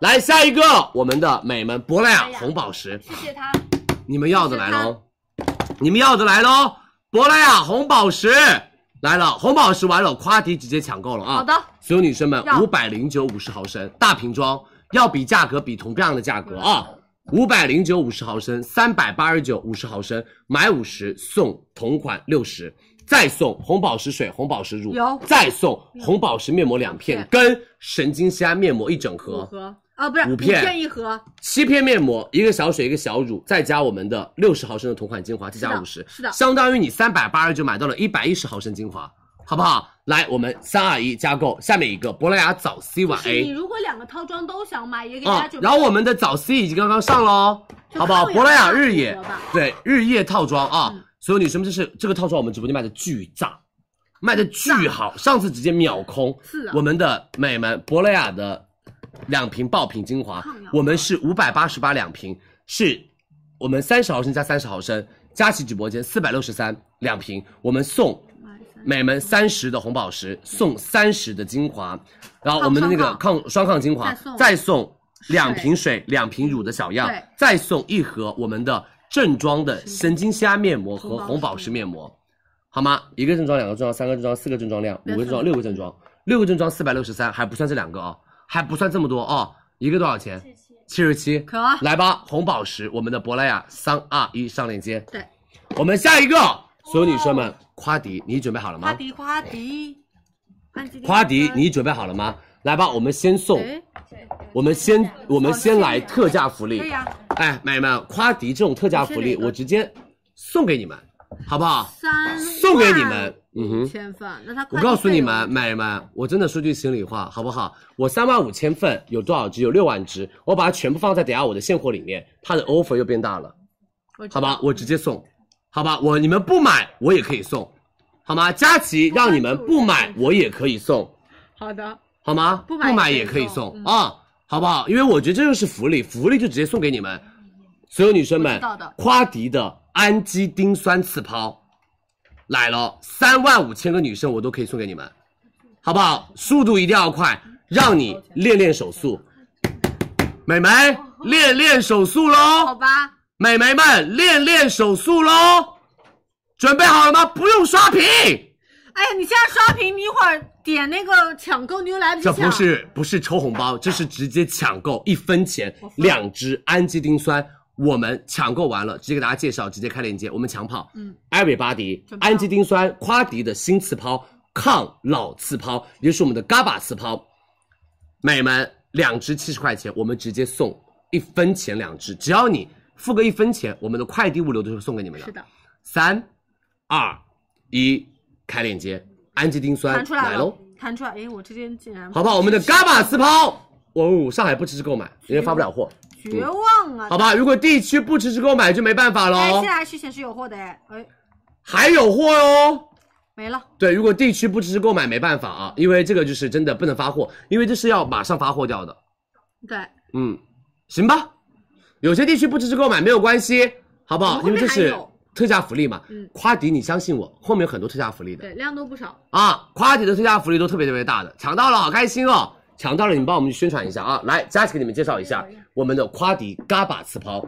Speaker 8: 来下一个，我们的美们珀莱雅红宝石，
Speaker 10: 谢谢
Speaker 8: 啊
Speaker 10: 他。
Speaker 8: 你们要的来喽，你们要的来喽，珀莱雅红宝石来了，红宝石完了，夸迪直接抢购了啊！
Speaker 10: 好的，
Speaker 8: 所有女生们，
Speaker 10: 要
Speaker 8: 五百零九五十毫升大瓶装，要比价格比同样的价格啊，
Speaker 10: 嗯
Speaker 8: 五百零九五十毫升，三百八十九五十毫升，买五十送同款六十。再送红宝石水、红宝石乳，
Speaker 10: 有
Speaker 8: 再送红宝石面膜两片，跟神经酰胺面膜一整
Speaker 10: 五
Speaker 8: 盒，
Speaker 10: 盒啊，不是
Speaker 8: 五片
Speaker 10: 一盒，
Speaker 8: 七片面膜，一个小水，一个小乳，再加我们的六十毫升的同款精华，再加五十，
Speaker 10: 是的
Speaker 8: 相当于你三百八十就买到了一百一十毫升精华，好不好？来，我们三二一加购，下面一个珀莱雅早 C 晚
Speaker 10: 就是你
Speaker 8: A
Speaker 10: 如果两个套装都想买，也给大
Speaker 8: 啊
Speaker 10: 家准，备。
Speaker 8: 然后我们的早 C 已经刚刚上哦喽，
Speaker 10: 就
Speaker 8: 好不好？
Speaker 10: 抗氧化
Speaker 8: 珀莱雅日野
Speaker 10: 组合吧
Speaker 8: 对日夜套装啊，所有女生们，这是这个套装我们直播间卖的巨炸，卖的巨好，上次直接秒空，
Speaker 10: 是的
Speaker 8: 我们的美们珀莱雅的两瓶爆品精华
Speaker 10: 抗氧化，
Speaker 8: 我们是五百八十八两瓶，是我们三十毫升加三十毫升，佳琦直播间四百六十三两瓶，我们送美们三十的红宝石，送三十的精华，然后我们的那个抗双抗精华
Speaker 10: 再送，
Speaker 8: 再送两瓶水、两瓶乳的小样
Speaker 10: 对，
Speaker 8: 再送一盒我们的正装的神经酰胺面膜和红宝石面膜。好吗？一个正装，两个正装，三个正装，四个正装量，五个正装，六个正装，六个正装四百六十三，还不算这两个哦，还不算这么多哦。一个多少钱？七十七。
Speaker 10: 可啊
Speaker 8: 来吧，红宝石，我们的珀莱雅，三二一，上链接。
Speaker 10: 对，
Speaker 8: 我们下一个所有女生们，夸迪，你准备好了吗？
Speaker 6: 夸迪夸迪，安吉丽
Speaker 8: 夸迪，你准备好了吗？来吧，我们先送，
Speaker 6: 哎
Speaker 8: 我们先我们先来特价福利
Speaker 6: 对。
Speaker 10: 啊
Speaker 6: 呀，
Speaker 8: 哎，美女们，夸迪这种特价福
Speaker 6: 你
Speaker 8: 利，
Speaker 6: 是哪个
Speaker 8: 我直接送给你们，好不好？
Speaker 6: 三
Speaker 8: 送给你们，嗯
Speaker 6: 五
Speaker 8: 哼。
Speaker 6: 千份，那他
Speaker 8: 我告诉你们，美女们，我真的说句心里话，好不好？我三万五千份有多少只？有六万只，我把它全部放在等下我的现货里面，它的 offer 又变大了，好吧？我直接送，好吧？我你们不买我也可以送，好吗？佳琪让你们不买我也可以送，
Speaker 6: 好的，
Speaker 8: 好吗？
Speaker 6: 不买
Speaker 8: 买也可以
Speaker 6: 嗯
Speaker 8: 送啊，好不好？因为我觉得这就是福利，福利就直接送给你们，所有女生
Speaker 6: 我
Speaker 8: 们
Speaker 6: 知道的，
Speaker 8: 夸迪的氨基丁酸刺抛来了，三万五千个女生我都可以送给你们，好不好？速度一定要快，让你练练手速，美眉练练手速
Speaker 6: 好
Speaker 8: 喽，
Speaker 6: 吧，
Speaker 8: 美眉们练练手速喽，准备好了吗？不用刷屏，
Speaker 6: 哎呀，你现在刷屏，你一会儿点那个抢购，你又来不及
Speaker 8: 这
Speaker 6: 抢。
Speaker 8: 不是不是抽红包，这是直接抢购，一分钱两支氨基丁酸。我们抢购完了，直接给大家介绍，直接开链接，我们抢跑。嗯，everybody，
Speaker 6: 准备好
Speaker 8: 氨基丁酸夸迪的新次抛抗老次抛，也就是我们的 GABA 次抛，美们两支七十块钱，我们直接送一分钱两支，只要你付个一分钱，我们的快递物流都是送给你们的。
Speaker 6: 是的，
Speaker 8: 三二一，开链接，氨基丁酸
Speaker 6: 弹出来
Speaker 8: 来喽
Speaker 6: 了。，弹出来，哎，我这边竟然
Speaker 8: 好不好？我们的伽马私抛，哦，上海不支持购买，因为发不了货，
Speaker 6: 绝望啊！
Speaker 8: 好吧？如果地区不支持购买就没办法
Speaker 6: 哎，
Speaker 8: 喽
Speaker 6: 现，在还是显示有货的，哎，哎，
Speaker 8: 还有货哟。
Speaker 6: 没了，
Speaker 8: 对，如果地区不支持购买没办法啊，因为这个就是真的不能发货，因为这是要马上发货掉的。
Speaker 6: 对，
Speaker 8: 嗯，行吧，有些地区不支持购买没有关系，好不好？
Speaker 6: 我们后
Speaker 8: 因为
Speaker 6: 面
Speaker 8: 这
Speaker 6: 还
Speaker 8: 是
Speaker 6: 有
Speaker 8: 特价福利嘛。
Speaker 6: 嗯
Speaker 8: 夸迪，你相信我，后面有很多特价福利的。
Speaker 6: 对，量都不少，
Speaker 8: 啊，夸迪的特价福利都特别特别大的，抢到了，好开心哦！抢到了，你们帮我们去宣传一下啊！来，佳琪给你们介绍一下我们的夸迪嘎巴次抛，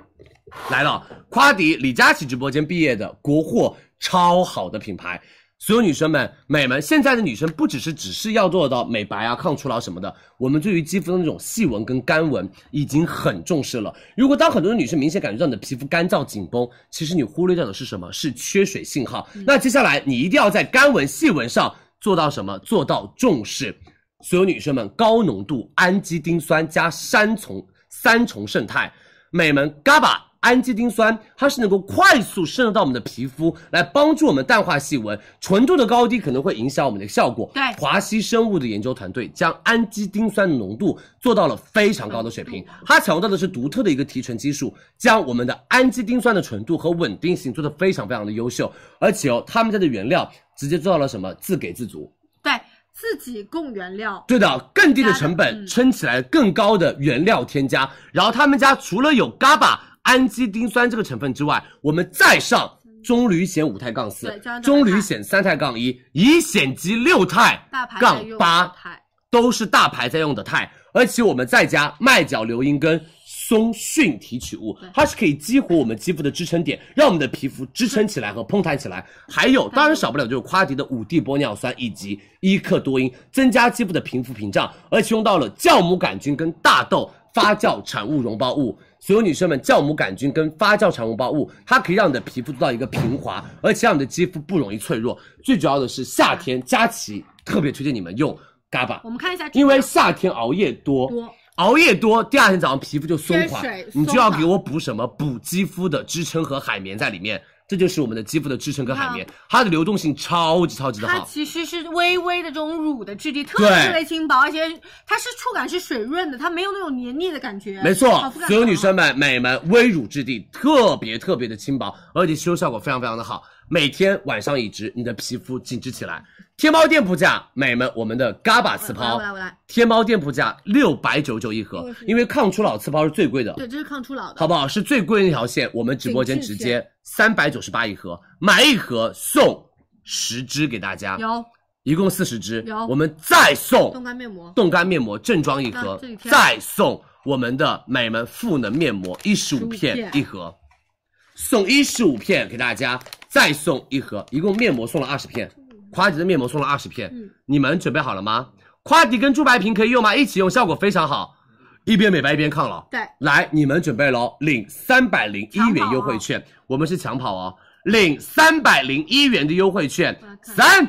Speaker 8: 来了，夸迪李佳琦直播间毕业的国货超好的品牌，所有女生们、美们，现在的女生不只是只是要做到美白啊、抗初老什么的，我们对于肌肤的那种细纹跟干纹已经很重视了。如果当很多的女生明显感觉到你的皮肤干燥紧绷，其实你忽略掉的是什么？是缺水信号。那接下来你一定要在干纹、细纹上做到什么？做到重视。所有女生们，高浓度氨基丁酸加三重三重胜肽，美们 GABA 氨基丁酸，它是能够快速渗入到我们的皮肤，来帮助我们淡化细纹。纯度的高低可能会影响我们的效果。
Speaker 6: 对
Speaker 8: 华西生物的研究团队将氨基丁酸的浓度做到了非常高的水平，它采用到的是独特的一个提纯技术，将我们的氨基丁酸的纯度和稳定性做得非常非常的优秀，而且哦，他们家的原料直接做到了什么？自给自足。
Speaker 6: 对自己供原料，
Speaker 8: 对的，更低的成
Speaker 6: 嗯
Speaker 8: 本撑起来更高的原料添加，然后他们家除了有 GABA 氨基丁酸这个成分之外，我们再上棕榈酰五肽杠四
Speaker 6: 嗯对加上、
Speaker 8: 棕榈酰三肽杠一、乙酰基六肽
Speaker 6: 大牌在
Speaker 8: 杠
Speaker 6: 用
Speaker 8: 八
Speaker 6: 的肽
Speaker 8: 都是大牌在用的肽，而且我们再加麦角硫因跟松蕈提取物，它是可以激活我们肌肤的支撑点，让我们的皮肤支撑起来和嘭弹起来。还有，当然少不了就是夸迪的五地玻尿酸以及伊克多因，增加肌肤的平复屏障，而且用到了酵母杆菌跟大豆发酵产物溶胞物。所有女生们，酵母杆菌跟发酵产物胞物，它可以让你的皮肤做到一个平滑，而且让你的肌肤不容易脆弱。最主要的是夏天，佳琪特别推荐你们用 GABA。
Speaker 6: 我们看一下质量，
Speaker 8: 因为夏天熬夜多，
Speaker 6: 多
Speaker 8: 熬夜多，第二天早上皮肤就松垮
Speaker 6: 缺水，
Speaker 8: 你就
Speaker 6: 松
Speaker 8: 要
Speaker 6: 垮
Speaker 8: 给我补什么？补肌肤的支撑和海绵在里面，这就是我们的肌肤的支撑跟海绵，它的流动性超级超级的
Speaker 6: 它
Speaker 8: 好。
Speaker 6: 其实是微微的这种乳的质地，特别特别轻薄，而且它是触感是水润的，它没有那种黏腻的感觉。哦
Speaker 8: 没
Speaker 6: 好
Speaker 8: 错
Speaker 6: 肤感，
Speaker 8: 所有
Speaker 6: 很
Speaker 8: 女
Speaker 6: 好
Speaker 8: 生们、美们，微乳质地特别特别的轻薄，而且吸收效果非常非常的好。每天晚上一支，你的皮肤紧致起来。天猫店铺价，美们，我们的 GABA 次
Speaker 6: 我来
Speaker 8: 抛
Speaker 6: 我来，我来，
Speaker 8: 天猫店铺价六百九九一盒，因为抗初老次抛是最贵的，
Speaker 6: 对，这是抗初老的，
Speaker 8: 好不好？是最贵的那条线，我们直播间直接三百九十八一盒，买一盒送十支给大家，
Speaker 6: 有
Speaker 8: 一共四十支
Speaker 6: 有，
Speaker 8: 我们再送
Speaker 6: 冻干面膜，
Speaker 8: 冻干面膜正装一
Speaker 6: 啊
Speaker 8: 盒
Speaker 6: 这几，天
Speaker 8: 再送我们的美们赋能面膜一十五片
Speaker 6: 片
Speaker 8: 一盒，送一十五片给大家，再送一盒，一共面膜送了二十片，夸迪的面膜送了二十片，
Speaker 6: 嗯
Speaker 8: 你们准备好了吗？夸迪跟猪白瓶可以用吗？一起用，效果非常好，一边美白一边抗老。
Speaker 6: 对，
Speaker 8: 来，你们准备喽，领三百零一
Speaker 6: 抢跑啊
Speaker 8: 元优惠券，我们是抢跑哦。领三百零一元的优惠券。三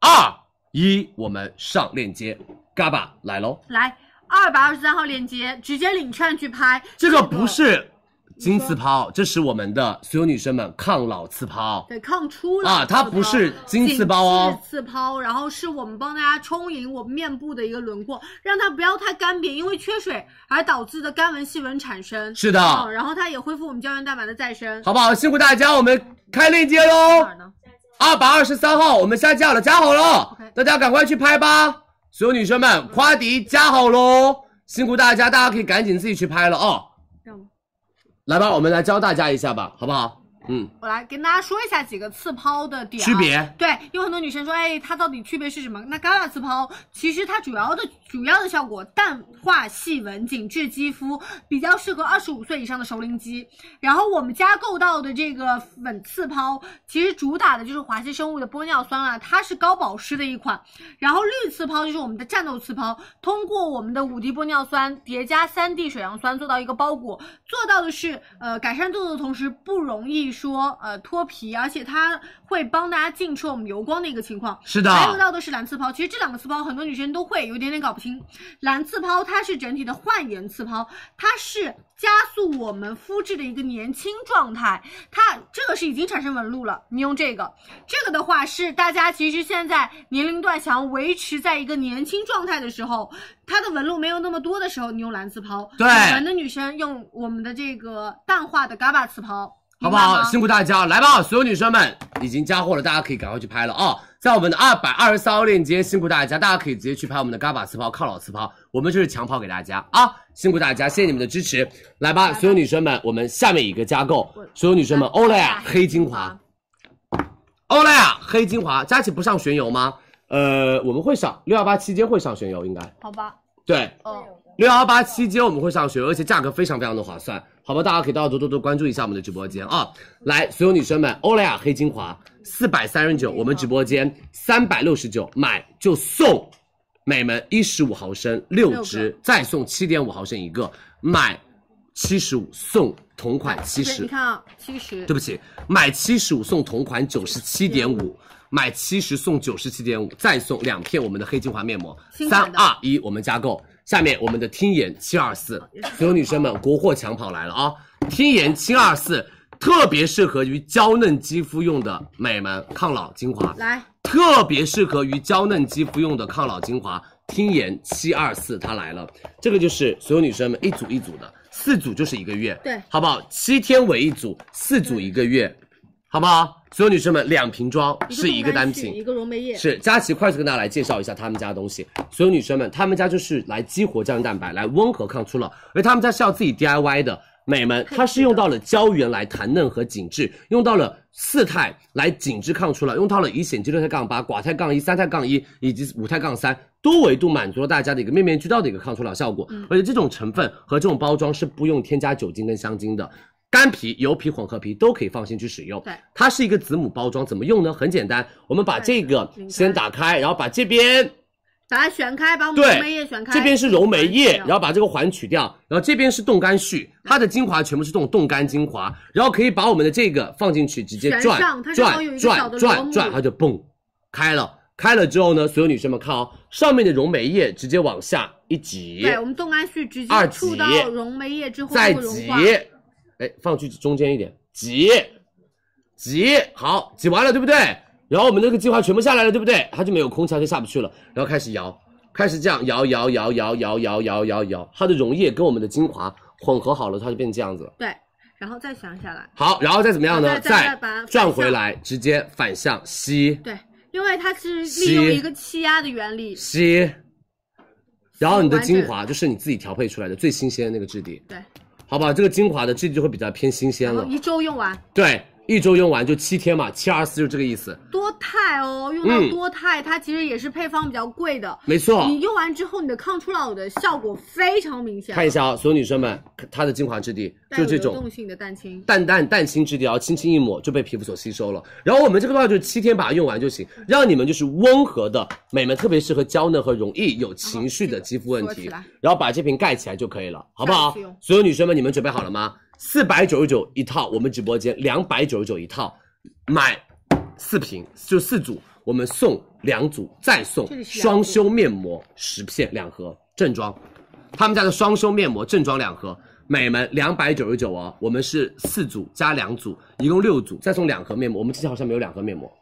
Speaker 8: 二一，我们上链接，嘎巴来喽！
Speaker 6: 来，二百二十三号链接，直接领券去拍。
Speaker 8: 这个不
Speaker 6: 嗯
Speaker 8: 是金丝抛，这是我们的所有女生们抗老刺抛
Speaker 6: 对抗初老
Speaker 8: 啊，它不是金
Speaker 6: 紧
Speaker 8: 丝抛哦。
Speaker 6: 致刺抛，然后是我们帮大家充盈我们面部的一个轮廓，让它不要太干瘪，因为缺水而导致的干纹细纹产生。
Speaker 8: 是的啊
Speaker 6: 嗯然后它也恢复我们胶原蛋白的再生。
Speaker 8: 好不好？辛苦大家，我们开链接
Speaker 6: 哪
Speaker 8: 喽
Speaker 6: 儿！呢？
Speaker 8: 二百二十三号我们下架了，加好了
Speaker 6: OK
Speaker 8: 大家赶快去拍吧！所有女生们，夸迪加好喽！辛苦大家，大家可以赶紧自己去拍了哦。来吧，我们来教大家一下吧，好不好？嗯，
Speaker 6: 我来跟大家说一下几个刺抛的点啊
Speaker 8: 区。别
Speaker 6: 对，有很多女生说，哎，它到底区别是什么？那伽马刺抛其实它主要的主要的效果淡化细纹、紧致肌肤，比较适合二十五岁以上的熟龄肌。然后我们加购到的这个粉刺抛，其实主打的就是华熙生物的玻尿酸啊，它是高保湿的一款。然后绿刺抛就是我们的战斗刺抛，通过我们的五 D 玻尿酸叠加三 D 水杨酸做到一个包裹，做到的是呃改善痘痘的同时不容易说呃脱皮，而且它会帮大家净出我们油光的一个情况。
Speaker 8: 是的，
Speaker 6: 还有到的是蓝刺抛，其实这两个刺抛很多女生都会有一点点搞不清。蓝刺抛它是整体的焕颜刺抛，它是加速我们肤质的一个年轻状态。它这个是已经产生纹路了，你用这个，这个的话是大家其实现在年龄段想要维持在一个年轻状态的时候，它的纹路没有那么多的时候，你用蓝刺抛。
Speaker 8: 对
Speaker 6: 有纹的女生用我们的这个淡化的 GABA 刺抛。
Speaker 8: 好
Speaker 6: 明
Speaker 8: 不
Speaker 6: 白
Speaker 8: 好？
Speaker 6: 吗
Speaker 8: 辛苦大家，来吧，所有女生们已经加货了，大家可以赶快去拍了啊、在我们的二百二十三号链接，辛苦大家，大家可以直接去拍我们的嘎巴刺抛、抗老刺抛，我们就是强抛给大家啊！辛苦大家，谢谢你们的支持，来吧，所有女生们，我们下面一个加购，所有女生们，欧莱雅黑精华，欧莱雅黑精华，佳琪不上旋油吗？呃，我们会上六幺八期间会上旋油，应该
Speaker 6: 好吧，
Speaker 8: 对，
Speaker 6: 哦，
Speaker 8: 六幺八期间我们会上学，而且价格非常非常的划算，好吧？大家可以到多多多关注一下我们的直播间啊！来，所有女生们，欧莱雅黑精华四百三十九，
Speaker 6: 嗯
Speaker 8: 我们直播间三百六十九，买就送每门一十五毫升六支，再送七点五毫升一个，买七十五送同款七
Speaker 6: 对
Speaker 8: 十
Speaker 6: 你。看啊，七十
Speaker 8: 对，不起，买七十五送同款九十七点五，买七十送九十七点五，再送两片我们的黑精华面膜。
Speaker 6: 新
Speaker 8: 三
Speaker 6: 款的
Speaker 8: 二一，我们加购。下面我们的听妍七二四，所有女生们国货抢跑来了啊！听妍七二四特别适合于娇嫩肌肤用的美门抗老精华。
Speaker 6: 来，
Speaker 8: 特别适合于娇嫩肌肤用的抗老精华，听妍七二四它来了，这个就是所有女生们一组一组的，四组就是一个月，
Speaker 6: 对
Speaker 8: 好不好？七天为一组，四组一个月，好不好？所有女生们两瓶装是一个单
Speaker 6: 冻干
Speaker 8: 品
Speaker 6: 絮一，个融酶液，
Speaker 8: 是佳琪快速跟大家来介绍一下他们家的东西。所有女生们，他们家就是来激活胶原蛋白，来温和抗初老，而他们家是要自己 DIY 的。美们，它是用到了胶原来弹嫩和紧致，用到了四肽来紧致抗初老，用到了乙酰基六肽杠八、寡肽杠一、三肽杠一以及五肽杠三，多维度满足了大家的一个面面俱到的一个抗初老效果。而且这种成分和这种包装是不用添加酒精跟香精的，干皮、油皮、混合皮都可以放心去使用。
Speaker 6: 对
Speaker 8: 它是一个子母包装，怎么用呢？很简单，我们把这个
Speaker 6: 拧开
Speaker 8: 先打开，然后把这边
Speaker 6: 把它旋开，把我们
Speaker 8: 对
Speaker 6: 的融酶液旋开。
Speaker 8: 这边是柔眉液，然
Speaker 6: 后
Speaker 8: 后把这个环取掉，然后这边是冻干絮，
Speaker 6: 嗯
Speaker 8: 它的精华全部是这种冻干精华，然后可以把我们的这个放进去，直接
Speaker 6: 旋
Speaker 8: 转
Speaker 6: 上它
Speaker 8: 转
Speaker 6: 是要有一
Speaker 8: 转
Speaker 6: 个小的
Speaker 8: 转
Speaker 6: 螺
Speaker 8: 转
Speaker 6: 母
Speaker 8: 转，它就蹦开了。开了之后呢，所有女生们看哦，上面的柔眉液直接往下一挤，
Speaker 6: 对我们冻干絮直
Speaker 8: 二
Speaker 6: 接触
Speaker 8: 级
Speaker 6: 到溶酶液之后
Speaker 8: 再
Speaker 6: 它会融
Speaker 8: 挤
Speaker 6: 化。，
Speaker 8: 哎，放去中间一点，挤，挤，好，挤完了，对不对？然后我们那个精华全部下来了，对不对？它就没有空气，它就下不去了。然后开始摇，开始这样摇摇摇摇摇摇摇摇摇，它的溶液跟我们的精华混合好了，它就变这样子了。
Speaker 6: 对，然后再旋下来。
Speaker 8: 好，然后再怎么样呢？
Speaker 6: 再再再把它
Speaker 8: 再
Speaker 6: 反
Speaker 8: 转回
Speaker 6: 向
Speaker 8: 来，直接反向吸
Speaker 6: 对，因为它是
Speaker 8: 吸
Speaker 6: 利用一个气压的原理，
Speaker 8: 吸，然后你的
Speaker 6: 完整
Speaker 8: 精华就是你自己调配出来的最新鲜的那个质地，
Speaker 6: 对，
Speaker 8: 好不好？这个精华的质地就会比较偏新鲜
Speaker 6: 然后
Speaker 8: 了。
Speaker 6: 一周用完。
Speaker 8: 对，一周用完就七天嘛，七二四就这个意思，
Speaker 6: 多肽哦，用到
Speaker 8: 嗯
Speaker 6: 多肽，它其实也是配方比较贵的。
Speaker 8: 没错。
Speaker 6: 你用完之后，你的抗初老的效果非常明显。
Speaker 8: 看一，下啊、所有女生们，它的精华质地
Speaker 6: 带
Speaker 8: 就
Speaker 6: 有
Speaker 8: 这
Speaker 6: 流
Speaker 8: 种
Speaker 6: 动性的蛋清，
Speaker 8: 淡淡淡清质地，然后轻轻一抹就被皮肤所吸收了。然后我们这个的话就是七天把它用完就行，让你们就是温和的美们特别适合娇嫩和容易有情绪的肌肤问
Speaker 6: 然后这个锁起
Speaker 8: 题
Speaker 6: 来，
Speaker 8: 然后把这瓶盖起来就可以了，好不好
Speaker 6: 再用？
Speaker 8: 所有女生们，你们准备好了吗？四百九十九一套，我们直播间两百九十九一套。买四瓶就四组，我们送两组，再送
Speaker 6: 这里是两
Speaker 8: 哦双修面膜十片两盒正装，他们家的双修面膜正装两盒。每门两百九十九哦，我们是四组加两组，一共六组，再送两盒面膜。我们之前好像没有两盒面膜，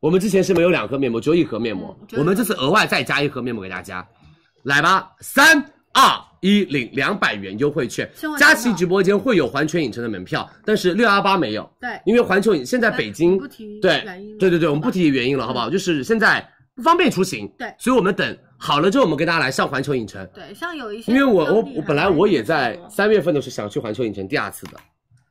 Speaker 8: 我们之前是没有两盒面膜，只有一盒面膜。
Speaker 6: 只有一盒
Speaker 8: 我们这次额外再加一盒面膜给大家，来吧，三二一，领两百元优惠券
Speaker 6: 希望。
Speaker 8: 佳
Speaker 6: 能
Speaker 8: 琦
Speaker 6: 吧
Speaker 8: 直播间会有环球影城的门票，但是六幺八没有，
Speaker 6: 对，
Speaker 8: 因为环球影现在
Speaker 6: 哎
Speaker 8: 北京
Speaker 6: 不提
Speaker 8: 对
Speaker 6: 原因了
Speaker 8: 对对对，我们
Speaker 6: 好吧嗯
Speaker 8: 不提原因了，好不好？就是现在不方便出行，
Speaker 6: 对
Speaker 8: 所以我们等好了之后，我们跟大家来上环球影城。
Speaker 6: 对，像有一些
Speaker 8: 因为我
Speaker 6: 当
Speaker 8: 我
Speaker 6: 地
Speaker 8: 我
Speaker 6: 还
Speaker 8: 本来
Speaker 6: 蛮
Speaker 8: 我
Speaker 6: 有
Speaker 8: 也
Speaker 6: 特
Speaker 8: 在
Speaker 6: 色
Speaker 8: 三月份的时候想去环球影城第二次的，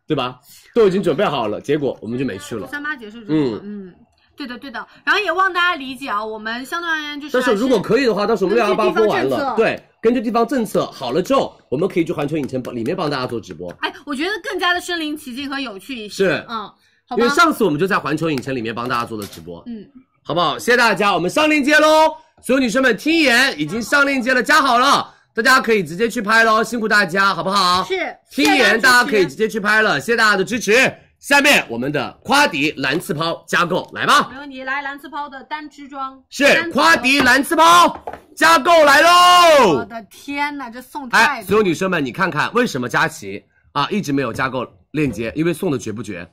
Speaker 8: 对吧？都已经准备好了，结果我们就没去了。
Speaker 6: 三八结束之后，嗯，对的对的。然后也望大家理解啊，我们相对而言就是
Speaker 8: 但是
Speaker 6: 还是啊
Speaker 8: 如果可以的话，到时候我们
Speaker 6: 根
Speaker 8: 六
Speaker 6: 据
Speaker 8: 幺八
Speaker 6: 地方
Speaker 8: 分完
Speaker 6: 政
Speaker 8: 了
Speaker 6: 策，
Speaker 8: 对，根据地方政策好了之后，我们可以去环球影城帮里面帮大家做直播，
Speaker 6: 哎，我觉得更加的身临其境和有趣一些。
Speaker 8: 是
Speaker 6: 嗯，好
Speaker 8: 因
Speaker 6: 吧
Speaker 8: 为。上次我们就在环球影城里面帮大家做的直播，
Speaker 6: 嗯，
Speaker 8: 好不好？谢谢大家，我们上链接喽！所有女生们听一眼，已经上链接了，加好了，大家可以直接去拍喽，辛苦大家，好不好？
Speaker 6: 是
Speaker 8: 听一眼，大家可以
Speaker 6: 支
Speaker 8: 直接去拍了，谢谢大家的支持。下面我们的夸迪蓝刺抛加购来吧
Speaker 6: 持，没问题。来蓝刺抛的单支装，
Speaker 8: 是夸迪蓝刺抛加购来
Speaker 6: 我
Speaker 8: 喽！
Speaker 6: 的天呐，这送
Speaker 8: 哎
Speaker 6: 太，
Speaker 8: 所
Speaker 6: 多
Speaker 8: 有女生们，你看看为什么佳琪啊一直没有加购链接，因为送的绝不绝。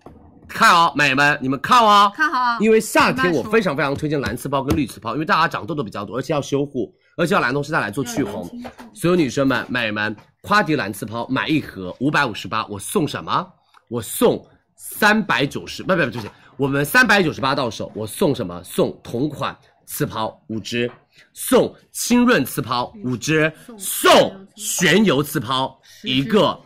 Speaker 8: 看哦，美们，你们看哦，
Speaker 6: 看好啊
Speaker 8: 因为夏天我
Speaker 6: 慢慢说
Speaker 8: 非常非常推荐蓝刺包跟绿刺包，因为大家长痘痘比较多，而且要修护，而且要蓝东西再来做去
Speaker 6: 嗯
Speaker 8: 红。所有女生们、美们，夸迪蓝刺包买一盒五百五十八，我送什么？我送三百九十，不不不，对不起，我们三百九十八到手，我送什么？送同款刺抛五支，送清润刺抛五支，送旋油刺抛一个。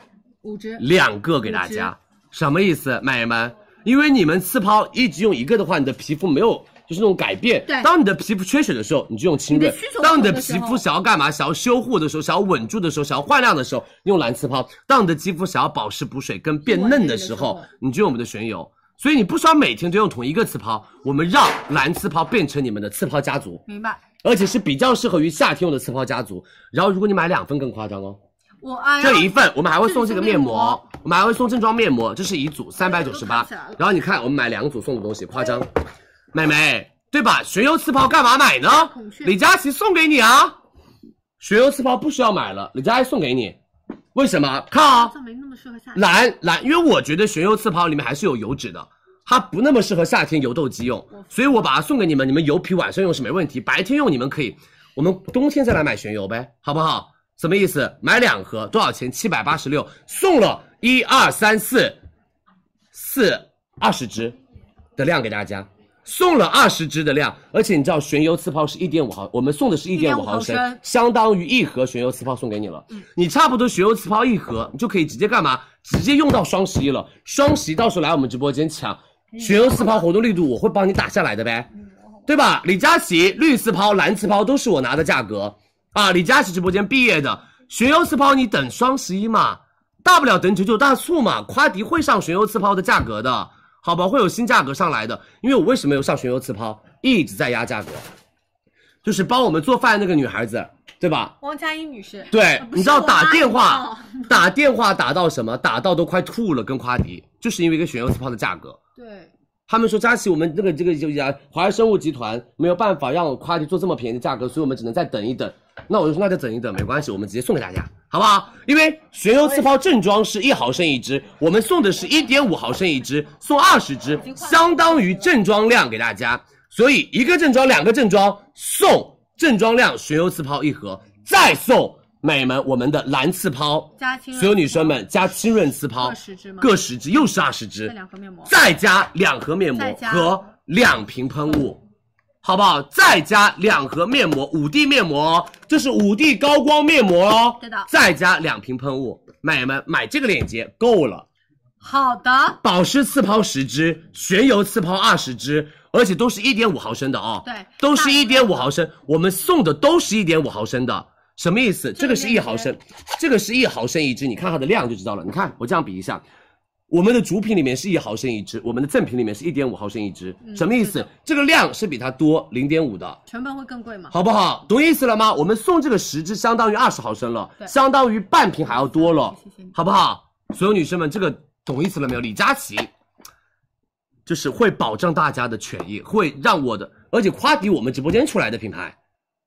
Speaker 6: 五支，
Speaker 8: 两个给大家，什么意思，美眉们？因为你们刺抛一直用一个的话，你的皮肤没有就是那种改变。
Speaker 6: 对
Speaker 8: 当你的皮肤缺水的时候，你就用清润
Speaker 6: 你的需求；不
Speaker 8: 当你的
Speaker 6: 同的时
Speaker 8: 皮
Speaker 6: 候
Speaker 8: 肤想要干嘛，想要修护的时候，想要稳住的时候，想要焕亮的时候，用蓝刺抛；当你的肌肤想要保湿补水跟变嫩的时候，你就用我们的旋油。所以你不需要每天都用同一个刺抛，我们让蓝刺抛变成你们的刺抛家族，
Speaker 6: 明白？
Speaker 8: 而且是比较适合于夏天用的刺抛家族。然后如果你买两份更夸张哦。
Speaker 6: 我啊，
Speaker 8: 这
Speaker 6: 然后
Speaker 8: 一份我们还会送这个面
Speaker 6: 面
Speaker 8: 膜，我们还会送正装面膜，这是一组三百九十八
Speaker 6: 看起来了。
Speaker 8: 然后你看，我们买两组送的东西，夸张，妹妹对吧？学油刺抛干嘛买呢？李佳琦送给你啊，学油刺抛不需要买了，李佳琦送给你，为什么？看啊
Speaker 6: 好，像没那么适合夏天。
Speaker 8: 蓝蓝，因为我觉得旋油刺抛里面还是有油脂的，它不那么适合夏天油痘肌用，所以我把它送给你们，你们油皮晚上用是没问题，白天用你们可以，我们冬天再来买旋油呗，好不好？什么意思？买两盒多少钱？七百八十六，送了一二三四四二十支的量给大家。送了二十支的量，而且你知道旋油刺泡是一点五毫，我们送的是一点五毫
Speaker 6: 1.5
Speaker 8: 嗯
Speaker 6: 毫升
Speaker 8: 相当于一盒旋油刺泡送给你了。你差不多旋油刺泡一盒，你就可以直接干嘛？直接用到双十一了。双十一到时候来我们直播间抢旋油刺泡活动力度，我会帮你打下来的呗，对吧？李佳琦绿刺泡、蓝刺泡都是我拿的价格啊！李佳琦直播间毕业的旋油刺泡，你等双十一嘛，大不了等九九大促嘛，夸迪会上旋油刺抛的价格的，好吧，会有新价格上来的。因为我为什么有上旋油刺抛，一直在压价格，就是帮我们做饭的那个女孩子，对吧？
Speaker 6: 王佳音女士，
Speaker 8: 对，
Speaker 6: 不是
Speaker 8: 你知道
Speaker 6: 我
Speaker 8: 打
Speaker 6: 啊 (laughs)
Speaker 8: 电
Speaker 6: 你知
Speaker 8: 话
Speaker 6: 道，
Speaker 8: 打电话打到什么？打到都快吐了，跟夸迪，就是因为一个旋油刺抛的价格。
Speaker 6: 对，
Speaker 8: 他们说佳琪，我们那个这个就呀，华润生物集团没有办法让夸迪做这么便宜的价格，所以我们只能再等一等。那我就说那就等一等，没关系，我们直接送给大家，好不好？因为旋油刺抛正装是一毫升一支，我们送的是一点五毫升一支，送二十支，相当于正装量给大家。所以一个正装，两个正装，送正装量旋油刺抛一盒，再送美们我们的蓝刺抛，
Speaker 6: 加清润
Speaker 8: 所有女生们加清润刺抛
Speaker 6: 各十支吗
Speaker 8: 各十支，又是二十支，
Speaker 6: 这两盒面膜，
Speaker 8: 再加两盒面膜
Speaker 6: 再加
Speaker 8: 和两瓶喷雾，好不好？再加两盒面膜，五 D 面膜哦，这是五 D 高光面膜哦。
Speaker 6: 对的
Speaker 8: 再加两瓶喷雾，美们买这个链接够了。
Speaker 6: 好的，
Speaker 8: 保湿次抛十支，旋油次抛二十支，而且都是一点五毫升的哦。
Speaker 6: 对
Speaker 8: 都是一点五毫升，我们送的都是一点五毫升的。什么意思？这个是一毫升，这个是一毫升一支，你看它的量就知道了。你看我这样比一下，我们的主品里面是一毫升一支，我们的赠品里面是一点五毫升一支，什么意思？这个量是比它多零点五的。
Speaker 6: 成本会更贵吗？
Speaker 8: 好不好？懂意思了吗？我们送这个十支，相当于二十毫升了，相当于半瓶还要多了
Speaker 6: 谢谢你，
Speaker 8: 好不好？所有女生们，这个懂意思了没有？李佳琦，就是会保障大家的权益，会让我的，而且夸迪我们直播间出来的品牌，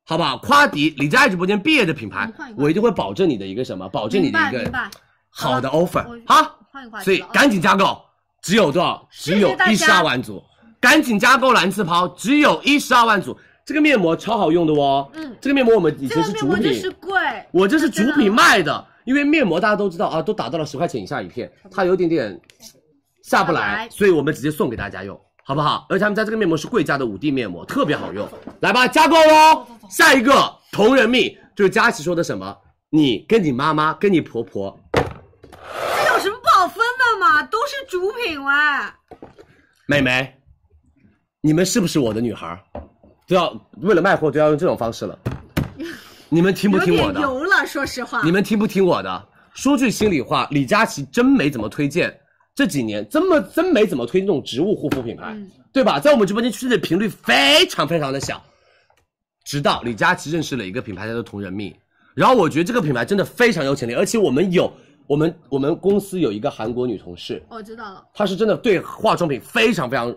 Speaker 8: 好不好？夸迪李佳琦直播间毕业的品牌
Speaker 6: 你换一，个
Speaker 8: 我一定会保证你的一个什么？保证你
Speaker 6: 明
Speaker 8: 的
Speaker 6: 白
Speaker 8: 一
Speaker 6: 明
Speaker 8: 个
Speaker 6: 白，
Speaker 8: 好的 offer
Speaker 6: 我
Speaker 8: 好。
Speaker 6: 换一换，
Speaker 8: 所以赶紧加购，只有多少？只有
Speaker 6: 大家
Speaker 8: 一十二万组，赶紧加购蓝刺抛，只有一十二万组。这个面膜超好用的哦，
Speaker 6: 嗯
Speaker 8: 这个面膜我们以
Speaker 6: 这个
Speaker 8: 前是
Speaker 6: 面
Speaker 8: 主
Speaker 6: 膜
Speaker 8: 品，
Speaker 6: 就是贵，
Speaker 8: 我这是主
Speaker 6: 真的
Speaker 8: 品卖的，因为面膜大家都知道啊，都打到了十块钱以下一片，它有点点下
Speaker 6: 下
Speaker 8: 不
Speaker 6: 不
Speaker 8: 来
Speaker 6: 来，
Speaker 8: 所以我们直接送给大家用，好不好？而且他们家这个面膜是贵价的五 D 面膜，特别好用，来吧，加购喽！下一个同人蜜就是佳琪说的什么？你跟你妈妈、跟你婆婆
Speaker 6: 这有什么不好分的嘛？都是主品喂，
Speaker 8: 美眉，你们是不是我的女孩儿？都要为了卖货都要用这种方式了，你们听不
Speaker 6: 有
Speaker 8: 听我
Speaker 6: 点
Speaker 8: 的？
Speaker 6: 油了，说实话。
Speaker 8: 你们听不听我的？说句心里话，李佳琦真没怎么推荐，这几年真么真没怎么推荐这种植物护肤品牌，对吧？在我们直播间出现的频率非常非常的小，直到李佳琦认识了一个品牌叫做同人蜜，然后我觉得这个品牌真的非常有潜力，而且我们有我们我们公司有一个韩国女同事，
Speaker 6: 我哦知道了，
Speaker 8: 她是真的对化妆品非常非常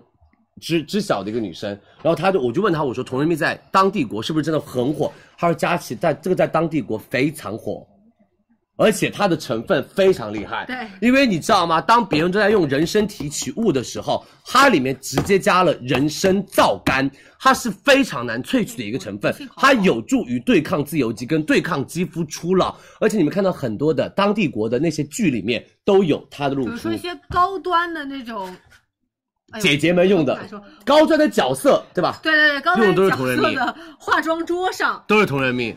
Speaker 8: 知知晓的一个女生。然后她就我就问她，我说同人蜜在当地国是不是真的很火？她说佳琦在这个在当地国非常火。而且它的成分非常厉害，
Speaker 6: 对
Speaker 8: 因为你知道吗？当别人都在用人参提取物的时候，它里面直接加了人参皂苷，它是非常难萃取的一个成分，
Speaker 6: 嗯
Speaker 8: 它有助于对抗自由基跟对抗肌肤初老。而且你们看到很多的当地国的那些剧里面都有它的露
Speaker 6: 比
Speaker 8: 出，
Speaker 6: 如说一些高端的那种，哎呦
Speaker 8: 姐姐们用的
Speaker 6: 难说
Speaker 8: 高端的角色，对吧？
Speaker 6: 对对对，高端
Speaker 8: 用的都是
Speaker 6: 角
Speaker 8: 同人
Speaker 6: 色
Speaker 8: 蜜
Speaker 6: 的化妆桌上，
Speaker 8: 都是同人蜜，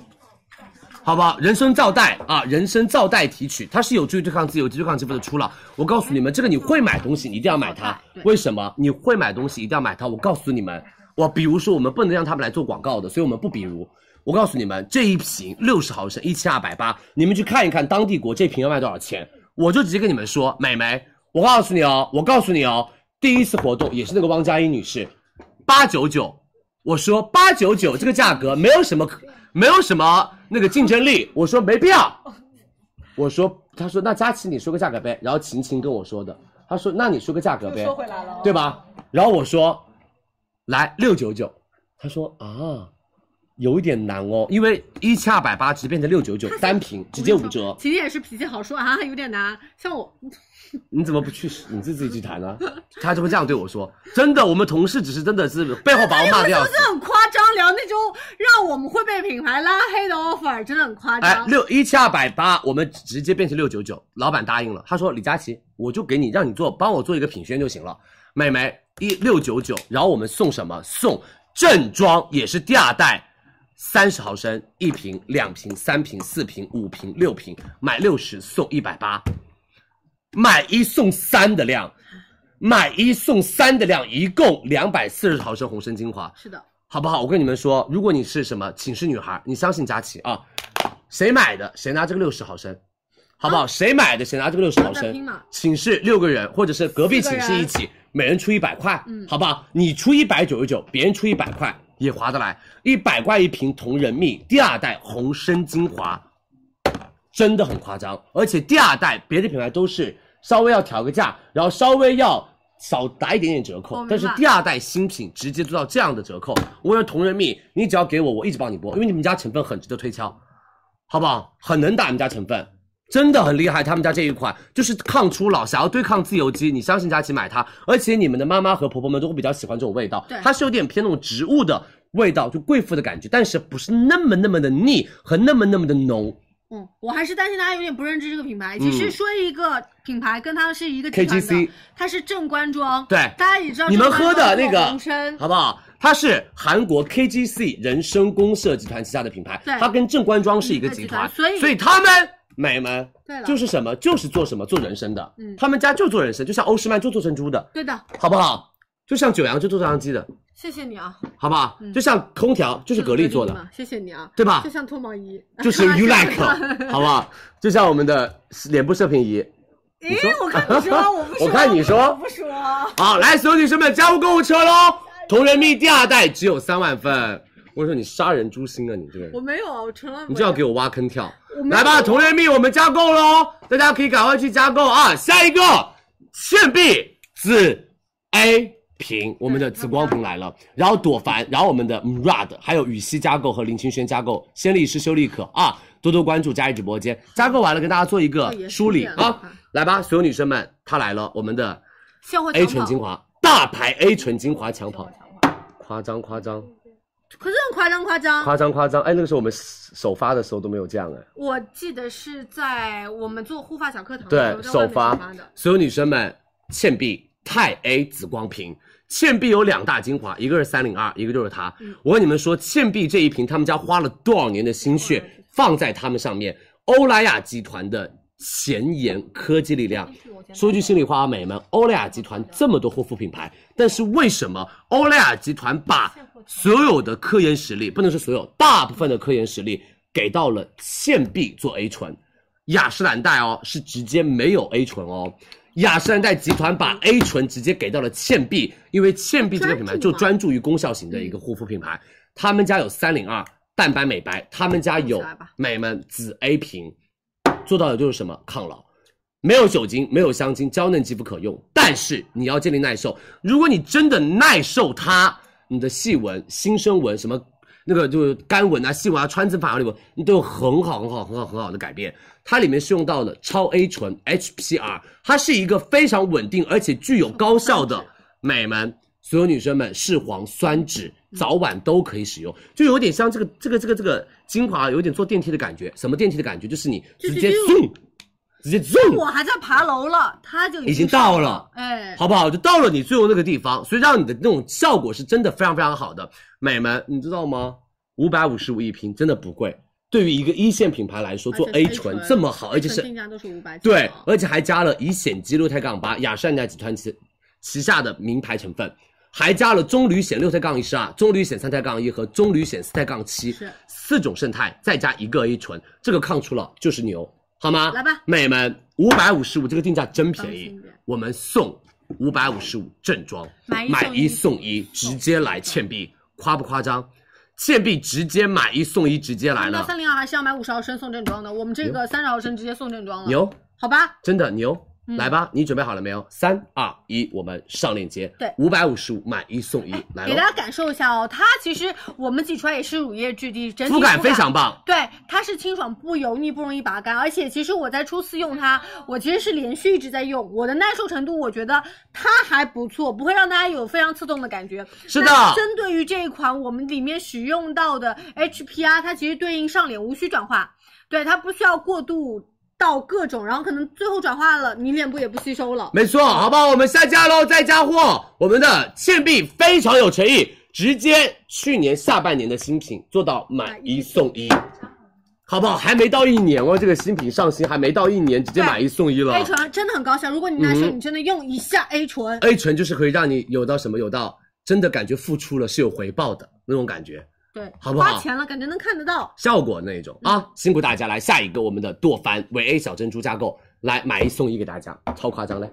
Speaker 8: 好不好？人参皂带啊，人参皂带提取，它是有助于对抗自由基、对抗肌肤的初老。我告诉你们，这个你会买东西，你一定要买它。为什么？你会买东西一定要买它。我告诉你们，我比如说我们不能让他们来做广告的，所以我们不比如。我告诉你们，这一瓶六十毫升一千二百八，你们去看一看当地国这瓶要卖多少钱。我就直接跟你们说，美眉，我告诉你哦，我告诉你哦，第一次活动也是那个汪佳音女士，八九九，我说八九九这个价格没有什么
Speaker 10: 啊
Speaker 8: 可，没有什么那个竞争力，我说没必要。我说，他说那佳琪你说个价格呗，然后晴晴跟我说的，他说那你说个价格呗，
Speaker 10: 说回来了，
Speaker 8: 对吧？然后我说，来六九九，他说啊，有一点难哦，因为一千二百八直接变成六九九单瓶，直接五折。
Speaker 6: 其实也是脾气好说啊，有点难。像我，
Speaker 8: 你怎么不去你自己去谈呢？他就会这样对我说，真的，我们同事只是真的是背后把我哦
Speaker 10: (laughs)
Speaker 8: 骂的要死。
Speaker 6: 哎这很夸张，聊那种让我们会被品牌拉黑的 offer，真的很夸
Speaker 8: 哎，
Speaker 6: 张。
Speaker 8: 六一千二百八，我们直接变成六九九。老板答应了，他说李佳琦，我就给你让你做，帮我做一个品宣就行了。美眉一六九九，然后我们送什么？送正装，也是第二代，三十毫升一瓶、两瓶、三瓶、四瓶、五瓶、六瓶，买六十送一百八，买一送三的量，买一送三的量，一共两百四十毫升红参精华。
Speaker 6: 是的，
Speaker 8: 好不好？我跟你们说，如果你是什么寝室女孩，你相信佳琪啊，谁买的谁拿这个六十毫升，好不好？谁买的谁拿这个六十毫
Speaker 6: 我在拼
Speaker 8: 升
Speaker 6: 嘛。
Speaker 8: 寝室六个人，或者是隔壁寝室一起，每人出一百块，好不好？你出一百九十九，别人出一百块也划得来。一百块一瓶同仁蜜第二代红参精华，真的很夸张。而且第二代别的品牌都是稍微要调个价，然后稍微要少打一点点折
Speaker 6: 我
Speaker 8: 扣
Speaker 6: 明，白
Speaker 8: 但是第二代新品直接做到这样的折扣。我有同仁蜜，你只要给我，我一直帮你播，因为你们家成分很值得推敲，好不好？很能打你们家成分。真的很厉害，他们家这一款就是抗初老，想要对抗自由基，你相信佳琪买它，而且你们的妈妈和婆婆们都会比较喜欢这种味道，
Speaker 6: 对
Speaker 8: 它是有点偏那种植物的味道，就贵妇的感觉，但是不是那么那么的腻和那么那么的浓，
Speaker 6: 嗯，我还是担心大家有点不认知这个品牌。其
Speaker 8: 嗯
Speaker 6: 实说一个品牌跟它是一个集团的
Speaker 8: KGC
Speaker 6: 它是正官庄，
Speaker 8: 对
Speaker 6: 大家也知道
Speaker 8: 你们
Speaker 6: 正
Speaker 8: 喝
Speaker 6: 官
Speaker 8: 的
Speaker 6: 庄做
Speaker 8: 那个
Speaker 6: 红参，
Speaker 8: 好不好？它是韩国 KGC 人参公社集团旗下的品牌，
Speaker 6: 对
Speaker 8: 它跟正官庄是一个
Speaker 6: 一个集
Speaker 8: 集团，
Speaker 6: 团所以
Speaker 8: 他们美们
Speaker 6: 对了
Speaker 8: 就是什么就是做什么做人参的，
Speaker 6: 嗯
Speaker 8: 他们家就做人参，就像欧诗漫就做珍珠的，
Speaker 6: 对的，
Speaker 8: 好不好？就像九阳就做照相机的，
Speaker 6: 谢谢你啊，
Speaker 8: 好不好？就像空调就是格力做的，
Speaker 6: 嘛，谢谢你啊，
Speaker 8: 对
Speaker 6: (laughs)
Speaker 8: 吧
Speaker 6: 就？像脱毛仪，
Speaker 8: (laughs) 就是
Speaker 6: (laughs)
Speaker 8: You
Speaker 6: 啊
Speaker 8: Like，好不好？就像我们的脸部射频仪。你说
Speaker 6: 诶，我看你说，
Speaker 8: (laughs)
Speaker 6: 我不说，
Speaker 8: 我看你说
Speaker 6: 我不说，
Speaker 8: 好，来，所有女生们加入购物车喽！同人蜜第二代只有三万份，我说你杀人诛心啊，你这个人
Speaker 6: 我。没有啊，我从来不
Speaker 8: (laughs) 你就要
Speaker 6: 会
Speaker 8: 给我挖坑跳
Speaker 6: 我。 (laughs) 没有
Speaker 8: 来吧，同类蜜，我们加购喽，大家可以赶快去加购啊！下一个倩碧紫 A 瓶，我
Speaker 6: 嗯
Speaker 8: 们的紫光瓶来了，然后朵梵，然后我们的 Murad，还有羽西加购和林清轩加购，先丽诗修丽可啊，多多关注佳怡直播间，加购完了跟大家做一
Speaker 6: 哦
Speaker 8: 个梳理啊，来吧，所有女生们，它来了，我们的
Speaker 6: 现货
Speaker 8: A
Speaker 6: 抢哦
Speaker 8: 醇
Speaker 6: 跑
Speaker 8: 精华，大牌 A 醇精华抢跑，夸张夸张
Speaker 6: 可是很夸张夸张。
Speaker 8: 夸张夸张，哎，那个时候我们首发的时候都没有这样哎。
Speaker 6: 我记得是在我们做护发小课堂的时
Speaker 8: 对
Speaker 6: 候，在外
Speaker 8: 首
Speaker 6: 面
Speaker 8: 发
Speaker 6: 的，
Speaker 8: 所有女生们，倩碧钛 A 紫光瓶，倩碧有两大精华，一个是三零二，一个就是它。我跟你们说，倩碧这一瓶，他们家花了多少年的心血放在他们上面。欧莱雅集团的前沿科技力量， (laughs) 说句心里话啊，美们，欧莱雅集团这么多护肤品牌，但是为什么欧莱雅集团把所有的科研实力，不能说所有，大部分的科研实力给到了倩碧做 A 醇？雅诗兰黛哦，是直接没有 A 醇哦。雅诗兰黛集团把 A 醇直接给到了倩碧，因为倩碧这个品牌就专注于嗯功效型的一个护肤品牌，他们家有三零二淡斑美白，他们家有美们紫 A 瓶，做到的就是什么抗老。没有酒精，没有香精，娇嫩肌肤可用，但是你要建立耐受。如果你真的耐受它，你的细纹、新生纹什么那个就是干纹啊、细纹啊、川字旁啊、那个，你都有很好、很好、很好、很好的改变。它里面是用到的超 A 醇 HPR，它是一个非常稳定而且具有高效的美们。所有女生们，视黄酸酯早晚都可以使用，就有点像这个这个这个这个精华，有点坐电梯的感觉。什么电梯的感觉？就是你直接 zoom，直接 zoom，
Speaker 6: 我还在爬楼了，他就
Speaker 8: 已经到了，
Speaker 6: 哎，
Speaker 8: 好不好？就到了你最后那个地方，所以让你的那种效果是真的非常非常好的。美们，你知道吗？五百五十五一瓶，真的不贵。对于一个一线品牌来说，做 A 醇这么好，而且是
Speaker 6: 定价都是五百，
Speaker 8: 对，而且还加了乙酰基六肽杠八，雅诗兰黛集团旗旗下的名牌成分，还加了棕榈酰六肽杠一十二、棕榈酰三肽杠一和棕榈酰四肽杠七
Speaker 6: 是
Speaker 8: 四种胜肽，再加一个 A 醇，这个抗初老就是牛，好吗？
Speaker 6: 来吧，
Speaker 8: 美们，五百五十五这个定价真便
Speaker 6: 放
Speaker 8: 宜
Speaker 6: 心点，
Speaker 8: 我们送五百五十五正装，
Speaker 6: 买一送一
Speaker 8: 一送一，直接来倩碧，夸不夸张？倩碧直接买一送一，直接来
Speaker 6: 到
Speaker 8: 了，
Speaker 6: 三零二还是要买五十毫升送正装的，我们这个三十毫升直接送正装了，
Speaker 8: 牛。
Speaker 6: 好吧？
Speaker 8: 真的牛。
Speaker 6: 嗯
Speaker 8: 来吧，你准备好了没有？三二一，我们上链接。
Speaker 6: 对
Speaker 8: 五百五十五买一送一，来
Speaker 6: 给
Speaker 8: 喽
Speaker 6: 大！家感受一下哦，它其实我们挤出来也是乳液质地，整体
Speaker 8: 肤感非常棒，
Speaker 6: 对，它是清爽不油腻，不容易拔干，而且其实我在初次用它，我其实是连续一直在用，我的耐受程度我觉得它还不错，不会让大家有非常刺痛的感觉。
Speaker 8: 是
Speaker 6: 那
Speaker 8: 的，
Speaker 6: 针对于这一款，我们里面使用到的 HPR，它其实对应上脸无需转化，对，它不需要过度到各种，然后可能最后转化了，你脸部也不吸收了。
Speaker 8: 没错，好不好？我们下架喽，再加货。我们的倩碧非常有诚意，直接去年下半年的新品做到买一送一，好不好？还没到一年哦，这个新品上新还没到一年，直接买一送一了。
Speaker 6: A 醇真的很高效，如果你耐受，
Speaker 8: 嗯
Speaker 6: 你真的用一下 A 醇，
Speaker 8: A 醇就是可以让你有到什么，有到真的感觉付出了是有回报的那种感觉。
Speaker 6: 对，
Speaker 8: 好不好
Speaker 6: 花钱了，感觉能看得到。
Speaker 8: 效果那一种
Speaker 6: 嗯
Speaker 8: 啊，辛苦大家来下一个我们的朵梵维 A 小珍珠加购，来买一送一给大家，超夸张嘞！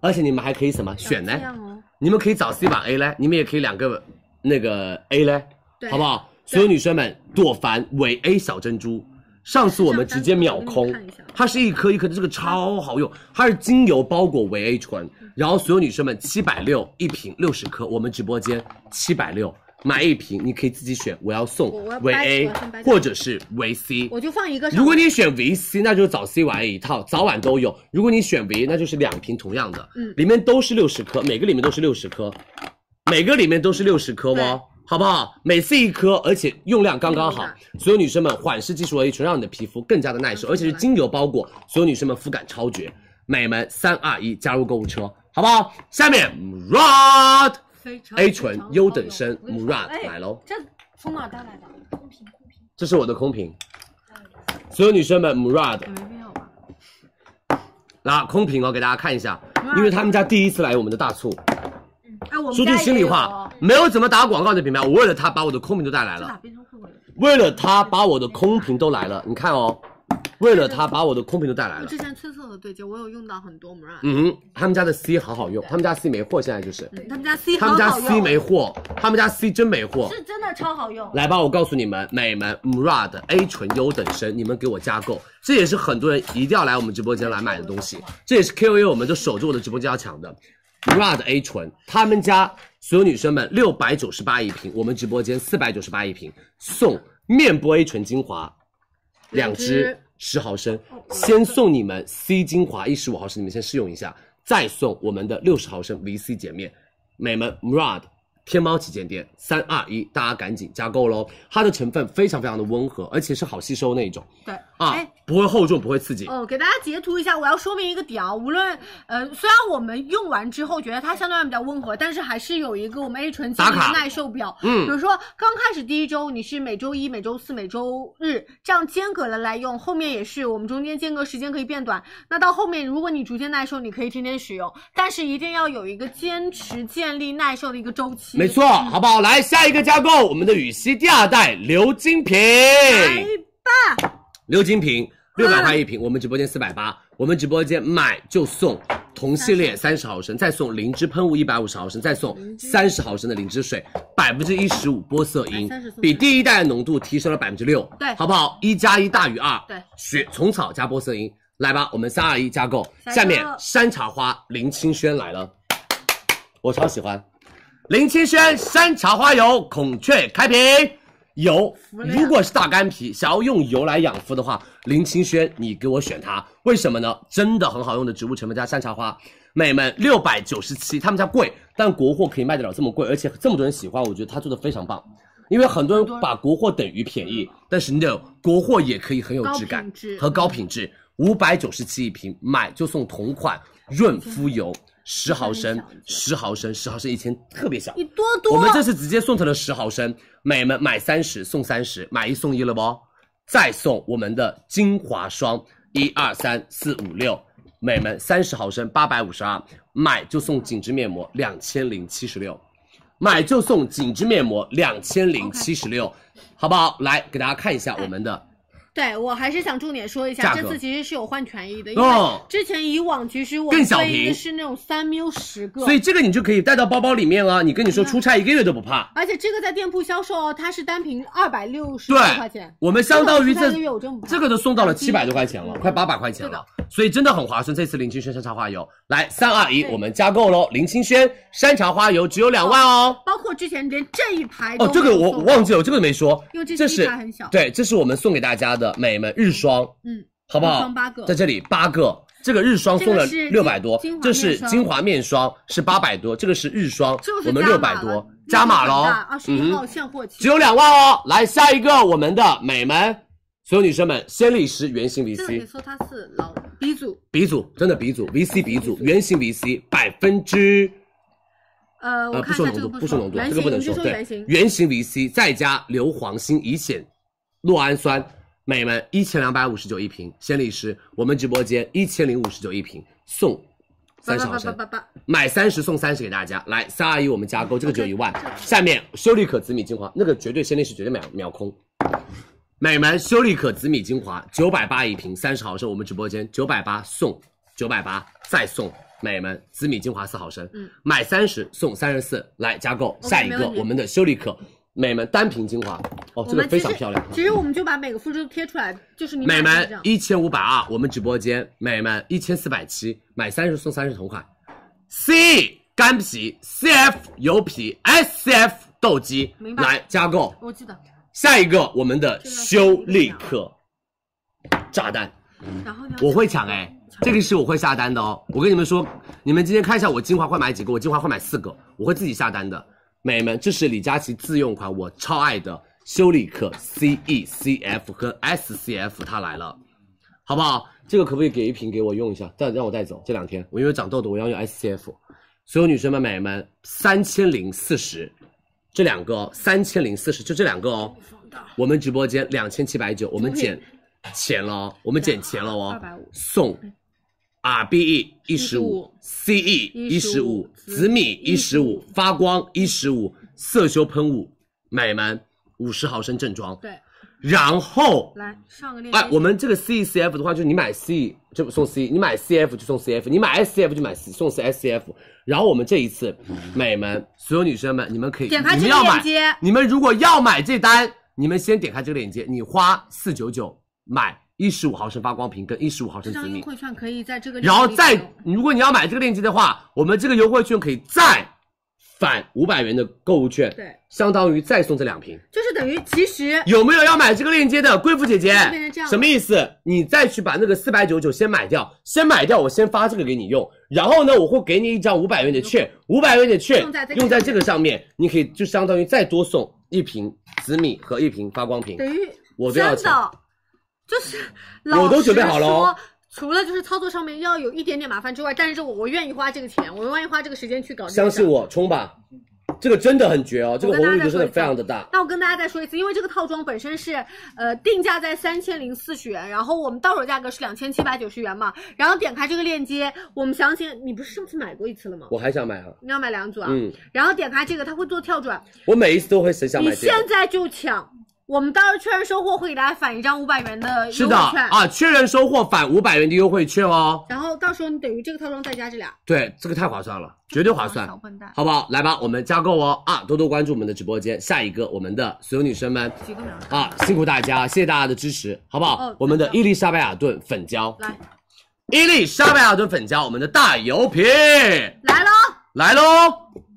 Speaker 8: 而且你们还可以什么选呢
Speaker 6: 这？样哦，
Speaker 8: 你们可以早 C 晚 A 嘞，你们也可以两个那个 A 嘞，
Speaker 6: 对
Speaker 8: 好不好？所有女生们，朵梵维 A 小珍珠，上次我们直接秒空
Speaker 6: 上单我给你们看一下，
Speaker 8: 它是一颗一颗的，这个超好用，它是精油包裹维 A 醇，然后所有女生们七百六一瓶六十颗，我们直播间七百六。买一瓶，你可以自己选，我要送
Speaker 6: 我我要
Speaker 8: 维
Speaker 6: 掰
Speaker 8: A
Speaker 6: 我要先掰这个
Speaker 8: 或者是维 C。
Speaker 6: 我就放一个上。
Speaker 8: 如果你选 VC，那就是早 C 晚 A 一套，早晚都有。如果你选 V，那就是两瓶同样的，
Speaker 6: 嗯
Speaker 8: 里面都是六十颗，每个里面都是六十颗，每个里面都是六十颗
Speaker 6: 对
Speaker 8: 哦，好不好？每次一颗，而且用量刚刚好
Speaker 6: 用量。嗯
Speaker 8: 所有女生们，缓释技术 A 醇让你的皮肤更加的耐受，而且是精油包裹，所有女生们肤感超绝。美们，三二一，加入购物车，好不好？下面 Murad
Speaker 6: 非常
Speaker 8: A 醇
Speaker 6: 非常
Speaker 8: 优
Speaker 6: 好
Speaker 8: 等
Speaker 6: 用
Speaker 8: 生
Speaker 6: 我跟你说
Speaker 8: Murad
Speaker 6: 哎
Speaker 8: 来喽。
Speaker 6: 这从哪儿带来的？
Speaker 8: 这是我的空瓶。所有女生们，Murad，来空瓶哦，给大家看一下，因为他们家第一次来我们的大促。
Speaker 6: 哎，我们
Speaker 8: 说句
Speaker 6: 家
Speaker 8: 心
Speaker 6: 也
Speaker 8: 里
Speaker 6: 有
Speaker 8: 话
Speaker 6: 哦，，
Speaker 8: 没有怎么打广告的品牌，我为了它把我的空瓶都带来了，为了它把我的空瓶都来了，你看哦，为了它把我的空瓶都带来
Speaker 6: 我
Speaker 8: 了
Speaker 6: 之。前催色的对接，我有用到很多 m u r
Speaker 8: 嗯，他们家的 C 好好用，他们家 C 没货，现在就是，
Speaker 6: 嗯他们家 C
Speaker 8: 他们家
Speaker 6: 很好
Speaker 8: C
Speaker 6: 用
Speaker 8: 没货，他们家 C 真没货。
Speaker 6: 是真的超好用。
Speaker 8: 来吧，我告诉你们，美们 Murad A 醇优等生，你们给我加购，这也是很多人一定要来我们直播间来买的东西，这也是 KOL 我们就守着我的直播间要抢的。 Murad A 醇，他们家所有女生们六百九十八一瓶，我们直播间四百九十八一瓶，送面部 A 醇精华两支十毫升，先送你们 C 精华一十五毫升，你们先试用一下，再送我们的六十毫升 VC 洁面，美们 Murad。天猫旗舰店，三二一，大家赶紧加购喽！它的成分非常非常的温和，而且是好吸收那一种
Speaker 6: 对
Speaker 8: 啊
Speaker 6: 哎，
Speaker 8: 不会厚重，不会刺激。
Speaker 6: 哦，给大家截图一下，我要说明一个点啊，无论呃，虽然我们用完之后觉得它相对来比较温和，但是还是有一个我们 A 醇基
Speaker 8: 打
Speaker 6: 因
Speaker 8: 卡
Speaker 6: 耐受表。
Speaker 8: 嗯
Speaker 6: 比 (laughs) 如说刚开始第一周你是每周一、每周四、每周日这样间隔了来用，后面也是我们中间间隔时间可以变短。那到后面如果你逐渐耐受，你可以天天使用，但是一定要有一个坚持建立耐受的一个周期。
Speaker 8: 没错，好不好？来下一个加购，我们的羽西第二代鎏金瓶，
Speaker 6: 来
Speaker 8: 鎏金瓶六百块一瓶，我们直播间四百八，我们直播间买就送同系列三十毫升，再送灵芝喷雾一百五十毫升，再送三十毫升嗯的灵芝水，百分之一哎十五玻色因
Speaker 6: 30送，
Speaker 8: 比第一代的浓度提升了百分之六，
Speaker 6: 对
Speaker 8: 好不好？一加一大于二，
Speaker 6: 对，
Speaker 8: 雪虫草加玻色因，来吧，我们三二一加购，
Speaker 6: 加购
Speaker 8: 下面山茶花林清轩来了，我超喜欢。林清轩山茶花油孔雀开瓶油，如果是大干皮，想要用油来养肤的话，林清轩你给我选它，为什么呢？真的很好用的植物成分加山茶花，美们六百九十七，他们家贵，但国货可以卖得了这么贵，而且这么多人喜欢，我觉得它做的非常棒。因为很多人把国货等于便宜，但是 no，国货也可以很有质
Speaker 6: 高
Speaker 8: 感
Speaker 6: 品质
Speaker 8: 和高品质。五百九十七一瓶，买就送同款润肤油十毫升，十毫升，十毫升，以前特别小。
Speaker 6: 你多多啊
Speaker 8: 我们这次直接送成了十毫升，美们买三十送三十，买一送一了不？再送我们的精华霜，一二三四五六，美们三十毫升八百五十二，买就送紧致面膜两千零七十六，买就送紧致面膜两千零七十六，好不好？来给大家看一下我们的
Speaker 6: 对我还是想重点说一下
Speaker 8: 价，格
Speaker 6: 这次其实是有换权益的，因为
Speaker 8: 哦
Speaker 6: 之前以往其实我
Speaker 8: 更小
Speaker 6: 推一
Speaker 8: 瓶
Speaker 6: 个是那种三 ml 十个，
Speaker 8: 所以这个你就可以带到包包里面了。你跟你说出差一个月都不怕。
Speaker 6: 而且这个在店铺销售哦，它是单瓶二百六十
Speaker 8: 对
Speaker 6: 块钱，，
Speaker 8: 我们相当于
Speaker 6: 这嗯
Speaker 8: 这
Speaker 6: 个月我真不怕
Speaker 8: (laughs) 这个都送
Speaker 6: (laughs)
Speaker 8: 到了七百多块钱了，快八百块钱了，所以真的很划算。这次林清轩山茶花油，来三二一，我们加购喽！林清轩山茶花油只有两万哦。
Speaker 6: 包括之前连这一排
Speaker 8: 哦，
Speaker 6: 哎都
Speaker 8: 这个
Speaker 6: 没有
Speaker 8: 我
Speaker 6: 送
Speaker 8: 我忘记了，我这个没说
Speaker 6: 因为。这
Speaker 8: 这
Speaker 6: 是
Speaker 8: 是
Speaker 6: 一排很小
Speaker 8: 对，这是我们送给大家的美们日霜，
Speaker 6: 嗯，
Speaker 8: 好不
Speaker 6: 日
Speaker 8: 好
Speaker 6: 霜八个？
Speaker 8: 在这里八个，这个日霜送了
Speaker 6: 这个是
Speaker 8: 六百多
Speaker 6: 精精华面，
Speaker 8: 这是
Speaker 6: 霜
Speaker 8: 精华面霜是八百多，这个是日霜
Speaker 6: 就是，
Speaker 8: 我们六百多，加
Speaker 6: 加
Speaker 8: 码
Speaker 6: 码
Speaker 8: 喽！
Speaker 6: 二十一
Speaker 8: 嗯
Speaker 6: 号现货期，
Speaker 8: 只有两万哦。来下一个，我们的美们，所有女生们，仙力石原型
Speaker 6: 这个可以
Speaker 8: VC
Speaker 6: 说它是老鼻祖，
Speaker 8: 鼻祖，真的鼻祖 VC 鼻祖，原型 VC 百分之
Speaker 6: 呃，我
Speaker 8: 呃不
Speaker 6: 看
Speaker 8: 说
Speaker 6: 一下这
Speaker 8: 浓度，
Speaker 6: 个
Speaker 8: 不说
Speaker 6: 说
Speaker 8: 浓度，
Speaker 6: 原
Speaker 8: 这
Speaker 6: 型
Speaker 8: 个不能
Speaker 6: 你就
Speaker 8: 说
Speaker 6: 说
Speaker 8: 对
Speaker 6: 原型，，
Speaker 8: 原型 VC 再加硫磺锌乙酰酪氨酸，美们一千两百五十九一瓶，仙力石我们直播间一千零五十九一瓶送。
Speaker 6: 八
Speaker 8: 三
Speaker 6: 八
Speaker 8: 十毫
Speaker 6: 八
Speaker 8: 升
Speaker 6: 八，八八，
Speaker 8: 买三十送三十给大家。来，三二一，我们加购，这个只有一万。下面修丽可紫米精华，那个绝对仙力是绝对秒秒空。美们，修丽可紫米精华九百八一瓶，三十毫升，我们直播间九百八送九百八，再送美们紫米精华四毫升，
Speaker 6: 嗯
Speaker 8: 买三十送三十四，来加购
Speaker 6: OK，
Speaker 8: 下一
Speaker 6: 没
Speaker 8: 个
Speaker 6: 问题
Speaker 8: 我们的修丽可美们单瓶精华，哦，
Speaker 6: 我
Speaker 8: 这个
Speaker 6: 们
Speaker 8: 非
Speaker 6: 其
Speaker 8: 常
Speaker 6: 实
Speaker 8: 漂亮。
Speaker 6: 其实我们就把每个肤质贴出来，就是你买
Speaker 8: 美
Speaker 6: 的
Speaker 8: 们
Speaker 6: 这样
Speaker 8: 一千五百二，我们直播间美们一千四百七，买三十送三十同款。C 干皮，CF 油皮，SCF 痘肌
Speaker 6: 明，白
Speaker 8: 来加购。
Speaker 6: 我记得，
Speaker 8: 下一个我们的修
Speaker 6: 啊
Speaker 8: 丽可炸弹，
Speaker 6: 然后呢，
Speaker 8: 嗯我会抢哎，这个是我会下单的哦。我跟你们说，你们今天看一下我精华会买几个，我精华会买四个，我会自己下单的。美们，这是李佳琦自用款，我超爱的修丽可 C E C F 跟 S C F 它来了，好不好？这个可不可以给一瓶给我用一下？带让我带走，这两天我因为长痘痘，我要用 S C F。所有女生们、美们，三千零四十，这两个哦三千零四十，3040, 就这两个哦。我们直播间两千七百九，我们减钱了哦，我们减钱了哦，送 R B E 一十五，C E 一十五，紫米一十五，发光一十五，色修喷雾，美们五十毫升正装，
Speaker 6: 对，
Speaker 8: 然后
Speaker 6: 来上个链接，
Speaker 8: 哎，我们这个 C C F 的话，就是你买 C 就送 C，你买 C F 就送 C F，你买 S C F 就买 C 送 S C F。然后我们这一次，美们，所有女生们，你们可以
Speaker 6: 点开
Speaker 8: 你
Speaker 6: 这
Speaker 8: 们
Speaker 6: 个
Speaker 8: 要
Speaker 6: 链
Speaker 8: 买，
Speaker 6: 接，
Speaker 8: 你们如果要买这单，你们先点开这个链接，你花四九九买一十五毫升发光瓶跟一十五毫升
Speaker 6: 这
Speaker 8: 紫
Speaker 6: 张优
Speaker 8: 米。
Speaker 6: 惠券可以在这个
Speaker 8: 然后再
Speaker 6: 链接里，
Speaker 8: 如果你要买这个链接的话，我们这个优惠券可以再返五百元的购物券，
Speaker 6: 对，
Speaker 8: 相当于再送这两瓶。
Speaker 6: 就是等于其实
Speaker 8: 有没有要买这个链接的贵妇姐姐
Speaker 6: 就变成这样？了
Speaker 8: 什么意思？你再去把那个四百九十九先买掉，先买掉，我先发这个给你用，然后呢，我会给你一张五百元的券，五百元的券
Speaker 6: 用在这个
Speaker 8: 用在这个上面，你可以就相当于再多送一瓶紫米和一瓶发光瓶。
Speaker 6: 等于
Speaker 8: 我都
Speaker 6: 真
Speaker 8: 要钱。
Speaker 6: 的就是老
Speaker 8: (laughs) 我都准备好了哦
Speaker 6: 实说。除了就是操作上面要有一点点麻烦之外，但是我我愿意花这个钱，我愿意花这个时间去搞这个。
Speaker 8: 相信。我，冲吧！这个真的很绝哦，这个
Speaker 6: 我
Speaker 8: 活
Speaker 6: 跟大家
Speaker 8: 跃度
Speaker 6: 再说
Speaker 8: 真的
Speaker 6: 一次
Speaker 8: 非常的大。
Speaker 6: 那我跟大家再说一次，因为这个套装本身是呃定价在三千零四十元，然后我们到手价格是两千七百九十元嘛，然后点开这个链接，我们详情你不是上次买过一次了吗？
Speaker 8: 我还想买啊，
Speaker 6: 你要买两组啊，
Speaker 8: 嗯，
Speaker 6: 然后点开这个，它会做跳转，
Speaker 8: 我每一次都会很想
Speaker 6: 你
Speaker 8: 买这
Speaker 6: 现
Speaker 8: 个。
Speaker 6: 在就抢，我们到时候确认收货会给大家返一张五百元的
Speaker 8: 是
Speaker 6: 优
Speaker 8: 的
Speaker 6: 惠券，
Speaker 8: 啊，确认收获返五百元的优惠券哦。
Speaker 6: 然后到时候你等于这个套装再加这俩，
Speaker 8: 对，这个太划算了，绝对划算，
Speaker 6: 小混蛋，
Speaker 8: 好不好？来吧，我们加购哦啊，多多关注我们的直播间。下一个，我们的所有女生们
Speaker 6: 举个名儿，
Speaker 8: 啊，辛苦大家，谢谢大家的支持，好不好？
Speaker 6: 哦
Speaker 8: 我们的
Speaker 6: 粉胶
Speaker 8: 伊丽莎白雅顿粉胶，
Speaker 6: 来
Speaker 8: 伊丽莎白雅顿粉胶，我们的大油瓶。
Speaker 6: 来喽，
Speaker 8: 来喽！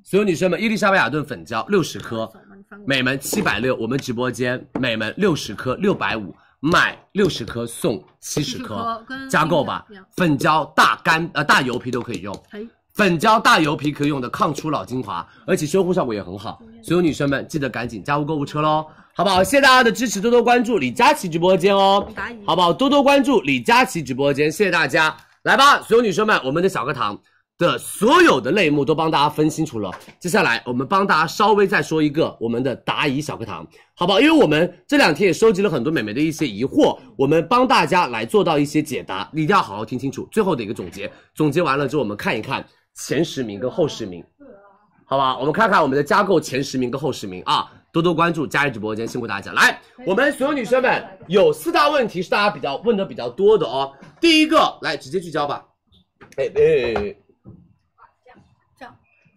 Speaker 8: 所有女生们，伊丽莎白雅顿粉胶六十颗
Speaker 6: 帮你翻，过
Speaker 8: 每门七百六，我们直播间每门六十颗六百五，买六十颗送七十颗
Speaker 6: 颗跟，
Speaker 8: 加购吧
Speaker 6: 另一个一样。
Speaker 8: 粉胶大干呃大油皮都可以用，
Speaker 6: 哎，
Speaker 8: 粉胶大油皮可以用的抗初老精华，而且修护效果也很好。所有女生们记得赶紧加入购物车喽，好不好？谢谢大家的支持，多多关注李佳琦直播间哦
Speaker 6: 答疑，
Speaker 8: 好不好？多多关注李佳琦直播间，谢谢大家。来吧，所有女生们，我们的小课堂的所有的类目都帮大家分清楚了。接下来我们帮大家稍微再说一个我们的答疑小课堂，好不好？因为我们这两天也收集了很多美眉的一些疑惑，我们帮大家来做到一些解答，你一定要好好听清楚。最后的一个总结，总结完了之后，我们看一看前十名跟后十名，好吧？我们看看我们的加购前十名跟后十名啊。多多关注佳怡直播间，辛苦大家！来，我们所有女生们有四大问题是大家比较问的比较多的哦。第一个，来直接聚焦吧。哎哎哎哎，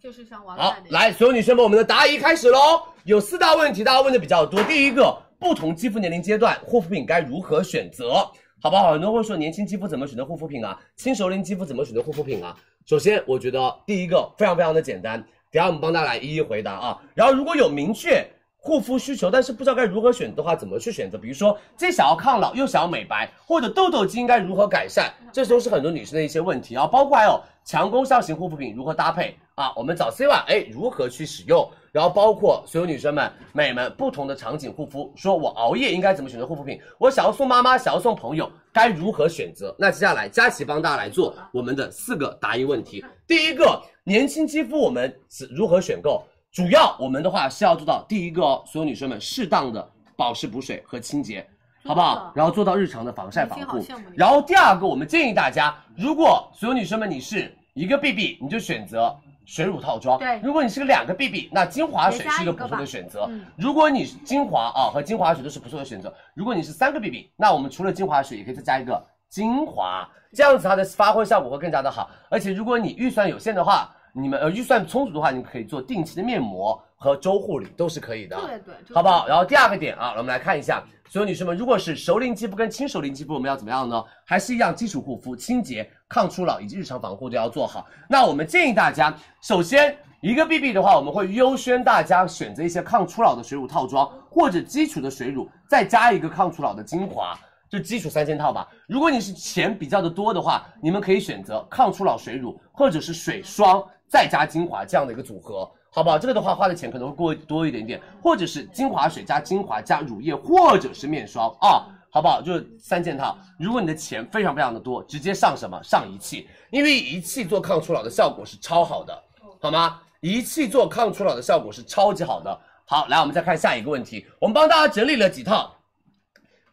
Speaker 6: 就是像王
Speaker 8: 好
Speaker 6: 大，的，
Speaker 8: 来，所有女生们，我们的答疑开始喽。有四大问题，大家问的比较多。第一个，不同肌肤年龄阶段，护肤品该如何选择？好不好？很多人会说，年轻肌肤怎么选择护肤品啊？轻熟龄肌肤怎么选择护肤品啊？首先，我觉得第一个非常非常的简单，等一下我们帮大家来一一回答啊。然后，如果有明确护肤需求，但是不知道该如何选择的话，怎么去选择？比如说，既想要抗老又想要美白，或者痘痘肌应该如何改善？这都是很多女生的一些问题啊，包括还有强功效型护肤品如何搭配啊，我们早 C 晚 A 如何去使用，然后包括所有女生们、美们不同的场景护肤，说我熬夜应该怎么选择护肤品，我想要送妈妈，想要送朋友，该如何选择？那接下来佳琪帮大家来做我们的四个答疑问题。第一个，年轻肌肤我们是如何选购？主要我们的话是要做到第一个哦，所有女生们适当的保湿补水和清洁，好不好？然后做到日常的防晒防
Speaker 6: 已经好
Speaker 8: 护
Speaker 6: 羡慕。你
Speaker 8: 然后第二个，我们建议大家，如果所有女生们你是一个 BB，你就选择水乳套装。
Speaker 6: 对
Speaker 8: 如果你是个两个 BB，那精华水是一个不错的选择。如果你是精华啊和精华水都是不错的选择。如果你是三个 BB，那我们除了精华水，也可以再加一个精华，这样子它的发挥效果会更加的好。而且如果你预算有限的话，你们呃预算充足的话，你们可以做定期的面膜和周护理都是可以的。
Speaker 6: 对对，
Speaker 8: 好不好？然后第二个点啊，我们来看一下，所有女生们，如果是熟龄肌肤跟轻熟龄肌肤，我们要怎么样呢？还是一样基础护肤、清洁、抗初老以及日常防护都要做好。那我们建议大家，首先一个 BB 的话，我们会优先大家选择一些抗初老的水乳套装或者基础的水乳，再加一个抗初老的精华。就基础三件套吧。如果你是钱比较的多的话，你们可以选择抗初老水乳或者是水霜再加精华这样的一个组合，好不好？这个的话花的钱可能会过多一点点，或者是精华水加精华加乳液或者是面霜啊。好不好？就是三件套。如果你的钱非常非常的多，直接上什么？上仪器，因为仪器做抗初老的效果是超好的。好吗？仪器做抗初老的效果是超级好的。好，来我们再看下一个问题，我们帮大家整理了几套，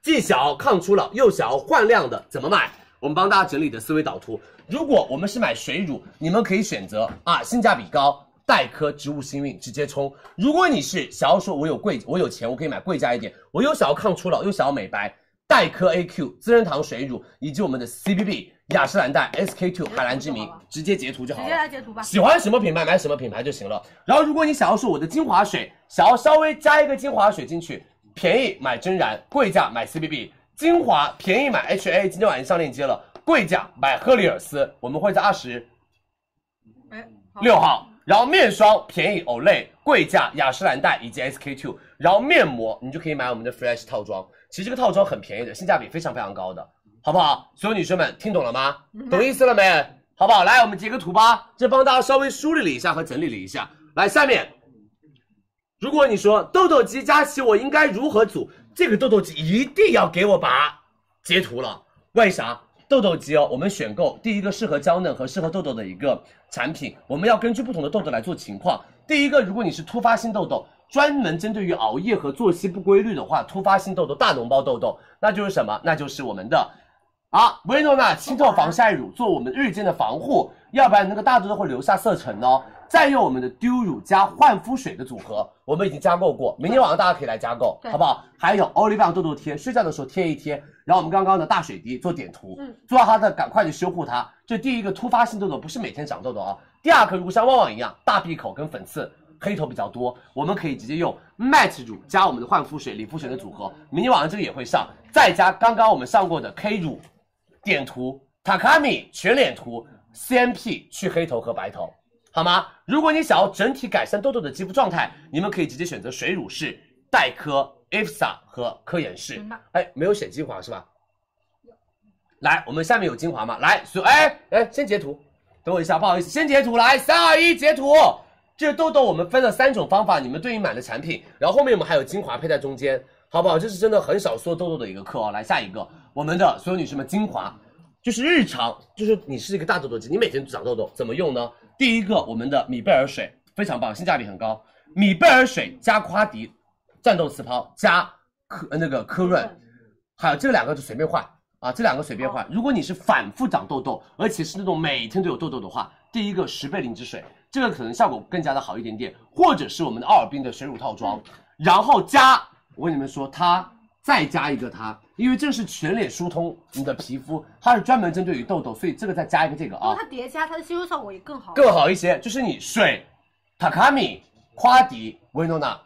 Speaker 8: 既想要抗初老又想要焕亮的怎么买？我们帮大家整理的思维导图。如果我们是买水乳，你们可以选择啊性价比高。黛珂植物新韵直接冲！如果你是想要说，我有贵，我有钱，我可以买贵价一点，我又想要抗初老，又想要美白，黛珂 AQ 资生堂水乳以及我们的 CBB 雅诗兰黛 SK two 海蓝之谜，直接截图就好了。
Speaker 6: 直接来截图吧。
Speaker 8: 喜欢什么品牌买什么品牌就行了。然后如果你想要说我的精华水，想要稍微加一个精华水进去，便宜买真然，贵价买 CBB，精华便宜买 HA，今天晚上上链接了，贵价买赫丽尔斯，我们会在二十
Speaker 6: 哎
Speaker 8: 六号。然后面霜便宜 Olay，贵价雅诗兰黛以及 SK two。然后面膜你就可以买我们的 Fresh 套装，其实这个套装很便宜的，性价比非常非常高的，好不好？所有女生们听懂了吗？懂意思了没？好不好？来，我们截个图吧，这帮大家稍微梳理了一下和整理了一下。来，下面如果你说痘痘肌，佳琪，我应该如何组这个痘痘肌？一定要给我把截图了，为啥？痘痘肌哦，我们选购第一个适合娇嫩和适合痘痘的一个产品，我们要根据不同的痘痘来做情况。第一个，如果你是突发性痘痘，专门针对于熬夜和作息不规律的话，突发性痘痘、大脓包痘痘，那就是什么？那就是我们的啊，薇诺娜清透防晒乳做我们日间的防护，要不然那个大痘痘会留下色沉哦。再用我们的丢乳加焕肤水的组合，我们已经加购过，明天晚上大家可以来加购，好不好？还有 Olivia 痘痘贴，睡觉的时候贴一贴。然后我们刚刚的大水滴做点涂，做到它的赶快去修护它。这第一个突发性痘痘不是每天长痘痘啊。第二个，如果像旺旺一样大闭口跟粉刺、黑头比较多，我们可以直接用 matte 乳加我们的焕肤水、理肤水的组合，明天晚上这个也会上，再加刚刚我们上过的 K 乳、点涂、Takami 全脸涂、CMP 去黑头和白头，好吗？如果你想要整体改善痘痘的肌肤状态，你们可以直接选择水乳氏、黛珂、IFSA 和科颜氏。哎，没有选精华是吧？来，我们下面有精华吗？来，所哎哎，先截图，等我一下，不好意思，先截图，来，三二一，截图。这痘痘我们分了三种方法，你们对应买的产品，然后后面我们还有精华配在中间，好不好？这是真的很少说痘痘的一个课哦。来下一个，我们的所有女生们，精华就是日常，就是你是一个大痘痘肌，你每天长痘痘怎么用呢？第一个，我们的米贝尔水非常棒，性价比很高，米贝尔水加夸迪战斗次抛加科呃那个科润，还有这两个就随便换啊，这两个随便换。如果你是反复长痘痘，而且是那种每天都有痘痘的话，第一个十倍灵芝水，这个可能效果更加的好一点点，或者是我们的奥尔滨的水乳套装，然后加我跟你们说，它再加一个它，因为这是全脸疏通你的皮肤，它是专门针对于痘痘，所以这个再加一个这个啊。
Speaker 6: 因为它叠加，它的吸收效果也更好。
Speaker 8: 更好一些，就是你水、塔卡米、夸迪、薇诺娜，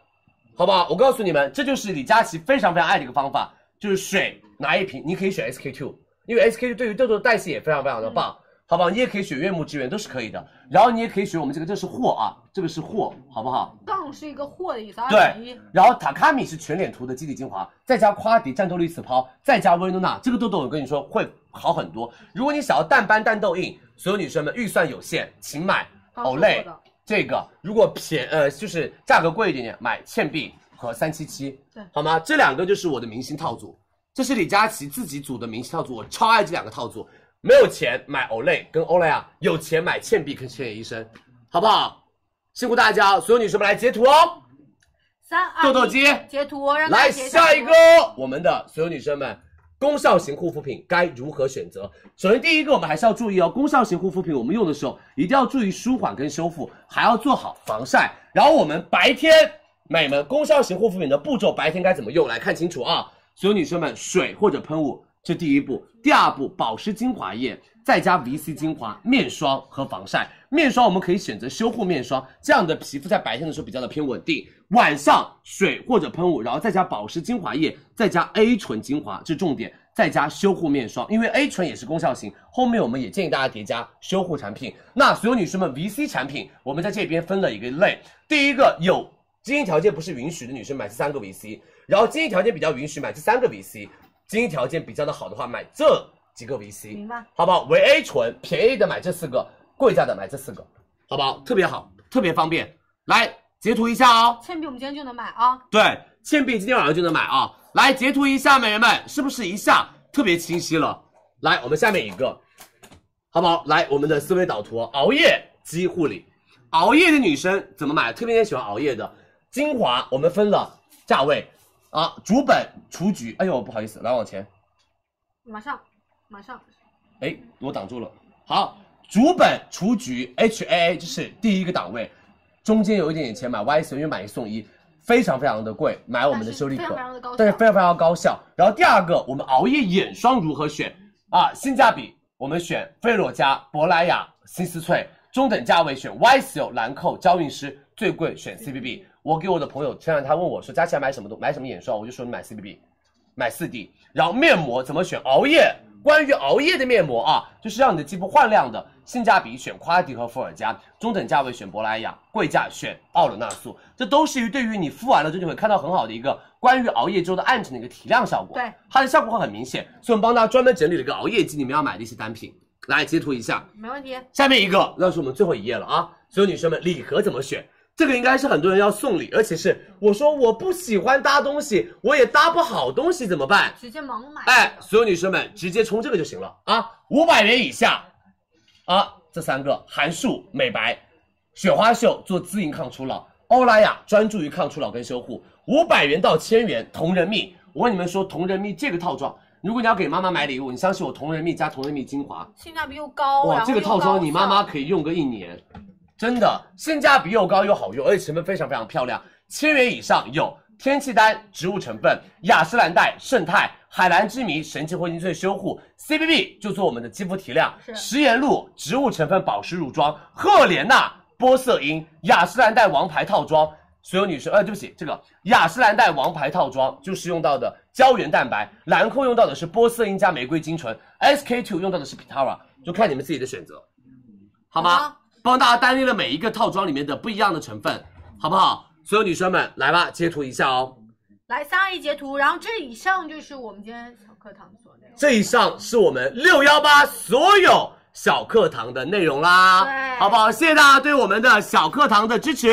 Speaker 8: 好不好？我告诉你们，这就是李佳琦非常非常爱的一个方法，就是水拿一瓶，你可以选 SK two，因为 SK two 对于痘痘的代谢也非常非常的棒，好不好？你也可以选悦木之源，都是可以的。然后你也可以选我们这个，这是货啊，这个是货，好不好？
Speaker 6: 杠是一个货的意思，二选
Speaker 8: 对
Speaker 6: 一。，
Speaker 8: 然后塔卡米是全脸涂的基底精华，再加夸迪战斗力次抛，再加薇诺娜，这个痘痘我跟你说会好很多。如果你想要淡斑淡痘印，所有女生们预算有限，请买
Speaker 6: 刚说过
Speaker 8: Olay
Speaker 6: 的
Speaker 8: 这个。如果便呃就是价格贵一点点，买倩碧和三七七，
Speaker 6: 对，
Speaker 8: 好吗？这两个就是我的明星套组，这是李佳琦自己组的明星套组，我超爱这两个套组。没有钱买 Olay 跟 Olay 啊，有钱买倩碧跟千叶医生，好不好？辛苦大家，所有女生们来截图哦。
Speaker 6: 三二
Speaker 8: 痘痘
Speaker 6: 一
Speaker 8: 肌
Speaker 6: 截图哦，让大
Speaker 8: 来
Speaker 6: 家截
Speaker 8: 下
Speaker 6: 图
Speaker 8: 一个，我们的所有女生们，功效型护肤品该如何选择？首先第一个，我们还是要注意哦，功效型护肤品我们用的时候一定要注意舒缓跟修复，还要做好防晒。然后我们白天，美们，功效型护肤品的步骤白天该怎么用？来看清楚啊，所有女生们，水或者喷雾，这第一步，第二步，保湿精华液。再加 VC 精华、面霜和防晒。面霜我们可以选择修护面霜，这样的皮肤在白天的时候比较的偏稳定。晚上水或者喷雾，然后再加保湿精华液，再加 A 醇精华，这重点。再加修护面霜，因为 A 醇也是功效型，后面我们也建议大家叠加修护产品。那所有女生们，VC 产品我们在这边分了一个类，第一个有经济条件不是允许的女生买这三个 VC，然后经济条件比较允许买这三个 VC，经济条件比较的好的话买这几个 VC。
Speaker 6: 明白？
Speaker 8: 好不好？维 A 醇，便宜的买这四个，贵价的买这四个，好不好？特别好，特别方便。来截图一下哦。
Speaker 6: 倩碧我们今天就能买啊，
Speaker 8: 对，倩碧今天晚上就能买啊。来截图一下，美人们，是不是一下特别清晰了？来，我们下面一个，好不好？来，我们的思维导图，熬夜肌护理，熬夜的女生怎么买？特别喜欢熬夜的精华，我们分了价位啊，主本、雏菊。哎呦，不好意思，来往前。
Speaker 6: 马上，马上。
Speaker 8: 哎，我挡住了。好，主本雏菊 HAA 哎这是第一个档位，中间有一点点钱买 Y 型，因为买一送一，非常非常的贵，买我们的修丽
Speaker 6: 但是
Speaker 8: 可
Speaker 6: 非常非常的高效，
Speaker 8: 但是非常非常高效。然后第二个，我们熬夜眼霜如何选啊？性价比我们选菲洛嘉、珀莱雅、新丝翠，中等价位选 YSL、兰蔻、娇韵诗，最贵选 CBB。我给我的朋友前两天他问我说，佳琪要买什么东买什么眼霜，我就说你买 CBB。买四滴。然后面膜怎么选？熬夜，关于熬夜的面膜啊，就是让你的肌肤焕亮的，性价比选夸迪和伏尔加，中等价位选珀莱雅，贵价选奥伦纳素，这都是于对于你敷完了之后你会看到很好的一个关于熬夜之后的暗沉的一个提亮效果。
Speaker 10: 对，
Speaker 8: 它的效果会很明显，所以我们帮大家专门整理了一个熬夜季你们要买的一些单品，来截图一下。
Speaker 10: 没问题。
Speaker 8: 下面一个，那是我们最后一页了啊！所有女生们，礼盒怎么选？这个应该是很多人要送礼，而且是我说我不喜欢搭东西，我也搭不好东西怎么办？
Speaker 10: 直接盲买。
Speaker 8: 哎，所有女生们直接冲这个就行了啊！五百元以下，啊，这三个韩束美白，雪花秀做滋阴抗初老，欧莱雅专注于抗初老跟修护，五百元到千元同仁蜜。我跟你们说，同仁蜜这个套装，如果你要给妈妈买礼物，你相信我，同仁蜜加同仁蜜精华，
Speaker 10: 性价比又高，
Speaker 8: 哇，
Speaker 10: 然后
Speaker 8: 这个
Speaker 10: 又
Speaker 8: 套
Speaker 10: 高
Speaker 8: 装你妈妈
Speaker 10: 效
Speaker 8: 可以用个一年，真的性价比又高又好用，而且成分非常非常漂亮，千元以上有天气丹、植物成分、雅诗兰黛、胜肽、海蓝之谜、神奇灰烬萃修护、CBB 就做我们的肌肤提亮，
Speaker 10: 是
Speaker 8: 食盐露、植物成分保湿乳霜、赫莲娜玻色因、雅诗兰黛王牌套装。所有女生，呃，对不起，这个雅诗兰黛王牌套装就是用到的胶原蛋白，兰蔻用到的是玻色因加玫瑰精纯，SK two 用到的是 Pitara，就看你们自己的选择。好吗？帮大家单列了每一个套装里面的不一样的成分，好不好？所有女生们，来吧，截图一下哦。
Speaker 10: 来三二一截图，然后这以上就是我们今天小课堂所内容。
Speaker 8: 这以上是我们六幺八所有小课堂的内容啦，
Speaker 10: 对
Speaker 8: 好不好？谢谢大家对我们的小课堂的支持。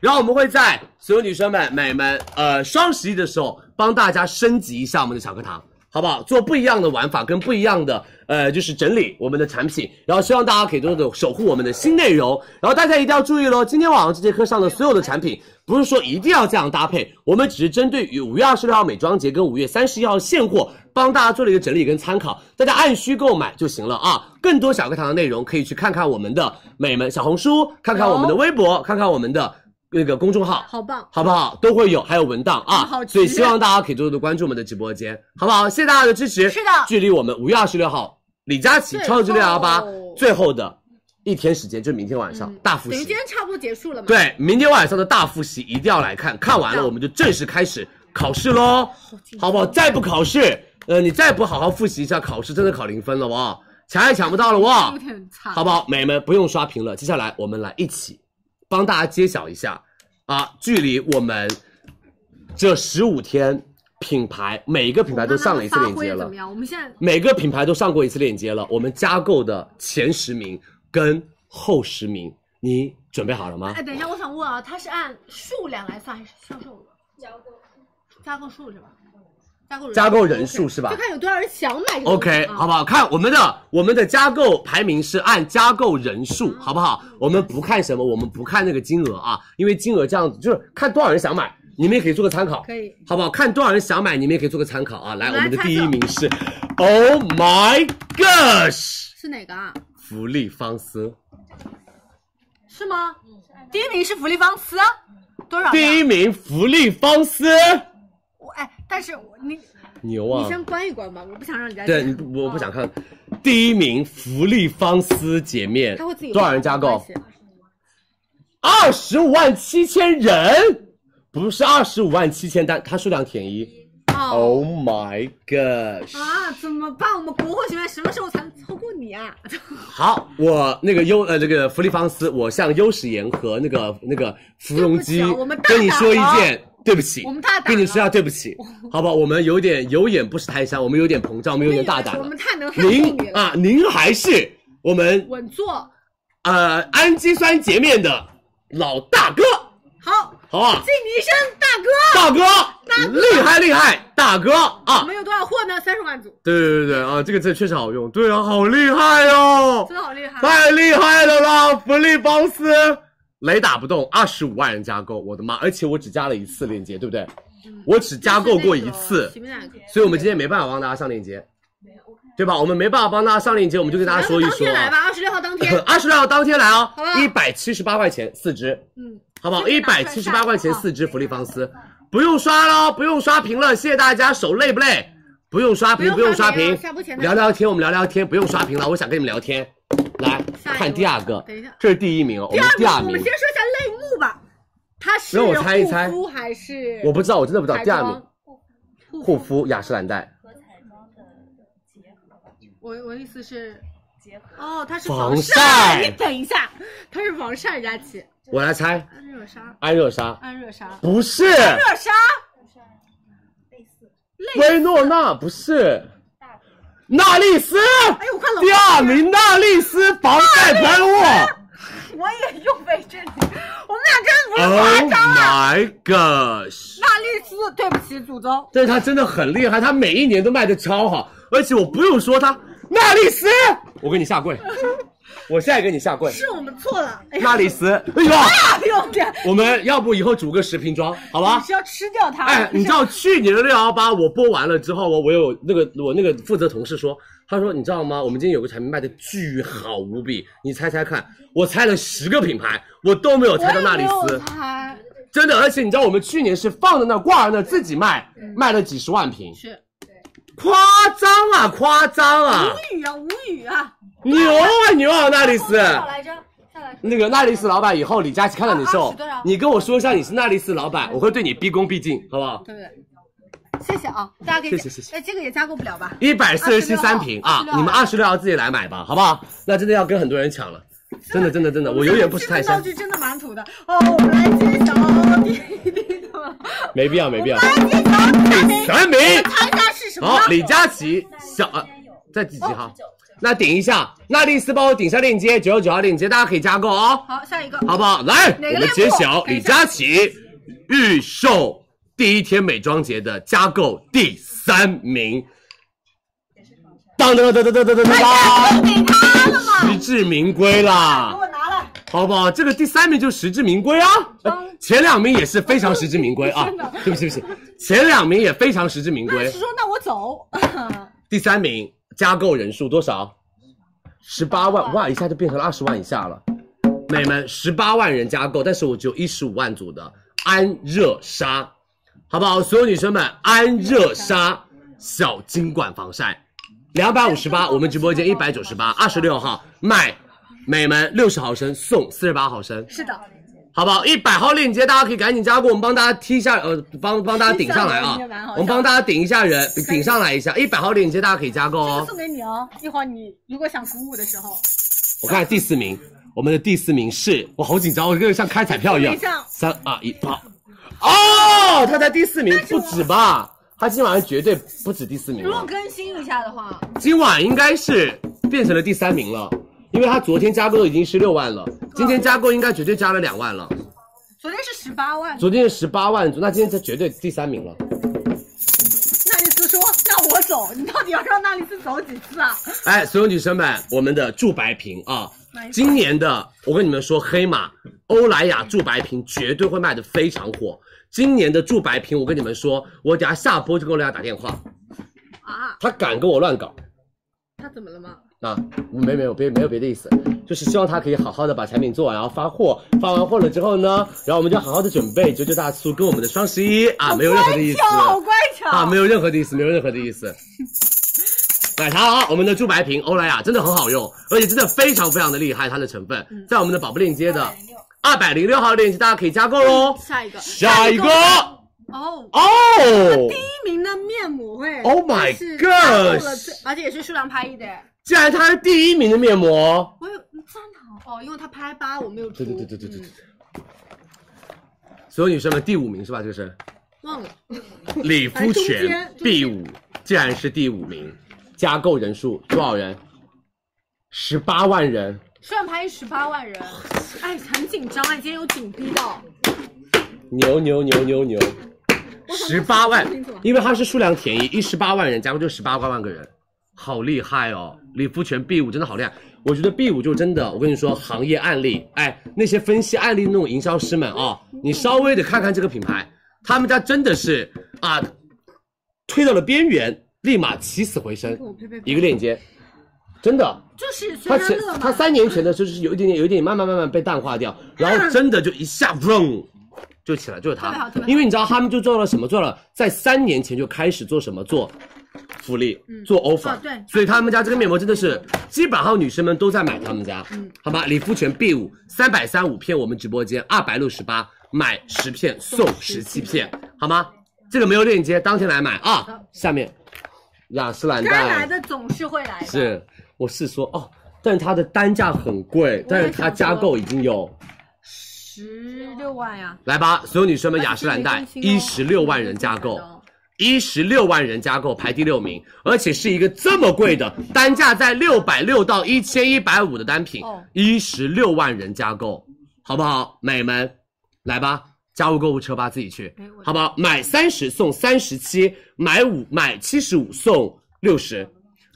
Speaker 8: 然后我们会在所有女生们、美们，呃，双十一的时候帮大家升级一下我们的小课堂，好不好？做不一样的玩法跟不一样的，呃，就是整理我们的产品。然后希望大家可以多多的守护我们的新内容。然后大家一定要注意喽，今天晚上这节课上的所有的产品，不是说一定要这样搭配，我们只是针对于五月二十六号美妆节跟五月三十一号现货，帮大家做了一个整理跟参考，大家按需购买就行了啊。更多小课堂的内容可以去看看我们的美们小红书，看看我们的微博，看看我们的那个公众号，
Speaker 6: 好棒！
Speaker 8: 好不好？都会有，还有文档啊
Speaker 6: 嗯好，
Speaker 8: 所以
Speaker 6: 期
Speaker 8: 希
Speaker 6: 待
Speaker 8: 望大家可以多多地关注我们的直播间，好不好？谢谢大家的支持。
Speaker 10: 是的
Speaker 8: 距离我们五月二十六号李佳琦
Speaker 6: 最
Speaker 8: 超级六幺八
Speaker 6: 后
Speaker 8: 最后的一天时间，就是明天晚上、大复
Speaker 6: 等于
Speaker 8: 习
Speaker 6: 今。天差不多结束了嘛？，
Speaker 8: 对，明天晚上的大复习一定要来看，看完了我们就正式开始考试喽，好不好？再不考试，呃，你再不好好复习一下，考试真的考零分了哇，抢也抢不到了哇。
Speaker 6: 有点惨。
Speaker 8: 好不好？美们不用刷屏了，接下来我们来一起帮大家揭晓一下啊，距离我们这十五天品牌每一个品牌都上了一次链接
Speaker 6: 我们慢慢地发挥得怎
Speaker 8: 了
Speaker 6: 么，样？我们现在
Speaker 8: 每个品牌都上过一次链接了。我们加购的前十名跟后十名，你准备好了吗？
Speaker 6: 哎，等一下，我想问啊，它是按数量来算还是销售额？加购数是吧？加购人数
Speaker 8: 加购人数是吧
Speaker 6: 就看有多少人想买这个东西
Speaker 8: OK，
Speaker 6: 啊
Speaker 8: 好不好？看我们的我们的加购排名是按加购人数，
Speaker 6: 嗯
Speaker 8: 好不好？我们不看什么，我们不看那个金额啊，因为金额这样子就是看多少人想买，你们也可以做个参考，
Speaker 6: 可以，
Speaker 8: 好不好？看多少人想买，你们也可以做个参考啊。来，我
Speaker 6: 我们来
Speaker 8: 们的
Speaker 6: 猜测
Speaker 8: 第一名是，Oh my gosh，
Speaker 6: 是哪个啊？
Speaker 8: 芙丽芳丝，
Speaker 6: 是吗？第一名是芙丽芳丝，多少量？啊
Speaker 8: 第一名芙丽芳丝，
Speaker 6: 我哎，但是我你
Speaker 8: 牛
Speaker 6: 你
Speaker 8: 啊！
Speaker 6: 先关一关吧，我不想让人家
Speaker 8: 对，
Speaker 6: 见
Speaker 8: 你不我不想看。第一名芙丽芳丝洁面，
Speaker 6: 他会自己
Speaker 8: 多少人加购？
Speaker 6: 没关系
Speaker 8: 二十五万七千人，不是二十五万七千单，它数量填一。
Speaker 6: 哦
Speaker 8: Oh my gosh！
Speaker 6: 啊，怎么办？我们国货学院什么时候才能超过你啊？
Speaker 8: 好，我那个优呃这个芙丽芳丝，我向优时颜和那个那个芙蓉姬
Speaker 6: 对不起啊我们大胆
Speaker 8: 跟你说一
Speaker 6: 了
Speaker 8: 件对不起，
Speaker 6: 我们大胆啊
Speaker 8: 跟你
Speaker 6: 了
Speaker 8: 说一下对不起，好不好？我们有点有眼不识泰山，我们有点膨胀，我们有
Speaker 6: (laughs)
Speaker 8: 点大胆
Speaker 6: 哎我
Speaker 8: 了
Speaker 6: 们。太能撼动
Speaker 8: 您
Speaker 6: 你了，
Speaker 8: 啊，您还是我们
Speaker 6: 稳坐。
Speaker 8: 呃氨基酸洁面的老大哥，
Speaker 6: 好，
Speaker 8: 好不好？
Speaker 6: 敬你一声大哥。
Speaker 8: (laughs) 大哥，厉害厉害，大哥啊！
Speaker 6: (laughs) 我们有多少货呢？三十万组，
Speaker 8: 对对对对啊，这个真的确实好用，对啊，好厉害哦，
Speaker 6: 真的好啊厉害。
Speaker 8: 太厉害了啦！福利包斯雷打不动，二十五万人加购，我的妈！而且我只加了一次链接，对不对？
Speaker 6: 嗯
Speaker 8: 我只加购过一次，
Speaker 6: 前面两个，
Speaker 8: 所以我们今天没办法帮大家上链接，对吧？我们没办法帮大家上链接，我们就跟大家说一
Speaker 6: 当
Speaker 8: 说
Speaker 6: 天来
Speaker 8: 啊。
Speaker 6: 吧，二十六号当天。
Speaker 8: (laughs) 二十六号当天来哦
Speaker 6: 好不，好
Speaker 8: 一百七十八块钱四支，
Speaker 6: 嗯，
Speaker 8: 好不好？一
Speaker 6: 这个
Speaker 8: 百
Speaker 6: 拿
Speaker 8: 七
Speaker 6: 出
Speaker 8: 十
Speaker 6: 来
Speaker 8: 八
Speaker 6: 看
Speaker 8: 块钱四
Speaker 6: 啊
Speaker 8: 支福利芳丝，不用刷喽，不用刷屏了，谢谢大家，手累不累？不用刷屏，不
Speaker 6: 不
Speaker 8: 用
Speaker 6: 用
Speaker 8: 刷
Speaker 6: 刷屏啊
Speaker 8: 屏
Speaker 6: 下播前，的
Speaker 8: 聊聊天，我们聊聊天，不用刷屏了，我想跟你们聊天。来
Speaker 6: 下一个
Speaker 8: 看第二个
Speaker 6: 等一下，
Speaker 8: 这是第一名哦，我
Speaker 6: 第
Speaker 8: 们
Speaker 6: 二
Speaker 8: 第二
Speaker 6: 名，我们
Speaker 8: 名
Speaker 6: 先，说一下类目吧，它是
Speaker 8: 让我猜一猜
Speaker 6: 护肤还是
Speaker 8: 我不知道，我真的不知道
Speaker 6: 彩
Speaker 8: 第二
Speaker 6: 妆
Speaker 8: 名，
Speaker 6: 护
Speaker 8: 护肤雅诗兰黛，
Speaker 6: 我我的意思是，哦，它是
Speaker 8: 防
Speaker 6: 晒。
Speaker 8: 晒
Speaker 6: 你等一下，它是防晒，佳琪，
Speaker 8: 我来猜，
Speaker 6: 安热纱，
Speaker 8: 安热纱
Speaker 6: 安热纱，
Speaker 8: 不是，
Speaker 6: 热纱，
Speaker 8: 薇诺娜不是，娜丽丝，
Speaker 6: 哎呦，我快冷
Speaker 8: 第二名娜丽丝防晒喷雾 (laughs)
Speaker 6: 我也用被这里，我们俩真不是夸
Speaker 8: ，Oh
Speaker 6: 张啊！
Speaker 8: my gosh！
Speaker 6: 娜丽丝，对不起，祖宗，
Speaker 8: 但是它真的很厉害，它每一年都卖的超好，而且我不用说它，娜丽丝， (laughs) 我给你下跪， (laughs) 我现在给你下 (laughs) 跪，
Speaker 6: 是我们错了。哎呀，
Speaker 8: 娜丽丝，啊哎呦，
Speaker 6: 哎呦，这
Speaker 8: (laughs) 我们要不以后组个十瓶装，好吧
Speaker 6: 你？是要吃掉它？
Speaker 8: (laughs) 哎，你知道去年的六幺八我播完了之后，我我有那个我那个负责同事说，他说你知道吗？我们今天有个产品卖的巨好无比，你猜猜看，我猜了十个品牌，我都没有猜到娜丽
Speaker 6: 我也没
Speaker 8: 丝
Speaker 6: 有，猜，
Speaker 8: 真的。而且你知道我们去年是放在那儿挂在那儿自己卖，卖了几十万瓶，
Speaker 6: 是
Speaker 8: 夸张啊夸张啊，
Speaker 6: 无语啊，无语啊！
Speaker 8: 牛啊牛啊娜丽丝
Speaker 6: 多。少来着？再来
Speaker 8: 那个娜丽丝老板，以后李佳琦看到你
Speaker 6: 二
Speaker 8: 瘦
Speaker 6: 十多少，
Speaker 8: 你跟我说一下你是娜丽丝老板，我会对你毕恭毕敬，好不好？
Speaker 6: 对不对？谢谢啊，大家可以
Speaker 8: 谢谢谢谢
Speaker 6: 哎，这个也加购不了吧？
Speaker 8: 一百四十七三瓶啊
Speaker 6: 26，
Speaker 8: 你们二十六号自己来买吧，好不好？那真的要跟很多人抢了，真的真的真的，我永远不吃泰
Speaker 6: 这个道 (laughs)
Speaker 8: 山，
Speaker 6: 具真的蛮土的哦。我们来揭晓第一名的，
Speaker 8: 没必要没必要。
Speaker 6: 揭晓第一名，
Speaker 8: 全名
Speaker 6: 猜一下是什么？
Speaker 8: 好，李佳琦小啊，在第几号？
Speaker 6: 哦
Speaker 8: 那顶一下，娜丽丝帮我顶下链接，九十九号链接，大家可以加购哦，
Speaker 6: 好，下一个，
Speaker 8: 好不好？来，
Speaker 6: 哪个
Speaker 8: 我们
Speaker 6: 链
Speaker 8: 揭
Speaker 6: 接
Speaker 8: 晓
Speaker 6: 等一
Speaker 8: 李
Speaker 6: 下
Speaker 8: 佳琦预售第一天美妆节的加购第三名。
Speaker 6: 哎
Speaker 8: 当当当当当当当当当！
Speaker 6: 给他了嘛，
Speaker 8: 实至名归啦！
Speaker 6: 给我拿嗯来。
Speaker 8: 好不好？这个第三名就实至名归啊，呃前两名也是非常实至名归
Speaker 6: (laughs)
Speaker 8: 啊。对不起，对不起，前两名也非常实至名
Speaker 6: 那
Speaker 8: 归
Speaker 6: 是。说那我 (laughs) 走，
Speaker 8: 第三名加购人数多少？十八万哇，一下就变成了二十万以下了。美们，十八万人加购，但是我只有一十五万组的安热纱，好不好？所有女生们，安热纱小金管防晒，两百五十八，我们直播间一百九十八，二十六号卖，美们六十毫升送四十八毫升，
Speaker 6: 是的，
Speaker 8: 好不好？一百号链接大家可以赶紧加购，我们帮大家踢一下，呃，帮帮大家顶上来啊
Speaker 6: 踢上来蛮好笑，
Speaker 8: 我们帮大家顶一下人，顶上来一下。一百号链接大家可以加购
Speaker 6: 这个
Speaker 8: 哦。
Speaker 6: 送给你哦。一会儿你如果想鼓舞的时候，
Speaker 8: 我看第四名，我们的第四名是我好紧张，我跟像开彩票一样
Speaker 6: 等一下。
Speaker 8: 三二一，好。哦，他在第四名，不止吧？他今晚绝对不止第四名
Speaker 6: 如果
Speaker 8: 了，
Speaker 6: 更新一下的话，
Speaker 8: 今晚应该是变成了第三名了，因为他昨天加购都已经十六万了，今天加购应该绝对加了两万了。
Speaker 6: 昨天是十八万，
Speaker 8: 昨天是十八万，那今天他绝对第三名了。
Speaker 6: 娜丽丝说：“那我走，你到底要让娜丽丝走几次啊
Speaker 8: 哎，所有女生们，我们的驻白瓶啊，今年的我跟你们说，黑马欧莱雅驻白瓶绝对会卖的非常火。今年的驻白瓶，我跟你们说，我等下下播就跟欧莱雅打电话，？”
Speaker 6: 啊，
Speaker 8: 他敢跟我乱搞
Speaker 6: 他怎么了吗？
Speaker 8: 啊！没没有别没有别的意思，就是希望他可以好好的把产品做完，然后发货。发完货了之后呢，然后我们就好好的准备九九大促跟我们的双十一啊，没有任何的意思。
Speaker 6: 好乖巧，
Speaker 8: 啊，没有任何的意思，没有任何的
Speaker 6: (laughs)
Speaker 8: 意思。买它啊！我们的驻白瓶欧莱啊雅真的很好用，而且真的非常非常的厉害，它的成分
Speaker 6: 嗯
Speaker 8: 在我们的宝贝链接的二百零六号链接，大家可以加购喽。
Speaker 6: 下一个
Speaker 8: 下一个
Speaker 6: 哦。
Speaker 8: 哦，
Speaker 6: 第一名的面膜哎
Speaker 8: Oh my
Speaker 6: 是加入了最
Speaker 8: gosh
Speaker 6: 而且也是数量拍一的哎，
Speaker 8: 竟然它是第一名的面膜，
Speaker 6: 我有在哪？哦，因为它拍八，我没有出。
Speaker 8: 对对对对对对对
Speaker 6: 嗯，
Speaker 8: 所有女生们第五名是吧？
Speaker 6: (laughs)
Speaker 8: 这是
Speaker 6: 忘了。
Speaker 8: 理肤
Speaker 6: 中
Speaker 8: 泉
Speaker 6: 间
Speaker 8: B 五，竟然是第五名，加购人数多少人？十八万人。
Speaker 6: 数量拍十八万人，哎，很紧张哎，今天有紧逼到。
Speaker 8: 牛牛牛牛牛，十八万
Speaker 6: 清楚啊，
Speaker 8: 因为它是数量便宜，一十八万人，加入就十八万个人，好厉害哦！理肤泉 B 五真的好厉害，我觉得 B 五就真的，我跟你说，行业案例，哎，那些分析案例那种营销师们啊、你稍微的看看这个品牌，他们家真的是啊，推到了边缘，立马起死回生，呃
Speaker 6: 哦
Speaker 8: 一个链接，真的，
Speaker 6: 就是
Speaker 8: 他
Speaker 6: 随
Speaker 8: 前
Speaker 6: 着乐
Speaker 8: 他
Speaker 6: 嘛，
Speaker 8: 三年前的就是有一点点，有一点慢慢慢慢被淡
Speaker 6: (laughs)
Speaker 8: 化掉，然后真的就一下嗡就起来，就是
Speaker 6: 特别好
Speaker 8: 他
Speaker 6: 特别。好
Speaker 8: 因为你知道他们就做了什么？做了在三年前就开始做什么？做福利，做 offer、
Speaker 6: 哦对
Speaker 8: 所以他们家这个面膜真的是基本上女生们都在
Speaker 6: 嗯
Speaker 8: 买他们家，好吧？理肤泉 B 五三百三五片，我们直播间二百六十八买十片送十七片，好吗？这个没有链接，当天来买啊！下面雅诗兰
Speaker 6: 该来
Speaker 8: 黛
Speaker 6: 的总是会来的。
Speaker 8: 是，我是说哦，但是它的单价很贵，但是它加购已经有
Speaker 6: 十六万呀，
Speaker 8: 来吧，所有女生们，雅诗兰黛
Speaker 6: 但是没
Speaker 8: 一
Speaker 6: 更
Speaker 8: 十
Speaker 6: 新哦
Speaker 8: 六万人加购，一十六万人加购排第六名，而且是一个这么贵的，单价在六百六到一千一百五的单品
Speaker 6: 哦，
Speaker 8: 一十六万人加购，好不好，美们，来吧，加入购物车吧，自己去
Speaker 6: 哎我，
Speaker 8: 好不好？买三十送三十七，买五买七十五送六十，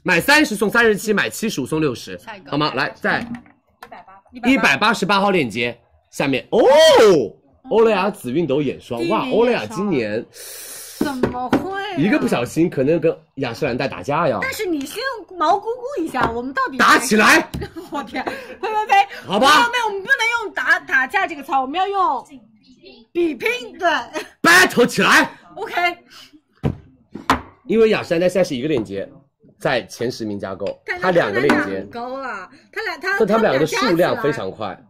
Speaker 8: 买三十送三十七，买七十五送六十
Speaker 10: 下一，个
Speaker 8: 好吗？来，再一
Speaker 10: 180
Speaker 8: 百八十八号链接下面哦，欧莱雅紫熨斗眼霜，哇，
Speaker 6: 嗯第一眼霜
Speaker 8: 欧莱雅今年
Speaker 6: 怎么会啊、
Speaker 8: 一个不小心可能跟雅诗兰黛打架呀，
Speaker 6: 但是你先毛估估一下，我们到底
Speaker 8: 打起来，
Speaker 6: (laughs) 我天，呸呸呸！
Speaker 8: (laughs) 好吧
Speaker 6: 没有，我们不能用打打架这个词儿，我们要用比拼。对 (laughs)
Speaker 8: ，battle 起来，
Speaker 6: ，OK。
Speaker 8: 因为雅诗兰黛现在是一个链接，在前十名加购，
Speaker 6: 但
Speaker 8: 它两个链
Speaker 6: 他们俩
Speaker 8: 接
Speaker 6: 很，高啊了，他俩他
Speaker 8: 但它们两个的
Speaker 6: 加起
Speaker 8: 数量
Speaker 6: 来
Speaker 8: 非常快，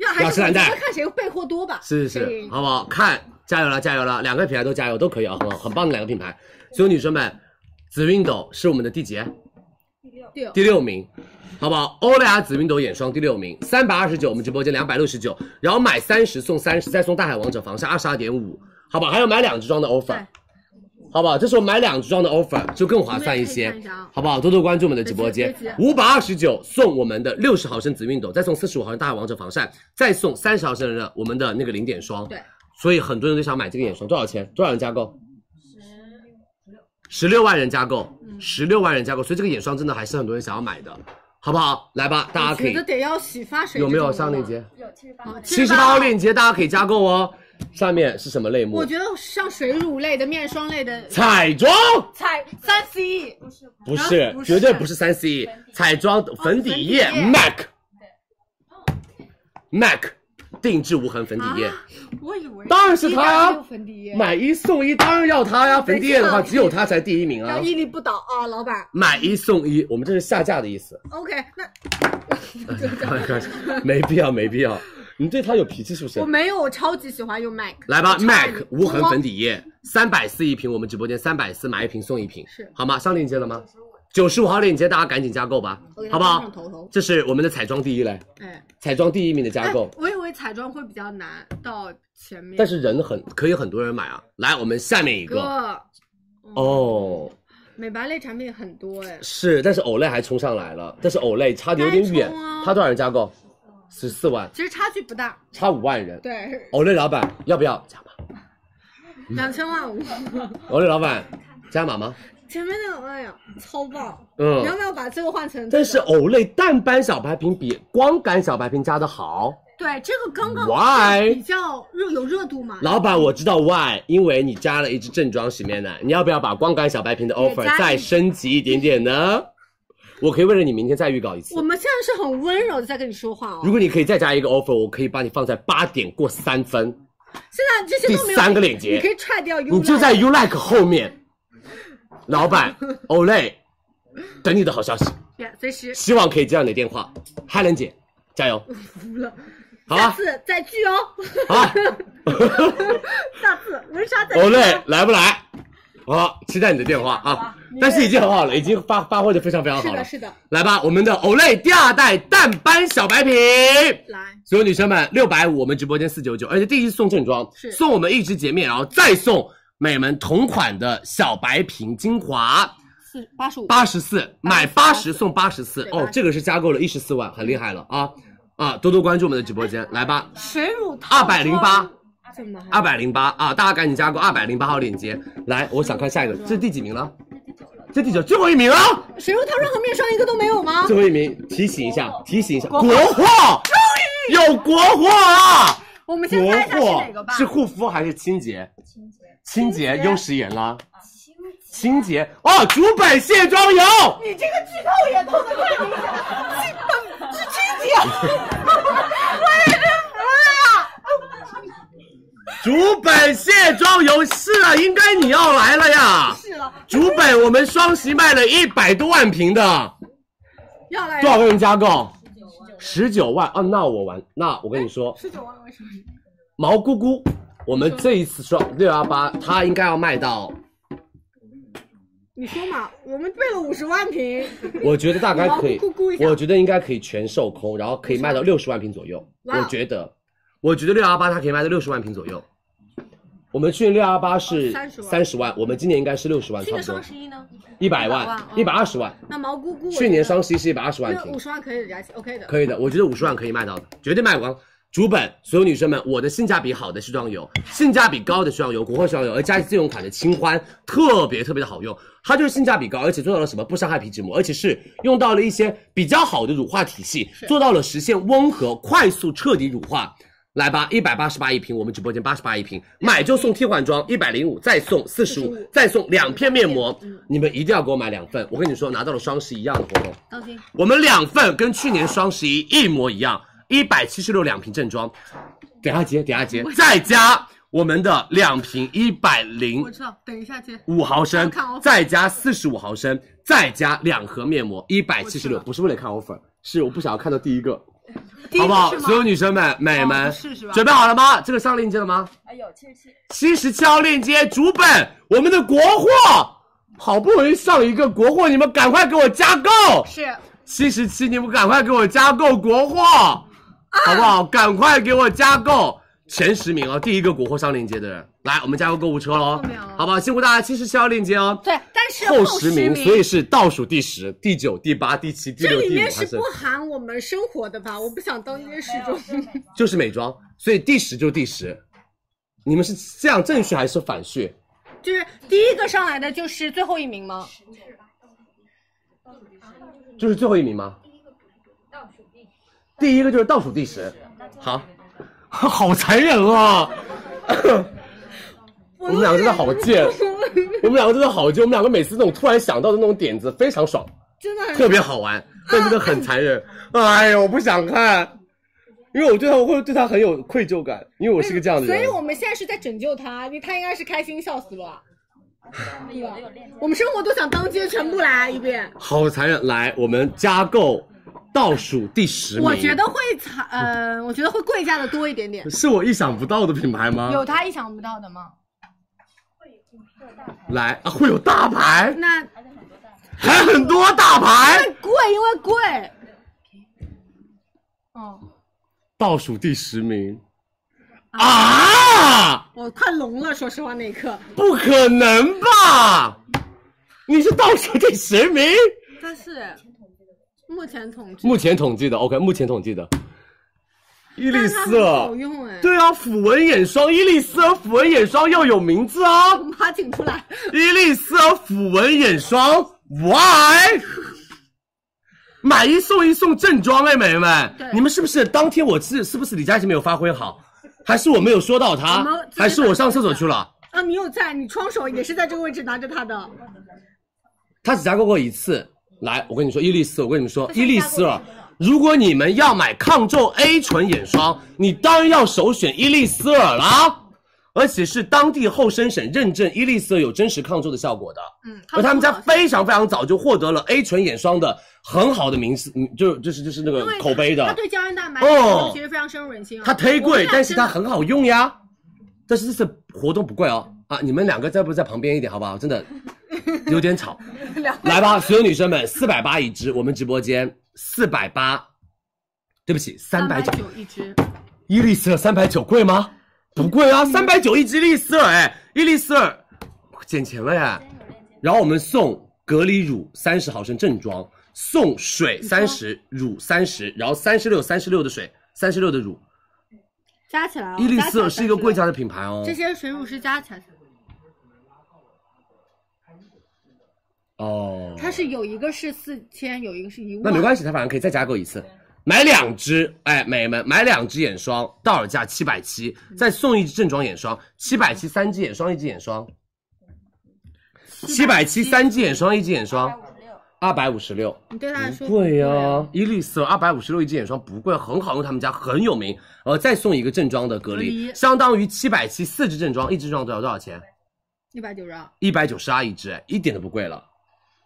Speaker 6: 要还
Speaker 8: 雅诗
Speaker 6: 是我们
Speaker 8: 兰黛
Speaker 6: 觉得看谁备货多吧。
Speaker 8: 是是是，好不好？看，加油了，加油了，两个品牌都加油，都可以啊，很很棒的两个品牌，所有女生们，紫熨斗是我们的第几？
Speaker 6: 第六
Speaker 8: 第六名，好不好？欧莱雅紫熨斗眼霜第六名，三百二十九，我们直播间两百六十九，然后买三十送三十，再送大海王者防晒二十二点五，好不好？还有买两支装的 offer，好不好？这时候买两支装的 offer 就更划算一些
Speaker 6: 我们也可以看一下啊，
Speaker 8: 好不好？多多关注我们的直播间
Speaker 6: 别急别，
Speaker 8: 五百二十九送我们的六十毫升紫熨斗，再送四十五毫升大海王者防晒，再送三十毫升的我们的那个零点霜。
Speaker 6: 对，
Speaker 8: 所以很多人都想买这个眼霜，多少钱？多少人加购？十六嗯万人加购，十六万人加购，所以这个眼霜真的还是很多人想要买的，好不好？来吧，大家可
Speaker 6: 我
Speaker 8: 以
Speaker 6: 觉得得要洗发水。
Speaker 8: 有没有上链？接？
Speaker 6: 啊
Speaker 8: 七十八号链接大家可以加购哦。下面是什么类目
Speaker 6: 我？觉得像水乳类的、面霜类的，
Speaker 8: 彩妆
Speaker 6: 彩三 C
Speaker 8: 不是，
Speaker 6: 不是
Speaker 8: 绝对不是三 C，彩妆粉底液
Speaker 6: 哦粉底液
Speaker 8: MAC MAC 定制无痕粉底液，
Speaker 6: 我以为
Speaker 8: 当然是它
Speaker 6: 意大
Speaker 8: 啊
Speaker 6: 利有粉底液，
Speaker 8: 买一送一当然要它呀，粉底液的话只有它才第一名啊
Speaker 6: 要。屹立不倒啊，老板。
Speaker 8: 买一送一，我们这是下架的
Speaker 6: (laughs)
Speaker 8: 意思。
Speaker 6: OK，那
Speaker 8: 开玩笑，没必要，没必要。你对它有脾气是不是
Speaker 6: 我？没有，我超级喜欢用 MAC。
Speaker 8: 来吧
Speaker 6: 我超爱
Speaker 8: ，MAC
Speaker 6: 用
Speaker 8: 无痕
Speaker 6: 我
Speaker 8: 粉底液，三百四一瓶，我们直播间三百四买一瓶送一瓶，
Speaker 6: 是
Speaker 8: 好吗？上链接了吗？九十五号链接，大家赶紧加购吧
Speaker 6: 我给，它
Speaker 8: 好不
Speaker 6: 上
Speaker 8: 好
Speaker 6: 上头头？
Speaker 8: 这是我们的彩妆第一嘞，
Speaker 6: 哎，
Speaker 8: 彩妆第一名的加
Speaker 6: 哎
Speaker 8: 购，
Speaker 6: 我以为彩妆会比较难到前面，
Speaker 8: 但是人很可以很多人买啊。来，我们下面一个
Speaker 6: 哥，
Speaker 8: 哦，
Speaker 6: 美白类产品很多哎，
Speaker 8: 是，但是欧莱还冲上来了，但是欧莱差的有点远
Speaker 6: 该冲啊，
Speaker 8: 它多少人加购？十四万，
Speaker 6: 其实差距不大，
Speaker 8: 差五万人。
Speaker 6: 对，
Speaker 8: 欧莱老板要不要加码？嗯
Speaker 6: 两千万五， (laughs)
Speaker 8: 欧莱老板加码吗？
Speaker 6: 前面那个哎呀超棒，
Speaker 8: 嗯
Speaker 6: 你要不要把这个换成这个？
Speaker 8: 但是藕类淡斑小白瓶比光感小白瓶加的好。
Speaker 6: 对这个刚刚
Speaker 8: Why？
Speaker 6: 比较热有热度嘛，
Speaker 8: 老板，我知道 why，因为你加了一支正装洗面奶，你要不要把光感小白瓶的
Speaker 6: 也
Speaker 8: offer
Speaker 6: 加一
Speaker 8: 再升级一点点呢？我可以为了你明天再预告一次
Speaker 6: 我。们现在是很温柔的在跟你说话哦
Speaker 8: 如，果你可以再加一个 offer，我可以把你放在八点过三分，
Speaker 6: 现在这些都没有，
Speaker 8: 第三个链接
Speaker 6: 你可以踹掉 U，
Speaker 8: 你就在 you like 后面。老
Speaker 6: (laughs)
Speaker 8: 板，欧蕾，等你的好消息，
Speaker 6: Yeah，随时
Speaker 8: 希望可以接到你的电话。嗨，伦姐，加油！
Speaker 6: 服了，
Speaker 8: 好啊
Speaker 6: (laughs) 下
Speaker 8: 吧，
Speaker 6: 次再聚哦， (laughs)
Speaker 8: 好吧。
Speaker 6: 下次温莎再聚哦
Speaker 8: 欧蕾来不来？好，期待你的电话啊！ (laughs) 但是已经很好了，已经发发挥的非常非常
Speaker 6: 是
Speaker 8: 好
Speaker 6: 的，
Speaker 8: 了。
Speaker 6: 是的，
Speaker 8: 来吧，我们的欧蕾第二代淡斑小白瓶，
Speaker 6: 来，
Speaker 8: 所有女生们六百五，我们直播间四九九，而且第一次送正装，
Speaker 6: 是
Speaker 8: 送我们一支洁面，然后再送美们同款的小白瓶精华，
Speaker 6: 四八十五，
Speaker 8: 八十四买八十送八十四
Speaker 6: 对
Speaker 8: 哦
Speaker 6: 84，
Speaker 8: 这个是加购了一十四万，很厉害了啊啊！多多关注我们的直播间，来吧，
Speaker 6: 水乳套
Speaker 8: 二百零八。
Speaker 6: 装，怎么还
Speaker 8: 二百零八啊！大家赶紧加购二百零八号链接。来，我想看下一个，这是第几名了？这第九，最后一名了，
Speaker 6: 水乳套装和面霜一个都没有吗？
Speaker 8: 最后一名。提醒一下，提醒一下，国货，有国货啊！
Speaker 6: 我们先
Speaker 8: 国
Speaker 6: 猜一下是
Speaker 8: 货
Speaker 6: 哪个吧。
Speaker 8: 是护肤还是清洁？清洁，清洁优时颜啦。清洁哦，竹本卸妆油，
Speaker 6: 你这个剧透也透的太明显了，是清洁。 (laughs) 我也是服了呀。
Speaker 8: 竹本卸妆油是啊，应该你要来了呀。
Speaker 6: 是了，
Speaker 8: 竹本我们双十一卖了一百多万瓶的。
Speaker 6: 要来
Speaker 8: 多少个人加购？啊十九万。哦，那我完，那我跟你说，
Speaker 6: 十九万为什么？
Speaker 8: 毛姑姑，我们这一次双六幺八，它应该要卖到，
Speaker 6: 你说嘛，我们备了五十万瓶，
Speaker 8: 我觉得大概可以
Speaker 6: 你要不估估一，下
Speaker 8: 我觉得应该可以全售空，然后可以卖到六十万瓶左右。
Speaker 6: 哇哦
Speaker 8: 我觉得，我觉得六幺八它可以卖到六十万瓶左右。我们去年六幺八是
Speaker 6: 30万哦
Speaker 8: 三十万，我们今年应该是六十万，
Speaker 6: 去
Speaker 8: 差
Speaker 6: 年
Speaker 8: 不
Speaker 6: 双
Speaker 8: 多
Speaker 6: 十一呢？
Speaker 8: 一百
Speaker 6: 100万哦
Speaker 8: 万，一百二十万。
Speaker 6: 那毛姑姑，
Speaker 8: 去年双十一是一百二十万瓶
Speaker 6: 五，十万可以人家 OK 的，
Speaker 8: 可以的，我觉得五十万可以卖到的，绝对卖光。主本，所有女生们，我的性价比好的蓄妆油，性价比高的蓄妆油，国货蓄妆油，而佳琦自用款的清欢特别特别的好用，它就是性价比高，而且做到了什么不伤害皮脂膜，而且是用到了一些比较好的乳化体系，做到了实现温和、快速、彻底乳化。来吧，一百八十八一瓶，我们直播间八十八一瓶，买就送替换装一百零五，再送四十五，再送两片面膜，嗯你们一定要给我买两份。我跟你说，拿到了双十一一样的活动，
Speaker 6: 当心
Speaker 8: 我们两份跟去年双十一一模一样，一百七十六两瓶正装，等下接，等下接，再加我们的两瓶一百零
Speaker 6: 我知道，等一下接。
Speaker 8: 五毫升
Speaker 6: 看 offer，
Speaker 8: 再加四十五毫升，再加两盒面膜，一百七十六，不是为了看 offer，是我不想要看到第一个，
Speaker 6: 第一
Speaker 8: 好
Speaker 6: 个
Speaker 8: 不好
Speaker 6: 是？吗
Speaker 8: 所有女生们、美
Speaker 6: 哦
Speaker 8: 们，
Speaker 6: 是是吧
Speaker 8: 准备好了吗？这个上链接了吗？
Speaker 12: 哎呦，七十七，
Speaker 8: 七十七号链接主本，我们的国货，好不容易上一个国货，你们赶快给我加购。
Speaker 6: 是
Speaker 8: 七十七，你们赶快给我加购国货，
Speaker 6: 啊
Speaker 8: 好不好？赶快给我加购前十名哦，第一个国货上链接的人，来，我们加入购物车喽，好不好？辛苦大家七十七号链接哦。
Speaker 6: 对，但哦是
Speaker 8: 后
Speaker 6: 十
Speaker 8: 十名，所以是倒数第十、第九、第八、第七、第
Speaker 6: 这
Speaker 8: 六、
Speaker 6: 里
Speaker 8: 第
Speaker 6: 面
Speaker 8: 五，还
Speaker 6: 是
Speaker 8: 是嗯
Speaker 6: 不含我们生活的吧？我不想当冤狱中。
Speaker 8: 就是美妆，所以第十就是第十。你们是这样正序还是反序？
Speaker 6: 就是第一个上来的就是最后一名吗？
Speaker 8: 就是最后一名吗？第一个就是倒数第十。好， (laughs) 好残忍 (laughs) 啊！我们两个真的好贱， (laughs) 我们两个真的好贱，我们两个每次那种突然想到的那种点子非常爽，
Speaker 6: (laughs) 真的很
Speaker 8: 特别好玩，但真的很残忍。 (laughs) 哎呦，我不想看，因为我对他我会对他很有愧疚感，因为我是个这啊样的
Speaker 6: 所以
Speaker 8: 人。
Speaker 6: 我们现在是在拯救他，因为他应该是开心笑死了。对吧我们生活都想当街，全部来一遍。
Speaker 8: 好残忍，来，我们加购倒数第十名，
Speaker 6: 我觉得会惨，呃，我觉得会贵价的多一点点。
Speaker 8: 是我意想不到的品牌吗？
Speaker 10: 有他意想不到的吗？
Speaker 8: 来啊，会有大牌，
Speaker 6: 那
Speaker 8: 还很多大牌。
Speaker 6: (laughs) 贵，因为贵。哦，
Speaker 8: 倒数第十名。啊！
Speaker 6: 我快聋了，说实话那一刻。
Speaker 8: 不可能吧？你是倒数第十名？
Speaker 6: 但是目前统治，
Speaker 8: 目前统计的，OK，目前统计的。伊丽
Speaker 6: 但是它很好
Speaker 8: 丝，
Speaker 6: 用哎。
Speaker 8: 对啊，抚纹眼霜，伊丽丝抚纹眼霜要有名字啊，
Speaker 6: 我们把它请出来。
Speaker 8: 伊丽丝抚纹眼霜，why？买一送一送正装哎，美眉们，你们是不是当天我是是不是李佳琦没有发挥好，还是我没有说到
Speaker 6: 我
Speaker 8: 她
Speaker 6: 们自，己
Speaker 8: 还是我上厕所去了？
Speaker 6: 啊，你有在，你双手也是在这个位置拿着它的。
Speaker 8: 他只加购过一次。来，我跟你说，伊丽丝，我跟你们说，伊丽丝尔，如果你们要买抗皱 A 醇眼霜，你当然要首选伊丽丝尔啦，而且是当地后生省认证伊丽丝尔有真实抗皱的效果的。
Speaker 6: 嗯，
Speaker 8: 而他们家非常非常早就获得了 A 醇眼霜的很好的名次，嗯就就是就是那个
Speaker 6: 因为
Speaker 8: 口碑的。
Speaker 6: 它对胶原蛋白
Speaker 8: 哦
Speaker 6: 其实非常深入人心啊。
Speaker 8: 它忒
Speaker 6: 我们
Speaker 8: 贵，
Speaker 6: 俩
Speaker 8: 但是
Speaker 6: 真的
Speaker 8: 它很好用呀。但是这次活动不贵哦。啊，你们两个再不在旁边一点好不
Speaker 6: (laughs)
Speaker 8: 好？真的有点吵。来吧，所有女生们，四百八一支，我们直播间四百八，对不起，三百九。
Speaker 6: 一支，
Speaker 8: 伊丽丝尔三百九贵吗？不贵
Speaker 6: 嗯
Speaker 8: 啊，三百九一支伊丽丝尔，哎，伊丽丝尔捡钱了呀。然后我们送隔离乳三十毫升正装，送水三十，乳三十，然后三十六三十六的水，三十六的乳。
Speaker 6: 加起来哦。
Speaker 8: 伊丽
Speaker 6: 加起
Speaker 8: 丝
Speaker 6: 来
Speaker 8: 尔是一个贵
Speaker 6: 36
Speaker 8: 价的品牌哦。
Speaker 6: 这些水乳是加起来的，
Speaker 8: 哦，
Speaker 6: 它是有一个是四千，有一个是一万。
Speaker 8: 那没关系，它反正可以再加购一次，买两支，哎，美们买两支眼霜，到手价七百七，再送一支正装眼霜，七百七三支眼霜一支眼霜，七百七三支眼霜一支眼霜，二百五十六，
Speaker 6: 系，你对它来说
Speaker 8: 不贵呀、
Speaker 6: 啊
Speaker 8: 伊丽丝二百五十六一支眼霜不贵，很好用，他们家很有名。呃，再送一个正装的隔
Speaker 6: 隔
Speaker 8: 离，
Speaker 6: 离
Speaker 8: 相当于七百七四支正装，一支正装多少多少钱？
Speaker 6: 一百九十二。
Speaker 8: 一百九十二一支，一点都不贵了，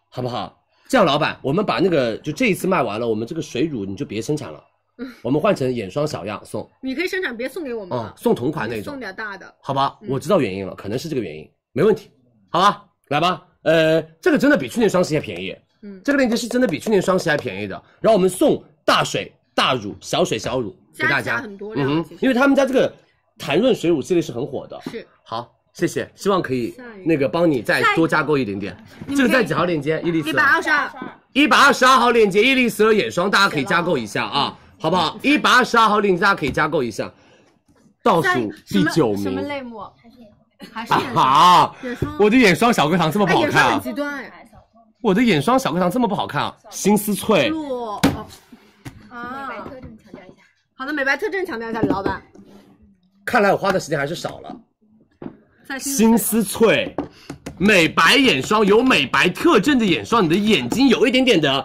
Speaker 8: 好不好？这样，老板，我们把那个就这一次卖完了，我们这个水乳你就别生产了，
Speaker 6: 嗯
Speaker 8: 我们换成眼霜小样送
Speaker 6: 你可以生产，别送给我们
Speaker 8: 啊
Speaker 6: 了，，
Speaker 8: 送同款
Speaker 6: 你
Speaker 8: 那
Speaker 6: 嗯
Speaker 8: 种
Speaker 6: 送，点嗯大的。
Speaker 8: 好吧？我知道原因了，可能是这个原因，没问题，好吧？来吧，呃，这个真的比去年双十一还便宜，
Speaker 6: 嗯
Speaker 8: 这个链接是真的比去年双十一还便宜的。然后我们送大水大乳、小水小乳给
Speaker 6: 加
Speaker 8: 大
Speaker 6: 起来
Speaker 8: 家，
Speaker 6: 很多量
Speaker 8: 嗯
Speaker 6: 其
Speaker 8: 哼
Speaker 6: 实，
Speaker 8: 因为他们家这个弹润水乳系列是很火的，
Speaker 6: 是
Speaker 8: 好。谢谢，希望可以
Speaker 6: 下一个
Speaker 8: 那个帮你再多加购一点点。这个在几号链接？伊丽丝
Speaker 6: 一
Speaker 8: 吗
Speaker 6: 百二十二，
Speaker 8: 一百二十二号链接伊丽丝的眼霜，大家可以加购一下
Speaker 6: 嗯
Speaker 8: 啊，好不好？一百二十二号链接大家可以加购一下，倒
Speaker 6: 在
Speaker 8: 数
Speaker 6: 什
Speaker 8: 第
Speaker 6: 么
Speaker 8: 九
Speaker 6: 什么
Speaker 8: 名
Speaker 6: 类目？还是
Speaker 8: (laughs) 啊
Speaker 6: 眼霜？
Speaker 8: 哈！
Speaker 6: 眼霜，
Speaker 8: 我的眼霜小课堂这么
Speaker 6: 哎
Speaker 8: 不好
Speaker 6: 眼
Speaker 8: 看
Speaker 6: 霜很
Speaker 8: 啊！
Speaker 6: 极端哎，
Speaker 8: 我的眼霜小课堂这么不好看啊！新思翠，
Speaker 6: 露哦啊。好的，美白特征强调一下，李老板。
Speaker 8: 看来我花的时间还是少了。
Speaker 6: 在
Speaker 8: 新思翠美白眼霜有美白特征的眼霜，你的眼睛有一点点的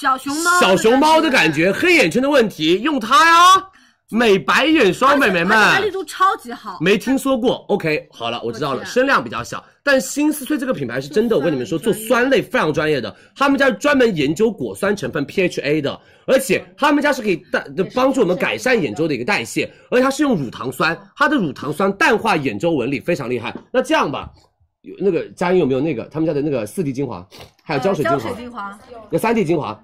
Speaker 6: 小熊猫，
Speaker 8: 小熊猫的感。觉，黑眼圈的问题，用它呀！美白眼霜，美眉们，嗯
Speaker 6: 而且它力度超级好，
Speaker 8: 没听说过。OK，好了，我知道
Speaker 6: 我
Speaker 8: 了，
Speaker 6: 知道
Speaker 8: 声量比较小，但新思翠这个品牌是真的，我跟你们说，
Speaker 6: 做
Speaker 8: 做
Speaker 6: 酸
Speaker 8: 酸类非常专业的，他们家是专门研究果酸成分 PHA 的，而且他们家是可以代帮助我们改善眼周的一个代谢，而且它是用乳糖酸，它的乳糖酸淡化眼周纹理非常厉害。那这样吧，有那个佳音有没有那个他们家的那个四 D 精华，还有胶水精
Speaker 6: 呃胶
Speaker 8: 华
Speaker 6: 水，精华，
Speaker 8: 有三 D 精华，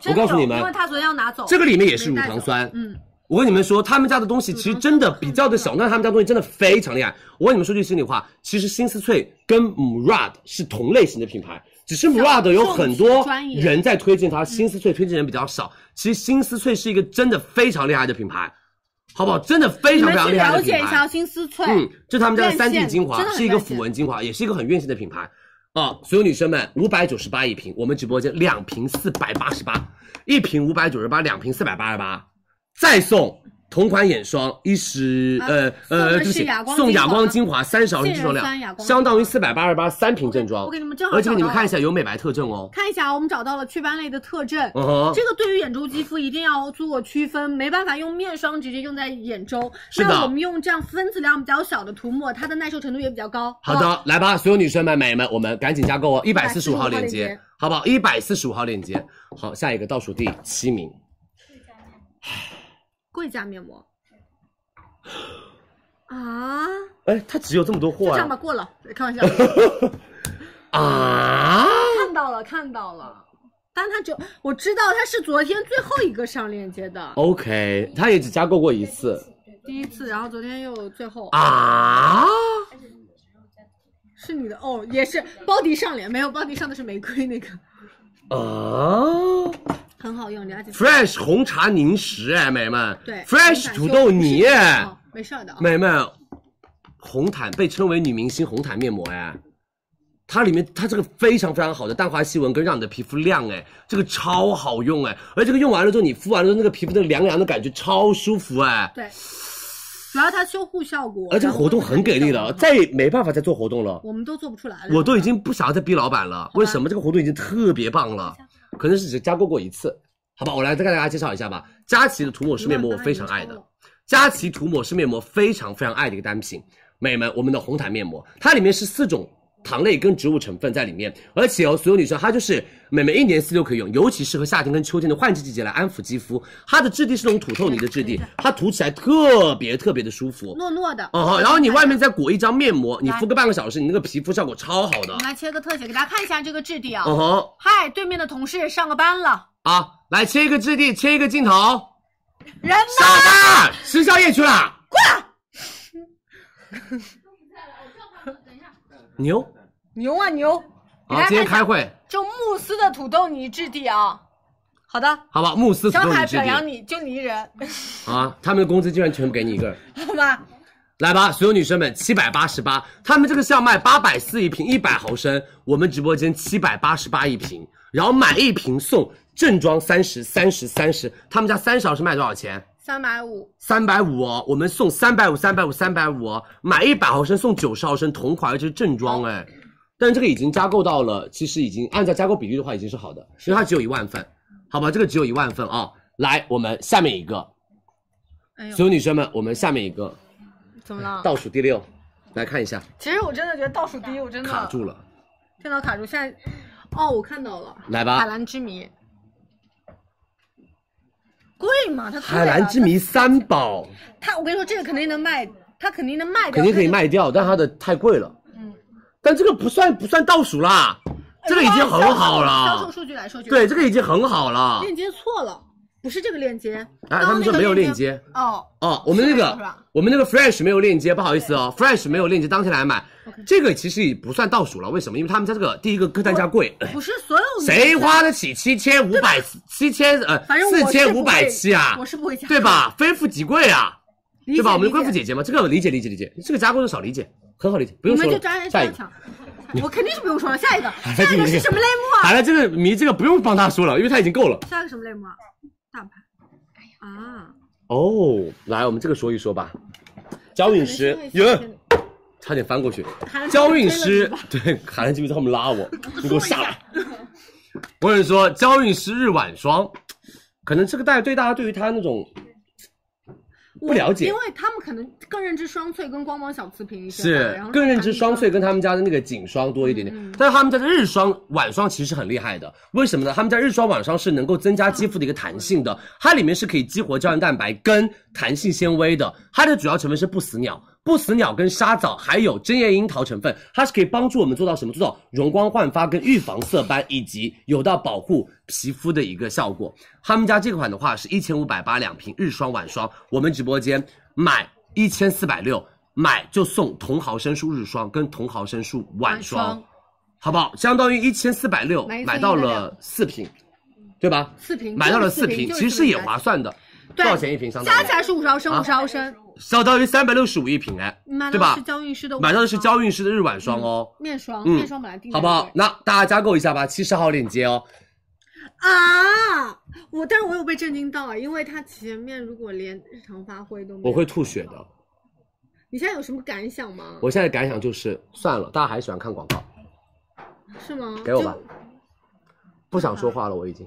Speaker 6: 真
Speaker 8: 我告诉
Speaker 6: 有
Speaker 8: 你们
Speaker 6: 因为他昨天要拿走
Speaker 8: 这个里面也是乳
Speaker 6: 没带
Speaker 8: 糖
Speaker 6: 走
Speaker 8: 酸，
Speaker 6: 嗯，
Speaker 8: 我跟你们说，他们家的东西其实真的比较的小，但是他们家东西真的非常厉害。我跟你们说句心里话，其实新思翠跟 Murad 是同类型的品牌，只是 Murad 有很多人在推荐它，新思翠推荐人比较少。其实新思翠是一个真的非常厉害的品牌，好不好？真的非
Speaker 6: 你
Speaker 8: 常
Speaker 6: 们
Speaker 8: 非常
Speaker 6: 去
Speaker 8: 厉害
Speaker 6: 了
Speaker 8: 的品
Speaker 6: 解一下
Speaker 8: 牌。
Speaker 6: 新思翠，
Speaker 8: 嗯，这是他们家的三 D
Speaker 6: 院线
Speaker 8: 精华
Speaker 6: 真的，很
Speaker 8: 是一个
Speaker 6: 院线
Speaker 8: 抚纹精华，也是一个很院线的品牌。啊，所有女生们，五百九十八一瓶，我们直播间两瓶四百八十八，一瓶五百九十八，两瓶四百八十八，再送同款眼霜一十
Speaker 6: 啊
Speaker 8: 呃
Speaker 6: 送的
Speaker 8: 呃，
Speaker 6: 是
Speaker 8: 对不起
Speaker 6: 哑光，
Speaker 8: 送
Speaker 6: 精华
Speaker 8: 哑光精华三十毫升
Speaker 6: 杏
Speaker 8: 正
Speaker 6: 仁
Speaker 8: 装
Speaker 6: 酸哑
Speaker 8: 量，
Speaker 6: 光
Speaker 8: 相当于四百八十八三瓶正装。
Speaker 6: 我给你们正好
Speaker 8: 而且
Speaker 6: 找
Speaker 8: 你们
Speaker 6: 到
Speaker 8: 看一
Speaker 6: 了
Speaker 8: 下有美白特征哦。
Speaker 6: 看一下啊，我们找到了祛斑类的特征。
Speaker 8: 嗯哼，
Speaker 6: 这个对于眼周肌肤一定要做区分，没办法用面霜直接用在眼周。
Speaker 8: 是的
Speaker 6: 那我们用这样分子量比较小的涂抹，它的耐受程度也比较高。
Speaker 8: 好的，来吧，所有女生们、美们，我们赶紧加购哦，一百四十
Speaker 6: 145
Speaker 8: 五号链
Speaker 6: 号链
Speaker 8: 接
Speaker 6: 接，
Speaker 8: 好不好？一百四十五号链接，好，下一个倒数第七名，
Speaker 6: 贵价面膜。啊，
Speaker 8: 哎，它只有这么多
Speaker 6: 就
Speaker 8: 货
Speaker 6: 这样吧，
Speaker 8: 啊！
Speaker 6: 过了，开玩笑，
Speaker 8: (laughs) 啊，
Speaker 6: 看到 (laughs) 了，看到了。但它只有我知道它是昨天最后一个上链接的，
Speaker 8: OK，他也只加购过一次
Speaker 6: 第一次，然后昨天又有最后，
Speaker 8: 啊。
Speaker 6: 是你的哦，也是包迪上脸，没有包迪上的是玫瑰那个，
Speaker 8: 啊
Speaker 6: 很好用，了解。
Speaker 8: ，Fresh 红茶凝实哎，美们，
Speaker 6: 对
Speaker 8: ，Fresh 土豆泥哎，
Speaker 6: 哦，没事儿的啊，
Speaker 8: 美们，红毯被称为女明星红毯面膜哎，它里面它这个非常非常好的淡化细纹跟让你的皮肤亮哎，这个超好用哎，而这个用完了之后你敷完了之后那个皮肤的凉凉的感觉超舒服哎，
Speaker 6: 对，主要它修护效果。
Speaker 8: 而这个活动很给力
Speaker 6: 然后
Speaker 8: 的，
Speaker 6: 会
Speaker 8: 再也没办法再做活动了。
Speaker 6: 我们都做不出来了。
Speaker 8: 我都已经不想要再逼老板了，为什么？这个活动已经特别棒了，可能是只加购过一次，好吧？我来再给大家介绍一下吧。佳琦的涂抹式面膜我非常爱的，佳琦涂抹式面膜非常非常爱的一个单品，美们，我们的红毯面膜，它里面是四种。糖类跟植物成分在里面，而且哦，所有女生它就是美眉一年四六可以用，尤其适合夏天跟秋天的换季季节来安抚肌肤。它的质地是那种土豆泥的质地，它涂起来特别特别的舒服。
Speaker 6: 糯糯的。
Speaker 8: 哦，然后你外面再裹一张面膜，你敷个半个小时，你那个皮肤效果超好的
Speaker 6: 我。们来切个特写，给大家看一下这个质地啊。
Speaker 8: 哦吼
Speaker 6: 嗨，对面的同事上个班了，
Speaker 8: 啊，来切一个质地，切一个镜头。
Speaker 6: 人
Speaker 8: 小
Speaker 6: 呢？
Speaker 8: 蛋吃宵夜去了，过来。
Speaker 6: (laughs)
Speaker 8: 牛
Speaker 6: 牛啊牛！给大
Speaker 8: 啊！
Speaker 6: 家
Speaker 8: 今天
Speaker 6: 看一下
Speaker 8: 开会，
Speaker 6: 就慕斯的土豆泥质地啊。好的，
Speaker 8: 好吧？慕斯土
Speaker 6: 小
Speaker 8: 豆
Speaker 6: 凯
Speaker 8: 泥质
Speaker 6: 表扬
Speaker 8: 地
Speaker 6: 你，就你一人，
Speaker 8: 啊，他们的工资竟然全部给你一个人。
Speaker 6: 好吧？
Speaker 8: 来吧，所有女生们，七百八十八，他们这个是要卖八百四一瓶，一百毫升，我们直播间七百八十八一瓶，然后买一瓶送正装三十三十三十，他们家三十毫升卖多少钱？
Speaker 6: 三百五，
Speaker 8: 三百五哦，我们送三百五，三百五，三百五哦，买一百毫升送九十毫升同款，而且是正装哎。但这个已经加购到了，其实已经按照加购比例的话已经是好的，因为它只有一万份，好吧，这个只有一万份啊、来，我们下面一个，
Speaker 6: 哎呦
Speaker 8: 所有女生们，我们下面一个
Speaker 6: 怎么了？
Speaker 8: 倒数第六，来看一下，
Speaker 6: 其实我真的觉得倒数第一，我真的
Speaker 8: 卡住了，
Speaker 6: 电脑卡住，现
Speaker 8: 啊
Speaker 6: 在哦，我看到了。
Speaker 8: 来
Speaker 6: 海
Speaker 8: 吧，
Speaker 6: 蓝之谜。贵嘛，它贵啊
Speaker 8: 海蓝之谜三宝
Speaker 6: 它我跟你说，这个肯定能卖，它肯定能卖掉，
Speaker 8: 肯定可以
Speaker 6: 它就。
Speaker 8: 卖掉，但它的太贵了。
Speaker 6: 嗯
Speaker 8: 但这个不算不算倒数啦，这个已经很好
Speaker 6: 销售
Speaker 8: 了。
Speaker 6: 哎数据来说，觉得
Speaker 8: 对，这个已经很好了。
Speaker 6: 链接错了，不是这个链接。
Speaker 8: 啊，
Speaker 6: 刚
Speaker 8: 他
Speaker 6: 刚
Speaker 8: 们
Speaker 6: 那
Speaker 8: 说
Speaker 6: 个
Speaker 8: 没有链
Speaker 6: 链
Speaker 8: 接。
Speaker 6: 哦，
Speaker 8: 哦，我们那
Speaker 6: 是
Speaker 8: 个
Speaker 6: 吧
Speaker 8: 我们那个 Fresh 没有链接，不好意思哦，Fresh 没有链接，当天来买。这个其实也不算倒数了，为什么？因为他们家这个第一个客单价贵，
Speaker 6: 不是所有
Speaker 8: (laughs) 谁花得起七千五百七千呃
Speaker 6: 反正我
Speaker 8: 四
Speaker 6: 是
Speaker 8: 千
Speaker 6: 不
Speaker 8: 五
Speaker 6: 会
Speaker 8: 百七啊
Speaker 6: 我？是不会加，
Speaker 8: 对？吧？非富即贵啊，
Speaker 6: 理解
Speaker 8: 对吧？我们的
Speaker 6: 理
Speaker 8: 贵妇
Speaker 6: 解
Speaker 8: 姐姐嘛，这个理解理解理解，这个加工就少理解，很好理解，不
Speaker 6: 你
Speaker 8: 用
Speaker 6: 们
Speaker 8: 说
Speaker 6: 就
Speaker 8: 了
Speaker 6: 抓人。
Speaker 8: 下一
Speaker 6: 上
Speaker 8: 个。
Speaker 6: 抢，我肯定是不用说了。下一
Speaker 8: (laughs)
Speaker 6: 个，
Speaker 8: 还
Speaker 6: 下
Speaker 8: 在
Speaker 6: 一个
Speaker 8: 听这
Speaker 6: 是
Speaker 8: 个
Speaker 6: 什么类目啊？
Speaker 8: 好了，这个谜这个不用帮他说了，因为他已经够了。
Speaker 6: 下一个什么类目啊？大牌。啊，
Speaker 8: 哦，来，我们这个说一说吧。娇韵诗，有人差点翻过去。娇韵诗，对，海南鸡皮他
Speaker 6: (laughs)
Speaker 8: 们拉我，你给我下来。我跟你说，娇韵诗日晚霜，可能这个大对大家对于它那种不了解
Speaker 6: 因为他们可能更认知双萃跟光芒小瓷瓶一些吧，
Speaker 8: 是
Speaker 6: 然后
Speaker 8: 更认知双萃跟他们家的那个颈霜多一点点，
Speaker 6: 嗯
Speaker 8: 但是他们家的日霜、晚霜其实很厉害的，为什么呢？他们家日霜、晚霜是能够增加肌肤的一个弹性的，它里面是可以激活胶原蛋白跟弹性纤维的，它的主要成分是不死鸟。不死鸟跟沙枣还有针叶樱桃成分，它是可以帮助我们做到什么？做到容光焕发跟预防色斑，以及有到保护皮肤的一个效果。他们家这款的话是一千五百八两瓶日霜晚霜，我们直播间买一千四百六，买就送同毫升数日霜跟同毫升数晚霜，
Speaker 6: 晚霜
Speaker 8: 好不好？相当于一千四百六
Speaker 6: 买一送一
Speaker 8: 买到
Speaker 6: 的
Speaker 8: 了
Speaker 6: 量
Speaker 8: 四瓶，对吧？
Speaker 6: 四瓶
Speaker 8: 买到了
Speaker 6: 嗯就是四瓶
Speaker 8: 瓶，
Speaker 6: 就是
Speaker 8: 其
Speaker 6: 四瓶
Speaker 8: 实也
Speaker 6: 加
Speaker 8: 划算的，
Speaker 6: 对
Speaker 8: 多少钱一瓶？相当
Speaker 6: 加起来
Speaker 8: 于
Speaker 6: 是五十毫升，五十毫升，
Speaker 8: 相当于三百六十五一瓶哎
Speaker 6: 买，到
Speaker 8: 啊
Speaker 6: 的
Speaker 8: 对吧
Speaker 6: 是？娇韵诗的晚霜，
Speaker 8: 买到的是娇韵诗的日晚霜哦。
Speaker 6: 面霜，
Speaker 8: 嗯
Speaker 6: 面霜本来定价
Speaker 8: 好不好
Speaker 6: 就？贵
Speaker 8: 那大家加购一下吧，七十号链接哦。
Speaker 6: 啊，我但是我有被震惊到啊，因为它前面如果连日常发挥都没有，
Speaker 8: 我会吐血的。
Speaker 6: 你现在有什么感想吗？
Speaker 8: 我现在感想就是，算了，大家还喜欢看广告，
Speaker 6: 是吗？
Speaker 8: 给我
Speaker 6: 就
Speaker 8: 吧。不想说话了，我已经。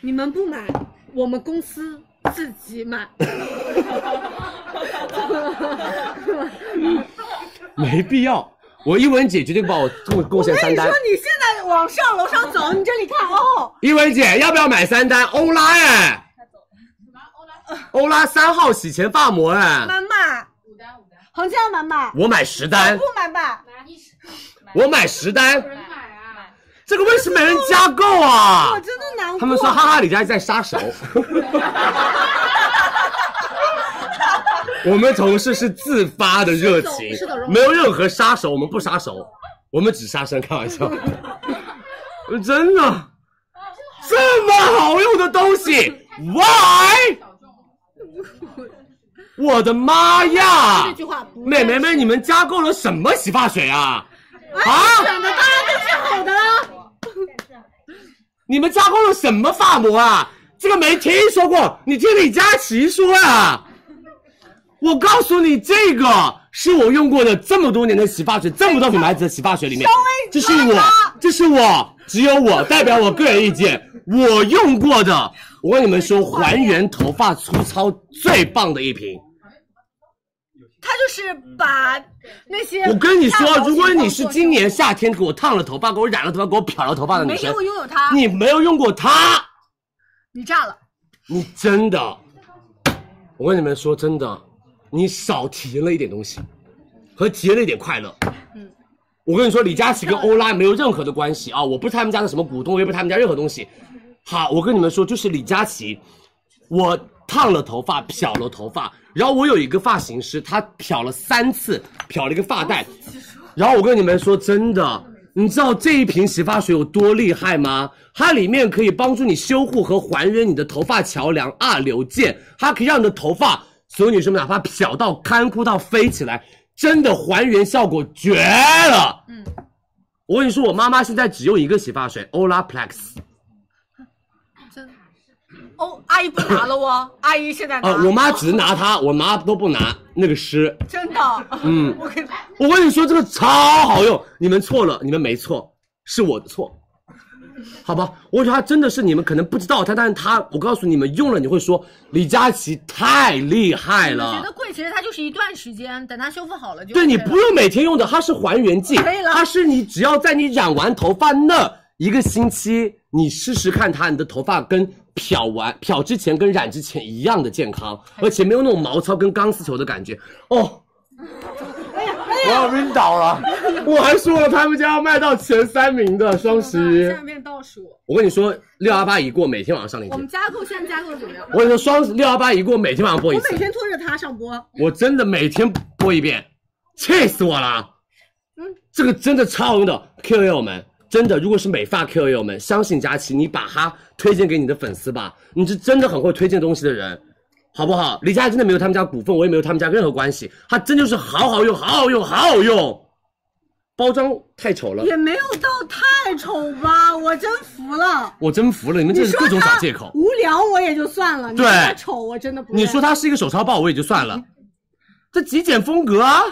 Speaker 6: 你们不买，我们公司自己买。
Speaker 8: (laughs) (laughs) 没必要。我一文姐绝对把我贡贡献三
Speaker 6: 你说
Speaker 8: 单。
Speaker 6: 你现在往上楼上走，你这里看哦，
Speaker 8: 一文姐要不要买三单？欧拉哎，欧拉三号洗钱发膜哎，
Speaker 6: 满满，横向满满，
Speaker 8: 我买十单
Speaker 6: 不，满满，
Speaker 8: 我买十单。这个为什么没人加购啊
Speaker 6: 我？哦真的难过。
Speaker 8: (laughs) 他们说哈哈李佳琦在杀 (laughs) 熟。我们同事是自发的热情，没有任何杀手，我们不杀手，我们只杀生，开玩笑。 (laughs) 真的，这么好用的东西，why？我的妈呀
Speaker 6: 这！句话不
Speaker 8: 美眉们，你们加购了什么洗发水啊？啊！
Speaker 6: 选的当然都是好的啦。
Speaker 8: 你们加工了什么发膜啊？这个没听说过，你听李佳琦说啊。我告诉你，这个是我用过的这么多年的洗发水，这么多品牌子的洗发水里面，这是我，这是我，只有我代表我个人意见，我用过的，我跟你们说，还原头发粗糙最棒的一瓶。
Speaker 6: 他就是把那些
Speaker 8: 我跟你
Speaker 6: 大
Speaker 8: 说，
Speaker 6: 佬
Speaker 8: 如果
Speaker 6: 情况
Speaker 8: 你是
Speaker 6: 做
Speaker 8: 今
Speaker 6: 出
Speaker 8: 年夏天给我烫了头发，给我染了头发，给我漂了头发的
Speaker 6: 来
Speaker 8: 女
Speaker 6: 没
Speaker 8: 生
Speaker 6: 给我，拥有啊它，
Speaker 8: 你没有用过它。
Speaker 6: 你炸了。
Speaker 8: 你真的，我跟你们说真的，你少体验了一点东西，和体验了一点快乐。我跟你说，李佳琦跟欧拉没有任何的关系啊！我不是他们家的什么股东，我也不是他们家任何东西。好，我跟你们说，就是李佳琦，我烫了头发，漂了头发，然后我有一个发型师，他漂了三次，漂了一个发带。然后我跟你们说，真的，你知道这一瓶洗发水有多厉害吗？它里面可以帮助你修护和还原你的头发桥梁啊流键，它可以让你的头发，所有女生们哪怕漂到干枯到飞起来，真的还原效果绝了。嗯，我跟你说，我妈妈现在只用一个洗发水，Olaplex。
Speaker 6: 哦，阿姨不拿了哦，阿姨现在拿
Speaker 8: 啊，我妈只拿它，我妈都不拿那个湿。
Speaker 6: 真的，
Speaker 8: (laughs)
Speaker 6: (laughs)
Speaker 8: 嗯
Speaker 6: 我跟
Speaker 8: 我跟你说，这个超好用，你们错了，你们没错，是我的错，好吧？我觉得它真的是你们可能不知道它，但是它，我告诉你们，用了你会说李佳琦太厉害
Speaker 6: 我觉
Speaker 8: 了
Speaker 6: 得。贵，其实它就是一段时间，等它修复好了就、
Speaker 8: 对
Speaker 6: OK
Speaker 8: 你
Speaker 6: 了
Speaker 8: 不用每天用的，它是还原剂
Speaker 6: 可以，了
Speaker 8: 它是你只要在你染完头发那一个星期你试试看它，你的头发跟漂完漂之前跟染之前一样的健康，而且没有那种毛糙跟钢丝球的感觉哦。
Speaker 6: 哎
Speaker 13: 我要晕倒了。
Speaker 8: 我还说了他们家要卖到前三名的双十
Speaker 6: 现在
Speaker 8: 一，
Speaker 6: 变倒数，
Speaker 8: 我跟你说，六幺八一过，每天晚上上链
Speaker 6: 我们
Speaker 8: 接。
Speaker 6: 加购现在加购怎么样？
Speaker 8: 我跟你说，双六幺八一过，每天晚上播一
Speaker 6: 我
Speaker 8: 次
Speaker 6: 每，天拖着它上播，
Speaker 8: 我真的每天播一遍，气死我了。这个真的超红的 KOL 们，真的，如果是美发 KOL 们，相信佳琪，你把它推荐给你的粉丝吧，你是真的很会推荐东西的人，好不好？李佳琦真的没有他们家股份，我也没有他们家任何关系，它真就是好好用，好好用，好好用，包装太丑了，
Speaker 6: 也没有到太丑吧，我真服了。
Speaker 8: 我真服了，你们
Speaker 6: 你
Speaker 8: 这是
Speaker 6: 说
Speaker 8: 各种找
Speaker 6: 它
Speaker 8: 借口。
Speaker 6: 无聊我也就算了，你
Speaker 8: 对
Speaker 6: 说它丑我真的不认。
Speaker 8: 你说它是一个手抄报，我也就算 (laughs) 了，这极简风格啊，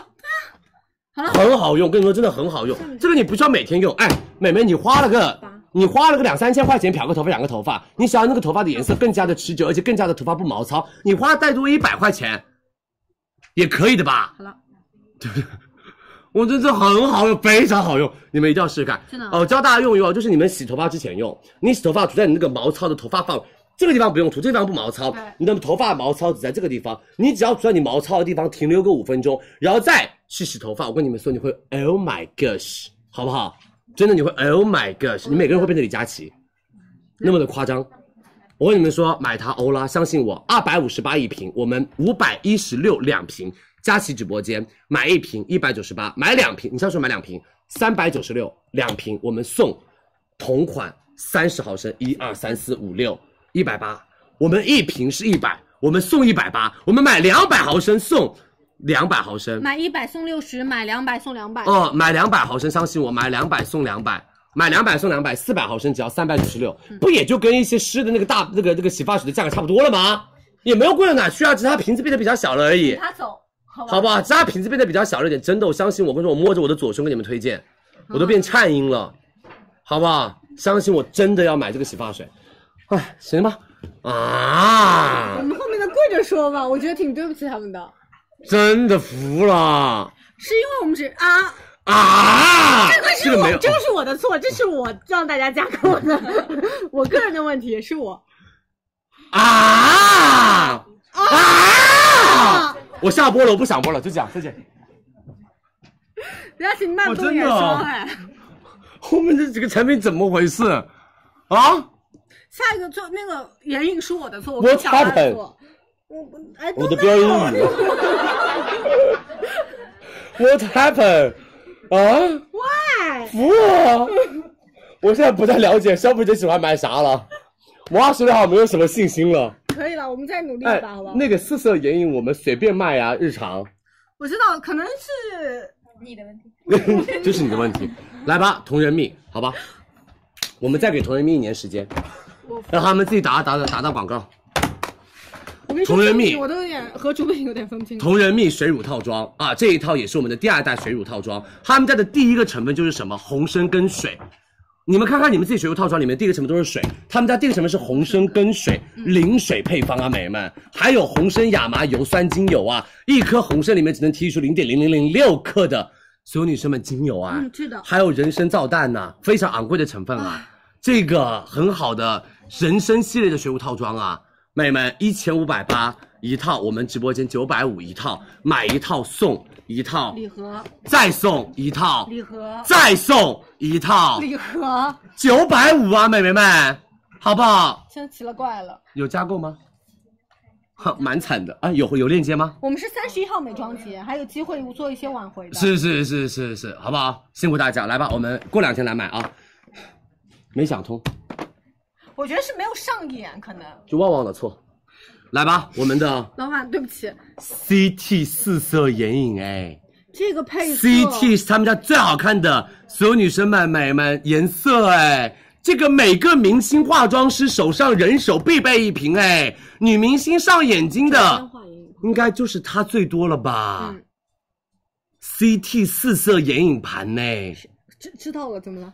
Speaker 8: 很 (laughs) 好用，跟你说真的很好用，这个你不需要每天用，哎，美眉你花了个。你花了个两三千块钱漂个头发、染个头发，你想要那个头发的颜色更加的持久，而且更加的头发不毛糙，你花再多一百块钱，也可以的吧？好了，对不对？我这这很好用，非常好用，你们一定要试试看。真的、哦，教大家用一用，就是你们洗头发之前用，你洗头发涂在你那个毛糙的头发放。这个地方不用涂，这个地方不毛糙，你的头发毛糙只在这个地方，你只要涂在你毛糙的地方停留个五分钟，然后再去洗头发。我跟你们说，你会 Oh my gosh，好不好？真的你会 Oh my gosh，你每个人会变成李佳琦，那么的夸张。我跟你们说，买它欧拉，相信我，二百五十八一瓶，我们五百一十六两瓶。佳琦直播间买一瓶一百九十八，买两瓶，你上次买两瓶三百九十六，两瓶我们送同款三十毫升，一二三四五六一百八，我们一瓶是一百，我们送一百八，我们买两百毫升送两百毫升，
Speaker 6: 买一百送六十，买两百送两百。
Speaker 8: 哦，买两百毫升，相信我，买两百送两百，买两百送两百，四百毫升只要三百九十六，不也就跟一些湿的那个大那个那个洗发水的价格差不多了吗？也没有贵到哪去啊，只是它瓶子变得比较小了而已。
Speaker 6: 嗯
Speaker 10: 他走，好吧？
Speaker 8: 好不好？只是它瓶子变得比较小了一点，真的，我相信我，跟你说，我摸着我的左胸给你们推荐，我都变颤音了，好不好？相信我，真的要买这个洗发水。哎，行吧，
Speaker 6: 我
Speaker 8: 啊，
Speaker 6: 们后面的跪着说吧，我觉得挺对不起他们的，
Speaker 8: 真的服了
Speaker 6: 是因为我们只啊，
Speaker 8: 啊！
Speaker 6: 这个是
Speaker 8: 这个
Speaker 6: 我，
Speaker 8: 没有，
Speaker 6: 这个是我的错，这是我让大家加购
Speaker 8: (laughs)
Speaker 6: 的，我个人的问题是
Speaker 8: 哦
Speaker 6: 我
Speaker 8: 啊啊！我下播了，我不想播了，就这样，再见。
Speaker 6: 不要请慢
Speaker 8: 我
Speaker 6: 动
Speaker 8: 真啊
Speaker 6: 眼
Speaker 8: 的
Speaker 6: 说
Speaker 8: 哦
Speaker 6: 哎。
Speaker 8: 后面这几个产品怎么回事？啊，
Speaker 6: 下一个就那个眼影是我的错，我
Speaker 8: What
Speaker 6: 跟小二
Speaker 8: happened？
Speaker 6: 说，我不哎
Speaker 8: 我
Speaker 6: 都
Speaker 8: 的
Speaker 6: 没
Speaker 8: 标
Speaker 6: 有
Speaker 8: 音语。What happened？啊？
Speaker 6: why
Speaker 8: 服我！我现在不太了解消费者喜欢买啥了。我二十六号没有什么信心了。
Speaker 6: 可以了，我们再努力
Speaker 8: 哎
Speaker 6: 吧，好不好？，
Speaker 8: 那个四色眼影我们随便卖啊，日常， (laughs)
Speaker 6: 我知道，可能是
Speaker 8: 这是你的问题。来吧，同人蜜，好吧，我们再给同人蜜一年时间，让他们自己打打打打打广告。
Speaker 6: 我跟你说
Speaker 8: 同人蜜
Speaker 6: 我都有点和主编有点分不清。
Speaker 8: 同人蜜水乳套装啊，这一套也是我们的第二代水乳套装。他们家的第一个成分就是什么？红参跟水。你们看看你们自己水乳套装里面第一个成分都是水，他们家第一个成分是红参跟水零水配方啊，美人们，还有红参亚麻油酸精油啊，一颗红参里面只能提取出零点零零零六克的所有女生们精油啊，
Speaker 6: 嗯是的
Speaker 8: 还有人参皂苷呐、非常昂贵的成分啊，这个很好的人参系列的水乳套装啊，妹们一千五百八一套，我们直播间九百五一套，买一套送一套，
Speaker 6: 礼盒，
Speaker 8: 再送一套，
Speaker 6: 礼盒，
Speaker 8: 再送一套，
Speaker 6: 礼盒，
Speaker 8: 九百五啊，美眉们，好不好？
Speaker 6: 真奇了怪了。
Speaker 8: 有加购吗？ (laughs) 哼，蛮惨的啊，有有链接吗？
Speaker 6: 我们是三十一号美妆节，还有机会做一些挽回的。
Speaker 8: 是是是是是，好不好？辛苦大家，来吧，我们过两天来买啊。没想通，
Speaker 10: 我觉得是没有上眼，可能
Speaker 8: 就旺旺的错。来吧，我们的
Speaker 6: 老板，对不起，
Speaker 8: CT 四色眼影哎
Speaker 6: 这个配色
Speaker 8: ，CT 是他们家最好看的，所有女生们、美们颜色哎，这个每个明星化妆师手上人手必备一瓶哎，女明星上眼睛的啊应该就是它最多了吧、
Speaker 6: 嗯
Speaker 8: c t 四色眼影盘呢，
Speaker 6: 知知道了，怎么了？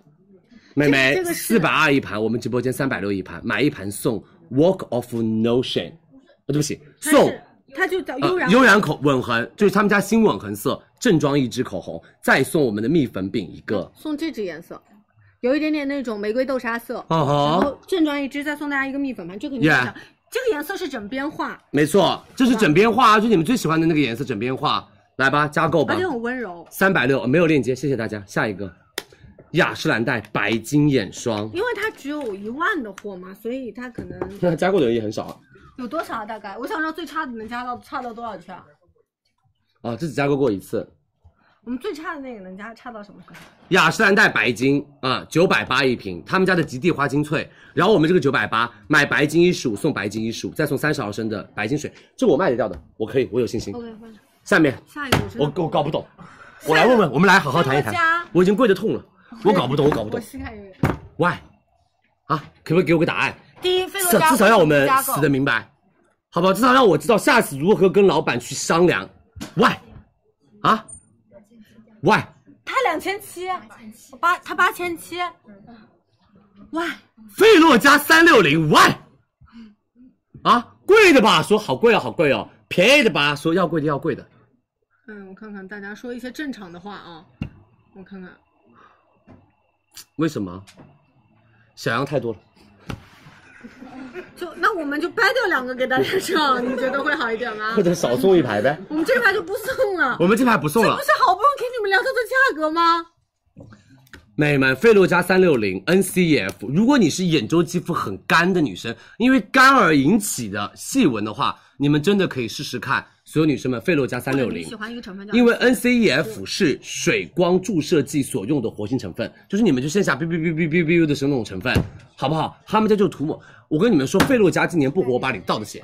Speaker 8: 妹妹
Speaker 6: 这个
Speaker 8: 四
Speaker 6: 是
Speaker 8: 百二一盘，我们直播间三百六一盘，买一盘送 Walk of Notion，啊对不起，送。
Speaker 6: 它就叫
Speaker 8: 呃
Speaker 6: 悠然
Speaker 8: 悠然口吻痕，就是他们家新吻痕色正装一支口红，再送我们的蜜粉饼一个。
Speaker 6: 送这支颜色，有一点点那种玫瑰豆沙色，
Speaker 8: 嗯
Speaker 6: 然
Speaker 8: 哼，
Speaker 6: 后正装一支，再送大家一个蜜粉盘，这个你
Speaker 8: Yeah
Speaker 6: 想想，这个颜色是枕边画，
Speaker 8: 没错，这是枕边画啊，就你们最喜欢的那个颜色枕边画，来吧，加购吧
Speaker 6: 而且，很温柔。
Speaker 8: 三百六没有链接，谢谢大家。下一个，雅诗兰黛白金眼霜， (laughs)
Speaker 6: 因为它只有一万的货嘛，所以它可能
Speaker 8: 加购的人也很少啊
Speaker 6: 有多少啊？大概我想知道最差的能加到差到多少去啊？
Speaker 8: 啊，这只加购过一次。
Speaker 6: 我们最差的那个能加差到什么时候？
Speaker 8: 雅诗兰黛白金啊，九百八一瓶，他们家的极地花精粹，然后我们这个九百八买白金一十五送白金一十五，再送三十毫升的白金水，这我卖得掉的，我可以，我有信心。
Speaker 6: OK，换
Speaker 8: 下面
Speaker 6: 下一个我真
Speaker 8: 我
Speaker 6: 的
Speaker 8: 我搞不懂，我来问问，我们来好好谈一
Speaker 6: 下一
Speaker 8: 谈
Speaker 6: 个家，
Speaker 8: 我已经跪着痛了，我搞不懂，我搞不
Speaker 6: 我
Speaker 8: 懂
Speaker 6: 膝盖有点。
Speaker 8: ，why 啊？可不可以给我个答案？
Speaker 10: 第一，费洛
Speaker 8: 至
Speaker 10: 嘉
Speaker 8: 至少让我们
Speaker 10: 加购
Speaker 8: 死的明白，好不好？至少让我知道下次如何跟老板去商量，why 啊？why
Speaker 10: 他两千七，八他八千七，
Speaker 6: 哇，
Speaker 8: 费洛嘉三六零 why 啊？贵的吧？说好贵哦，好贵哦。便宜的吧？说要贵的，要贵的。
Speaker 6: 嗯，我看看大家说一些正常的话啊，我看看，
Speaker 8: 为什么？小样太多了。
Speaker 6: 就那我们就掰掉两个给大家
Speaker 8: (laughs)
Speaker 6: 上，你觉得会好一点吗
Speaker 8: 或？者少送一排呗。
Speaker 6: 我们这排就不送了，
Speaker 8: 我们这排不送
Speaker 6: 这
Speaker 8: 了
Speaker 6: 不。是好不容易给你们聊到的价格吗？
Speaker 8: 美们，费洛嘉三六零 NCF，如果你是眼周肌肤很干的女生，因为干而引起的细纹的话，你们真的可以试试看。所有女生们，费洛嘉三六
Speaker 6: 你
Speaker 8: 零
Speaker 6: 喜。欢一个成分叫
Speaker 8: 因为 NCEF 是水光注射剂所用的活性成分，就是你们就剩下 biu biu biu biu biu biu 的时候那种成分，好不好？他们家就涂抹。我跟你们说，费洛嘉今年不火，我把你倒的血，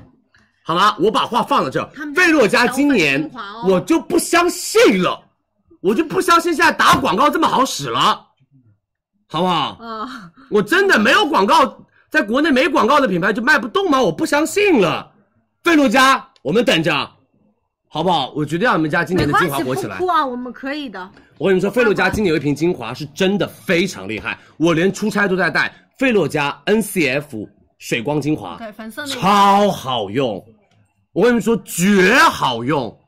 Speaker 8: 好吗？我把话放到这儿
Speaker 6: 他们。家
Speaker 8: 费洛嘉今
Speaker 6: 小
Speaker 8: 年
Speaker 6: 粉精华哦
Speaker 8: 我就不相信了，我就不相信现在打广告这么好使了，好不好？
Speaker 6: 啊，
Speaker 8: 我真的没有广告，在国内没广告的品牌就卖不动吗？我不相信了。费洛嘉，我们等着，好不好？我决定让你们家今
Speaker 6: 没
Speaker 8: 年的
Speaker 6: 关
Speaker 8: 精
Speaker 6: 系，
Speaker 8: 华火起
Speaker 6: 不
Speaker 8: 来
Speaker 6: 哭。啊，我们可以的。
Speaker 8: 我跟你们说，费洛嘉今年有一瓶精华是真的非常厉害，我连出差都在带费洛嘉 NCF 水光精华，
Speaker 10: 对，粉色那个。
Speaker 8: 超好用。我跟你们说，绝好用。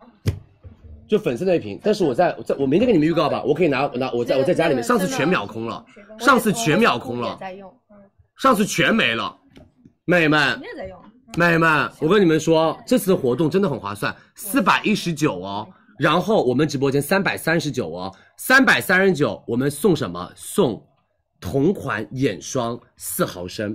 Speaker 8: 就粉色那一瓶，但是我在我在我明天给你们预告吧，我可以拿我拿我在我在家里面，上次全秒空了，上次全秒空了
Speaker 10: 我也，在用，
Speaker 8: 上次全没了，妹们
Speaker 10: 我，也在用。
Speaker 8: 妹们，我跟你们说，这次的活动真的很划算，四百一十九哦。然后我们直播间三百三十九哦，三百三十九我们送什么？送同款眼霜四毫升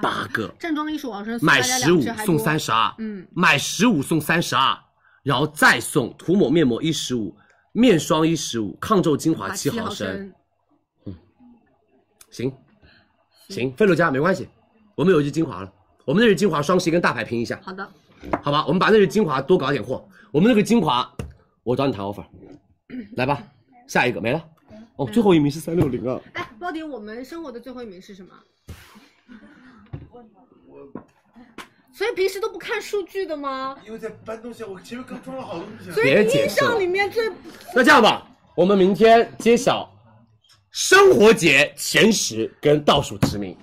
Speaker 8: 八个，
Speaker 6: 正装一十五毫升，
Speaker 8: 买十五送三
Speaker 6: 十，
Speaker 8: 十二，
Speaker 6: 嗯，
Speaker 8: 买十五送三十二，然后再送涂抹面膜一十五，面霜一十五，抗皱精华七毫升。，行，行，费洛嘉没关系，我们有一支精华了，我们那支精华双十一跟大牌拼一下。
Speaker 6: 好的，
Speaker 8: 好吧，我们把那个精华多搞点货。我们那个精华，我找你谈 offer，来吧，下一个没了。哦，最后一名是三六零啊，
Speaker 6: 哎，包迪，我们生活的最后一名是什么？所以平时都不看数据的吗？
Speaker 14: 因为在搬东西，我前面刚装了好多东西。
Speaker 6: 所以
Speaker 8: 别
Speaker 6: 衣
Speaker 8: 解释了
Speaker 6: 裳里面最
Speaker 8: 那这样吧，我们明天揭晓生活节前十跟倒数十名。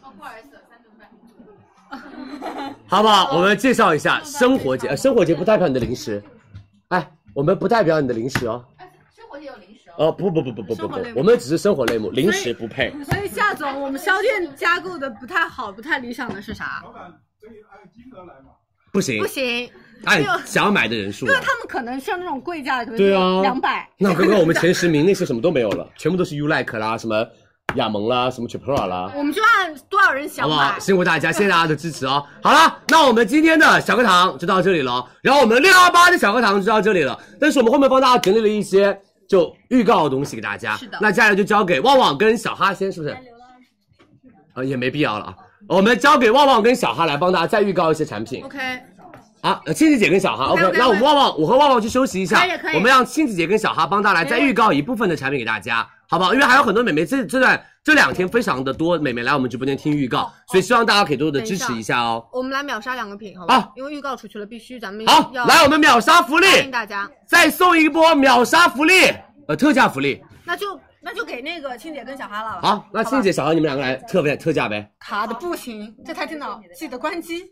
Speaker 8: 好不哦好？我们介绍一下生活节，呃生活节不代表你的零食，哎，我们不代表你的零食哦。生活节有零食哦。哦，不不不不不不
Speaker 6: 生活
Speaker 8: 不
Speaker 6: 类，目
Speaker 8: 我们只是生活类目，零食不配。
Speaker 6: 所以夏总，我们销店加购的不太好、不太理想的是啥？
Speaker 8: 不行
Speaker 6: 不，行，
Speaker 8: 按
Speaker 6: 这个
Speaker 8: 哎想要买的人数
Speaker 6: 因
Speaker 8: 来。
Speaker 6: 为他们可能像那种贵价的，可能
Speaker 8: 对啊
Speaker 6: 两百。 (laughs)
Speaker 8: 那刚刚我们前十名那些什么都没有了，全部都是 U Like 啦，什么亚萌啦，什么 Chipra 啦，
Speaker 6: 我们就按多少人嗯
Speaker 8: 好
Speaker 6: 想
Speaker 8: 不好
Speaker 6: 买？，
Speaker 8: 辛苦大家，谢谢大家的支持哦。 (laughs) 好了，那我们今天的小课堂就到这里了，然后我们六幺八的小课堂就到这里了，但是我们后面帮大家整理了一些就预告的东西给大家，
Speaker 6: 是的
Speaker 8: 那接下来就交给旺旺跟小哈先，是不是？呃，也没必要了啊，我们交给旺旺跟小哈来帮大家再预告一些产品。
Speaker 6: OK，
Speaker 8: 啊，呃倩倩姐跟小哈
Speaker 6: OK，OK，
Speaker 8: 那我们旺旺，我和旺旺去休息一下，
Speaker 6: 可以可以嗯
Speaker 8: 我们让倩倩姐跟小哈帮大家来再预告一部分的产品给大家，好不好？因为还有很多美眉这这段这两天非常的多美眉来我们直播间听预
Speaker 6: 哦
Speaker 8: 告，所以希望大家可以多多的支持一下哦。
Speaker 6: 我们来秒杀两个品，好吧？
Speaker 8: 啊
Speaker 6: 因为预告出去了，必须咱们
Speaker 8: 好，
Speaker 6: 要
Speaker 8: 来我们秒杀福利，
Speaker 6: 答应大家。
Speaker 8: 再送一波秒杀福利，呃，特价福利。
Speaker 6: 那就那就给那个青姐跟小哈了吧。
Speaker 8: 好，那倩姐、小哈你们两个来特别特价呗，
Speaker 6: 卡的不行，这台电脑记得关机。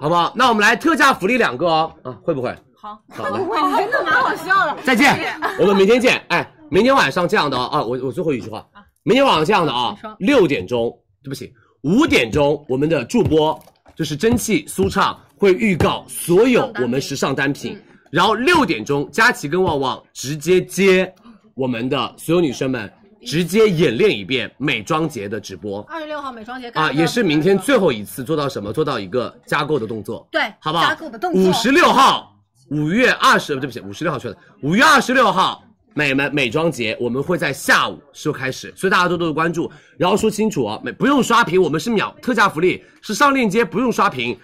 Speaker 8: 好不好？那我们来特价福利两个哦，啊，会不会？
Speaker 6: 好，
Speaker 8: 好来。
Speaker 6: 哇，真的蛮好笑的。
Speaker 8: 啊再见，我们明天见。哎，明天晚上这样的哦啊，我我最后一句话，明天晚上这样的啊
Speaker 6: 请说，
Speaker 8: 六点钟，对不起，五点钟，我们的助播就是蒸汽舒畅会预告所有我们时尚单品，然后六点钟，佳琪跟旺旺直接接我们的所有女生们，直接演练一遍美妆节的直播
Speaker 10: 二十六号美妆节
Speaker 8: 啊，也是明天最后一次做到什么？做到一个加购的动作，
Speaker 10: 对，
Speaker 8: 好不好
Speaker 10: 加购的动？作
Speaker 8: 五十六号，五月二十，对不起，五十六号去了，五月二十六号。美们美妆节，我们会在下午就开始，所以大家多多的关注。然后说清楚哦，每不用刷屏，我们是秒特价福利，是上链接不用刷屏。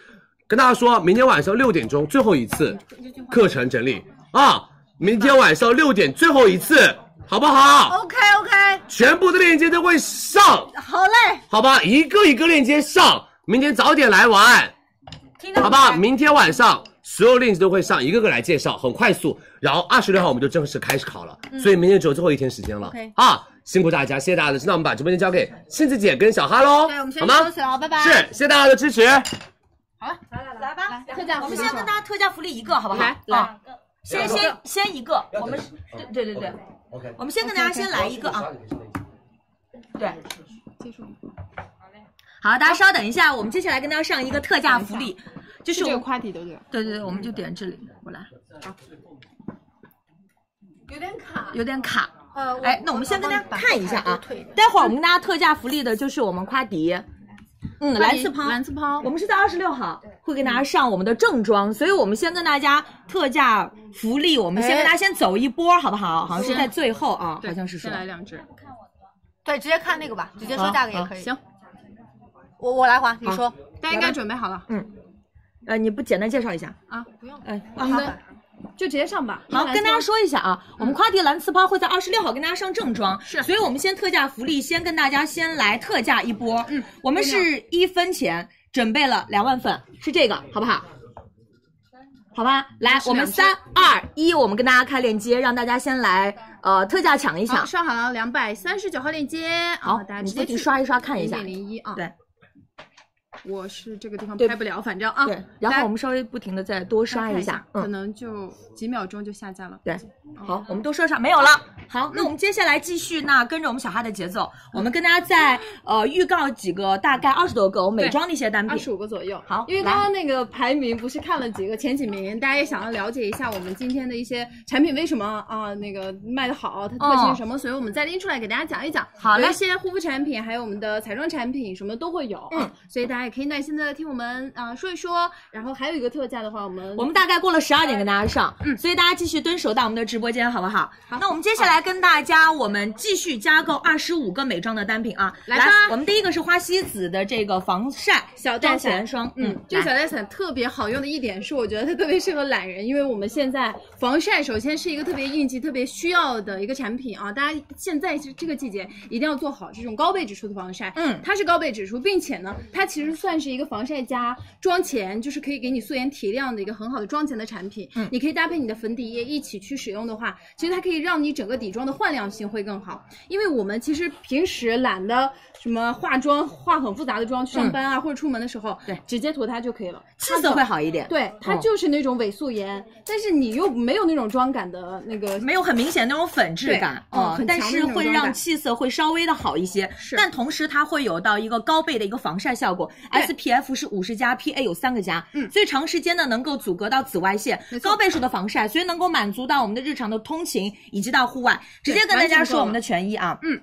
Speaker 8: 跟大家说，明天晚上六点钟最后一次课程整理啊，明天晚上六点最后一次，好不好？
Speaker 10: OK OK，
Speaker 8: 全部的链接都会上，
Speaker 10: 好嘞，
Speaker 8: 好吧，一个一个链接上，明天早点来玩。
Speaker 10: 听到
Speaker 8: 好不好？明天晚上所有链接都会上，一个个来介绍，很快速。然后二十六号我们就正式开始考了，
Speaker 12: 嗯
Speaker 8: 所以明天只有最后一天时间了
Speaker 10: OK
Speaker 8: 啊！辛苦大家，谢谢大家的支持。那我们把直播间交给杏子姐跟小哈喽，
Speaker 10: 对，我们先
Speaker 8: 好吗
Speaker 10: 休？息了，拜拜。
Speaker 8: 是，谢谢大家的支持。
Speaker 12: 来吧，
Speaker 4: 特价
Speaker 12: 我
Speaker 4: 福
Speaker 12: 们
Speaker 4: 利
Speaker 12: 先
Speaker 4: 是
Speaker 12: 跟
Speaker 4: 吧
Speaker 12: 大家特价福利一个，好不好？
Speaker 4: 来来
Speaker 12: 啊，先先先一个，我们对对对对，
Speaker 14: ，OK，
Speaker 12: 我们先跟大家先来一个啊，对。好，大家稍等一下，我们接下来跟大家上一个特价福利，就是
Speaker 5: 这
Speaker 12: 我
Speaker 5: 个
Speaker 12: 们
Speaker 5: 夸底对不对？
Speaker 12: 对对对，我们就点这里，我来，
Speaker 10: 有点卡，
Speaker 12: 有点卡。
Speaker 10: 呃，
Speaker 12: 哎，那我们先跟大家
Speaker 10: 帮你把
Speaker 12: 看一下啊
Speaker 10: 退一点，
Speaker 12: 待会儿我们跟大家特价福利的就是我们夸迪，嗯，蓝刺抛，
Speaker 11: 蓝刺抛
Speaker 12: 我，们是在二十六号会跟大家上我们的正装，所以我们先跟大家特价福利，我们先跟大家先走一波，好不好？好像是在最后啊，好像是说
Speaker 5: 先，来两只。
Speaker 6: 啊
Speaker 10: 对，直接看那个吧，直接说价格也可以。
Speaker 5: 行，
Speaker 10: 我我来划，你说。
Speaker 5: 大家应该准备好了，
Speaker 12: 呃，你不简单介绍一下？
Speaker 5: 啊，不用，
Speaker 12: 哎，
Speaker 5: 我们的就直接上吧。
Speaker 12: 好，跟大家说一下啊，我们夸迪蓝刺抛会在二十六号跟大家上正装，
Speaker 5: 是
Speaker 12: 所以我们先特价福利，先跟大家先来特价一波，嗯，我们是一分钱准备了两万份，是这个，好不好？好吧，来，我们
Speaker 5: 两只
Speaker 12: 三二一，我们跟大家开链接，让大家先来呃特价抢一
Speaker 5: 好，
Speaker 12: 抢，
Speaker 5: 上好了两百三十九号链接，
Speaker 12: 好
Speaker 5: 啊，大家
Speaker 12: 你
Speaker 5: 直
Speaker 12: 自
Speaker 5: 接
Speaker 12: 己刷一刷看一下
Speaker 5: 零，点零一啊，
Speaker 12: 对，
Speaker 5: 我是这个地方
Speaker 12: 对
Speaker 5: 拍不了，反正啊，
Speaker 12: 对，然
Speaker 5: 大家
Speaker 12: 后我们稍微不停的再多刷
Speaker 5: 看
Speaker 12: 一
Speaker 5: 一
Speaker 12: 下，
Speaker 5: 可
Speaker 12: 嗯，
Speaker 5: 能就几秒钟就下架了。
Speaker 12: 对，好，我们都说上没有了。好，那我们接下来继续，那跟着我们小哈的节奏，我们跟大家再呃预告几个，大概二十多个我们美妆的一些单
Speaker 5: 二十
Speaker 12: 品。
Speaker 5: 五个左右。
Speaker 12: 好
Speaker 5: 因为
Speaker 12: 来
Speaker 5: 刚刚那个排名不是看了几个前几名，大家也想要了解一下我们今天的一些产品为什么啊、那个卖的好，它特性是什么，所以我们再拎出来给大家讲一讲。
Speaker 12: 好嘞
Speaker 5: 有一些护肤产品，还有我们的彩妆产品，什么都会有。
Speaker 12: 嗯，
Speaker 5: 所以大家也可以耐心的听我们啊、说一说。然后还有一个特价的话，我们
Speaker 12: 我们大概过了十二点跟大家上，
Speaker 5: 嗯
Speaker 12: 所以大家继续蹲守到我们的直播间，好不好？
Speaker 5: 好
Speaker 12: 那我们接下来跟大家，我们继续加购二十五个美妆的单品啊，
Speaker 5: 来吧
Speaker 12: 我们第一个是花西子的这个防晒
Speaker 5: 小
Speaker 12: 妆
Speaker 5: 蛋
Speaker 12: 前
Speaker 5: 散
Speaker 12: 霜，
Speaker 5: 嗯，这个小
Speaker 12: 来
Speaker 5: 蛋散特别好用的一点是，我觉得它特别适合懒人，因为我们现在防晒首先是一个特别应季、特别需要的一个产品啊，大家现在是这个季节一定要做好这种高倍指数的防晒，
Speaker 12: 嗯
Speaker 5: 它是高倍指数，并且呢，它其实算是一个防晒加妆前，就是可以给你素颜提亮的一个很好的妆前的产品，
Speaker 12: 嗯
Speaker 5: 你可以搭配你的粉底液一起去使用的话，其实它可以让你整个底妆的焕亮性会更好，因为我们其实平时懒得什么化妆、化很复杂的妆去上班啊，或者出门的时候，
Speaker 12: 嗯对
Speaker 5: 直接涂它就可以了，
Speaker 12: 气色会好哦一点，，
Speaker 5: 对，它就是那种伪素颜，但是你又没有那种妆感的那个，
Speaker 12: 没有很明显那种粉质
Speaker 5: 对
Speaker 12: 感
Speaker 5: 嗯
Speaker 12: 啊，
Speaker 5: 很
Speaker 12: 但
Speaker 5: 强的
Speaker 12: 是
Speaker 5: 那种
Speaker 12: 会
Speaker 5: 妆
Speaker 12: 让
Speaker 5: 感
Speaker 12: 气色会稍微的好一些，
Speaker 5: 是
Speaker 12: 但同时它会有到一个高倍的一个防晒效果
Speaker 5: 对
Speaker 12: ，SPF 是五十加，PA 有三个加，
Speaker 5: 嗯
Speaker 12: 所以长时间呢能够阻隔到紫外线
Speaker 5: 没，错
Speaker 12: 高倍数的防晒，所以能够满足到我们的日常的通勤以及到户外。直接跟大
Speaker 5: 完全
Speaker 12: 家
Speaker 5: 够
Speaker 12: 说我
Speaker 5: 了
Speaker 12: 们的权益啊，
Speaker 5: 嗯。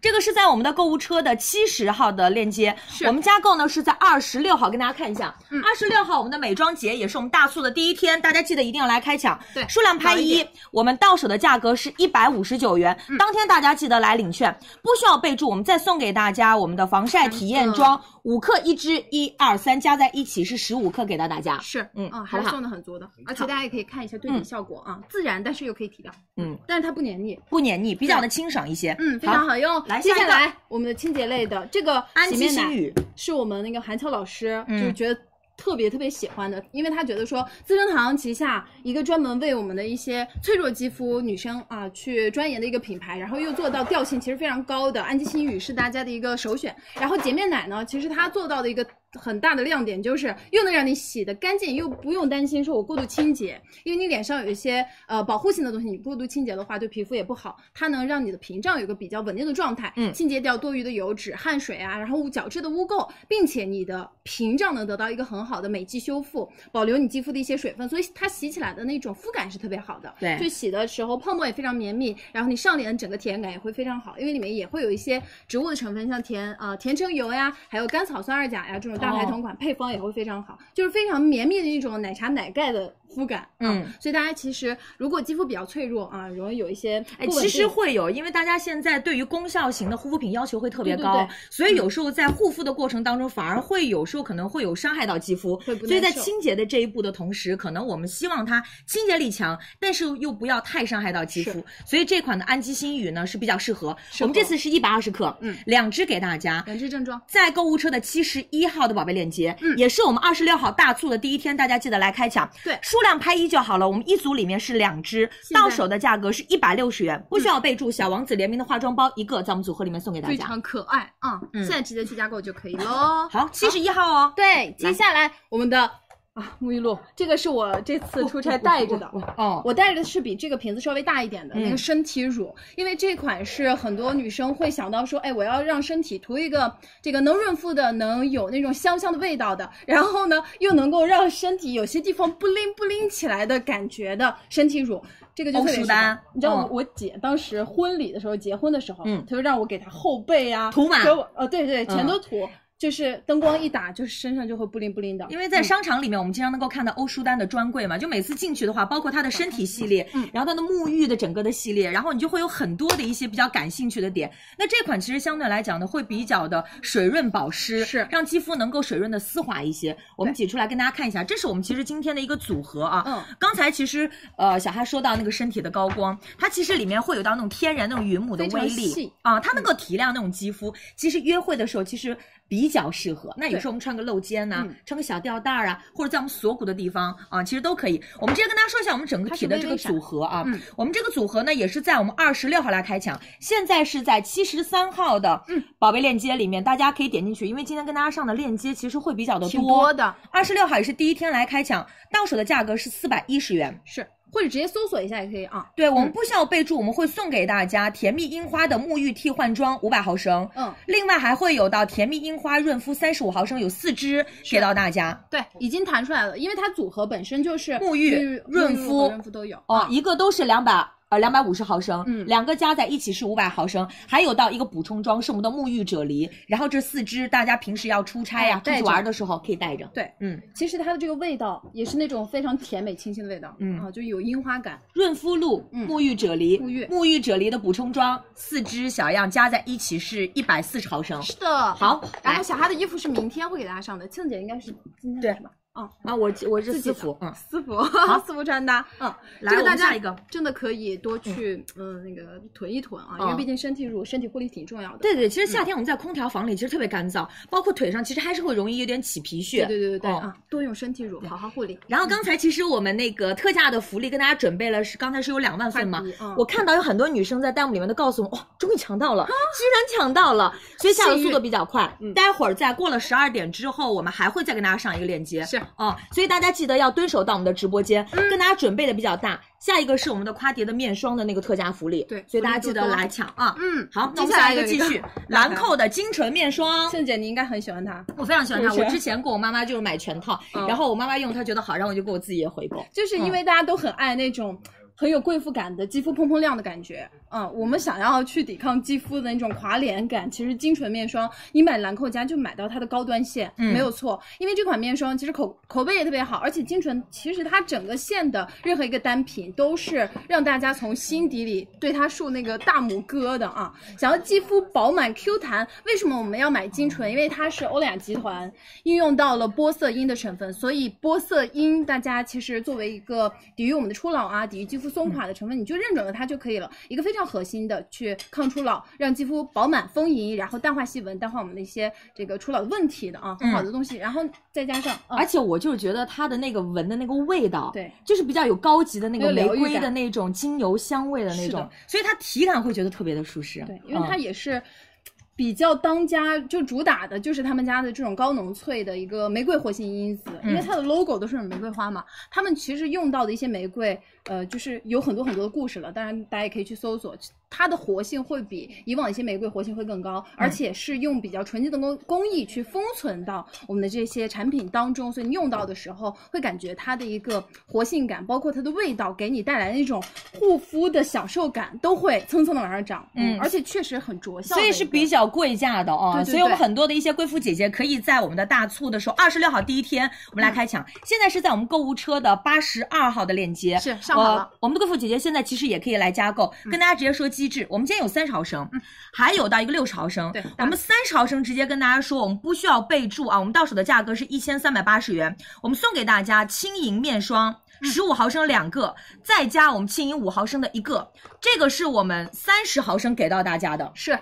Speaker 12: 这个是在我们的购物车的七十号的链接，
Speaker 5: 是
Speaker 12: 我们加购呢是在二十六号，跟大家看一下。
Speaker 5: 嗯
Speaker 12: 二十六号我们的美妆节也是我们大促的第一天，大家记得一定要来开抢。
Speaker 5: 对
Speaker 12: 数量拍
Speaker 5: 早一
Speaker 12: 一
Speaker 5: 点，嗯
Speaker 12: 我们到手的价格是一百五十九元。当天大家记得来领券，不需要备注，我们再送给大家我们的防晒体验
Speaker 5: 嗯
Speaker 12: 装五克一支，一二三加在一起是十五克，给到大家。
Speaker 5: 是，
Speaker 12: 嗯
Speaker 5: 啊，
Speaker 12: 好
Speaker 5: 还
Speaker 12: 不
Speaker 5: 是
Speaker 12: 好
Speaker 5: 送？的很足的，而且大家也可以看一下对比
Speaker 12: 嗯
Speaker 5: 效果啊，自然但是又可以提亮，
Speaker 12: 嗯，
Speaker 5: 但是它不黏腻，
Speaker 12: 不黏腻，比较的清爽一些。
Speaker 5: 嗯，非常好用。
Speaker 12: 来
Speaker 5: 接
Speaker 12: 下一
Speaker 5: 下
Speaker 12: 个
Speaker 5: 来我们的清洁类的这个
Speaker 12: 安
Speaker 5: 洗
Speaker 12: 琪
Speaker 5: 面
Speaker 12: 心
Speaker 5: 奶
Speaker 12: 语
Speaker 5: 是我们那个韩秋老师
Speaker 12: 嗯
Speaker 5: 就是觉得。特别特别喜欢的，因为他觉得说资生堂旗下一个专门为我们的一些脆弱肌肤女生啊去钻研的一个品牌，然后又做到调性其实非常高的，安琪心语是大家的一个首选。然后洁面奶呢，其实它做到的一个很大的亮点就是又能让你洗的干净，又不用担心说我过度清洁，因为你脸上有一些呃保护性的东西，你过度清洁的话对皮肤也不好。它能让你的屏障有个比较稳定的状态，
Speaker 12: 嗯
Speaker 5: 清洁掉多余的油脂、汗水啊，然后角质的污垢，并且你的屏障能得到一个很好的美肌修复，保留你肌肤的一些水分，所以它洗起来的那种肤感是特别好的。
Speaker 11: 对
Speaker 5: 就洗的时候泡沫也非常绵密，然后你上脸整个体验感也会非常好，因为里面也会有一些植物的成分，像甜呃甜橙油呀，还有甘草酸二钾呀这种大
Speaker 12: 哦
Speaker 5: 牌同款，配方也会非常好，就是非常绵密的一种奶茶奶盖的肤感。
Speaker 12: 嗯
Speaker 5: 啊所以大家其实如果肌肤比较脆弱啊，容易有一些
Speaker 12: 哎，
Speaker 5: 不稳
Speaker 12: 其实
Speaker 5: 定
Speaker 12: 会有，因为大家现在对于功效型的护肤品要求会特别
Speaker 5: 对对嗯
Speaker 12: 高，
Speaker 5: 对
Speaker 12: 所以有时候在护肤的过程当中，反而会有时候可能会有伤害到肌肤。
Speaker 5: 会不耐受
Speaker 12: 所以在清洁的这一步的同时，可能我们希望它清洁力强，但是又不要太伤害到肌肤。所以这款的安基心语呢是比较适合。
Speaker 5: 适
Speaker 12: 我
Speaker 5: 合
Speaker 12: 们这次是一百二十克，
Speaker 5: 嗯，
Speaker 12: 两支给大家。
Speaker 5: 感知症状。
Speaker 12: 在购物车的七十一号的宝贝链接，
Speaker 5: 嗯
Speaker 12: 也是我们二十六号大促的第一天，大家记得来开抢，
Speaker 5: 对
Speaker 12: 数量拍一就好了。我们一组里面是两支，
Speaker 5: 现在嗯
Speaker 12: 到手的价格是一百六十元，不需要备注。小王子联名的化妆包一个，在我们组合里面送给大
Speaker 5: 非
Speaker 12: 家。
Speaker 5: 常可爱啊！
Speaker 12: 嗯
Speaker 5: 现在直接去加购就
Speaker 12: (laughs)
Speaker 5: 可以喽。
Speaker 12: 好，七十一号哦，
Speaker 5: 对，接下来我们的啊沐浴露，这个是我这次出差带着的。
Speaker 12: 哦，
Speaker 5: 我带着的是比这个瓶子稍微大一点的、
Speaker 12: 嗯
Speaker 5: 那个身体乳，因为这款是很多女生会想到说，哎，我要让身体涂一个这个能润肤的，能有那种香香的味道的，然后呢又能够让身体有些地方不灵不灵起来的感觉的身体乳，这个就特别
Speaker 12: 欧舒
Speaker 5: 适
Speaker 12: 丹
Speaker 5: 合。你知道我、
Speaker 12: 嗯
Speaker 5: 我姐当时婚礼的时候，结婚的时候，
Speaker 12: 嗯
Speaker 5: 她就让我给她后背啊
Speaker 12: 涂满
Speaker 5: 给我呃对对，全
Speaker 12: 嗯
Speaker 5: 都涂。就是灯光一打，就是身上就会布灵布灵的，嗯
Speaker 12: 因为在商场里面，我们经常能够看到欧舒丹的专柜嘛，就每次进去的话，包括它的身体系列，
Speaker 5: 嗯
Speaker 12: 然后它的沐浴的整个的系列，然后你就会有很多的一些比较感兴趣的点。那这款其实相对来讲呢，会比较的水润保湿，
Speaker 5: 是
Speaker 12: 让肌肤能够水润的丝滑一些。我们挤出来跟大家看一下，这是我们其实今天的一个组合啊。
Speaker 5: 嗯，
Speaker 12: 刚才其实呃小哈说到那个身体的高光，它其实里面会有到那种天然那种云母的
Speaker 5: 非常
Speaker 12: 微粒
Speaker 5: 细
Speaker 12: 啊，它能够提亮那种肌肤。其实约会的时候其实比较适合。那有时候我们穿个露肩呐、
Speaker 5: 嗯
Speaker 12: 穿个小吊带儿啊，或者在我们锁骨的地方啊，其实都可以。我们直接跟大家说一下我们整个体的这个组合啊，
Speaker 5: 它是微微闪嗯
Speaker 12: 我们这个组合呢也是在我们二十六号来开抢，现在是在七十三号的
Speaker 5: 嗯
Speaker 12: 宝贝链接里面，大家可以点进去，因为今天跟大家上的链接其实会比较的
Speaker 5: 挺多的，
Speaker 12: 二十六号也是第一天来开抢，到手的价格是四百一十元。
Speaker 5: 是或者直接搜索一下也可以啊。
Speaker 12: 对我们不需要备注，我们会送给大家甜蜜樱花的沐浴替换装五百毫升，
Speaker 5: 嗯，
Speaker 12: 另外还会有到甜蜜樱花润肤三十五毫升，有四支给到大家。
Speaker 5: 对，已经弹出来了，因为它组合本身就是
Speaker 12: 哦沐浴润
Speaker 5: 润
Speaker 12: 肤
Speaker 5: 和润肤都有
Speaker 12: 哦
Speaker 5: 啊，
Speaker 12: 一个都是两百呃两百五十毫升，
Speaker 5: 嗯
Speaker 12: 两个加在一起是五百毫升，还有到一个补充装是我们的沐浴啫喱，然后这四支大家平时要出差呀、
Speaker 5: 哎
Speaker 12: 出
Speaker 5: 带
Speaker 12: 去
Speaker 5: 着
Speaker 12: 玩的时候可以带着。
Speaker 5: 对，
Speaker 12: 嗯，
Speaker 5: 其实它的这个味道也是那种非常甜美清新的味道，
Speaker 12: 嗯
Speaker 5: 啊，就有樱花感，
Speaker 12: 润肤露、
Speaker 5: 嗯
Speaker 12: 沐浴啫喱、
Speaker 5: 沐浴
Speaker 12: 沐浴啫喱的补充装四支小样加在一起是一百四十毫升。
Speaker 5: 是的。
Speaker 12: 好，
Speaker 5: 然后
Speaker 12: 来
Speaker 5: 小哈的衣服是明天会给大家上的，庆姐应该是今天
Speaker 12: 对
Speaker 5: 是吧？
Speaker 12: 啊，我我是
Speaker 5: 自己
Speaker 12: 私
Speaker 5: 的
Speaker 12: 服，嗯，
Speaker 5: 私服，好，私服穿搭，嗯，
Speaker 12: 来
Speaker 5: 这个
Speaker 12: 我
Speaker 5: 大
Speaker 12: 们
Speaker 5: 家
Speaker 12: 下一个，
Speaker 5: 真的可以多去，嗯，那个囤一囤啊，因
Speaker 12: 嗯
Speaker 5: 为毕竟身体乳、身体护理挺重要的。
Speaker 12: 对对，其实夏天我们在空调房里其实特别干燥，包括腿上其实还是会容易有点起皮屑。
Speaker 5: 对对对对对
Speaker 12: 哦
Speaker 5: 啊，多用身体乳，好好护理。嗯
Speaker 12: 然后刚才其实我们那个特价的福利跟大家准备了是，刚才是有两万份嘛
Speaker 5: 快递嗯。
Speaker 12: 我看到有很多女生在弹幕里面都告 (laughs) 诉我，哦，终于抢到了，居然抢到了，所以下的速度比较快。待会儿在过了十二点之后，我们还会再跟大家上一个链接。
Speaker 5: 是
Speaker 12: 哦，所以大家记得要蹲守到我们的直播间，跟大家准备的比较大。下一个是我们的夸蝶的面霜的那个特价福利，
Speaker 5: 对
Speaker 12: 所以大家记
Speaker 5: 福利
Speaker 12: 得
Speaker 5: 多多
Speaker 12: 来抢啊。
Speaker 5: 嗯，
Speaker 12: 好，那我们
Speaker 5: 接下
Speaker 12: 下
Speaker 5: 来
Speaker 12: 一个 (laughs)
Speaker 5: 有一
Speaker 12: 继
Speaker 5: 个
Speaker 12: 续，兰蔻的金唇面霜，
Speaker 5: 庆姐你应该很喜欢它，
Speaker 12: 我非常喜欢它，
Speaker 5: 是不
Speaker 12: 我
Speaker 5: 是
Speaker 12: 之前给我妈妈就是买全套，
Speaker 5: 嗯
Speaker 12: 然后我妈妈用她觉得好，然后我就给我自己也回购。
Speaker 5: 就是因为大家都很爱那种很有贵妇感的肌肤砰砰亮的感觉。嗯，我们想要去抵抗肌肤的那种垮脸感，其实精纯面霜，你买兰蔻家就买到它的高端线，
Speaker 12: 嗯
Speaker 5: 没有错。因为这款面霜其实口口碑也特别好，而且精纯其实它整个线的任何一个单品都是让大家从心底里对它竖那个大拇哥的啊。想要肌肤饱满 Q 弹，为什么我们要买精纯？因为它是欧莱雅集团应用到了玻色因的成分，所以玻色因大家其实作为一个抵御我们的初老啊、抵御肌肤松垮的成分，你就认准了它就可以了。一个非常核心的去抗初老，让肌肤饱满丰盈，然后淡化细纹、淡化我们的一些这个初老的问题的啊，很好的东西。然后再加上，啊
Speaker 12: 而且我就是觉得它的那个闻的那个味道，
Speaker 5: 对，
Speaker 12: 就是比较有高级的那个
Speaker 5: 很有
Speaker 12: 玫
Speaker 5: 疗愈
Speaker 12: 瑰的
Speaker 5: 感
Speaker 12: 那种精油香味的那
Speaker 5: 是
Speaker 12: 种
Speaker 5: 的，
Speaker 12: 所以它体感会觉得特别的舒适。
Speaker 5: 对，因为它
Speaker 12: 嗯
Speaker 5: 也是。比较当家就主打的就是他们家的这种高浓萃的一个玫瑰活性因子，因为它的 logo 都是玫瑰花嘛。他们其实用到的一些玫瑰，呃，就是有很多很多的故事了。当然，大家也可以去搜索，它的活性会比以往一些玫瑰活性会更高，
Speaker 12: 嗯
Speaker 5: 而且是用比较纯净的工工艺去封存到我们的这些产品当中，所以你用到的时候会感觉它的一个活性感，包括它的味道给你带来的那种护肤的享受感，都会蹭蹭的往上涨。
Speaker 12: 嗯
Speaker 5: 而且确实很卓效
Speaker 12: 所
Speaker 5: 的一个，
Speaker 12: 以是比较贵价的哦，
Speaker 5: 对对对
Speaker 12: 所以我们很多的一些贵妇姐姐可以在我们的大促的时候，二十六号第一天我们来开抢，现在是在我们购物车的八十二号的链接，
Speaker 5: 是上好了
Speaker 12: 呃我们的贵妇姐姐现在其实也可以来加购，跟大家直接说机制，我们今天有三十毫升，还有到一个六十毫升，
Speaker 5: 对
Speaker 12: 我们三十毫升直接跟大家说，我们不需要备注啊，我们到手的价格是一千三百八十元，我们送给大家轻盈面霜。十五毫升两个，再加我们轻盈五毫升的一个，这个是我们三十毫升给到大家的，
Speaker 5: 是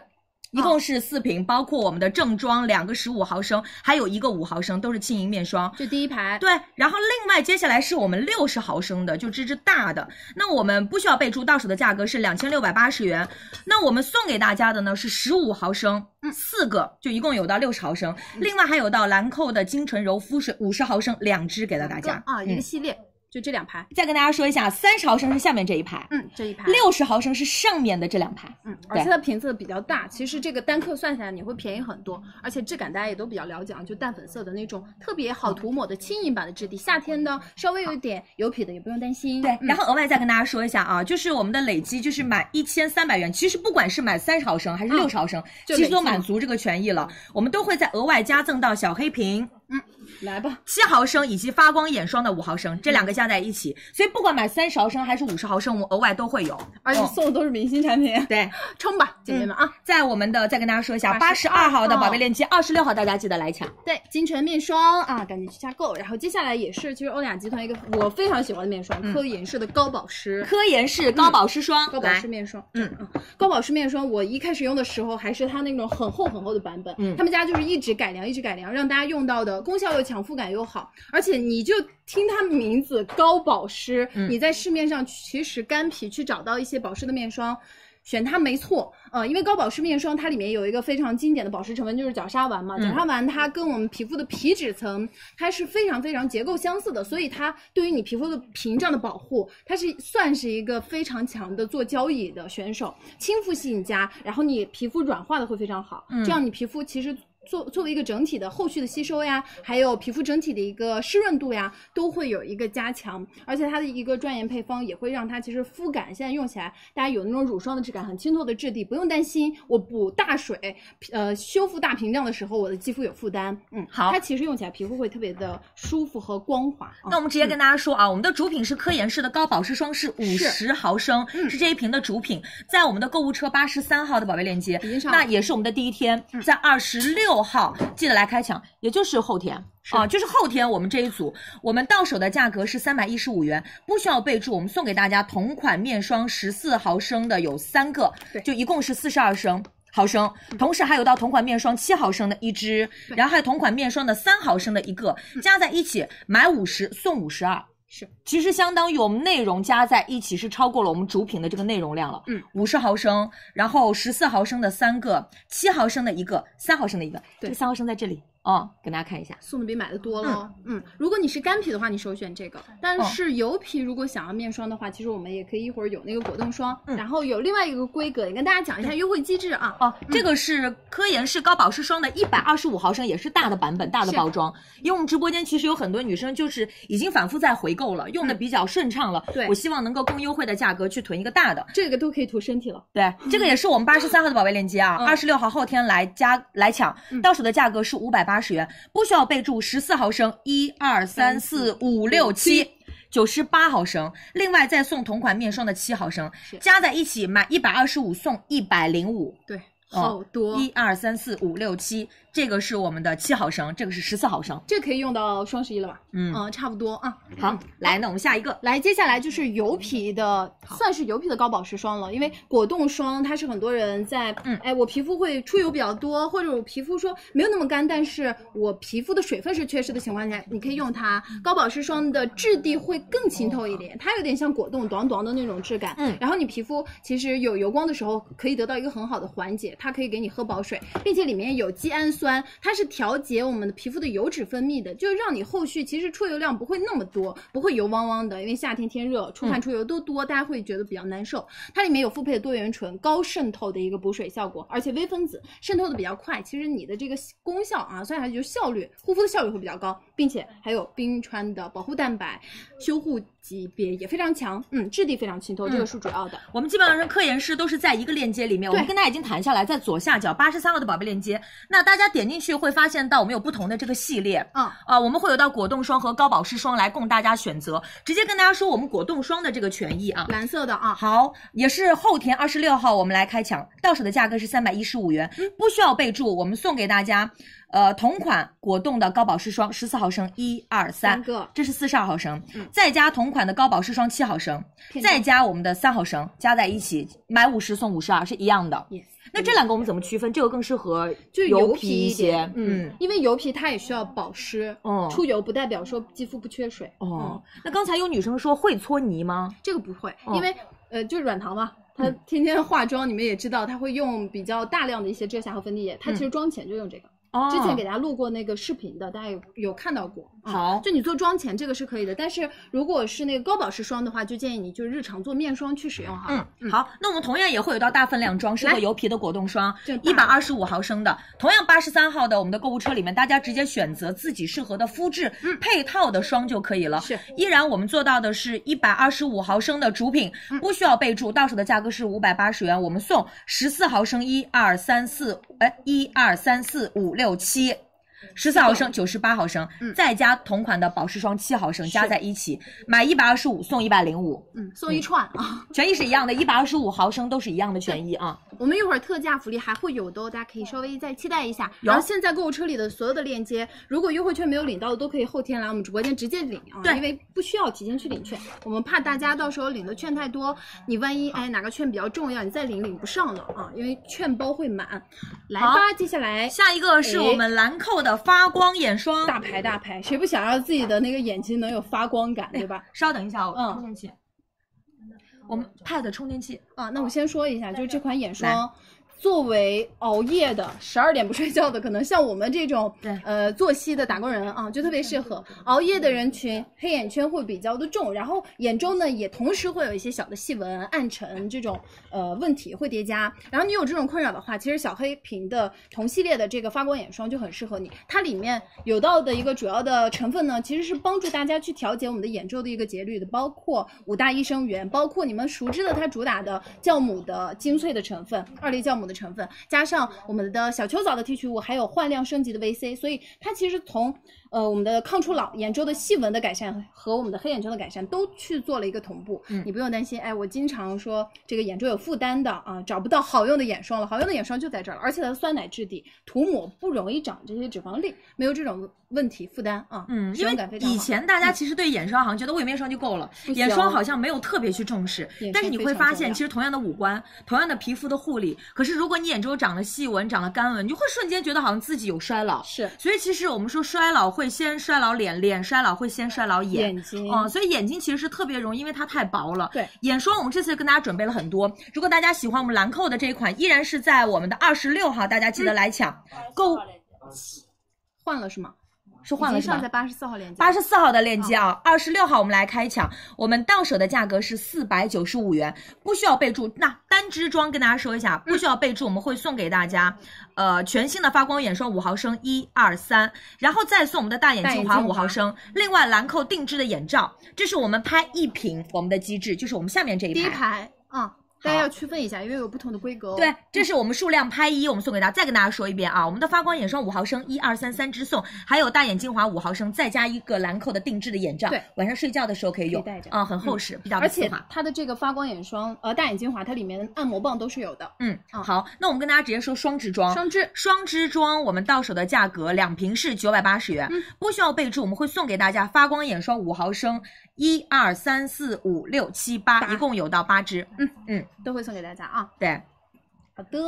Speaker 12: 一共是四瓶，包括我们的正装两个十五毫升，还有一个五毫升，都是轻盈面霜。
Speaker 5: 就第一排，
Speaker 12: 对，然后另外接下来是我们六十毫升的，就这支大的。那我们不需要备注，到手的价格是两千六百八十元。那我们送给大家的呢是十五毫升，
Speaker 5: 嗯
Speaker 12: 四个，就一共有到六十毫升。另外还有到兰蔻的精纯柔肤水五十毫升两支给到大家。
Speaker 5: 啊，一
Speaker 12: 嗯
Speaker 5: 个系列，就这两排，
Speaker 12: 再跟大家说一下，三十毫升是下面这一排，
Speaker 5: 嗯，这一排
Speaker 12: 六十毫升是上面的这两排。
Speaker 5: 嗯，而且它瓶子比较大，其实这个单克算下来你会便宜很多，而且质感大家也都比较了解啊，就淡粉色的那种特别好涂抹的轻盈版的质地，夏天呢稍微有一点油痞的也不用担心。
Speaker 12: 对，
Speaker 5: 嗯
Speaker 12: 然后额外再跟大家说一下啊，就是我们的累积，就是满一千三百元，其实不管是买三十毫升还是六十毫升，
Speaker 5: 嗯就
Speaker 12: 其
Speaker 5: 累
Speaker 12: 实
Speaker 5: 计
Speaker 12: 都满足这个权益了。我们都会再额外加赠到小黑瓶
Speaker 5: 来吧，
Speaker 12: 七毫升以及发光眼霜的五毫升，
Speaker 5: 嗯
Speaker 12: 这两个加在一起，所以不管买三十毫升还是五十毫升，我们额外都会有。
Speaker 5: 而且
Speaker 12: 嗯
Speaker 5: 送的都是明星产品，
Speaker 12: 对，
Speaker 5: 哦 (laughs) 冲吧，姐妹们啊！
Speaker 12: 在我们的再跟大家说一下，八十二号的宝贝链接，二十六号大家记得来抢。
Speaker 5: 对，金纯面霜啊，赶紧去加购。然后接下来也是，其实欧雅集团一个我非常喜欢的面霜，科颜氏的高保湿。
Speaker 12: 科颜氏高保湿霜，
Speaker 5: 高保
Speaker 12: 来
Speaker 5: 湿面霜，
Speaker 12: 嗯
Speaker 5: 嗯，高保湿面霜，我一开始用的时候还是它那种很厚很厚的版本，嗯，他们家就是一直改良，一直改良，让大家用到的功效又强，肤感又好，而且你就听它名字高保湿，
Speaker 12: 嗯
Speaker 5: 你在市面上其实干皮去找到一些保湿的面霜。选它没错，呃，因为高保湿面霜它里面有一个非常经典的保湿成分，就是角鲨烷嘛。角鲨烷它跟我们皮肤的皮脂层它是非常非常结构相似的，所以它对于你皮肤的屏障的保护，它是算是一个非常强的做交易的选手，亲肤性佳，然后你皮肤软化的会非常好，这样你皮肤其实。作作为一个整体的后续的吸收呀，还有皮肤整体的一个湿润度呀，都会有一个加强。而且它的一个专研配方也会让它其实肤感现在用起来，大家有那种乳霜的质感，很清透的质地，不用担心我补大水，呃，修复大屏障的时候我的肌肤有负担。嗯，
Speaker 12: 好
Speaker 5: 它其实用起来皮肤会特别的舒服和光滑。嗯
Speaker 12: 那我们直接跟大家说啊，我们的主品是科颜氏的高保湿霜，是五十毫升，是这一瓶的主品，在我们的购物车八十三号的宝贝链接
Speaker 5: 已经，上了啊
Speaker 12: 那也是我们的第一天，
Speaker 5: 嗯
Speaker 12: 在二十六号记得来开抢，也就是后天。啊，就是后天我们这一组，我们到手的价格是三百一十五元，不需要备注，我们送给大家同款面霜十四毫升的有三个，
Speaker 5: 对嗯
Speaker 12: 就一共是四十二升。毫升，同时还有到同款面霜七毫升的一支，然后还有同款面霜的三毫升的一个，加在一起买五十送五十二，
Speaker 5: 嗯是，
Speaker 12: 其实相当于我们内容加在一起是超过了我们主品的这个内容量了，
Speaker 5: 嗯，
Speaker 12: 五十毫升，然后十四毫升的三个，七毫升的一个，三毫升的一个，
Speaker 5: 对
Speaker 12: 这三毫升在这里，哦，给大家看一下，
Speaker 5: 送的比买的多了哦。嗯如果你是干皮的话，你首选这个；
Speaker 12: 嗯哦
Speaker 5: 但是油皮如果想要面霜的话，其实我们也可以一会儿有那个果冻霜，
Speaker 12: 嗯
Speaker 5: 然后有另外一个规格，也跟大家讲一下优惠机制啊。
Speaker 12: 哦，这个是科颜氏高保湿霜的一百二十五毫升，也是大的版本、大的
Speaker 5: 是
Speaker 12: 包装。因为我们直播间其实有很多女生就是已经反复在回购了，用的比较顺畅了。
Speaker 5: 嗯对
Speaker 12: 我希望能够更优惠的价格去囤一个大的。
Speaker 5: 这个都可以涂身体了，
Speaker 12: 对，这个也是我们八十三号的宝贝链接啊，
Speaker 5: 嗯
Speaker 12: 二十六号后天来加来抢，到手的价格是五百八十元，不需要备注，十四毫升，一二三四五六七。九十八毫升，另外再送同款面霜的七毫升，加在一起买一百二十五送一百零五，
Speaker 5: 对，
Speaker 12: 哦
Speaker 5: 好多。
Speaker 12: 一二三四五六七，这个是我们的七毫升，这个是十四毫升。
Speaker 5: 这可以用到双十一了吧？
Speaker 12: 嗯
Speaker 5: 嗯，差不多啊。
Speaker 12: 好，来，那我们下一个，
Speaker 5: 来，接下来就是油皮的，算是油皮的高保湿霜了，因为果冻霜它是很多人在，
Speaker 12: 嗯
Speaker 5: 哎，我皮肤会出油比较多，或者我皮肤说没有那么干，但是我皮肤的水分是缺失的情况下，你可以用它。高保湿霜的质地会更清透一点，它有点像果冻短短的那种质感，
Speaker 12: 嗯
Speaker 5: 然后你皮肤其实有油光的时候可以得到一个很好的缓解，它可以给你喝饱水，并且里面有肌氨酸，它是调节我们的皮肤的油脂分泌的，就是让你后续其实出油量不会那么多，不会油汪汪的，因为夏天天热，出汗出油都多，大家会觉得比较难受。它里面有复配的多元醇，高渗透的一个补水效果，而且微分子渗透的比较快，其实你的这个功效啊，算下来就是效率，护肤的效率会比较高，并且还有冰川的保护蛋白，修护级别也非常强，嗯，质地非常清透，这个是主要的。
Speaker 12: 我们基本上科研师都是在一个链接里面，我们
Speaker 5: 对
Speaker 12: 跟大家已经谈下来，在左下角八十三号的宝贝链接，那大家点进去会发现到我们有不同的这个系列，
Speaker 5: 嗯
Speaker 12: 啊，我们会有到果冻霜和高保湿霜来供大家选择。直接跟大家说我们果冻霜的这个权益啊，
Speaker 5: 蓝色的啊，
Speaker 12: 好，也是后天二十六号我们来开抢，到手的价格是三百一十五元，
Speaker 5: 嗯
Speaker 12: 不需要备注，我们送给大家，呃，同款果冻的高保湿霜十四毫升，一二三
Speaker 5: 三个
Speaker 12: 这是四十二毫升，
Speaker 5: 嗯
Speaker 12: 再加同款的高保湿霜七毫升，
Speaker 5: 片
Speaker 12: 再加我们的三毫升，加在一起买五十送五十二是一样的。
Speaker 5: Yes
Speaker 12: 那这两个我们怎么区分？这个更适合
Speaker 5: 就是
Speaker 12: 嗯油
Speaker 5: 皮
Speaker 12: 一些
Speaker 5: 点，，
Speaker 12: 嗯。
Speaker 5: 因为油皮它也需要保湿，
Speaker 12: 哦
Speaker 5: 出油不代表说肌肤不缺水，
Speaker 12: 哦，那刚才有女生说会搓泥吗？
Speaker 5: 这个不会，
Speaker 12: 哦嗯
Speaker 5: 因为呃，就是软糖嘛，它天天化妆，你们也知道，它会用比较大量的一些遮瑕和粉底液，它其实
Speaker 12: 嗯
Speaker 5: 妆前就用这个。
Speaker 12: 哦，
Speaker 5: 之前给大家录过那个视频的，大家有有看到过。啊
Speaker 12: 好
Speaker 5: 就你做妆前这个是可以的，但是如果是那个高保湿霜的话，就建议你就日常做面霜去使用哈。
Speaker 12: 嗯，好，那我们同样也会有到大分量装，适合
Speaker 5: 来
Speaker 12: 油皮的果冻霜
Speaker 5: 这，
Speaker 12: 嗯一
Speaker 5: 个
Speaker 12: 百
Speaker 5: 大
Speaker 12: 二十五毫升的，同样八十三号的，我们的购物车里面，大家直接选择自己适合的肤质、配套的霜就可以了。
Speaker 5: 嗯是，
Speaker 12: 依然我们做到的是一百二十五毫升的主品，
Speaker 5: 嗯
Speaker 12: 不需要备注，到手的价格是五百八十元，我们送十四毫升，一二三四，哎，一二三四五六七。十四毫升、九十八毫升，
Speaker 5: 嗯
Speaker 12: 再加同款的保湿霜七毫升，加
Speaker 5: 是
Speaker 12: 在一起，买一百二十五送一百零五。
Speaker 5: 嗯，送一串啊，
Speaker 12: 权益是一样的，一百二十五毫升都是一样的权益啊。
Speaker 5: 我们一会儿特价福利还会有的哦，大家可以稍微再期待一下。
Speaker 12: 有
Speaker 5: 然后现在购物车里的所有的链接，如果优惠券没有领到的，都可以后天来我们直播间直接领啊，
Speaker 12: 对
Speaker 5: 因为不需要提前去领券，我们怕大家到时候领的券太多，你万一哎哪个券比较重要，你再领领不上了啊，因为券包会满。来
Speaker 12: 好
Speaker 5: 吧，接下来
Speaker 12: 下一个是我们兰蔻的发光眼霜。
Speaker 5: 大牌大牌，谁不想让自己的那个眼睛能有发光感，对吧？
Speaker 12: 稍等一下，我
Speaker 5: 嗯
Speaker 12: 充电器。我们 Pad 充电器，
Speaker 5: 啊，那我先说一下，就是这款眼霜，作为熬夜的、十二点不睡觉的，可能像我们这种
Speaker 12: 对
Speaker 5: 呃作息的打工人啊，就特别适合熬夜的人群，黑眼圈会比较的重，然后眼周呢也同时会有一些小的细纹、暗沉这种呃问题会叠加。然后你有这种困扰的话，其实小黑瓶的同系列的这个发光眼霜就很适合你，它里面有到的一个主要的成分呢，其实是帮助大家去调节我们的眼周的一个节律的，包括五大益生元，包括你们熟知的它主打的酵母的精粹的成分、二裂酵母的成分，加上我们的小秋藻的提取物，还有焕亮升级的维 C，所以它其实从呃我们的抗初老、眼周的细纹的改善和我们的黑眼圈的改善都去做了一个同步。
Speaker 12: 嗯
Speaker 5: 你不用担心，哎，我经常说这个眼周有负担的啊，找不到好用的眼霜了，好用的眼霜就在这儿了，而且它的酸奶质地，涂抹不容易长这些脂肪粒，没有这种问题负担啊。
Speaker 12: 嗯，
Speaker 5: 使
Speaker 12: 因
Speaker 5: 用
Speaker 12: 为
Speaker 5: 感非常好。
Speaker 12: 以前大家其实对眼霜好像觉得我有面霜就够了，
Speaker 5: 不
Speaker 12: 眼
Speaker 5: 行
Speaker 12: 霜好像没有特别去重视
Speaker 5: 眼。霜
Speaker 12: 但是你会发现，
Speaker 5: 非常重要
Speaker 12: 其实同样的五官，同样的皮肤的护理，可是如果你眼周长了细纹、长了干纹，你就会瞬间觉得好像自己有衰老。
Speaker 5: 是
Speaker 12: 所以其实我们说衰老会先衰老脸，脸衰老会先衰老眼。
Speaker 5: 眼睛
Speaker 12: 哦，所以眼睛其实是特别容易，因为它太薄了。
Speaker 5: 嗯对，
Speaker 12: 眼霜我们这次跟大家准备了很多，如果大家喜欢我们兰蔻的这一款，依然是在我们的二十六号，大家记得来抢。购
Speaker 5: 换了是吗？
Speaker 12: 是换了
Speaker 5: 已
Speaker 12: 是
Speaker 5: 经
Speaker 12: 吧
Speaker 5: 上在八十四号链接。
Speaker 12: 八十四号的链接啊，二十六号我们来开抢，我们到手的价格是四百九十五元，不需要备注。那单支装跟大家说一下，不需要备注，我们会送给大家，呃，全新的发光眼霜五毫升，一二三，然后再送我们的大眼精华
Speaker 5: 大眼精
Speaker 12: 五
Speaker 5: 华
Speaker 12: 毫升，另外兰蔻定制的眼罩，这是我们拍一瓶我们的机制，就是我们下面这一
Speaker 5: 第一
Speaker 12: 排。
Speaker 5: 排啊，大家要区分一下，因为有不同的规格哦。
Speaker 12: 对，这是我们数量拍一，我们送给大家。再跟大家说一遍啊，我们的发光眼霜五毫升，一二三三支送，还有大眼精华五毫升，再加一个兰蔻的定制的眼罩，
Speaker 5: 对，
Speaker 12: 晚上睡觉的时候可以用，
Speaker 5: 可以戴着嗯
Speaker 12: 啊、很厚实，比较的
Speaker 5: 而
Speaker 12: 丝
Speaker 5: 且
Speaker 12: 滑。
Speaker 5: 它的这个发光眼霜，呃，大眼精华，它里面的按摩棒都是有的。
Speaker 12: 嗯，
Speaker 5: 啊
Speaker 12: 好，那我们跟大家直接说双支装。
Speaker 5: 双支
Speaker 12: 双支装我们到手的价格，两瓶是九百八十元，
Speaker 5: 嗯
Speaker 12: 不需要备注，我们会送给大家发光眼霜五毫升，一二三四五六七八，一共有到八支。
Speaker 5: 都会送给大家啊。
Speaker 12: 对，
Speaker 5: 好的，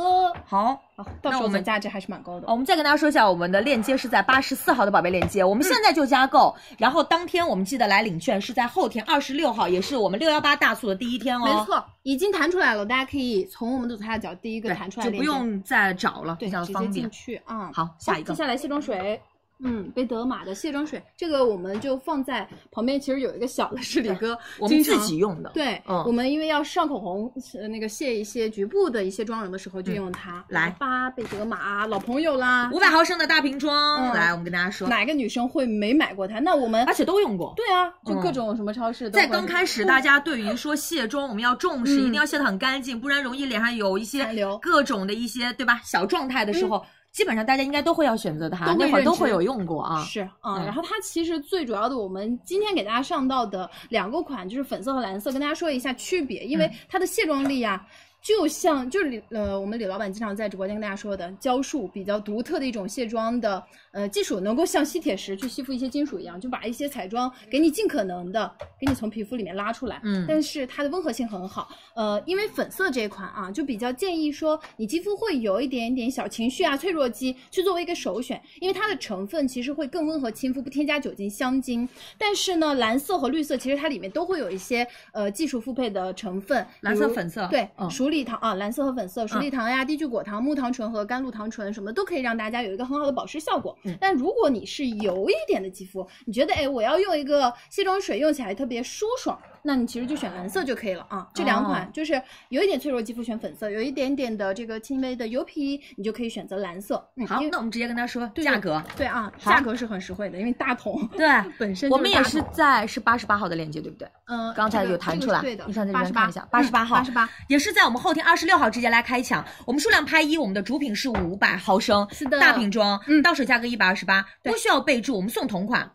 Speaker 12: 好，
Speaker 5: 好，到
Speaker 12: 那
Speaker 5: 时候
Speaker 12: 我们
Speaker 5: 总价值还是蛮高的
Speaker 12: 哦。我们再跟大家说一下，我们的链接是在八十四号的宝贝链接，我们现在就加购，然后当天我们记得来领券，是在后天二十六号，也是我们六幺八大促的第一天哦。
Speaker 5: 没错，已经弹出来了，大家可以从我们的左下角第一个弹出来
Speaker 12: 就
Speaker 5: 的
Speaker 12: 不
Speaker 5: 链接，
Speaker 12: 用再找了，
Speaker 5: 对
Speaker 12: 比较
Speaker 5: 直接
Speaker 12: 方
Speaker 5: 进
Speaker 12: 便。
Speaker 5: 去啊。
Speaker 12: 好，哎下一个
Speaker 5: 接，下来卸妆水。嗯，贝德玛的卸妆水，这个我们就放在旁边，其实有一个小的是李哥
Speaker 12: 我们
Speaker 5: 经常
Speaker 12: 自己用的。
Speaker 5: 对，
Speaker 12: 嗯
Speaker 5: 我们因为要上口红，呃那个卸一些局部的一些妆容的时候就用它。
Speaker 12: 嗯来
Speaker 5: 八贝德玛啊老朋友啦，
Speaker 12: 五百毫升的大瓶装，
Speaker 5: 嗯
Speaker 12: 来，我们跟大家说，
Speaker 5: 哪个女生会没买过它？那我们
Speaker 12: 而且都用过。
Speaker 5: 对啊，就
Speaker 12: 嗯
Speaker 5: 各种什么超市都
Speaker 12: 在
Speaker 5: 会
Speaker 12: 刚开始，大家对于说卸妆，我们要重视，
Speaker 5: 嗯
Speaker 12: 一定要卸得很干净，不然容易脸上有一些
Speaker 5: 残留
Speaker 12: 各种的一些，对吧？小状态的时候，基本上大家应该都会要选择它，
Speaker 5: 嗯都会
Speaker 12: 啊那会儿
Speaker 5: 认知
Speaker 12: 都会有用过啊。
Speaker 5: 是啊、
Speaker 12: 嗯
Speaker 5: 然后它其实最主要的，我们今天给大家上到的两个款就是粉色和蓝色，跟大家说一下区别，因为它的卸妆力呀、就像就是李呃，我们李老板经常在直播间跟大家说的，胶束比较独特的一种卸妆的呃技术，能够像吸铁石去吸附一些金属一样，就把一些彩妆给你尽可能的给你从皮肤里面拉出来。
Speaker 12: 嗯
Speaker 5: 但是它的温和性很好。呃，因为粉色这一款啊，就比较建议说你肌肤会有一点点小情绪啊、脆弱肌去作为一个首选，因为它的成分其实会更温和亲肤，不添加酒精、香精。但是呢，蓝色和绿色其实它里面都会有一些呃技术复配的成分，
Speaker 12: 蓝色、
Speaker 5: 比如
Speaker 12: 粉色，
Speaker 5: 对，
Speaker 12: 嗯
Speaker 5: 鼠李糖啊，蓝色和粉色，鼠
Speaker 12: 嗯
Speaker 5: 李糖呀、低聚果糖、木糖醇和甘露糖醇什么都可以让大家有一个很好的保湿效果。
Speaker 12: 嗯
Speaker 5: 但如果你是油一点的肌肤，你觉得哎，我要用一个卸妆水用起来特别舒爽，那你其实就选蓝色就可以了啊。这两
Speaker 12: 哦
Speaker 5: 款就是有一点脆弱肌肤选粉色，有一点点的这个轻微的油皮，你就可以选择蓝色。嗯，
Speaker 12: 好
Speaker 5: 因，为
Speaker 12: 那我们直接跟他说
Speaker 5: 对
Speaker 12: 价格。
Speaker 5: 对啊，
Speaker 12: 好
Speaker 5: 价格是很实惠的，因为大桶
Speaker 12: 对，
Speaker 5: 本身就
Speaker 12: 我们
Speaker 5: 大
Speaker 12: 也
Speaker 5: 桶
Speaker 12: 是在是八十八号的链接，对不对？
Speaker 5: 嗯，
Speaker 12: 刚才
Speaker 5: 这个
Speaker 12: 有弹
Speaker 5: 这个
Speaker 12: 出来
Speaker 5: 是对的，
Speaker 12: 你上这边
Speaker 5: 八
Speaker 12: 看
Speaker 5: 十八嗯
Speaker 12: 一下88号
Speaker 5: 八十八，
Speaker 12: 也是在我们后天二十六号直接来开抢。我们数量拍一，我们的主品是五百毫升，
Speaker 5: 是的
Speaker 12: 大瓶装，
Speaker 5: 嗯
Speaker 12: 到手价格一百二十八，
Speaker 5: 对
Speaker 12: 不需要备注，我们送同款。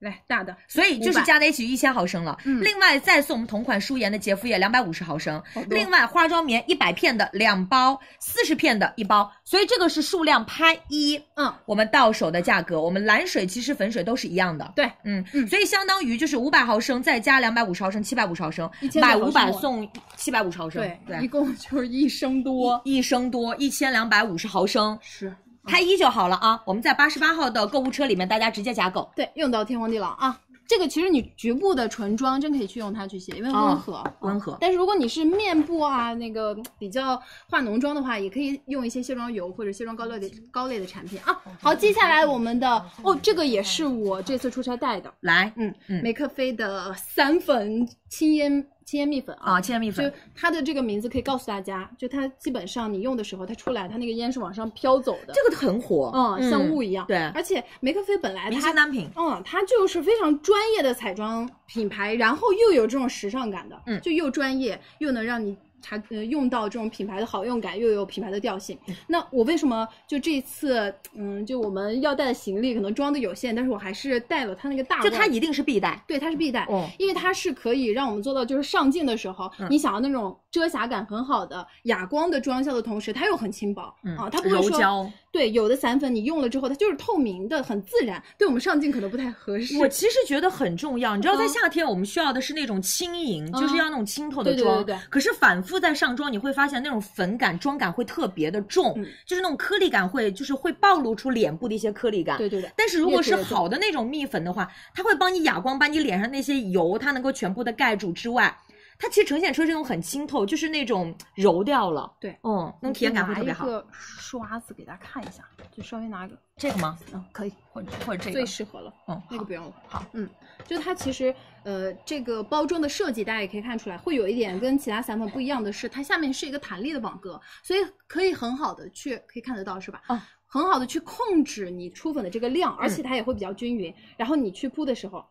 Speaker 5: 来大的，
Speaker 12: 所以就是加在一起一千毫升了。
Speaker 5: 嗯
Speaker 12: 另外再送我们同款舒颜的洁肤液两百五十毫升，
Speaker 5: 多
Speaker 12: 另外化妆棉一百片的两包，四十片的一包。所以这个是数量拍一，
Speaker 5: 嗯，
Speaker 12: 我们到手的价格，我们蓝水其实粉水都是一样的。
Speaker 5: 对，
Speaker 12: 嗯
Speaker 5: 嗯
Speaker 12: 所以相当于就是五百毫升再加两百五十毫升，七百五十毫升，
Speaker 5: 1900
Speaker 12: 买
Speaker 5: 毫
Speaker 12: 五
Speaker 5: 升
Speaker 12: 百送七百五十毫升，
Speaker 5: 对，一
Speaker 12: 对，
Speaker 5: 共就是一升多。嗯
Speaker 12: 一升多一千两百五十毫升，
Speaker 5: 是，
Speaker 12: 拍一就好了啊。我们在八十八号的购物车里面，大家直接加购。
Speaker 5: 对，用到天荒地老啊。这个其实你局部的唇妆真可以去用它去卸，因为温和、
Speaker 12: 哦
Speaker 5: 啊
Speaker 12: 温和
Speaker 5: 但是如果你是面部啊，那个比较化浓妆的话，也可以用一些卸妆油或者卸妆膏类的膏类的产品啊。好，接下来我们的哦，这个也是我这次出差带的，
Speaker 12: 来
Speaker 5: 嗯，
Speaker 12: 嗯
Speaker 5: 玫克菲的散粉轻烟轻烟蜜粉啊。
Speaker 12: 啊，千蜜粉
Speaker 5: 就，它的这个名字可以告诉大家，就它基本上你用的时候，它出来它那个烟是往上飘走的，
Speaker 12: 这个很火，
Speaker 5: 嗯，像雾一样。
Speaker 12: 对
Speaker 5: 而且玫克菲本来
Speaker 12: 明
Speaker 5: 它
Speaker 12: 星单品。
Speaker 5: 嗯，它就是非常专业的彩妆品牌，然后又有这种时尚感的，
Speaker 12: 嗯
Speaker 5: 就又专业又能让你察呃用到这种品牌的好用感，又有品牌的调性。
Speaker 12: 嗯
Speaker 5: 那我为什么就这一次，嗯，就我们要带的行李可能装的有限，但是我还是带了它那个大
Speaker 12: 就
Speaker 5: 罐，
Speaker 12: 它一定是必带。
Speaker 5: 对它是必带，
Speaker 12: 哦，
Speaker 5: 因为它是可以让我们做到，就是上镜的时候，
Speaker 12: 嗯
Speaker 5: 你想要那种遮瑕感很好的哑光的妆效的同时，它又很轻薄、
Speaker 12: 嗯
Speaker 5: 啊，它不会
Speaker 12: 柔
Speaker 5: 说
Speaker 12: 焦
Speaker 5: 对有的散粉你用了之后，它就是透明的，很自然，对我们上镜可能不太合适。
Speaker 12: 我其实觉得很重要，你知道，在
Speaker 5: 嗯
Speaker 12: 夏天我们需要的是那种轻盈，
Speaker 5: 嗯
Speaker 12: 就是要那种清透的
Speaker 5: 对对
Speaker 12: 妆。
Speaker 5: 对对对
Speaker 12: 可是反复在上妆，你会发现那种粉感、妆感会特别的重，
Speaker 5: 嗯
Speaker 12: 就是那种颗粒感会，就是会暴露出脸部的一些颗粒感。
Speaker 5: 对对对，
Speaker 12: 但是如果是
Speaker 5: 越涂越重
Speaker 12: 好的那种蜜粉的话，它会帮你哑光，把你脸上那些油，它能够全部的盖住之外，它其实呈现出这种很清透，就是那种柔掉了。
Speaker 5: 对
Speaker 12: 嗯，那种体验感会特别好
Speaker 5: 拿一。个刷子给大家看一下，就稍微拿个，
Speaker 12: 这个吗？
Speaker 5: 嗯，可以，
Speaker 12: 或者或者这个
Speaker 5: 最？适合了。
Speaker 12: 嗯，
Speaker 5: 那个不用了。
Speaker 12: 好，
Speaker 5: 嗯，就它其实呃，这个包装的设计大家也可以看出来，会有一点跟其他散粉不一样的是，它下面是一个弹力的网格，所以可以很好的去可以看得到是吧？
Speaker 12: 哦嗯
Speaker 5: 很好的去控制你出粉的这个量，而且它也会比较均匀。然后你去铺的时候，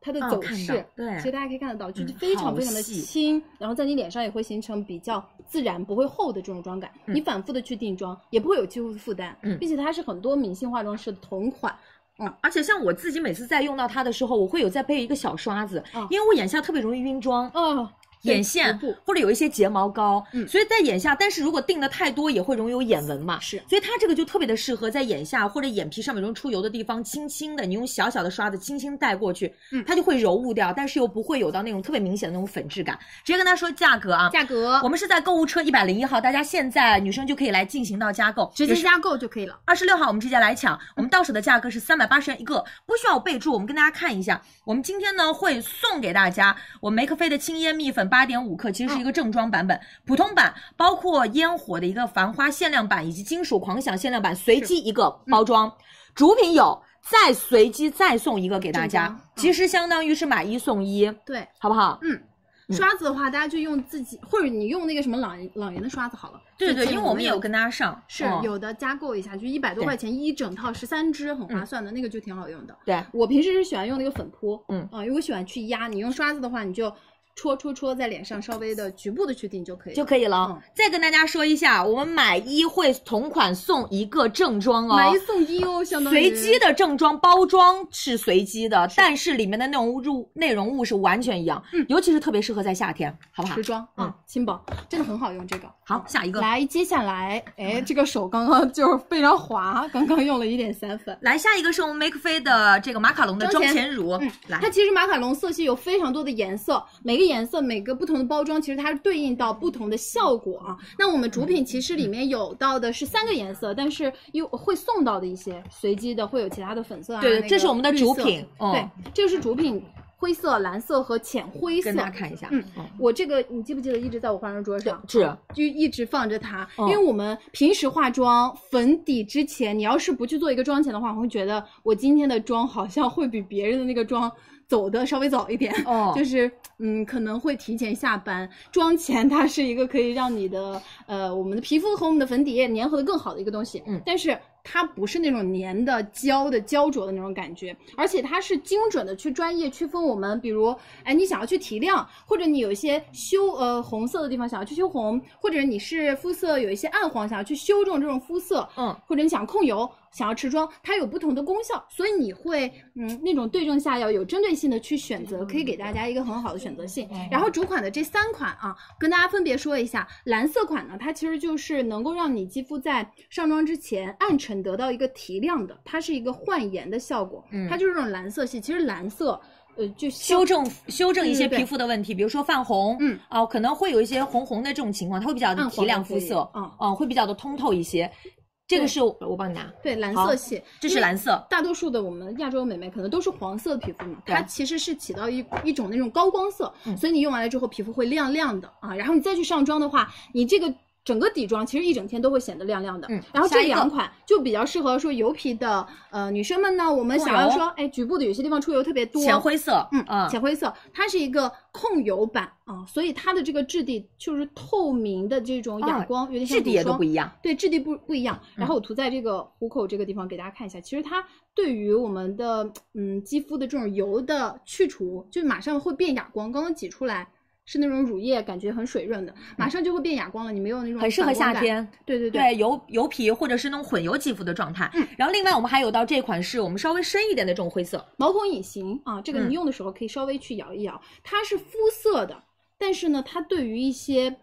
Speaker 5: 它的
Speaker 11: 嗯
Speaker 5: 走
Speaker 11: 看
Speaker 5: 势，
Speaker 11: 到对
Speaker 5: 其实大家可以看得到，就是
Speaker 11: 嗯
Speaker 5: 非常
Speaker 11: 好
Speaker 5: 非常的
Speaker 11: 细
Speaker 5: 轻，然后在你脸上也会形成比较自然、不会厚的这种妆感。
Speaker 11: 嗯
Speaker 5: 你反复的去定妆，也不会有肌肤负担，
Speaker 11: 嗯
Speaker 5: 并且它是很多明星化妆师的同款。
Speaker 12: 而且像我自己每次在用到它的时候，我会有再配一个小刷子，
Speaker 5: 嗯
Speaker 12: 因为我眼下特别容易晕妆。
Speaker 5: 哦，对
Speaker 12: 眼线
Speaker 5: 局部
Speaker 12: 或者有一些睫毛膏，
Speaker 5: 嗯
Speaker 12: 所以在眼下，但是如果定的太多也会容易有眼纹嘛，
Speaker 5: 是
Speaker 12: 所以它这个就特别的适合在眼下或者眼皮上面容易出油的地方，轻轻的你用小小的刷子轻轻带过去，
Speaker 5: 嗯
Speaker 12: 它就会柔雾掉，但是又不会有到那种特别明显的那种粉质感。直接跟大家说价格啊，
Speaker 5: 价格
Speaker 12: 我们是在购物车一百零一号，大家现在女生就可以来进行到加购，
Speaker 5: 直接加购就可以了。
Speaker 12: 二十六号我们直接来抢，我们到手的价格是三百八十元一个，不需要备注。我们跟大家看一下，我们今天呢会送给大家我们梅克菲的轻烟蜜粉八点五克，其实是一个正装版本、普通版，包括烟火的一个繁花限量版以及金属狂想限量版，随机一个包装，主品有。再随机再送一个给大家
Speaker 5: 正装，
Speaker 12: 其实相当于是买一送一，
Speaker 5: 对，
Speaker 12: 好不好？嗯
Speaker 5: 刷子的话，大家就用自己，或者你用那个什么朗朗颜的刷子好了。
Speaker 12: 对对，
Speaker 5: 就
Speaker 12: 因为我们也有
Speaker 5: 建议
Speaker 12: 跟大家上，
Speaker 5: 是
Speaker 12: 嗯
Speaker 5: 有的加购一下，就一百多
Speaker 12: 对嗯
Speaker 5: 块钱一整套，十三支，很划算的，那个就挺好用的。
Speaker 12: 对，
Speaker 5: 我平时是喜欢用那个粉扑，
Speaker 12: 嗯
Speaker 5: 啊，因为我喜欢去压。你用刷子的话，你就戳戳戳在脸上，稍微的局部的去定就可以了，
Speaker 12: 就可以了。
Speaker 5: 嗯
Speaker 12: 再跟大家说一下，我们买一会同款送一个正装哦，
Speaker 5: 买一送一哦，相当于
Speaker 12: 随机的正装包装是随机的，但是里面的内容物内容物是完全一样，
Speaker 5: 嗯
Speaker 12: 尤其是特别适合在夏天，好不好
Speaker 5: 时？装
Speaker 12: 嗯
Speaker 5: 啊，轻薄，真的很好用这个。
Speaker 12: 好，下一个。嗯
Speaker 5: 来，接下来，哎，这个手刚刚就是非常滑，刚刚用了一点散粉。
Speaker 12: 来下一个是我们 Make 飞的这个马卡龙的妆
Speaker 5: 妆前
Speaker 12: 前乳，
Speaker 5: 嗯
Speaker 12: 来
Speaker 5: 它，其实马卡龙色系有非常多的颜色，每个颜色每个不同的包装，其实它是对应到不同的效果啊。那我们主品其实里面有到的是三个颜色，但是又会送到的一些随机的会有其他的粉色啊。
Speaker 12: 对
Speaker 5: 那个
Speaker 12: 这是我们的主
Speaker 5: 绿色
Speaker 12: 品嗯
Speaker 5: 对，这个是主品，灰色、蓝色和浅灰色
Speaker 12: 跟。大家看一下，
Speaker 5: 嗯我这个你记不记得一直在我化妆桌上？
Speaker 12: 是啊
Speaker 5: 就一直放着它，
Speaker 12: 嗯
Speaker 5: 因为我们平时化妆粉底之前，你要是不去做一个妆前的话，我会觉得我今天的妆好像会比别人的那个妆走的稍微早一点，
Speaker 12: 哦
Speaker 5: 就是嗯可能会提前下班。妆前它是一个可以让你的呃我们的皮肤和我们的粉底液粘合的更好的一个东西，
Speaker 12: 嗯
Speaker 5: 但是。它不是那种粘的、胶的、焦灼的那种感觉，而且它是精准的去专业区分我们，比如，哎，你想要去提亮，或者你有一些修呃红色的地方想要去修红，或者你是肤色有一些暗黄想要去修正这种肤色，
Speaker 12: 嗯，
Speaker 5: 或者你想控油，想要持妆，它有不同的功效，所以你会嗯那种对症下药，有针对性的去选择，可以给大家一个很好的选择性。
Speaker 12: 嗯
Speaker 5: 然后主款的这三款啊，跟大家分别说一下。蓝色款呢，它其实就是能够让你肌肤在上妆之前暗沉得到一个提亮的，它是一个焕颜的效果，
Speaker 12: 嗯
Speaker 5: 它就是这种蓝色系。其实蓝色。呃，就
Speaker 12: 修正修正一些
Speaker 5: 嗯对对对
Speaker 12: 皮肤的问题，比如说泛红，
Speaker 5: 嗯，
Speaker 12: 啊，可能会有一些红红的这种情况，它会比较的
Speaker 5: 暗
Speaker 12: 嗯提
Speaker 5: 黄
Speaker 12: 亮
Speaker 5: 的
Speaker 12: 肤色，
Speaker 5: 可以嗯
Speaker 12: 嗯，会比较的通透一些。这个
Speaker 5: 对
Speaker 12: 是我我帮你拿，
Speaker 5: 对，蓝
Speaker 12: 好
Speaker 5: 色系，
Speaker 12: 这
Speaker 5: 因
Speaker 12: 是
Speaker 5: 为
Speaker 12: 蓝色，
Speaker 5: 大多数的我们亚洲美眉可能都是黄色的皮肤嘛，
Speaker 12: 对
Speaker 5: 它其实是起到一一种那种高光色，
Speaker 12: 嗯
Speaker 5: 所以你用完了之后皮肤会亮亮的啊。然后你再去上妆的话，你这个整个底妆其实一整天都会显得亮亮的。
Speaker 12: 嗯
Speaker 5: 然后
Speaker 12: 下
Speaker 5: 这
Speaker 12: 一个
Speaker 5: 两款就比较适合说油皮的呃女生们呢，我们
Speaker 12: 控
Speaker 5: 想要
Speaker 12: 油
Speaker 5: 说哎局部的有些地方出油特别多，
Speaker 12: 浅灰色，
Speaker 5: 嗯
Speaker 12: 啊，
Speaker 5: 浅灰色，它是一个控油版啊，所以它的这个质地就是透明的这种哑
Speaker 12: 哦
Speaker 5: 光，有点像
Speaker 12: 质地也
Speaker 5: 乳
Speaker 12: 都
Speaker 5: 霜
Speaker 12: 不一样。
Speaker 5: 对质地不不一样。然
Speaker 12: 嗯
Speaker 5: 后我涂在这个虎口这个地方给大家看一下，其实它对于我们的嗯肌肤的这种油的去除，就马上会变哑光。刚刚挤出来是那种乳液，感觉很水润的，马上就会变哑光了。你没有那种
Speaker 12: 嗯很适合
Speaker 5: 嗯反光
Speaker 12: 夏
Speaker 5: 感。
Speaker 12: 天，
Speaker 5: 对对
Speaker 12: 对油油皮或者是那种混油肌肤的状态。
Speaker 5: 嗯
Speaker 12: 然后另外我们还有到这款是我们稍微深一点的这种灰色，
Speaker 5: 毛孔隐形啊，这个
Speaker 12: 嗯
Speaker 5: 你用的时候可以稍微去摇一摇，它是肤色的，但是呢，它对于一些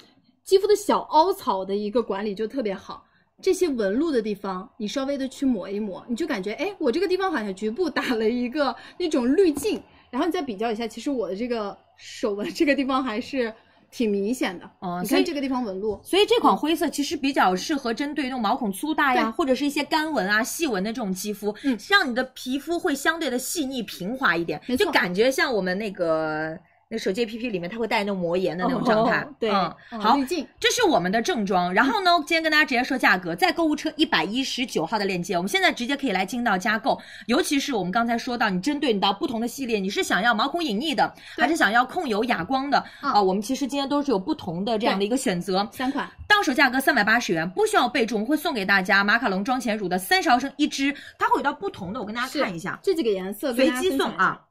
Speaker 5: 肌肤的小凹槽的一个管理就特别好。这些纹路的地方，你稍微的去抹一抹，你就感觉，哎，我这个地方好像局部打了一个那种滤镜，然后你再比较一下，其实我的这个手纹这个地方还是挺明显的。
Speaker 12: 嗯
Speaker 5: 你
Speaker 12: 所以
Speaker 5: 看这个地方纹路，
Speaker 12: 所以这款灰色其实比较适合针对那种毛孔粗大呀，
Speaker 5: 对
Speaker 12: 或者是一些干纹啊、细纹的这种肌肤，
Speaker 5: 嗯
Speaker 12: 让你的皮肤会相对的细腻平滑一点，
Speaker 5: 没错
Speaker 12: 就感觉像我们那个。那手机 APP 里面它会带那种膜炎的那种状态，
Speaker 5: 哦对
Speaker 12: 嗯，
Speaker 5: 嗯
Speaker 12: 好
Speaker 5: 滤，镜
Speaker 12: 这是我们的正装。然后呢，今天跟大家直接说价格，在购物车一百一十九号的链接，我们现在直接可以来进到加购。尤其是我们刚才说到，你针对你到不同的系列，你是想要毛孔隐匿的，
Speaker 5: 对
Speaker 12: 还是想要控油哑光的啊、
Speaker 5: 嗯
Speaker 12: 我们其实今天都是有不同的这样的一个选择。
Speaker 5: 三款，
Speaker 12: 到手价格三百八十元，不需要备注，我们会送给大家马卡龙妆前乳的三十毫升一支，它会有到不同的，我跟大家看一下，
Speaker 5: 这几个颜色跟
Speaker 12: 随
Speaker 5: 大家
Speaker 12: 机
Speaker 5: 分
Speaker 12: 送
Speaker 5: 享一下
Speaker 12: 啊。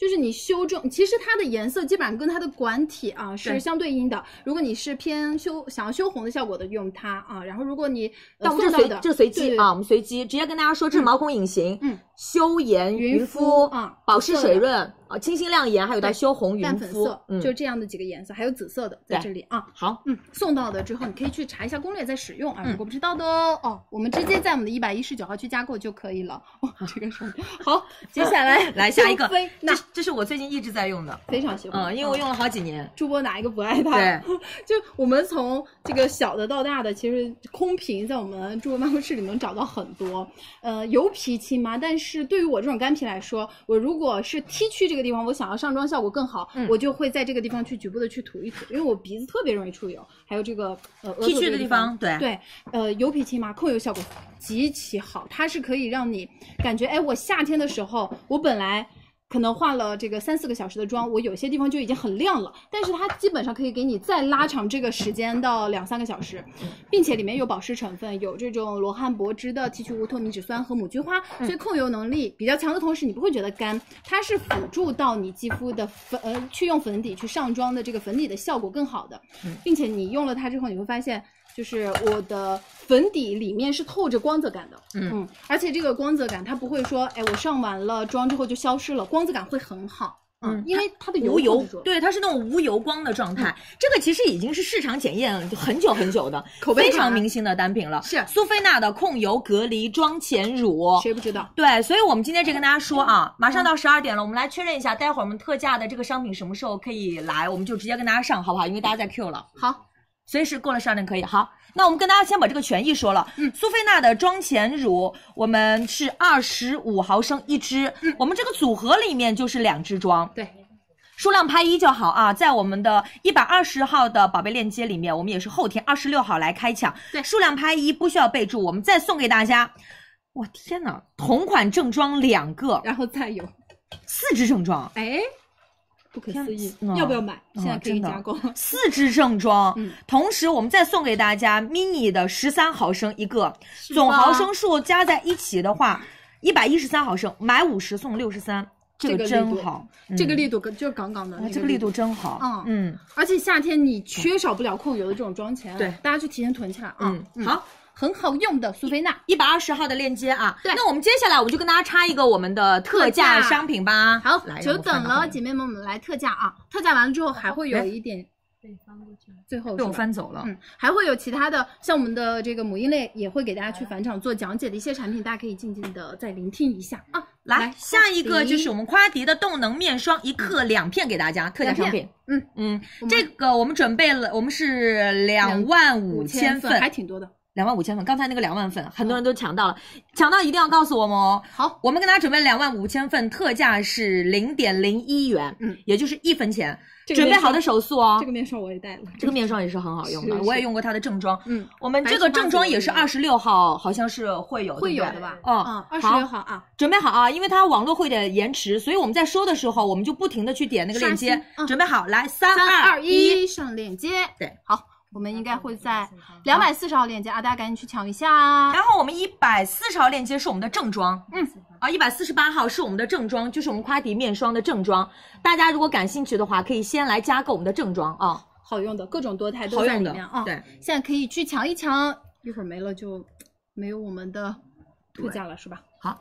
Speaker 5: 就是你修正，其实它的颜色基本上跟它的管体啊
Speaker 4: 对
Speaker 5: 是相对应的。如果你是偏修想要修红的效果的，用它啊。然后如果你
Speaker 12: 但
Speaker 5: 呃
Speaker 12: 我们
Speaker 5: 送
Speaker 12: 就随
Speaker 5: 到的
Speaker 12: 就随
Speaker 5: 对
Speaker 12: 机
Speaker 5: 对
Speaker 12: 啊，我们随机直接跟大家说，这是毛孔隐形、
Speaker 5: 嗯
Speaker 12: 修颜、
Speaker 5: 匀
Speaker 12: 匀
Speaker 5: 肤
Speaker 12: 肤、
Speaker 5: 啊
Speaker 12: 保湿
Speaker 5: 色
Speaker 12: 水
Speaker 5: 的
Speaker 12: 润啊、清新亮颜，还有到
Speaker 5: 对
Speaker 12: 修红、
Speaker 5: 淡
Speaker 12: 匀
Speaker 5: 粉
Speaker 12: 肤
Speaker 5: 色，，
Speaker 12: 嗯，
Speaker 5: 就这样的几个颜色，还有紫色的在
Speaker 12: 对
Speaker 5: 这里啊。
Speaker 12: 好，
Speaker 5: 嗯，送到的之后你可以去查一下攻略再使用啊，
Speaker 12: 嗯
Speaker 5: 如果不知道的哦，哦，我们直接在我们的一百一十九号去加购就可以了。哦，这个是好，接下来
Speaker 12: 来 (laughs) 下一个
Speaker 5: 香妃，
Speaker 12: 这
Speaker 5: 那
Speaker 12: 是这是我最近一直在用的，
Speaker 5: 非常喜欢，
Speaker 12: 嗯，因为我用了好几年，
Speaker 5: 主播哪一个不爱它？
Speaker 12: 对，
Speaker 5: 就我们从这个小的到大的，其实空瓶在我们主播办公室里能找到很多。呃，油皮亲妈，但是对于我这种干皮来说，我如果是 T 区这个地方，我想要上妆效果更好，
Speaker 12: 嗯
Speaker 5: 我就会在这个地方去局部的去涂一涂，因为我鼻子特别容易出油，还有这个呃额头
Speaker 12: T 区
Speaker 5: 这
Speaker 12: 的
Speaker 5: 个
Speaker 12: 地
Speaker 5: 地
Speaker 12: 方，对，
Speaker 5: 对，呃，油皮亲妈控油效果极其好，它是可以让你感觉，哎，我夏天的时候，我本来可能化了这个三四个小时的妆，我有些地方就已经很亮了，但是它基本上可以给你再拉长这个时间到两三个小时，并且里面有保湿成分，有这种罗汉柏脂的提取物透明质酸和母菊花，所以控油能力比较强的同时，你不会觉得干，它是辅助到你肌肤的粉，呃，去用粉底去上妆的这个粉底的效果更好的，并且你用了它之后，你会发现。就是我的粉底里面是透着光泽感的，
Speaker 12: 嗯
Speaker 5: 而且这个光泽感它不会说，哎，我上完了妆之后就消失了，光泽感会很好，
Speaker 12: 嗯
Speaker 5: 因为它的
Speaker 12: 无油
Speaker 5: 控制住，嗯
Speaker 12: 对，它是那种无油光的状态。这个其实已经是市场检验很久很久的，
Speaker 5: 口碑
Speaker 12: 非
Speaker 5: 款
Speaker 12: 常明星的单品了。
Speaker 5: 是
Speaker 12: 苏菲娜的控油隔离妆前乳，
Speaker 5: 谁不知道？
Speaker 12: 对，所以我们今天这跟大家说啊，马上到十二点了，我们来确认一下，待会儿我们特价的这个商品什么时候可以来，我们就直接跟大家上，好不好？因为大家在 Q 了。
Speaker 5: 好。
Speaker 12: 随时过了十二点可以。好，那我们跟大家先把这个权益说了。嗯，苏菲娜的妆前乳，我们是二十五毫升一支，我们这个组合里面就是两支装。
Speaker 5: 对。
Speaker 12: 数量拍一就好啊，在我们的一百二十号的宝贝链接里面，我们也是后天二十六号来开抢。
Speaker 5: 对
Speaker 12: 数量拍一不需要备注，我们再送给大家。我天哪，同款正装两个，
Speaker 5: 然后再有，
Speaker 12: 四支正装，
Speaker 5: 哎，不可思议
Speaker 12: 天，啊
Speaker 5: 要不要买？
Speaker 12: 啊
Speaker 5: 现在可以
Speaker 12: 真的
Speaker 5: 加购。
Speaker 12: 四支正装，
Speaker 5: 嗯
Speaker 12: 同时我们再送给大家 mini 的十三毫升一个，总毫升数加在一起的话，一百一十三毫升，买五十送六十三，这
Speaker 5: 这个
Speaker 12: 个
Speaker 5: 力
Speaker 12: 真
Speaker 5: 度
Speaker 12: 好，
Speaker 5: 这个
Speaker 12: 嗯
Speaker 5: 力度可就是杠杠的
Speaker 12: 啊，这个力度，真好，
Speaker 5: 嗯
Speaker 12: 嗯。
Speaker 5: 而且夏天你缺少不了控油的这种妆前，
Speaker 12: 对，
Speaker 5: 大家去提前囤起来啊
Speaker 12: 嗯。好，
Speaker 5: 很好用的苏菲娜，
Speaker 12: 一百二十号的链接啊。
Speaker 5: 对
Speaker 12: 那我们接下来我们就跟大家插一个我们的特价
Speaker 5: 特价
Speaker 12: 商品吧。
Speaker 5: 好
Speaker 12: 来，
Speaker 5: 久等了，
Speaker 12: 姐，
Speaker 5: 姐妹们，我们来特价啊！特价完了之后还会有
Speaker 12: 来
Speaker 5: 一点，最后
Speaker 12: 被我
Speaker 5: 是吧
Speaker 12: 翻走了。
Speaker 5: 嗯，还会有其他的，像我们的这个母婴类也会给大家去返场做讲解的一些产品，大家可以静静的再聆听一下啊。
Speaker 12: 来，下一个就是我们夸迪的动能面霜，一克两片给大家，特价商品。
Speaker 5: 嗯
Speaker 12: 嗯
Speaker 5: 我，们
Speaker 12: 这个我们准备了，我们是两万五千份，
Speaker 5: 还挺多的。嗯
Speaker 12: 两万五千份。刚才那个两万份，很多人都抢到了，抢到一定要告诉我们哦。
Speaker 5: 好，
Speaker 12: 我们给大家准备两万五千份，特价是零点零一元，
Speaker 5: 嗯，
Speaker 12: 也就是一分钱。
Speaker 5: 这个
Speaker 12: 准备
Speaker 5: 面
Speaker 12: 好的
Speaker 5: 霜
Speaker 12: 手速哦，
Speaker 5: 这个面霜我也带了，
Speaker 12: 这个面霜也是很好用的，
Speaker 5: 是
Speaker 12: 我也
Speaker 5: 是
Speaker 12: 用过它的正装。
Speaker 5: 嗯，
Speaker 12: 我们这个正装也是二十六号，好像是会有，
Speaker 5: 会有
Speaker 12: 对不对
Speaker 5: 的吧？
Speaker 12: 哦
Speaker 5: 嗯，
Speaker 12: 好
Speaker 5: 二十六号啊，
Speaker 12: 准备好啊，因为它网络会有点延迟，所以我们在说的时候，我们就不停的去点那个链接
Speaker 5: 刷新。嗯
Speaker 12: 准备好，来三
Speaker 5: 三二
Speaker 12: 一，
Speaker 5: 一，上链接。
Speaker 12: 对，
Speaker 5: 好，我们应该会在两百四十号链接啊，大家赶紧去抢一下啊。
Speaker 12: 然后我们一百四十号链接是我们的正装，嗯，啊，一百四十八号是我们的正装，就是我们夸迪面霜的正装。大家如果感兴趣的话，可以先来加购我们的正装啊，
Speaker 5: 好用的各种多肽都
Speaker 12: 好
Speaker 5: 在
Speaker 12: 用
Speaker 5: 里
Speaker 12: 的
Speaker 5: 面啊。，
Speaker 12: 对，
Speaker 5: 现在可以去抢一抢，一会儿没了就没有我们的特价了，是吧？
Speaker 12: 好，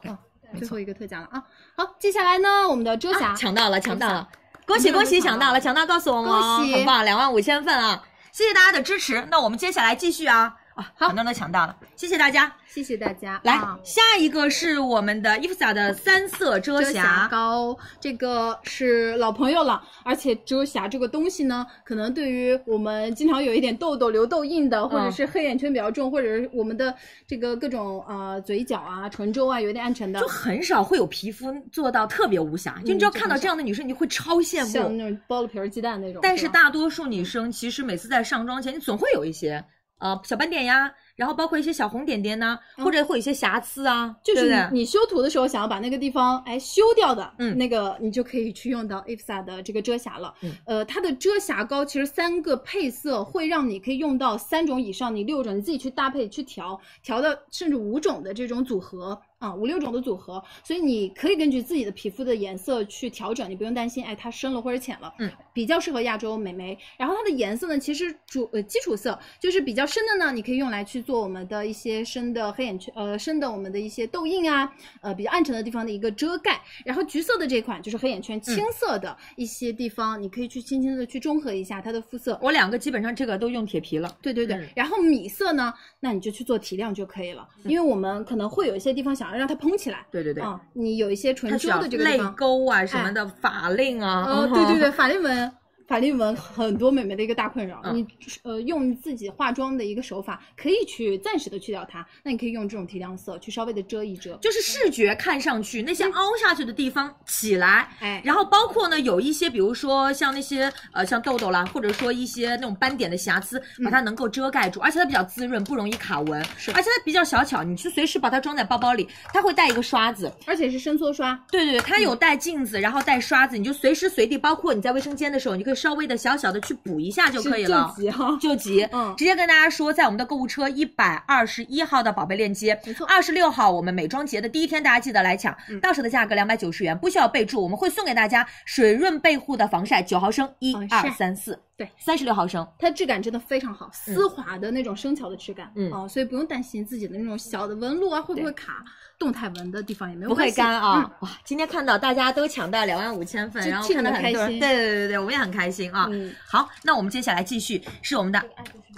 Speaker 5: 最后一个特价了啊。好，接下来呢，我们的遮瑕
Speaker 12: 啊抢到了，抢到了，恭喜恭喜，抢到了，抢到告诉我们哦，
Speaker 5: 恭喜
Speaker 12: 很棒，两万五千份啊！谢谢大家的支持，那我们接下来继续啊啊，很多人都抢到了，谢谢大家。
Speaker 5: 谢谢大家。
Speaker 12: 来，
Speaker 5: 啊
Speaker 12: 下一个是我们的伊芙莎的三色遮
Speaker 5: 遮瑕
Speaker 12: 瑕，
Speaker 5: 膏，这个是老朋友了，而且遮瑕这个东西呢，可能对于我们经常有一点痘痘、留痘印
Speaker 12: 嗯
Speaker 5: 的，或者是黑眼圈比较重，或者是我们的这个各种呃嘴角啊、唇周啊有点暗沉的
Speaker 12: 就，很少会有皮肤做到特别无瑕，嗯就你只要看到这样的女生，你会超羡
Speaker 5: 像
Speaker 12: 慕。
Speaker 5: 那种剥了皮儿鸡蛋那种。
Speaker 12: 但是
Speaker 5: 吧
Speaker 12: 大多数女生其实每次在上妆前，你总会有一些呃小斑点呀，然后包括一些小红点点呐，或者会有一些瑕疵啊，
Speaker 5: 就是
Speaker 12: 嗯对
Speaker 5: 你
Speaker 12: 不对
Speaker 5: 你修图的时候想要把那个地方哎修掉的，
Speaker 12: 嗯
Speaker 5: 那个你就可以去用到 IFSA 的这个遮瑕了。
Speaker 12: 嗯
Speaker 5: 呃，它的遮瑕膏其实三个配色会让你可以用到三种以上，你六种你自己去搭配去调，调到甚至五种的这种组合啊，五六种的组合，所以你可以根据自己的皮肤的颜色去调整，你不用担心，哎，它深了或者浅了。
Speaker 6: 嗯，？
Speaker 5: 比较适合亚洲美眉。然后它的颜色呢，其实主呃基础色就是比较深的呢，你可以用来去做我们的一些深的黑眼圈，呃，深的我们的一些痘印啊，呃，比较暗沉的地方的一个遮盖。然后橘色的这款就是黑眼圈
Speaker 12: 嗯
Speaker 5: 青色的一些地方，你可以去轻轻的去中和一下它的肤色。
Speaker 12: 我两个基本上这个都用铁皮了。
Speaker 5: 对对对，
Speaker 12: 嗯
Speaker 5: 然后米色呢，那你就去做提亮就可以了，因为我们可能会有一些地方想要让它蓬起来。
Speaker 12: 对嗯对对，
Speaker 5: 啊，你有一些唇
Speaker 12: 它
Speaker 5: 周
Speaker 12: 只要
Speaker 5: 的这个地
Speaker 12: 泪
Speaker 5: 方，
Speaker 12: 沟啊什么的，法令啊，
Speaker 5: 呃，
Speaker 12: 嗯
Speaker 5: 对对
Speaker 12: 哼
Speaker 5: 对，法令纹，法令纹很多美眉的一个大困扰。
Speaker 12: 嗯
Speaker 5: 你呃用自己化妆的一个手法，可以去暂时的去掉它，那你可以用这种提亮色去稍微的遮一遮。
Speaker 12: 就是视觉看上去那些凹下去的地方起来，
Speaker 5: 哎，
Speaker 12: 然后包括呢有一些，比如说像那些呃像痘痘啦，或者说一些那种斑点的瑕疵，
Speaker 5: 嗯
Speaker 12: 把它能够遮盖住，而且它比较滋润，不容易卡纹，而且它比较小巧，你去随时把它装在包包里，它会带一个刷子，
Speaker 5: 而且是伸缩刷，
Speaker 12: 对对对，它
Speaker 5: 嗯
Speaker 12: 有带镜子，然后带刷子，你就随时随地，包括你在卫生间的时候，你就可以稍微的小小的去补一下就可以了。
Speaker 5: 是救急哈 (laughs)
Speaker 12: 救急，
Speaker 5: 嗯
Speaker 12: 直接跟大家说，在我们的购物车一百二十一号的宝贝链接，
Speaker 5: 没错
Speaker 12: 二十六号我们美妆节的第一天，大家记得来抢，
Speaker 5: 嗯
Speaker 12: 到手的价格两百九十元，不需要备注，我们会送给大家水润倍护的防晒九毫升，一
Speaker 5: 防晒
Speaker 12: 二三四，
Speaker 5: 对，
Speaker 12: 三十六毫升，
Speaker 5: 它质感真的非常好，丝滑的那种生巧的质感。
Speaker 12: 嗯
Speaker 5: 哦，所以不用担心自己的那种小的纹路啊会不会卡，动态纹的地方也没有
Speaker 12: 不会
Speaker 5: 关系
Speaker 12: 干啊、
Speaker 5: 嗯
Speaker 12: 哇，今天看到大家都抢到两万五千粉，
Speaker 5: 就
Speaker 12: 然后
Speaker 5: 替你
Speaker 12: 看到
Speaker 5: 们
Speaker 12: 很多
Speaker 5: 开
Speaker 12: 人，对
Speaker 5: 心
Speaker 12: 对对对，我们也很开心啊。
Speaker 5: 嗯
Speaker 12: 好，那我们接下来继续是我们的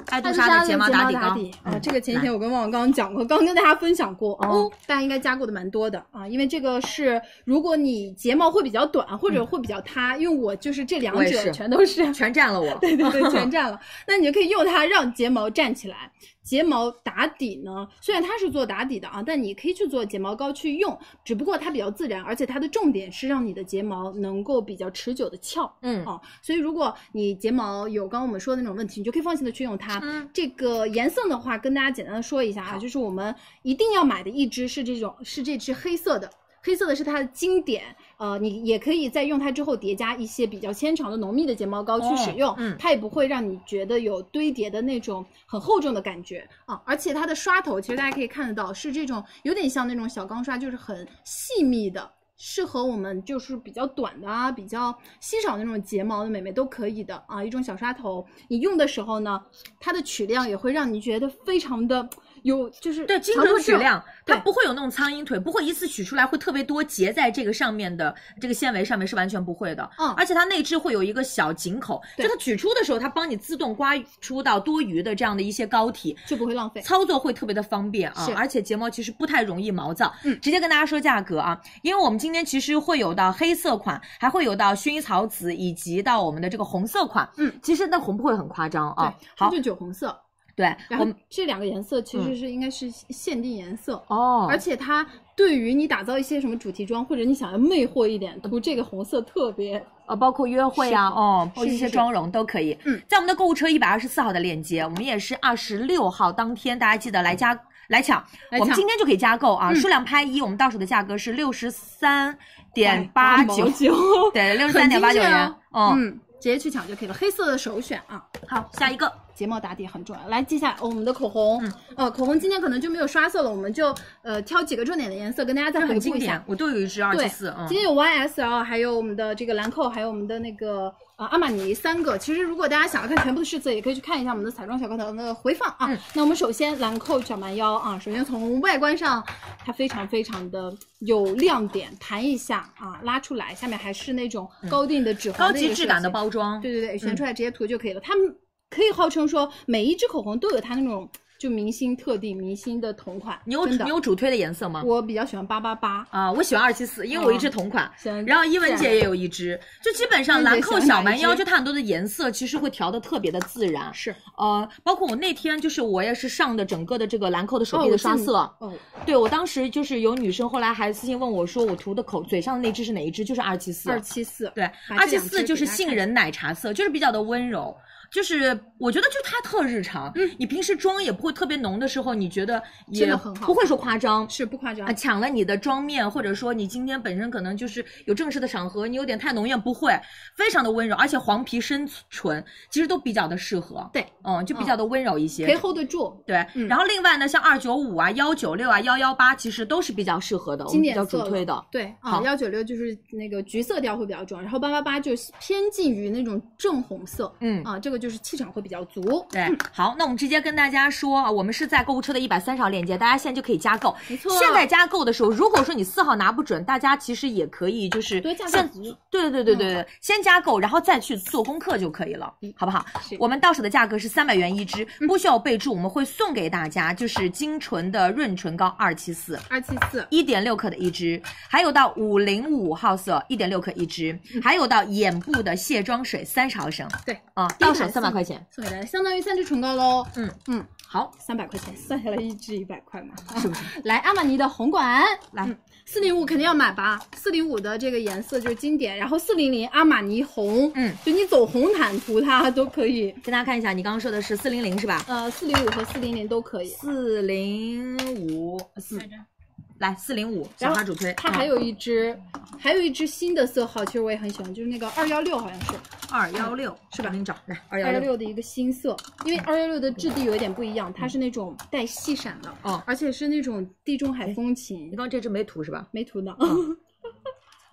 Speaker 12: 爱
Speaker 5: 爱
Speaker 12: 杜
Speaker 5: 杜
Speaker 12: 莎
Speaker 5: 莎
Speaker 12: 的睫毛
Speaker 5: 打
Speaker 12: 底嗯膏
Speaker 5: 底啊，这个前几天我跟旺旺刚刚讲过，刚刚跟大家分享过哦，大家应该加购的蛮多的啊，因为这个是如果你睫毛会比较短或者会比较塌，因为我就是这两
Speaker 12: 嗯我也是
Speaker 5: 者全都是，
Speaker 12: 全占了我。
Speaker 5: 对对
Speaker 12: (laughs)
Speaker 5: 对，全占了。那你就可以用它让睫毛站起来。睫毛打底呢，虽然它是做打底的啊，但你可以去做睫毛膏去用，只不过它比较自然，而且它的重点是让你的睫毛能够比较持久的翘。
Speaker 12: 嗯
Speaker 5: 哦，所以如果你睫毛有刚刚我们说的那种问题，你就可以放心的去用它。这个颜色的话，跟大家简单的说一下啊，就是我们一定要买的一支是这种，是这支黑色的。黑色的是它的经典，呃，你也可以在用它之后叠加一些比较纤长的浓密的睫毛膏去使用，
Speaker 12: 嗯
Speaker 5: 它也不会让你觉得有堆叠的那种很厚重的感觉啊。而且它的刷头，其实大家可以看得到，是这种有点像那种小钢刷，就是很细密的，适合我们就是比较短的啊，比较稀少的那种睫毛的美眉都可以的啊，一种小刷头。你用的时候呢，它的取量也会让你觉得非常的有，就是
Speaker 12: 对，精
Speaker 5: 强迫
Speaker 12: 准取
Speaker 5: 症
Speaker 12: 量，它
Speaker 5: 对
Speaker 12: 不会有那种苍蝇腿，不会一次取出来会特别多结在这个上面的这个纤维上面是完全不会的。
Speaker 5: 嗯
Speaker 12: 而且它内置会有一个小井口，就
Speaker 5: 对
Speaker 12: 它取出的时候，它帮你自动刮出到多余的这样的一些膏体，
Speaker 5: 就不会浪费。
Speaker 12: 操作会特别的方便啊
Speaker 5: 是，
Speaker 12: 而且睫毛其实不太容易毛躁。
Speaker 5: 嗯
Speaker 12: 直接跟大家说价格啊，因为我们今天其实会有到黑色款，还会有到薰衣草紫，以及到我们的这个红色款。
Speaker 5: 嗯，
Speaker 12: 其实那红不会很夸张啊。
Speaker 5: 对，它
Speaker 12: 好，
Speaker 5: 就酒红色，
Speaker 12: 对，
Speaker 5: 然
Speaker 12: 我
Speaker 5: 后
Speaker 12: 们嗯
Speaker 5: 这两个颜色其实是应该是限定颜色，
Speaker 12: 哦
Speaker 5: 而且它对于你打造一些什么主题妆，或者你想要魅惑一点，涂这个红色特别
Speaker 12: 呃，包括约会啊，
Speaker 5: 是
Speaker 12: 哦，包括
Speaker 5: 是
Speaker 12: 一些
Speaker 5: 是
Speaker 12: 妆容都可以。
Speaker 5: 嗯，
Speaker 12: 在我们的购物车一百二十四号的链接，我们也是二十六号当天，大家记得来加来抢。
Speaker 5: 来
Speaker 12: 我们
Speaker 5: 抢
Speaker 12: 今天就可以加购啊，
Speaker 5: 嗯
Speaker 12: 数量拍一，我们到手的价格是六十三点八
Speaker 5: 哎八
Speaker 12: 九，
Speaker 5: 九， (laughs)
Speaker 12: 对，六十三
Speaker 5: 很
Speaker 12: 点
Speaker 5: 精
Speaker 12: 八九
Speaker 5: 确
Speaker 12: 元
Speaker 5: 哦。
Speaker 12: 嗯，
Speaker 5: 嗯，直接去抢就可以了。黑色的首选啊，
Speaker 12: 好，下一个，
Speaker 5: 睫毛打底很重要。来，接下来、哦我们的口红，
Speaker 12: 嗯
Speaker 5: 呃，口红今天可能就没有刷色了，我们就呃挑几个重点的颜色跟大家再回
Speaker 12: 很
Speaker 5: 顾
Speaker 12: 经
Speaker 5: 一下
Speaker 12: 典。，我都有一支二
Speaker 5: 对
Speaker 12: 七四，嗯
Speaker 5: 今，天有 YSL，还有我们的这个兰蔻，还有我们的那个呃阿玛尼三个。其实如果大家想要看全部的试色，也可以去看一下我们的彩妆小课堂的回放啊。
Speaker 12: 嗯
Speaker 5: 那我们首先兰蔻小蛮腰啊，首先从外观上，它非常非常的有亮点，弹一下啊，拉出来，下面还是那种高定的指
Speaker 12: 嗯高
Speaker 5: 环的一
Speaker 12: 级
Speaker 5: 个
Speaker 12: 质感
Speaker 5: 设
Speaker 12: 的
Speaker 5: 计
Speaker 12: 包装，
Speaker 5: 对对对，选
Speaker 12: 嗯
Speaker 5: 出来直接涂就可以了。他们可以号称说每一支口红都有它那种就明星特定、明星的同款。
Speaker 12: 你有
Speaker 5: 真的
Speaker 12: 你有主推的颜色吗？
Speaker 5: 我比较喜欢八八八。
Speaker 12: 啊，我喜欢二七四，因为我一
Speaker 5: 嗯
Speaker 12: 支同款，
Speaker 5: 喜欢
Speaker 12: 然后伊文
Speaker 5: 这
Speaker 12: 姐
Speaker 5: 样
Speaker 12: 也有一支，就基本上
Speaker 5: 啊伊文
Speaker 12: 兰
Speaker 5: 姐喜
Speaker 12: 蔻
Speaker 5: 欢
Speaker 12: 小
Speaker 5: 哪一
Speaker 12: 蛮腰，
Speaker 5: 支
Speaker 12: 就它很多的颜色其实会调的特别的自然。
Speaker 5: 是
Speaker 12: 呃，包括我那天就是我也是上的整个的这个兰蔻的手臂的刷色，
Speaker 5: 哦，
Speaker 12: 对我当时就是有女生后来还私信问我说我涂的口嘴上的那支是哪一支，就是二七四，
Speaker 5: 二七四，
Speaker 12: 对，
Speaker 5: 把
Speaker 12: 二
Speaker 5: 这
Speaker 12: 七
Speaker 5: 两支
Speaker 12: 四
Speaker 5: 给
Speaker 12: 就是
Speaker 5: 大家
Speaker 12: 杏
Speaker 5: 看
Speaker 12: 仁奶茶色，就是比较的温柔。就是我觉得就它特日常，你平时妆也不会特别浓的时候，你觉得也
Speaker 5: 嗯真的很好
Speaker 12: 不会说夸张，
Speaker 5: 是不夸张
Speaker 12: 啊，。抢了你的妆面，或者说你今天本身可能就是有正式的场合，你有点太浓艳，不会，非常的温柔，而且黄皮深唇其实都比较的适合，
Speaker 5: 对，
Speaker 12: 嗯，就比较的温柔一些，
Speaker 5: 可以 hold 得住，
Speaker 12: 对，
Speaker 5: 嗯
Speaker 12: 然后另外呢，像二九五啊、幺九六啊、幺幺八，其实都是比较适合的，我
Speaker 5: 经
Speaker 12: 们比
Speaker 5: 典
Speaker 12: 较
Speaker 5: 色
Speaker 12: 主推的
Speaker 5: 了。对啊，
Speaker 12: 好
Speaker 5: 幺九六就是那个橘色调会比较重，然后八八八就是偏近于那种正红色，
Speaker 12: 嗯
Speaker 5: 啊，这个就是气场会比较足。 (laughs)
Speaker 12: 对，好，那我们直接跟大家说啊，我们是在购物车的一百三十号链接，大家现在就可以加购。
Speaker 5: 没错
Speaker 12: 现在加购的时候，如果说你四号拿不准，大家其实也可以就是
Speaker 5: 多加嗯
Speaker 12: 先
Speaker 5: 价值
Speaker 12: 对对对对对，对先加购，然后再去做功课就可以了，
Speaker 5: 嗯
Speaker 12: 好不好？我们到手的价格是三百元一支，不需要备注，我们会送给大家就是精纯的润唇膏二七四。
Speaker 5: 二七四，
Speaker 12: 一点六克的一支，还有到五零五号色一点六克一支，还有到眼部的卸妆水三十毫升，
Speaker 5: 嗯对
Speaker 12: 啊，到手三百块钱，
Speaker 5: 送给大家，相当于三支唇膏喽。
Speaker 12: 嗯
Speaker 5: 嗯，
Speaker 12: 好，
Speaker 5: 三百块钱，算下来一支一百块
Speaker 12: (laughs)
Speaker 5: 嘛，是不是？来，阿玛尼的红管，嗯
Speaker 12: 来
Speaker 5: 四零五肯定要买吧？四零五的这个颜色就是经典，然后四零零阿玛尼红，
Speaker 12: 嗯，
Speaker 5: 就你走红毯图它都可以，
Speaker 12: 跟大家看一下，你刚刚说的是四零零是吧？
Speaker 5: 呃，四零五和四零零都可以。
Speaker 12: 四零五四，来四零五，小
Speaker 5: 然后
Speaker 12: 花主推，
Speaker 5: 它还有一支，还有一支新的色号，其实我也很喜欢，就是那个二幺六，好像是
Speaker 12: 二幺六啊是吧？我给你找来二幺
Speaker 5: 二幺
Speaker 12: 六，
Speaker 5: 六的一个新色，因为二幺六的质地有一点不一样，它是那种带细闪的，
Speaker 12: 哦哎
Speaker 5: 而且是那种地中海风
Speaker 12: 你
Speaker 5: 情，
Speaker 12: 刚刚这支没涂是吧？
Speaker 5: 没涂的，
Speaker 12: 哦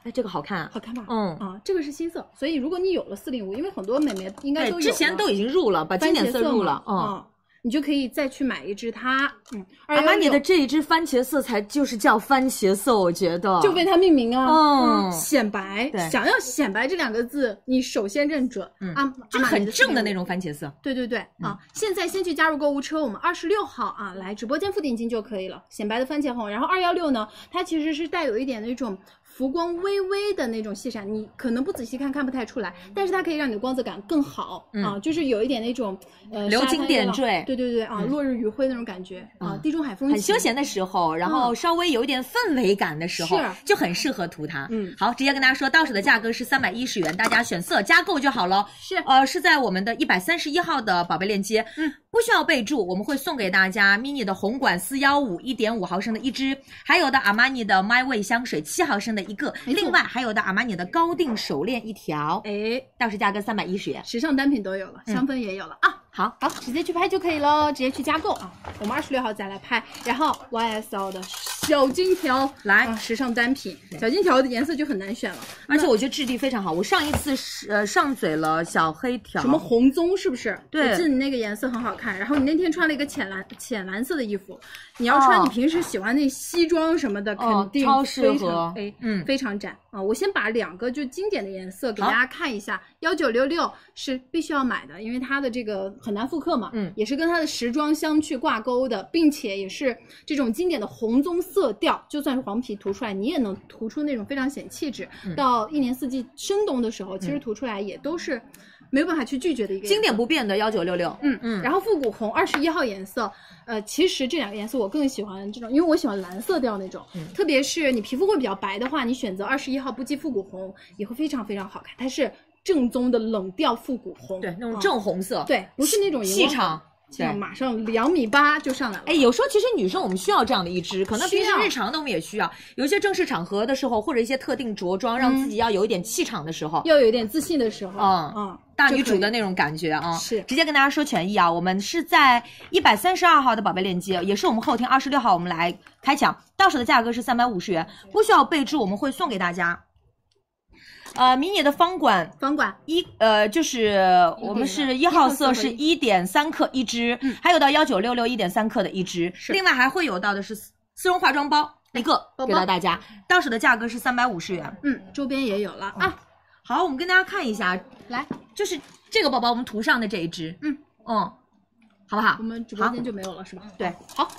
Speaker 12: 哎，这个好看啊
Speaker 5: 好，看吧？
Speaker 12: 嗯
Speaker 5: 啊，这个是新色，所以如果你有了四零五，因为很多美眉应该
Speaker 12: 对
Speaker 5: 都，有
Speaker 12: 之前
Speaker 5: 了
Speaker 12: 都已经入了，把经
Speaker 5: 番
Speaker 12: 典
Speaker 5: 茄
Speaker 12: 色
Speaker 5: 色
Speaker 12: 入
Speaker 5: 嘛
Speaker 12: 了，嗯。
Speaker 5: 啊，你就可以再去买一支它，嗯，
Speaker 12: 阿
Speaker 5: 阿
Speaker 12: 玛啊尼的这一支番茄色才就是叫番茄色，我觉得
Speaker 5: 就为它命名啊，
Speaker 12: 嗯
Speaker 5: 显白
Speaker 12: 对，
Speaker 5: 想要显白这两个字，你首先认准
Speaker 12: 嗯
Speaker 5: 啊，
Speaker 12: 就是
Speaker 5: 阿玛尼
Speaker 12: 很正的那
Speaker 5: 405
Speaker 12: 种番茄色。
Speaker 5: 对对对
Speaker 12: 嗯
Speaker 5: 啊！现在先去加入购物车，我们二十六号啊来直播间付定金就可以了，显白的番茄红。然后二幺六呢，它其实是带有一点那种浮光微微的那种细闪，你可能不仔细看看不太出来，但是它可以让你的光泽感更好、
Speaker 12: 嗯
Speaker 5: 啊，就是有一点那种呃
Speaker 12: 流金点
Speaker 5: 沙滩
Speaker 12: 缀
Speaker 5: 浪对对对啊，
Speaker 12: 嗯
Speaker 5: 落日余晖那种感觉、啊
Speaker 12: 嗯，
Speaker 5: 地中海风情
Speaker 12: 很休闲的时候，然后稍微有一点氛围感的时候，
Speaker 5: 嗯是
Speaker 12: 就很适合涂它。
Speaker 5: 嗯，
Speaker 12: 好，直接跟大家说，到手的价格是三百一十元，大家选色加购就好了。
Speaker 5: 是
Speaker 12: 呃，是在我们的一百三十一号的宝贝链接，嗯，不需要备注，我们会送给大家 mini 的红管四幺五一点五毫升的一支，还有的阿玛尼的 My Way 香水七毫升的一个，
Speaker 5: 没错
Speaker 12: 另外还有的阿玛尼的高定手链一条，
Speaker 5: 哎，
Speaker 12: 到手价格三百一十元。
Speaker 5: 时尚单品都有了，
Speaker 12: 嗯
Speaker 5: 香氛也有了、啊。
Speaker 12: 好，
Speaker 5: 好，直接去拍就可以喽，直接去加购啊！我们二十六号再来拍，然后 YSL 的小金条
Speaker 12: 来
Speaker 5: 啊时尚单品，小金条的颜色就很难选了，
Speaker 12: 而且我觉得质地非常好，我上一次是呃上嘴了小黑条，
Speaker 5: 什么红棕是不是？
Speaker 12: 对
Speaker 5: 我记得你那个颜色很好看。然后你那天穿了一个浅蓝浅蓝色的衣服，你要穿
Speaker 12: 哦
Speaker 5: 你平时喜欢那西装什么的，
Speaker 12: 哦
Speaker 5: 肯定
Speaker 12: 超适
Speaker 5: 非常
Speaker 12: 合
Speaker 5: 哎，
Speaker 12: 嗯
Speaker 5: 非常展啊！我先把两个就经典的颜色给
Speaker 12: 好
Speaker 5: 大家看一下，幺九六六是必须要买的，因为它的这个很难复刻嘛，
Speaker 12: 嗯
Speaker 5: 也是跟它的时装相去挂钩的，并且也是这种经典的红棕色调，就算是黄皮涂出来，你也能涂出那种非常显气质。
Speaker 12: 嗯
Speaker 5: 到一年四季生冬的时候，其实涂出来也都是。没有办法去拒绝的一个颜色
Speaker 12: 经典不变的幺九六六，
Speaker 5: 嗯
Speaker 12: 嗯
Speaker 5: 嗯，然后复古红二十一号颜色，呃，其实这两个颜色我更喜欢这种，因为我喜欢蓝色调那种，
Speaker 12: 嗯
Speaker 5: 特别是你皮肤会比较白的话，你选择二十一号不羁复古红也会非常非常好看，它是正宗的冷调复古红，
Speaker 12: 嗯对，那种
Speaker 5: 啊
Speaker 12: 正红色，，
Speaker 5: 对，不是那种荧
Speaker 12: 气
Speaker 5: 光
Speaker 12: 场。
Speaker 5: 气
Speaker 12: 对
Speaker 5: 场，马上两米八就上来了，
Speaker 12: 哎，，有时候其实女生我们需要这样的一支，可能平时
Speaker 5: 需要
Speaker 12: 日常的我们也需要，有一些正式场合的时候，或者一些特定着装，让自己要有一点气场的时候，
Speaker 5: 要有一点自信的时候，
Speaker 12: 嗯
Speaker 5: 嗯，
Speaker 12: 大
Speaker 5: 就
Speaker 12: 女
Speaker 5: 可
Speaker 12: 主
Speaker 5: 以
Speaker 12: 的那种感觉啊。
Speaker 5: 是
Speaker 12: 直接跟大家说权益啊，我们是在一百三十二号的宝贝链接，也是我们后天二十六号我们来开抢，到手的价格是三百五十元，不需要备注，我们会送给大家。呃，迷你的方管
Speaker 5: 方管
Speaker 12: 一呃，就是我们是一
Speaker 5: 一嗯
Speaker 12: 号
Speaker 5: 号
Speaker 12: 色
Speaker 5: 色
Speaker 12: 是
Speaker 5: 和
Speaker 12: 一点三克一支，还有到幺九六六一点三克的一支，另外还会有到的是丝丝绒化妆包一个
Speaker 5: 哎包
Speaker 12: 给到
Speaker 5: 包
Speaker 12: 大家，到手的价格是三百五十元。
Speaker 5: 嗯，周边也有了啊，
Speaker 12: 啊，好，我们跟大家看一下，
Speaker 5: 来，
Speaker 12: 就是这个包包我们涂上的这一支，
Speaker 5: 嗯
Speaker 12: 嗯，好不好
Speaker 5: 我？们直播
Speaker 12: 好
Speaker 5: 间就没有了是吧？
Speaker 12: 对，
Speaker 5: 好，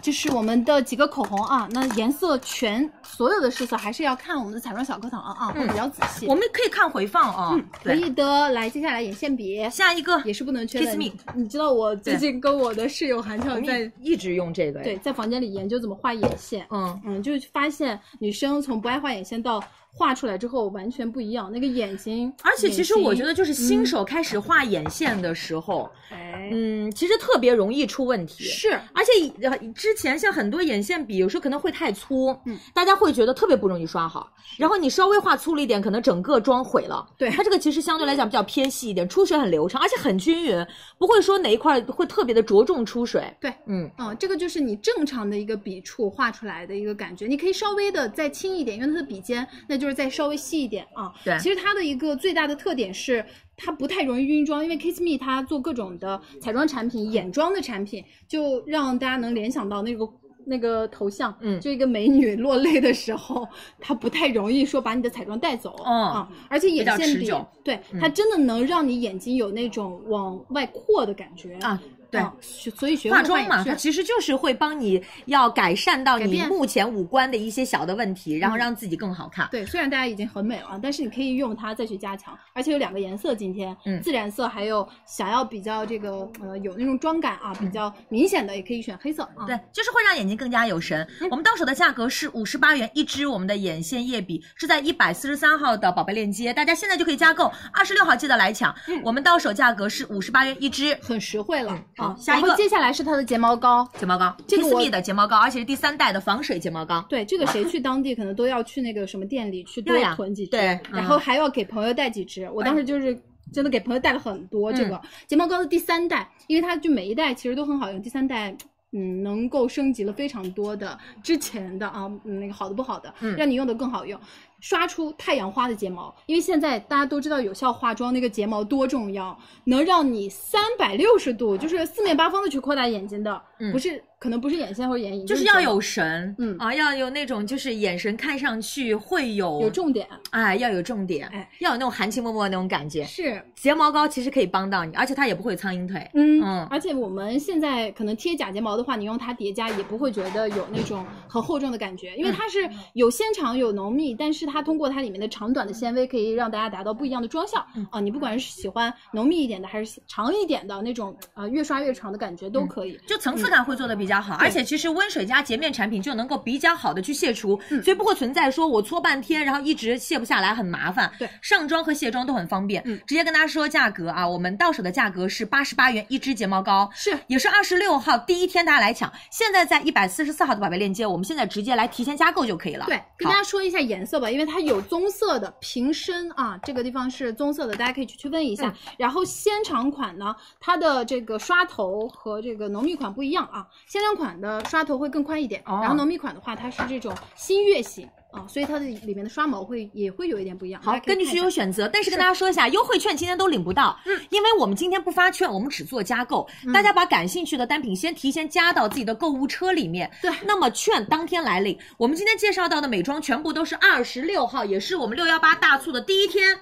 Speaker 5: 这是我们的几个口红啊，那颜色全所有的试色还是要看我们的彩妆小课堂啊，啊，会比较仔细。
Speaker 12: 嗯我们可以看回放啊、
Speaker 5: 嗯，可
Speaker 12: 对，
Speaker 5: 以的。来，接下来眼线笔
Speaker 12: 下一个
Speaker 5: 也是不能缺的。
Speaker 12: Kiss
Speaker 5: 你你知道我最近跟我的室友韩
Speaker 12: 我
Speaker 5: 俏
Speaker 12: 们
Speaker 5: 在
Speaker 12: 一直用这个，
Speaker 5: 对，在房间里研究怎么画眼线，
Speaker 12: 嗯，
Speaker 5: 嗯，就发现女生从不爱画眼线到画出来之后完全不一样，那个眼睛，
Speaker 12: 而且其实我觉得，就是新
Speaker 5: 嗯
Speaker 12: 手开始画眼线的时候，
Speaker 5: 哎，
Speaker 12: 嗯，其实特别容易出问题。
Speaker 5: 是
Speaker 12: 而且呃之前像很多眼线笔，有时候可能会太粗，
Speaker 5: 嗯
Speaker 12: 大家会觉得特别不容易刷好。然后你稍微画粗了一点，可能整个妆毁了。
Speaker 5: 对
Speaker 12: 它这个其实相对来讲比较偏细一点，出水很流畅，而且很均匀，不会说哪一块会特别的着重出水。
Speaker 5: 对，
Speaker 12: 嗯，
Speaker 5: 嗯，这个就是你正常的一个笔触画出来的一个感觉，你可以稍微的再轻一点，因为它的笔尖，那就是再稍微细一点啊。
Speaker 12: 对
Speaker 5: 其实它的一个最大的特点是。它不太容易晕妆，因为 Kiss Me 它做各种的彩妆产品、眼妆的产品，就让大家能联想到那个那个头像，
Speaker 12: 嗯
Speaker 5: 就一个美女落泪的时候，它不太容易说把你的彩妆带走，
Speaker 12: 嗯
Speaker 5: 啊，而且眼
Speaker 12: 较
Speaker 5: 线
Speaker 12: 持
Speaker 5: 笔
Speaker 12: 久，嗯
Speaker 5: 对、它真的能让你眼睛有那种往外扩的感觉
Speaker 12: 啊，对
Speaker 5: 啊所以学
Speaker 12: 化
Speaker 5: 绘
Speaker 12: 妆
Speaker 5: 也
Speaker 12: 嘛，
Speaker 5: 是
Speaker 12: 它其实就是会帮你要改善到
Speaker 5: 改
Speaker 12: 你
Speaker 5: 变
Speaker 12: 目前五官的一些小的问题，然后
Speaker 5: 嗯
Speaker 12: 让自己更好看。
Speaker 5: 对，虽然大家已经很美了啊，但是你可以用它再去加强，而且有两个颜色，今天，
Speaker 12: 嗯
Speaker 5: 自然色还有想要比较这个呃有那种妆感啊，比较明显的也可以选黑色啊。
Speaker 12: 嗯对，就是会让眼睛更加有神。
Speaker 5: 嗯
Speaker 12: 我们到手的价格是五十八元一支，我们的眼线液笔是在一百四十三号的宝贝链接，大家现在就可以加购，二十六号记得来抢。
Speaker 5: 嗯
Speaker 12: 我们到手价格是五十八元一支
Speaker 5: 很实惠了、
Speaker 12: 嗯好
Speaker 5: 啊，
Speaker 12: 下一
Speaker 5: 然
Speaker 12: 个
Speaker 5: 后接下来是它的睫毛膏，
Speaker 12: 睫毛膏，
Speaker 5: 这个
Speaker 12: Kiss
Speaker 5: 我
Speaker 12: Me 的睫毛膏，而且是第三代的防水睫毛膏。
Speaker 5: 对，这个谁去当地可能都要去那个什么店里去多
Speaker 12: 要呀
Speaker 5: 囤几支，
Speaker 12: 对嗯
Speaker 5: 然后还要给朋友带几支。我当时就是真的给朋友带了很多这
Speaker 12: 嗯
Speaker 5: 个睫毛膏的第三代，因为它就每一代其实都很好用，第三代。嗯，能够升级了非常多的之前的啊，嗯那个好的不好的，
Speaker 12: 嗯
Speaker 5: 让你用的更好用，刷出太阳花的睫毛。因为现在大家都知道有效化妆那个睫毛多重要，能让你三百六十度，就是四面八方的去扩大眼睛的，
Speaker 12: 嗯
Speaker 5: 不是可能不是眼线或者眼影，
Speaker 12: 就是
Speaker 5: 睫
Speaker 12: 要
Speaker 5: 毛
Speaker 12: 有神，
Speaker 5: 嗯
Speaker 12: 啊，要有那种就是眼神看上去会有
Speaker 5: 有重点，
Speaker 12: 哎，要有重点，
Speaker 5: 哎
Speaker 12: 要有那种含情脉脉的那种感觉。
Speaker 5: 是
Speaker 12: 睫毛膏其实可以帮到你，而且它也不会有苍蝇腿。
Speaker 5: 嗯
Speaker 12: 嗯，
Speaker 5: 而且我们现在可能贴假睫毛的话，你用它叠加也不会觉得有那种很厚重的感觉，因为它是有纤长有浓密，但是它通过它里面的长短的纤维，可以让大家达到不一样的妆效、啊。你不管是喜欢浓密一点的，还是长一点的那种，啊，越刷越长的感觉都可以。
Speaker 12: 就层次感会做的比较好，而且其实温水加洁面产品就能够比较好的去卸除，
Speaker 5: 嗯
Speaker 12: 所以不会存在说我搓半天然后一直卸不下来很麻烦。
Speaker 5: 对，
Speaker 12: 上妆和卸妆都很方便。
Speaker 5: 嗯
Speaker 12: 直接跟大家说价格啊，我们到手的价格是八十八元一支睫毛膏，
Speaker 5: 是
Speaker 12: 也是二十六号第一天大家来抢，现在在一百四十四号的宝贝链接，我们现在直接来提前加购就可以了。
Speaker 5: 对，跟
Speaker 12: 好
Speaker 5: 大家说一下颜色吧，因为它有棕色的瓶身啊，这个地方是棕色的，大家可以去区分一下。
Speaker 12: 嗯
Speaker 5: 然后纤长款呢，它的这个刷头和这个浓密款不一样啊，纤长款的刷头会更宽一点，
Speaker 12: 哦
Speaker 5: 然后浓密款的话，它是这种新月型啊，所以它的里面的刷毛会也会有一点不一样。大
Speaker 12: 好，
Speaker 5: 家可以
Speaker 12: 根据
Speaker 5: 看
Speaker 12: 需
Speaker 5: 一下
Speaker 12: 求选择，但是跟大家说一下，优惠券今天都领不到，嗯，因为我们今天不发券，我们只做加购，
Speaker 5: 嗯
Speaker 12: 大家把感兴趣的单品先提前加到自己的购物车里面，
Speaker 5: 对
Speaker 12: 那么券当天来领。我们今天介绍到的美妆全部都是二十六号，也是我们六幺八大促的第一天。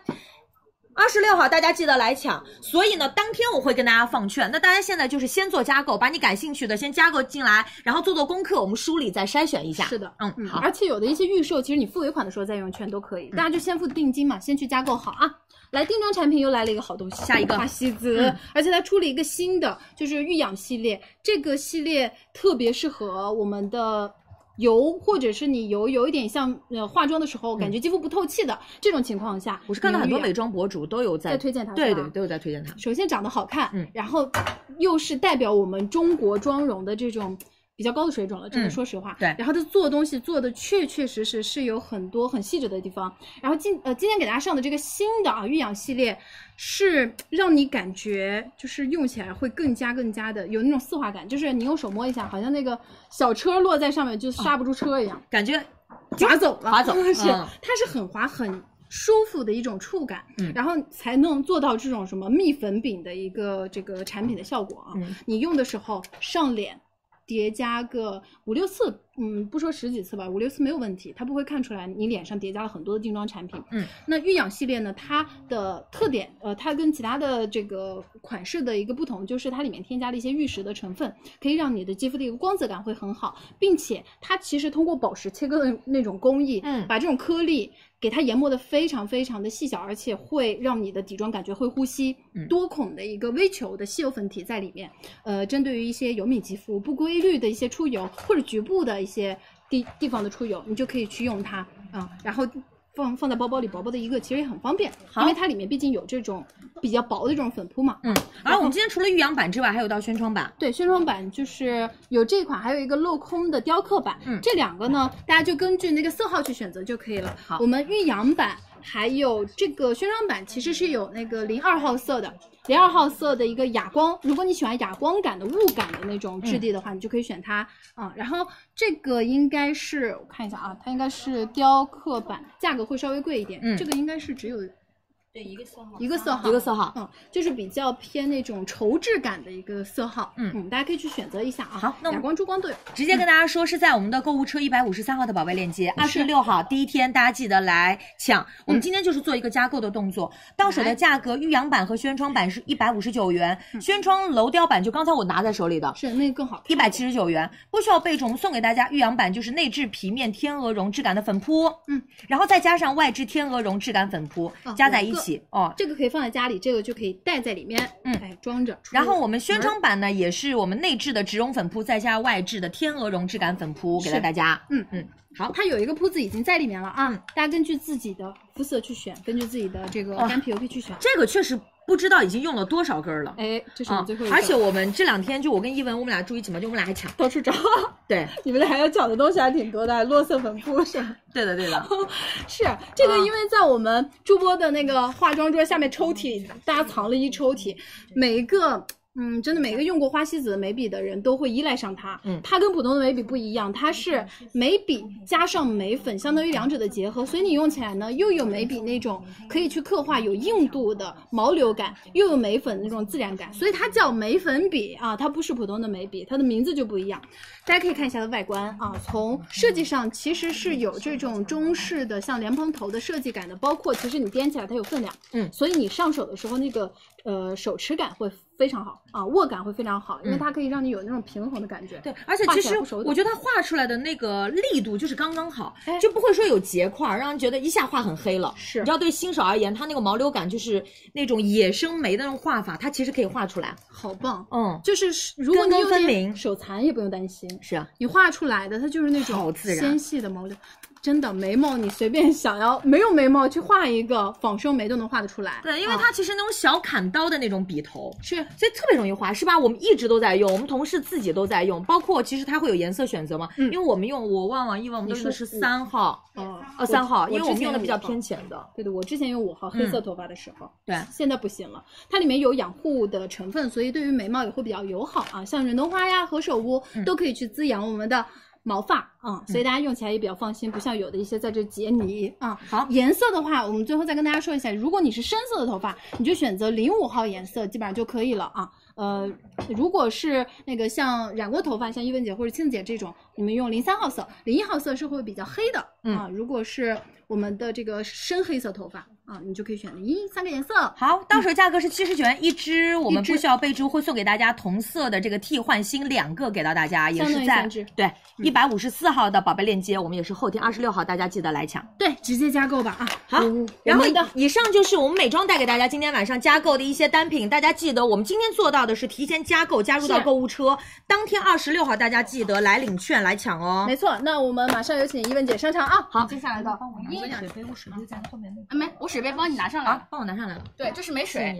Speaker 12: 二十六号大家记得来抢，所以呢，当天我会跟大家放券。那大家现在就是先做加购，把你感兴趣的先加购进来，然后做做功课，我们梳理再筛选一下。
Speaker 5: 是的，
Speaker 12: 嗯，好。嗯
Speaker 5: 而且有的一些预售，其实你付尾款的时候再用券都可以，大家就先付定金嘛，先去加购好啊。来，定妆产品又来了一个好东西，
Speaker 12: 下一个
Speaker 5: 花西子，而且它出了一个新的，就是育养系列，这个系列特别适合我们的。油，或者是你油有一点像呃化妆的时候，感觉肌肤不透气的、这种情况下，
Speaker 12: 嗯我是看到
Speaker 5: 你
Speaker 12: 很多
Speaker 5: 用育
Speaker 12: 美
Speaker 5: 养
Speaker 12: 妆博主都有在
Speaker 5: 在推荐它，
Speaker 12: 对
Speaker 5: 是吧
Speaker 12: 对，都有在推荐它。
Speaker 5: 首先长得好看，
Speaker 12: 嗯
Speaker 5: 然后又是代表我们中国妆容的这种比较高的水准了，真的
Speaker 12: 嗯
Speaker 5: 说实话。
Speaker 12: 对
Speaker 5: 然后它做东西做的确确实实是有很多很细致的地方。然后今呃今天给大家上的这个新的啊育养系列，是让你感觉就是用起来会更加更加的有那种丝滑感，就是你用手摸一下，好像那个小车落在上面
Speaker 12: 哦
Speaker 5: 就刹不住车一样。
Speaker 12: 感觉
Speaker 5: 划走了，
Speaker 12: 划走
Speaker 5: (laughs) 是、
Speaker 12: 嗯
Speaker 5: 它是很滑很。舒服的一种触感，
Speaker 12: 嗯
Speaker 5: 然后才能做到这种什么蜜粉饼的一个这个产品的效果啊。
Speaker 12: 嗯
Speaker 5: 你用的时候上脸叠加个五六次，嗯，不说十几次吧，五六次没有问题，它不会看出来你脸上叠加了很多的定妆产品。
Speaker 12: 嗯，
Speaker 5: 那育养系列呢，它的特点，呃，它跟其他的这个款式的一个不同，就是它里面添加了一些玉石的成分，可以让你的肌肤的一个光泽感会很好，并且它其实通过宝石切割的那种工艺，
Speaker 12: 嗯
Speaker 5: 把这种颗粒给它研磨的非常非常的细小，而且会让你的底妆感觉会呼吸
Speaker 12: 嗯，
Speaker 5: 多孔的一个微球的吸油粉体在里面。呃，针对于一些油敏肌肤不规律的一些出油或者局部的一些地地方的出油，你就可以去用它啊、然后。放放在包包里薄薄的一个，其实也很方便，因为它里面毕竟有这种比较薄的这种粉扑嘛。
Speaker 12: 嗯，而我们今天除了玉阳版之外，还有到宣窗版。
Speaker 5: 对，宣传版就是有这款，还有一个镂空的雕刻版。
Speaker 12: 嗯
Speaker 5: 这两个呢，大家就根据那个色号去选择就可以了。
Speaker 12: 好
Speaker 5: 我们玉阳版还有这个宣传版其实是有那个零二号色的，零二号色的一个哑光。如果你喜欢哑光感的雾感的那种质
Speaker 12: 嗯
Speaker 5: 地的话，你就可以选它啊、然后这个应该是我看一下啊，它应该是雕刻版，价格会稍微贵一点。
Speaker 12: 嗯
Speaker 5: 这个应该是只有
Speaker 4: 对，一个色号
Speaker 5: 一个色号，
Speaker 12: 一个色号。
Speaker 5: 嗯，就是比较偏那种绸质感的一个色号，
Speaker 12: 嗯
Speaker 5: 嗯，大家可以去选择一下啊。
Speaker 12: 好那我们
Speaker 5: 哑光、珠光都有。
Speaker 12: 直接跟大家说是在我们的购物车一百五十三号的宝贝链
Speaker 5: 嗯
Speaker 12: 接，二十六号第一天大家记得来抢。我们今天就是做一个加购的动作，到手的价格玉阳版和宣窗版是一百五十九元，
Speaker 5: 嗯
Speaker 12: 宣窗楼雕版就刚才我拿在手里的。
Speaker 5: 是那个更好看
Speaker 12: 一百七十九元，不需要备注。我们送给大家玉阳版，就是内置皮面天鹅绒质感的粉扑，
Speaker 5: 嗯，
Speaker 12: 然后再加上外置天鹅绒质感粉扑，
Speaker 5: 啊
Speaker 12: 加在一起哦。
Speaker 5: 这个可以放在家里，这个就可以带在里面，
Speaker 12: 嗯
Speaker 5: 哎，装着。
Speaker 12: 然后我们
Speaker 5: 嗯
Speaker 12: 宣窗版呢，也是我们内置的植绒粉扑，再加外置的天鹅绒质感粉扑，给到
Speaker 5: 是
Speaker 12: 大家。
Speaker 5: 嗯
Speaker 12: 嗯，
Speaker 5: 好，它有一个铺子已经在里面了啊，大家根据自己的肤色去选，根据自己的这个
Speaker 12: 哇
Speaker 5: 干皮油皮去选。
Speaker 12: 这个确实不知道已经用了多少根儿了。
Speaker 5: 哎，这是我
Speaker 12: 啊
Speaker 5: 们最后一！个，
Speaker 12: 而且我们这两天就我跟一文，我们俩住一起嘛，就我们俩还抢。
Speaker 5: 到处找，
Speaker 12: 对，
Speaker 5: (laughs) 你们俩要讲的东西还挺多的， (laughs) 落色粉扑是吧
Speaker 12: 对的，对的。
Speaker 5: 是啊这个，因为在我们主播的那个化妆桌下面抽屉，大家藏了一抽屉，每一个。嗯，真的，每个用过花西子眉笔的人都会依赖上它。
Speaker 12: 嗯
Speaker 5: 它跟普通的眉笔不一样，它是眉笔加上眉粉，相当于两者的结合，所以你用起来呢，又有眉笔那种可以去刻画有硬度的毛流感，又有眉粉那种自然感，所以它叫眉粉笔啊，它不是普通的眉笔，它的名字就不一样。大家可以看一下它的外观啊，从设计上其实是有这种中式的像莲蓬头的设计感的，包括其实你掂起来它有分量，
Speaker 12: 嗯
Speaker 5: 所以你上手的时候那个呃手持感会非常好啊，握感会非常好，因
Speaker 12: 嗯
Speaker 5: 为它可以让你有那种平衡的感觉。
Speaker 12: 对，而且
Speaker 5: 画
Speaker 12: 其
Speaker 5: 起
Speaker 12: 实
Speaker 5: 来不手抖
Speaker 12: 我觉得它画出来的那个力度就是刚刚好
Speaker 5: 哎，
Speaker 12: 就不会说有结块儿，让人觉得一下画很黑了。
Speaker 5: 是
Speaker 12: 你知道，对新手而言，它那个毛流感就是那种野生眉的那种画法，它其实可以画出来。
Speaker 5: 好棒。
Speaker 12: 嗯，
Speaker 5: 就是如果你
Speaker 12: 根根
Speaker 5: 有
Speaker 12: 分
Speaker 5: 点
Speaker 12: 明
Speaker 5: 手残也不用担心，
Speaker 12: 是啊，
Speaker 5: 你画出来的它就是那
Speaker 12: 好
Speaker 5: 种
Speaker 12: 自然
Speaker 5: 纤细的毛流，真的眉毛你随便想要没有眉毛去画一个仿生眉都能画得出来。
Speaker 12: 对，因为
Speaker 5: 啊
Speaker 12: 它其实那种小砍刀的那种笔头，
Speaker 5: 是
Speaker 12: 所以特别容易花，是吧？我们一直都在用，我们同事自己都在用，包括其实它会有颜色选择嘛，因为我们用我旺旺一嗯文，我们都用的是三号，
Speaker 5: 哦
Speaker 12: 呃三号，因为
Speaker 5: 之
Speaker 12: 我们
Speaker 5: 前
Speaker 12: 用的
Speaker 5: 有
Speaker 12: 比较
Speaker 5: 五号
Speaker 12: 偏浅的。
Speaker 5: 对对，我之前有五号黑色头发的时候，
Speaker 12: 嗯对
Speaker 5: 现在不行了。它里面有养护的成分，所以对于眉毛也会比较友好啊，像忍冬花呀、何首乌、
Speaker 12: 嗯
Speaker 5: 都可以去滋养我们的。毛发啊、所以大家用起来也比较放心，不像有的一些在这解泥啊。
Speaker 12: 嗯好
Speaker 5: 颜色的话，我们最后再跟大家说一下，如果你是深色的头发，你就选择零五号颜色，基本上就可以了啊。呃，如果是那个像染过头发，像一文姐或者庆姐这种，你们用零三号色，零一号色是会比较黑的、
Speaker 12: 嗯
Speaker 5: 啊。如果是我们的这个深黑色头发啊，你就可以选零一三个颜色。
Speaker 12: 好，到手价格是七十九元一支，我们
Speaker 5: 嗯一支
Speaker 12: 不需要备注，会送给大家同色的这个替换芯两个给到大家，也
Speaker 5: 相当
Speaker 12: 是
Speaker 5: 于
Speaker 12: 在
Speaker 5: 三支嗯
Speaker 12: 对一百五十四号的宝贝链接，我们也是后天二十六号，大家记得来抢。
Speaker 5: 对，直接加购吧啊。
Speaker 12: 好
Speaker 5: 嗯，
Speaker 12: 然后
Speaker 5: 我们的
Speaker 12: 以上就是我们美妆带给大家今天晚上加购的一些单品，大家记得我们今天做到的是提前加购，加入到
Speaker 5: 是
Speaker 12: 购物车，当天二十六号大家记得来领券来抢哦。
Speaker 5: 没错，那我们马上有请一文姐上场啊。好，接下来的
Speaker 12: 我两水杯，我水杯在后面那
Speaker 11: 啊没，我水杯帮你拿上来
Speaker 12: 啊
Speaker 11: 了。，
Speaker 12: 帮我拿上来了。
Speaker 11: 对，这是没
Speaker 12: 谢谢
Speaker 11: 水，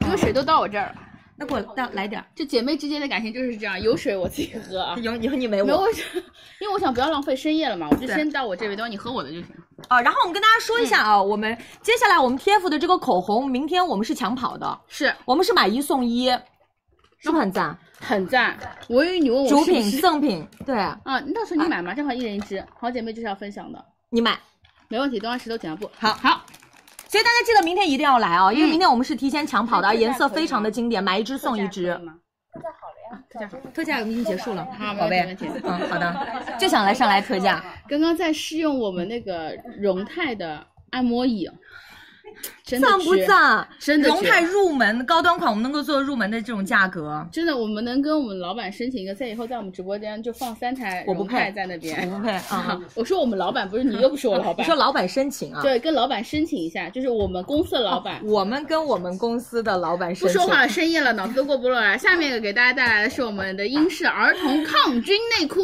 Speaker 12: 你，
Speaker 11: 因为水都到我这儿了。
Speaker 12: 那给我再来点儿，
Speaker 11: 这姐妹之间的感情就是这样，有水我自己喝啊。
Speaker 12: 有有你没
Speaker 11: 没
Speaker 12: 我
Speaker 11: 有，。我是因为我想不要浪费深夜了嘛，我就
Speaker 12: 对
Speaker 11: 先到我这杯，等会儿你喝我的就行。
Speaker 12: 啊，然后我们跟大家说一
Speaker 5: 嗯
Speaker 12: 下啊，我们接下来我们 TF 的这个口红，明天我们是抢跑的，
Speaker 11: 是，
Speaker 12: 我们是买一送一，是不是很赞？
Speaker 11: 很赞。我以为你问我
Speaker 12: 主
Speaker 11: 是不
Speaker 12: 品
Speaker 11: 是
Speaker 12: 赠品，对
Speaker 11: 啊，那到时候你买嘛，正好一人一支，好姐妹就是要分享的，
Speaker 12: 你买。
Speaker 11: 没问题。东按石头剪刀布，
Speaker 12: 好
Speaker 11: 好，
Speaker 12: 所以大家记得明天一定要来啊，因为
Speaker 11: 嗯
Speaker 12: 明天我们是提前抢跑的，
Speaker 11: 那特价
Speaker 12: 颜色非常的经典，买一支送一
Speaker 11: 特价
Speaker 12: 支
Speaker 11: 可以。吗
Speaker 12: 特价我们已经结束了
Speaker 11: 好，
Speaker 12: 宝
Speaker 11: 没
Speaker 12: 贝
Speaker 11: 问题没问。题
Speaker 12: 嗯，好的，就想来上来特价。
Speaker 11: 刚刚在试用我们那个荣泰的按摩椅，真的
Speaker 12: 赞不
Speaker 11: 绝？
Speaker 12: 赞？
Speaker 11: 真的
Speaker 12: 荣
Speaker 11: 绝
Speaker 12: 泰入门高端款，我们能够做入门的这种价格，
Speaker 11: 真的，我们能跟我们老板申请一个，在以后在我们直播间就放三台
Speaker 12: 我不
Speaker 11: 荣泰
Speaker 12: 配
Speaker 11: 在那
Speaker 12: 我
Speaker 11: 边。
Speaker 12: 不会 (laughs) 啊。
Speaker 11: 我说我们老板不是
Speaker 12: (laughs)
Speaker 11: 你，又不是我老
Speaker 12: 你
Speaker 11: 板
Speaker 12: 说。老板申请啊？
Speaker 11: 对，跟老板申请一下，就是我们公司的老板。
Speaker 12: 我们跟我们公司的老板
Speaker 11: 不
Speaker 12: 申请
Speaker 11: 说。话了，深夜了，脑子都过不过来。下面给大家带来的是我们的英式儿童抗菌内裤，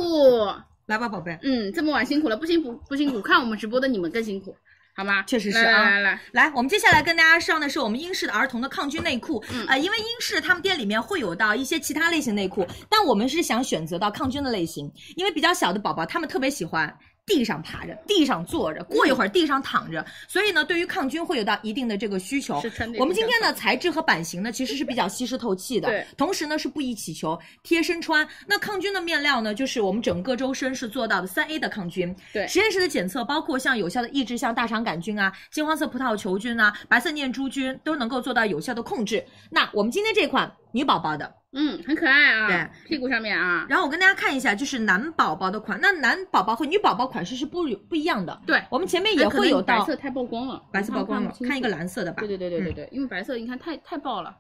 Speaker 12: 来吧，宝贝。
Speaker 11: 嗯，这么晚辛苦了，不辛苦不辛苦，看我们直播的你们更辛苦，好吗？
Speaker 12: 确实是
Speaker 11: 来
Speaker 12: 啊
Speaker 11: 来来来，
Speaker 12: 来，我们接下来跟大家上的是我们英式的儿童的抗菌内裤。
Speaker 11: 嗯
Speaker 12: 呃，因为英式他们店里面会有到一些其他类型内裤，但我们是想选择到抗菌的类型，因为比较小的宝宝他们特别喜欢。地上爬着，地上坐着，过一
Speaker 11: 嗯
Speaker 12: 会儿地上躺着，所以呢，对于抗菌会有到一定的这个需求
Speaker 11: 是穿。这个
Speaker 12: 我们今天呢，材质和版型呢其实是比较吸湿透气的，
Speaker 11: 对，
Speaker 12: 同时呢是不易起球，贴身穿。那抗菌的面料呢，就是我们整个周身是做到的三 A 的抗菌，
Speaker 11: 对
Speaker 12: 实验室的检测包括像有效的抑制像大肠杆菌啊、金黄色葡萄球菌啊、白色念珠菌都能够做到有效的控制。那我们今天这款女宝宝的，
Speaker 11: 嗯，很可爱啊，
Speaker 12: 对
Speaker 11: 屁股上面啊，
Speaker 12: 然后我跟大家看一下，就是男宝宝的款，那男宝宝和女宝宝款式是不不一样的。
Speaker 11: 对
Speaker 12: 我们前面也会有
Speaker 11: 它可能白
Speaker 12: 到
Speaker 11: 色太曝光了，
Speaker 12: 白色曝光了，看一个蓝
Speaker 11: 色
Speaker 12: 色的吧嗯
Speaker 11: 对。对对对对对，因为白色你看太太爆了，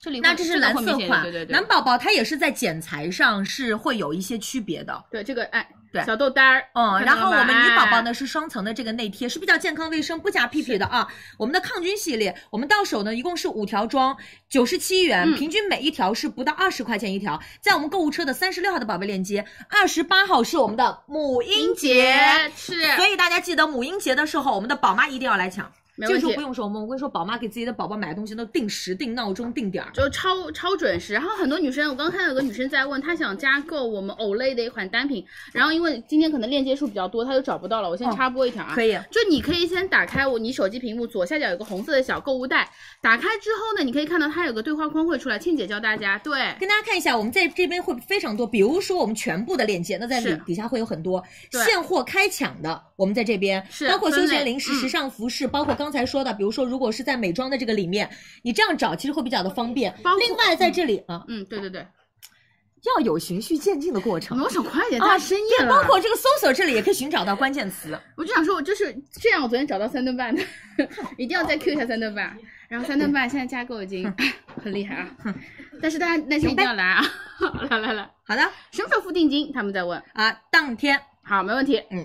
Speaker 11: 这里会
Speaker 12: 那这是
Speaker 11: 个
Speaker 12: 蓝
Speaker 11: 会
Speaker 12: 色
Speaker 11: 明显
Speaker 12: 款
Speaker 11: 对对，对
Speaker 12: 男，宝宝它也是在剪裁上是会有一些区别的，
Speaker 11: 对这个哎，
Speaker 12: 对
Speaker 11: 小豆丹儿，
Speaker 12: 嗯，
Speaker 11: 看
Speaker 12: 然
Speaker 11: 到
Speaker 12: 后
Speaker 11: 了
Speaker 12: 我们
Speaker 11: 吧
Speaker 12: 女宝宝呢是双层的这个内贴，是比较健康卫生、不加屁屁的啊。我们的抗菌系列，我们到手呢一共是五条装，九十七元，
Speaker 11: 嗯
Speaker 12: 平均每一条是不到二十块钱一条。在我们购物车的三十六号的宝贝链接，二十八号是我们的母婴
Speaker 11: 英杰
Speaker 12: 节。
Speaker 11: 是
Speaker 12: 所以大家记得母婴节的时候，我们的宝妈一定要来抢。
Speaker 11: 没
Speaker 12: 这个
Speaker 11: 问
Speaker 12: 时
Speaker 11: 题
Speaker 12: 候不用说，我们我跟你说，宝妈给自己的宝宝买的东西都定时、定闹钟、定点儿。
Speaker 11: 就超超准时。然后很多女生，我刚看到有个女生在问，她想加购我们 Olay 的一款单品，然后因为今天可能链接数比较多，她就找不到了。我先
Speaker 12: 哦
Speaker 11: 插播一条啊，
Speaker 12: 可以，
Speaker 11: 就你可以先打开我你手机屏幕左下角有个红色的小购物袋，打开之后呢，你可以看到它有个对话框会出来，倩姐教大家，对，
Speaker 12: 跟大家看一下，我们在这边会非常多，比如说我们全部的链接，那在里
Speaker 11: 是
Speaker 12: 底下会有很多
Speaker 11: 对
Speaker 12: 现货开抢的，我们在这边
Speaker 11: 是
Speaker 12: 包括休
Speaker 11: 分
Speaker 12: 闲
Speaker 11: 类
Speaker 12: 零食、
Speaker 11: 嗯
Speaker 12: 时尚服饰，包括刚才说的，比如说如果是在美妆的这个里面，你这样找其实会比较的方便
Speaker 11: 包括。
Speaker 12: 另外在这里啊，
Speaker 11: 嗯，对对对，
Speaker 12: 要有循序渐进的过程。
Speaker 11: 我想快点，
Speaker 12: 啊
Speaker 11: 大深夜
Speaker 12: 对，
Speaker 11: 了，
Speaker 12: 包括这个搜索这里也可以寻找到关键词。
Speaker 11: 我就想说，我就是这样，我昨天找到三顿半的， (laughs) 一定要再 Q 一下三顿半。然后三顿半现在加购已经很厉害啊，但是大家耐心一定要来啊！ (laughs) 来来来，
Speaker 12: 好的
Speaker 11: 什么时候付定金？他们在问。
Speaker 12: 啊，当天
Speaker 11: 好，没问题。
Speaker 12: 嗯，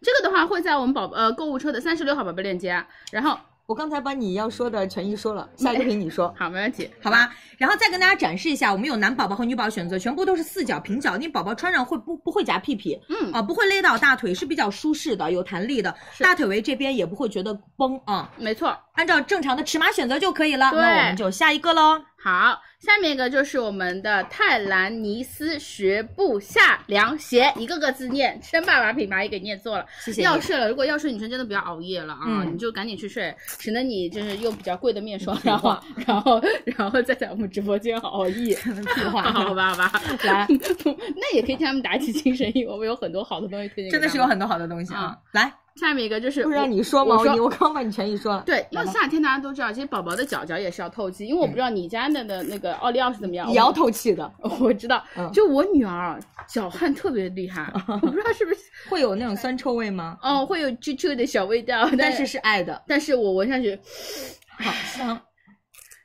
Speaker 11: 这个的话会在我们宝呃购物车的三十六号宝贝链接啊，然后
Speaker 12: 我刚才把你要说的全一说了，下一个凭你说。
Speaker 11: 好，没问题，
Speaker 12: 好吧，然后再跟大家展示一下，我们有男宝宝和女宝宝选择，全部都是四角平角，你宝宝穿上会不不会夹屁屁，
Speaker 11: 嗯
Speaker 12: 啊、不会勒到大腿，是比较舒适的，有弹力的，大腿围这边也不会觉得崩啊、
Speaker 11: 没错。
Speaker 12: 按照正常的尺码选择就可以了。
Speaker 11: 对
Speaker 12: 那我们就下一个喽，
Speaker 11: 好，下面一个就是我们的泰兰尼斯十步下凉鞋，一个个字念，真把把品牌给念错了。
Speaker 12: 谢谢你。
Speaker 11: 要睡了，如果要睡，女生真的不要熬夜了啊，
Speaker 12: 嗯
Speaker 11: 你就赶紧去睡，省得你就是用比较贵的面霜，然后然后然后再在我们直播间熬
Speaker 12: (laughs)
Speaker 11: 夜。
Speaker 12: 屁话，
Speaker 11: (laughs) 好吧，好吧，来，那也可以替他们打起精神力。我们有很多好的东西推荐给他
Speaker 12: 真
Speaker 11: 们，
Speaker 12: 的是有很多好的东西啊。来，
Speaker 11: 下面一个就是
Speaker 12: 不是让嗯
Speaker 11: 你说吗？我说
Speaker 12: 刚把你全一说
Speaker 11: (laughs)
Speaker 12: 了，
Speaker 11: 对，因为夏天大家都知道，其实宝宝的脚脚也是要透气，因为我不
Speaker 12: 嗯
Speaker 11: 知道你家的的那个奥利奥是怎么样，我
Speaker 12: 透气的，
Speaker 11: 我知道
Speaker 12: 嗯，
Speaker 11: 就我女儿啊脚汗特别厉
Speaker 12: (laughs)
Speaker 11: 害，我不知道是不是
Speaker 12: (laughs) 会有那种酸臭味吗？
Speaker 11: 哦会有啾啾的小味道，
Speaker 12: 但是是爱的，
Speaker 11: 但是我闻上去 (laughs)
Speaker 12: 好香，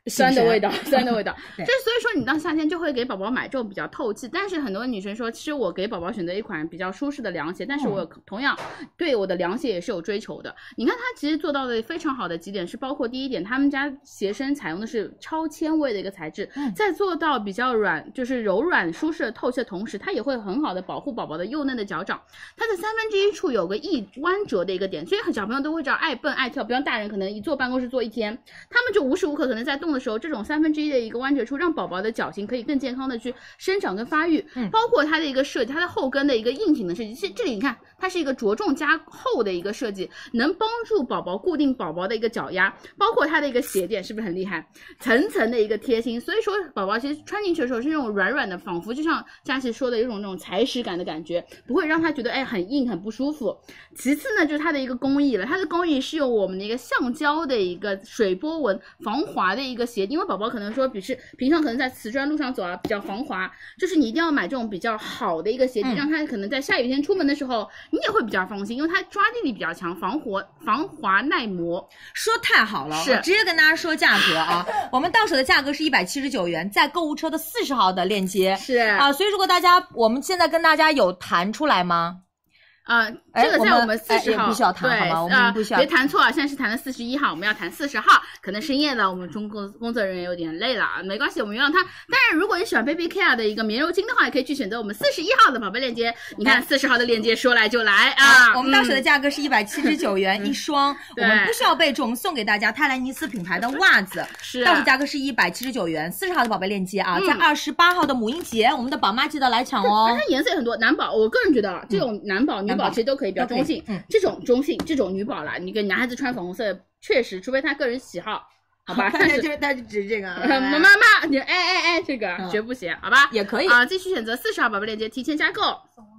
Speaker 11: 酸的味
Speaker 12: 道。
Speaker 11: 道，酸的味道。就
Speaker 12: 对
Speaker 11: 是所以说，你到夏天就会给宝宝买这种比较透气，但是很多女生说，其实我给宝宝选择一款比较舒适的凉鞋，但是我同样对我的凉鞋也是有追求的。你看它其实做到的非常好的几点是，包括第一点，他们家鞋身采用的是超纤维的一个材质，在做到比较软，就是柔软舒适的透气的同时，它也会很好的保护宝宝的幼嫩的脚掌。它在三分之一处有个一弯折的一个点，所以很小朋友都会知道爱蹦爱跳，不像大人可能一坐办公室坐一天，他们就无时无刻可能在动的时候，这种三分之一的一个弯折处，让宝宝的脚型可以更健康的去生长跟发育，
Speaker 12: 嗯
Speaker 11: 包括它的一个设计，它的后跟的一个硬挺的设计，这这里你看，它是一个着重加厚的一个设计，能帮助宝宝固定宝宝的一个脚丫，包括它的一个鞋垫是不是很厉害？层层的一个贴心，所以说宝宝其实穿进去的时候是那种软软的，仿佛就像佳琪说的有种那种踩屎感的感觉，不会让他觉得哎很硬很不舒服。其次呢，就是它的一个工艺了，它的工艺是用我们的一个橡胶的一个水波纹防滑的一个鞋底，因为宝宝可能说，比是平常可能在瓷砖路上走啊比较防滑，就是你一定要买这种比较好的一个鞋底，
Speaker 12: 嗯
Speaker 11: 让他可能在下雨天出门的时候你也会比较放心，因为它抓地力比较强，防滑防滑耐磨。
Speaker 12: 说太好了，
Speaker 11: 是
Speaker 12: 我直接跟大家说价
Speaker 11: (laughs)
Speaker 12: 格啊！我们到手的价格是一百七十九元，在购物车的四十号的链接
Speaker 11: 是
Speaker 12: 啊，所以如果大家我们现在跟大家有谈出来吗？
Speaker 11: 啊，
Speaker 12: 哎
Speaker 11: 这个在
Speaker 12: 我
Speaker 11: 们四
Speaker 12: 哎
Speaker 11: 十
Speaker 12: 也
Speaker 11: 号，
Speaker 12: 不需要谈
Speaker 11: 对
Speaker 12: 好吗？我
Speaker 11: 呃
Speaker 12: 们不需要
Speaker 11: 别谈错了，现在是谈的四十一号，我们要谈四十号，可能深夜了，我们中工工作人员有点累了，啊，没关系，我们原谅他。当然，如果你喜欢 Baby Care 的一个棉柔巾的话，也可以去选择我们四十一号的宝贝链接。你看四十号的链接说来就来啊，
Speaker 12: 哎我们当时的
Speaker 11: 嗯
Speaker 12: 价格是一百七十九元一双，我们
Speaker 11: 对
Speaker 12: 不需要备注，我们送给大家泰兰尼斯品牌的袜子，
Speaker 11: 是啊
Speaker 12: 到手价格是啊一百七十九元。四十号的宝贝链接啊，
Speaker 11: 嗯
Speaker 12: 在二十八号的母婴节，我们的宝妈记得来抢
Speaker 11: 但
Speaker 12: 哦 (laughs)
Speaker 11: 它。颜色也很多，男宝，我个人觉得啊，这种男宝、女
Speaker 12: 嗯男
Speaker 11: 宝
Speaker 12: 宝
Speaker 11: 其实都可以比较
Speaker 12: 都可以
Speaker 11: 中性
Speaker 12: 嗯。
Speaker 11: 这种中性，这种女宝啦，你给男孩子穿粉红色，确实，除非他个人喜好，好吧
Speaker 12: (laughs)
Speaker 11: 但。
Speaker 6: 就是
Speaker 11: (laughs)
Speaker 6: 是他就指这个啊，
Speaker 11: 妈嗯妈妈，你哎哎哎，这个
Speaker 12: 嗯
Speaker 11: 绝不行，好吧？
Speaker 12: 也可以
Speaker 11: 啊，继续选择四十号宝贝链接，提前加购。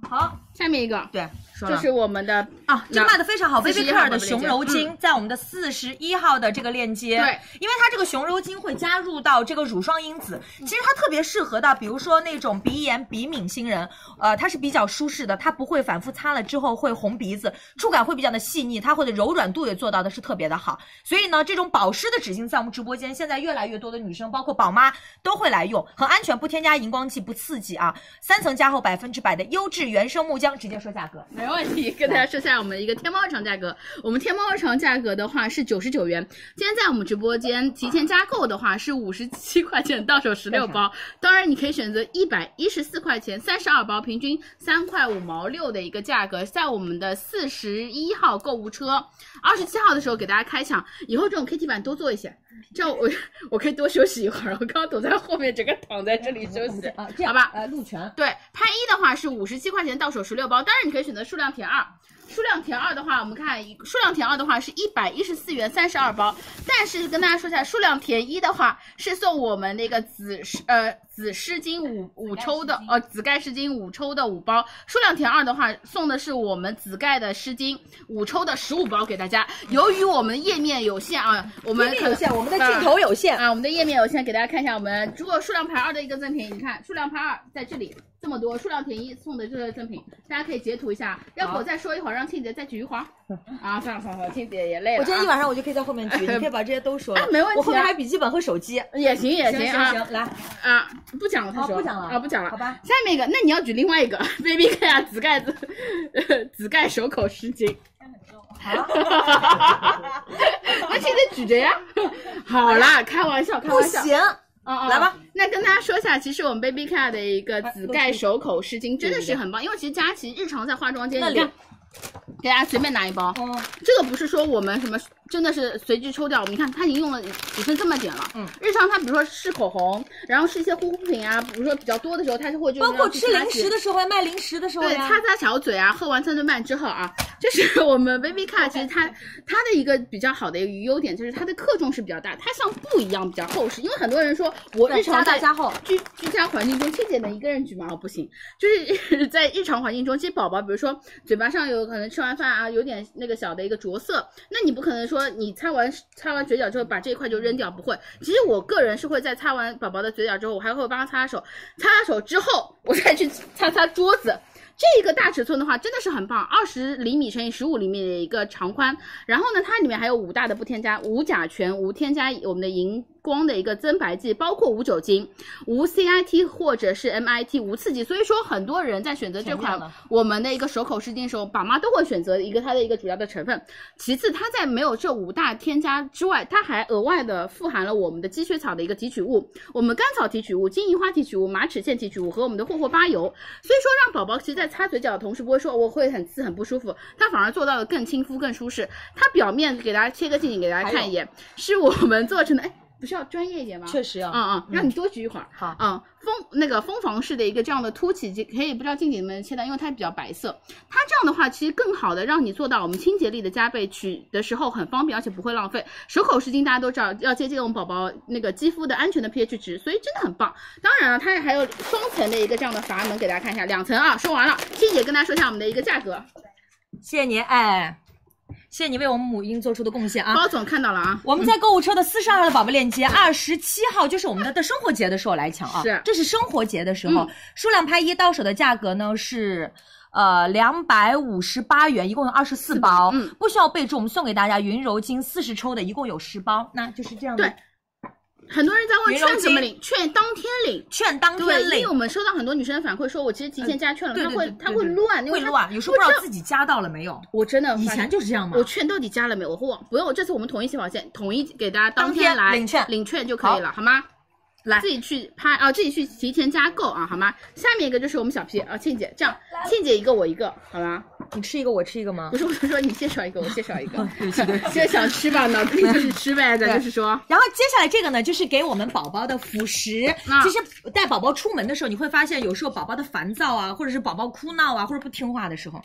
Speaker 12: 好，
Speaker 11: 下面一个
Speaker 12: 对，说
Speaker 11: 就
Speaker 12: 了。
Speaker 11: 是我们的
Speaker 12: 啊，这卖的非常好
Speaker 11: 41
Speaker 12: ，Baby
Speaker 11: 号
Speaker 12: Care
Speaker 11: 宝
Speaker 12: 的
Speaker 11: 贝
Speaker 12: 熊
Speaker 11: 链
Speaker 12: 柔
Speaker 11: 接
Speaker 12: 巾，在我们的四十一号的这个链接，
Speaker 11: 嗯对，
Speaker 12: 因为它这个熊柔巾会加入到这个乳霜因子，
Speaker 11: 嗯
Speaker 12: 其实它特别适合到，比如说那种鼻炎、鼻敏星人，呃，它是比较舒适的，它不会反复擦了之后会红鼻子，触感会比较的细腻，它会的柔软度也做到的是特别的好，所以呢，这种保湿的纸巾在我们直播间现在越来越多的女生，包括宝妈都会来用，很安全，不添加荧光剂，不刺激啊，三层加厚百分之百的优质原生木浆，直接说价格。
Speaker 11: 没问题，跟大家说一下我们一个天猫日常价格。我们天猫日常价格的话是九十九元，今天在我们直播间提前加购的话是五十七块钱，到手十六包。当然，你可以选择一百一十四块钱三十二包，平均三块五毛六的一个价格，在我们的四十一号购物车，二十七号的时候给大家开抢。以后这种 KT 版多做一些，这样我我可以多休息一会儿。我刚刚躲在后面，整个躺在这里
Speaker 12: (laughs)
Speaker 11: 休息。
Speaker 12: 啊，这样
Speaker 11: 好吧
Speaker 12: 呃，鹿泉。
Speaker 11: 对，拍一的话是五十七块钱到手十六包，当然你可以选择数量填二。数量填二的话，我们看一数量填二的话是一百一十四元三十二包，但是跟大家说一下，数量填一的话是送我们那个紫湿呃紫湿巾五五抽的呃紫盖湿巾五抽的五包，数量填二的话送的是我们紫盖的湿巾五抽的十五包给大家。由于我们页面有限啊，我们可能
Speaker 12: 有限，我们的镜头有限。
Speaker 11: 啊，我们的页面有限，给大家看一下我们如果数量排二的一个赠品，你看数量排二在这里这么多，数量填一送的这个赠品，大家可以截图一下。要不我再说一会儿，让庆姐再举一会儿。啊，算了算了算了，庆姐也累了、
Speaker 12: 我
Speaker 11: 啊。
Speaker 12: 今天一晚上我就可以在后面举，你可以把这些都说了。
Speaker 11: 哎哎没问题啊
Speaker 12: 我后面还有笔记本和手机。
Speaker 11: 也行也行
Speaker 12: 行
Speaker 11: 啊
Speaker 12: 行，来，
Speaker 11: 啊，不讲了，他
Speaker 12: 哦
Speaker 11: 说、
Speaker 12: 不讲了
Speaker 11: 啊不讲了，
Speaker 12: 好吧。
Speaker 11: 下面一个，那你要举另外一个 baby K 啊，紫盖子， (laughs) 紫盖手口湿巾。那庆姐举着呀。 (laughs) 好啦，开玩笑，开
Speaker 12: 不
Speaker 11: 玩笑。
Speaker 12: 行，
Speaker 11: 啊啊
Speaker 12: 来吧。
Speaker 11: 那跟大家说一下，其实我们 Baby Care 的一个紫盖手口湿巾真的是很棒，因为其实佳琦日常在化妆间，
Speaker 12: 那
Speaker 11: 你
Speaker 12: 里
Speaker 11: 看，给大家随便拿一包，
Speaker 12: 嗯，
Speaker 11: 这个不是说我们什么，真的是随机抽掉。我们看它已经用了只剩这么点了。
Speaker 12: 嗯，
Speaker 11: 日常它比如说试口红，然后是一些护肤品啊，比如说比较多的时候，它就会就
Speaker 12: 包
Speaker 11: 是
Speaker 12: 括
Speaker 11: 要去
Speaker 12: 吃
Speaker 11: 擦
Speaker 12: 零
Speaker 11: 洗
Speaker 12: 食的时候，卖零食的时候
Speaker 11: 对，
Speaker 12: 呀
Speaker 11: 擦。擦小嘴啊，喝完三顿半之后啊，这是 (laughs) 我们 Baby Car 其实它它的一个比较好的一个优点，就是它的克重是比较大，它像布一样比较厚实。因为很多人说我日常
Speaker 12: 加大
Speaker 11: 在
Speaker 12: 加厚，
Speaker 11: 居居家环境中，倩姐能一个人举吗？我不行，就是 (laughs) 在日常环境中，其实宝宝比如说嘴巴上有可能吃完饭啊，有点那个小的一个着色，那你不可能说你擦完擦完嘴角之后把这一块就扔掉，不会。其实我个人是会在擦完宝宝的嘴角之后，我还会帮他擦擦手，擦擦手之后，我再去擦擦桌子。这个大尺寸的话，真的是很棒，二十厘米乘以十五厘米的一个长宽。然后呢，它里面还有五大的不添加、无甲醛、无添加我们的荧光的一个增白剂，包括无酒精、无 CIT 或者是 MIT 无刺激。所以说，很多人在选择这
Speaker 12: 全面
Speaker 11: 款
Speaker 12: 了
Speaker 11: 我们的一个手口湿巾的时候，宝妈都会选择一个它的一个主要的成分。其次，它在没有这五大添加之外，它还额外的富含了我们的积雪草的一个提取物，我们甘草提取物、金银花提取物、马齿苋提取物和我们的霍霍巴油。所以说，让宝宝其实在擦嘴角的同时，不会说我会很刺很不舒服，它反而做到了更亲肤、更舒适。它表面给大家切个近景，给大家看一眼，是我们做成的。哎，不是要专业一点吗？
Speaker 12: 确实啊。
Speaker 11: 嗯嗯，让你多举一会儿。
Speaker 12: 好
Speaker 11: 嗯，蜂那个蜂房式的一个这样的凸起，可以不知道静姐们切到，因为它比较白色。它这样的话，其实更好的让你做到我们清洁力的加倍，取的时候很方便，而且不会浪费。手口湿巾大家都知道要接近我们宝宝那个肌肤的安全的 pH 值，所以真的很棒。当然了，它还有双层的一个这样的阀门，给大家看一下，两层啊。说完了，静姐跟大家说一下我们的一个价格，
Speaker 12: 谢谢您，哎，谢谢你为我们母婴做出的贡献啊。
Speaker 11: 包总看到了啊。
Speaker 12: 我们在购物车的四十二号的宝贝链接，二十七号就是我们的的生活节的时候来抢啊，
Speaker 11: 是
Speaker 12: 这是生活节的时候
Speaker 11: 嗯，
Speaker 12: 数量拍一到手的价格呢是。呃，两百五十八元，一共有二十四包，
Speaker 11: 嗯
Speaker 12: 不需要备注，我们送给大家云柔巾四十抽的，一共有十包，那就是这样的。
Speaker 11: 对很多人在问
Speaker 12: 云柔
Speaker 11: 劝怎么
Speaker 12: 巾
Speaker 11: 领，劝当天领。
Speaker 12: 劝当
Speaker 11: 对，
Speaker 12: 天
Speaker 11: 因为
Speaker 12: 领
Speaker 11: 我，们收到很多女生的反馈，说我其实提前加券了，
Speaker 12: 嗯对
Speaker 11: 他
Speaker 12: 对
Speaker 11: 会
Speaker 12: 对
Speaker 11: 他
Speaker 12: 对
Speaker 11: 会
Speaker 12: 对
Speaker 11: 乱，因为
Speaker 12: 会
Speaker 11: 他
Speaker 12: 乱，有时候
Speaker 11: 我
Speaker 12: 不知道
Speaker 11: 这
Speaker 12: 自己加到了没有。
Speaker 11: 我真的
Speaker 12: 以
Speaker 11: 发现
Speaker 12: 前就是这样嘛
Speaker 11: 我。券到底加了没有？我忘，不用，这次我们统一起跑线，统一给大家
Speaker 12: 当天
Speaker 11: 天来
Speaker 12: 领券
Speaker 11: 领券就可以了，好吗？
Speaker 12: 来
Speaker 11: 自己去拍啊，自己去提前加购啊，好吗？下面一个就是我们小 P 啊，倩姐，这样，倩姐一个我一个，好吗？
Speaker 12: 你吃一个，我吃一个吗
Speaker 11: 不？是，我是说你介绍一个，我介绍一个
Speaker 12: (laughs) 对不
Speaker 11: (laughs)
Speaker 12: 起对不，
Speaker 11: 就想吃吧， (laughs) 脑子里就是吃呗，咱就是说，
Speaker 12: 然后接下来这个呢，就是给我们宝宝的辅食。
Speaker 11: 啊
Speaker 12: 其实带宝宝出门的时候，你会发现有时候宝宝的烦躁啊，或者是宝宝哭闹啊，或者不听话的时候，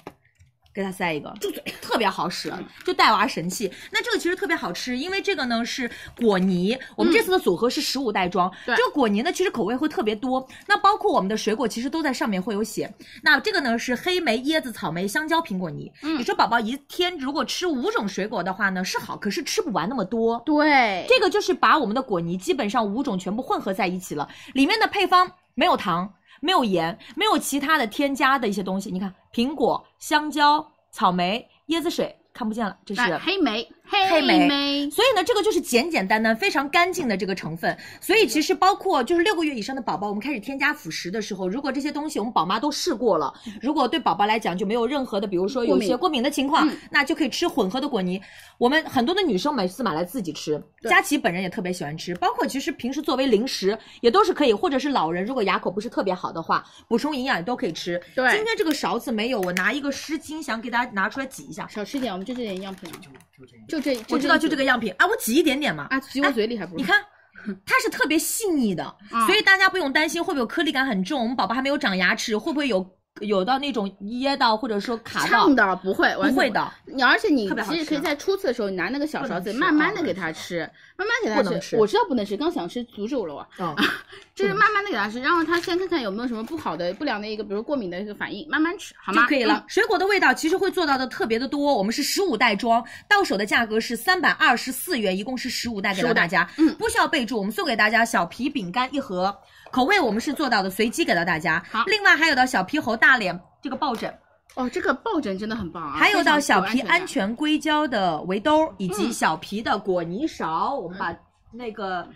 Speaker 12: 给他塞一个，住嘴，特别好使，啊就带娃神器。那这个其实特别好吃，因为这个呢是果泥，我们这次的组合是十五袋装。
Speaker 11: 嗯对
Speaker 12: 这个果泥呢，其实口味会特别多，那包括我们的水果其实都在上面会有写。那这个呢是黑莓、椰子、草莓、香蕉、苹果泥。
Speaker 11: 嗯
Speaker 12: 你说宝宝一天如果吃五种水果的话呢，是好，可是吃不完那么多。
Speaker 11: 对，
Speaker 12: 这个就是把我们的果泥基本上五种全部混合在一起了，里面的配方没有糖，没有盐，没有其他的添加的一些东西。你看，苹果、香蕉、草莓、椰子水，看不见了，这是
Speaker 11: 来黑莓，
Speaker 12: 黑莓
Speaker 11: 莓，
Speaker 12: 所以呢，这个就是简简单单、非常干净的这个成分。所以其实包括就是六个月以上的宝宝，我们开始添加辅食的时候，如果这些东西我们宝妈都试过了，如果对宝宝来讲就没有任何的，比如说有一些嗯过敏的嗯情况，那就可以吃混合的果泥。我们很多的女生每次买来自己吃，佳琪本人也特别喜欢吃，包括其实平时作为零食也都是可以，或者是老人如果牙口不是特别好的话，补充营养也都可以吃。
Speaker 11: 对
Speaker 12: 今天这个勺子没有，我拿一个湿巾想给大家拿出来挤一下，
Speaker 11: 少吃一点，我们就这点样品啊，就这，
Speaker 12: 我知道就这
Speaker 11: 个
Speaker 12: 个样品啊，我挤一点点嘛。
Speaker 11: 啊，挤我嘴里还不如
Speaker 12: 你
Speaker 11: (laughs)
Speaker 12: 看。它是特别细腻的，
Speaker 11: 嗯
Speaker 12: 所以大家不用担心会不会有颗粒感很重。我们宝宝还没有长牙齿，会不会有有到那种噎到或者说卡到
Speaker 11: 呛？到不会，完全
Speaker 12: 不会的。
Speaker 11: 你而且你
Speaker 12: 特别好
Speaker 11: 其实可以
Speaker 12: 吃
Speaker 11: 在初次的时候，你拿那个小勺子
Speaker 12: 不能吃
Speaker 11: 慢慢的
Speaker 12: 啊
Speaker 11: 给它吃，慢慢地给它
Speaker 12: 不能吃
Speaker 11: 我知道不能吃，刚想吃阻止我了我。
Speaker 12: 嗯，
Speaker 11: 就是慢慢的给它吃，然后它先看看有没有什么不好的、不良的一个，比如过敏的一个反应，慢慢吃，好
Speaker 12: 就
Speaker 11: 吗？
Speaker 12: 可以了。水果的味道其实会做到的特别的多，我们是十五袋装，到手的价格是三百二十四元，一共是十五袋给到大家。
Speaker 11: 嗯
Speaker 12: 不需要备注，我们送给大家小皮饼干一盒，口味我们是做到的随机给到大家。
Speaker 11: 好
Speaker 12: 另外还有到小皮猴大脸这个抱枕，
Speaker 11: 嗯。哦，这个抱枕真的很棒啊！
Speaker 12: 还有到小皮
Speaker 11: 非常有
Speaker 12: 安
Speaker 11: 安全
Speaker 12: 全硅胶的围兜，以及
Speaker 11: 嗯
Speaker 12: 小皮的果泥勺，我们把那个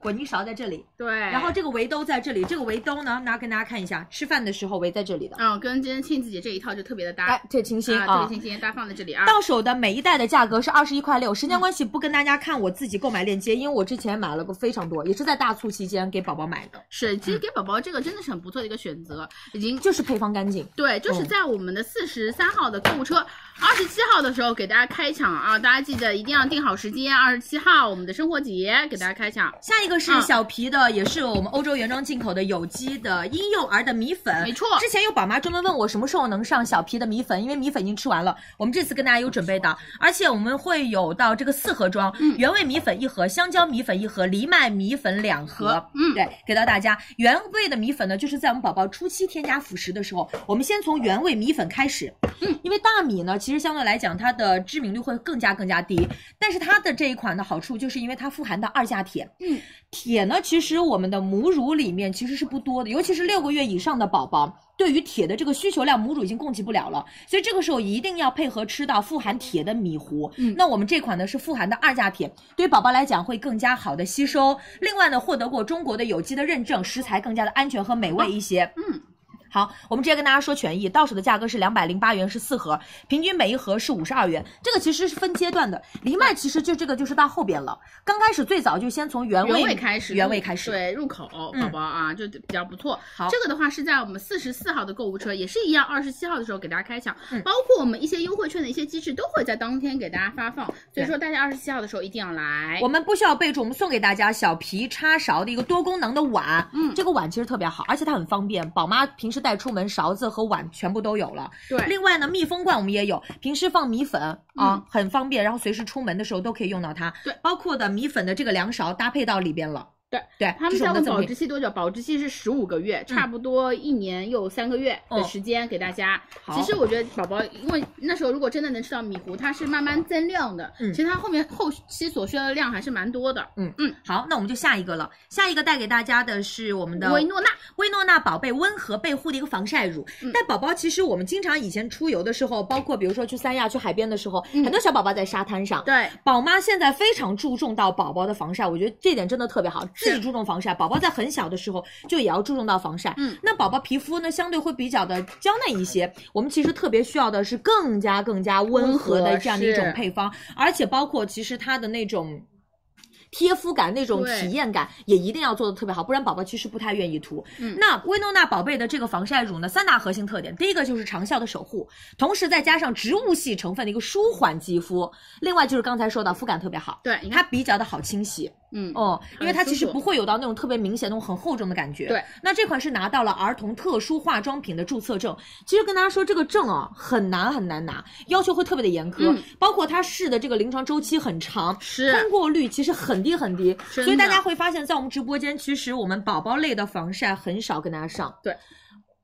Speaker 12: 果泥勺在这里，
Speaker 11: 感。对，
Speaker 12: 然后这个围兜在这里，这个围兜呢，拿给大家看一下，吃饭的时候围在这里的。
Speaker 11: 嗯，跟今天庆子姐这一套就特别的搭，
Speaker 12: 哎，这清新
Speaker 11: 啊，
Speaker 12: 啊
Speaker 11: 特别。庆今天搭放在这里啊。
Speaker 12: 到手的每一袋的价格是二十一块六，时间关系不跟大家看我自己购买链接，因为我之前买了个非常多，也是在大促期间给宝宝买的，
Speaker 11: 是，其实给宝宝这个真的是很不错的一个选择，已经
Speaker 12: 就是配方干净。
Speaker 11: 对，就是在我们的四十三号的购物车，二十七号的时候给大家开抢啊！大家记得一定要定好时间，二十七号我们的生活节给大家开抢。
Speaker 12: 下一个是
Speaker 11: 嗯
Speaker 12: 小皮的，也是我们欧洲原装进口的有机的婴幼儿的米粉，
Speaker 11: 没错
Speaker 12: 之前有宝妈专门问我什么时候能上小皮的米粉，因为米粉已经吃完了，我们这次跟大家有准备嗯的，而且我们会有到这个四盒装，原味米粉一盒，香蕉米粉一盒，藜麦米粉两盒，
Speaker 11: 嗯
Speaker 12: 对，给到大家。原味的米粉呢，就是在我们宝宝初期添加辅食的时候，我们先从原味米粉开始，嗯，因为大米呢，其实相对来讲它的知名率会更加更加低，但是它的这一款的好处就是因为它富含的二价铁，
Speaker 11: 嗯，
Speaker 12: 铁呢，其实我们的母乳里面其实是不多的，尤其是六个月以上的宝宝，对于铁的这个需求量，母乳已经供给不了了，所以这个时候一定要配合吃到富含铁的米糊。
Speaker 11: 嗯
Speaker 12: 那我们这款呢是富含的二价铁，对于宝宝来讲会更加好的吸收。另外呢，获得过中国的有机的认证，食材更加的安全和美味一些。
Speaker 11: 嗯。
Speaker 12: 好，我们直接跟大家说权益，到手的价格是两百零八元，是四盒，平均每一盒是五十二元。这个其实是分阶段的，藜麦其实就这个就是到后边了，刚开始最早就先从原味
Speaker 11: 原味开始，
Speaker 12: 原味
Speaker 11: 入
Speaker 12: 开始，
Speaker 11: 对，入口
Speaker 12: 嗯
Speaker 11: 宝宝啊，就比较不错。
Speaker 12: 好
Speaker 11: 这个的话是在我们四十四号的购物车，也是一样，二十七号的时候给大家开抢
Speaker 12: 嗯，
Speaker 11: 包括我们一些优惠券的一些机制都会在当天给大家发放，所以说大家二十七号的时候一定要来
Speaker 12: 我。们不需要备注，我们送给大家小皮叉勺的一个多功能的碗。
Speaker 11: 嗯
Speaker 12: 这个碗其实特别好，而且它很方便，宝妈平时带出门，勺子和碗全部都有了。
Speaker 11: 对
Speaker 12: 另外呢，密封罐我们也有，平时放米粉啊、很方便，然后随时出门的时候都可以用到它。
Speaker 11: 对，
Speaker 12: 包括的米粉的这个凉勺搭配到里边了。
Speaker 11: 对
Speaker 12: 对，
Speaker 11: 他
Speaker 12: 这
Speaker 11: 们
Speaker 12: 是我
Speaker 11: 家
Speaker 12: 们
Speaker 11: 问
Speaker 12: 的
Speaker 11: 保
Speaker 12: 赠
Speaker 11: 质
Speaker 12: 品。
Speaker 11: 期多久？保质期是十五个
Speaker 12: 嗯
Speaker 11: 月，差不多一年又三个月的时间给大家。
Speaker 12: 好
Speaker 11: 其实我觉得宝宝，因为那时候如果真的能吃到米糊，它是慢慢增量的，
Speaker 12: 嗯
Speaker 11: 其实它后面后期所需要的量还是蛮多的。
Speaker 12: 好，那我们就下一个了。下一个带给大家的是我们的
Speaker 11: 维诺纳
Speaker 12: 薇诺娜宝贝温和倍护的一个防晒乳。
Speaker 11: 嗯
Speaker 12: 但宝宝其实我们经常以前出游的时候，包括比如说去三亚、去海边的时候，
Speaker 11: 嗯
Speaker 12: 很多小宝宝在沙滩上。
Speaker 11: 对，
Speaker 12: 宝妈现在非常注重到宝宝的防晒，我觉得这点真的特别好。自己注重防晒，宝宝在很小的时候就也要注重到防晒。
Speaker 11: 嗯，
Speaker 12: 那宝宝皮肤呢相对会比较的娇嫩一些，我们其实特别需要的是更加更加温和
Speaker 11: 温
Speaker 12: 的
Speaker 11: 和
Speaker 12: 这样的一
Speaker 11: 是
Speaker 12: 种配方，而且包括其实它的那种。贴肤感那种
Speaker 11: 对
Speaker 12: 体验感也一定要做的特别好，不然宝宝其实不太愿意涂。
Speaker 11: 嗯
Speaker 12: 那薇诺娜宝贝的这个防晒乳呢，三大核心特点，第一个就是长效的守护，同时再加上植物系成分的一个舒缓肌肤，另外就是刚才说到肤感特别好，
Speaker 11: 对，你看，
Speaker 12: 它比较的好清洗
Speaker 11: 嗯，
Speaker 12: 哦，因为它
Speaker 11: 很舒
Speaker 12: 其实
Speaker 11: 服
Speaker 12: 不会有到那种特别明显、那种很厚重的感觉。
Speaker 11: 对，
Speaker 12: 那这款是拿到了儿童特殊化妆品的注册证。其实跟大家说，这个证啊很难很难拿，要求会特别的严苛，
Speaker 11: 嗯
Speaker 12: 包括它试的这个临床周期很长，
Speaker 11: 是
Speaker 12: 通过率其实很低很低，
Speaker 11: 真的
Speaker 12: 所以大家会发现，在我们直播间，其实我们宝宝类的防晒很少跟大家上。
Speaker 11: 对。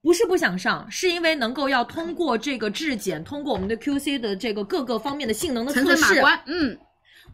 Speaker 12: 不是不想上，是因为能够要通过这个质检，通过我们的 QC 的这个各个方面的性能的
Speaker 11: 层
Speaker 12: 测
Speaker 11: 层把
Speaker 12: 试，
Speaker 11: 关，嗯，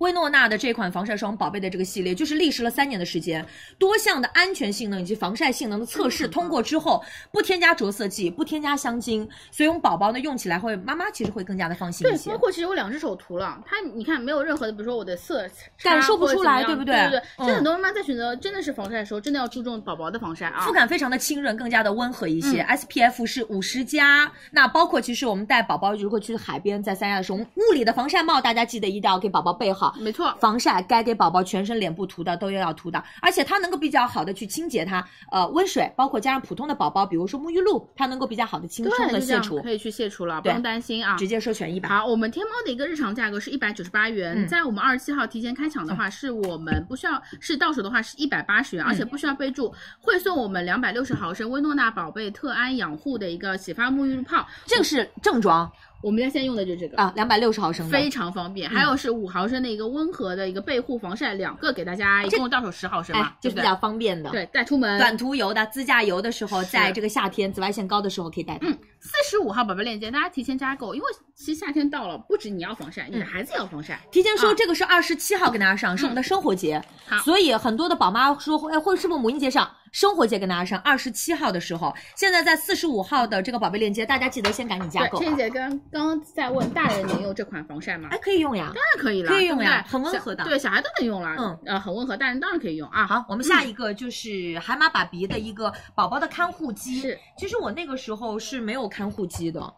Speaker 12: 薇诺娜的这款防晒霜宝贝的这个系列，就是历时了三年的时间，多项的安全性能以及防晒性能的测试通过之后，不添加着色剂，不添加香精，所以我们宝宝呢用起来会，妈妈其实会更加的放心
Speaker 11: 对
Speaker 12: 一，些
Speaker 11: 包。括其实我两只手涂了，它你看没有任何的，比如说我的色差
Speaker 12: 感受不
Speaker 11: 或者
Speaker 12: 出
Speaker 11: 怎么
Speaker 12: 来
Speaker 11: 样
Speaker 12: 对
Speaker 11: 对
Speaker 12: 不对
Speaker 11: 对？对
Speaker 12: 嗯
Speaker 11: 其实很多妈妈在选择真的是防晒的时候，真的要注重宝宝的防晒啊，
Speaker 12: 肤感非常的亲润，更加的温和一些。SPF 是五十加，那包括其实我们带宝宝如果去海边，在三亚的时候，我们物理的防晒帽大家记得一定要给宝宝备好，
Speaker 11: 没错，
Speaker 12: 防晒该给宝宝全身脸部涂的都要涂的，而且它能够比较好的去清洁它，呃，温水包括加上普通的宝宝，比如说沐浴露，它能够比较好的轻松
Speaker 11: 对，
Speaker 12: 的
Speaker 11: 就这
Speaker 12: 卸
Speaker 11: 样
Speaker 12: 除
Speaker 11: 可，以去卸除了，不
Speaker 12: 对
Speaker 11: 用担心啊。
Speaker 12: 直接说全一百。
Speaker 11: 好，我们天猫的一个日常价格是一百九十八元，
Speaker 12: 嗯哦
Speaker 11: 在我们二十七号提前开抢的话，是我们不需要是到手的话是一百八十
Speaker 12: 嗯
Speaker 11: 元，而且不需要备注，会送我们两百六十毫升薇诺娜宝贝特安养护的一个洗发沐浴露泡，
Speaker 12: 这个是正装
Speaker 11: 我们家现在用的就是这个。
Speaker 12: 啊，两百六十毫升的嗯
Speaker 11: 非。常方便，还有是五毫升的一个温和的一个倍护防晒，两个给大家一
Speaker 12: 这
Speaker 11: 共到手十毫升嘛
Speaker 12: 哎，，
Speaker 11: 对
Speaker 12: 就是
Speaker 11: 不
Speaker 12: 比
Speaker 11: 对？
Speaker 12: 较方便的，
Speaker 11: 对，带出门。
Speaker 12: 短途游的、自驾游的时候，
Speaker 11: 是
Speaker 12: 在这个夏天紫外线高的时候可以带它。
Speaker 11: 嗯四十五号宝贝链接，大家提前加购，因为其实夏天到了，不止你要防晒，
Speaker 12: 嗯
Speaker 11: 你的孩子也要防晒。
Speaker 12: 提前说，
Speaker 11: 啊
Speaker 12: 这个是二十七号跟大家上，是我们的生活节，
Speaker 11: 嗯好
Speaker 12: 所以很多的宝妈说，哎，会是不是母婴节上？生活节跟大家上，二十七号的时候，现在在四十五号的这个宝贝链接，大家记得先赶紧加购啊
Speaker 11: 对，。倩姐刚刚刚在问大人能用这款防晒吗
Speaker 12: 哎，？可以用呀。
Speaker 11: 当然可以了，
Speaker 12: 可以用呀
Speaker 11: 对不对
Speaker 12: 很温和的
Speaker 11: 小对，小孩都能用了，
Speaker 12: 嗯，
Speaker 11: 呃，很温和，大人当然可以用啊。
Speaker 12: 好，我们下一个就是海马爸比的一个宝宝的看护机。
Speaker 11: 是，
Speaker 12: 其实我那个时候是没有看护机的。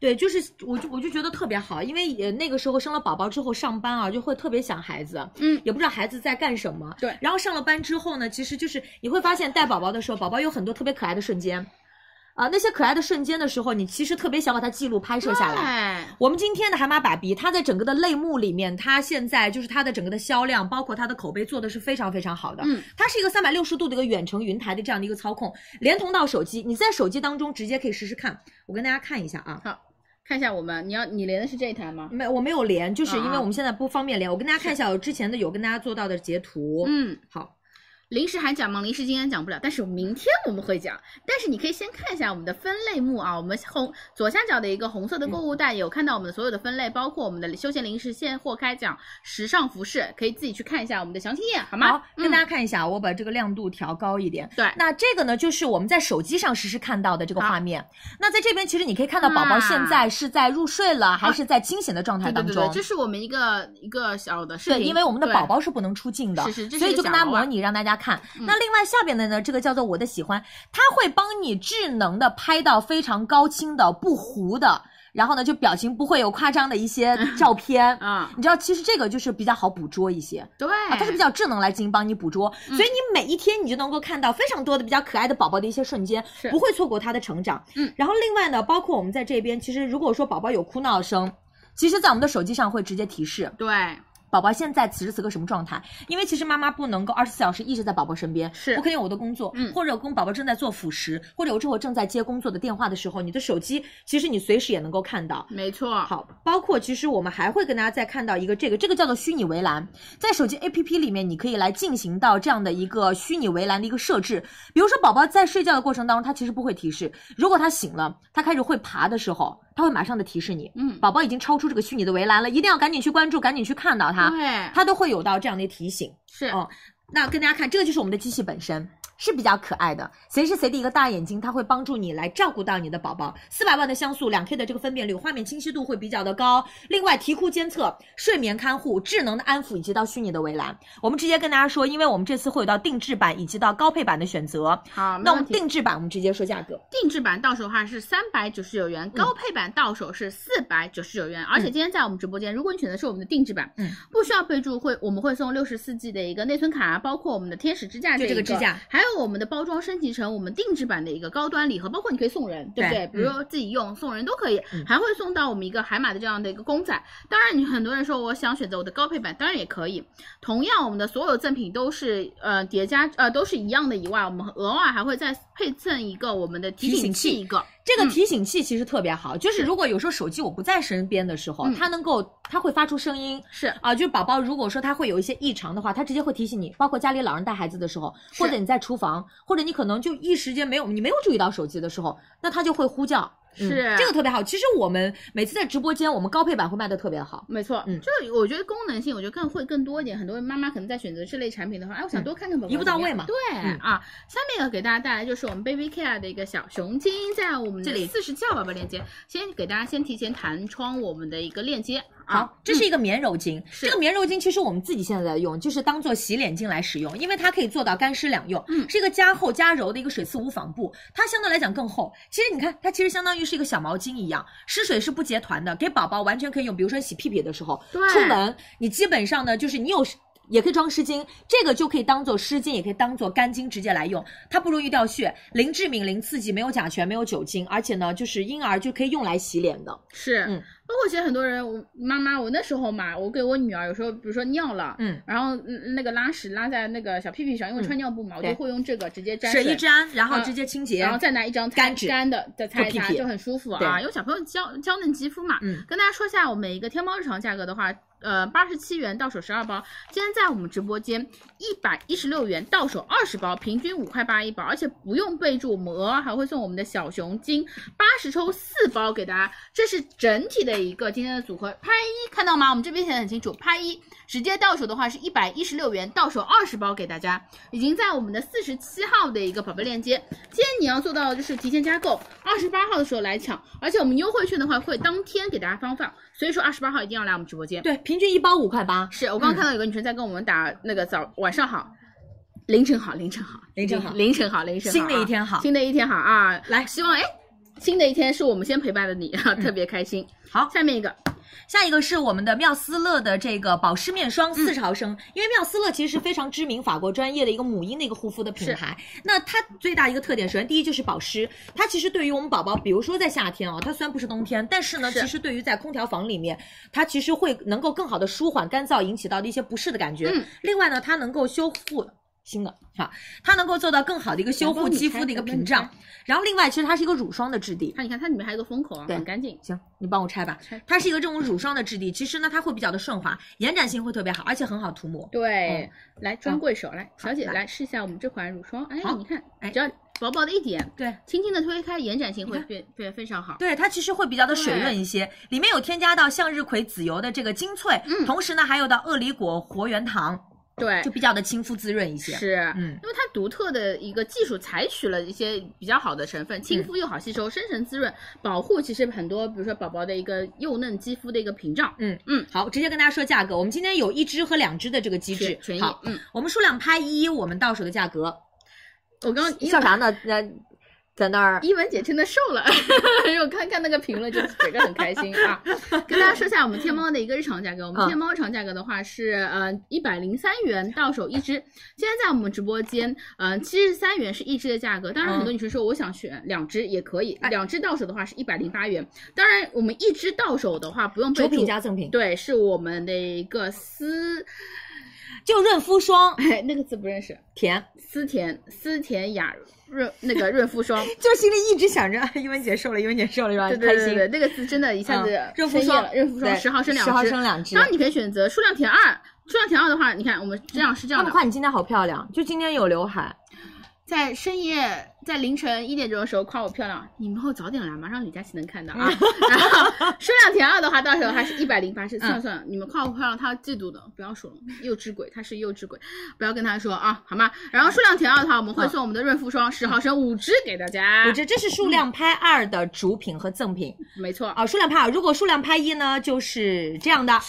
Speaker 12: 对，就是我就我就觉得特别好，因为也那个时候生了宝宝之后上班啊，就会特别想孩子，
Speaker 11: 嗯，
Speaker 12: 也不知道孩子在干什么。
Speaker 11: 对
Speaker 12: 然后上了班之后呢，其实就是你会发现带宝宝的时候，宝宝有很多特别可爱的瞬间，啊、那些可爱的瞬间的时候，你其实特别想把它记录拍摄下来。
Speaker 11: 哎，
Speaker 12: 我们今天的海马爸比，它在整个的类目里面，它现在就是它的整个的销量，包括它的口碑做的是非常非常好的。
Speaker 11: 嗯，
Speaker 12: 它是一个三百六十度的一个远程云台的这样的一个操控，连同到手机，你在手机当中直接可以实时看。我跟大家看一下啊，
Speaker 11: 看一下我们，你要你连的是这一台吗？
Speaker 12: 没我没有连，就是因为
Speaker 11: 啊
Speaker 12: 我们现在不方便连。我跟大家看一下我之前的有跟大家做到的截图。，
Speaker 11: 嗯，
Speaker 12: 好，
Speaker 11: 临时还讲吗？临时今天讲不了，但是明天我们会讲。但是你可以先看一下我们的分类目啊，我们红左下角的一个红色的购物袋有看到我们的所有的分类，包括我们的休闲零食、现货开奖、时尚服饰，可以自己去看一下我们的详情页，好吗？嗯
Speaker 12: 好，跟大家看一下，啊我把这个亮度调高一点。
Speaker 11: 对
Speaker 12: 那这个呢，就是我们在手机上实时看到的这个
Speaker 11: 好啊
Speaker 12: 画面。那在这边，其实你可以看到宝宝现在是在入睡了，还是在清醒的状态
Speaker 11: 对对
Speaker 12: 当
Speaker 11: 对
Speaker 12: 中
Speaker 11: 对，。这是我们一个一个小的视频，
Speaker 12: 对，因为我们的宝
Speaker 11: 对
Speaker 12: 宝是不能出镜的，
Speaker 11: 是是这是
Speaker 12: 所以
Speaker 11: 一
Speaker 12: 就
Speaker 11: 个小
Speaker 12: 跟大家
Speaker 11: 娃娃
Speaker 12: 模拟让大家
Speaker 11: 嗯
Speaker 12: 看。那另外下边的呢，这个叫做我的喜欢，它会帮你智能的拍到非常高清的不糊的，然后呢就表情不会有夸张的一些
Speaker 11: (laughs)
Speaker 12: 照片。
Speaker 11: 啊，
Speaker 12: 你知道，其实这个就是比较好捕捉一些，
Speaker 11: 对，
Speaker 12: 啊，它是比较智能来进行帮你捕捉，
Speaker 11: 嗯
Speaker 12: 所以你每一天你就能够看到非常多的比较可爱的宝宝的一些瞬间，
Speaker 11: 是
Speaker 12: 不会错过他的成长。
Speaker 11: 嗯，
Speaker 12: 然后另外呢，包括我们在这边，其实如果说宝宝有哭闹声，其实，在我们的手机上会直接提示
Speaker 11: 对，
Speaker 12: 宝宝现在此时此刻什么状态，因为其实妈妈不能够二十四小时一直在宝宝身边，
Speaker 11: 是
Speaker 12: 我可以有我的工作，
Speaker 11: 嗯
Speaker 12: 或者跟宝宝正在做辅食，或者我这会儿正在接工作的电话的时候，你的手机其实你随时也能够看到。
Speaker 11: 没错，
Speaker 12: 好，包括其实我们还会跟大家再看到一个这个，这个叫做虚拟围栏，在手机 APP 里面，你可以来进行到这样的一个虚拟围栏的一个设置。比如说，宝宝在睡觉的过程当中，他其实不会提示，如果他醒了，他开始会爬的时候，他会马上的提示你，
Speaker 11: 嗯，
Speaker 12: 宝宝已经超出这个虚拟的围栏了，一定要赶紧去关注，赶紧去看到它，
Speaker 11: 对，
Speaker 12: 它都会有到这样的提醒。
Speaker 11: 是
Speaker 12: 哦那跟大家看，这个就是我们的机器本身，是比较可爱的，随时随地一个大眼睛，它会帮助你来照顾到你的宝宝。四百万的像素，两 K 的这个分辨率，画面清晰度会比较的高。另外，啼哭监测、睡眠看护、智能的安抚以及到虚拟的围栏，我们直接跟大家说，因为我们这次会有到定制版以及到高配版的选择。
Speaker 11: 好，没
Speaker 12: 那我
Speaker 11: 问
Speaker 12: 们
Speaker 11: 题。
Speaker 12: 定制版，我们直接说价格。
Speaker 11: 定制版到手话是三百九十九
Speaker 12: 嗯
Speaker 11: 元，高配版到手是四百九十九元。而且今天在我们直播间，如果你选的是我们的定制版，
Speaker 12: 嗯，
Speaker 11: 不需要备注，会我们会送六十四 G 的一个内存卡，包括我们的天使支架
Speaker 12: 就
Speaker 11: 这
Speaker 12: 这
Speaker 11: 个
Speaker 12: 个支架，
Speaker 11: 还有我们的包装升级成我们定制版的一个高端礼盒，包括你可以送人，对不对？
Speaker 12: 对
Speaker 11: 比如说自己用、送人都可以，
Speaker 12: 嗯
Speaker 11: 还会送到我们一个海马的这样的一个公仔。当然，你很多人说我想选择我的高配版，当然也可以。同样，我们的所有赠品都是呃叠加呃都是一样的以外，我们额外还会再配赠一个我们的提
Speaker 12: 提醒
Speaker 11: 器
Speaker 12: 器
Speaker 11: 一个。
Speaker 12: 这个提醒器其实特别好，就是如果有时候手机我不在身边的时候，
Speaker 11: 嗯
Speaker 12: 它能够它会发出声音，
Speaker 11: 是
Speaker 12: 啊，就是宝宝如果说他会有一些异常的话，他直接会提醒你。包括家里老人带孩子的时候，或者你在厨房，或者你可能就一时间没有你没有注意到手机的时候，那他就会呼叫。嗯
Speaker 11: 是
Speaker 12: 这个特别好。其实我们每次在直播间，我们高配版会卖的特别好。
Speaker 11: 没错，
Speaker 12: 嗯
Speaker 11: 就是我觉得功能性，我觉得更会更多一点。很多妈妈可能在选择这类产品的话，哎，我想
Speaker 12: 嗯
Speaker 11: 多看看宝宝
Speaker 12: 一步到
Speaker 11: 怎么
Speaker 12: 位
Speaker 11: 样
Speaker 12: 嘛
Speaker 11: 对、
Speaker 12: 嗯
Speaker 11: 啊，下面要给大家带来就是我们 Baby Care 的一个小熊精，在我们
Speaker 12: 这里
Speaker 11: 四十七号宝宝链接，先给大家先提前弹窗我们的一个链接啊
Speaker 12: 好，，这是一个棉柔巾。
Speaker 11: 是
Speaker 12: 这个棉柔巾其实我们自己现在在用，就是当做洗脸巾来使用，因为它可以做到干湿两用。
Speaker 11: 嗯
Speaker 12: 是一个加厚加柔的一个水刺无纺布，它相对来讲更厚。其实你看，它其实相当于是一个小毛巾一样，湿水是不结团的，给宝宝完全可以用。比如说洗屁屁的时候，
Speaker 11: 对
Speaker 12: 出门你基本上呢，就是你有。也可以装湿巾，这个就可以当做湿巾，也可以当做干巾直接来用，它不容易掉屑，零致敏、零刺激，没有甲醛，没有酒精，而且呢，就是婴儿就可以用来洗脸的。
Speaker 11: 是，
Speaker 12: 嗯
Speaker 11: 包括其实很多人，我妈妈，我那时候嘛，我给我女儿有时候，比如说尿了，
Speaker 12: 嗯，
Speaker 11: 然后嗯那个拉屎拉在那个小屁屁上，因为我穿尿布嘛，我就
Speaker 12: 对
Speaker 11: 会用这个直接沾
Speaker 12: 水一沾，然后
Speaker 11: 嗯
Speaker 12: 直接清洁，
Speaker 11: 然后再拿一张擦
Speaker 12: 干纸
Speaker 11: 干的再擦一
Speaker 12: 做
Speaker 11: 擦，
Speaker 12: 屁屁
Speaker 11: 就很舒服啊。
Speaker 12: 对
Speaker 11: 因为小朋友娇娇嫩肌肤嘛。
Speaker 12: 嗯
Speaker 11: 跟大家说一下，我们一个天猫日常价格的话，呃，八十七元到手十二包，今天在我们直播间一百一十六元到手二十包，平均五块八一包，而且不用备注，我们额外还会送我们的小熊精八十抽四包给大家，这是整体的一个今天的组合。拍一看到吗？我们这边写的很清楚，拍一直接到手的话是一百一十六元，到手二十包给大家，已经在我们的四十七号的一个宝贝链接。今天你要做到的就是提前加购，二十八号的时候来抢，而且我们优惠券的话会当天给大家发放，所以说二十八号一定要来我们直播间。
Speaker 12: 对，平均一包五块八，
Speaker 11: 是我刚刚看到有个女生在跟我们打那个早晚上好，凌晨好，凌晨好，
Speaker 12: 凌晨好
Speaker 11: 凌晨好，凌晨好啊，
Speaker 12: 新的一天好
Speaker 11: 新的一天好啊！
Speaker 12: 来
Speaker 11: 希望哎，新的一天是我们先陪伴的你 (laughs) 啊，特别开心。
Speaker 12: 嗯好
Speaker 11: 下面一个
Speaker 12: 下一个是我们的妙思乐的这个保湿面霜四十毫升，因为妙思乐其实是非常知名法国专业的一个母婴的一个护肤的品牌。那它最大一个特点，首先第一就是保湿，它其实对于我们宝宝，比如说在夏天啊，它虽然不是冬天，但是呢，
Speaker 11: 是
Speaker 12: 其实对于在空调房里面，它其实会能够更好的舒缓干燥引起到的一些不适的感觉。
Speaker 11: 嗯
Speaker 12: 另外呢，它能够修复。新的好，它能够做到更好的一个修
Speaker 11: 来
Speaker 12: 复
Speaker 11: 帮你
Speaker 12: 肌肤
Speaker 11: 拆
Speaker 12: 的一个
Speaker 11: 来帮
Speaker 12: 屏
Speaker 11: 你
Speaker 12: 障
Speaker 11: 拆，
Speaker 12: 然后另外其实它是一个乳霜的质地，
Speaker 11: 它，你看它里面还有个封口啊，
Speaker 12: 对
Speaker 11: 很干净。
Speaker 12: 行，你帮我拆吧
Speaker 11: 拆。
Speaker 12: 它是一个这种乳霜的质地，其实呢，它会比较的顺滑，延展性会特别好，而且很好涂抹。
Speaker 11: 对，来专
Speaker 12: 嗯好
Speaker 11: 柜手来，小姐
Speaker 12: 来
Speaker 11: 来试一下我们这款乳霜。哎
Speaker 12: 好，
Speaker 11: 你看，
Speaker 12: 哎
Speaker 11: 只要薄薄的一点，
Speaker 12: 对，
Speaker 11: 轻轻的推开，延展性会
Speaker 12: 你看
Speaker 11: 变变非常好。
Speaker 12: 对，它其实会比较的水润一些，里面有添加到向日葵籽油的这个精粹，
Speaker 11: 嗯
Speaker 12: 同时呢还有到鳄梨果活源糖，
Speaker 11: 对
Speaker 12: 就，比较的亲肤滋润一些。，
Speaker 11: 是，
Speaker 12: 嗯，
Speaker 11: 因为它独特的一个技术采取了一些比较好的成
Speaker 12: 嗯
Speaker 11: 分，亲肤又好吸收，深层滋润，保护其实很多，比如说宝宝的一个幼嫩肌肤的一个屏障。
Speaker 12: 好，直接跟大家说价格，我们今天有一支和两支的这个机制
Speaker 11: 是，纯益
Speaker 12: 好，，
Speaker 11: 嗯，
Speaker 12: 我们数量拍一，我们到手的价格
Speaker 11: 我刚刚
Speaker 12: 笑啥呢？那在那儿
Speaker 11: 一文姐真的瘦了， (laughs) 因为我看看那个评论，就是整个很开心
Speaker 12: (laughs)
Speaker 11: 啊。跟大家说一下我们天猫的一个日常价格，我们
Speaker 12: 嗯
Speaker 11: 天猫日常价格的话是呃一百零三元到手一支，今天在我们直播间呃七十三元是一支的价格，当然很多女生说我想选两支也可以，
Speaker 12: 哎
Speaker 11: 两支到手的话是一百零八元，当然我们一支到手的话不用备
Speaker 12: 主
Speaker 11: 注
Speaker 12: 品，加赠品，
Speaker 11: 对，是我们的一个丝，
Speaker 12: 就润肤霜
Speaker 11: 哎 (laughs) 那个字不认识，
Speaker 12: 甜，
Speaker 11: 丝田丝田雅润那个润肤霜。
Speaker 12: 就心里一直想着哎一文姐瘦了，一文姐瘦了是吧？
Speaker 11: 对
Speaker 12: 啊开
Speaker 11: 对对
Speaker 12: 心。
Speaker 11: 对，那个字真的一下子
Speaker 12: 嗯润肤
Speaker 11: 深夜
Speaker 12: 霜
Speaker 11: 了润肤霜
Speaker 12: 对
Speaker 11: 十毫升两支，
Speaker 12: 10毫升两支
Speaker 11: 当然你可以选择数量填二，数量填二的话，你看我们这样是这样
Speaker 12: 胖
Speaker 11: 的
Speaker 12: 不，胖，你今天好漂亮，就今天有刘海，
Speaker 11: 在深夜，在凌晨一点钟的时候夸我漂亮，你们以后早点来嘛，让李佳琦能看到啊。
Speaker 12: 嗯
Speaker 11: 然后说两填二的话，到时候还是一百零
Speaker 12: 嗯
Speaker 11: 八是算了算了，你们夸我漂亮，他嫉妒的，不要说了，幼稚鬼，他是幼稚鬼，不要跟他说啊，好吗？然后数量填二的话，我
Speaker 12: 嗯
Speaker 11: 们会送我们的润肤霜十毫升五支给大家
Speaker 12: 我，觉得这是数
Speaker 11: 嗯
Speaker 12: 量拍二的主品和赠品
Speaker 11: 没错
Speaker 12: 啊。数量拍二，如果数量拍一呢，就是这样的，
Speaker 11: 啊，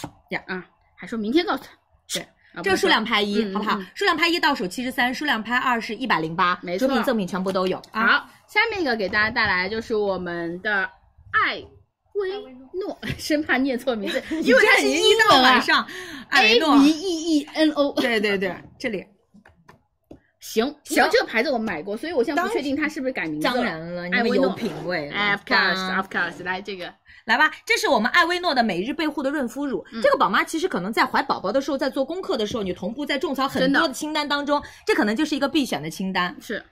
Speaker 11: 还说明天告诉他，对，啊
Speaker 12: 这个数量，
Speaker 11: 不
Speaker 12: 拍一，
Speaker 11: 嗯
Speaker 12: 好不好
Speaker 11: 嗯嗯？
Speaker 12: 数量拍一到手七十三，数量拍二是一百零八
Speaker 11: 没，
Speaker 12: 主
Speaker 11: 错
Speaker 12: 品赠品全部都有
Speaker 11: 说
Speaker 12: 啊。
Speaker 11: 好，下面一个给大家带来就是我们的艾薇诺， (laughs) 生怕念错名字，因为它是
Speaker 12: (laughs) 你这
Speaker 11: 英
Speaker 12: 到
Speaker 11: 文啊
Speaker 12: 晚。上，艾
Speaker 11: A
Speaker 12: 维
Speaker 11: V
Speaker 12: 诺，啊哎
Speaker 11: E E N O， (laughs)
Speaker 12: 对对对，这里
Speaker 11: 行
Speaker 12: 行
Speaker 11: 因为这个牌子我买过，所以我现在不
Speaker 12: 当
Speaker 11: 确定它是不是改名字了。
Speaker 12: 当然了，你
Speaker 11: 艾
Speaker 12: 们
Speaker 11: 薇
Speaker 12: 有
Speaker 11: 诺
Speaker 12: 品味了
Speaker 11: 哎，of course
Speaker 12: 吧
Speaker 11: of course，来这个
Speaker 12: 来吧，这是我们艾薇诺的每日倍护的润肤
Speaker 11: 嗯
Speaker 12: 乳。这个宝妈其实可能在怀宝宝的时候，在做功课的时候，你同步在种草很
Speaker 11: 真的
Speaker 12: 多的清单当中，这可能就是一个必选的清单。
Speaker 11: 是，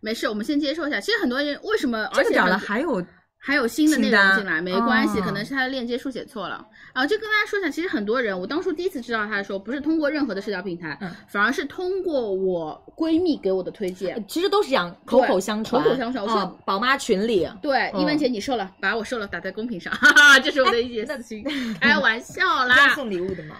Speaker 11: 没事，我们先接受一下。其实很多人为什么，
Speaker 12: 这
Speaker 11: 而
Speaker 12: 个
Speaker 11: 且
Speaker 12: 找了
Speaker 11: 很
Speaker 12: 还有
Speaker 11: 还有新的内
Speaker 12: 清单
Speaker 11: 容进来，没关系，
Speaker 12: 哦
Speaker 11: 可能是他的链接书写错了。然后就跟大家说一下，其实很多人，我当初第一次知道他的时候，不是通过任何的社交平台，
Speaker 12: 嗯
Speaker 11: 反而是通过我闺蜜给我的推荐。
Speaker 12: 其实都是讲口口相传，
Speaker 11: 口口相传我说
Speaker 12: 啊宝妈群里
Speaker 11: 对，
Speaker 12: 嗯
Speaker 11: 一文姐你瘦了，把我瘦了打在公屏上，哈 (laughs) 哈，这是我的一点私心，开玩 (laughs) 笑
Speaker 12: 要
Speaker 11: 啦，
Speaker 12: 送礼物的嘛。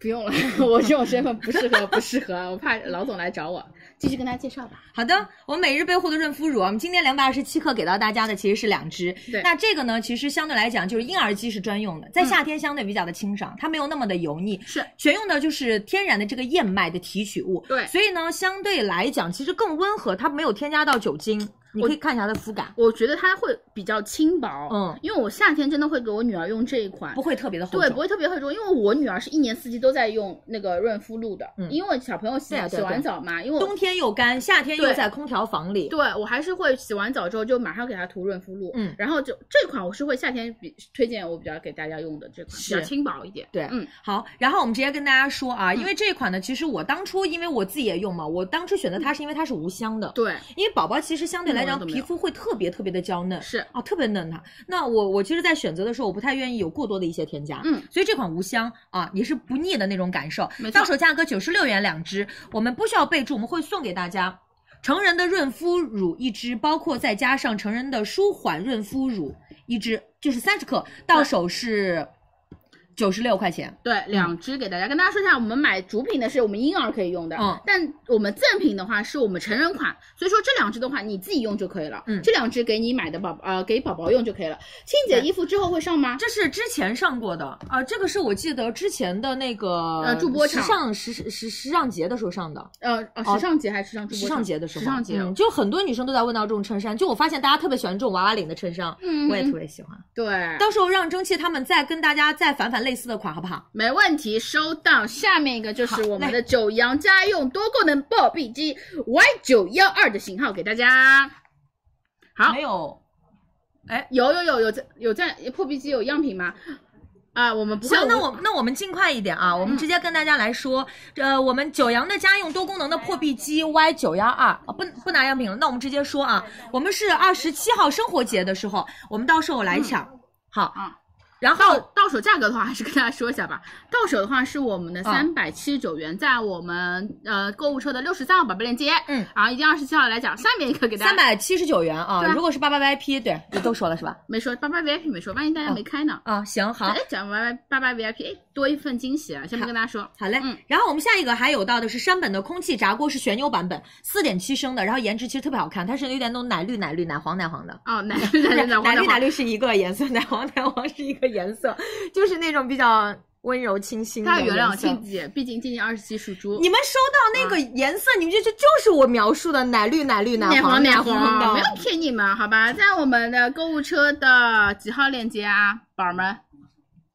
Speaker 11: 不用了，我这种身份不适合，不适合，我怕老总来找我。继续跟大家介绍吧，
Speaker 12: 好的，我们每日倍护的润肤乳啊，我们今天两百二十七克给到大家的其实是两支。
Speaker 11: 对嗯
Speaker 12: 那这个呢，其实相对来讲就是婴儿肌是专用的，在夏天相对比较的清爽，它没有那么的油腻。
Speaker 11: 是
Speaker 12: 全用的就是天然的这个燕麦的提取物。
Speaker 11: 对
Speaker 12: 所以呢，相对来讲其实更温和，它没有添加到酒精。你可以看一下它的肤感，
Speaker 11: 我觉得它会比较轻薄，
Speaker 12: 嗯，
Speaker 11: 因为我夏天真的会给我女儿用这一款
Speaker 12: 不，会特别的厚
Speaker 11: 对，
Speaker 12: 重
Speaker 11: 不会特别厚重，因为我女儿是一年四季都在用那个润肤露的，
Speaker 12: 嗯
Speaker 11: 因为小朋友洗
Speaker 12: 对啊对啊
Speaker 11: 洗完澡嘛，因为我
Speaker 12: 冬天又干，夏天又
Speaker 11: 对
Speaker 12: 在空调房里。
Speaker 11: 对我还是会洗完澡之后就马上给她涂润肤露，
Speaker 12: 嗯
Speaker 11: 然后就这款我是会夏天比推荐我比较给大家用的这款，比较
Speaker 12: 是
Speaker 11: 轻薄一点，
Speaker 12: 对
Speaker 11: 嗯，
Speaker 12: 好，然后我们直接跟大家说啊，因为这款呢，其实我当初因为我自己也用嘛，我当初选择它是因为它是无香的，
Speaker 11: 嗯对，
Speaker 12: 因为宝宝其实相对
Speaker 11: 一
Speaker 12: 来
Speaker 11: 毛
Speaker 12: 讲
Speaker 11: 都没
Speaker 12: 皮
Speaker 11: 有
Speaker 12: 肤会特别特别的娇嫩，
Speaker 11: 是
Speaker 12: 啊，特别嫩它。那我我其实，在选择的时候，我不太愿意有过多的一些添加，
Speaker 11: 嗯，
Speaker 12: 所以这款无香啊也是不腻的那种感受
Speaker 11: 没，错
Speaker 12: 到手价格九十六元两支，我们不需要备注，我们会送给大家。成人的润肤乳一支，包括再加上成人的舒缓润肤乳一支，就是三十克，到手是九十六块钱。
Speaker 11: 对，两支给大家跟大家说一下，我们买主品的是我们婴儿可以用的，
Speaker 12: 嗯
Speaker 11: 但我们赠品的话是我们成人款，所以说这两支的话你自己用就可以了，
Speaker 12: 嗯
Speaker 11: 这两支给你买的宝呃给宝宝用就可以了。清姐
Speaker 12: 对
Speaker 11: 衣服之后会上吗？
Speaker 12: 这是之前上过的啊、这个是我记得之前的那个
Speaker 11: 呃助播
Speaker 12: 时
Speaker 11: 场
Speaker 12: 尚时时时尚节的时候上的，
Speaker 11: 呃
Speaker 12: 哦
Speaker 11: 呃，时尚节还是时尚直播？
Speaker 12: 时尚节的时
Speaker 11: 时
Speaker 12: 候，
Speaker 11: 尚节，哦
Speaker 12: 嗯，就很多女生都在问到这种衬衫，就我发现大家特别喜欢这种娃娃领的衬衫，
Speaker 11: 嗯
Speaker 12: 我也特别喜欢。
Speaker 11: 对，
Speaker 12: 到时候让蒸汽他们再跟大家再反反类似的款，好不好？
Speaker 11: 没问题，收到。下面一个就是我
Speaker 12: 好
Speaker 11: 们
Speaker 12: 嘞
Speaker 11: 的九阳家用多功能暴毙机 Y 九幺二的型号给大家。好
Speaker 12: 没有，
Speaker 11: 有有有有在有在破壁机有样品吗？啊，我们不会
Speaker 12: 行，。那我那我们尽快一点啊，我们直接跟大家来说，呃，我们九阳的家用多功能的破壁机 Y 九幺二啊，不不拿样品了，那我们直接说啊，我们是二十七号生活节的时候，我们到时候来抢，好
Speaker 11: 啊，
Speaker 12: 然
Speaker 11: 到
Speaker 12: 后
Speaker 11: 到手价格的话，还是跟大家说一下吧。到手的话是我们的
Speaker 12: 嗯
Speaker 11: 三百七十九元，在我们呃购物车的六十三号宝贝链接。
Speaker 12: 嗯，
Speaker 11: 啊，一定二十七号来讲。下面一个给大家
Speaker 12: 三百七十九元啊
Speaker 11: 对，啊
Speaker 12: 如果是八八 VIP，对，你都说了是吧？
Speaker 11: 没说八八 VIP 没说，万一大家没开呢？
Speaker 12: (laughs) 啊，行好
Speaker 11: 哎，，讲八八八八 VIP，哎，多一份惊喜啊！下面跟大家说，
Speaker 12: 好嘞，
Speaker 11: 嗯
Speaker 12: 然后我们下一个还有到的是山本的空气炸锅，是旋钮版本，四点七升的，然后颜值其实特别好看，它是有点那种奶绿奶绿奶黄奶黄的。
Speaker 11: 哦，奶
Speaker 12: (laughs)
Speaker 11: 绿奶绿奶
Speaker 12: 奶绿
Speaker 11: 绿
Speaker 12: 奶绿是一个颜色，奶黄奶黄是一个颜色，就是那种比较温柔清新的
Speaker 11: 大家
Speaker 12: 颜色。
Speaker 11: 嗯原谅静姐，毕竟静姐二十七属猪。
Speaker 12: 你们收到那个颜色，你们就觉得就是我描述的奶绿奶绿奶
Speaker 11: 嗯奶
Speaker 12: 黄
Speaker 11: 奶
Speaker 12: 黄
Speaker 11: 黄，没有
Speaker 12: 的。
Speaker 11: 骗你们，好吧？在我们的购物车的几号链接啊，宝儿们？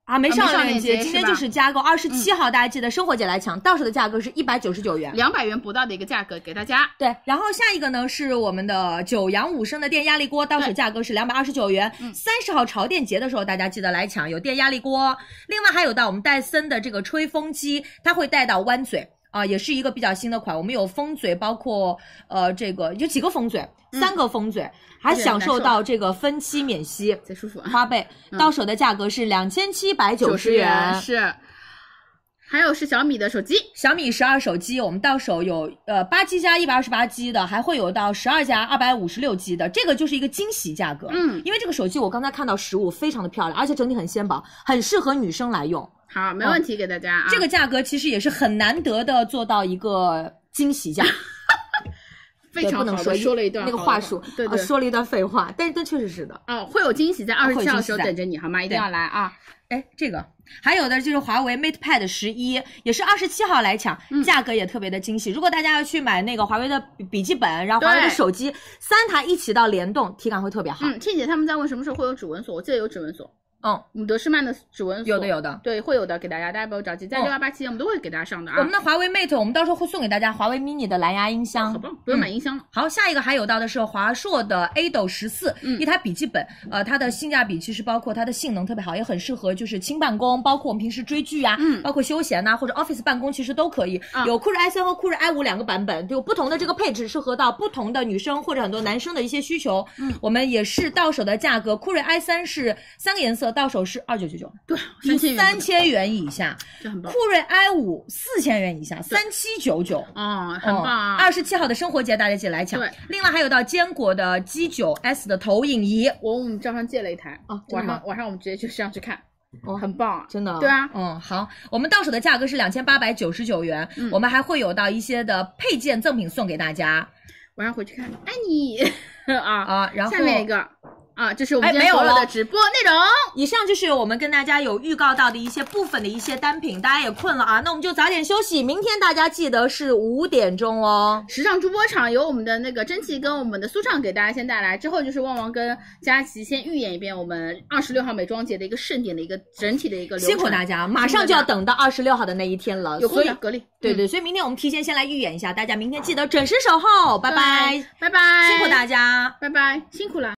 Speaker 12: 啊，没
Speaker 11: 啊没上
Speaker 12: 链
Speaker 11: 链
Speaker 12: 接，
Speaker 11: 接
Speaker 12: 今天
Speaker 11: 是吧
Speaker 12: 就是嗯加购二十七号，大家记得生活节来抢，到手的价格是一百九十九元。
Speaker 11: 两百元不到的一个价格给大家。
Speaker 12: 对，然后下一个呢是我们的九阳五升的电压力锅，到手价格是两百二十九元。三十号潮电节的时候，大家记得来抢，有电压力锅。另外还有到我们戴森的这个吹风机，它会带到弯嘴。啊，也是一个比较新的款，我们有风嘴，包括呃这个有几个风嘴，三个风嘴，还
Speaker 11: 对
Speaker 12: 享
Speaker 11: 难
Speaker 12: 受
Speaker 11: 受
Speaker 12: 到这个分期免息
Speaker 11: 贼舒服啊！
Speaker 12: 花呗，到手的价格是两千七百九十
Speaker 11: 元
Speaker 12: 元。
Speaker 11: 是。还有是小米的手机，
Speaker 12: 小米十二手机，我们到手有呃八 G 加一百二十八 G 的，还会有到十二加二百五十六 G 的，这个就是一个惊喜价格。
Speaker 11: 嗯，
Speaker 12: 因为这个手机我刚才看到实物非常的漂亮，而且整体很纤薄，很适合女生来用。
Speaker 11: 好，没问题，给大家啊。
Speaker 12: 哦这个价格其实也是很难得的做到一个惊喜价，
Speaker 11: (laughs) 非常
Speaker 12: 对
Speaker 11: 好
Speaker 12: 不能
Speaker 11: 的
Speaker 12: 说
Speaker 11: 说了一段
Speaker 12: 那个
Speaker 11: 好
Speaker 12: 话
Speaker 11: 的
Speaker 12: 术，
Speaker 11: 对
Speaker 12: 啊
Speaker 11: 对
Speaker 12: 说了一段废话，但是但确实是的。
Speaker 11: 哦，会有惊喜在二十七号的时候等着你，好吗？一定要来啊！
Speaker 12: 哎，这个还有的就是华为 Mate Pad 十一，也是二十七号来抢，
Speaker 11: 嗯
Speaker 12: 价格也特别的惊喜。如果大家要去买那个华为的笔笔记本，然后华为的
Speaker 11: 对
Speaker 12: 手机，三台一起到联动，体感会特别好。
Speaker 11: 嗯，倩姐他们在问什么时候会有指纹锁，我记得有指纹锁，
Speaker 12: 嗯，
Speaker 11: 我们德诗曼的指纹锁
Speaker 12: 有的有的。
Speaker 11: 对，会有的，给大家，大家不要着急，在
Speaker 12: 嗯
Speaker 11: 六幺八期间我们都会给大家上的啊。
Speaker 12: 我们的华为 Mate，我们到时候会送给大家华为 mini 的蓝牙音
Speaker 11: 哦好
Speaker 12: 箱。
Speaker 11: 棒，不用买音箱了。
Speaker 12: 好，下一个还有到的是华硕的 A 斗十四，
Speaker 11: 嗯
Speaker 12: 一台笔记本，呃，它的性价比其实包括它的性能特别好，也很适合就是轻办公，包括我们平时追剧啊，
Speaker 11: 嗯
Speaker 12: 包括休闲呐、或者 Office 办公其实都可以。
Speaker 11: 啊
Speaker 12: 有酷睿 i 三和酷睿 i 五两个版本，有不同的这个配置，适合到不同的女生或者很多男生的一些需求。
Speaker 11: 嗯
Speaker 12: 我们也是到手的价格，酷睿 i 三是三个颜色，到手是二九九九，
Speaker 11: 对，
Speaker 12: 比
Speaker 11: 千元
Speaker 12: 三千元以下；
Speaker 11: 这很棒
Speaker 12: 酷睿 i 五四千元以下，三七九九。
Speaker 11: 哦，很棒啊！
Speaker 12: 二十七号的生活节，大家一起来抢。
Speaker 11: 对，
Speaker 12: 另外还有到坚果的 G 九 S 的投影仪，
Speaker 11: 我我们照上借了一台
Speaker 12: 哦真
Speaker 11: 晚
Speaker 12: 的吗
Speaker 11: 上晚上我们直接去上去看，
Speaker 12: 哦
Speaker 11: 很棒。
Speaker 12: 真的。
Speaker 11: 对啊，
Speaker 12: 嗯，好，我们到手的价格是两千八百九十九元，
Speaker 11: 嗯
Speaker 12: 我们还会有到一些的配件赠品送给大家
Speaker 11: 晚上回去看，爱你 (laughs) 啊！
Speaker 12: (laughs) 啊。然后
Speaker 11: 下面一，个啊，这是我们
Speaker 12: 哎
Speaker 11: 今天
Speaker 12: 没有
Speaker 11: 所有的
Speaker 12: 了
Speaker 11: 直播内容。
Speaker 12: 以上就是我们跟大家有预告到的一些部分的一些单品，大家也困了啊，那我们就早点休息，明天大家记得是五点钟哦。
Speaker 11: 时尚主播场由我们的那个蒸汽跟我们的苏畅给大家先带来，之后就是旺旺跟佳琪先预演一遍我们二十六号美妆节的一个盛典的一个整体的一个流程。啊
Speaker 12: 辛苦大家，马上就要等到二十六号的那一天了，
Speaker 11: 有空
Speaker 12: 所以
Speaker 11: 调格力，
Speaker 12: 对
Speaker 11: 嗯，
Speaker 12: 对，所以明天我们提前先来预演一下，大家明天记得准时守候，拜拜，
Speaker 11: 嗯拜拜，
Speaker 12: 辛苦大家。
Speaker 11: 拜拜，辛苦了。